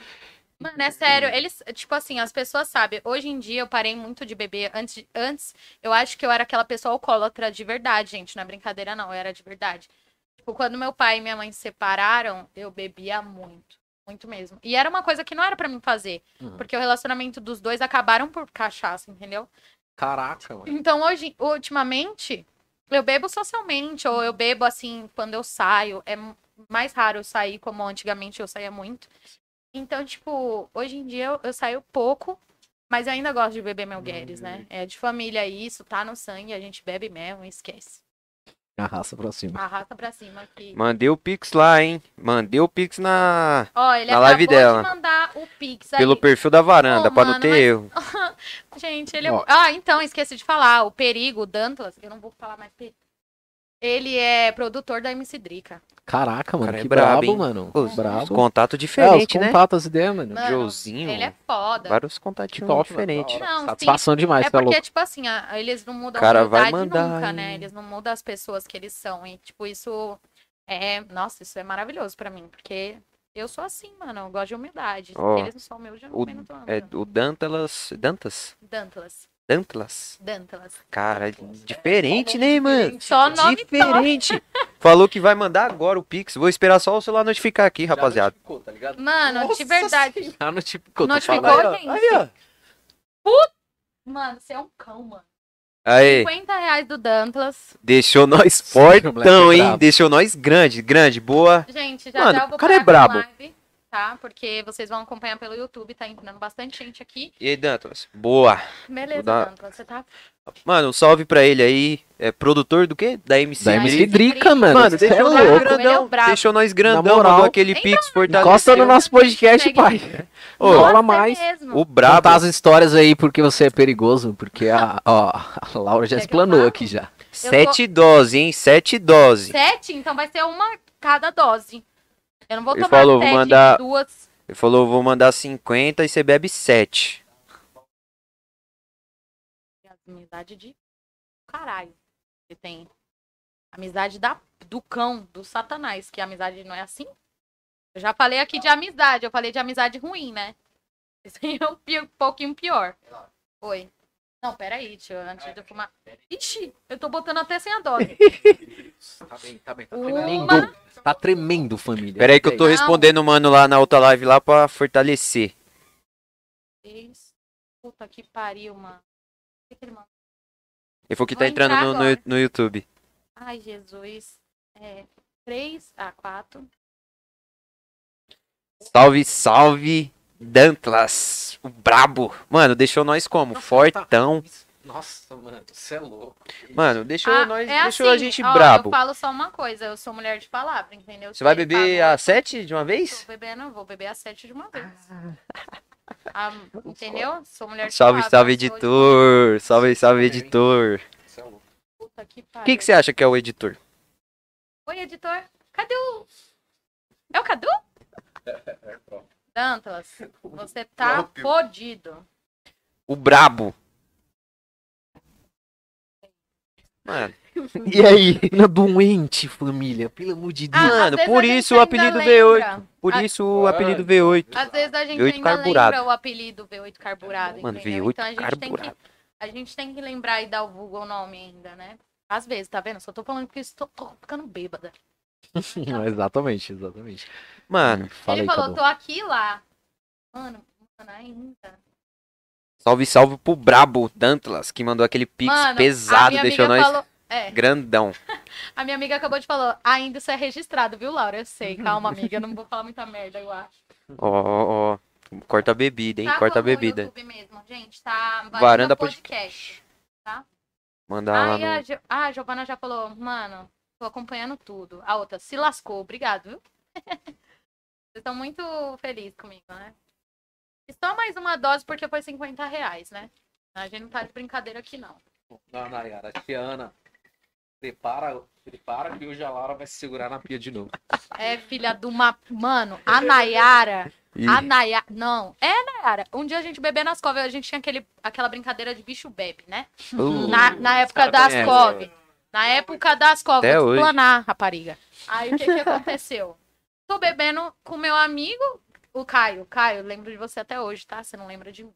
[SPEAKER 3] Mano, é sério, eles, tipo assim, as pessoas sabem. Hoje em dia eu parei muito de beber. Antes, de- antes eu acho que eu era aquela pessoa alcoólatra de verdade, gente. Não é brincadeira, não. Eu era de verdade. Tipo, quando meu pai e minha mãe se separaram, eu bebia muito. Muito mesmo. E era uma coisa que não era pra mim fazer.
[SPEAKER 1] Uhum.
[SPEAKER 3] Porque o relacionamento dos dois acabaram por cachaça, entendeu?
[SPEAKER 1] Caraca, mano.
[SPEAKER 3] Então, hoje, ultimamente, eu bebo socialmente, ou eu bebo assim, quando eu saio. É m- mais raro eu sair como antigamente eu saía muito. Então, tipo, hoje em dia eu, eu saio pouco, mas eu ainda gosto de beber
[SPEAKER 2] Uhum.
[SPEAKER 3] meu Guedes, né? É de família isso, tá no sangue, a gente bebe mesmo, esquece.
[SPEAKER 1] Arrasta pra cima.
[SPEAKER 3] Arrasta pra cima que.
[SPEAKER 2] Mandei o Pix lá, hein? Mandei o Pix na...
[SPEAKER 3] Ó, ele
[SPEAKER 2] Na
[SPEAKER 3] acabou
[SPEAKER 2] live dela.
[SPEAKER 3] de mandar o Pix aí.
[SPEAKER 2] pelo perfil da varanda,
[SPEAKER 3] Ô,
[SPEAKER 2] pra não
[SPEAKER 3] mano,
[SPEAKER 2] ter
[SPEAKER 3] mas- tá
[SPEAKER 2] erro.
[SPEAKER 3] Gente, ele é.
[SPEAKER 1] Ó.
[SPEAKER 3] Ah, então, esqueci de falar. O Perigo, o Dantas, eu não vou falar mais Perigo. Ele é produtor da MC Drica.
[SPEAKER 1] Caraca, mano.
[SPEAKER 2] cara é
[SPEAKER 1] que
[SPEAKER 2] brabo,
[SPEAKER 1] brabo,
[SPEAKER 2] hein?
[SPEAKER 1] mano.
[SPEAKER 2] Os, os
[SPEAKER 1] brabo.
[SPEAKER 2] contatos
[SPEAKER 1] É, os
[SPEAKER 2] diferentes, né?
[SPEAKER 1] contatos, as ideias, mano.
[SPEAKER 3] Mano,
[SPEAKER 2] Joãozinho,
[SPEAKER 3] Ele é foda.
[SPEAKER 2] Vários contatinhos
[SPEAKER 1] Top, mano,
[SPEAKER 2] diferentes.
[SPEAKER 1] da hora.
[SPEAKER 3] Não, sim.
[SPEAKER 1] Satisfação demais,
[SPEAKER 3] é
[SPEAKER 1] tá
[SPEAKER 3] porque,
[SPEAKER 1] louco?
[SPEAKER 3] tipo assim, a- eles não mudam
[SPEAKER 2] Cara,
[SPEAKER 3] a
[SPEAKER 2] vai
[SPEAKER 3] verdade
[SPEAKER 2] mandar,
[SPEAKER 3] nunca,
[SPEAKER 2] hein?
[SPEAKER 3] né? Eles não mudam as pessoas que eles são. E, tipo, isso é. Nossa, isso é maravilhoso pra mim. Porque eu sou assim, mano. Eu gosto de humildade.
[SPEAKER 2] Ó,
[SPEAKER 3] Se eles não são humildes, eu
[SPEAKER 2] o-
[SPEAKER 3] também não tô
[SPEAKER 2] É,
[SPEAKER 3] andando.
[SPEAKER 2] o Dantalas. Dantas?
[SPEAKER 3] Dantas.
[SPEAKER 2] Dantalas?
[SPEAKER 3] Dantas.
[SPEAKER 2] Cara, é diferente, né, mano?
[SPEAKER 3] Só nome
[SPEAKER 2] Diferente. Falou que vai mandar agora o Pix. Vou esperar só o celular notificar aqui, rapaziada.
[SPEAKER 4] Ficou, tá ligado?
[SPEAKER 3] Mano,
[SPEAKER 4] Nossa
[SPEAKER 3] de verdade.
[SPEAKER 1] Ah, não te ficou,
[SPEAKER 3] Não
[SPEAKER 1] tô
[SPEAKER 3] te
[SPEAKER 1] falando.
[SPEAKER 3] ficou?
[SPEAKER 2] Aí, ó.
[SPEAKER 3] gente.
[SPEAKER 2] Aí,
[SPEAKER 3] Mano, você é um cão, mano.
[SPEAKER 2] ó. Aí,
[SPEAKER 3] 50 reais do Dantas.
[SPEAKER 2] deixou nós
[SPEAKER 1] moleque
[SPEAKER 2] fortão,
[SPEAKER 1] é
[SPEAKER 2] hein?
[SPEAKER 1] brabo.
[SPEAKER 2] Deixou nós grande, grande, boa.
[SPEAKER 3] Gente, já
[SPEAKER 2] Mano,
[SPEAKER 3] já eu vou
[SPEAKER 2] o cara é
[SPEAKER 3] parar com a
[SPEAKER 2] brabo.
[SPEAKER 3] live, tá? Porque vocês vão acompanhar pelo YouTube, tá entrando bastante gente aqui.
[SPEAKER 2] E aí, Dantas? Boa.
[SPEAKER 3] Beleza,
[SPEAKER 2] Vou dar-
[SPEAKER 3] Dantas, você tá
[SPEAKER 2] Mano, um salve pra ele aí. É produtor do quê? Da MC.
[SPEAKER 1] Da
[SPEAKER 3] Aí,
[SPEAKER 1] MC
[SPEAKER 3] esse
[SPEAKER 1] Drica,
[SPEAKER 3] Drica.
[SPEAKER 1] mano.
[SPEAKER 2] Mano,
[SPEAKER 1] cê é
[SPEAKER 2] deixou nós
[SPEAKER 1] louco.
[SPEAKER 3] brabo, ele é o
[SPEAKER 2] grandão.
[SPEAKER 3] brabo.
[SPEAKER 2] Deixou nós grandão,
[SPEAKER 1] moral.
[SPEAKER 2] mandou aquele Pix,
[SPEAKER 1] Encosta
[SPEAKER 2] fortaleceu.
[SPEAKER 1] no nosso podcast, pai.
[SPEAKER 2] Ô,
[SPEAKER 1] Fala
[SPEAKER 3] Nossa, é
[SPEAKER 1] mais.
[SPEAKER 3] mesmo.
[SPEAKER 2] O
[SPEAKER 1] Conta
[SPEAKER 2] brabo.
[SPEAKER 1] as histórias aí porque você é perigoso, porque a, ó, a Laura já
[SPEAKER 3] Quer que eu
[SPEAKER 1] explanou
[SPEAKER 3] fale?
[SPEAKER 1] aqui já.
[SPEAKER 2] Sete dose, hein? Sete dose.
[SPEAKER 3] Sete, então vai ser uma cada dose. Eu não vou
[SPEAKER 2] Ele
[SPEAKER 3] tomar
[SPEAKER 2] falou, vou
[SPEAKER 3] sete,
[SPEAKER 2] mandar-
[SPEAKER 3] duas.
[SPEAKER 2] Ele falou, vou mandar 50 e você bebe 7.
[SPEAKER 3] Amizade de caralho. Você tem amizade da... do cão, do satanás, que a amizade não é assim. Eu já falei aqui de amizade, eu falei de amizade ruim, né? Isso aí é um, pi- um pouquinho pior. Oi. Não, peraí, tio, antes de eu fumar. Ixi, eu tô botando até sem a dose.
[SPEAKER 4] Tá bem, tá bem. Tá
[SPEAKER 1] Tremendo.
[SPEAKER 3] Uma.
[SPEAKER 1] Tá tremendo, família.
[SPEAKER 2] Pera aí que eu tô
[SPEAKER 3] Não.
[SPEAKER 2] respondendo o mano lá na outra live lá pra fortalecer.
[SPEAKER 3] Três. Puta que pariu, mano. O que que ele mandou?
[SPEAKER 2] Ele falou que tá
[SPEAKER 3] Vou
[SPEAKER 2] entrando
[SPEAKER 3] entrar
[SPEAKER 2] no, no,
[SPEAKER 3] agora.
[SPEAKER 2] no YouTube.
[SPEAKER 3] Ai, Jesus. É, 3 a 4.
[SPEAKER 2] Salve, salve, Dantlas. O brabo. Mano, deixou nós como? Fortão.
[SPEAKER 4] Nossa, mano, você é louco.
[SPEAKER 2] Mano, deixou
[SPEAKER 3] Ah,
[SPEAKER 2] nós.
[SPEAKER 3] é
[SPEAKER 2] deixou a
[SPEAKER 3] assim,
[SPEAKER 2] gente
[SPEAKER 3] ó,
[SPEAKER 2] brabo.
[SPEAKER 3] Eu falo só uma coisa, eu sou mulher de palavra, entendeu?
[SPEAKER 2] Você vai
[SPEAKER 3] Ele
[SPEAKER 2] beber
[SPEAKER 3] pagou,
[SPEAKER 2] a 7 de uma vez?
[SPEAKER 3] Tô bebendo, eu vou beber a 7 de uma vez. Ah, entendeu? Sou mulher de
[SPEAKER 2] Salve,
[SPEAKER 3] palavra.
[SPEAKER 2] salve,
[SPEAKER 3] sou de-
[SPEAKER 2] editor. Salve, salve, editor.
[SPEAKER 4] Você é louco.
[SPEAKER 3] Puta que
[SPEAKER 2] O
[SPEAKER 3] pariu.
[SPEAKER 2] que, que você acha que é o editor?
[SPEAKER 3] Oi, editor. Cadê o... É o Cadu? Dantas, você tá
[SPEAKER 4] Próprio.
[SPEAKER 3] fodido.
[SPEAKER 2] O brabo. Mano.
[SPEAKER 1] E aí? Na
[SPEAKER 2] um
[SPEAKER 1] doente, família. Pelo amor de Deus.
[SPEAKER 3] Ah, às
[SPEAKER 2] Mano,
[SPEAKER 3] vezes
[SPEAKER 2] por
[SPEAKER 3] a gente
[SPEAKER 2] isso o
[SPEAKER 3] ainda
[SPEAKER 2] apelido
[SPEAKER 3] lembra.
[SPEAKER 2] Por
[SPEAKER 3] Ah,
[SPEAKER 2] isso o
[SPEAKER 4] Ah,
[SPEAKER 2] apelido V8.
[SPEAKER 3] Às vezes a gente
[SPEAKER 2] V8
[SPEAKER 3] ainda
[SPEAKER 2] carburado.
[SPEAKER 3] lembra o apelido V8 carburado,
[SPEAKER 2] Mano,
[SPEAKER 3] entendeu?
[SPEAKER 2] V8
[SPEAKER 3] então a gente tem
[SPEAKER 2] carburado.
[SPEAKER 3] que a gente tem que lembrar e dar o Google nome ainda, né? Às vezes, tá vendo? Só tô falando que estou tô ficando bêbada.
[SPEAKER 1] exatamente, exatamente.
[SPEAKER 2] Mano,
[SPEAKER 1] Fala aí,
[SPEAKER 3] Ele falou,
[SPEAKER 1] Cadu.
[SPEAKER 3] tô aqui e lá. Mano, mano, ainda.
[SPEAKER 2] salve, salve pro brabo Dantlas, que mandou aquele pix
[SPEAKER 3] Mano, a
[SPEAKER 2] pesado,
[SPEAKER 3] minha
[SPEAKER 2] deixou
[SPEAKER 3] amiga
[SPEAKER 2] nós
[SPEAKER 3] falou- é,
[SPEAKER 2] grandão.
[SPEAKER 3] a minha amiga acabou de falar, ainda isso é registrado, viu, Laura? Eu sei, calma, amiga, eu não vou falar muita merda, eu acho.
[SPEAKER 2] Ó, ó, ó. Corta a bebida, hein?
[SPEAKER 3] Tá
[SPEAKER 2] Corta a
[SPEAKER 3] como no
[SPEAKER 2] bebida.
[SPEAKER 3] YouTube mesmo, gente, tá
[SPEAKER 2] Varanda
[SPEAKER 3] Varanda
[SPEAKER 2] Podcast.
[SPEAKER 3] Podcast.
[SPEAKER 2] Mandar lá
[SPEAKER 3] Aí a,
[SPEAKER 2] no.
[SPEAKER 3] Jo- ah, a Giovana já falou, mano, tô acompanhando tudo. A outra, se lascou, obrigado, viu? Vocês estão muito felizes comigo, né? E só mais uma dose porque foi 50 reais, né? A gente não tá de brincadeira aqui, não.
[SPEAKER 4] Não, Nayara,
[SPEAKER 1] é
[SPEAKER 4] Tiana, prepara, prepara que hoje a Laura vai se segurar na pia de novo.
[SPEAKER 3] É filha de uma. Mano, a Nayara.
[SPEAKER 2] Ih,
[SPEAKER 3] A Nayara. Não, é Nayara. Um dia a gente bebia nas covas, a gente tinha aquele, aquela brincadeira de bicho bebe, né?
[SPEAKER 2] uh,
[SPEAKER 3] Na, na época
[SPEAKER 2] cara
[SPEAKER 3] das
[SPEAKER 2] conhece.
[SPEAKER 3] covas. Na época das covas,
[SPEAKER 2] Até hoje.
[SPEAKER 3] planar, rapariga. Aí o que que aconteceu? Tô bebendo com meu amigo, o Caio. Caio, lembro de você até hoje, tá? Você não lembra de mim.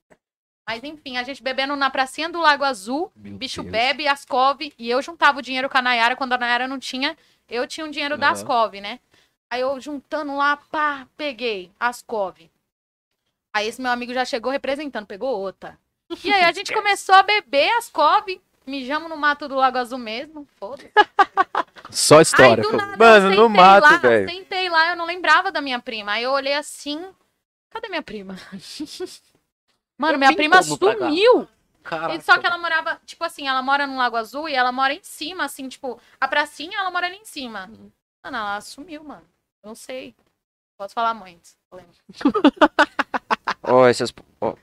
[SPEAKER 3] Mas enfim, a gente bebendo na pracinha do Lago Azul,
[SPEAKER 1] Meu
[SPEAKER 3] bicho
[SPEAKER 1] Deus.
[SPEAKER 3] bebe, Ascove, e eu juntava o dinheiro com a Nayara, quando a Nayara não tinha, eu tinha o dinheiro da
[SPEAKER 1] Aham.
[SPEAKER 3] Ascove, né? Aí eu juntando lá, pá, peguei Ascove. Aí esse meu amigo já chegou representando, pegou outra. E aí a gente começou a beber Ascove, mijamos no mato do Lago Azul mesmo, foda-se.
[SPEAKER 1] Só
[SPEAKER 3] Aí
[SPEAKER 1] história.
[SPEAKER 3] do
[SPEAKER 1] que eu-
[SPEAKER 3] nada,
[SPEAKER 2] Mano,
[SPEAKER 3] eu
[SPEAKER 2] no
[SPEAKER 3] sentei
[SPEAKER 2] mato,
[SPEAKER 3] lá,
[SPEAKER 2] velho.
[SPEAKER 3] Sentei lá, eu não lembrava da minha prima. Aí eu olhei assim, cadê minha prima? Mano,
[SPEAKER 1] Eu
[SPEAKER 3] minha
[SPEAKER 1] vim
[SPEAKER 3] prima
[SPEAKER 1] como pra cá?
[SPEAKER 3] sumiu.
[SPEAKER 2] Ah,
[SPEAKER 1] Caraca.
[SPEAKER 3] E
[SPEAKER 2] tá
[SPEAKER 3] só que ela morava, tipo assim, ela mora no Lago Azul e ela mora em cima, assim, tipo, a pracinha ela mora ali em cima.
[SPEAKER 2] Uhum.
[SPEAKER 3] Mano, ela sumiu, mano. Eu Não sei. Posso falar muito. eu lembro.
[SPEAKER 2] Ó, essas. ó,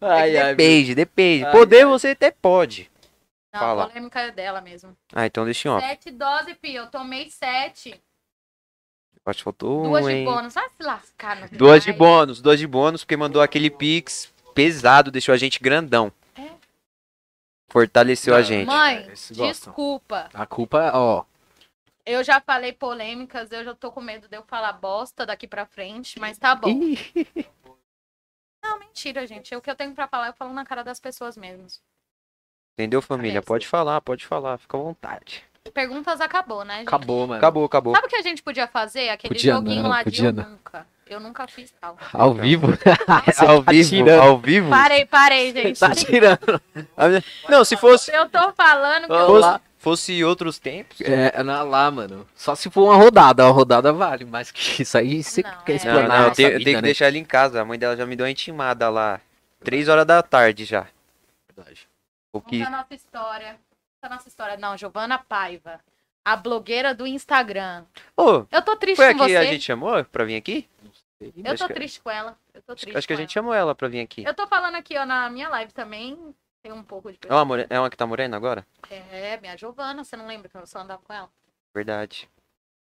[SPEAKER 1] Ai, ai, meu-
[SPEAKER 2] depende, depende.
[SPEAKER 1] Ai,
[SPEAKER 2] Poder você até pode.
[SPEAKER 3] Não,
[SPEAKER 2] Fala.
[SPEAKER 3] a polêmica é dela mesmo.
[SPEAKER 2] Ah, então deixa em off.
[SPEAKER 3] Sete doses, Pio. Eu tomei sete.
[SPEAKER 2] Acho que faltou
[SPEAKER 3] É. Duas
[SPEAKER 2] um,
[SPEAKER 3] de
[SPEAKER 2] hein?
[SPEAKER 3] bônus. né? Vai se lascar, não
[SPEAKER 2] Duas de
[SPEAKER 3] vai.
[SPEAKER 2] bônus, duas de bônus, porque mandou
[SPEAKER 3] Uhum.
[SPEAKER 2] aquele pix pesado, deixou a gente grandão.
[SPEAKER 3] É.
[SPEAKER 2] Fortaleceu a
[SPEAKER 1] Não,
[SPEAKER 2] gente.
[SPEAKER 3] Mãe,
[SPEAKER 1] Eles gostam.
[SPEAKER 3] desculpa.
[SPEAKER 1] A culpa, ó.
[SPEAKER 3] Eu já falei polêmicas, eu já tô com medo de eu falar bosta daqui pra frente, mas tá bom.
[SPEAKER 1] Ih,
[SPEAKER 3] Não, mentira, gente. O que eu tenho pra falar, eu falo na cara das pessoas mesmo.
[SPEAKER 2] Entendeu, família?
[SPEAKER 3] Parece.
[SPEAKER 2] Pode falar, pode falar, fica à vontade.
[SPEAKER 3] Perguntas acabou, né, gente?
[SPEAKER 1] acabou, mano.
[SPEAKER 2] Acabou, acabou.
[SPEAKER 3] Sabe o que a gente podia fazer? Aquele
[SPEAKER 1] Podia
[SPEAKER 3] joguinho
[SPEAKER 1] não,
[SPEAKER 3] lá
[SPEAKER 1] podia
[SPEAKER 3] de
[SPEAKER 1] não.
[SPEAKER 3] eu nunca. Eu nunca fiz tal.
[SPEAKER 1] Ao vivo.
[SPEAKER 2] ao vivo,
[SPEAKER 1] tirando.
[SPEAKER 2] ao vivo.
[SPEAKER 3] Parei, parei, gente.
[SPEAKER 1] tá tirando.
[SPEAKER 2] A minha- Não, se fosse,
[SPEAKER 3] Eu tô falando que eu...
[SPEAKER 1] Olá.
[SPEAKER 2] fosse, fosse outros tempos.
[SPEAKER 1] É, na lá, mano. Só se for uma rodada. Uma rodada vale, mas que isso aí você
[SPEAKER 3] Não,
[SPEAKER 1] quer
[SPEAKER 3] é.
[SPEAKER 2] Não,
[SPEAKER 1] explanar.
[SPEAKER 2] não, eu
[SPEAKER 1] nossa
[SPEAKER 2] tenho, eu
[SPEAKER 1] vida,
[SPEAKER 2] tenho que
[SPEAKER 1] né?
[SPEAKER 2] deixar ele em casa. A mãe dela já me deu uma intimada lá. Três horas da tarde já.
[SPEAKER 1] Verdade.
[SPEAKER 2] O que
[SPEAKER 3] Conta a nossa história. Conta a nossa história. Não, Giovana Paiva. A blogueira do Instagram.
[SPEAKER 2] Ô,
[SPEAKER 3] Eu tô Uhum. triste
[SPEAKER 2] foi
[SPEAKER 3] com
[SPEAKER 2] aqui
[SPEAKER 3] você.
[SPEAKER 2] a gente chamou pra vir aqui?
[SPEAKER 3] Eu
[SPEAKER 2] acho
[SPEAKER 3] tô
[SPEAKER 2] que- é.
[SPEAKER 3] triste com ela. Eu tô
[SPEAKER 2] Acho,
[SPEAKER 3] triste
[SPEAKER 2] acho que a
[SPEAKER 3] com ela.
[SPEAKER 2] gente é. chamou ela pra vir aqui.
[SPEAKER 3] Eu tô falando aqui, ó, na minha live também. Tem um pouco de
[SPEAKER 2] É uma, more- é uma que tá morena agora?
[SPEAKER 3] É, minha Giovana, você não lembra que eu só andava com ela?
[SPEAKER 2] Verdade.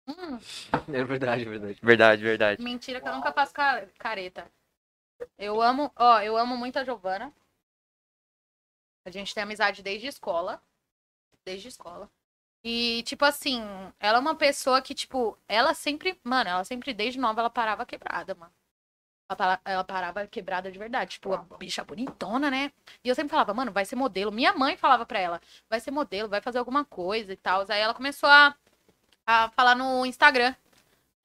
[SPEAKER 3] Hum,
[SPEAKER 1] É verdade, é verdade.
[SPEAKER 2] Verdade, verdade.
[SPEAKER 3] mentira que eu nunca faço ca- careta. Eu amo, ó, eu amo muito a Giovana. A gente tem amizade desde escola. Desde escola. E, tipo assim, ela é uma pessoa que, tipo, ela sempre, mano, ela sempre, desde nova, ela parava quebrada, mano. Ela para- Ela parava quebrada de verdade. Tipo, a bicha bonitona, né? E eu sempre falava, mano, vai ser modelo. Minha mãe falava pra ela, vai ser modelo, vai fazer alguma coisa e tal. Aí ela começou a, a falar no Instagram,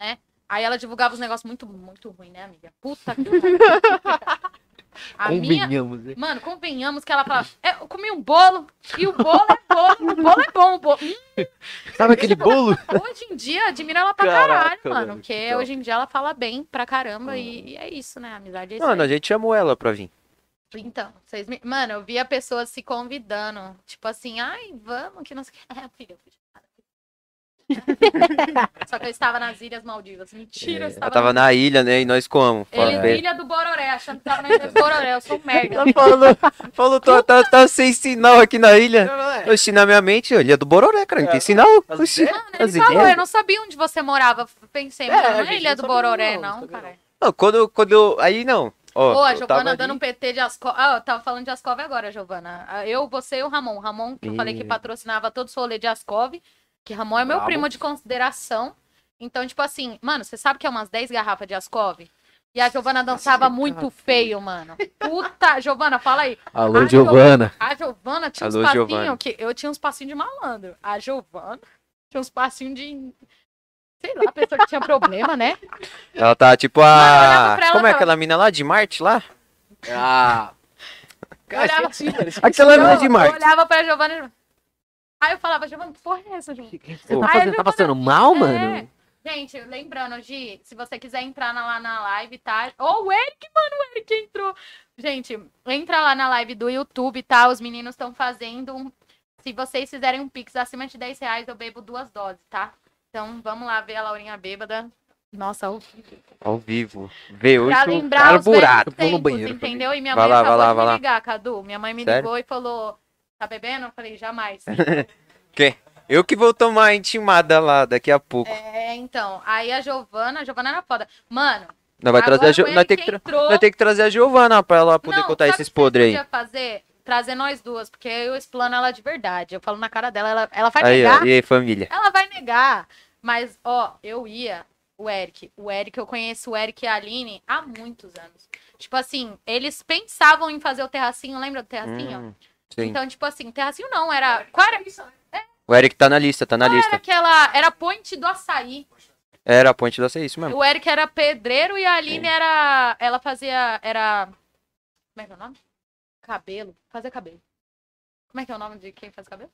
[SPEAKER 3] né? Aí ela divulgava os negócios muito, muito ruim, né, amiga? Puta que pariu. A minha...
[SPEAKER 1] Combinamos, né?
[SPEAKER 3] Mano, convenhamos que ela fala, "É, eu comi um bolo, e o bolo é bom, o bolo é bom, o bolo... Hum,
[SPEAKER 1] Sabe aquele bolo?
[SPEAKER 3] Hoje em dia, admira ela pra
[SPEAKER 1] Caraca,
[SPEAKER 3] caralho, mano.
[SPEAKER 1] mano,
[SPEAKER 3] Porque
[SPEAKER 1] então.
[SPEAKER 3] hoje em dia ela fala bem pra caramba e, e é isso, né? A amizade é isso.
[SPEAKER 2] Mano,
[SPEAKER 3] aí.
[SPEAKER 2] a gente chamou ela pra vir.
[SPEAKER 3] Então, vocês me... Mano, eu via pessoas se convidando. Tipo assim, ai, vamos, que não sei o que. É, filha, eu fui chamada. Só que eu estava nas Ilhas Maldivas. Mentira,
[SPEAKER 2] Ela
[SPEAKER 3] eu estava.
[SPEAKER 2] tava na ilha, né? E nós como? Fala,
[SPEAKER 3] Eles,
[SPEAKER 2] velho.
[SPEAKER 3] Ilha do Bororé, achando que tava na Ilha do Bororé. Eu sou um merda.
[SPEAKER 2] Falou, falou tá, tá, tá sem sinal aqui na ilha. Oxi, na minha mente, olha, é do Bororé, cara, não tem sinal.
[SPEAKER 1] As
[SPEAKER 2] Oxi.
[SPEAKER 1] ideias?
[SPEAKER 3] Mano, ele
[SPEAKER 2] As
[SPEAKER 3] falou,
[SPEAKER 2] ideias?
[SPEAKER 3] eu não sabia onde você morava. Pensei,
[SPEAKER 1] É,
[SPEAKER 3] mano, não
[SPEAKER 1] a
[SPEAKER 3] é
[SPEAKER 1] gente
[SPEAKER 3] Ilha
[SPEAKER 1] não
[SPEAKER 3] do
[SPEAKER 1] sabia não,
[SPEAKER 3] Bororé,
[SPEAKER 1] não
[SPEAKER 3] não,
[SPEAKER 1] sabia
[SPEAKER 3] cara.
[SPEAKER 2] Não, quando, quando eu... Aí não. Ó,
[SPEAKER 3] Pô, a
[SPEAKER 2] eu
[SPEAKER 3] Giovana
[SPEAKER 2] tava
[SPEAKER 3] dando
[SPEAKER 2] ali.
[SPEAKER 3] um PT de Ascov. Ah, eu tava falando de Ascov agora, Giovana. Ah, Eu, você e o Ramon. Ramon, que eu falei que
[SPEAKER 2] Ih.
[SPEAKER 3] patrocinava todo o rolê de Ascov. Que Ramon é meu
[SPEAKER 1] Brabo.
[SPEAKER 3] primo de consideração. Então, tipo assim, mano, você sabe que é umas 10 garrafas de Ascov? E a Giovana dançava muito feio, mano. Puta, Giovana, fala aí.
[SPEAKER 1] Alô,
[SPEAKER 3] Ai,
[SPEAKER 1] Giovana.
[SPEAKER 3] A Giovana tinha
[SPEAKER 2] Alô,
[SPEAKER 3] uns passinhos
[SPEAKER 2] Giovana.
[SPEAKER 3] que eu tinha uns passinhos de malandro. A Giovana tinha uns passinhos de sei lá, pessoa que tinha problema, né?
[SPEAKER 2] Ela tá tipo
[SPEAKER 3] Mano, eu olhava
[SPEAKER 2] a...
[SPEAKER 3] pra ela,
[SPEAKER 2] Como é
[SPEAKER 3] tava-
[SPEAKER 2] aquela mina lá? De Marte lá?
[SPEAKER 1] Ah.
[SPEAKER 3] Cara, Olhava-
[SPEAKER 1] é
[SPEAKER 2] Aquela
[SPEAKER 3] eu,
[SPEAKER 2] mina de
[SPEAKER 3] eu
[SPEAKER 2] Marte.
[SPEAKER 3] olhava pra Giovana e Aí eu falava, Giovana, que porra é essa, Giovana?
[SPEAKER 1] Você tá,
[SPEAKER 3] Ai,
[SPEAKER 1] fazendo, tá
[SPEAKER 3] Giovana.
[SPEAKER 1] passando mal,
[SPEAKER 3] É.
[SPEAKER 1] mano?
[SPEAKER 3] Gente, lembrando, Gi, se você quiser entrar na- lá na live, tá? Ô, o Eric, mano, o Eric entrou. Gente, entra lá na live do YouTube, tá? Os meninos estão fazendo um... Se vocês fizerem um pix acima de 10 reais, eu bebo duas doses, tá? Então, vamos lá ver a Laurinha bêbada. Nossa, o...
[SPEAKER 2] Ao vivo. Vê hoje
[SPEAKER 3] pra
[SPEAKER 2] o
[SPEAKER 3] lembrar os
[SPEAKER 2] um buraco.
[SPEAKER 3] velhos
[SPEAKER 1] Vou no
[SPEAKER 3] tempos,
[SPEAKER 1] banheiro pra
[SPEAKER 3] entendeu? E minha
[SPEAKER 2] Vai
[SPEAKER 3] mãe
[SPEAKER 2] lá,
[SPEAKER 3] acabou
[SPEAKER 2] vai lá,
[SPEAKER 3] de
[SPEAKER 2] vai
[SPEAKER 3] me
[SPEAKER 2] lá.
[SPEAKER 3] ligar, Cadu. Minha mãe me
[SPEAKER 2] Sério?
[SPEAKER 3] ligou e falou, tá bebendo? Eu falei, jamais.
[SPEAKER 2] Eu que vou tomar a intimada lá daqui a pouco.
[SPEAKER 3] é, então, aí a Giovana, a Giovana era foda. Mano,
[SPEAKER 2] Nós vai
[SPEAKER 3] agora
[SPEAKER 2] trazer a... Jo-
[SPEAKER 3] o
[SPEAKER 2] Nós
[SPEAKER 3] Eric
[SPEAKER 2] tem
[SPEAKER 3] é
[SPEAKER 2] que... tra-
[SPEAKER 3] entrou...
[SPEAKER 2] Vai ter que trazer a Giovana pra ela poder
[SPEAKER 3] Não,
[SPEAKER 2] contar
[SPEAKER 3] sabe
[SPEAKER 2] esses
[SPEAKER 3] o que
[SPEAKER 2] podres aí.
[SPEAKER 3] podia fazer? Trazer nós duas, porque eu explano ela de verdade. Eu falo na cara dela, ela, ela vai
[SPEAKER 2] Aí, ó,
[SPEAKER 3] negar.
[SPEAKER 2] e aí, família?
[SPEAKER 3] Ela vai negar. Mas, ó, eu ia. O o Eric. O Eric, eu conheço o Eric e a Aline há muitos anos. Tipo assim, eles pensavam em fazer o terracinho, lembra do terracinho?
[SPEAKER 2] Hum, sim.
[SPEAKER 3] Então, tipo assim, terracinho não, era. Qual era,
[SPEAKER 2] O Eric tá na lista, tá na
[SPEAKER 3] qual era
[SPEAKER 2] lista.
[SPEAKER 3] aquela. Era a ponte do açaí.
[SPEAKER 2] Era a ponte da ser isso mesmo.
[SPEAKER 3] O Eric era pedreiro e a Aline era. Ela fazia. Era. Como é que é o nome? Cabelo. Fazia cabelo. Como é que é o nome de quem faz cabelo?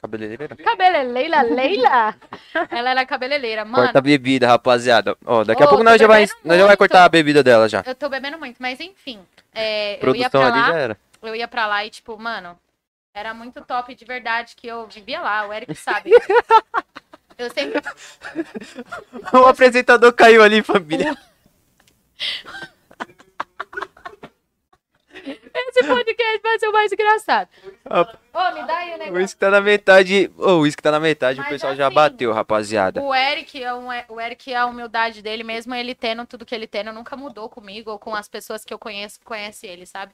[SPEAKER 2] Cabeleireira.
[SPEAKER 3] Cabeleleila, é Leila. Ela era cabeleireira. Mano,
[SPEAKER 2] Corta a bebida, rapaziada. Ó, daqui a
[SPEAKER 3] Ô,
[SPEAKER 2] pouco
[SPEAKER 3] tô
[SPEAKER 2] nós já, vai,
[SPEAKER 3] bebendo
[SPEAKER 2] nós já vai
[SPEAKER 3] muito.
[SPEAKER 2] cortar a bebida dela já.
[SPEAKER 3] eu tô bebendo muito, mas enfim. é, eu ia
[SPEAKER 2] Produção
[SPEAKER 3] pra
[SPEAKER 2] ali
[SPEAKER 3] lá,
[SPEAKER 2] já era.
[SPEAKER 3] eu ia pra lá e, tipo, mano, era muito top de verdade que eu vivia lá. O Eric sabe. Eu sempre
[SPEAKER 2] O apresentador caiu ali, família.
[SPEAKER 3] Esse podcast vai ser o mais engraçado.
[SPEAKER 2] Ah.
[SPEAKER 3] Ô, me dá aí o
[SPEAKER 2] O
[SPEAKER 3] negócio.
[SPEAKER 2] uísque tá na metade. Ô, o uísque tá na metade, o
[SPEAKER 3] Mas
[SPEAKER 2] pessoal já
[SPEAKER 3] assim,
[SPEAKER 2] bateu, rapaziada.
[SPEAKER 3] O Eric, é um- o Eric, a humildade dele, mesmo ele tendo tudo que ele tendo, nunca mudou comigo ou com as pessoas que eu conheço, que conhece ele, sabe?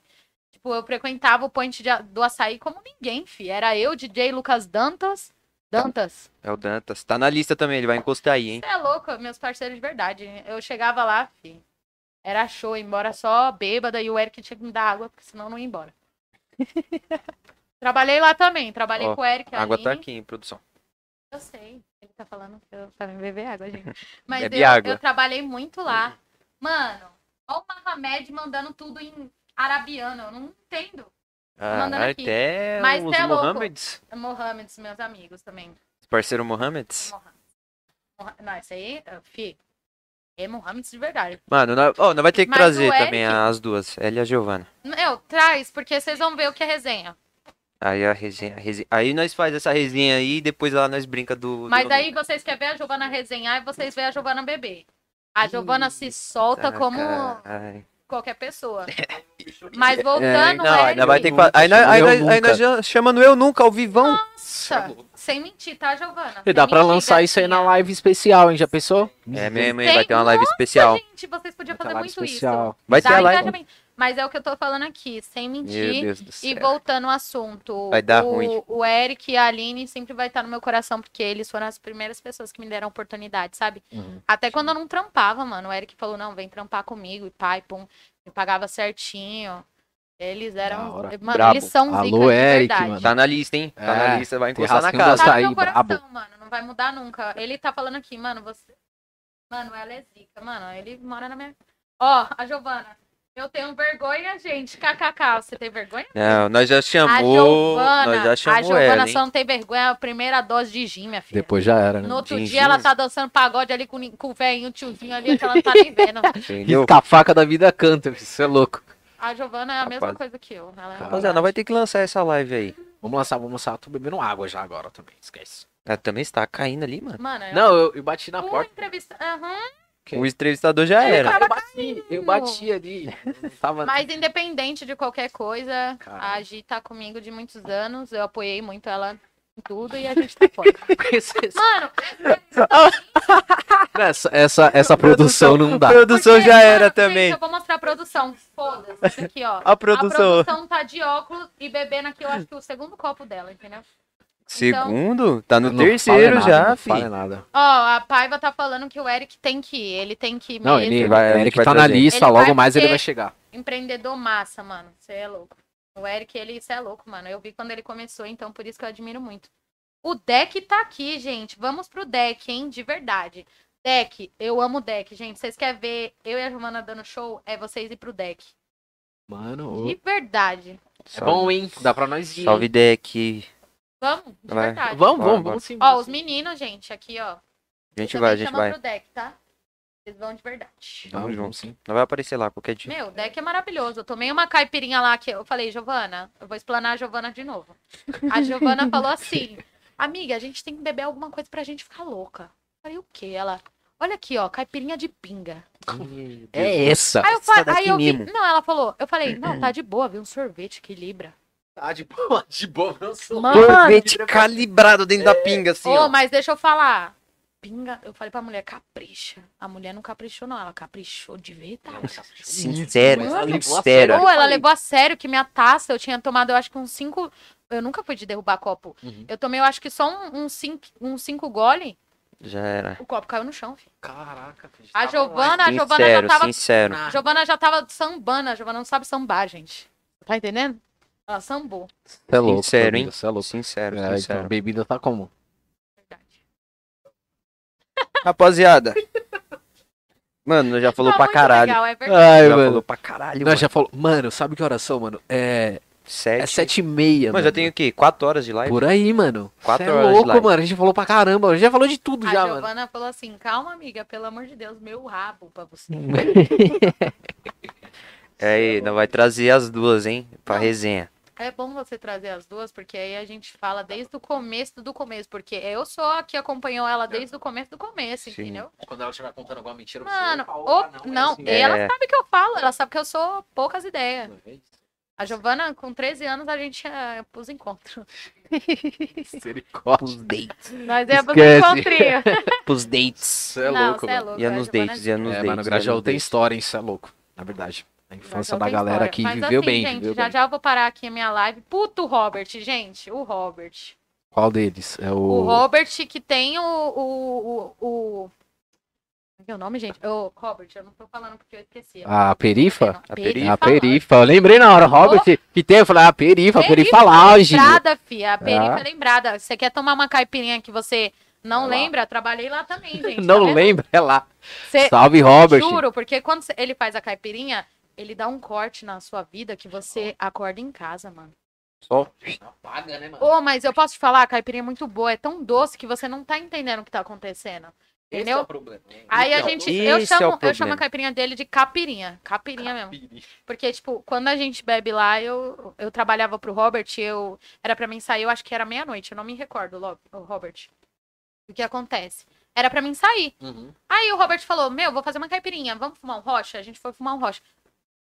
[SPEAKER 3] Tipo, eu frequentava o Point de a- do Açaí como ninguém, fi. Era eu, DJ Lucas Dantas. Dantas.
[SPEAKER 2] É o Dantas. Tá na lista também, ele vai encostar aí, hein?
[SPEAKER 3] Você é louco, meus parceiros de verdade. Eu chegava lá, fi. Era show, ia embora só bêbada e o Eric tinha que me dar água, porque senão eu não ia embora. trabalhei lá também, trabalhei
[SPEAKER 2] Ó,
[SPEAKER 3] com o Eric.
[SPEAKER 2] A água tá
[SPEAKER 3] Aline.
[SPEAKER 2] aqui, hein, produção.
[SPEAKER 3] Eu sei. Ele tá falando que eu também beber água, gente. Mas
[SPEAKER 2] Bebe
[SPEAKER 3] eu,
[SPEAKER 2] água.
[SPEAKER 3] eu trabalhei muito lá. Mano, olha o Mahamed mandando tudo em arabiano. Eu não entendo.
[SPEAKER 2] Ah,
[SPEAKER 3] mandando aqui.
[SPEAKER 2] até
[SPEAKER 3] Mas
[SPEAKER 2] os
[SPEAKER 3] cê é louco.
[SPEAKER 2] Mohammeds.
[SPEAKER 3] Mohamed, meus amigos também.
[SPEAKER 2] Parceiro Mohammeds.
[SPEAKER 3] Mohamed. Moha- Não, isso aí, eh, fi. É Mohamed de verdade.
[SPEAKER 2] Mano, nós, ó, nós vai ter que
[SPEAKER 3] Mas
[SPEAKER 2] trazer
[SPEAKER 3] o Eric-
[SPEAKER 2] também as duas, ela e a Giovana.
[SPEAKER 3] Meu, traz, porque vocês vão ver o que é resenha.
[SPEAKER 2] Aí a resenha, a resenha- Aí nós faz essa resenha aí e depois lá nós brinca do.
[SPEAKER 3] Mas
[SPEAKER 2] do-
[SPEAKER 3] aí vocês querem ver a Giovana resenhar e vocês veem a Giovana beber. A Giovana se solta
[SPEAKER 2] Ah,
[SPEAKER 3] como
[SPEAKER 2] caralho.
[SPEAKER 3] qualquer pessoa. Mas voltando,
[SPEAKER 2] É,
[SPEAKER 3] é,
[SPEAKER 2] Não,
[SPEAKER 3] Eric,
[SPEAKER 2] ainda vai ter que fa-
[SPEAKER 1] Nunca,
[SPEAKER 2] Aí nós, aí,
[SPEAKER 1] eu
[SPEAKER 2] nós, aí
[SPEAKER 1] nunca.
[SPEAKER 2] nós já chamando eu nunca ao vivão.
[SPEAKER 3] Ah, Nossa, sem mentir, tá, Giovana?
[SPEAKER 1] E dá pra lançar isso aí na live especial, hein? Já pensou?
[SPEAKER 2] É mesmo, hein?
[SPEAKER 3] Tem-
[SPEAKER 2] Vai ter uma live especial.
[SPEAKER 3] Gente, vocês podiam
[SPEAKER 1] Vai ter
[SPEAKER 3] fazer
[SPEAKER 1] live
[SPEAKER 3] muito
[SPEAKER 1] especial.
[SPEAKER 3] isso.
[SPEAKER 2] Vai ter
[SPEAKER 3] Dá
[SPEAKER 2] a live.
[SPEAKER 3] engajamento. Mas é o que eu tô falando aqui, sem
[SPEAKER 2] Meu
[SPEAKER 3] mentir.
[SPEAKER 2] Deus do
[SPEAKER 3] E
[SPEAKER 2] céu.
[SPEAKER 3] voltando ao assunto,
[SPEAKER 2] Vai dar
[SPEAKER 3] o,
[SPEAKER 2] ruim.
[SPEAKER 3] o Eric e a Aline sempre vai estar no meu coração, porque eles foram as primeiras pessoas que me deram oportunidade, sabe?
[SPEAKER 1] Uhum.
[SPEAKER 3] Até quando eu não trampava, mano. O Eric falou, não, vem trampar comigo, e pai, pum, me pagava certinho. Eles
[SPEAKER 1] Da
[SPEAKER 3] eram.
[SPEAKER 1] hora.
[SPEAKER 3] Mano,
[SPEAKER 1] Brabo.
[SPEAKER 3] eles são
[SPEAKER 1] Alô,
[SPEAKER 3] zica de
[SPEAKER 1] Eric,
[SPEAKER 3] verdade.
[SPEAKER 1] mano.
[SPEAKER 2] Tá na lista, hein? Tá na
[SPEAKER 1] É,
[SPEAKER 2] lista, vai encostar na
[SPEAKER 1] Terrasquinho das-
[SPEAKER 2] casa.
[SPEAKER 3] Tá no
[SPEAKER 1] Açaí,
[SPEAKER 3] meu coração,
[SPEAKER 1] brabo.
[SPEAKER 3] mano. Não vai mudar nunca. Ele tá falando aqui, mano, você. Mano, ela é zica, mano. Ele mora na minha. Ó, a Giovana. Eu tenho vergonha, gente. KKK. Você tem vergonha?
[SPEAKER 2] Não, nós já
[SPEAKER 3] a
[SPEAKER 2] chamou. Nós
[SPEAKER 3] Giovana.
[SPEAKER 2] já
[SPEAKER 3] a
[SPEAKER 2] chamou
[SPEAKER 3] Giovana
[SPEAKER 2] ela, hein?
[SPEAKER 3] só não tem vergonha. É a primeira dose de gin, minha filha.
[SPEAKER 1] Depois já era, né?
[SPEAKER 3] No outro
[SPEAKER 2] de
[SPEAKER 3] dia
[SPEAKER 2] gin?
[SPEAKER 3] ela tá dançando pagode ali com, nin- com o velhinho, o tiozinho ali, que ela não tá nem vendo.
[SPEAKER 2] Entendeu?
[SPEAKER 1] Risca a faca da vida canta, isso é louco.
[SPEAKER 3] A Giovana é a mesma
[SPEAKER 2] Rapaz.
[SPEAKER 3] coisa que eu. Ela é-
[SPEAKER 2] Rapaziada, nós vai ter que lançar essa live aí.
[SPEAKER 1] Vamos lançar, vamos lançar. Eu tô bebendo água já agora também, esquece.
[SPEAKER 2] Ela também está caindo ali, mano.
[SPEAKER 3] Mano, eu...
[SPEAKER 1] Não, eu, eu bati na
[SPEAKER 3] Uma
[SPEAKER 1] porta.
[SPEAKER 3] entrevista. Aham.
[SPEAKER 2] O entrevistador já
[SPEAKER 1] Eu
[SPEAKER 2] era.
[SPEAKER 1] bati, eu bati ali. eu Tava...
[SPEAKER 3] Mas independente de qualquer coisa,
[SPEAKER 1] Cara.
[SPEAKER 3] a Gi tá comigo de muitos anos. Eu apoiei muito ela em tudo e a gente tá fora. Mano,
[SPEAKER 1] essa, essa, essa produção não dá.
[SPEAKER 2] A produção
[SPEAKER 3] porque,
[SPEAKER 2] já
[SPEAKER 3] mano,
[SPEAKER 2] era
[SPEAKER 3] gente,
[SPEAKER 2] também.
[SPEAKER 3] eu vou mostrar a produção. Foda-se. isso Aqui, ó.
[SPEAKER 2] A produção.
[SPEAKER 3] tá A produção tá de óculos e bebendo aqui, eu acho que o segundo copo dela, entendeu? Então,
[SPEAKER 2] Segundo? Tá no
[SPEAKER 1] Não
[SPEAKER 2] terceiro
[SPEAKER 1] fala nada,
[SPEAKER 2] já,
[SPEAKER 1] não fala
[SPEAKER 2] filho.
[SPEAKER 1] nada.
[SPEAKER 3] Ó, a Paiva tá falando que o Eric tem que ir. Ele tem que ir
[SPEAKER 1] Não,
[SPEAKER 3] mesmo.
[SPEAKER 1] ele,
[SPEAKER 2] vai-
[SPEAKER 1] vai,
[SPEAKER 2] a
[SPEAKER 1] ele
[SPEAKER 2] gente
[SPEAKER 1] que
[SPEAKER 2] vai
[SPEAKER 1] tá na
[SPEAKER 2] trazer.
[SPEAKER 1] lista,
[SPEAKER 3] Ele
[SPEAKER 1] logo
[SPEAKER 3] vai
[SPEAKER 1] mais ele
[SPEAKER 3] porque-
[SPEAKER 1] vai chegar.
[SPEAKER 3] Empreendedor massa, mano. Você é louco. O Eric, ele, você é louco, mano. Eu vi quando ele começou, então por isso que eu admiro muito. O deck tá aqui, gente. Vamos pro deck, hein? De verdade. Deck, eu amo o deck, gente. Vocês querem ver eu e a Giovana dando show? É vocês ir pro deck.
[SPEAKER 1] Mano,
[SPEAKER 3] De verdade.
[SPEAKER 1] é bom, hein? Dá pra nós ir.
[SPEAKER 2] Salve, Deck.
[SPEAKER 3] Vamos? De
[SPEAKER 2] Vai.
[SPEAKER 1] hein?
[SPEAKER 3] verdade.
[SPEAKER 1] Vamos,
[SPEAKER 2] Bora,
[SPEAKER 1] vamos,
[SPEAKER 2] bora.
[SPEAKER 1] vamos sim.
[SPEAKER 3] Ó, os meninos, gente, aqui, ó.
[SPEAKER 2] A gente
[SPEAKER 3] Também
[SPEAKER 2] vai, a gente
[SPEAKER 3] chama
[SPEAKER 2] vai.
[SPEAKER 3] pro deck, tá? Vocês vão de verdade.
[SPEAKER 1] Vamos,
[SPEAKER 2] Tamo
[SPEAKER 1] vamos
[SPEAKER 2] junto.
[SPEAKER 1] sim.
[SPEAKER 2] Não vai aparecer lá qualquer dia.
[SPEAKER 3] Meu, o deck é maravilhoso. Eu tomei uma caipirinha lá que eu falei, Giovana, eu vou explanar a Giovana de novo. A Giovana falou assim: Amiga, a gente tem que beber alguma coisa pra gente ficar louca. Eu falei, o quê? Ela. Olha aqui, ó, caipirinha de pinga.
[SPEAKER 1] É essa.
[SPEAKER 3] Aí eu,
[SPEAKER 2] Essa
[SPEAKER 3] fa-
[SPEAKER 2] tá daqui
[SPEAKER 3] aí eu vi.
[SPEAKER 2] mesmo. Hum.
[SPEAKER 3] Não, ela falou. Eu falei, não, tá de boa, vi um sorvete equilibra. Ah,
[SPEAKER 4] Tá de boa, de boa, eu sou.
[SPEAKER 3] Mano,
[SPEAKER 2] Sorvete calibrado dentro
[SPEAKER 3] É,
[SPEAKER 2] da pinga, assim,
[SPEAKER 3] Ô,
[SPEAKER 2] ó.
[SPEAKER 3] mas deixa eu falar. Pinga, eu falei pra mulher, capricha. A mulher não caprichou, não. Ela caprichou de verdade.
[SPEAKER 2] Sincero,
[SPEAKER 1] Mano,
[SPEAKER 2] sincero.
[SPEAKER 1] Cara,
[SPEAKER 3] Ou
[SPEAKER 1] eu
[SPEAKER 3] ela
[SPEAKER 1] falei.
[SPEAKER 3] levou a sério que minha taça eu tinha tomado, eu acho que uns cinco. Eu nunca fui de derrubar copo.
[SPEAKER 1] Uhum.
[SPEAKER 3] Eu tomei, eu acho que só um, um, cinco, um cinco gole.
[SPEAKER 2] Já era.
[SPEAKER 3] O copo caiu no chão, filho.
[SPEAKER 4] Caraca, filho.
[SPEAKER 3] A
[SPEAKER 1] Tá
[SPEAKER 4] tava
[SPEAKER 3] Giovana, a Giovana já
[SPEAKER 2] Sincero,
[SPEAKER 3] tava. Ah,
[SPEAKER 2] sincero.
[SPEAKER 1] Ah.
[SPEAKER 4] lá.
[SPEAKER 3] Giovana já tava sambando, a Giovana não sabe sambar, gente. Tá entendendo? Ela sambou,
[SPEAKER 1] Você é louco,
[SPEAKER 2] Sincero,
[SPEAKER 1] Sério,
[SPEAKER 2] hein?
[SPEAKER 1] Você é louco.
[SPEAKER 2] Sincero,
[SPEAKER 1] É, então,
[SPEAKER 2] sincero.
[SPEAKER 1] bebida tá como?
[SPEAKER 3] verdade.
[SPEAKER 2] Rapaziada. Mano, nós já falou
[SPEAKER 3] Tá
[SPEAKER 2] pra
[SPEAKER 3] muito
[SPEAKER 2] caralho.
[SPEAKER 1] Ah,
[SPEAKER 3] Legal, é verdade.
[SPEAKER 1] Ai,
[SPEAKER 2] já
[SPEAKER 1] mano.
[SPEAKER 2] falou pra caralho,
[SPEAKER 1] Nós
[SPEAKER 2] mano.
[SPEAKER 1] já falou. Mano, sabe que horas são, mano? É,
[SPEAKER 2] Sete.
[SPEAKER 1] é sete e meia.
[SPEAKER 2] Mano, já tem o quê? Quatro horas de live?
[SPEAKER 1] Por aí, mano.
[SPEAKER 2] Quatro
[SPEAKER 1] Cê é
[SPEAKER 2] horas de
[SPEAKER 1] louco,
[SPEAKER 2] live.
[SPEAKER 1] mano. A gente falou pra caramba. A gente já falou de tudo
[SPEAKER 3] A
[SPEAKER 1] já, mano.
[SPEAKER 3] Giovana falou assim: calma, amiga, pelo amor de Deus, meu rabo pra você.
[SPEAKER 2] É aí, nós vai trazer as duas, hein? Pra
[SPEAKER 3] Não.
[SPEAKER 2] resenha.
[SPEAKER 3] É bom você trazer as duas, porque aí a gente fala desde o começo do começo, porque eu sou a que acompanhou ela
[SPEAKER 1] Tá.
[SPEAKER 3] desde o começo do começo,
[SPEAKER 2] Sim.
[SPEAKER 3] entendeu?
[SPEAKER 4] Quando ela estiver contando alguma mentira, você
[SPEAKER 3] Mano,
[SPEAKER 4] fala,
[SPEAKER 3] ou-
[SPEAKER 4] "Opa,
[SPEAKER 3] não,
[SPEAKER 4] assim
[SPEAKER 3] e ela
[SPEAKER 2] É.
[SPEAKER 3] sabe que eu falo, ela sabe que eu sou poucas ideias.
[SPEAKER 4] mesmo."
[SPEAKER 3] A Giovana, com 13 anos, a gente eh, ia pros encontros.
[SPEAKER 1] Misericórdia.
[SPEAKER 2] Pros dates.
[SPEAKER 3] Nós ia pros
[SPEAKER 1] Esquece.
[SPEAKER 3] encontrinhos.
[SPEAKER 2] Pros dates.
[SPEAKER 1] Cê é
[SPEAKER 3] não,
[SPEAKER 1] louco,
[SPEAKER 3] cê é
[SPEAKER 1] mano.
[SPEAKER 3] louco.
[SPEAKER 2] Ia
[SPEAKER 3] a
[SPEAKER 2] nos
[SPEAKER 3] Giovana-
[SPEAKER 2] dates, ia nos
[SPEAKER 1] É,
[SPEAKER 2] dates.
[SPEAKER 1] mano, o
[SPEAKER 2] ia
[SPEAKER 1] Grajaú
[SPEAKER 2] nos
[SPEAKER 1] tem
[SPEAKER 2] dates.
[SPEAKER 1] história, hein? Isso é louco. Na verdade. A infância
[SPEAKER 3] Grajaú
[SPEAKER 1] da
[SPEAKER 3] tem
[SPEAKER 1] galera
[SPEAKER 3] história.
[SPEAKER 1] aqui
[SPEAKER 3] Mas
[SPEAKER 1] viveu
[SPEAKER 3] assim,
[SPEAKER 1] bem.
[SPEAKER 3] Gente,
[SPEAKER 1] viveu
[SPEAKER 3] já
[SPEAKER 1] bem.
[SPEAKER 3] já eu vou parar aqui a minha live. Puto Robert, gente, o Robert.
[SPEAKER 1] Qual deles? É
[SPEAKER 3] O
[SPEAKER 1] o.
[SPEAKER 3] Robert que tem o. o, o, o... Como é que é o nome, gente? O Robert, eu não tô falando porque eu esqueci.
[SPEAKER 1] A Perifa? É
[SPEAKER 2] A
[SPEAKER 1] A
[SPEAKER 2] Perifa.
[SPEAKER 1] Perifa. Eu lembrei na hora, Robert. Que tem, eu falei, ah, Perifa, Perifa,
[SPEAKER 3] Perifa,
[SPEAKER 1] Lounge.
[SPEAKER 3] Lembrada, fia. A perifa
[SPEAKER 1] Ah.
[SPEAKER 3] é lembrada. Você quer tomar uma caipirinha que você não
[SPEAKER 4] Vai lá.
[SPEAKER 3] lembra? Trabalhei lá também, gente. tá
[SPEAKER 1] Não
[SPEAKER 3] vendo?
[SPEAKER 1] lembra, é lá.
[SPEAKER 3] Cê-
[SPEAKER 1] Salve, Robert.
[SPEAKER 3] Juro, porque quando cê- ele faz a caipirinha, ele dá um corte na sua vida que você acorda em casa, mano.
[SPEAKER 2] Só.
[SPEAKER 4] Apaga, né, mano?
[SPEAKER 3] Ô, mas eu posso te falar, a caipirinha é muito boa, é tão doce que você não tá entendendo o que tá acontecendo.
[SPEAKER 4] Esse é
[SPEAKER 3] entendeu?
[SPEAKER 4] o problema. né?
[SPEAKER 3] Aí a
[SPEAKER 4] Então,
[SPEAKER 3] gente.
[SPEAKER 2] esse é
[SPEAKER 3] Eu
[SPEAKER 2] o
[SPEAKER 3] chamo, eu
[SPEAKER 2] problema.
[SPEAKER 3] chamo a caipirinha dele de capirinha. Capirinha mesmo. Porque, tipo, quando a gente bebe lá, eu, eu trabalhava pro Robert, eu era pra mim sair, eu acho que era meia-noite, eu não me recordo, Lo- o Robert. O que acontece? Era pra mim sair.
[SPEAKER 4] Uhum.
[SPEAKER 3] Aí o Robert falou: Meu, vou fazer uma caipirinha, vamos fumar um rocha? A gente foi fumar um rocha.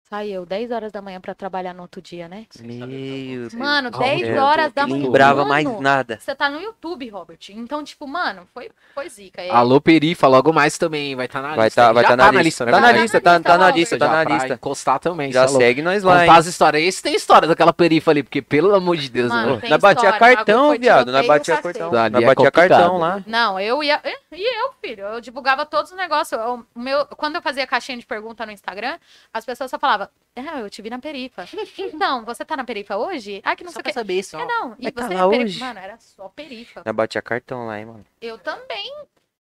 [SPEAKER 3] Saiu 10 horas da manhã pra trabalhar no outro dia, né?
[SPEAKER 2] Meu Deus.
[SPEAKER 3] Mano,
[SPEAKER 1] Aonde
[SPEAKER 3] 10
[SPEAKER 2] é, eu
[SPEAKER 3] horas da
[SPEAKER 1] Não
[SPEAKER 3] manhã.
[SPEAKER 2] Lembrava
[SPEAKER 3] mano,
[SPEAKER 2] mais nada.
[SPEAKER 3] Você tá no YouTube, Robert. Então, tipo, mano, foi, foi zica. É,
[SPEAKER 1] Alô, Perifa, logo mais também. Vai estar na
[SPEAKER 2] Vai
[SPEAKER 1] lista.
[SPEAKER 2] tá, vai
[SPEAKER 1] Já
[SPEAKER 2] tá na lista.
[SPEAKER 1] né,
[SPEAKER 2] Tá na
[SPEAKER 1] mano?
[SPEAKER 2] lista, tá tá na
[SPEAKER 3] Robert?
[SPEAKER 2] lista, tá na
[SPEAKER 1] Já pra
[SPEAKER 2] lista.
[SPEAKER 1] Encostar também.
[SPEAKER 2] Já
[SPEAKER 1] cê é louco.
[SPEAKER 2] segue nós lá, hein?
[SPEAKER 1] Contar as histórias. Esse tem história daquela perifa ali, porque pelo amor de Deus, né?
[SPEAKER 3] Mano,
[SPEAKER 1] mano.
[SPEAKER 3] tem
[SPEAKER 2] Nós batia
[SPEAKER 3] história, bagulho
[SPEAKER 2] cartão,
[SPEAKER 3] foi
[SPEAKER 2] viado. Nós
[SPEAKER 3] tiroteio,
[SPEAKER 2] batia
[SPEAKER 3] cacete.
[SPEAKER 2] cartão.
[SPEAKER 1] Ali
[SPEAKER 2] Nós
[SPEAKER 1] é
[SPEAKER 2] batia
[SPEAKER 1] complicado.
[SPEAKER 2] cartão lá.
[SPEAKER 3] Não, eu ia. eh, E eu, filho, eu divulgava todos os negócios. Eu- o meu, quando eu fazia caixinha de pergunta no Instagram, as pessoas só falavam, ah, eu te vi na perifa. Então, você tá na perifa hoje? Ah, que não sei o que.
[SPEAKER 1] saber, só.
[SPEAKER 3] É, não. E
[SPEAKER 2] Mas tá
[SPEAKER 3] você é
[SPEAKER 2] lá
[SPEAKER 3] perifa?
[SPEAKER 2] hoje?
[SPEAKER 3] Mano, era só perifa.
[SPEAKER 2] Nós batia cartão lá, hein, mano.
[SPEAKER 3] Eu também.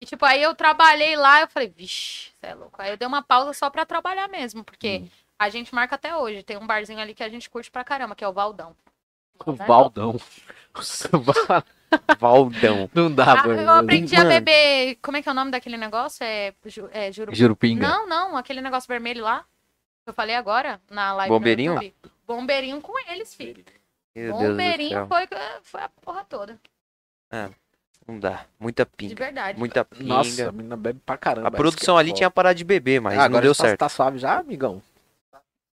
[SPEAKER 3] E tipo, aí eu trabalhei lá, eu falei, vixe, você é louco. Aí eu dei uma pausa só pra trabalhar mesmo, porque
[SPEAKER 2] Hum.
[SPEAKER 3] a gente marca até hoje. Tem um barzinho ali que a gente curte pra caramba, que é o Valdão.
[SPEAKER 1] O Valdão.
[SPEAKER 2] Valdão.
[SPEAKER 1] Não dá,
[SPEAKER 3] Ah, eu
[SPEAKER 1] mano.
[SPEAKER 3] aprendi
[SPEAKER 2] Mano.
[SPEAKER 3] a beber. Como é que é o nome daquele negócio? É, ju- é juro
[SPEAKER 1] Jurupinga.
[SPEAKER 3] Não, não, aquele negócio vermelho lá. que Eu falei agora na live.
[SPEAKER 2] Bombeirinho?
[SPEAKER 3] No YouTube. Bombeirinho com eles, filho.
[SPEAKER 2] Meu Deus do
[SPEAKER 3] Bombeirinho
[SPEAKER 2] céu.
[SPEAKER 3] foi, foi a porra toda.
[SPEAKER 2] Não dá. Muita
[SPEAKER 3] De
[SPEAKER 2] pinga.
[SPEAKER 3] verdade.
[SPEAKER 2] Muita pinga.
[SPEAKER 1] Nossa, a menina bebe pra caramba. é
[SPEAKER 2] A produção ali tinha parado de beber, mas
[SPEAKER 1] Ah,
[SPEAKER 2] não
[SPEAKER 1] agora
[SPEAKER 2] deu
[SPEAKER 1] tá,
[SPEAKER 2] certo.
[SPEAKER 1] tá suave já, amigão?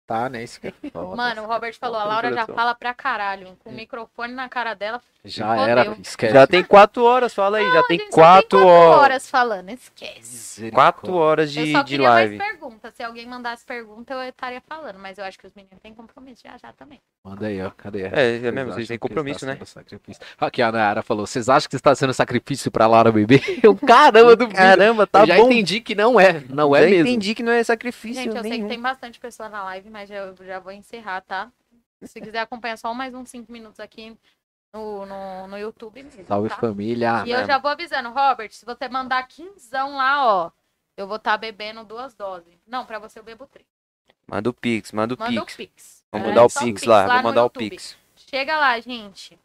[SPEAKER 1] Tá, né? Isso que é foda.
[SPEAKER 3] Mano, o Robert falou, a
[SPEAKER 2] Nossa,
[SPEAKER 3] Laura já
[SPEAKER 2] produção.
[SPEAKER 3] fala pra caralho. Com o microfone na cara dela.
[SPEAKER 1] Já
[SPEAKER 3] fodeu.
[SPEAKER 1] era, esquece.
[SPEAKER 2] Já tem quatro horas, fala aí. Já
[SPEAKER 3] A
[SPEAKER 2] tem
[SPEAKER 3] gente só
[SPEAKER 2] quatro horas.
[SPEAKER 3] horas falando, esquece.
[SPEAKER 2] Quatro horas
[SPEAKER 3] eu
[SPEAKER 2] de,
[SPEAKER 3] só
[SPEAKER 2] de
[SPEAKER 3] queria
[SPEAKER 2] live.
[SPEAKER 3] mais perguntas. Se alguém mandasse pergunta, eu estaria falando. Mas eu acho que os meninos têm compromisso já já também.
[SPEAKER 1] Manda aí, ó. Cadê?
[SPEAKER 2] É, é mesmo, vocês têm compromisso, né?
[SPEAKER 1] Aqui a Nayara falou: vocês acham que está sendo sacrifício pra Laura beber? Eu, caramba, duvido.
[SPEAKER 2] Caramba, tá
[SPEAKER 1] eu já
[SPEAKER 2] bom.
[SPEAKER 1] entendi que não é. Não é
[SPEAKER 2] já
[SPEAKER 1] mesmo.
[SPEAKER 2] entendi que não é sacrifício
[SPEAKER 3] Gente, eu sei que
[SPEAKER 2] nenhum.
[SPEAKER 3] tem bastante pessoa na live, mas eu já vou encerrar, tá? Se quiser acompanhar só mais uns 5 minutos aqui no, no, no YouTube mesmo,
[SPEAKER 1] Salve
[SPEAKER 3] tá?
[SPEAKER 1] família.
[SPEAKER 3] E eu já vou avisando, Robert, se você mandar quinzão lá, ó, eu vou estar bebendo duas doses. Não, pra você eu bebo três.
[SPEAKER 2] Manda o Pix, manda o
[SPEAKER 3] Manda
[SPEAKER 2] Pix.
[SPEAKER 3] o Pix.
[SPEAKER 2] Vou
[SPEAKER 3] É,
[SPEAKER 2] mandar o
[SPEAKER 3] só
[SPEAKER 2] Pix lá, vou
[SPEAKER 3] no
[SPEAKER 2] mandar o
[SPEAKER 3] YouTube. né?
[SPEAKER 2] Pix.
[SPEAKER 3] Chega lá, gente.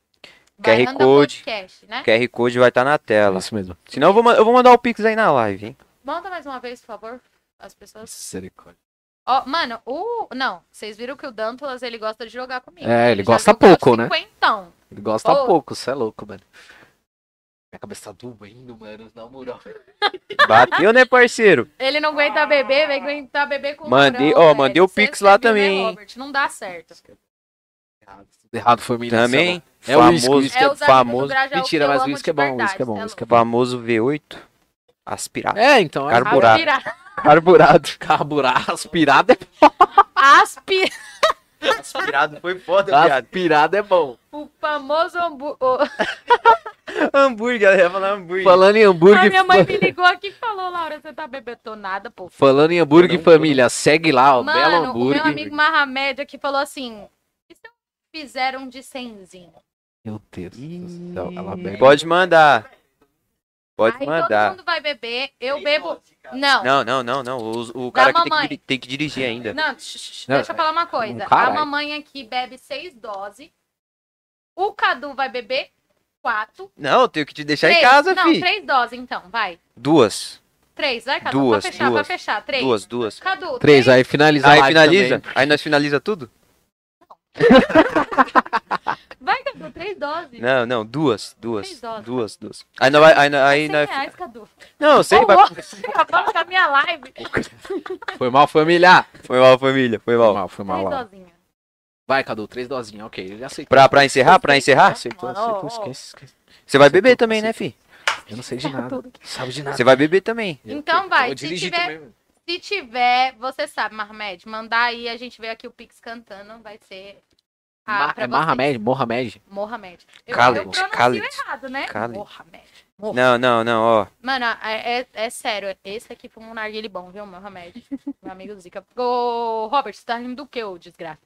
[SPEAKER 2] QR
[SPEAKER 3] Varanda
[SPEAKER 2] Code.
[SPEAKER 3] Podcast, né?
[SPEAKER 2] QR Code vai estar na tela.
[SPEAKER 1] É Isso mesmo.
[SPEAKER 2] Senão eu vou, ma- eu vou mandar o Pix aí na live, hein?
[SPEAKER 3] Manda mais uma vez, por favor, as pessoas.
[SPEAKER 1] Misericórdia.
[SPEAKER 3] Ó, mano, o... Não, vocês viram que o Dantulas, ele gosta de jogar comigo.
[SPEAKER 1] É, ele
[SPEAKER 3] já
[SPEAKER 1] gosta
[SPEAKER 3] jogou
[SPEAKER 1] pouco, né?
[SPEAKER 3] cinquentão.
[SPEAKER 1] Ele gosta
[SPEAKER 3] Ô.
[SPEAKER 1] pouco, você é louco, mano. Minha cabeça tá doendo, mano, na moral.
[SPEAKER 2] Bateu, né, parceiro?
[SPEAKER 3] Ele não aguenta beber, vai aguentar beber com
[SPEAKER 2] Mandei-
[SPEAKER 3] Durão,
[SPEAKER 2] ó,
[SPEAKER 3] velho.
[SPEAKER 2] mandei o
[SPEAKER 3] Você
[SPEAKER 2] Pix lá
[SPEAKER 3] sabe, né,
[SPEAKER 2] também, hein?
[SPEAKER 3] Robert? Não dá certo.
[SPEAKER 1] Errado, tudo errado, família.
[SPEAKER 2] Também.
[SPEAKER 1] cê É louco. É o
[SPEAKER 2] Famoso.
[SPEAKER 1] uísque, uísque é-
[SPEAKER 3] É os amigos do
[SPEAKER 2] famoso.
[SPEAKER 3] Grajaú
[SPEAKER 1] Mentira,
[SPEAKER 3] que eu
[SPEAKER 1] mas
[SPEAKER 3] amo
[SPEAKER 1] uísque é
[SPEAKER 3] de
[SPEAKER 1] bom,
[SPEAKER 3] verdade, tá
[SPEAKER 1] uísque é bom,
[SPEAKER 3] cê
[SPEAKER 1] uísque é bom.
[SPEAKER 2] Famoso V8 aspirado.
[SPEAKER 1] É, então.
[SPEAKER 2] Cara,
[SPEAKER 1] É
[SPEAKER 2] buraco.
[SPEAKER 3] louco. Aspira-
[SPEAKER 1] carburado. Carburado, aspirado é
[SPEAKER 3] Aspi...
[SPEAKER 2] Aspirado foi foda,
[SPEAKER 1] bom. Aspirado é bom.
[SPEAKER 3] O famoso hambú- o-
[SPEAKER 2] hambúrguer, ela ia falar hambúrguer.
[SPEAKER 1] Falando em
[SPEAKER 3] a
[SPEAKER 1] hambúrguer.
[SPEAKER 3] minha mãe
[SPEAKER 1] fa-
[SPEAKER 3] me ligou aqui e falou, Laura, você tá bebetonada, pô.
[SPEAKER 1] Falando em hambúrguer,
[SPEAKER 2] Não,
[SPEAKER 1] família, segue lá, o Belo
[SPEAKER 3] Mano, o meu
[SPEAKER 1] Hambúrguer.
[SPEAKER 3] amigo Mahamed aqui falou assim, e se eu fizer um de cenzinho?
[SPEAKER 1] Meu Deus do céu, ela bebe.
[SPEAKER 2] Pode mandar. Pode
[SPEAKER 3] Aí todo
[SPEAKER 2] mandar.
[SPEAKER 3] mundo vai beber, eu
[SPEAKER 4] Três
[SPEAKER 3] bebo...
[SPEAKER 4] doses, cara.
[SPEAKER 3] Não,
[SPEAKER 2] Não, não, não, não. O, o cara que tem que,
[SPEAKER 3] mamãe.
[SPEAKER 2] diri- tem que dirigir ainda.
[SPEAKER 3] Não, shh, shh, shh,
[SPEAKER 1] Não,
[SPEAKER 3] deixa eu falar uma
[SPEAKER 2] um
[SPEAKER 3] coisa. a
[SPEAKER 1] caralho.
[SPEAKER 3] mamãe aqui bebe seis doses. O Cadu vai beber quatro.
[SPEAKER 2] Não, eu tenho que te deixar
[SPEAKER 3] três.
[SPEAKER 2] é em casa,
[SPEAKER 3] Não,
[SPEAKER 2] fi.
[SPEAKER 3] três doses então, vai.
[SPEAKER 2] Duas.
[SPEAKER 3] Três, vai, Cadu.
[SPEAKER 2] Duas,
[SPEAKER 3] pra fechar,
[SPEAKER 2] duas,
[SPEAKER 3] pra fechar. Três.
[SPEAKER 2] Duas, duas.
[SPEAKER 3] Cadu,
[SPEAKER 1] Três, aí finaliza. a
[SPEAKER 2] Tá Aí
[SPEAKER 1] live
[SPEAKER 2] finaliza?
[SPEAKER 1] Tá também.
[SPEAKER 2] Aí nós finaliza tudo?
[SPEAKER 3] Vai, Cadu, três doses.
[SPEAKER 2] Não, não, duas,
[SPEAKER 3] Três
[SPEAKER 2] duas,
[SPEAKER 3] doses.
[SPEAKER 2] duas, duas. Aí não vai, aí, não- aí
[SPEAKER 3] Cem
[SPEAKER 2] não,
[SPEAKER 3] reais, Cadu.
[SPEAKER 2] não, eu sei,
[SPEAKER 3] Ô,
[SPEAKER 2] vai...
[SPEAKER 3] louco, acabando com a minha live.
[SPEAKER 1] Foi mal, família.
[SPEAKER 2] foi mal, família, foi
[SPEAKER 1] Foi
[SPEAKER 2] mal.
[SPEAKER 1] mal, foi mal.
[SPEAKER 3] Três
[SPEAKER 1] Laura.
[SPEAKER 3] dosinhas.
[SPEAKER 1] Vai, Cadu, três dosinhas, ok. Ele aceitou.
[SPEAKER 2] Pra, pra encerrar, pra encerrar?
[SPEAKER 1] Aceitou,
[SPEAKER 3] Mano,
[SPEAKER 1] aceitou,
[SPEAKER 3] ó,
[SPEAKER 1] esquece, esquece.
[SPEAKER 2] Você vai beber também, né, fi?
[SPEAKER 1] Eu não sei de nada.
[SPEAKER 3] Tudo.
[SPEAKER 1] Sabe de nada.
[SPEAKER 2] Você vai beber também.
[SPEAKER 3] Então vai,
[SPEAKER 1] vou
[SPEAKER 3] se
[SPEAKER 1] dirigir
[SPEAKER 3] tiver-
[SPEAKER 1] também, mano.
[SPEAKER 3] Se tiver, você sabe, Marmed, mandar aí, a gente vê aqui o Pix cantando, vai ser... Ah,
[SPEAKER 1] Ma-
[SPEAKER 3] pra
[SPEAKER 1] é
[SPEAKER 3] vocês.
[SPEAKER 1] Mohamed, Mohamed.
[SPEAKER 3] Mohamed. Eu,
[SPEAKER 2] Khaled,
[SPEAKER 3] eu pronuncio
[SPEAKER 2] Khaled,
[SPEAKER 3] errado, né?
[SPEAKER 2] Khaled.
[SPEAKER 3] Mohamed.
[SPEAKER 2] Não, não, não, ó.
[SPEAKER 3] Mano, é, é- é sério, esse aqui foi um narguile bom, viu, Mohamed? Meu amigo Zica. Ô, Robert, você tá rindo do que, ô desgraça?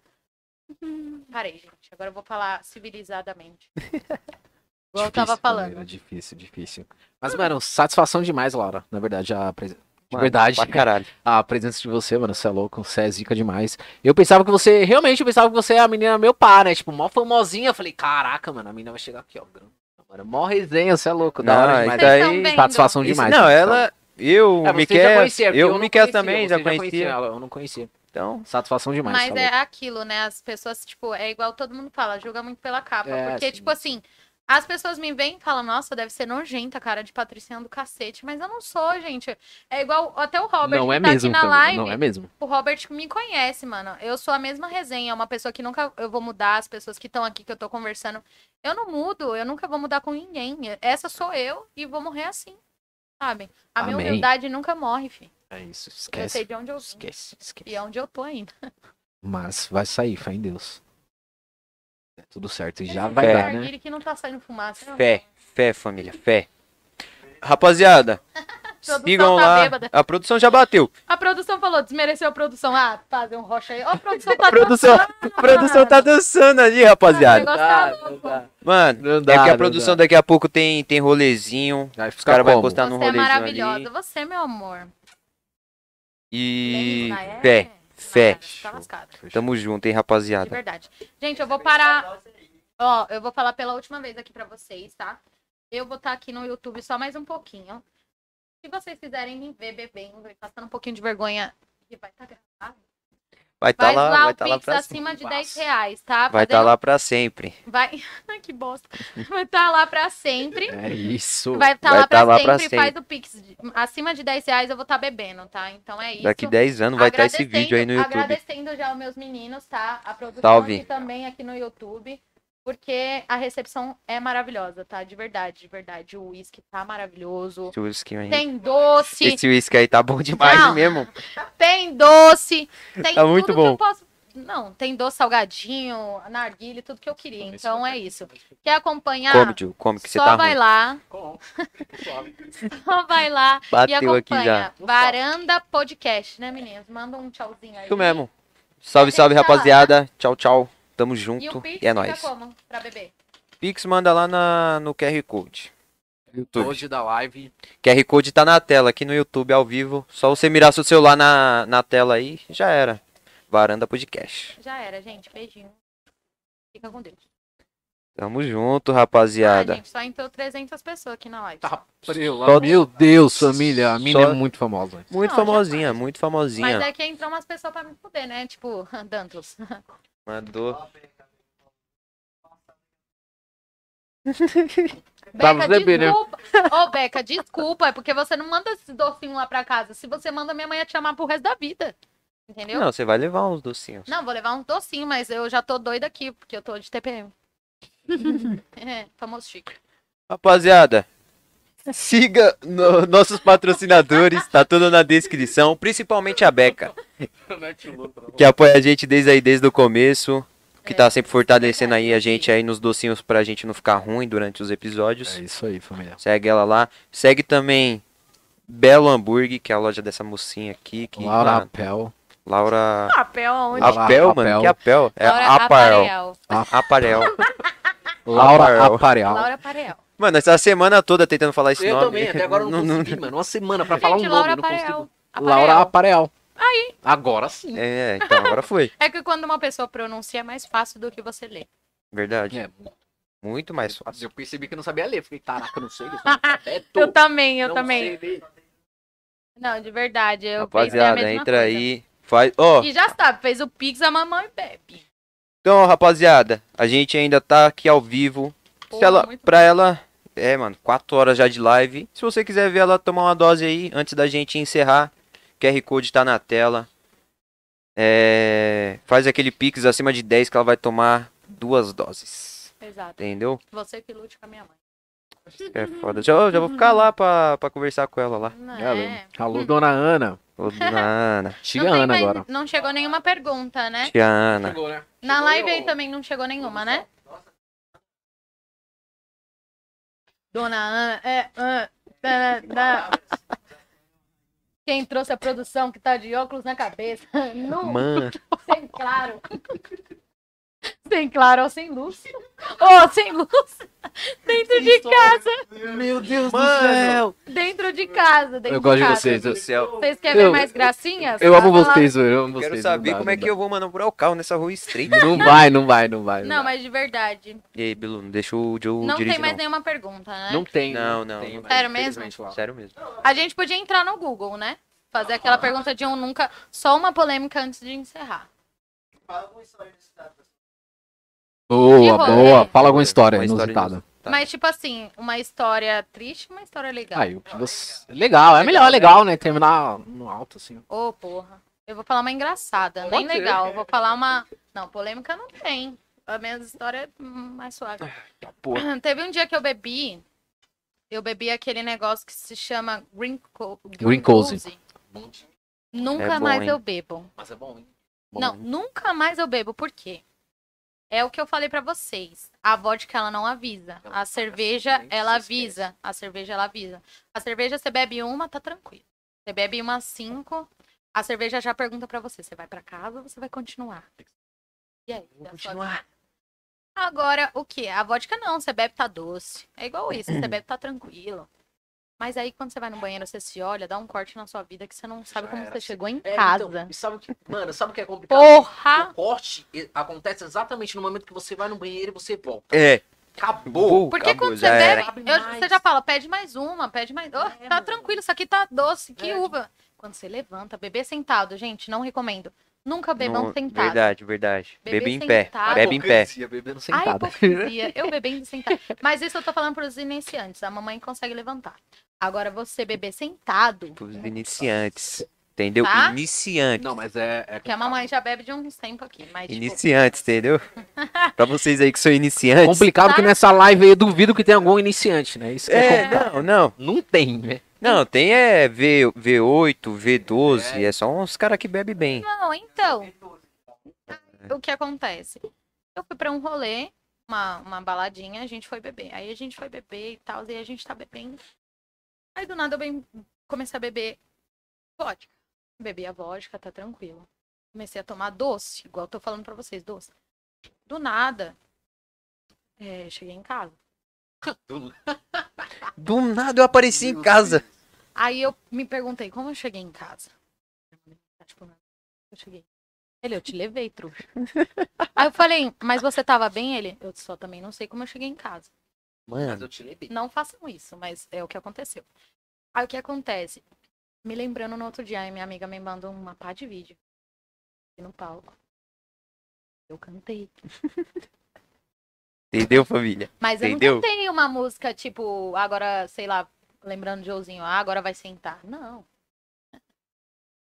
[SPEAKER 3] Parei, gente. Agora eu vou falar civilizadamente. Igual eu tava
[SPEAKER 1] Difícil, né?
[SPEAKER 3] falando.
[SPEAKER 1] Palmeira, Difícil, difícil. Mas, mano, satisfação demais, Laura. Na verdade, a presença. De
[SPEAKER 2] Mano,
[SPEAKER 1] verdade,
[SPEAKER 2] Pra caralho.
[SPEAKER 1] a presença de você, mano, você é louco, você é zica demais. Eu pensava que você, realmente, eu pensava que você é a menina meu par, né? Tipo, mó famosinha. Eu falei, caraca, mano, a menina vai chegar aqui, ó. grandona, Mano, mó resenha, você é louco, da
[SPEAKER 2] Não,
[SPEAKER 1] hora demais.
[SPEAKER 2] isso aí-
[SPEAKER 3] Vocês tão bem.
[SPEAKER 1] Satisfação
[SPEAKER 2] Isso-
[SPEAKER 1] demais.
[SPEAKER 2] não,
[SPEAKER 1] satisfação.
[SPEAKER 2] ela. Eu,
[SPEAKER 1] É,
[SPEAKER 2] o
[SPEAKER 1] você já
[SPEAKER 2] Miquel.
[SPEAKER 1] conhecia, porque
[SPEAKER 2] Eu,
[SPEAKER 1] não
[SPEAKER 2] o Miquel
[SPEAKER 1] conhecia, você
[SPEAKER 2] também já conhecia.
[SPEAKER 1] ela, eu não conhecia.
[SPEAKER 2] Então.
[SPEAKER 1] Satisfação demais.
[SPEAKER 3] Mas
[SPEAKER 1] tá
[SPEAKER 3] é
[SPEAKER 1] louco.
[SPEAKER 3] aquilo, né? As pessoas, tipo, é igual todo mundo fala, julga muito pela capa.
[SPEAKER 1] É,
[SPEAKER 3] porque,
[SPEAKER 1] sim.
[SPEAKER 3] tipo assim, as pessoas me veem e falam, nossa, deve ser nojenta, a cara de Patriciano do cacete. Mas eu não sou, gente. É igual até o Robert
[SPEAKER 1] não
[SPEAKER 3] que
[SPEAKER 1] é
[SPEAKER 3] tá
[SPEAKER 1] mesmo,
[SPEAKER 3] aqui na
[SPEAKER 1] Camila,
[SPEAKER 3] live.
[SPEAKER 1] não é mesmo.
[SPEAKER 3] O Robert me conhece, mano. Eu sou a mesma resenha, é uma pessoa que nunca eu vou mudar, as pessoas que estão aqui que eu tô conversando. Eu não mudo, eu nunca vou mudar com ninguém. Essa sou eu e vou morrer assim. Sabe? A minha
[SPEAKER 1] Amém.
[SPEAKER 3] humildade nunca morre, filho.
[SPEAKER 1] É isso,
[SPEAKER 3] Eu sei
[SPEAKER 1] esquece,
[SPEAKER 3] de onde eu vim
[SPEAKER 1] esquece, esquece.
[SPEAKER 3] e onde eu tô ainda.
[SPEAKER 1] Mas vai sair, fé em Deus. É tudo certo, e já
[SPEAKER 3] Esse
[SPEAKER 1] vai
[SPEAKER 2] Fé.
[SPEAKER 1] dar, né?
[SPEAKER 3] narguile que não tá saindo fumaça.
[SPEAKER 2] Fé, fé, família, fé. Rapaziada,
[SPEAKER 3] Produção
[SPEAKER 2] sigam
[SPEAKER 3] tá
[SPEAKER 2] lá.
[SPEAKER 3] bêbada.
[SPEAKER 2] A produção já bateu.
[SPEAKER 3] A produção falou, desmereceu a produção. Ah, fazer um rocha aí. Ó, a produção tá
[SPEAKER 2] A produção, a produção tá dançando ali, rapaziada.
[SPEAKER 3] Não
[SPEAKER 2] Tá,
[SPEAKER 3] dá, não
[SPEAKER 1] dá.
[SPEAKER 2] Mano,
[SPEAKER 1] Não
[SPEAKER 2] é
[SPEAKER 1] dá,
[SPEAKER 2] que
[SPEAKER 1] não
[SPEAKER 2] a produção
[SPEAKER 1] dá.
[SPEAKER 2] daqui a pouco tem, tem rolezinho.
[SPEAKER 1] Vai
[SPEAKER 2] Os caras vão
[SPEAKER 1] como?
[SPEAKER 2] postar tá no
[SPEAKER 3] Você é
[SPEAKER 2] rolezinho
[SPEAKER 3] maravilhosa.
[SPEAKER 2] ali.
[SPEAKER 3] Você, meu amor.
[SPEAKER 2] E.
[SPEAKER 3] Lembra, né?
[SPEAKER 2] Fé, fé.
[SPEAKER 3] Nada, Tá lascado.
[SPEAKER 2] Tamo junto, hein,
[SPEAKER 3] De
[SPEAKER 2] rapaziada.
[SPEAKER 3] verdade. Gente, eu vou parar. Ó, eu vou falar pela última vez aqui pra vocês, tá? Eu vou estar aqui no YouTube só mais um pouquinho. Se vocês quiserem me ver bebendo e passando um pouquinho de vergonha, que vai estar gravado.
[SPEAKER 2] Vai tá
[SPEAKER 3] Faz
[SPEAKER 2] lá,
[SPEAKER 3] lá,
[SPEAKER 2] vai
[SPEAKER 3] o
[SPEAKER 2] tá lá
[SPEAKER 3] Pix assim,
[SPEAKER 2] pra sempre.
[SPEAKER 3] acima de
[SPEAKER 1] Nossa.
[SPEAKER 3] 10 reais, tá?
[SPEAKER 2] Vai tá
[SPEAKER 3] Fazendo-
[SPEAKER 2] lá pra sempre.
[SPEAKER 3] Vai. Ai, que bosta. Vai estar lá pra sempre.
[SPEAKER 1] É isso.
[SPEAKER 3] Vai estar
[SPEAKER 2] Vai
[SPEAKER 3] lá,
[SPEAKER 2] tá
[SPEAKER 3] pra,
[SPEAKER 2] lá
[SPEAKER 3] sempre.
[SPEAKER 2] pra
[SPEAKER 3] Faz o Pix de- acima de 10 reais, eu vou estar bebendo, tá? Então é isso.
[SPEAKER 2] Daqui 10 anos vai estar esse
[SPEAKER 3] Agradecendo-
[SPEAKER 2] vídeo aí no YouTube.
[SPEAKER 3] Agradecendo já aos meus meninos, tá? A produção
[SPEAKER 2] Salve.
[SPEAKER 3] e também aqui no YouTube, porque a recepção é maravilhosa, tá? De verdade, de verdade. O uísque tá maravilhoso.
[SPEAKER 2] Esse whisky aí.
[SPEAKER 3] Tem doce,
[SPEAKER 2] Esse uísque aí tá bom demais
[SPEAKER 3] Não.
[SPEAKER 2] mesmo.
[SPEAKER 3] tem doce, tem
[SPEAKER 2] Tá muito
[SPEAKER 3] tudo
[SPEAKER 2] bom.
[SPEAKER 3] que eu posso... Não, tem doce salgadinho, narguile, tudo que eu queria. Então é isso. Quer acompanhar?
[SPEAKER 2] Come, Ju, come que você
[SPEAKER 3] só
[SPEAKER 2] tá
[SPEAKER 3] vai
[SPEAKER 2] ruim.
[SPEAKER 3] lá,
[SPEAKER 4] Com. Suave.
[SPEAKER 3] só vai lá e
[SPEAKER 2] Bateu aqui já.
[SPEAKER 3] acompanha. Varanda Podcast, né, meninas? Manda um tchauzinho aí.
[SPEAKER 2] Isso mesmo. Salve, salve,
[SPEAKER 3] Deixa lá,
[SPEAKER 2] rapaziada. Tchau, tchau. Tamo
[SPEAKER 3] E
[SPEAKER 2] junto.
[SPEAKER 3] o Pix
[SPEAKER 2] E é
[SPEAKER 3] fica
[SPEAKER 2] nóis.
[SPEAKER 3] como pra beber?
[SPEAKER 2] Pix manda lá na, no QR Code. YouTube.
[SPEAKER 1] Hoje da live.
[SPEAKER 2] QR Code tá na tela aqui no YouTube ao vivo. Só você mirar seu celular na, na tela aí, já era. Varanda Podcast.
[SPEAKER 3] Já era, gente. Beijinho. Fica com Deus.
[SPEAKER 2] Tamo junto,
[SPEAKER 3] Ah,
[SPEAKER 2] rapaziada.
[SPEAKER 3] gente, só entrou 300 pessoas aqui na live.
[SPEAKER 1] Tá frio
[SPEAKER 2] Só-
[SPEAKER 1] lá. Meu Deus, família. A mina
[SPEAKER 2] Só-
[SPEAKER 1] é muito famosa.
[SPEAKER 2] muito
[SPEAKER 3] Não,
[SPEAKER 2] famosinha, muito
[SPEAKER 3] Mas
[SPEAKER 2] famosinha.
[SPEAKER 3] é que entrou umas pessoas pra me fuder, né? Tipo, Dantos. é
[SPEAKER 2] Mandou.
[SPEAKER 1] Pra
[SPEAKER 3] Beca,
[SPEAKER 1] você ver, né?
[SPEAKER 3] desculpa. Ô, Beca, desculpa. É porque você não manda esses docinhos lá pra casa. Se você manda, minha mãe ia te chamar pro resto da vida. Entendeu? Não,
[SPEAKER 2] Não, você vai levar uns docinhos.
[SPEAKER 3] vou levar um docinho, mas eu já tô doida aqui, porque eu tô de TPM. é, famoso chique.
[SPEAKER 2] Rapaziada, siga no- nossos patrocinadores, tá tudo na descrição, principalmente a Beca,
[SPEAKER 4] Mete o louco.
[SPEAKER 2] que apoia a gente desde aí, desde o começo. que
[SPEAKER 3] É.
[SPEAKER 2] tá sempre fortalecendo aí a gente aí nos docinhos pra gente não ficar ruim durante os episódios.
[SPEAKER 1] É isso aí, família.
[SPEAKER 2] Segue ela lá. Segue também Belo Hamburgue, que é a loja dessa mocinha aqui. Que,
[SPEAKER 1] Laura
[SPEAKER 2] mano,
[SPEAKER 1] Apel.
[SPEAKER 2] Laura.
[SPEAKER 3] Papel aonde?
[SPEAKER 1] Laura
[SPEAKER 2] Apel,
[SPEAKER 1] Apel.
[SPEAKER 2] mano. Que Apel? É
[SPEAKER 3] Laura
[SPEAKER 2] Aparel.
[SPEAKER 3] Aparel.
[SPEAKER 2] Aparel.
[SPEAKER 1] Laura
[SPEAKER 2] Apparel.
[SPEAKER 1] Aparel.
[SPEAKER 3] Laura Aparel.
[SPEAKER 2] Mano, essa semana toda tentando falar esse
[SPEAKER 4] Eu
[SPEAKER 2] nome.
[SPEAKER 4] também, né? até agora eu não consegui, mano. Uma semana pra falar um
[SPEAKER 3] Gente,
[SPEAKER 4] nome,
[SPEAKER 3] Laura
[SPEAKER 4] eu não consigo.
[SPEAKER 3] Aparel.
[SPEAKER 1] Laura
[SPEAKER 3] Aparel.
[SPEAKER 1] Aparel.
[SPEAKER 4] Agora sim.
[SPEAKER 2] É, então agora foi.
[SPEAKER 3] É que quando uma pessoa pronuncia é mais fácil do que você lê.
[SPEAKER 2] Verdade.
[SPEAKER 1] É,
[SPEAKER 2] Muito mais fácil.
[SPEAKER 4] Eu percebi que eu não sabia ler. Fiquei, caraca, não sei ler. sou analfabeto,
[SPEAKER 3] Eu também, eu
[SPEAKER 4] não
[SPEAKER 3] também.
[SPEAKER 4] sei ler.
[SPEAKER 3] Não, de verdade. Eu pensei a
[SPEAKER 2] Rapaziada,
[SPEAKER 3] mesma
[SPEAKER 2] entra
[SPEAKER 3] coisa.
[SPEAKER 2] aí. Faz. Ó,
[SPEAKER 3] E já sabe, fez o Pix, a mamãe bebe.
[SPEAKER 2] então, rapaziada, a gente ainda tá aqui ao vivo.
[SPEAKER 3] Pô,
[SPEAKER 2] Se ela,
[SPEAKER 3] muito
[SPEAKER 2] pra ela, é, mano, 4 horas já de live. Se você quiser ver ela tomar uma dose aí, antes da gente encerrar, QR Code tá na tela. É, faz aquele pix acima de 10 que ela vai tomar duas doses.
[SPEAKER 3] Exato.
[SPEAKER 2] Entendeu?
[SPEAKER 3] Você que lute com a minha mãe.
[SPEAKER 2] É foda. Já, já vou ficar lá pra, pra conversar com ela lá.
[SPEAKER 3] Não,
[SPEAKER 1] Alô.
[SPEAKER 3] é.
[SPEAKER 1] Alô, dona Ana.
[SPEAKER 2] Ô, dona Ana.
[SPEAKER 1] Tia
[SPEAKER 3] Não tem
[SPEAKER 1] Ana
[SPEAKER 3] mais-
[SPEAKER 1] agora.
[SPEAKER 3] Não chegou nenhuma pergunta, né?
[SPEAKER 2] Tia Ana.
[SPEAKER 4] Chegou, né?
[SPEAKER 3] Na
[SPEAKER 4] Chegou
[SPEAKER 3] live
[SPEAKER 4] eu-
[SPEAKER 3] aí também não chegou nenhuma, né? Dona Ana, é. ah, tá, tá, tá. Quem trouxe a produção que tá de óculos na cabeça? Não,
[SPEAKER 2] Mano,
[SPEAKER 3] sem claro. Sem claro ou sem luz. Ou sem luz. Dentro de casa.
[SPEAKER 1] Meu Deus
[SPEAKER 2] Mano.
[SPEAKER 3] Dentro de casa. Dentro
[SPEAKER 1] Eu gosto de
[SPEAKER 3] casa.
[SPEAKER 1] vocês.
[SPEAKER 2] do céu.
[SPEAKER 3] Vocês querem ver
[SPEAKER 1] Eu-
[SPEAKER 3] mais gracinhas?
[SPEAKER 4] tá
[SPEAKER 1] Eu amo
[SPEAKER 3] Fala lá.
[SPEAKER 1] vocês, eu amo vocês.
[SPEAKER 2] quero
[SPEAKER 1] não
[SPEAKER 2] saber
[SPEAKER 1] dá,
[SPEAKER 2] como
[SPEAKER 1] não
[SPEAKER 2] é que
[SPEAKER 1] dá.
[SPEAKER 2] eu vou manobrar o carro nessa rua estreita.
[SPEAKER 4] é.
[SPEAKER 1] Não vai, não vai, não vai.
[SPEAKER 3] Não,
[SPEAKER 1] vai.
[SPEAKER 3] mas de verdade.
[SPEAKER 2] E aí, Bilu, não deixa o Joe
[SPEAKER 3] Não
[SPEAKER 2] dirigir,
[SPEAKER 3] tem mais
[SPEAKER 2] não.
[SPEAKER 3] nenhuma pergunta, né?
[SPEAKER 1] Não tem.
[SPEAKER 2] Não, não,
[SPEAKER 1] tem,
[SPEAKER 2] não
[SPEAKER 1] mas
[SPEAKER 3] Sério mesmo?
[SPEAKER 1] infelizmente, Laura.
[SPEAKER 2] Sério mesmo.
[SPEAKER 3] A gente podia entrar no Google, né? Fazer aquela
[SPEAKER 1] Ah.
[SPEAKER 3] pergunta de um nunca. Só uma polêmica antes de encerrar.
[SPEAKER 1] Boa,
[SPEAKER 3] rolê.
[SPEAKER 1] boa. Fala alguma história
[SPEAKER 2] Uma história
[SPEAKER 1] inusitada.
[SPEAKER 2] Tá.
[SPEAKER 3] Mas, tipo assim, uma história triste, uma história legal.
[SPEAKER 1] Aí, o que você... Legal, é melhor, legal, né? Terminar no alto, assim.
[SPEAKER 3] Ô, porra. Eu vou falar uma engraçada,
[SPEAKER 4] Pode
[SPEAKER 3] nem
[SPEAKER 4] ser.
[SPEAKER 3] legal. Eu vou falar uma. Não, polêmica não tem. A minha história é hum, mais suave.
[SPEAKER 1] porra.
[SPEAKER 3] Teve um dia que eu bebi. Eu bebi aquele negócio que se chama Green, Co...
[SPEAKER 1] Green Cozy.
[SPEAKER 3] Nunca
[SPEAKER 2] É bom,
[SPEAKER 3] mais
[SPEAKER 2] hein?
[SPEAKER 3] eu bebo.
[SPEAKER 4] Mas é bom, né? hein?
[SPEAKER 2] Bom,
[SPEAKER 3] Não, nunca mais eu bebo. Por quê? É o que eu falei pra vocês. A vodka, ela não avisa.
[SPEAKER 4] Ela
[SPEAKER 3] A cerveja,
[SPEAKER 4] nem se
[SPEAKER 3] ela
[SPEAKER 4] esquece.
[SPEAKER 3] avisa. A cerveja, ela avisa. A cerveja, você bebe uma, tá tranquilo. Você bebe uma, cinco. A cerveja já pergunta pra você: você vai pra casa ou você vai continuar? E aí? da sua vida? Agora, o que? A vodka não, você bebe, tá doce. É igual isso, você bebe, tá tranquilo. Mas aí, quando você vai no banheiro, você se olha, dá um corte na sua vida que você não sabe
[SPEAKER 4] Já
[SPEAKER 3] como
[SPEAKER 4] era,
[SPEAKER 3] você
[SPEAKER 4] se-
[SPEAKER 3] chegou em
[SPEAKER 4] É,
[SPEAKER 3] casa.
[SPEAKER 4] então, e sabe o que, mano, sabe o que é complicado?
[SPEAKER 3] Porra!
[SPEAKER 4] O corte e- acontece exatamente no momento que você vai no banheiro e você volta.
[SPEAKER 2] É.
[SPEAKER 4] Acabou.
[SPEAKER 2] Pô,
[SPEAKER 3] Porque
[SPEAKER 2] acabou,
[SPEAKER 3] quando você
[SPEAKER 2] já era.
[SPEAKER 3] bebe,
[SPEAKER 4] Abre
[SPEAKER 3] eu-
[SPEAKER 4] mais.
[SPEAKER 3] você já fala, pede mais uma, pede mais. Oh,
[SPEAKER 4] É,
[SPEAKER 3] tá
[SPEAKER 4] mano.
[SPEAKER 3] tranquilo, isso aqui tá doce, que
[SPEAKER 4] É.
[SPEAKER 3] uva. Quando você levanta, beber sentado, gente, não recomendo. Nunca bebam
[SPEAKER 2] não-
[SPEAKER 3] sentado.
[SPEAKER 2] Verdade, verdade.
[SPEAKER 3] Bebê
[SPEAKER 2] Bebe em pé.
[SPEAKER 3] sentado.
[SPEAKER 2] Bebe em pé.
[SPEAKER 4] Hipocrisia, Bebendo
[SPEAKER 3] Ai,
[SPEAKER 4] sentado.
[SPEAKER 3] hipocrisia. Eu bebendo sentado. Mas isso eu tô falando pros iniciantes. A mamãe consegue levantar. Agora, você beber sentado,
[SPEAKER 2] Os iniciantes. Entendeu?
[SPEAKER 3] Tá?
[SPEAKER 2] Iniciantes.
[SPEAKER 4] Não, mas é. é
[SPEAKER 3] que a mamãe já bebe de uns tempos aqui. Mas, tipo,
[SPEAKER 2] Iniciantes, entendeu? pra vocês aí que são iniciantes.
[SPEAKER 1] é Complicado que nessa live aí eu duvido que tenha algum iniciante, né? Isso que é
[SPEAKER 2] É,
[SPEAKER 1] complicado.
[SPEAKER 2] não, não.
[SPEAKER 1] Não tem, né?
[SPEAKER 2] Não, tem é v, V8, V12. É, só uns caras que bebem bem.
[SPEAKER 3] Não, então. O que acontece? Eu fui pra um rolê, uma, uma baladinha, a gente foi beber. Aí a gente foi beber e tal, e a gente tá bebendo. Aí do nada eu bem, comecei a beber vodka. Bebi a vodka, tá tranquilo. Comecei a tomar doce, igual eu tô falando pra vocês, doce. Do nada, é, cheguei em casa.
[SPEAKER 2] Do nada eu apareci em casa.
[SPEAKER 3] Aí eu me perguntei, como eu cheguei em casa? Tipo, né, eu cheguei. Ele, eu te levei, trouxa. Aí eu falei, mas você tava bem? Ele, eu só também não sei como eu cheguei em casa.
[SPEAKER 4] Mas
[SPEAKER 2] Mano,
[SPEAKER 4] eu te levei.
[SPEAKER 3] Não façam isso, mas é o que aconteceu. Aí o que acontece? Me lembrando no outro dia, aí minha amiga me mandou uma pá de vídeo. Aqui no palco. Eu cantei.
[SPEAKER 2] entendeu, família?
[SPEAKER 3] Mas eu
[SPEAKER 2] Entendeu?
[SPEAKER 3] não cantei uma música, tipo, agora, sei lá, lembrando de Joãozinho, ah, agora vai sentar. Não.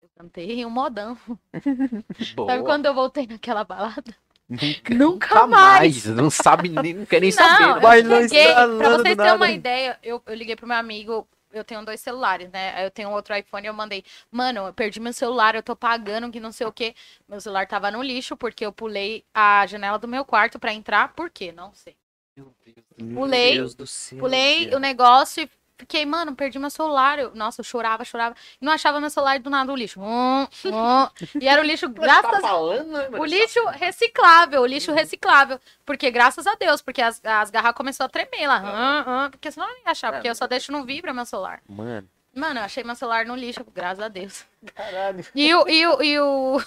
[SPEAKER 3] Eu cantei um modão.
[SPEAKER 1] Boa.
[SPEAKER 3] Sabe quando eu voltei naquela balada?
[SPEAKER 2] Nunca.
[SPEAKER 3] Nunca
[SPEAKER 1] Nunca mais. Não sabe, nem, não quer nem
[SPEAKER 3] Não,
[SPEAKER 1] saber.
[SPEAKER 3] eu
[SPEAKER 1] né?
[SPEAKER 2] Bailou
[SPEAKER 3] cheguei,
[SPEAKER 2] estralando
[SPEAKER 3] pra vocês
[SPEAKER 2] do
[SPEAKER 3] terem
[SPEAKER 2] nada.
[SPEAKER 3] uma ideia, eu, eu liguei pro meu amigo, eu tenho dois celulares, né? Aí Eu tenho outro iPhone, eu mandei, mano, eu perdi meu celular, eu tô pagando que não sei o quê. Meu celular tava no lixo porque eu pulei a janela do meu quarto pra entrar, por quê? Não sei. Pulei,
[SPEAKER 2] do céu.
[SPEAKER 3] Pulei o negócio e fiquei, mano, perdi meu celular. Eu- nossa, eu chorava, chorava. E não achava meu celular e do nada o lixo. Hum, hum. E era o lixo,
[SPEAKER 4] Graças
[SPEAKER 3] graças
[SPEAKER 4] tá falando, né, mano? Uhum.
[SPEAKER 3] o lixo reciclável, o lixo reciclável. Porque graças a Deus, porque as, as garrafas começaram a tremer
[SPEAKER 4] É.
[SPEAKER 3] lá. hã, hã, porque senão eu não ia achar, porque eu só deixo no vibra meu celular.
[SPEAKER 2] Mano,
[SPEAKER 3] Mano, eu achei meu celular no lixo, graças a Deus.
[SPEAKER 4] Caralho.
[SPEAKER 3] E o, e o, e o,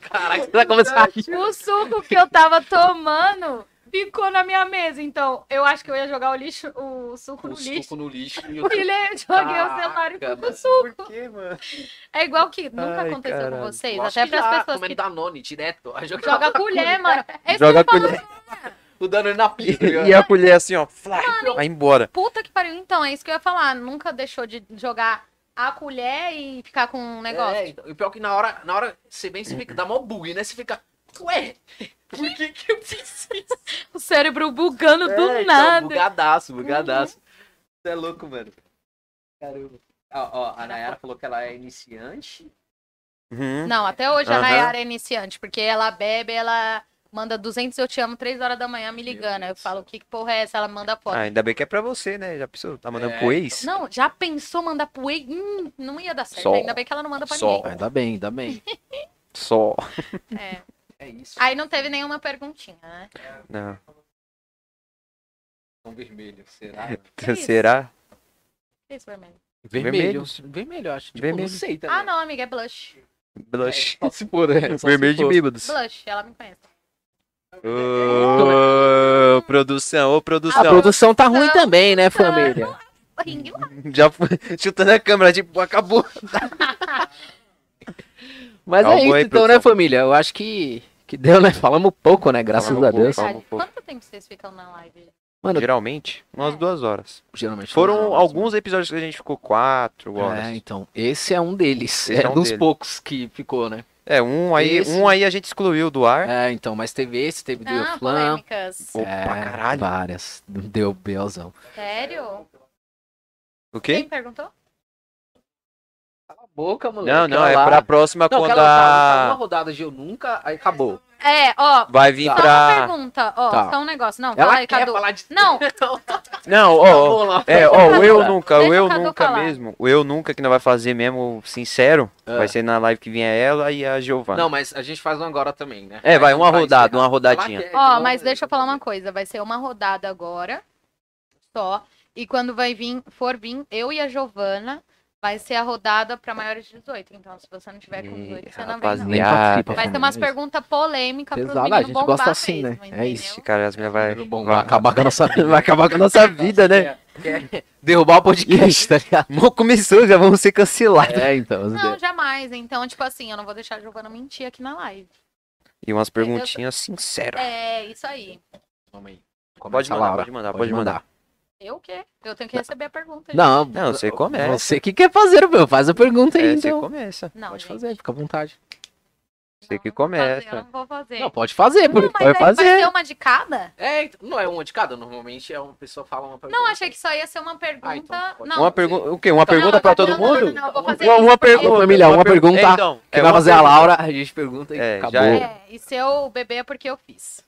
[SPEAKER 1] Caraca, você vai começar a rir.
[SPEAKER 3] o suco que eu tava tomando ficou na minha mesa. Então, eu acho que eu ia jogar o lixo, o suco
[SPEAKER 4] O
[SPEAKER 3] no lixo.
[SPEAKER 4] suco no lixo e o
[SPEAKER 3] E le- joguei o celular e
[SPEAKER 4] Caraca,
[SPEAKER 3] fui pro
[SPEAKER 4] mano.
[SPEAKER 3] suco.
[SPEAKER 4] Por quê, mano?
[SPEAKER 3] É igual que nunca
[SPEAKER 2] Ai,
[SPEAKER 3] aconteceu
[SPEAKER 2] caralho.
[SPEAKER 3] com vocês.
[SPEAKER 4] Lógico
[SPEAKER 3] até
[SPEAKER 4] que
[SPEAKER 3] para
[SPEAKER 4] já,
[SPEAKER 3] as pessoas
[SPEAKER 4] comendo
[SPEAKER 3] que
[SPEAKER 4] Danone direto. Aí joga
[SPEAKER 3] jogam colher, mano. É isso
[SPEAKER 2] joga a
[SPEAKER 3] que eu falo,
[SPEAKER 2] colher.
[SPEAKER 4] o Danone na tá
[SPEAKER 2] E,
[SPEAKER 4] pizza.
[SPEAKER 2] e a colher assim, ó. flá, vai embora.
[SPEAKER 3] Puta que pariu. Então, é isso que eu ia falar. Nunca deixou de jogar a colher e ficar com um negócio.
[SPEAKER 4] É, então, e pior que na hora, na hora, você bem, você fica, dá mó bug, né? Você fica, ué, por que que eu fiz isso?
[SPEAKER 3] O cérebro bugando do
[SPEAKER 4] É, então,
[SPEAKER 3] nada.
[SPEAKER 4] Bugadaço, bugadaço. Você é louco, mano. Caramba. Ó, ó, a Nayara falou que ela é iniciante.
[SPEAKER 2] Uhum.
[SPEAKER 3] Não, até hoje a
[SPEAKER 2] Aham.
[SPEAKER 3] Nayara é iniciante, porque ela bebe, ela manda 200 eu te amo, 3 horas da manhã me
[SPEAKER 4] Meu
[SPEAKER 3] ligando.
[SPEAKER 4] Deus
[SPEAKER 3] Eu
[SPEAKER 4] do
[SPEAKER 3] falo, que porra é essa? Ela manda foto.
[SPEAKER 2] Ah, ainda bem que é pra você, né? Já pensou? Tá mandando
[SPEAKER 4] É.
[SPEAKER 2] pro ex?
[SPEAKER 3] Não, já pensou mandar pro ex? Hum, não ia dar certo.
[SPEAKER 2] Só.
[SPEAKER 3] Ainda bem que ela não manda pra
[SPEAKER 2] Só.
[SPEAKER 3] ninguém.
[SPEAKER 1] Ainda bem, ainda bem.
[SPEAKER 2] Só.
[SPEAKER 3] É.
[SPEAKER 4] É isso.
[SPEAKER 3] Aí não teve nenhuma perguntinha, né?
[SPEAKER 2] Não.
[SPEAKER 4] São vermelho, será?
[SPEAKER 3] Que isso?
[SPEAKER 2] Será?
[SPEAKER 3] Isso, vermelho.
[SPEAKER 1] Vermelho. Vermelho, eu acho. Tipo,
[SPEAKER 2] Vermelho.
[SPEAKER 1] Não sei, tá?
[SPEAKER 3] Ah, não, amiga, é blush.
[SPEAKER 2] Blush.
[SPEAKER 1] Só se for,
[SPEAKER 4] né?
[SPEAKER 1] é. Só se
[SPEAKER 2] Vermelho de
[SPEAKER 1] for.
[SPEAKER 2] bêbados.
[SPEAKER 3] Blush, ela me conhece.
[SPEAKER 2] Ô, produção, ô,
[SPEAKER 1] A
[SPEAKER 4] Ah,
[SPEAKER 2] produção.
[SPEAKER 1] produção tá ruim também, né, família?
[SPEAKER 3] Ring
[SPEAKER 2] Já foi chutando a câmera, tipo, acabou.
[SPEAKER 1] Mas
[SPEAKER 2] Tá
[SPEAKER 1] é
[SPEAKER 2] bom
[SPEAKER 1] isso
[SPEAKER 2] aí,
[SPEAKER 1] então, né,
[SPEAKER 2] produção.
[SPEAKER 1] família? Eu acho que, que deu, né? Falamos pouco, né? Graças
[SPEAKER 2] Falamos
[SPEAKER 1] a Deus.
[SPEAKER 2] pouco.
[SPEAKER 3] Verdade.
[SPEAKER 2] pô.
[SPEAKER 3] Quanto tempo vocês ficam na live?
[SPEAKER 1] Mano,
[SPEAKER 2] Geralmente,
[SPEAKER 3] É.
[SPEAKER 2] umas duas horas.
[SPEAKER 1] geralmente
[SPEAKER 2] Foram
[SPEAKER 1] falamos,
[SPEAKER 2] alguns episódios que a gente ficou quatro horas.
[SPEAKER 1] É, então, esse é um deles.
[SPEAKER 2] Esse
[SPEAKER 1] é
[SPEAKER 2] é um
[SPEAKER 1] dos
[SPEAKER 2] deles.
[SPEAKER 1] poucos que ficou, né?
[SPEAKER 2] É, um aí,
[SPEAKER 1] Esse-
[SPEAKER 2] um aí a gente excluiu do ar.
[SPEAKER 1] É, então, mas teve esse, teve do
[SPEAKER 3] Ah,
[SPEAKER 1] Flam.
[SPEAKER 3] polêmicas.
[SPEAKER 2] Opa,
[SPEAKER 1] é,
[SPEAKER 2] caralho.
[SPEAKER 1] Várias. Deu belzão.
[SPEAKER 3] Sério?
[SPEAKER 2] O quê?
[SPEAKER 3] Quem perguntou?
[SPEAKER 4] Cala a boca, moleque.
[SPEAKER 2] Não, não,
[SPEAKER 4] olha
[SPEAKER 2] é
[SPEAKER 4] lá.
[SPEAKER 2] pra próxima
[SPEAKER 4] Não,
[SPEAKER 2] quando
[SPEAKER 4] aquela rodada,
[SPEAKER 1] tá
[SPEAKER 4] uma
[SPEAKER 2] a...
[SPEAKER 4] rodada de eu nunca, aí acabou.
[SPEAKER 3] É, ó,
[SPEAKER 2] Vai vir
[SPEAKER 3] só uma
[SPEAKER 2] pra...
[SPEAKER 3] pergunta, ó,
[SPEAKER 1] Tá.
[SPEAKER 3] só um negócio. Não,
[SPEAKER 4] Ela
[SPEAKER 3] fala aí,
[SPEAKER 4] quer
[SPEAKER 3] Cadu.
[SPEAKER 4] falar de...
[SPEAKER 3] Não,
[SPEAKER 2] Não,
[SPEAKER 4] Tá
[SPEAKER 2] ó, ó.
[SPEAKER 4] bom lá.
[SPEAKER 2] É, ó, o eu nunca,
[SPEAKER 3] Deixa
[SPEAKER 2] o
[SPEAKER 3] o
[SPEAKER 2] eu
[SPEAKER 3] Cadu
[SPEAKER 2] nunca
[SPEAKER 3] falar.
[SPEAKER 2] mesmo. O eu nunca que não vai fazer mesmo, sincero.
[SPEAKER 1] Ah.
[SPEAKER 2] Vai ser na live que vier ela e a Giovana.
[SPEAKER 4] Não, mas a gente faz um agora também, né?
[SPEAKER 2] É, vai, uma
[SPEAKER 4] Vai
[SPEAKER 2] rodada,
[SPEAKER 4] encerrar.
[SPEAKER 2] uma rodadinha.
[SPEAKER 4] Ela quer,
[SPEAKER 3] ó,
[SPEAKER 4] então,
[SPEAKER 1] né?
[SPEAKER 3] mas deixa eu falar uma coisa. Vai ser uma rodada agora, só. E quando vai vir, for vir, eu e a Giovana, vai ser a rodada pra maiores de 18. Então, se você não tiver com
[SPEAKER 2] Ih,
[SPEAKER 3] 18, você não vem, não.
[SPEAKER 1] Nem
[SPEAKER 2] Viado.
[SPEAKER 1] participa.
[SPEAKER 3] Vai ter umas
[SPEAKER 1] família.
[SPEAKER 3] perguntas polêmicas pros
[SPEAKER 1] Pesada,
[SPEAKER 3] meninos
[SPEAKER 1] a gente
[SPEAKER 3] bombar
[SPEAKER 1] gosta assim, né?
[SPEAKER 3] mesmo,
[SPEAKER 1] É
[SPEAKER 3] entendeu?
[SPEAKER 1] isso.
[SPEAKER 2] Cara, as meninas vai...
[SPEAKER 1] Bom, vai acabar com a nossa vida. Vai acabar com a nossa vida, né?
[SPEAKER 4] Quer, quer.
[SPEAKER 1] Derrubar o podcast, tá ligado?
[SPEAKER 2] Mal começou, já vamos ser cancelados.
[SPEAKER 1] É, então.
[SPEAKER 3] Não, jamais. Então, tipo assim, eu não vou deixar a Giovana mentir aqui na live.
[SPEAKER 2] E umas perguntinhas sinceras.
[SPEAKER 3] É, isso aí.
[SPEAKER 1] Calma aí.
[SPEAKER 2] Pode
[SPEAKER 1] Começa
[SPEAKER 4] Tá
[SPEAKER 2] mandar,
[SPEAKER 1] lá,
[SPEAKER 2] pode mandar, pode mandar.
[SPEAKER 3] Eu o quê? Eu tenho que receber a pergunta. gente.
[SPEAKER 1] Não,
[SPEAKER 2] Não, você começa.
[SPEAKER 1] você que quer fazer, meu. Faz a pergunta aí,
[SPEAKER 2] É, você
[SPEAKER 1] então.
[SPEAKER 2] começa.
[SPEAKER 3] Não,
[SPEAKER 1] Pode
[SPEAKER 3] gente,
[SPEAKER 1] fazer, fica à vontade.
[SPEAKER 2] Você
[SPEAKER 3] não,
[SPEAKER 2] que
[SPEAKER 3] eu não vou fazer,
[SPEAKER 2] começa.
[SPEAKER 3] Eu não vou fazer.
[SPEAKER 1] Não, pode fazer,
[SPEAKER 3] Não,
[SPEAKER 1] pô.
[SPEAKER 3] mas aí
[SPEAKER 1] pode fazer.
[SPEAKER 3] vai ser um uma de cada?
[SPEAKER 4] É, então, não é uma de cada, normalmente é uma pessoa fala uma pergunta.
[SPEAKER 3] Não, achei que só ia ser uma pergunta.
[SPEAKER 4] Ah, então pode.
[SPEAKER 3] não.
[SPEAKER 2] Uma pergunta, o quê? Uma pergunta
[SPEAKER 3] não,
[SPEAKER 2] pra
[SPEAKER 3] não,
[SPEAKER 2] todo
[SPEAKER 3] não, não,
[SPEAKER 2] mundo?
[SPEAKER 3] Não, não, eu vou fazer
[SPEAKER 1] Uma,
[SPEAKER 3] isso
[SPEAKER 1] uma
[SPEAKER 3] porque-
[SPEAKER 1] pergunta, família, uma pergunta.
[SPEAKER 2] É, então,
[SPEAKER 1] Quem
[SPEAKER 2] é
[SPEAKER 1] vai
[SPEAKER 2] uma
[SPEAKER 1] fazer a
[SPEAKER 2] pergunta.
[SPEAKER 1] Laura, a gente pergunta e
[SPEAKER 2] É, já
[SPEAKER 1] acabou.
[SPEAKER 2] é.
[SPEAKER 3] É, e se eu beber é porque eu fiz.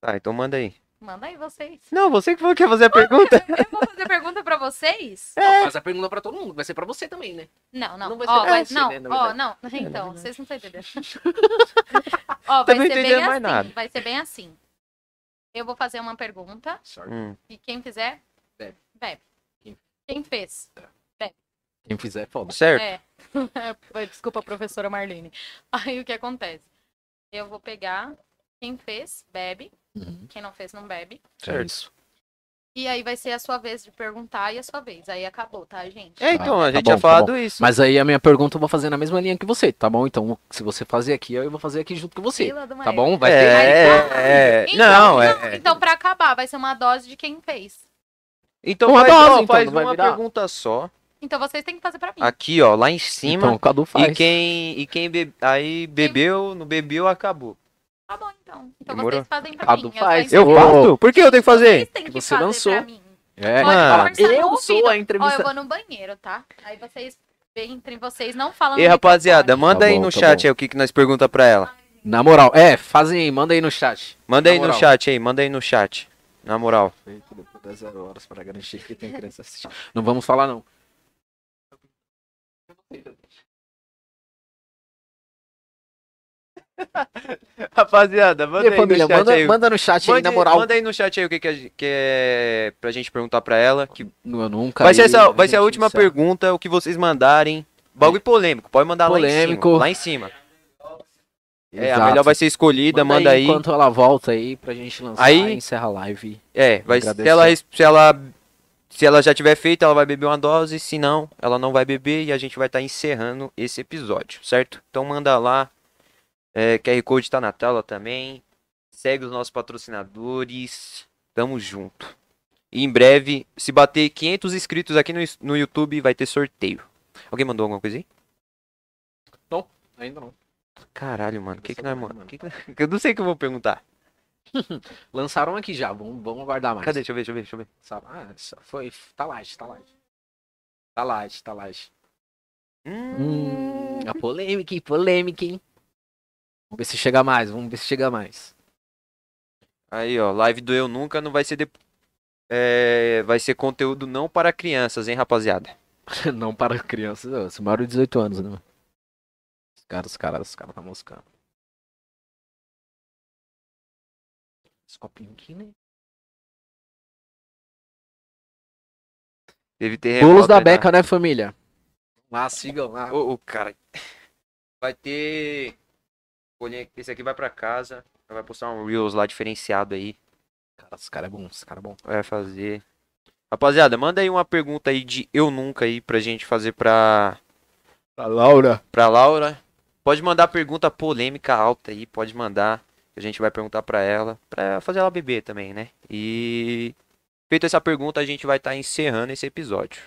[SPEAKER 2] Tá, então manda aí.
[SPEAKER 3] Manda aí vocês.
[SPEAKER 2] Não, você que falou que ia fazer a pergunta.
[SPEAKER 3] Eu vou fazer pergunta pra vocês?
[SPEAKER 4] Não, faz a pergunta é pra todo mundo, vai ser pra você também, né?
[SPEAKER 3] Não, não.
[SPEAKER 4] Não vai ser
[SPEAKER 3] ó,
[SPEAKER 4] pra
[SPEAKER 3] vai,
[SPEAKER 4] você,
[SPEAKER 3] não,
[SPEAKER 4] né, na
[SPEAKER 3] ó,
[SPEAKER 4] verdade.
[SPEAKER 3] não. Então, vocês não estão entendendo. ó, vai
[SPEAKER 2] Também não
[SPEAKER 3] ser bem
[SPEAKER 2] entendendo
[SPEAKER 3] assim.
[SPEAKER 2] mais nada.
[SPEAKER 3] Vai ser bem assim. Eu vou fazer uma pergunta
[SPEAKER 4] Sorry.
[SPEAKER 2] Hum,
[SPEAKER 3] e quem fizer,
[SPEAKER 4] Bebe.
[SPEAKER 3] bebe.
[SPEAKER 4] Quem-
[SPEAKER 3] Quem fez?
[SPEAKER 1] Quem fizer, foda.
[SPEAKER 2] certo.
[SPEAKER 3] É. Desculpa, professora Marlene. Aí o que acontece? Eu vou pegar quem fez, bebe.
[SPEAKER 1] Uhum.
[SPEAKER 3] Quem não fez, não bebe.
[SPEAKER 1] É
[SPEAKER 2] Certo.
[SPEAKER 1] isso.
[SPEAKER 3] E aí vai ser a sua vez de perguntar e a sua vez. Aí acabou, tá, gente?
[SPEAKER 2] É, então,
[SPEAKER 1] Tá, tá
[SPEAKER 2] a gente
[SPEAKER 1] bom,
[SPEAKER 2] tinha
[SPEAKER 1] tá
[SPEAKER 2] falado isso.
[SPEAKER 1] Mas aí a minha pergunta eu vou fazer na mesma linha que você, tá bom? Então, se você fazer aqui, eu vou fazer aqui junto com você.
[SPEAKER 3] Fila
[SPEAKER 1] Tá
[SPEAKER 3] do Mael.
[SPEAKER 1] bom? Vai ter.
[SPEAKER 2] É, é, é.
[SPEAKER 3] Então,
[SPEAKER 2] Não, é. é.
[SPEAKER 3] Então, pra acabar, vai ser uma dose de quem fez.
[SPEAKER 2] Então
[SPEAKER 1] Uma
[SPEAKER 2] faz,
[SPEAKER 1] dose,
[SPEAKER 2] ó,
[SPEAKER 1] então,
[SPEAKER 2] faz
[SPEAKER 1] não vai
[SPEAKER 2] uma
[SPEAKER 1] virar.
[SPEAKER 2] pergunta só.
[SPEAKER 3] Então vocês têm que fazer pra mim.
[SPEAKER 4] Ah,
[SPEAKER 2] Aqui, ó, lá em cima.
[SPEAKER 1] Então, o Cadu
[SPEAKER 2] E
[SPEAKER 1] faz.
[SPEAKER 2] quem, e quem be- aí bebeu, não bebeu, acabou.
[SPEAKER 3] Tá bom, então. Então
[SPEAKER 2] Demorou?
[SPEAKER 3] vocês fazem pra
[SPEAKER 1] Cadu
[SPEAKER 3] mim. é
[SPEAKER 1] faz.
[SPEAKER 3] só
[SPEAKER 1] Eu
[SPEAKER 3] entendo.
[SPEAKER 1] faço?
[SPEAKER 2] Por que eu tenho que
[SPEAKER 3] Vocês
[SPEAKER 2] fazer?
[SPEAKER 3] têm
[SPEAKER 1] Que
[SPEAKER 3] que
[SPEAKER 1] você
[SPEAKER 3] fazer
[SPEAKER 1] lançou.
[SPEAKER 3] pra mim.
[SPEAKER 4] É,
[SPEAKER 3] Pode
[SPEAKER 2] mano,
[SPEAKER 3] conversar no
[SPEAKER 1] Ah, eu
[SPEAKER 3] ouvido.
[SPEAKER 1] sou a
[SPEAKER 3] Ó,
[SPEAKER 1] entrevista.
[SPEAKER 3] eu vou no banheiro, tá? Aí vocês veem entre vocês, não falam.
[SPEAKER 2] E rapaziada, manda
[SPEAKER 4] Tá
[SPEAKER 2] aí
[SPEAKER 4] bom,
[SPEAKER 2] no
[SPEAKER 4] tá
[SPEAKER 2] chat
[SPEAKER 4] bom.
[SPEAKER 2] aí o que, que nós pergunta pra ela.
[SPEAKER 4] na moral, é, fazem aí, manda aí no chat.
[SPEAKER 2] Manda
[SPEAKER 4] Na
[SPEAKER 2] aí no
[SPEAKER 4] moral.
[SPEAKER 2] chat aí, manda aí no chat. Na moral.
[SPEAKER 4] Feito depois das zero horas para garantir que tem criança assistindo. Não vamos falar, não.
[SPEAKER 2] Rapaziada, manda
[SPEAKER 4] E aí, família, manda, manda no chat aí,
[SPEAKER 2] Mande-
[SPEAKER 4] na moral.
[SPEAKER 2] Manda aí no chat aí o que, que, a gen- que é pra gente perguntar pra ela. que-
[SPEAKER 4] Eu nunca.
[SPEAKER 2] vai ser,
[SPEAKER 4] li,
[SPEAKER 2] essa, vai ser a
[SPEAKER 4] gente,
[SPEAKER 2] última
[SPEAKER 4] isso é-
[SPEAKER 2] pergunta, o que vocês mandarem. Bagulho polêmico, pode mandar
[SPEAKER 4] Polêmico.
[SPEAKER 2] lá em cima. Lá em cima. É, a
[SPEAKER 4] Exato.
[SPEAKER 2] melhor vai ser escolhida, manda, aí.
[SPEAKER 4] Enquanto ela volta aí pra gente lançar
[SPEAKER 2] Aí-
[SPEAKER 4] e encerra a live.
[SPEAKER 2] É, vai, se,
[SPEAKER 4] Agradecer.
[SPEAKER 2] ela, res- se, ela, se ela já tiver feito, ela vai beber uma dose. Se não, ela não vai beber e a gente vai estar encerrando esse episódio, certo? Então manda lá. É, QR Code tá na tela também. Segue os nossos patrocinadores. Tamo junto. E em breve, se bater 500 inscritos aqui no, is- no YouTube, vai ter sorteio. Alguém mandou alguma coisa aí?
[SPEAKER 4] Ainda não.
[SPEAKER 2] Caralho, mano. O que que nós...
[SPEAKER 4] Mano.
[SPEAKER 2] mano, que que nós- Eu não sei o que eu vou perguntar.
[SPEAKER 4] Lançaram aqui já, vamos, vamos aguardar mais.
[SPEAKER 2] Cadê? Deixa eu ver, deixa eu ver, deixa eu ver.
[SPEAKER 4] Sabe? Ah, isso foi. Tá light, tá light. Tá light, tá light.
[SPEAKER 2] Hum...
[SPEAKER 3] Uhum.
[SPEAKER 4] A polêmica, hein? Polêmica, hein? Vamos ver se chega mais, vamos ver se chega mais.
[SPEAKER 2] Aí, ó, live do Eu Nunca não vai ser de... é, vai ser conteúdo não para crianças, hein, rapaziada?
[SPEAKER 4] não para crianças, ó, se maior de 18 anos, né? mano? Os caras, os caras, os caras tá moscando. Esse copinho aqui, né?
[SPEAKER 2] Teve terremoto
[SPEAKER 4] Bolos da
[SPEAKER 2] aí na-
[SPEAKER 4] Beca, né, família?
[SPEAKER 2] Ah,
[SPEAKER 4] Lá, sigam lá.
[SPEAKER 2] Ô, ô, cara. Vai ter bolinha- esse aqui vai pra casa, vai postar um reels lá diferenciado aí,
[SPEAKER 4] Cara, esse cara é bom, esse cara é bom.
[SPEAKER 2] vai fazer. Rapaziada, manda aí uma pergunta aí de Eu Nunca aí pra gente fazer pra
[SPEAKER 4] A Laura.
[SPEAKER 2] pra Laura. Pode mandar pergunta polêmica alta aí, pode mandar. que A gente vai perguntar pra ela, pra fazer ela beber também, né? E feita essa pergunta, a gente vai estar encerrando esse episódio.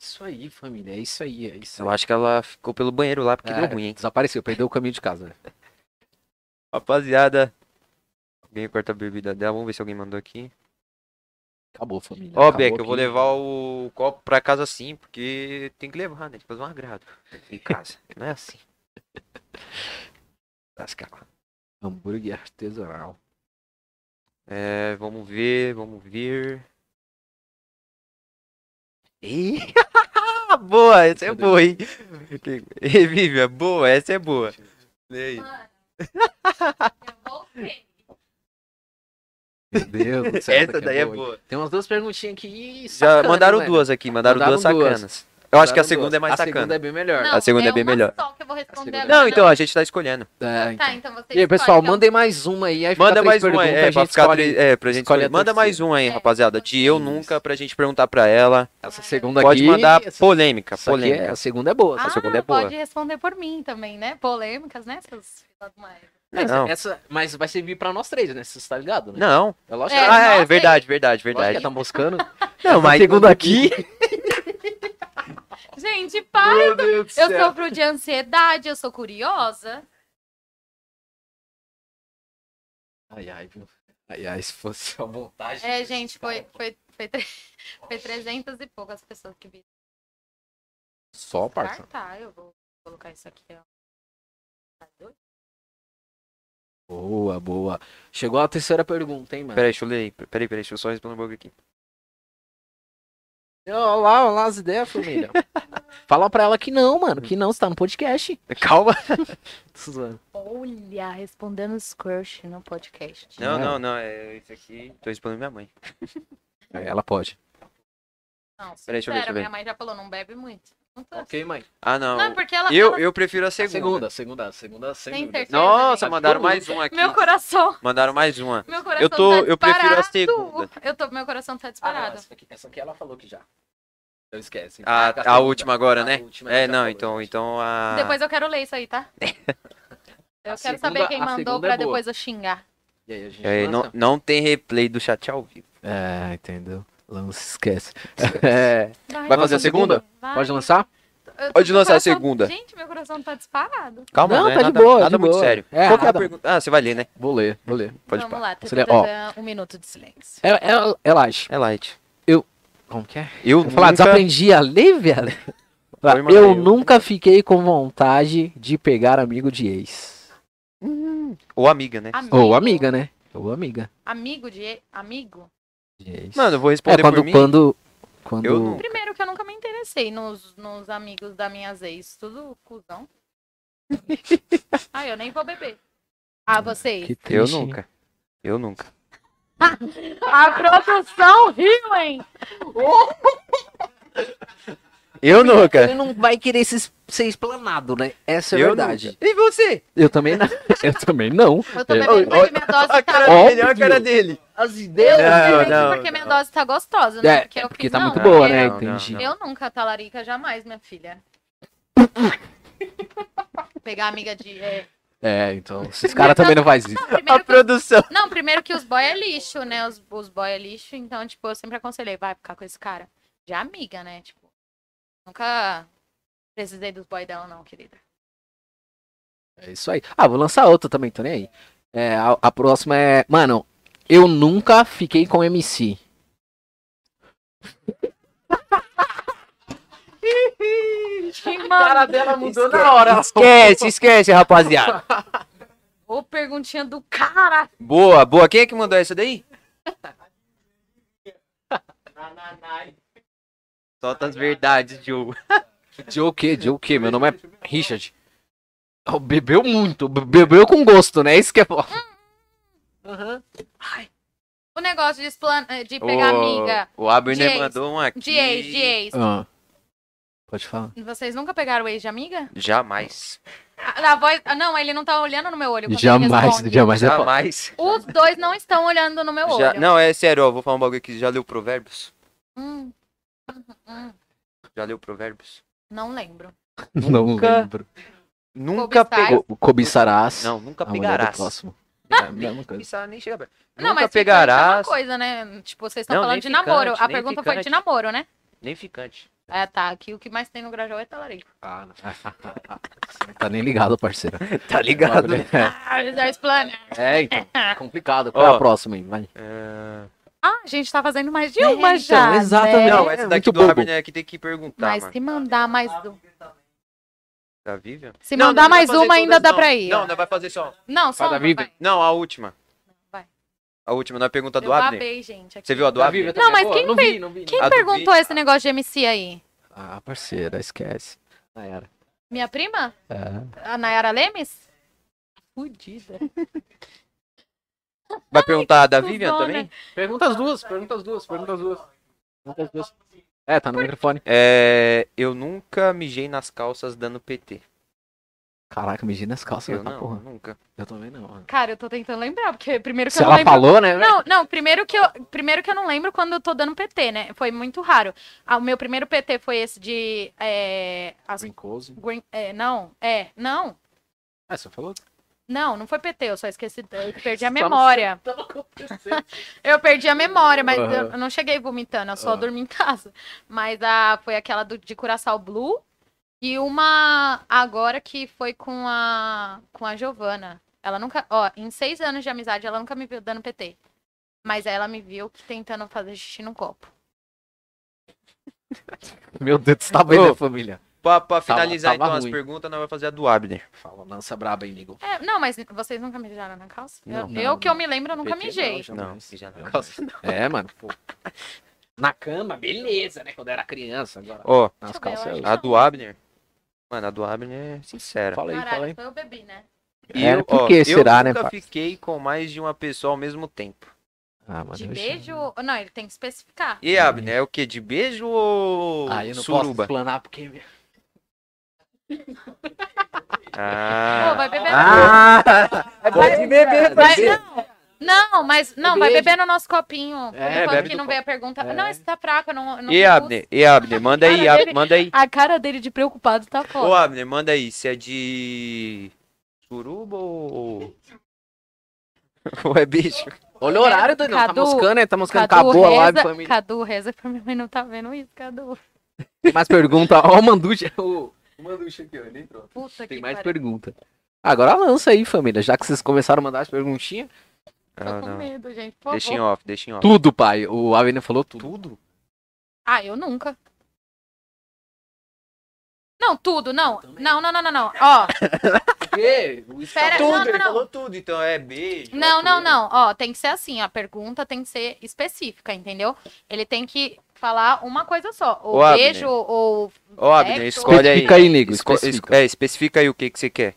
[SPEAKER 4] Isso aí, família, é isso aí, é isso
[SPEAKER 2] Eu
[SPEAKER 4] aí.
[SPEAKER 2] acho que ela ficou pelo banheiro lá porque
[SPEAKER 4] É,
[SPEAKER 2] deu ruim, hein?
[SPEAKER 4] Desapareceu, perdeu o caminho de casa. né?
[SPEAKER 2] Rapaziada, alguém corta a bebida dela, vamos ver se alguém mandou aqui.
[SPEAKER 4] Acabou, família.
[SPEAKER 2] Ó,
[SPEAKER 4] acabou
[SPEAKER 2] Beck, eu
[SPEAKER 4] aqui.
[SPEAKER 2] vou levar o copo pra casa sim, porque tem que levar, né? Tem que fazer um agrado em casa. Não é assim. Lascar.
[SPEAKER 4] é Hambúrguer artesanal.
[SPEAKER 2] É, vamos ver, vamos ver. Ih, boa, essa é
[SPEAKER 4] Cadê?
[SPEAKER 2] boa, hein? Ih, Vivian, boa, essa é boa. E aí?
[SPEAKER 3] Mano, eu voltei.
[SPEAKER 4] Meu Deus do céu.
[SPEAKER 2] Essa daí é
[SPEAKER 4] hein?
[SPEAKER 2] boa.
[SPEAKER 4] Tem umas duas perguntinhas aqui. ih,
[SPEAKER 2] Já
[SPEAKER 4] sacana,
[SPEAKER 2] mandaram
[SPEAKER 4] hein,
[SPEAKER 2] duas aqui, mandaram
[SPEAKER 4] Mandaram
[SPEAKER 2] duas
[SPEAKER 4] duas.
[SPEAKER 2] sacanas. Eu acho que a
[SPEAKER 4] Mandaram
[SPEAKER 2] segunda
[SPEAKER 4] duas.
[SPEAKER 2] é mais
[SPEAKER 4] A segunda
[SPEAKER 2] sacana.
[SPEAKER 4] é bem melhor.
[SPEAKER 3] Não,
[SPEAKER 2] segunda é bem
[SPEAKER 3] uma
[SPEAKER 2] melhor.
[SPEAKER 3] Só que eu vou responder
[SPEAKER 4] segunda é-
[SPEAKER 3] agora.
[SPEAKER 2] Não, então, a gente tá escolhendo.
[SPEAKER 4] É, então.
[SPEAKER 3] Tá, então vocês
[SPEAKER 4] E aí, pessoal,
[SPEAKER 3] escolhem.
[SPEAKER 4] mandem mais uma aí. aí fica
[SPEAKER 2] Manda
[SPEAKER 4] três
[SPEAKER 2] mais uma, é,
[SPEAKER 4] perguntas, a
[SPEAKER 2] pra
[SPEAKER 4] gente
[SPEAKER 2] ficar
[SPEAKER 4] escolhe
[SPEAKER 2] três, é, pra gente
[SPEAKER 4] escolhe a
[SPEAKER 2] escolher. Manda
[SPEAKER 4] terceira.
[SPEAKER 2] mais uma, hein,
[SPEAKER 3] É,
[SPEAKER 2] rapaziada, de Eu
[SPEAKER 4] isso.
[SPEAKER 2] Nunca, pra gente perguntar pra ela.
[SPEAKER 4] Essa segunda
[SPEAKER 2] Pode
[SPEAKER 4] aqui.
[SPEAKER 2] mandar
[SPEAKER 4] essa-
[SPEAKER 2] polêmica,
[SPEAKER 4] essa aqui é-
[SPEAKER 2] polêmica.
[SPEAKER 4] a segunda é boa.
[SPEAKER 3] Ah,
[SPEAKER 4] essa segunda-
[SPEAKER 2] segunda é boa.
[SPEAKER 3] pode responder por mim também, né? Polêmicas, né? Seus filhos do mar.
[SPEAKER 4] é-
[SPEAKER 2] Não,
[SPEAKER 4] Essa, mas vai servir pra nós três, né? Você tá ligado, né?
[SPEAKER 2] não.
[SPEAKER 4] É lógico que
[SPEAKER 3] É,
[SPEAKER 4] ela-
[SPEAKER 2] Ah, é
[SPEAKER 3] nossa,
[SPEAKER 2] verdade, verdade,
[SPEAKER 4] lógico que
[SPEAKER 2] verdade.
[SPEAKER 4] ela tá moscando.
[SPEAKER 2] Não,
[SPEAKER 4] Mas
[SPEAKER 2] mas
[SPEAKER 4] segunda Tá aqui.
[SPEAKER 3] Gente, pai,
[SPEAKER 1] Meu Deus do
[SPEAKER 3] eu
[SPEAKER 1] céu.
[SPEAKER 3] sofro de ansiedade, eu sou curiosa.
[SPEAKER 4] Ai, ai, viu? Ai, ai, se fosse a vontade. tá
[SPEAKER 3] É, gente, foi, foi, foi, tre- foi 300 e poucas pessoas que viram.
[SPEAKER 4] Só, parça.
[SPEAKER 3] Tá, eu vou colocar isso aqui, ó. Tá doido?
[SPEAKER 4] Boa, boa. Chegou a terceira pergunta, hein, mano?
[SPEAKER 2] Peraí, deixa eu ler aí. Peraí, peraí, deixa eu só responder um bagulho aqui.
[SPEAKER 4] Olha lá, olha lá as ideias, família. Fala pra ela que não, mano. Que não, você tá no podcast.
[SPEAKER 2] Calma.
[SPEAKER 4] Tô zoando.
[SPEAKER 3] Olha, respondendo Squirt no podcast.
[SPEAKER 2] Não,
[SPEAKER 4] Não.
[SPEAKER 2] não, não. É isso aqui. Tô respondendo minha mãe.
[SPEAKER 4] É, Ela pode.
[SPEAKER 3] Não,
[SPEAKER 2] Peraí, deixa eu ver, deixa eu
[SPEAKER 3] sincero,
[SPEAKER 2] ver.
[SPEAKER 3] minha mãe já falou, não bebe muito. Não, tô... assim.
[SPEAKER 4] Ok, mãe.
[SPEAKER 2] Ah, não.
[SPEAKER 3] não porque ela,
[SPEAKER 2] Eu,
[SPEAKER 3] ela
[SPEAKER 2] eu prefiro a
[SPEAKER 4] Segunda,
[SPEAKER 2] segunda.
[SPEAKER 4] segunda, segunda, segunda sem
[SPEAKER 3] tem
[SPEAKER 4] dúvida.
[SPEAKER 3] certeza.
[SPEAKER 2] Nossa,
[SPEAKER 4] Tá
[SPEAKER 2] mandaram
[SPEAKER 4] todo mundo.
[SPEAKER 2] mais um aqui.
[SPEAKER 3] Meu coração,
[SPEAKER 2] Mandaram mais uma.
[SPEAKER 3] meu coração
[SPEAKER 2] Eu tô,
[SPEAKER 3] tá
[SPEAKER 2] eu prefiro a
[SPEAKER 3] disparado.
[SPEAKER 2] segunda.
[SPEAKER 3] Eu tô, meu coração tá
[SPEAKER 4] Ah, não,
[SPEAKER 3] disparado.
[SPEAKER 4] essa, aqui, essa aqui ela falou que já. Eu esquece.
[SPEAKER 2] A,
[SPEAKER 4] Caraca,
[SPEAKER 2] a
[SPEAKER 4] Ah, tá, segunda.
[SPEAKER 2] última agora,
[SPEAKER 4] A
[SPEAKER 2] né?
[SPEAKER 4] última ela
[SPEAKER 2] É,
[SPEAKER 4] já
[SPEAKER 2] não,
[SPEAKER 4] falou,
[SPEAKER 2] então,
[SPEAKER 4] gente.
[SPEAKER 2] então a.
[SPEAKER 3] Depois eu quero ler isso aí, tá? Eu
[SPEAKER 4] A
[SPEAKER 3] quero
[SPEAKER 4] segunda-
[SPEAKER 3] saber quem
[SPEAKER 4] a
[SPEAKER 3] mandou
[SPEAKER 4] segunda
[SPEAKER 3] pra
[SPEAKER 4] é boa.
[SPEAKER 3] depois eu xingar.
[SPEAKER 4] E aí, a gente
[SPEAKER 2] É, não,
[SPEAKER 4] lança?
[SPEAKER 2] não tem replay do chat ao vivo.
[SPEAKER 4] É, entendeu? Lança, esquece. É,
[SPEAKER 2] Vai fazer
[SPEAKER 4] a
[SPEAKER 2] a segunda?
[SPEAKER 3] Vai.
[SPEAKER 4] pode lançar?
[SPEAKER 3] Eu-
[SPEAKER 2] Pode
[SPEAKER 3] meu
[SPEAKER 2] lançar a
[SPEAKER 3] coração-
[SPEAKER 2] segunda.
[SPEAKER 3] Gente, meu coração tá disparado.
[SPEAKER 2] Calma,
[SPEAKER 4] não,
[SPEAKER 2] né?
[SPEAKER 4] tá
[SPEAKER 2] nada,
[SPEAKER 4] de boa,
[SPEAKER 2] Nada
[SPEAKER 4] de
[SPEAKER 2] muito
[SPEAKER 4] boa.
[SPEAKER 2] sério.
[SPEAKER 4] É,
[SPEAKER 2] Qual que é a
[SPEAKER 4] nada.
[SPEAKER 2] pergunta? Ah, você vai ler, né?
[SPEAKER 4] Vou ler, vou ler.
[SPEAKER 2] Pode
[SPEAKER 3] Vamos
[SPEAKER 2] pá.
[SPEAKER 3] lá,
[SPEAKER 4] Você lê- ó.
[SPEAKER 3] tadadã, um minuto de silêncio.
[SPEAKER 4] É, é, é light.
[SPEAKER 2] É light.
[SPEAKER 4] Eu, Como que é?
[SPEAKER 2] Eu
[SPEAKER 4] Vou falar,
[SPEAKER 2] nunca...
[SPEAKER 4] desaprendi a lei, velho.
[SPEAKER 2] Foi, mano,
[SPEAKER 4] eu
[SPEAKER 2] eu-
[SPEAKER 4] nunca fiquei com vontade de pegar amigo de ex.
[SPEAKER 2] Ou amiga, né?
[SPEAKER 3] Amigo,
[SPEAKER 4] Ou amiga, né? Ou amiga
[SPEAKER 3] Amigo de. Amigo?
[SPEAKER 4] de ex.
[SPEAKER 2] Mano, eu vou
[SPEAKER 4] é
[SPEAKER 2] responder
[SPEAKER 4] quando.
[SPEAKER 2] por mim.
[SPEAKER 4] quando, quando...
[SPEAKER 2] Eu não-
[SPEAKER 3] Primeiro que eu nunca me interessei nos, nos amigos da minha ex. Tudo cuzão. ah, eu nem vou beber. Ah, vocês.
[SPEAKER 4] Que
[SPEAKER 2] Eu
[SPEAKER 4] triste, hein?
[SPEAKER 2] nunca. Eu nunca.
[SPEAKER 3] A produção riu, hein?
[SPEAKER 2] Eu nunca.
[SPEAKER 4] Ele não vai querer se, ser explanado, né? Essa é a
[SPEAKER 2] Eu
[SPEAKER 4] verdade.
[SPEAKER 2] nunca. E você?
[SPEAKER 4] Eu também não. Eu também não.
[SPEAKER 3] Eu tô
[SPEAKER 4] É.
[SPEAKER 3] bebendo porque minha dose tá.
[SPEAKER 4] Ó,
[SPEAKER 2] dele,
[SPEAKER 4] Óbvio.
[SPEAKER 2] olha a cara dele.
[SPEAKER 4] As
[SPEAKER 3] Eu
[SPEAKER 4] ideias.
[SPEAKER 2] Não,
[SPEAKER 3] tô bebendo
[SPEAKER 2] não,
[SPEAKER 3] porque minha
[SPEAKER 2] não.
[SPEAKER 3] dose tá gostosa, né?
[SPEAKER 4] É,
[SPEAKER 3] porque eu
[SPEAKER 4] porque
[SPEAKER 3] fiz,
[SPEAKER 4] tá
[SPEAKER 3] não,
[SPEAKER 4] muito boa,
[SPEAKER 3] eu-
[SPEAKER 4] né?
[SPEAKER 2] não,
[SPEAKER 4] Entendi.
[SPEAKER 2] não.
[SPEAKER 3] Eu nunca talarica jamais, minha filha. Pegar amiga de. é,
[SPEAKER 4] É, então. Esses caras também não fazem isso.
[SPEAKER 2] A
[SPEAKER 3] primeiro que
[SPEAKER 2] produção.
[SPEAKER 3] Não, primeiro que os boy é lixo, né? Os, os boy é lixo, então, tipo, eu sempre aconselhei, vai ficar com esse cara. De amiga, né? Tipo, nunca precisei dos boy dela, não, querida.
[SPEAKER 4] É isso aí. Ah, vou lançar outra também, tô nem aí. É, a, a próxima é. Mano, eu nunca fiquei com MC.
[SPEAKER 3] Que
[SPEAKER 1] A
[SPEAKER 3] mano,
[SPEAKER 1] cara dela mudou na hora.
[SPEAKER 2] Esquece, esquece, rapaziada.
[SPEAKER 3] ô perguntinha do cara.
[SPEAKER 2] Boa, boa. Quem é que mandou essa daí? Solta as verdades, Diogo.
[SPEAKER 4] De o quê? De o quê? Meu nome é Richard. Oh, bebeu muito. be- Bebeu com gosto, né? Isso que é. foda.
[SPEAKER 1] Aham.
[SPEAKER 3] O negócio de, esplan- eh, de pegar amiga.
[SPEAKER 2] O Abner
[SPEAKER 3] De ex.
[SPEAKER 2] mandou um aqui.
[SPEAKER 3] De ex, de ex.
[SPEAKER 4] Ah. Pode falar.
[SPEAKER 3] Vocês nunca pegaram o ex de amiga?
[SPEAKER 2] Jamais.
[SPEAKER 3] Ah, Na voz... ah, Não, ele não tá olhando no meu olho. quando ele
[SPEAKER 4] Jamais,
[SPEAKER 3] responde.
[SPEAKER 4] jamais. é foda.
[SPEAKER 2] Jamais.
[SPEAKER 3] Os dois não estão Tá olhando no meu
[SPEAKER 2] Já-
[SPEAKER 3] olho.
[SPEAKER 2] Não, é sério, ó. Vou falar um bagulho aqui. Já leu Provérbios?
[SPEAKER 3] Hum, hum, hum,
[SPEAKER 2] Já leu Provérbios?
[SPEAKER 3] não lembro.
[SPEAKER 4] Não
[SPEAKER 2] Nunca-
[SPEAKER 4] lembro.
[SPEAKER 2] Nunca
[SPEAKER 3] Cobiçar.
[SPEAKER 2] pegou.
[SPEAKER 4] O cobiçarás.
[SPEAKER 2] Não, nunca
[SPEAKER 4] a mulher do
[SPEAKER 2] pegarás.
[SPEAKER 4] próximo.
[SPEAKER 2] Ah,
[SPEAKER 4] Mesma
[SPEAKER 2] nem-
[SPEAKER 4] coisa.
[SPEAKER 2] isso, ah, nem chega perto.
[SPEAKER 3] não,
[SPEAKER 2] Nunca
[SPEAKER 3] mas ficante é uma
[SPEAKER 2] pegarás.
[SPEAKER 3] coisa, né? Tipo, vocês estão
[SPEAKER 2] Não,
[SPEAKER 3] falando
[SPEAKER 2] nem
[SPEAKER 3] de namoro.
[SPEAKER 2] ficante,
[SPEAKER 3] A
[SPEAKER 2] nem
[SPEAKER 3] pergunta foi de
[SPEAKER 2] ficante.
[SPEAKER 3] namoro, né?
[SPEAKER 2] Nem ficante.
[SPEAKER 3] É, tá. Aqui o que mais tem no Grajaú é talarico.
[SPEAKER 4] Ah, não. Não tá nem ligado, parceiro.
[SPEAKER 2] Tá
[SPEAKER 3] Ah, já explana.
[SPEAKER 4] É, então. é complicado. Qual é
[SPEAKER 2] Ó.
[SPEAKER 4] a próxima aí? Vai.
[SPEAKER 2] é,
[SPEAKER 3] Ah, a gente tá fazendo mais de uma já.
[SPEAKER 4] então, exatamente.
[SPEAKER 3] né?
[SPEAKER 2] Não,
[SPEAKER 4] É,
[SPEAKER 2] essa
[SPEAKER 4] é
[SPEAKER 2] daqui
[SPEAKER 4] muito
[SPEAKER 2] do
[SPEAKER 4] bobo.
[SPEAKER 2] Abner aqui tem que perguntar,
[SPEAKER 3] Mas
[SPEAKER 2] mano.
[SPEAKER 3] se mandar mais um.
[SPEAKER 2] Tá viva?
[SPEAKER 3] Se
[SPEAKER 2] Não,
[SPEAKER 3] mandar
[SPEAKER 2] não vai
[SPEAKER 3] mais
[SPEAKER 2] fazer
[SPEAKER 3] uma,
[SPEAKER 2] todas,
[SPEAKER 3] ainda dá
[SPEAKER 2] não.
[SPEAKER 3] pra ir.
[SPEAKER 2] Não,
[SPEAKER 3] Não,
[SPEAKER 2] não vai fazer só.
[SPEAKER 3] só
[SPEAKER 4] Vai,
[SPEAKER 3] uma,
[SPEAKER 4] Davi?
[SPEAKER 3] vai.
[SPEAKER 2] Não, a última.
[SPEAKER 3] Vai.
[SPEAKER 2] A última, não é a pergunta do
[SPEAKER 3] Eu
[SPEAKER 2] Abner.
[SPEAKER 3] babei, gente. aqui.
[SPEAKER 2] Você tá viu a do
[SPEAKER 4] Tá
[SPEAKER 1] Da Vivian
[SPEAKER 4] então?
[SPEAKER 2] Abner?
[SPEAKER 1] também é
[SPEAKER 3] mas
[SPEAKER 1] boa?
[SPEAKER 3] quem
[SPEAKER 1] Não
[SPEAKER 3] fez-
[SPEAKER 1] vi, não vi.
[SPEAKER 3] Quem
[SPEAKER 2] A do
[SPEAKER 3] perguntou
[SPEAKER 2] Vitor?
[SPEAKER 3] esse negócio de MC aí?
[SPEAKER 4] Ah, parceira, esquece. Já era.
[SPEAKER 3] Minha prima?
[SPEAKER 4] É.
[SPEAKER 3] A Nayara Lemes? Fudida.
[SPEAKER 2] Vai perguntar a da
[SPEAKER 3] que
[SPEAKER 2] Vivian
[SPEAKER 3] cuzona.
[SPEAKER 2] também?
[SPEAKER 1] Pergunta as duas, pergunta as duas, pergunta as duas.
[SPEAKER 4] É, tá no microfone.
[SPEAKER 2] É, eu nunca mijei nas calças dando PT.
[SPEAKER 4] Caraca, medi nas calças,
[SPEAKER 2] Eu
[SPEAKER 4] tá
[SPEAKER 2] não,
[SPEAKER 4] porra.
[SPEAKER 2] nunca.
[SPEAKER 4] Eu também não. mano.
[SPEAKER 3] Cara, eu tô tentando lembrar, porque é primeiro que
[SPEAKER 4] Se
[SPEAKER 3] eu não
[SPEAKER 4] ela
[SPEAKER 3] lembro.
[SPEAKER 4] falou, né? velho?
[SPEAKER 3] Não, não, primeiro que, eu, primeiro que eu não lembro quando eu tô dando PT, né? Foi muito raro. Ah, o meu primeiro PT foi esse de. É, as-
[SPEAKER 4] Brincoso.
[SPEAKER 3] green- é, não, é, não,
[SPEAKER 4] Ah, você falou?
[SPEAKER 3] não, não foi PT, eu só esqueci, eu perdi a
[SPEAKER 1] Só não
[SPEAKER 3] memória.
[SPEAKER 1] Tava acontecendo.
[SPEAKER 3] Eu perdi a memória, mas eu-
[SPEAKER 4] Aham.
[SPEAKER 3] eu não cheguei vomitando, eu só
[SPEAKER 4] Aham.
[SPEAKER 3] dormi em casa. Mas a, foi aquela do, de Curaçao Blue e uma agora que foi com a, com a Giovana. Ela nunca, ó, em seis anos de amizade, ela nunca me viu dando PT. Mas ela me viu tentando fazer xixi num copo.
[SPEAKER 4] Meu Deus, você tá bem,
[SPEAKER 2] Ô.
[SPEAKER 4] né, família?
[SPEAKER 2] Pra, pra finalizar,
[SPEAKER 4] tava
[SPEAKER 2] então,
[SPEAKER 4] ruim.
[SPEAKER 2] as perguntas, nós vamos fazer a do Abner.
[SPEAKER 4] Fala, lança braba aí, amigo.
[SPEAKER 3] É, não, mas vocês nunca mijaram na calça?
[SPEAKER 2] Não,
[SPEAKER 3] eu
[SPEAKER 2] não,
[SPEAKER 3] eu que eu
[SPEAKER 4] não.
[SPEAKER 3] me lembro, eu nunca
[SPEAKER 4] PT
[SPEAKER 3] mijei.
[SPEAKER 4] Não,
[SPEAKER 2] Não,
[SPEAKER 4] jamais.
[SPEAKER 2] mijar na
[SPEAKER 4] Eu-
[SPEAKER 2] calça
[SPEAKER 4] É, mano, pô. Na cama, beleza, né? Quando eu era criança, agora.
[SPEAKER 2] Ó,
[SPEAKER 4] Nas
[SPEAKER 3] Deixa eu ver,
[SPEAKER 4] calças.
[SPEAKER 3] eu
[SPEAKER 4] eu-
[SPEAKER 2] a do Abner. Mano, a do Abner é sincera.
[SPEAKER 4] Fala aí, fala
[SPEAKER 3] Caralho,
[SPEAKER 4] aí.
[SPEAKER 3] foi eu bebi, né?
[SPEAKER 2] E
[SPEAKER 4] É,
[SPEAKER 2] eu,
[SPEAKER 4] por
[SPEAKER 2] ó,
[SPEAKER 4] que será,
[SPEAKER 2] eu
[SPEAKER 4] né,
[SPEAKER 2] nunca
[SPEAKER 4] pai?
[SPEAKER 2] fiquei com mais de uma pessoa ao mesmo tempo.
[SPEAKER 4] Ah, mano.
[SPEAKER 3] De
[SPEAKER 4] eu-
[SPEAKER 3] beijo. Não, ele tem que especificar.
[SPEAKER 2] E Abner, é o que? De beijo ou
[SPEAKER 4] Ah, eu não posso
[SPEAKER 2] suruba?
[SPEAKER 4] explanar porque. é
[SPEAKER 2] Ah,
[SPEAKER 3] Pô, vai beber.
[SPEAKER 4] Ah!
[SPEAKER 3] É,
[SPEAKER 2] pode beber,
[SPEAKER 3] Vai- não, não, mas não, vai
[SPEAKER 4] Beijo.
[SPEAKER 3] beber no nosso copinho.
[SPEAKER 4] É,
[SPEAKER 3] enquanto
[SPEAKER 2] bebe
[SPEAKER 3] que
[SPEAKER 2] do
[SPEAKER 3] não veio a pergunta.
[SPEAKER 4] É.
[SPEAKER 3] Não, esse tá fraco, eu não. eu não
[SPEAKER 2] E
[SPEAKER 3] consigo.
[SPEAKER 2] Abner, e Abner, manda aí,
[SPEAKER 3] Cara
[SPEAKER 2] Ab-
[SPEAKER 3] dele-
[SPEAKER 2] manda aí.
[SPEAKER 3] A cara dele de preocupado tá
[SPEAKER 2] Ô
[SPEAKER 3] foda.
[SPEAKER 2] Abner, manda aí, se é de suruba ou. ou é bicho?
[SPEAKER 4] Olha o horário, Danilo. Tá
[SPEAKER 3] Cadu-
[SPEAKER 4] moscando, né? Tá moscando.
[SPEAKER 3] Cadu
[SPEAKER 4] Acabou a
[SPEAKER 3] reza,
[SPEAKER 4] live, família.
[SPEAKER 3] Cadu reza pra minha mãe não tá vendo isso, Cadu.
[SPEAKER 4] Tem mais pergunta. Ó, o Manducci.
[SPEAKER 1] O o Manduxa aqui, ó, ele entrou.
[SPEAKER 3] Puta
[SPEAKER 4] Tem
[SPEAKER 3] que
[SPEAKER 4] mais
[SPEAKER 3] pariu.
[SPEAKER 4] pergunta. Agora lança aí, família. Já que vocês começaram a mandar as perguntinhas.
[SPEAKER 3] Tô
[SPEAKER 2] Não,
[SPEAKER 3] com
[SPEAKER 2] não.
[SPEAKER 3] medo, gente. Por
[SPEAKER 2] Deixa em
[SPEAKER 3] favor.
[SPEAKER 2] off, deixa em off.
[SPEAKER 4] Tudo, pai. O Avena falou tudo.
[SPEAKER 2] Tudo?
[SPEAKER 3] Ah, eu nunca. Não, tudo, não.
[SPEAKER 4] também.
[SPEAKER 3] Não, não, não, não, não. Ó,
[SPEAKER 4] Porque o
[SPEAKER 3] Pera-
[SPEAKER 2] Tá tudo,
[SPEAKER 4] estatuto-
[SPEAKER 3] É, não,
[SPEAKER 2] ele
[SPEAKER 3] não.
[SPEAKER 2] falou tudo, então é B. J,
[SPEAKER 3] não, não,
[SPEAKER 2] tudo.
[SPEAKER 3] não. Ó, tem que ser assim, a pergunta tem que ser específica, entendeu? Ele tem que falar uma coisa só. Ou
[SPEAKER 2] Ô, Abner.
[SPEAKER 3] beijo, ou.
[SPEAKER 2] Ó, Abner,
[SPEAKER 3] sexo,
[SPEAKER 2] escolhe aí.
[SPEAKER 1] Especifica aí, nego,
[SPEAKER 2] Esco-
[SPEAKER 1] especifica.
[SPEAKER 2] É, especifica aí o que, que você quer.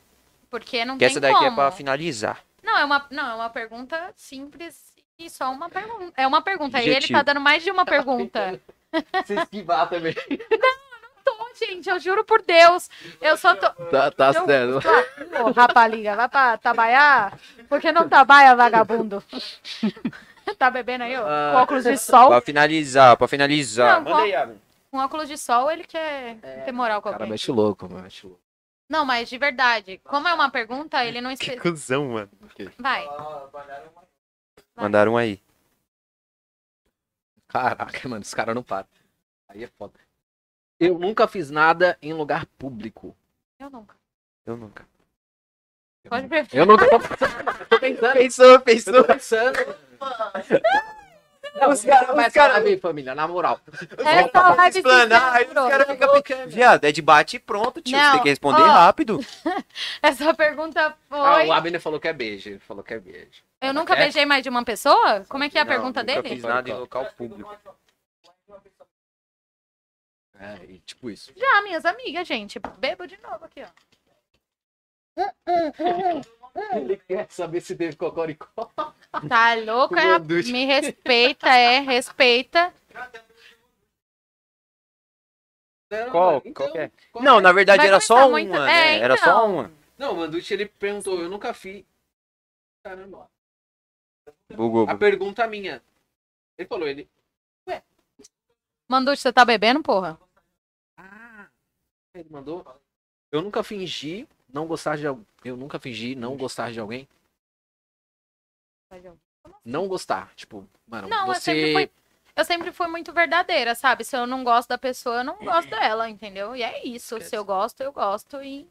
[SPEAKER 3] Porque não
[SPEAKER 2] Que
[SPEAKER 3] tem
[SPEAKER 2] essa daqui é
[SPEAKER 3] como.
[SPEAKER 2] pra finalizar.
[SPEAKER 3] Não, é uma, não, é uma pergunta simples e só uma pergunta. É uma pergunta. E ele
[SPEAKER 2] Objetivo.
[SPEAKER 3] tá dando mais de uma pergunta.
[SPEAKER 4] Se esquivar também.
[SPEAKER 3] Tô, gente, eu juro por Deus. Eu só tô.
[SPEAKER 1] Tá, tá
[SPEAKER 3] Não.
[SPEAKER 1] certo.
[SPEAKER 3] Ah, Ô, rapaliga, vai pra trabalhar? Porque não trabalha, vagabundo. tá bebendo aí, ó?
[SPEAKER 4] Ah.
[SPEAKER 3] Com óculos de sol.
[SPEAKER 2] Pra finalizar, pra finalizar.
[SPEAKER 3] Não,
[SPEAKER 2] Manda
[SPEAKER 3] qual-
[SPEAKER 2] aí, É. Abner.
[SPEAKER 3] Com óculos de sol, ele quer ter moral com
[SPEAKER 1] Cara,
[SPEAKER 3] alguém.
[SPEAKER 1] mete louco, mano, mete louco.
[SPEAKER 3] Não, mas de verdade, como é uma pergunta, ele não. espe-
[SPEAKER 2] cuzão, mano.
[SPEAKER 3] Vai.
[SPEAKER 2] Mandaram um aí.
[SPEAKER 1] Caraca, mano, os caras não param. Aí é foda. Eu nunca fiz nada em lugar público.
[SPEAKER 3] Eu nunca.
[SPEAKER 2] Eu nunca.
[SPEAKER 3] Pode ver.
[SPEAKER 1] Eu nunca tô,
[SPEAKER 4] Tô pensando,
[SPEAKER 2] Pensou,
[SPEAKER 4] eu tô pensando. Não,
[SPEAKER 2] Os cara-
[SPEAKER 4] vai
[SPEAKER 2] os cara-
[SPEAKER 4] falar bem, família, na moral.
[SPEAKER 3] Essa live se
[SPEAKER 2] explanar, aí os
[SPEAKER 3] censurou.
[SPEAKER 2] cara fica Viado, é de bate e pronto, tio.
[SPEAKER 3] Não,
[SPEAKER 2] Você tem que responder
[SPEAKER 3] ó.
[SPEAKER 2] rápido.
[SPEAKER 3] Essa pergunta
[SPEAKER 4] Ah,
[SPEAKER 3] foi.
[SPEAKER 4] o Abner falou que é beijo, ele falou que é beijo.
[SPEAKER 3] Eu nunca
[SPEAKER 4] É?
[SPEAKER 3] beijei mais de uma pessoa? Como é que é a
[SPEAKER 2] Não,
[SPEAKER 3] pergunta
[SPEAKER 2] nunca
[SPEAKER 3] dele?
[SPEAKER 2] fiz nada em
[SPEAKER 4] Então,
[SPEAKER 2] local público.
[SPEAKER 4] É, e tipo isso.
[SPEAKER 3] Já, minhas amigas, gente. Bebo de novo aqui, ó.
[SPEAKER 4] Ele quer saber se teve cocoricó.
[SPEAKER 3] Tá louca?
[SPEAKER 4] Com
[SPEAKER 3] é?
[SPEAKER 4] duas.
[SPEAKER 3] Me respeita, é, respeita.
[SPEAKER 2] Qual-
[SPEAKER 4] Então,
[SPEAKER 2] qual que é?
[SPEAKER 4] qual
[SPEAKER 2] Não,
[SPEAKER 4] é?
[SPEAKER 2] na verdade
[SPEAKER 3] Vai
[SPEAKER 2] era
[SPEAKER 3] começar
[SPEAKER 2] só uma,
[SPEAKER 3] muito-
[SPEAKER 2] né?
[SPEAKER 3] É,
[SPEAKER 2] Era só
[SPEAKER 3] então.
[SPEAKER 2] uma.
[SPEAKER 4] Não, o Manducci ele perguntou, eu nunca fiz. Caramba.
[SPEAKER 2] Bugou.
[SPEAKER 4] A pergunta é minha. Ele falou, ele.
[SPEAKER 3] Manducci, você tá bebendo, porra?
[SPEAKER 4] Ah, ele mandou. Eu nunca fingi não gostar de alguém. Eu nunca fingi não gostar de alguém. Não gostar. Tipo,
[SPEAKER 2] Então,
[SPEAKER 4] mano,
[SPEAKER 3] Não, eu sempre
[SPEAKER 1] você...
[SPEAKER 3] fui. Eu sempre fui muito verdadeira, sabe? Se eu não gosto da pessoa, eu não gosto
[SPEAKER 2] Uhum.
[SPEAKER 3] dela, entendeu? E é isso. Se eu gosto, eu gosto e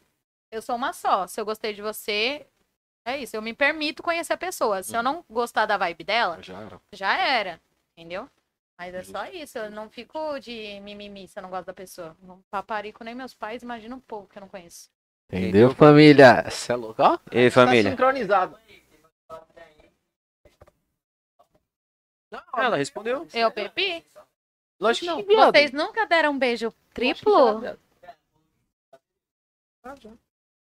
[SPEAKER 3] eu sou uma só. Se eu gostei de você, é isso. Eu me permito conhecer a pessoa.
[SPEAKER 2] Uhum.
[SPEAKER 3] Se eu não gostar da vibe dela,
[SPEAKER 1] Já era.
[SPEAKER 3] já era, entendeu? Mas é só isso, eu não fico de mimimi se eu não gosto da pessoa. Não paparico nem meus pais, imagina o povo que eu não conheço.
[SPEAKER 1] Entendeu, família? Você é louco, ó.
[SPEAKER 2] Ei,
[SPEAKER 4] Tá
[SPEAKER 2] família.
[SPEAKER 4] sincronizado. Não,
[SPEAKER 2] Ela respondeu.
[SPEAKER 3] Eu bebi?
[SPEAKER 2] Lógico que não.
[SPEAKER 4] viado.
[SPEAKER 3] Vocês nunca deram um beijo triplo?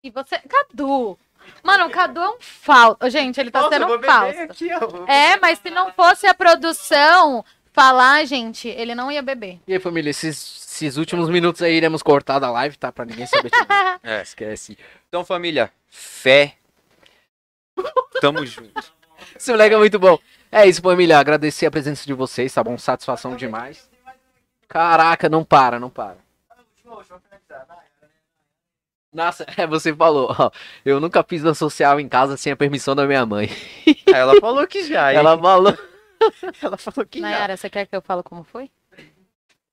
[SPEAKER 3] E você. Cadu! Mano, o Cadu é um falso. Gente, ele tá
[SPEAKER 2] Nossa, eu
[SPEAKER 3] sendo
[SPEAKER 2] vou
[SPEAKER 3] um
[SPEAKER 2] beber
[SPEAKER 3] falso.
[SPEAKER 2] aqui, ó.
[SPEAKER 3] É, mas se não fosse a produção falar, gente, ele não ia beber.
[SPEAKER 1] E aí, família, esses, esses últimos minutos aí iremos cortar da live, tá? Pra ninguém saber. de nada.
[SPEAKER 2] É.
[SPEAKER 1] Esquece.
[SPEAKER 2] Então, família, fé. Tamo junto.
[SPEAKER 1] Esse moleque é muito bom. É isso, família. Agradecer a presença de vocês, tá bom? Satisfação demais. Caraca, não para, não para. Nossa, é, você falou, ó. Eu nunca fiz uma social em casa sem a permissão da minha mãe.
[SPEAKER 2] Aí Ela falou que já. hein?
[SPEAKER 1] Ela falou.
[SPEAKER 2] ela falou que
[SPEAKER 3] Nayara, você quer que eu fale como foi?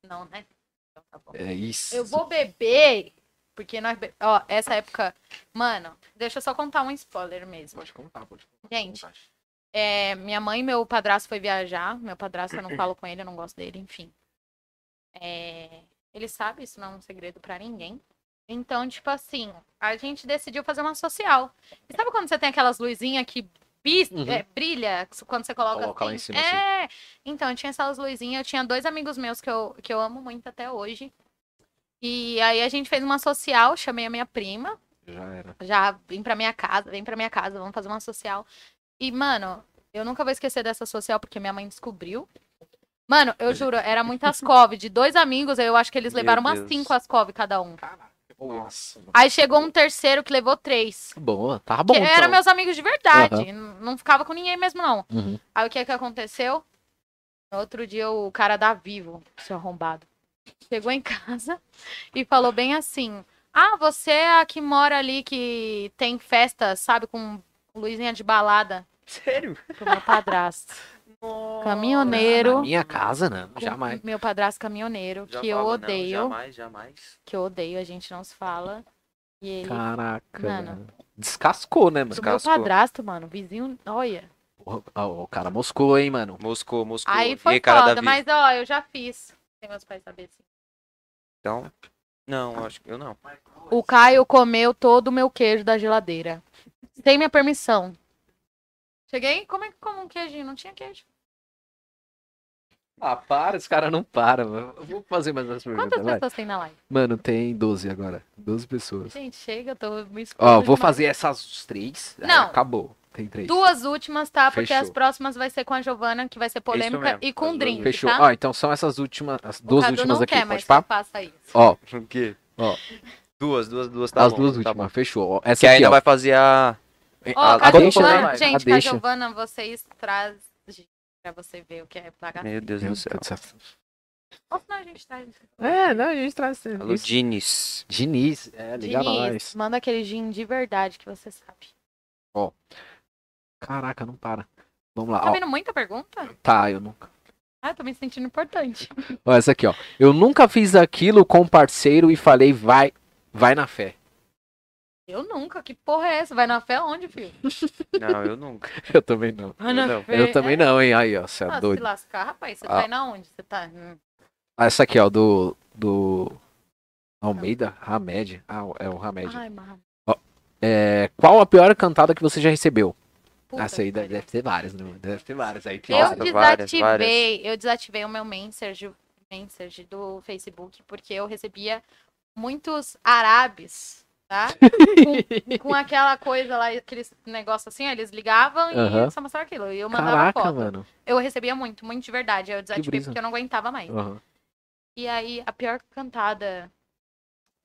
[SPEAKER 3] Não, né? Então tá bom.
[SPEAKER 1] É isso.
[SPEAKER 3] Eu vou beber. Porque nós. be- Ó, essa época. Mano, deixa eu só contar um spoiler mesmo.
[SPEAKER 1] Pode contar, pode contar.
[SPEAKER 3] Gente, é, minha mãe e meu padrasto foi viajar. Meu padrasto, eu não falo com ele, eu não gosto dele, enfim. É, ele sabe, isso não é um segredo pra ninguém. Então, tipo assim, a gente decidiu fazer uma social. E sabe quando você tem aquelas luzinhas que bis-
[SPEAKER 1] Uhum.
[SPEAKER 3] é, brilha quando você coloca.
[SPEAKER 1] Coloca lá
[SPEAKER 3] assim?
[SPEAKER 1] em cima,
[SPEAKER 3] É. Então, eu tinha essas luzinhas, eu tinha dois amigos meus que eu, que eu amo muito até hoje. E aí a gente fez uma social, chamei a minha prima
[SPEAKER 1] Já era.
[SPEAKER 3] já vem pra minha casa, vem pra minha casa, vamos fazer uma social. E, mano, eu nunca vou esquecer dessa social porque minha mãe descobriu. Mano, eu
[SPEAKER 1] é
[SPEAKER 3] juro, era muitas cove de dois amigos, eu acho que eles
[SPEAKER 2] Meu
[SPEAKER 3] levaram umas
[SPEAKER 2] Deus.
[SPEAKER 3] cinco as cove cada um.
[SPEAKER 4] Caraca. Nossa.
[SPEAKER 3] Aí chegou um terceiro que levou três.
[SPEAKER 1] Boa, tava bom.
[SPEAKER 3] Que eram
[SPEAKER 1] então.
[SPEAKER 3] meus amigos de verdade, n- não ficava com ninguém mesmo não.
[SPEAKER 1] Uhum.
[SPEAKER 3] Aí o que que aconteceu? No outro dia o cara da Vivo, seu arrombado, chegou em casa e falou bem assim: Ah, você é a que mora ali que tem festa, sabe, com luzinha de balada
[SPEAKER 2] Sério?
[SPEAKER 3] pro meu padrasto.
[SPEAKER 1] Na
[SPEAKER 3] Caminhoneiro.
[SPEAKER 1] minha casa, não.
[SPEAKER 3] com
[SPEAKER 1] Jamais.
[SPEAKER 3] Meu padrasto caminhoneiro,
[SPEAKER 2] Já
[SPEAKER 3] que eu
[SPEAKER 2] fala, não,
[SPEAKER 3] odeio.
[SPEAKER 2] jamais, jamais.
[SPEAKER 3] que eu odeio, a gente não se fala. E ele.
[SPEAKER 1] Caraca.
[SPEAKER 3] Mano.
[SPEAKER 1] Descascou, né, mano?
[SPEAKER 3] do meu
[SPEAKER 2] cascou.
[SPEAKER 3] padrasto, mano, vizinho, olha.
[SPEAKER 4] ah,
[SPEAKER 1] Porra, ó, O cara moscou, hein, mano?
[SPEAKER 2] Moscou, moscou.
[SPEAKER 3] Aí
[SPEAKER 2] Tipo, E
[SPEAKER 3] foi
[SPEAKER 2] cara da
[SPEAKER 3] foda,
[SPEAKER 2] vida.
[SPEAKER 3] mas ó, eu já fiz. Sem meus pais saber assim.
[SPEAKER 2] Então, não, eu acho que eu não.
[SPEAKER 3] O Caio comeu todo o meu queijo da geladeira. Sem minha permissão. Cheguei, como é que como um queijinho? Não tinha queijo.
[SPEAKER 4] Ah, para, os caras não param. mano. Eu vou fazer mais umas perguntas,
[SPEAKER 3] Quantas
[SPEAKER 4] vai.
[SPEAKER 3] pessoas tem na live?
[SPEAKER 4] Mano, tem 12 agora. 12 pessoas.
[SPEAKER 3] Gente, chega, eu tô me expondo.
[SPEAKER 4] Ó, vou
[SPEAKER 3] demais.
[SPEAKER 4] fazer essas três. aí
[SPEAKER 3] Não.
[SPEAKER 4] acabou. Tem três.
[SPEAKER 3] Duas últimas, tá? Porque
[SPEAKER 4] Fechou.
[SPEAKER 3] as próximas vai ser com a Giovana, que vai ser polêmica,
[SPEAKER 2] é mesmo,
[SPEAKER 3] e
[SPEAKER 2] as
[SPEAKER 3] com o
[SPEAKER 2] duas
[SPEAKER 3] Drink,
[SPEAKER 4] Fechou.
[SPEAKER 3] tá?
[SPEAKER 4] Ó, então são essas últimas, as
[SPEAKER 3] O
[SPEAKER 4] duas
[SPEAKER 3] Cadu
[SPEAKER 4] últimas
[SPEAKER 3] não
[SPEAKER 4] aqui,
[SPEAKER 3] quer,
[SPEAKER 4] pode
[SPEAKER 3] mas
[SPEAKER 4] pá?
[SPEAKER 3] passa isso.
[SPEAKER 4] Ó,
[SPEAKER 2] O quê?
[SPEAKER 4] Ó.
[SPEAKER 2] Duas, duas, duas, tá
[SPEAKER 4] as
[SPEAKER 2] bom,
[SPEAKER 4] duas
[SPEAKER 2] tá
[SPEAKER 4] últimas,
[SPEAKER 2] bom.
[SPEAKER 4] fechou. Ó,
[SPEAKER 2] Que
[SPEAKER 4] essa aqui,
[SPEAKER 2] ainda
[SPEAKER 4] ó.
[SPEAKER 2] vai fazer a...
[SPEAKER 3] Ó,
[SPEAKER 4] a-
[SPEAKER 3] a,
[SPEAKER 4] a
[SPEAKER 2] Cadu
[SPEAKER 4] deixa,
[SPEAKER 2] Giovana-
[SPEAKER 4] né?
[SPEAKER 3] Giovana,
[SPEAKER 4] A
[SPEAKER 3] gente, com a
[SPEAKER 4] deixa.
[SPEAKER 3] Giovana, vocês trazem pra você ver o que é pagar.
[SPEAKER 2] Meu Deus
[SPEAKER 4] Meu
[SPEAKER 2] do
[SPEAKER 4] Deus
[SPEAKER 2] céu.
[SPEAKER 4] do céu.
[SPEAKER 3] Ou senão a gente traz.
[SPEAKER 4] É, não, a gente traz.
[SPEAKER 2] Alô, Diniz.
[SPEAKER 4] Diniz, é, liga
[SPEAKER 3] Diniz,
[SPEAKER 4] nós.
[SPEAKER 3] manda aquele gin de verdade que você sabe.
[SPEAKER 4] Caraca, não para. Vamos lá,
[SPEAKER 3] Tá
[SPEAKER 4] ó.
[SPEAKER 3] vendo muita pergunta?
[SPEAKER 4] Tá, eu nunca.
[SPEAKER 3] Ah, tô me sentindo importante.
[SPEAKER 4] Ó, essa aqui, ó. Eu nunca fiz aquilo com parceiro e falei, vai, vai na fé.
[SPEAKER 3] Eu nunca, que porra é essa? Vai na fé onde, filho?
[SPEAKER 2] Não, eu nunca.
[SPEAKER 4] Eu também não.
[SPEAKER 2] Eu não.
[SPEAKER 4] Eu também não, hein? Aí, ó, você é
[SPEAKER 3] É, Ah,
[SPEAKER 4] doido.
[SPEAKER 3] se lascar, rapaz, você
[SPEAKER 4] Ah.
[SPEAKER 3] vai na onde? Você tá. hum.
[SPEAKER 4] Ah, Essa aqui, ó, do. Do. Almeida? Hamed. Ah, é o Hamed.
[SPEAKER 3] Ai, mano.
[SPEAKER 4] É, qual a pior cantada que você já recebeu?
[SPEAKER 3] Puta
[SPEAKER 4] Essa aí
[SPEAKER 3] que
[SPEAKER 4] deve,
[SPEAKER 3] pariu.
[SPEAKER 4] deve ter várias, né? mano? Deve ter várias. Aí tem.
[SPEAKER 2] Nossa,
[SPEAKER 3] eu desativei,
[SPEAKER 2] várias, várias.
[SPEAKER 3] eu desativei o meu message, message do Facebook, porque eu recebia muitos árabes, tá? com, com aquela coisa lá, aqueles negócio assim, ó, eles ligavam
[SPEAKER 4] Aham.
[SPEAKER 3] e só mostrava aquilo. E eu mandava
[SPEAKER 4] Caraca,
[SPEAKER 3] foto.
[SPEAKER 4] mano.
[SPEAKER 3] Eu recebia muito, muito de verdade. aí Eu desativei
[SPEAKER 4] brisa.
[SPEAKER 3] porque eu não aguentava mais.
[SPEAKER 4] Aham.
[SPEAKER 3] E aí, a pior cantada.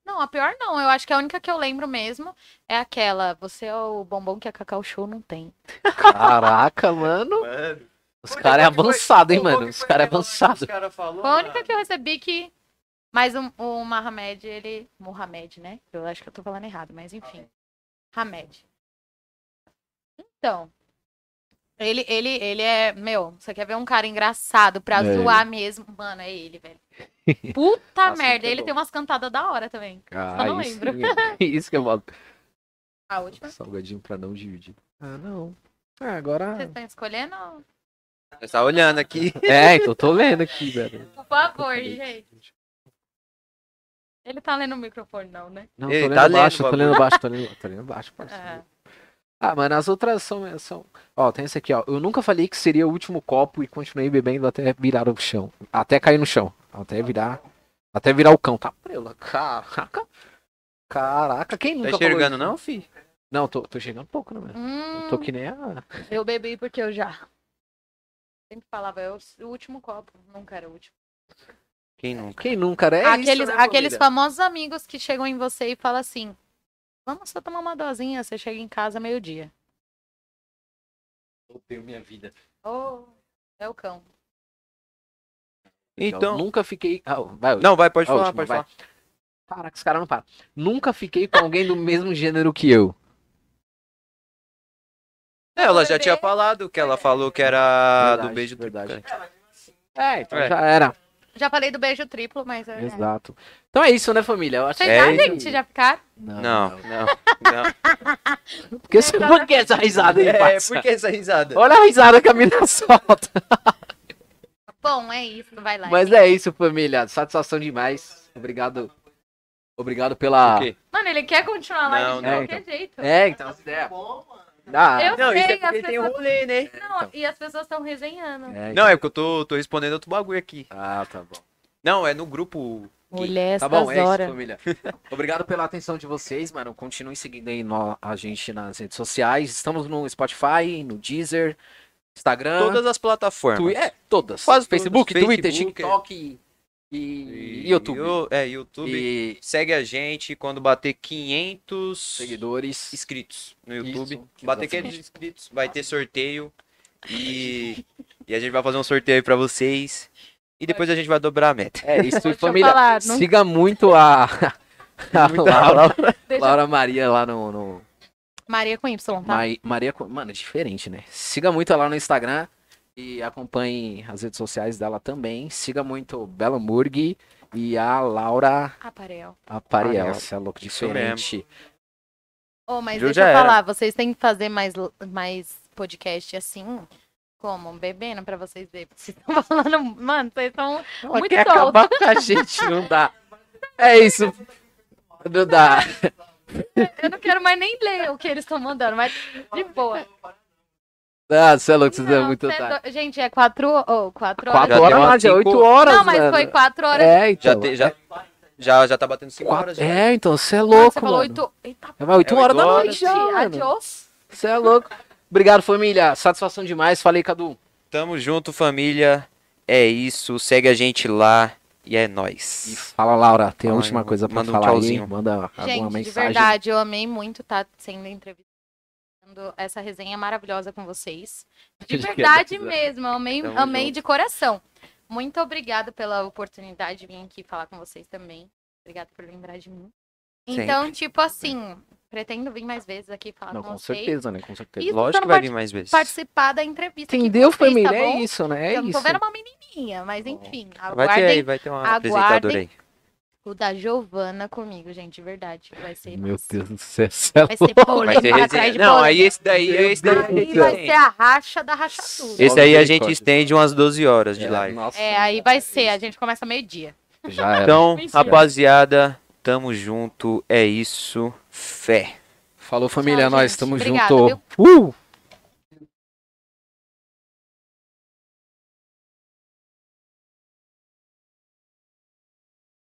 [SPEAKER 3] Não, a pior não. Eu acho que a única que eu lembro mesmo é aquela. Você é o bombom que a Cacau Show não tem.
[SPEAKER 4] Caraca, mano.
[SPEAKER 10] Mano.
[SPEAKER 4] Os caras é avançado, hein, mano? Os caras é avançado.
[SPEAKER 3] Foi a única que eu recebi que. Mas o, o Mohamed, ele. Mohamed, né? Eu acho que eu tô falando errado, mas enfim. Hamed. Então. Ele, ele, ele é. Meu, você quer ver um cara engraçado pra
[SPEAKER 4] É
[SPEAKER 3] zoar mesmo? Mano, é ele, velho. Puta
[SPEAKER 2] Nossa,
[SPEAKER 3] merda.
[SPEAKER 2] ele
[SPEAKER 3] Ele
[SPEAKER 2] pegou.
[SPEAKER 3] tem umas cantadas da hora também.
[SPEAKER 4] Ah,
[SPEAKER 3] não
[SPEAKER 4] isso,
[SPEAKER 3] lembro.
[SPEAKER 4] é- isso que eu falo.
[SPEAKER 3] A última.
[SPEAKER 4] Salgadinho pra não dividir. Ah, não. Ah, agora.
[SPEAKER 3] Vocês estão escolhendo?
[SPEAKER 2] Você tá olhando aqui.
[SPEAKER 4] É, então eu tô lendo aqui, velho.
[SPEAKER 3] Por favor, gente. Ele tá lendo o microfone, não, né?
[SPEAKER 4] Não,
[SPEAKER 2] Ele
[SPEAKER 4] tô lendo
[SPEAKER 2] tá
[SPEAKER 4] baixo,
[SPEAKER 2] lendo o
[SPEAKER 4] tô lendo baixo, tô lendo, tô lendo baixo, parceiro.
[SPEAKER 3] Ah,
[SPEAKER 4] Ah, mano, as outras são, são. Ó, tem esse aqui, ó. Eu nunca falei que seria o último copo e continuei bebendo até virar o chão. Até cair no chão. Até virar. Até virar o cão. Tá prela. Caraca. Caraca, quem
[SPEAKER 2] Tá
[SPEAKER 4] nunca falou
[SPEAKER 2] enxergando,
[SPEAKER 4] isso?
[SPEAKER 2] não, fi?
[SPEAKER 4] Não, tô, tô enxergando pouco, né, mano? Eu
[SPEAKER 3] hum,
[SPEAKER 4] Tô que nem a.
[SPEAKER 3] eu bebi porque eu já. Sempre falava, eu o último copo, nunca era o último.
[SPEAKER 2] Quem nunca?
[SPEAKER 4] Quem nunca, né? É
[SPEAKER 3] Hum. aqueles,
[SPEAKER 4] isso, né,
[SPEAKER 3] aqueles
[SPEAKER 4] família?
[SPEAKER 3] famosos amigos que chegam em você e falam assim: vamos só tomar uma dosinha, você chega em casa meio-dia.
[SPEAKER 4] Eu tenho minha vida.
[SPEAKER 3] Oh, é o cão.
[SPEAKER 4] Eu
[SPEAKER 2] Então...
[SPEAKER 4] nunca fiquei. Ah, vai,
[SPEAKER 2] Não, vai, pode
[SPEAKER 4] a
[SPEAKER 2] falar,
[SPEAKER 4] última,
[SPEAKER 2] pode
[SPEAKER 4] vai.
[SPEAKER 2] falar.
[SPEAKER 4] Caraca, os caras não param. Nunca fiquei com alguém do mesmo gênero que eu.
[SPEAKER 2] É, Ela já
[SPEAKER 3] Bebê.
[SPEAKER 2] tinha falado que ela falou que era do
[SPEAKER 4] Verdade,
[SPEAKER 2] beijo
[SPEAKER 4] verdade.
[SPEAKER 2] triplicante.
[SPEAKER 4] É, então
[SPEAKER 2] É.
[SPEAKER 4] já era.
[SPEAKER 3] Já falei do beijo triplo, mas. é.
[SPEAKER 4] Exato. Então é isso, né, família? Eu acho
[SPEAKER 3] Vocês
[SPEAKER 4] que
[SPEAKER 3] já,
[SPEAKER 2] É isso.
[SPEAKER 3] gente, já ficaram?
[SPEAKER 2] Não, não, não.
[SPEAKER 4] Por que, você- por que essa risada aí,
[SPEAKER 2] É,
[SPEAKER 4] parça?
[SPEAKER 2] por que essa risada?
[SPEAKER 4] Olha a risada que a mina solta.
[SPEAKER 3] Bom, é isso, vai lá.
[SPEAKER 4] Mas é isso, família. Satisfação demais. Obrigado. Obrigado pela.
[SPEAKER 2] O quê?
[SPEAKER 3] Mano, ele quer continuar lá
[SPEAKER 2] Não,
[SPEAKER 3] de
[SPEAKER 4] não.
[SPEAKER 3] qualquer jeito.
[SPEAKER 4] É, então. É. Ah,
[SPEAKER 3] Eu
[SPEAKER 2] Não, isso
[SPEAKER 3] sei,
[SPEAKER 2] é porque
[SPEAKER 3] as
[SPEAKER 2] tem
[SPEAKER 3] pessoas-
[SPEAKER 2] rolê, né?
[SPEAKER 3] Não,
[SPEAKER 4] então.
[SPEAKER 3] e as pessoas estão resenhando.
[SPEAKER 4] é, então.
[SPEAKER 2] Não, é porque eu tô, tô respondendo outro bagulho aqui.
[SPEAKER 4] Ah, tá bom.
[SPEAKER 2] Não, é no grupo.
[SPEAKER 3] Mulher,
[SPEAKER 4] Tá
[SPEAKER 3] essas
[SPEAKER 4] bom, é isso,
[SPEAKER 3] horas.
[SPEAKER 4] família. Obrigado pela atenção de vocês, mano. Continuem seguindo aí no- a gente nas redes sociais. Estamos no Spotify, no Deezer, Instagram.
[SPEAKER 2] Todas as plataformas.
[SPEAKER 4] Twi- Ah. é, todas.
[SPEAKER 2] Quase todas.
[SPEAKER 4] Facebook, Twitter,
[SPEAKER 2] Facebook,
[SPEAKER 4] TikTok e, e YouTube.
[SPEAKER 2] Yo- é, YouTube.
[SPEAKER 4] E
[SPEAKER 2] Segue a gente quando bater 500
[SPEAKER 4] seguidores.
[SPEAKER 2] inscritos no YouTube.
[SPEAKER 4] Isso, Então, assim,
[SPEAKER 2] bater
[SPEAKER 4] exatamente.
[SPEAKER 2] 500 inscritos, vai ter sorteio. E, e a gente vai fazer um sorteio aí pra vocês. E depois a gente vai dobrar a meta.
[SPEAKER 4] É isso, e
[SPEAKER 3] Deixa eu
[SPEAKER 4] família.
[SPEAKER 3] falar, não-
[SPEAKER 4] Siga muito a, a
[SPEAKER 2] Muito
[SPEAKER 4] Laura,
[SPEAKER 3] Deixa-
[SPEAKER 4] Laura Maria lá no. no-
[SPEAKER 3] Maria com Y, tá?
[SPEAKER 4] Mai- Maria. Co- Mano, é diferente, né? Siga muito ela no Instagram e acompanhe as redes sociais dela também. Siga muito o Bela Murg e a Laura
[SPEAKER 3] Aparel.
[SPEAKER 4] Apariel.
[SPEAKER 2] Apariel.
[SPEAKER 4] Você é louco,
[SPEAKER 2] Isso
[SPEAKER 4] diferente.
[SPEAKER 3] Oh, mas
[SPEAKER 2] Viu,
[SPEAKER 3] deixa
[SPEAKER 2] já
[SPEAKER 3] eu
[SPEAKER 2] era.
[SPEAKER 3] falar, vocês têm que fazer mais, mais podcast assim, Como? Bebendo pra vocês verem. porque Vocês estão falando. Mano, vocês estão
[SPEAKER 4] Ela
[SPEAKER 3] muito
[SPEAKER 4] quer
[SPEAKER 3] soltos.
[SPEAKER 4] acabar com a gente, não dá. É isso. Não dá.
[SPEAKER 3] Eu não quero mais nem ler o que eles estão mandando, mas de boa.
[SPEAKER 4] Ah, você é louco, você é
[SPEAKER 3] Não,
[SPEAKER 4] muito
[SPEAKER 3] cê é
[SPEAKER 4] otário.
[SPEAKER 3] do- Gente, é quatro, oh, quatro horas.
[SPEAKER 4] Quatro
[SPEAKER 2] Já
[SPEAKER 4] horas,
[SPEAKER 2] deu
[SPEAKER 4] não,
[SPEAKER 2] umas
[SPEAKER 4] já é
[SPEAKER 2] cinco-
[SPEAKER 4] oito horas,
[SPEAKER 3] Não, mas
[SPEAKER 4] mano.
[SPEAKER 3] foi quatro horas.
[SPEAKER 4] É, então.
[SPEAKER 2] Já, te- já, já, já tá batendo 5
[SPEAKER 4] Quatro-
[SPEAKER 2] horas. já.
[SPEAKER 4] É, então, você é
[SPEAKER 3] Mano,
[SPEAKER 4] louco,
[SPEAKER 3] Você falou
[SPEAKER 4] mano.
[SPEAKER 3] oito. Eita,
[SPEAKER 4] É, mas oito
[SPEAKER 2] É,
[SPEAKER 4] horas da
[SPEAKER 2] oito
[SPEAKER 4] noite
[SPEAKER 3] noite.
[SPEAKER 4] já, mano.
[SPEAKER 3] Adiós.
[SPEAKER 4] Você é louco. Obrigado, família. Satisfação demais. Falei, Cadu.
[SPEAKER 2] Tamo junto, família. É isso. Segue a gente lá. E é
[SPEAKER 4] E
[SPEAKER 2] nóis.
[SPEAKER 4] fala, Laura. Tem a
[SPEAKER 2] Fala,
[SPEAKER 4] última coisa pra
[SPEAKER 2] manda um
[SPEAKER 4] falar aí.
[SPEAKER 2] tchauzinho.
[SPEAKER 4] Manda alguma
[SPEAKER 3] Gente, de
[SPEAKER 4] mensagem.
[SPEAKER 3] verdade, eu amei muito estar sendo entrevistando essa resenha maravilhosa com vocês. De
[SPEAKER 4] De
[SPEAKER 3] verdade
[SPEAKER 4] verdade.
[SPEAKER 3] mesmo, eu amei,
[SPEAKER 2] Tamo
[SPEAKER 3] amei
[SPEAKER 2] junto.
[SPEAKER 3] de coração. Muito obrigada pela oportunidade de vir aqui falar com vocês também. Obrigada por lembrar de mim. Então, tipo assim, pretendo vir mais vezes aqui falar
[SPEAKER 4] Não,
[SPEAKER 3] com,
[SPEAKER 4] com
[SPEAKER 3] vocês.
[SPEAKER 4] certeza, né? Com certeza.
[SPEAKER 3] Isso,
[SPEAKER 2] Lógico
[SPEAKER 3] só
[SPEAKER 2] que
[SPEAKER 3] não
[SPEAKER 2] vai
[SPEAKER 3] pode
[SPEAKER 2] vir mais vezes.
[SPEAKER 3] então Participar da entrevista.
[SPEAKER 4] Entendeu,
[SPEAKER 3] que vocês,
[SPEAKER 4] família?
[SPEAKER 3] Tá
[SPEAKER 4] é
[SPEAKER 3] bom?
[SPEAKER 4] isso, né? É
[SPEAKER 3] eu não
[SPEAKER 4] isso.
[SPEAKER 3] tô vendo uma menininha, mas enfim,
[SPEAKER 2] Vai ter aí,
[SPEAKER 3] aguardem
[SPEAKER 2] vai ter uma
[SPEAKER 3] aguardem.
[SPEAKER 2] apresentadora aí.
[SPEAKER 3] o da Giovana comigo, gente, de verdade. Vai ser.
[SPEAKER 4] Meu
[SPEAKER 3] nossa,
[SPEAKER 4] Deus do céu. você é
[SPEAKER 3] Vai ser
[SPEAKER 2] Vai
[SPEAKER 3] polêmica
[SPEAKER 2] ter
[SPEAKER 3] atrás de
[SPEAKER 2] resenha. Não,
[SPEAKER 3] polêmica.
[SPEAKER 2] aí esse daí,
[SPEAKER 4] Meu
[SPEAKER 2] esse
[SPEAKER 4] Deus
[SPEAKER 2] daí.
[SPEAKER 4] do
[SPEAKER 3] Aí
[SPEAKER 4] céu.
[SPEAKER 3] vai ser a racha da rachadura.
[SPEAKER 2] Esse aí a gente
[SPEAKER 4] Misericórdia.
[SPEAKER 2] estende umas 12 horas de
[SPEAKER 4] É,
[SPEAKER 2] live.
[SPEAKER 4] nossa.
[SPEAKER 3] É, aí vai ser. A gente começa meio-dia.
[SPEAKER 4] Já era.
[SPEAKER 2] Então,
[SPEAKER 3] Mentira.
[SPEAKER 2] rapaziada, tamo junto. É isso. Fé.
[SPEAKER 4] Falou, família.
[SPEAKER 3] Tchau,
[SPEAKER 4] nós
[SPEAKER 3] gente.
[SPEAKER 4] estamos
[SPEAKER 3] Obrigada,
[SPEAKER 4] junto. Uh!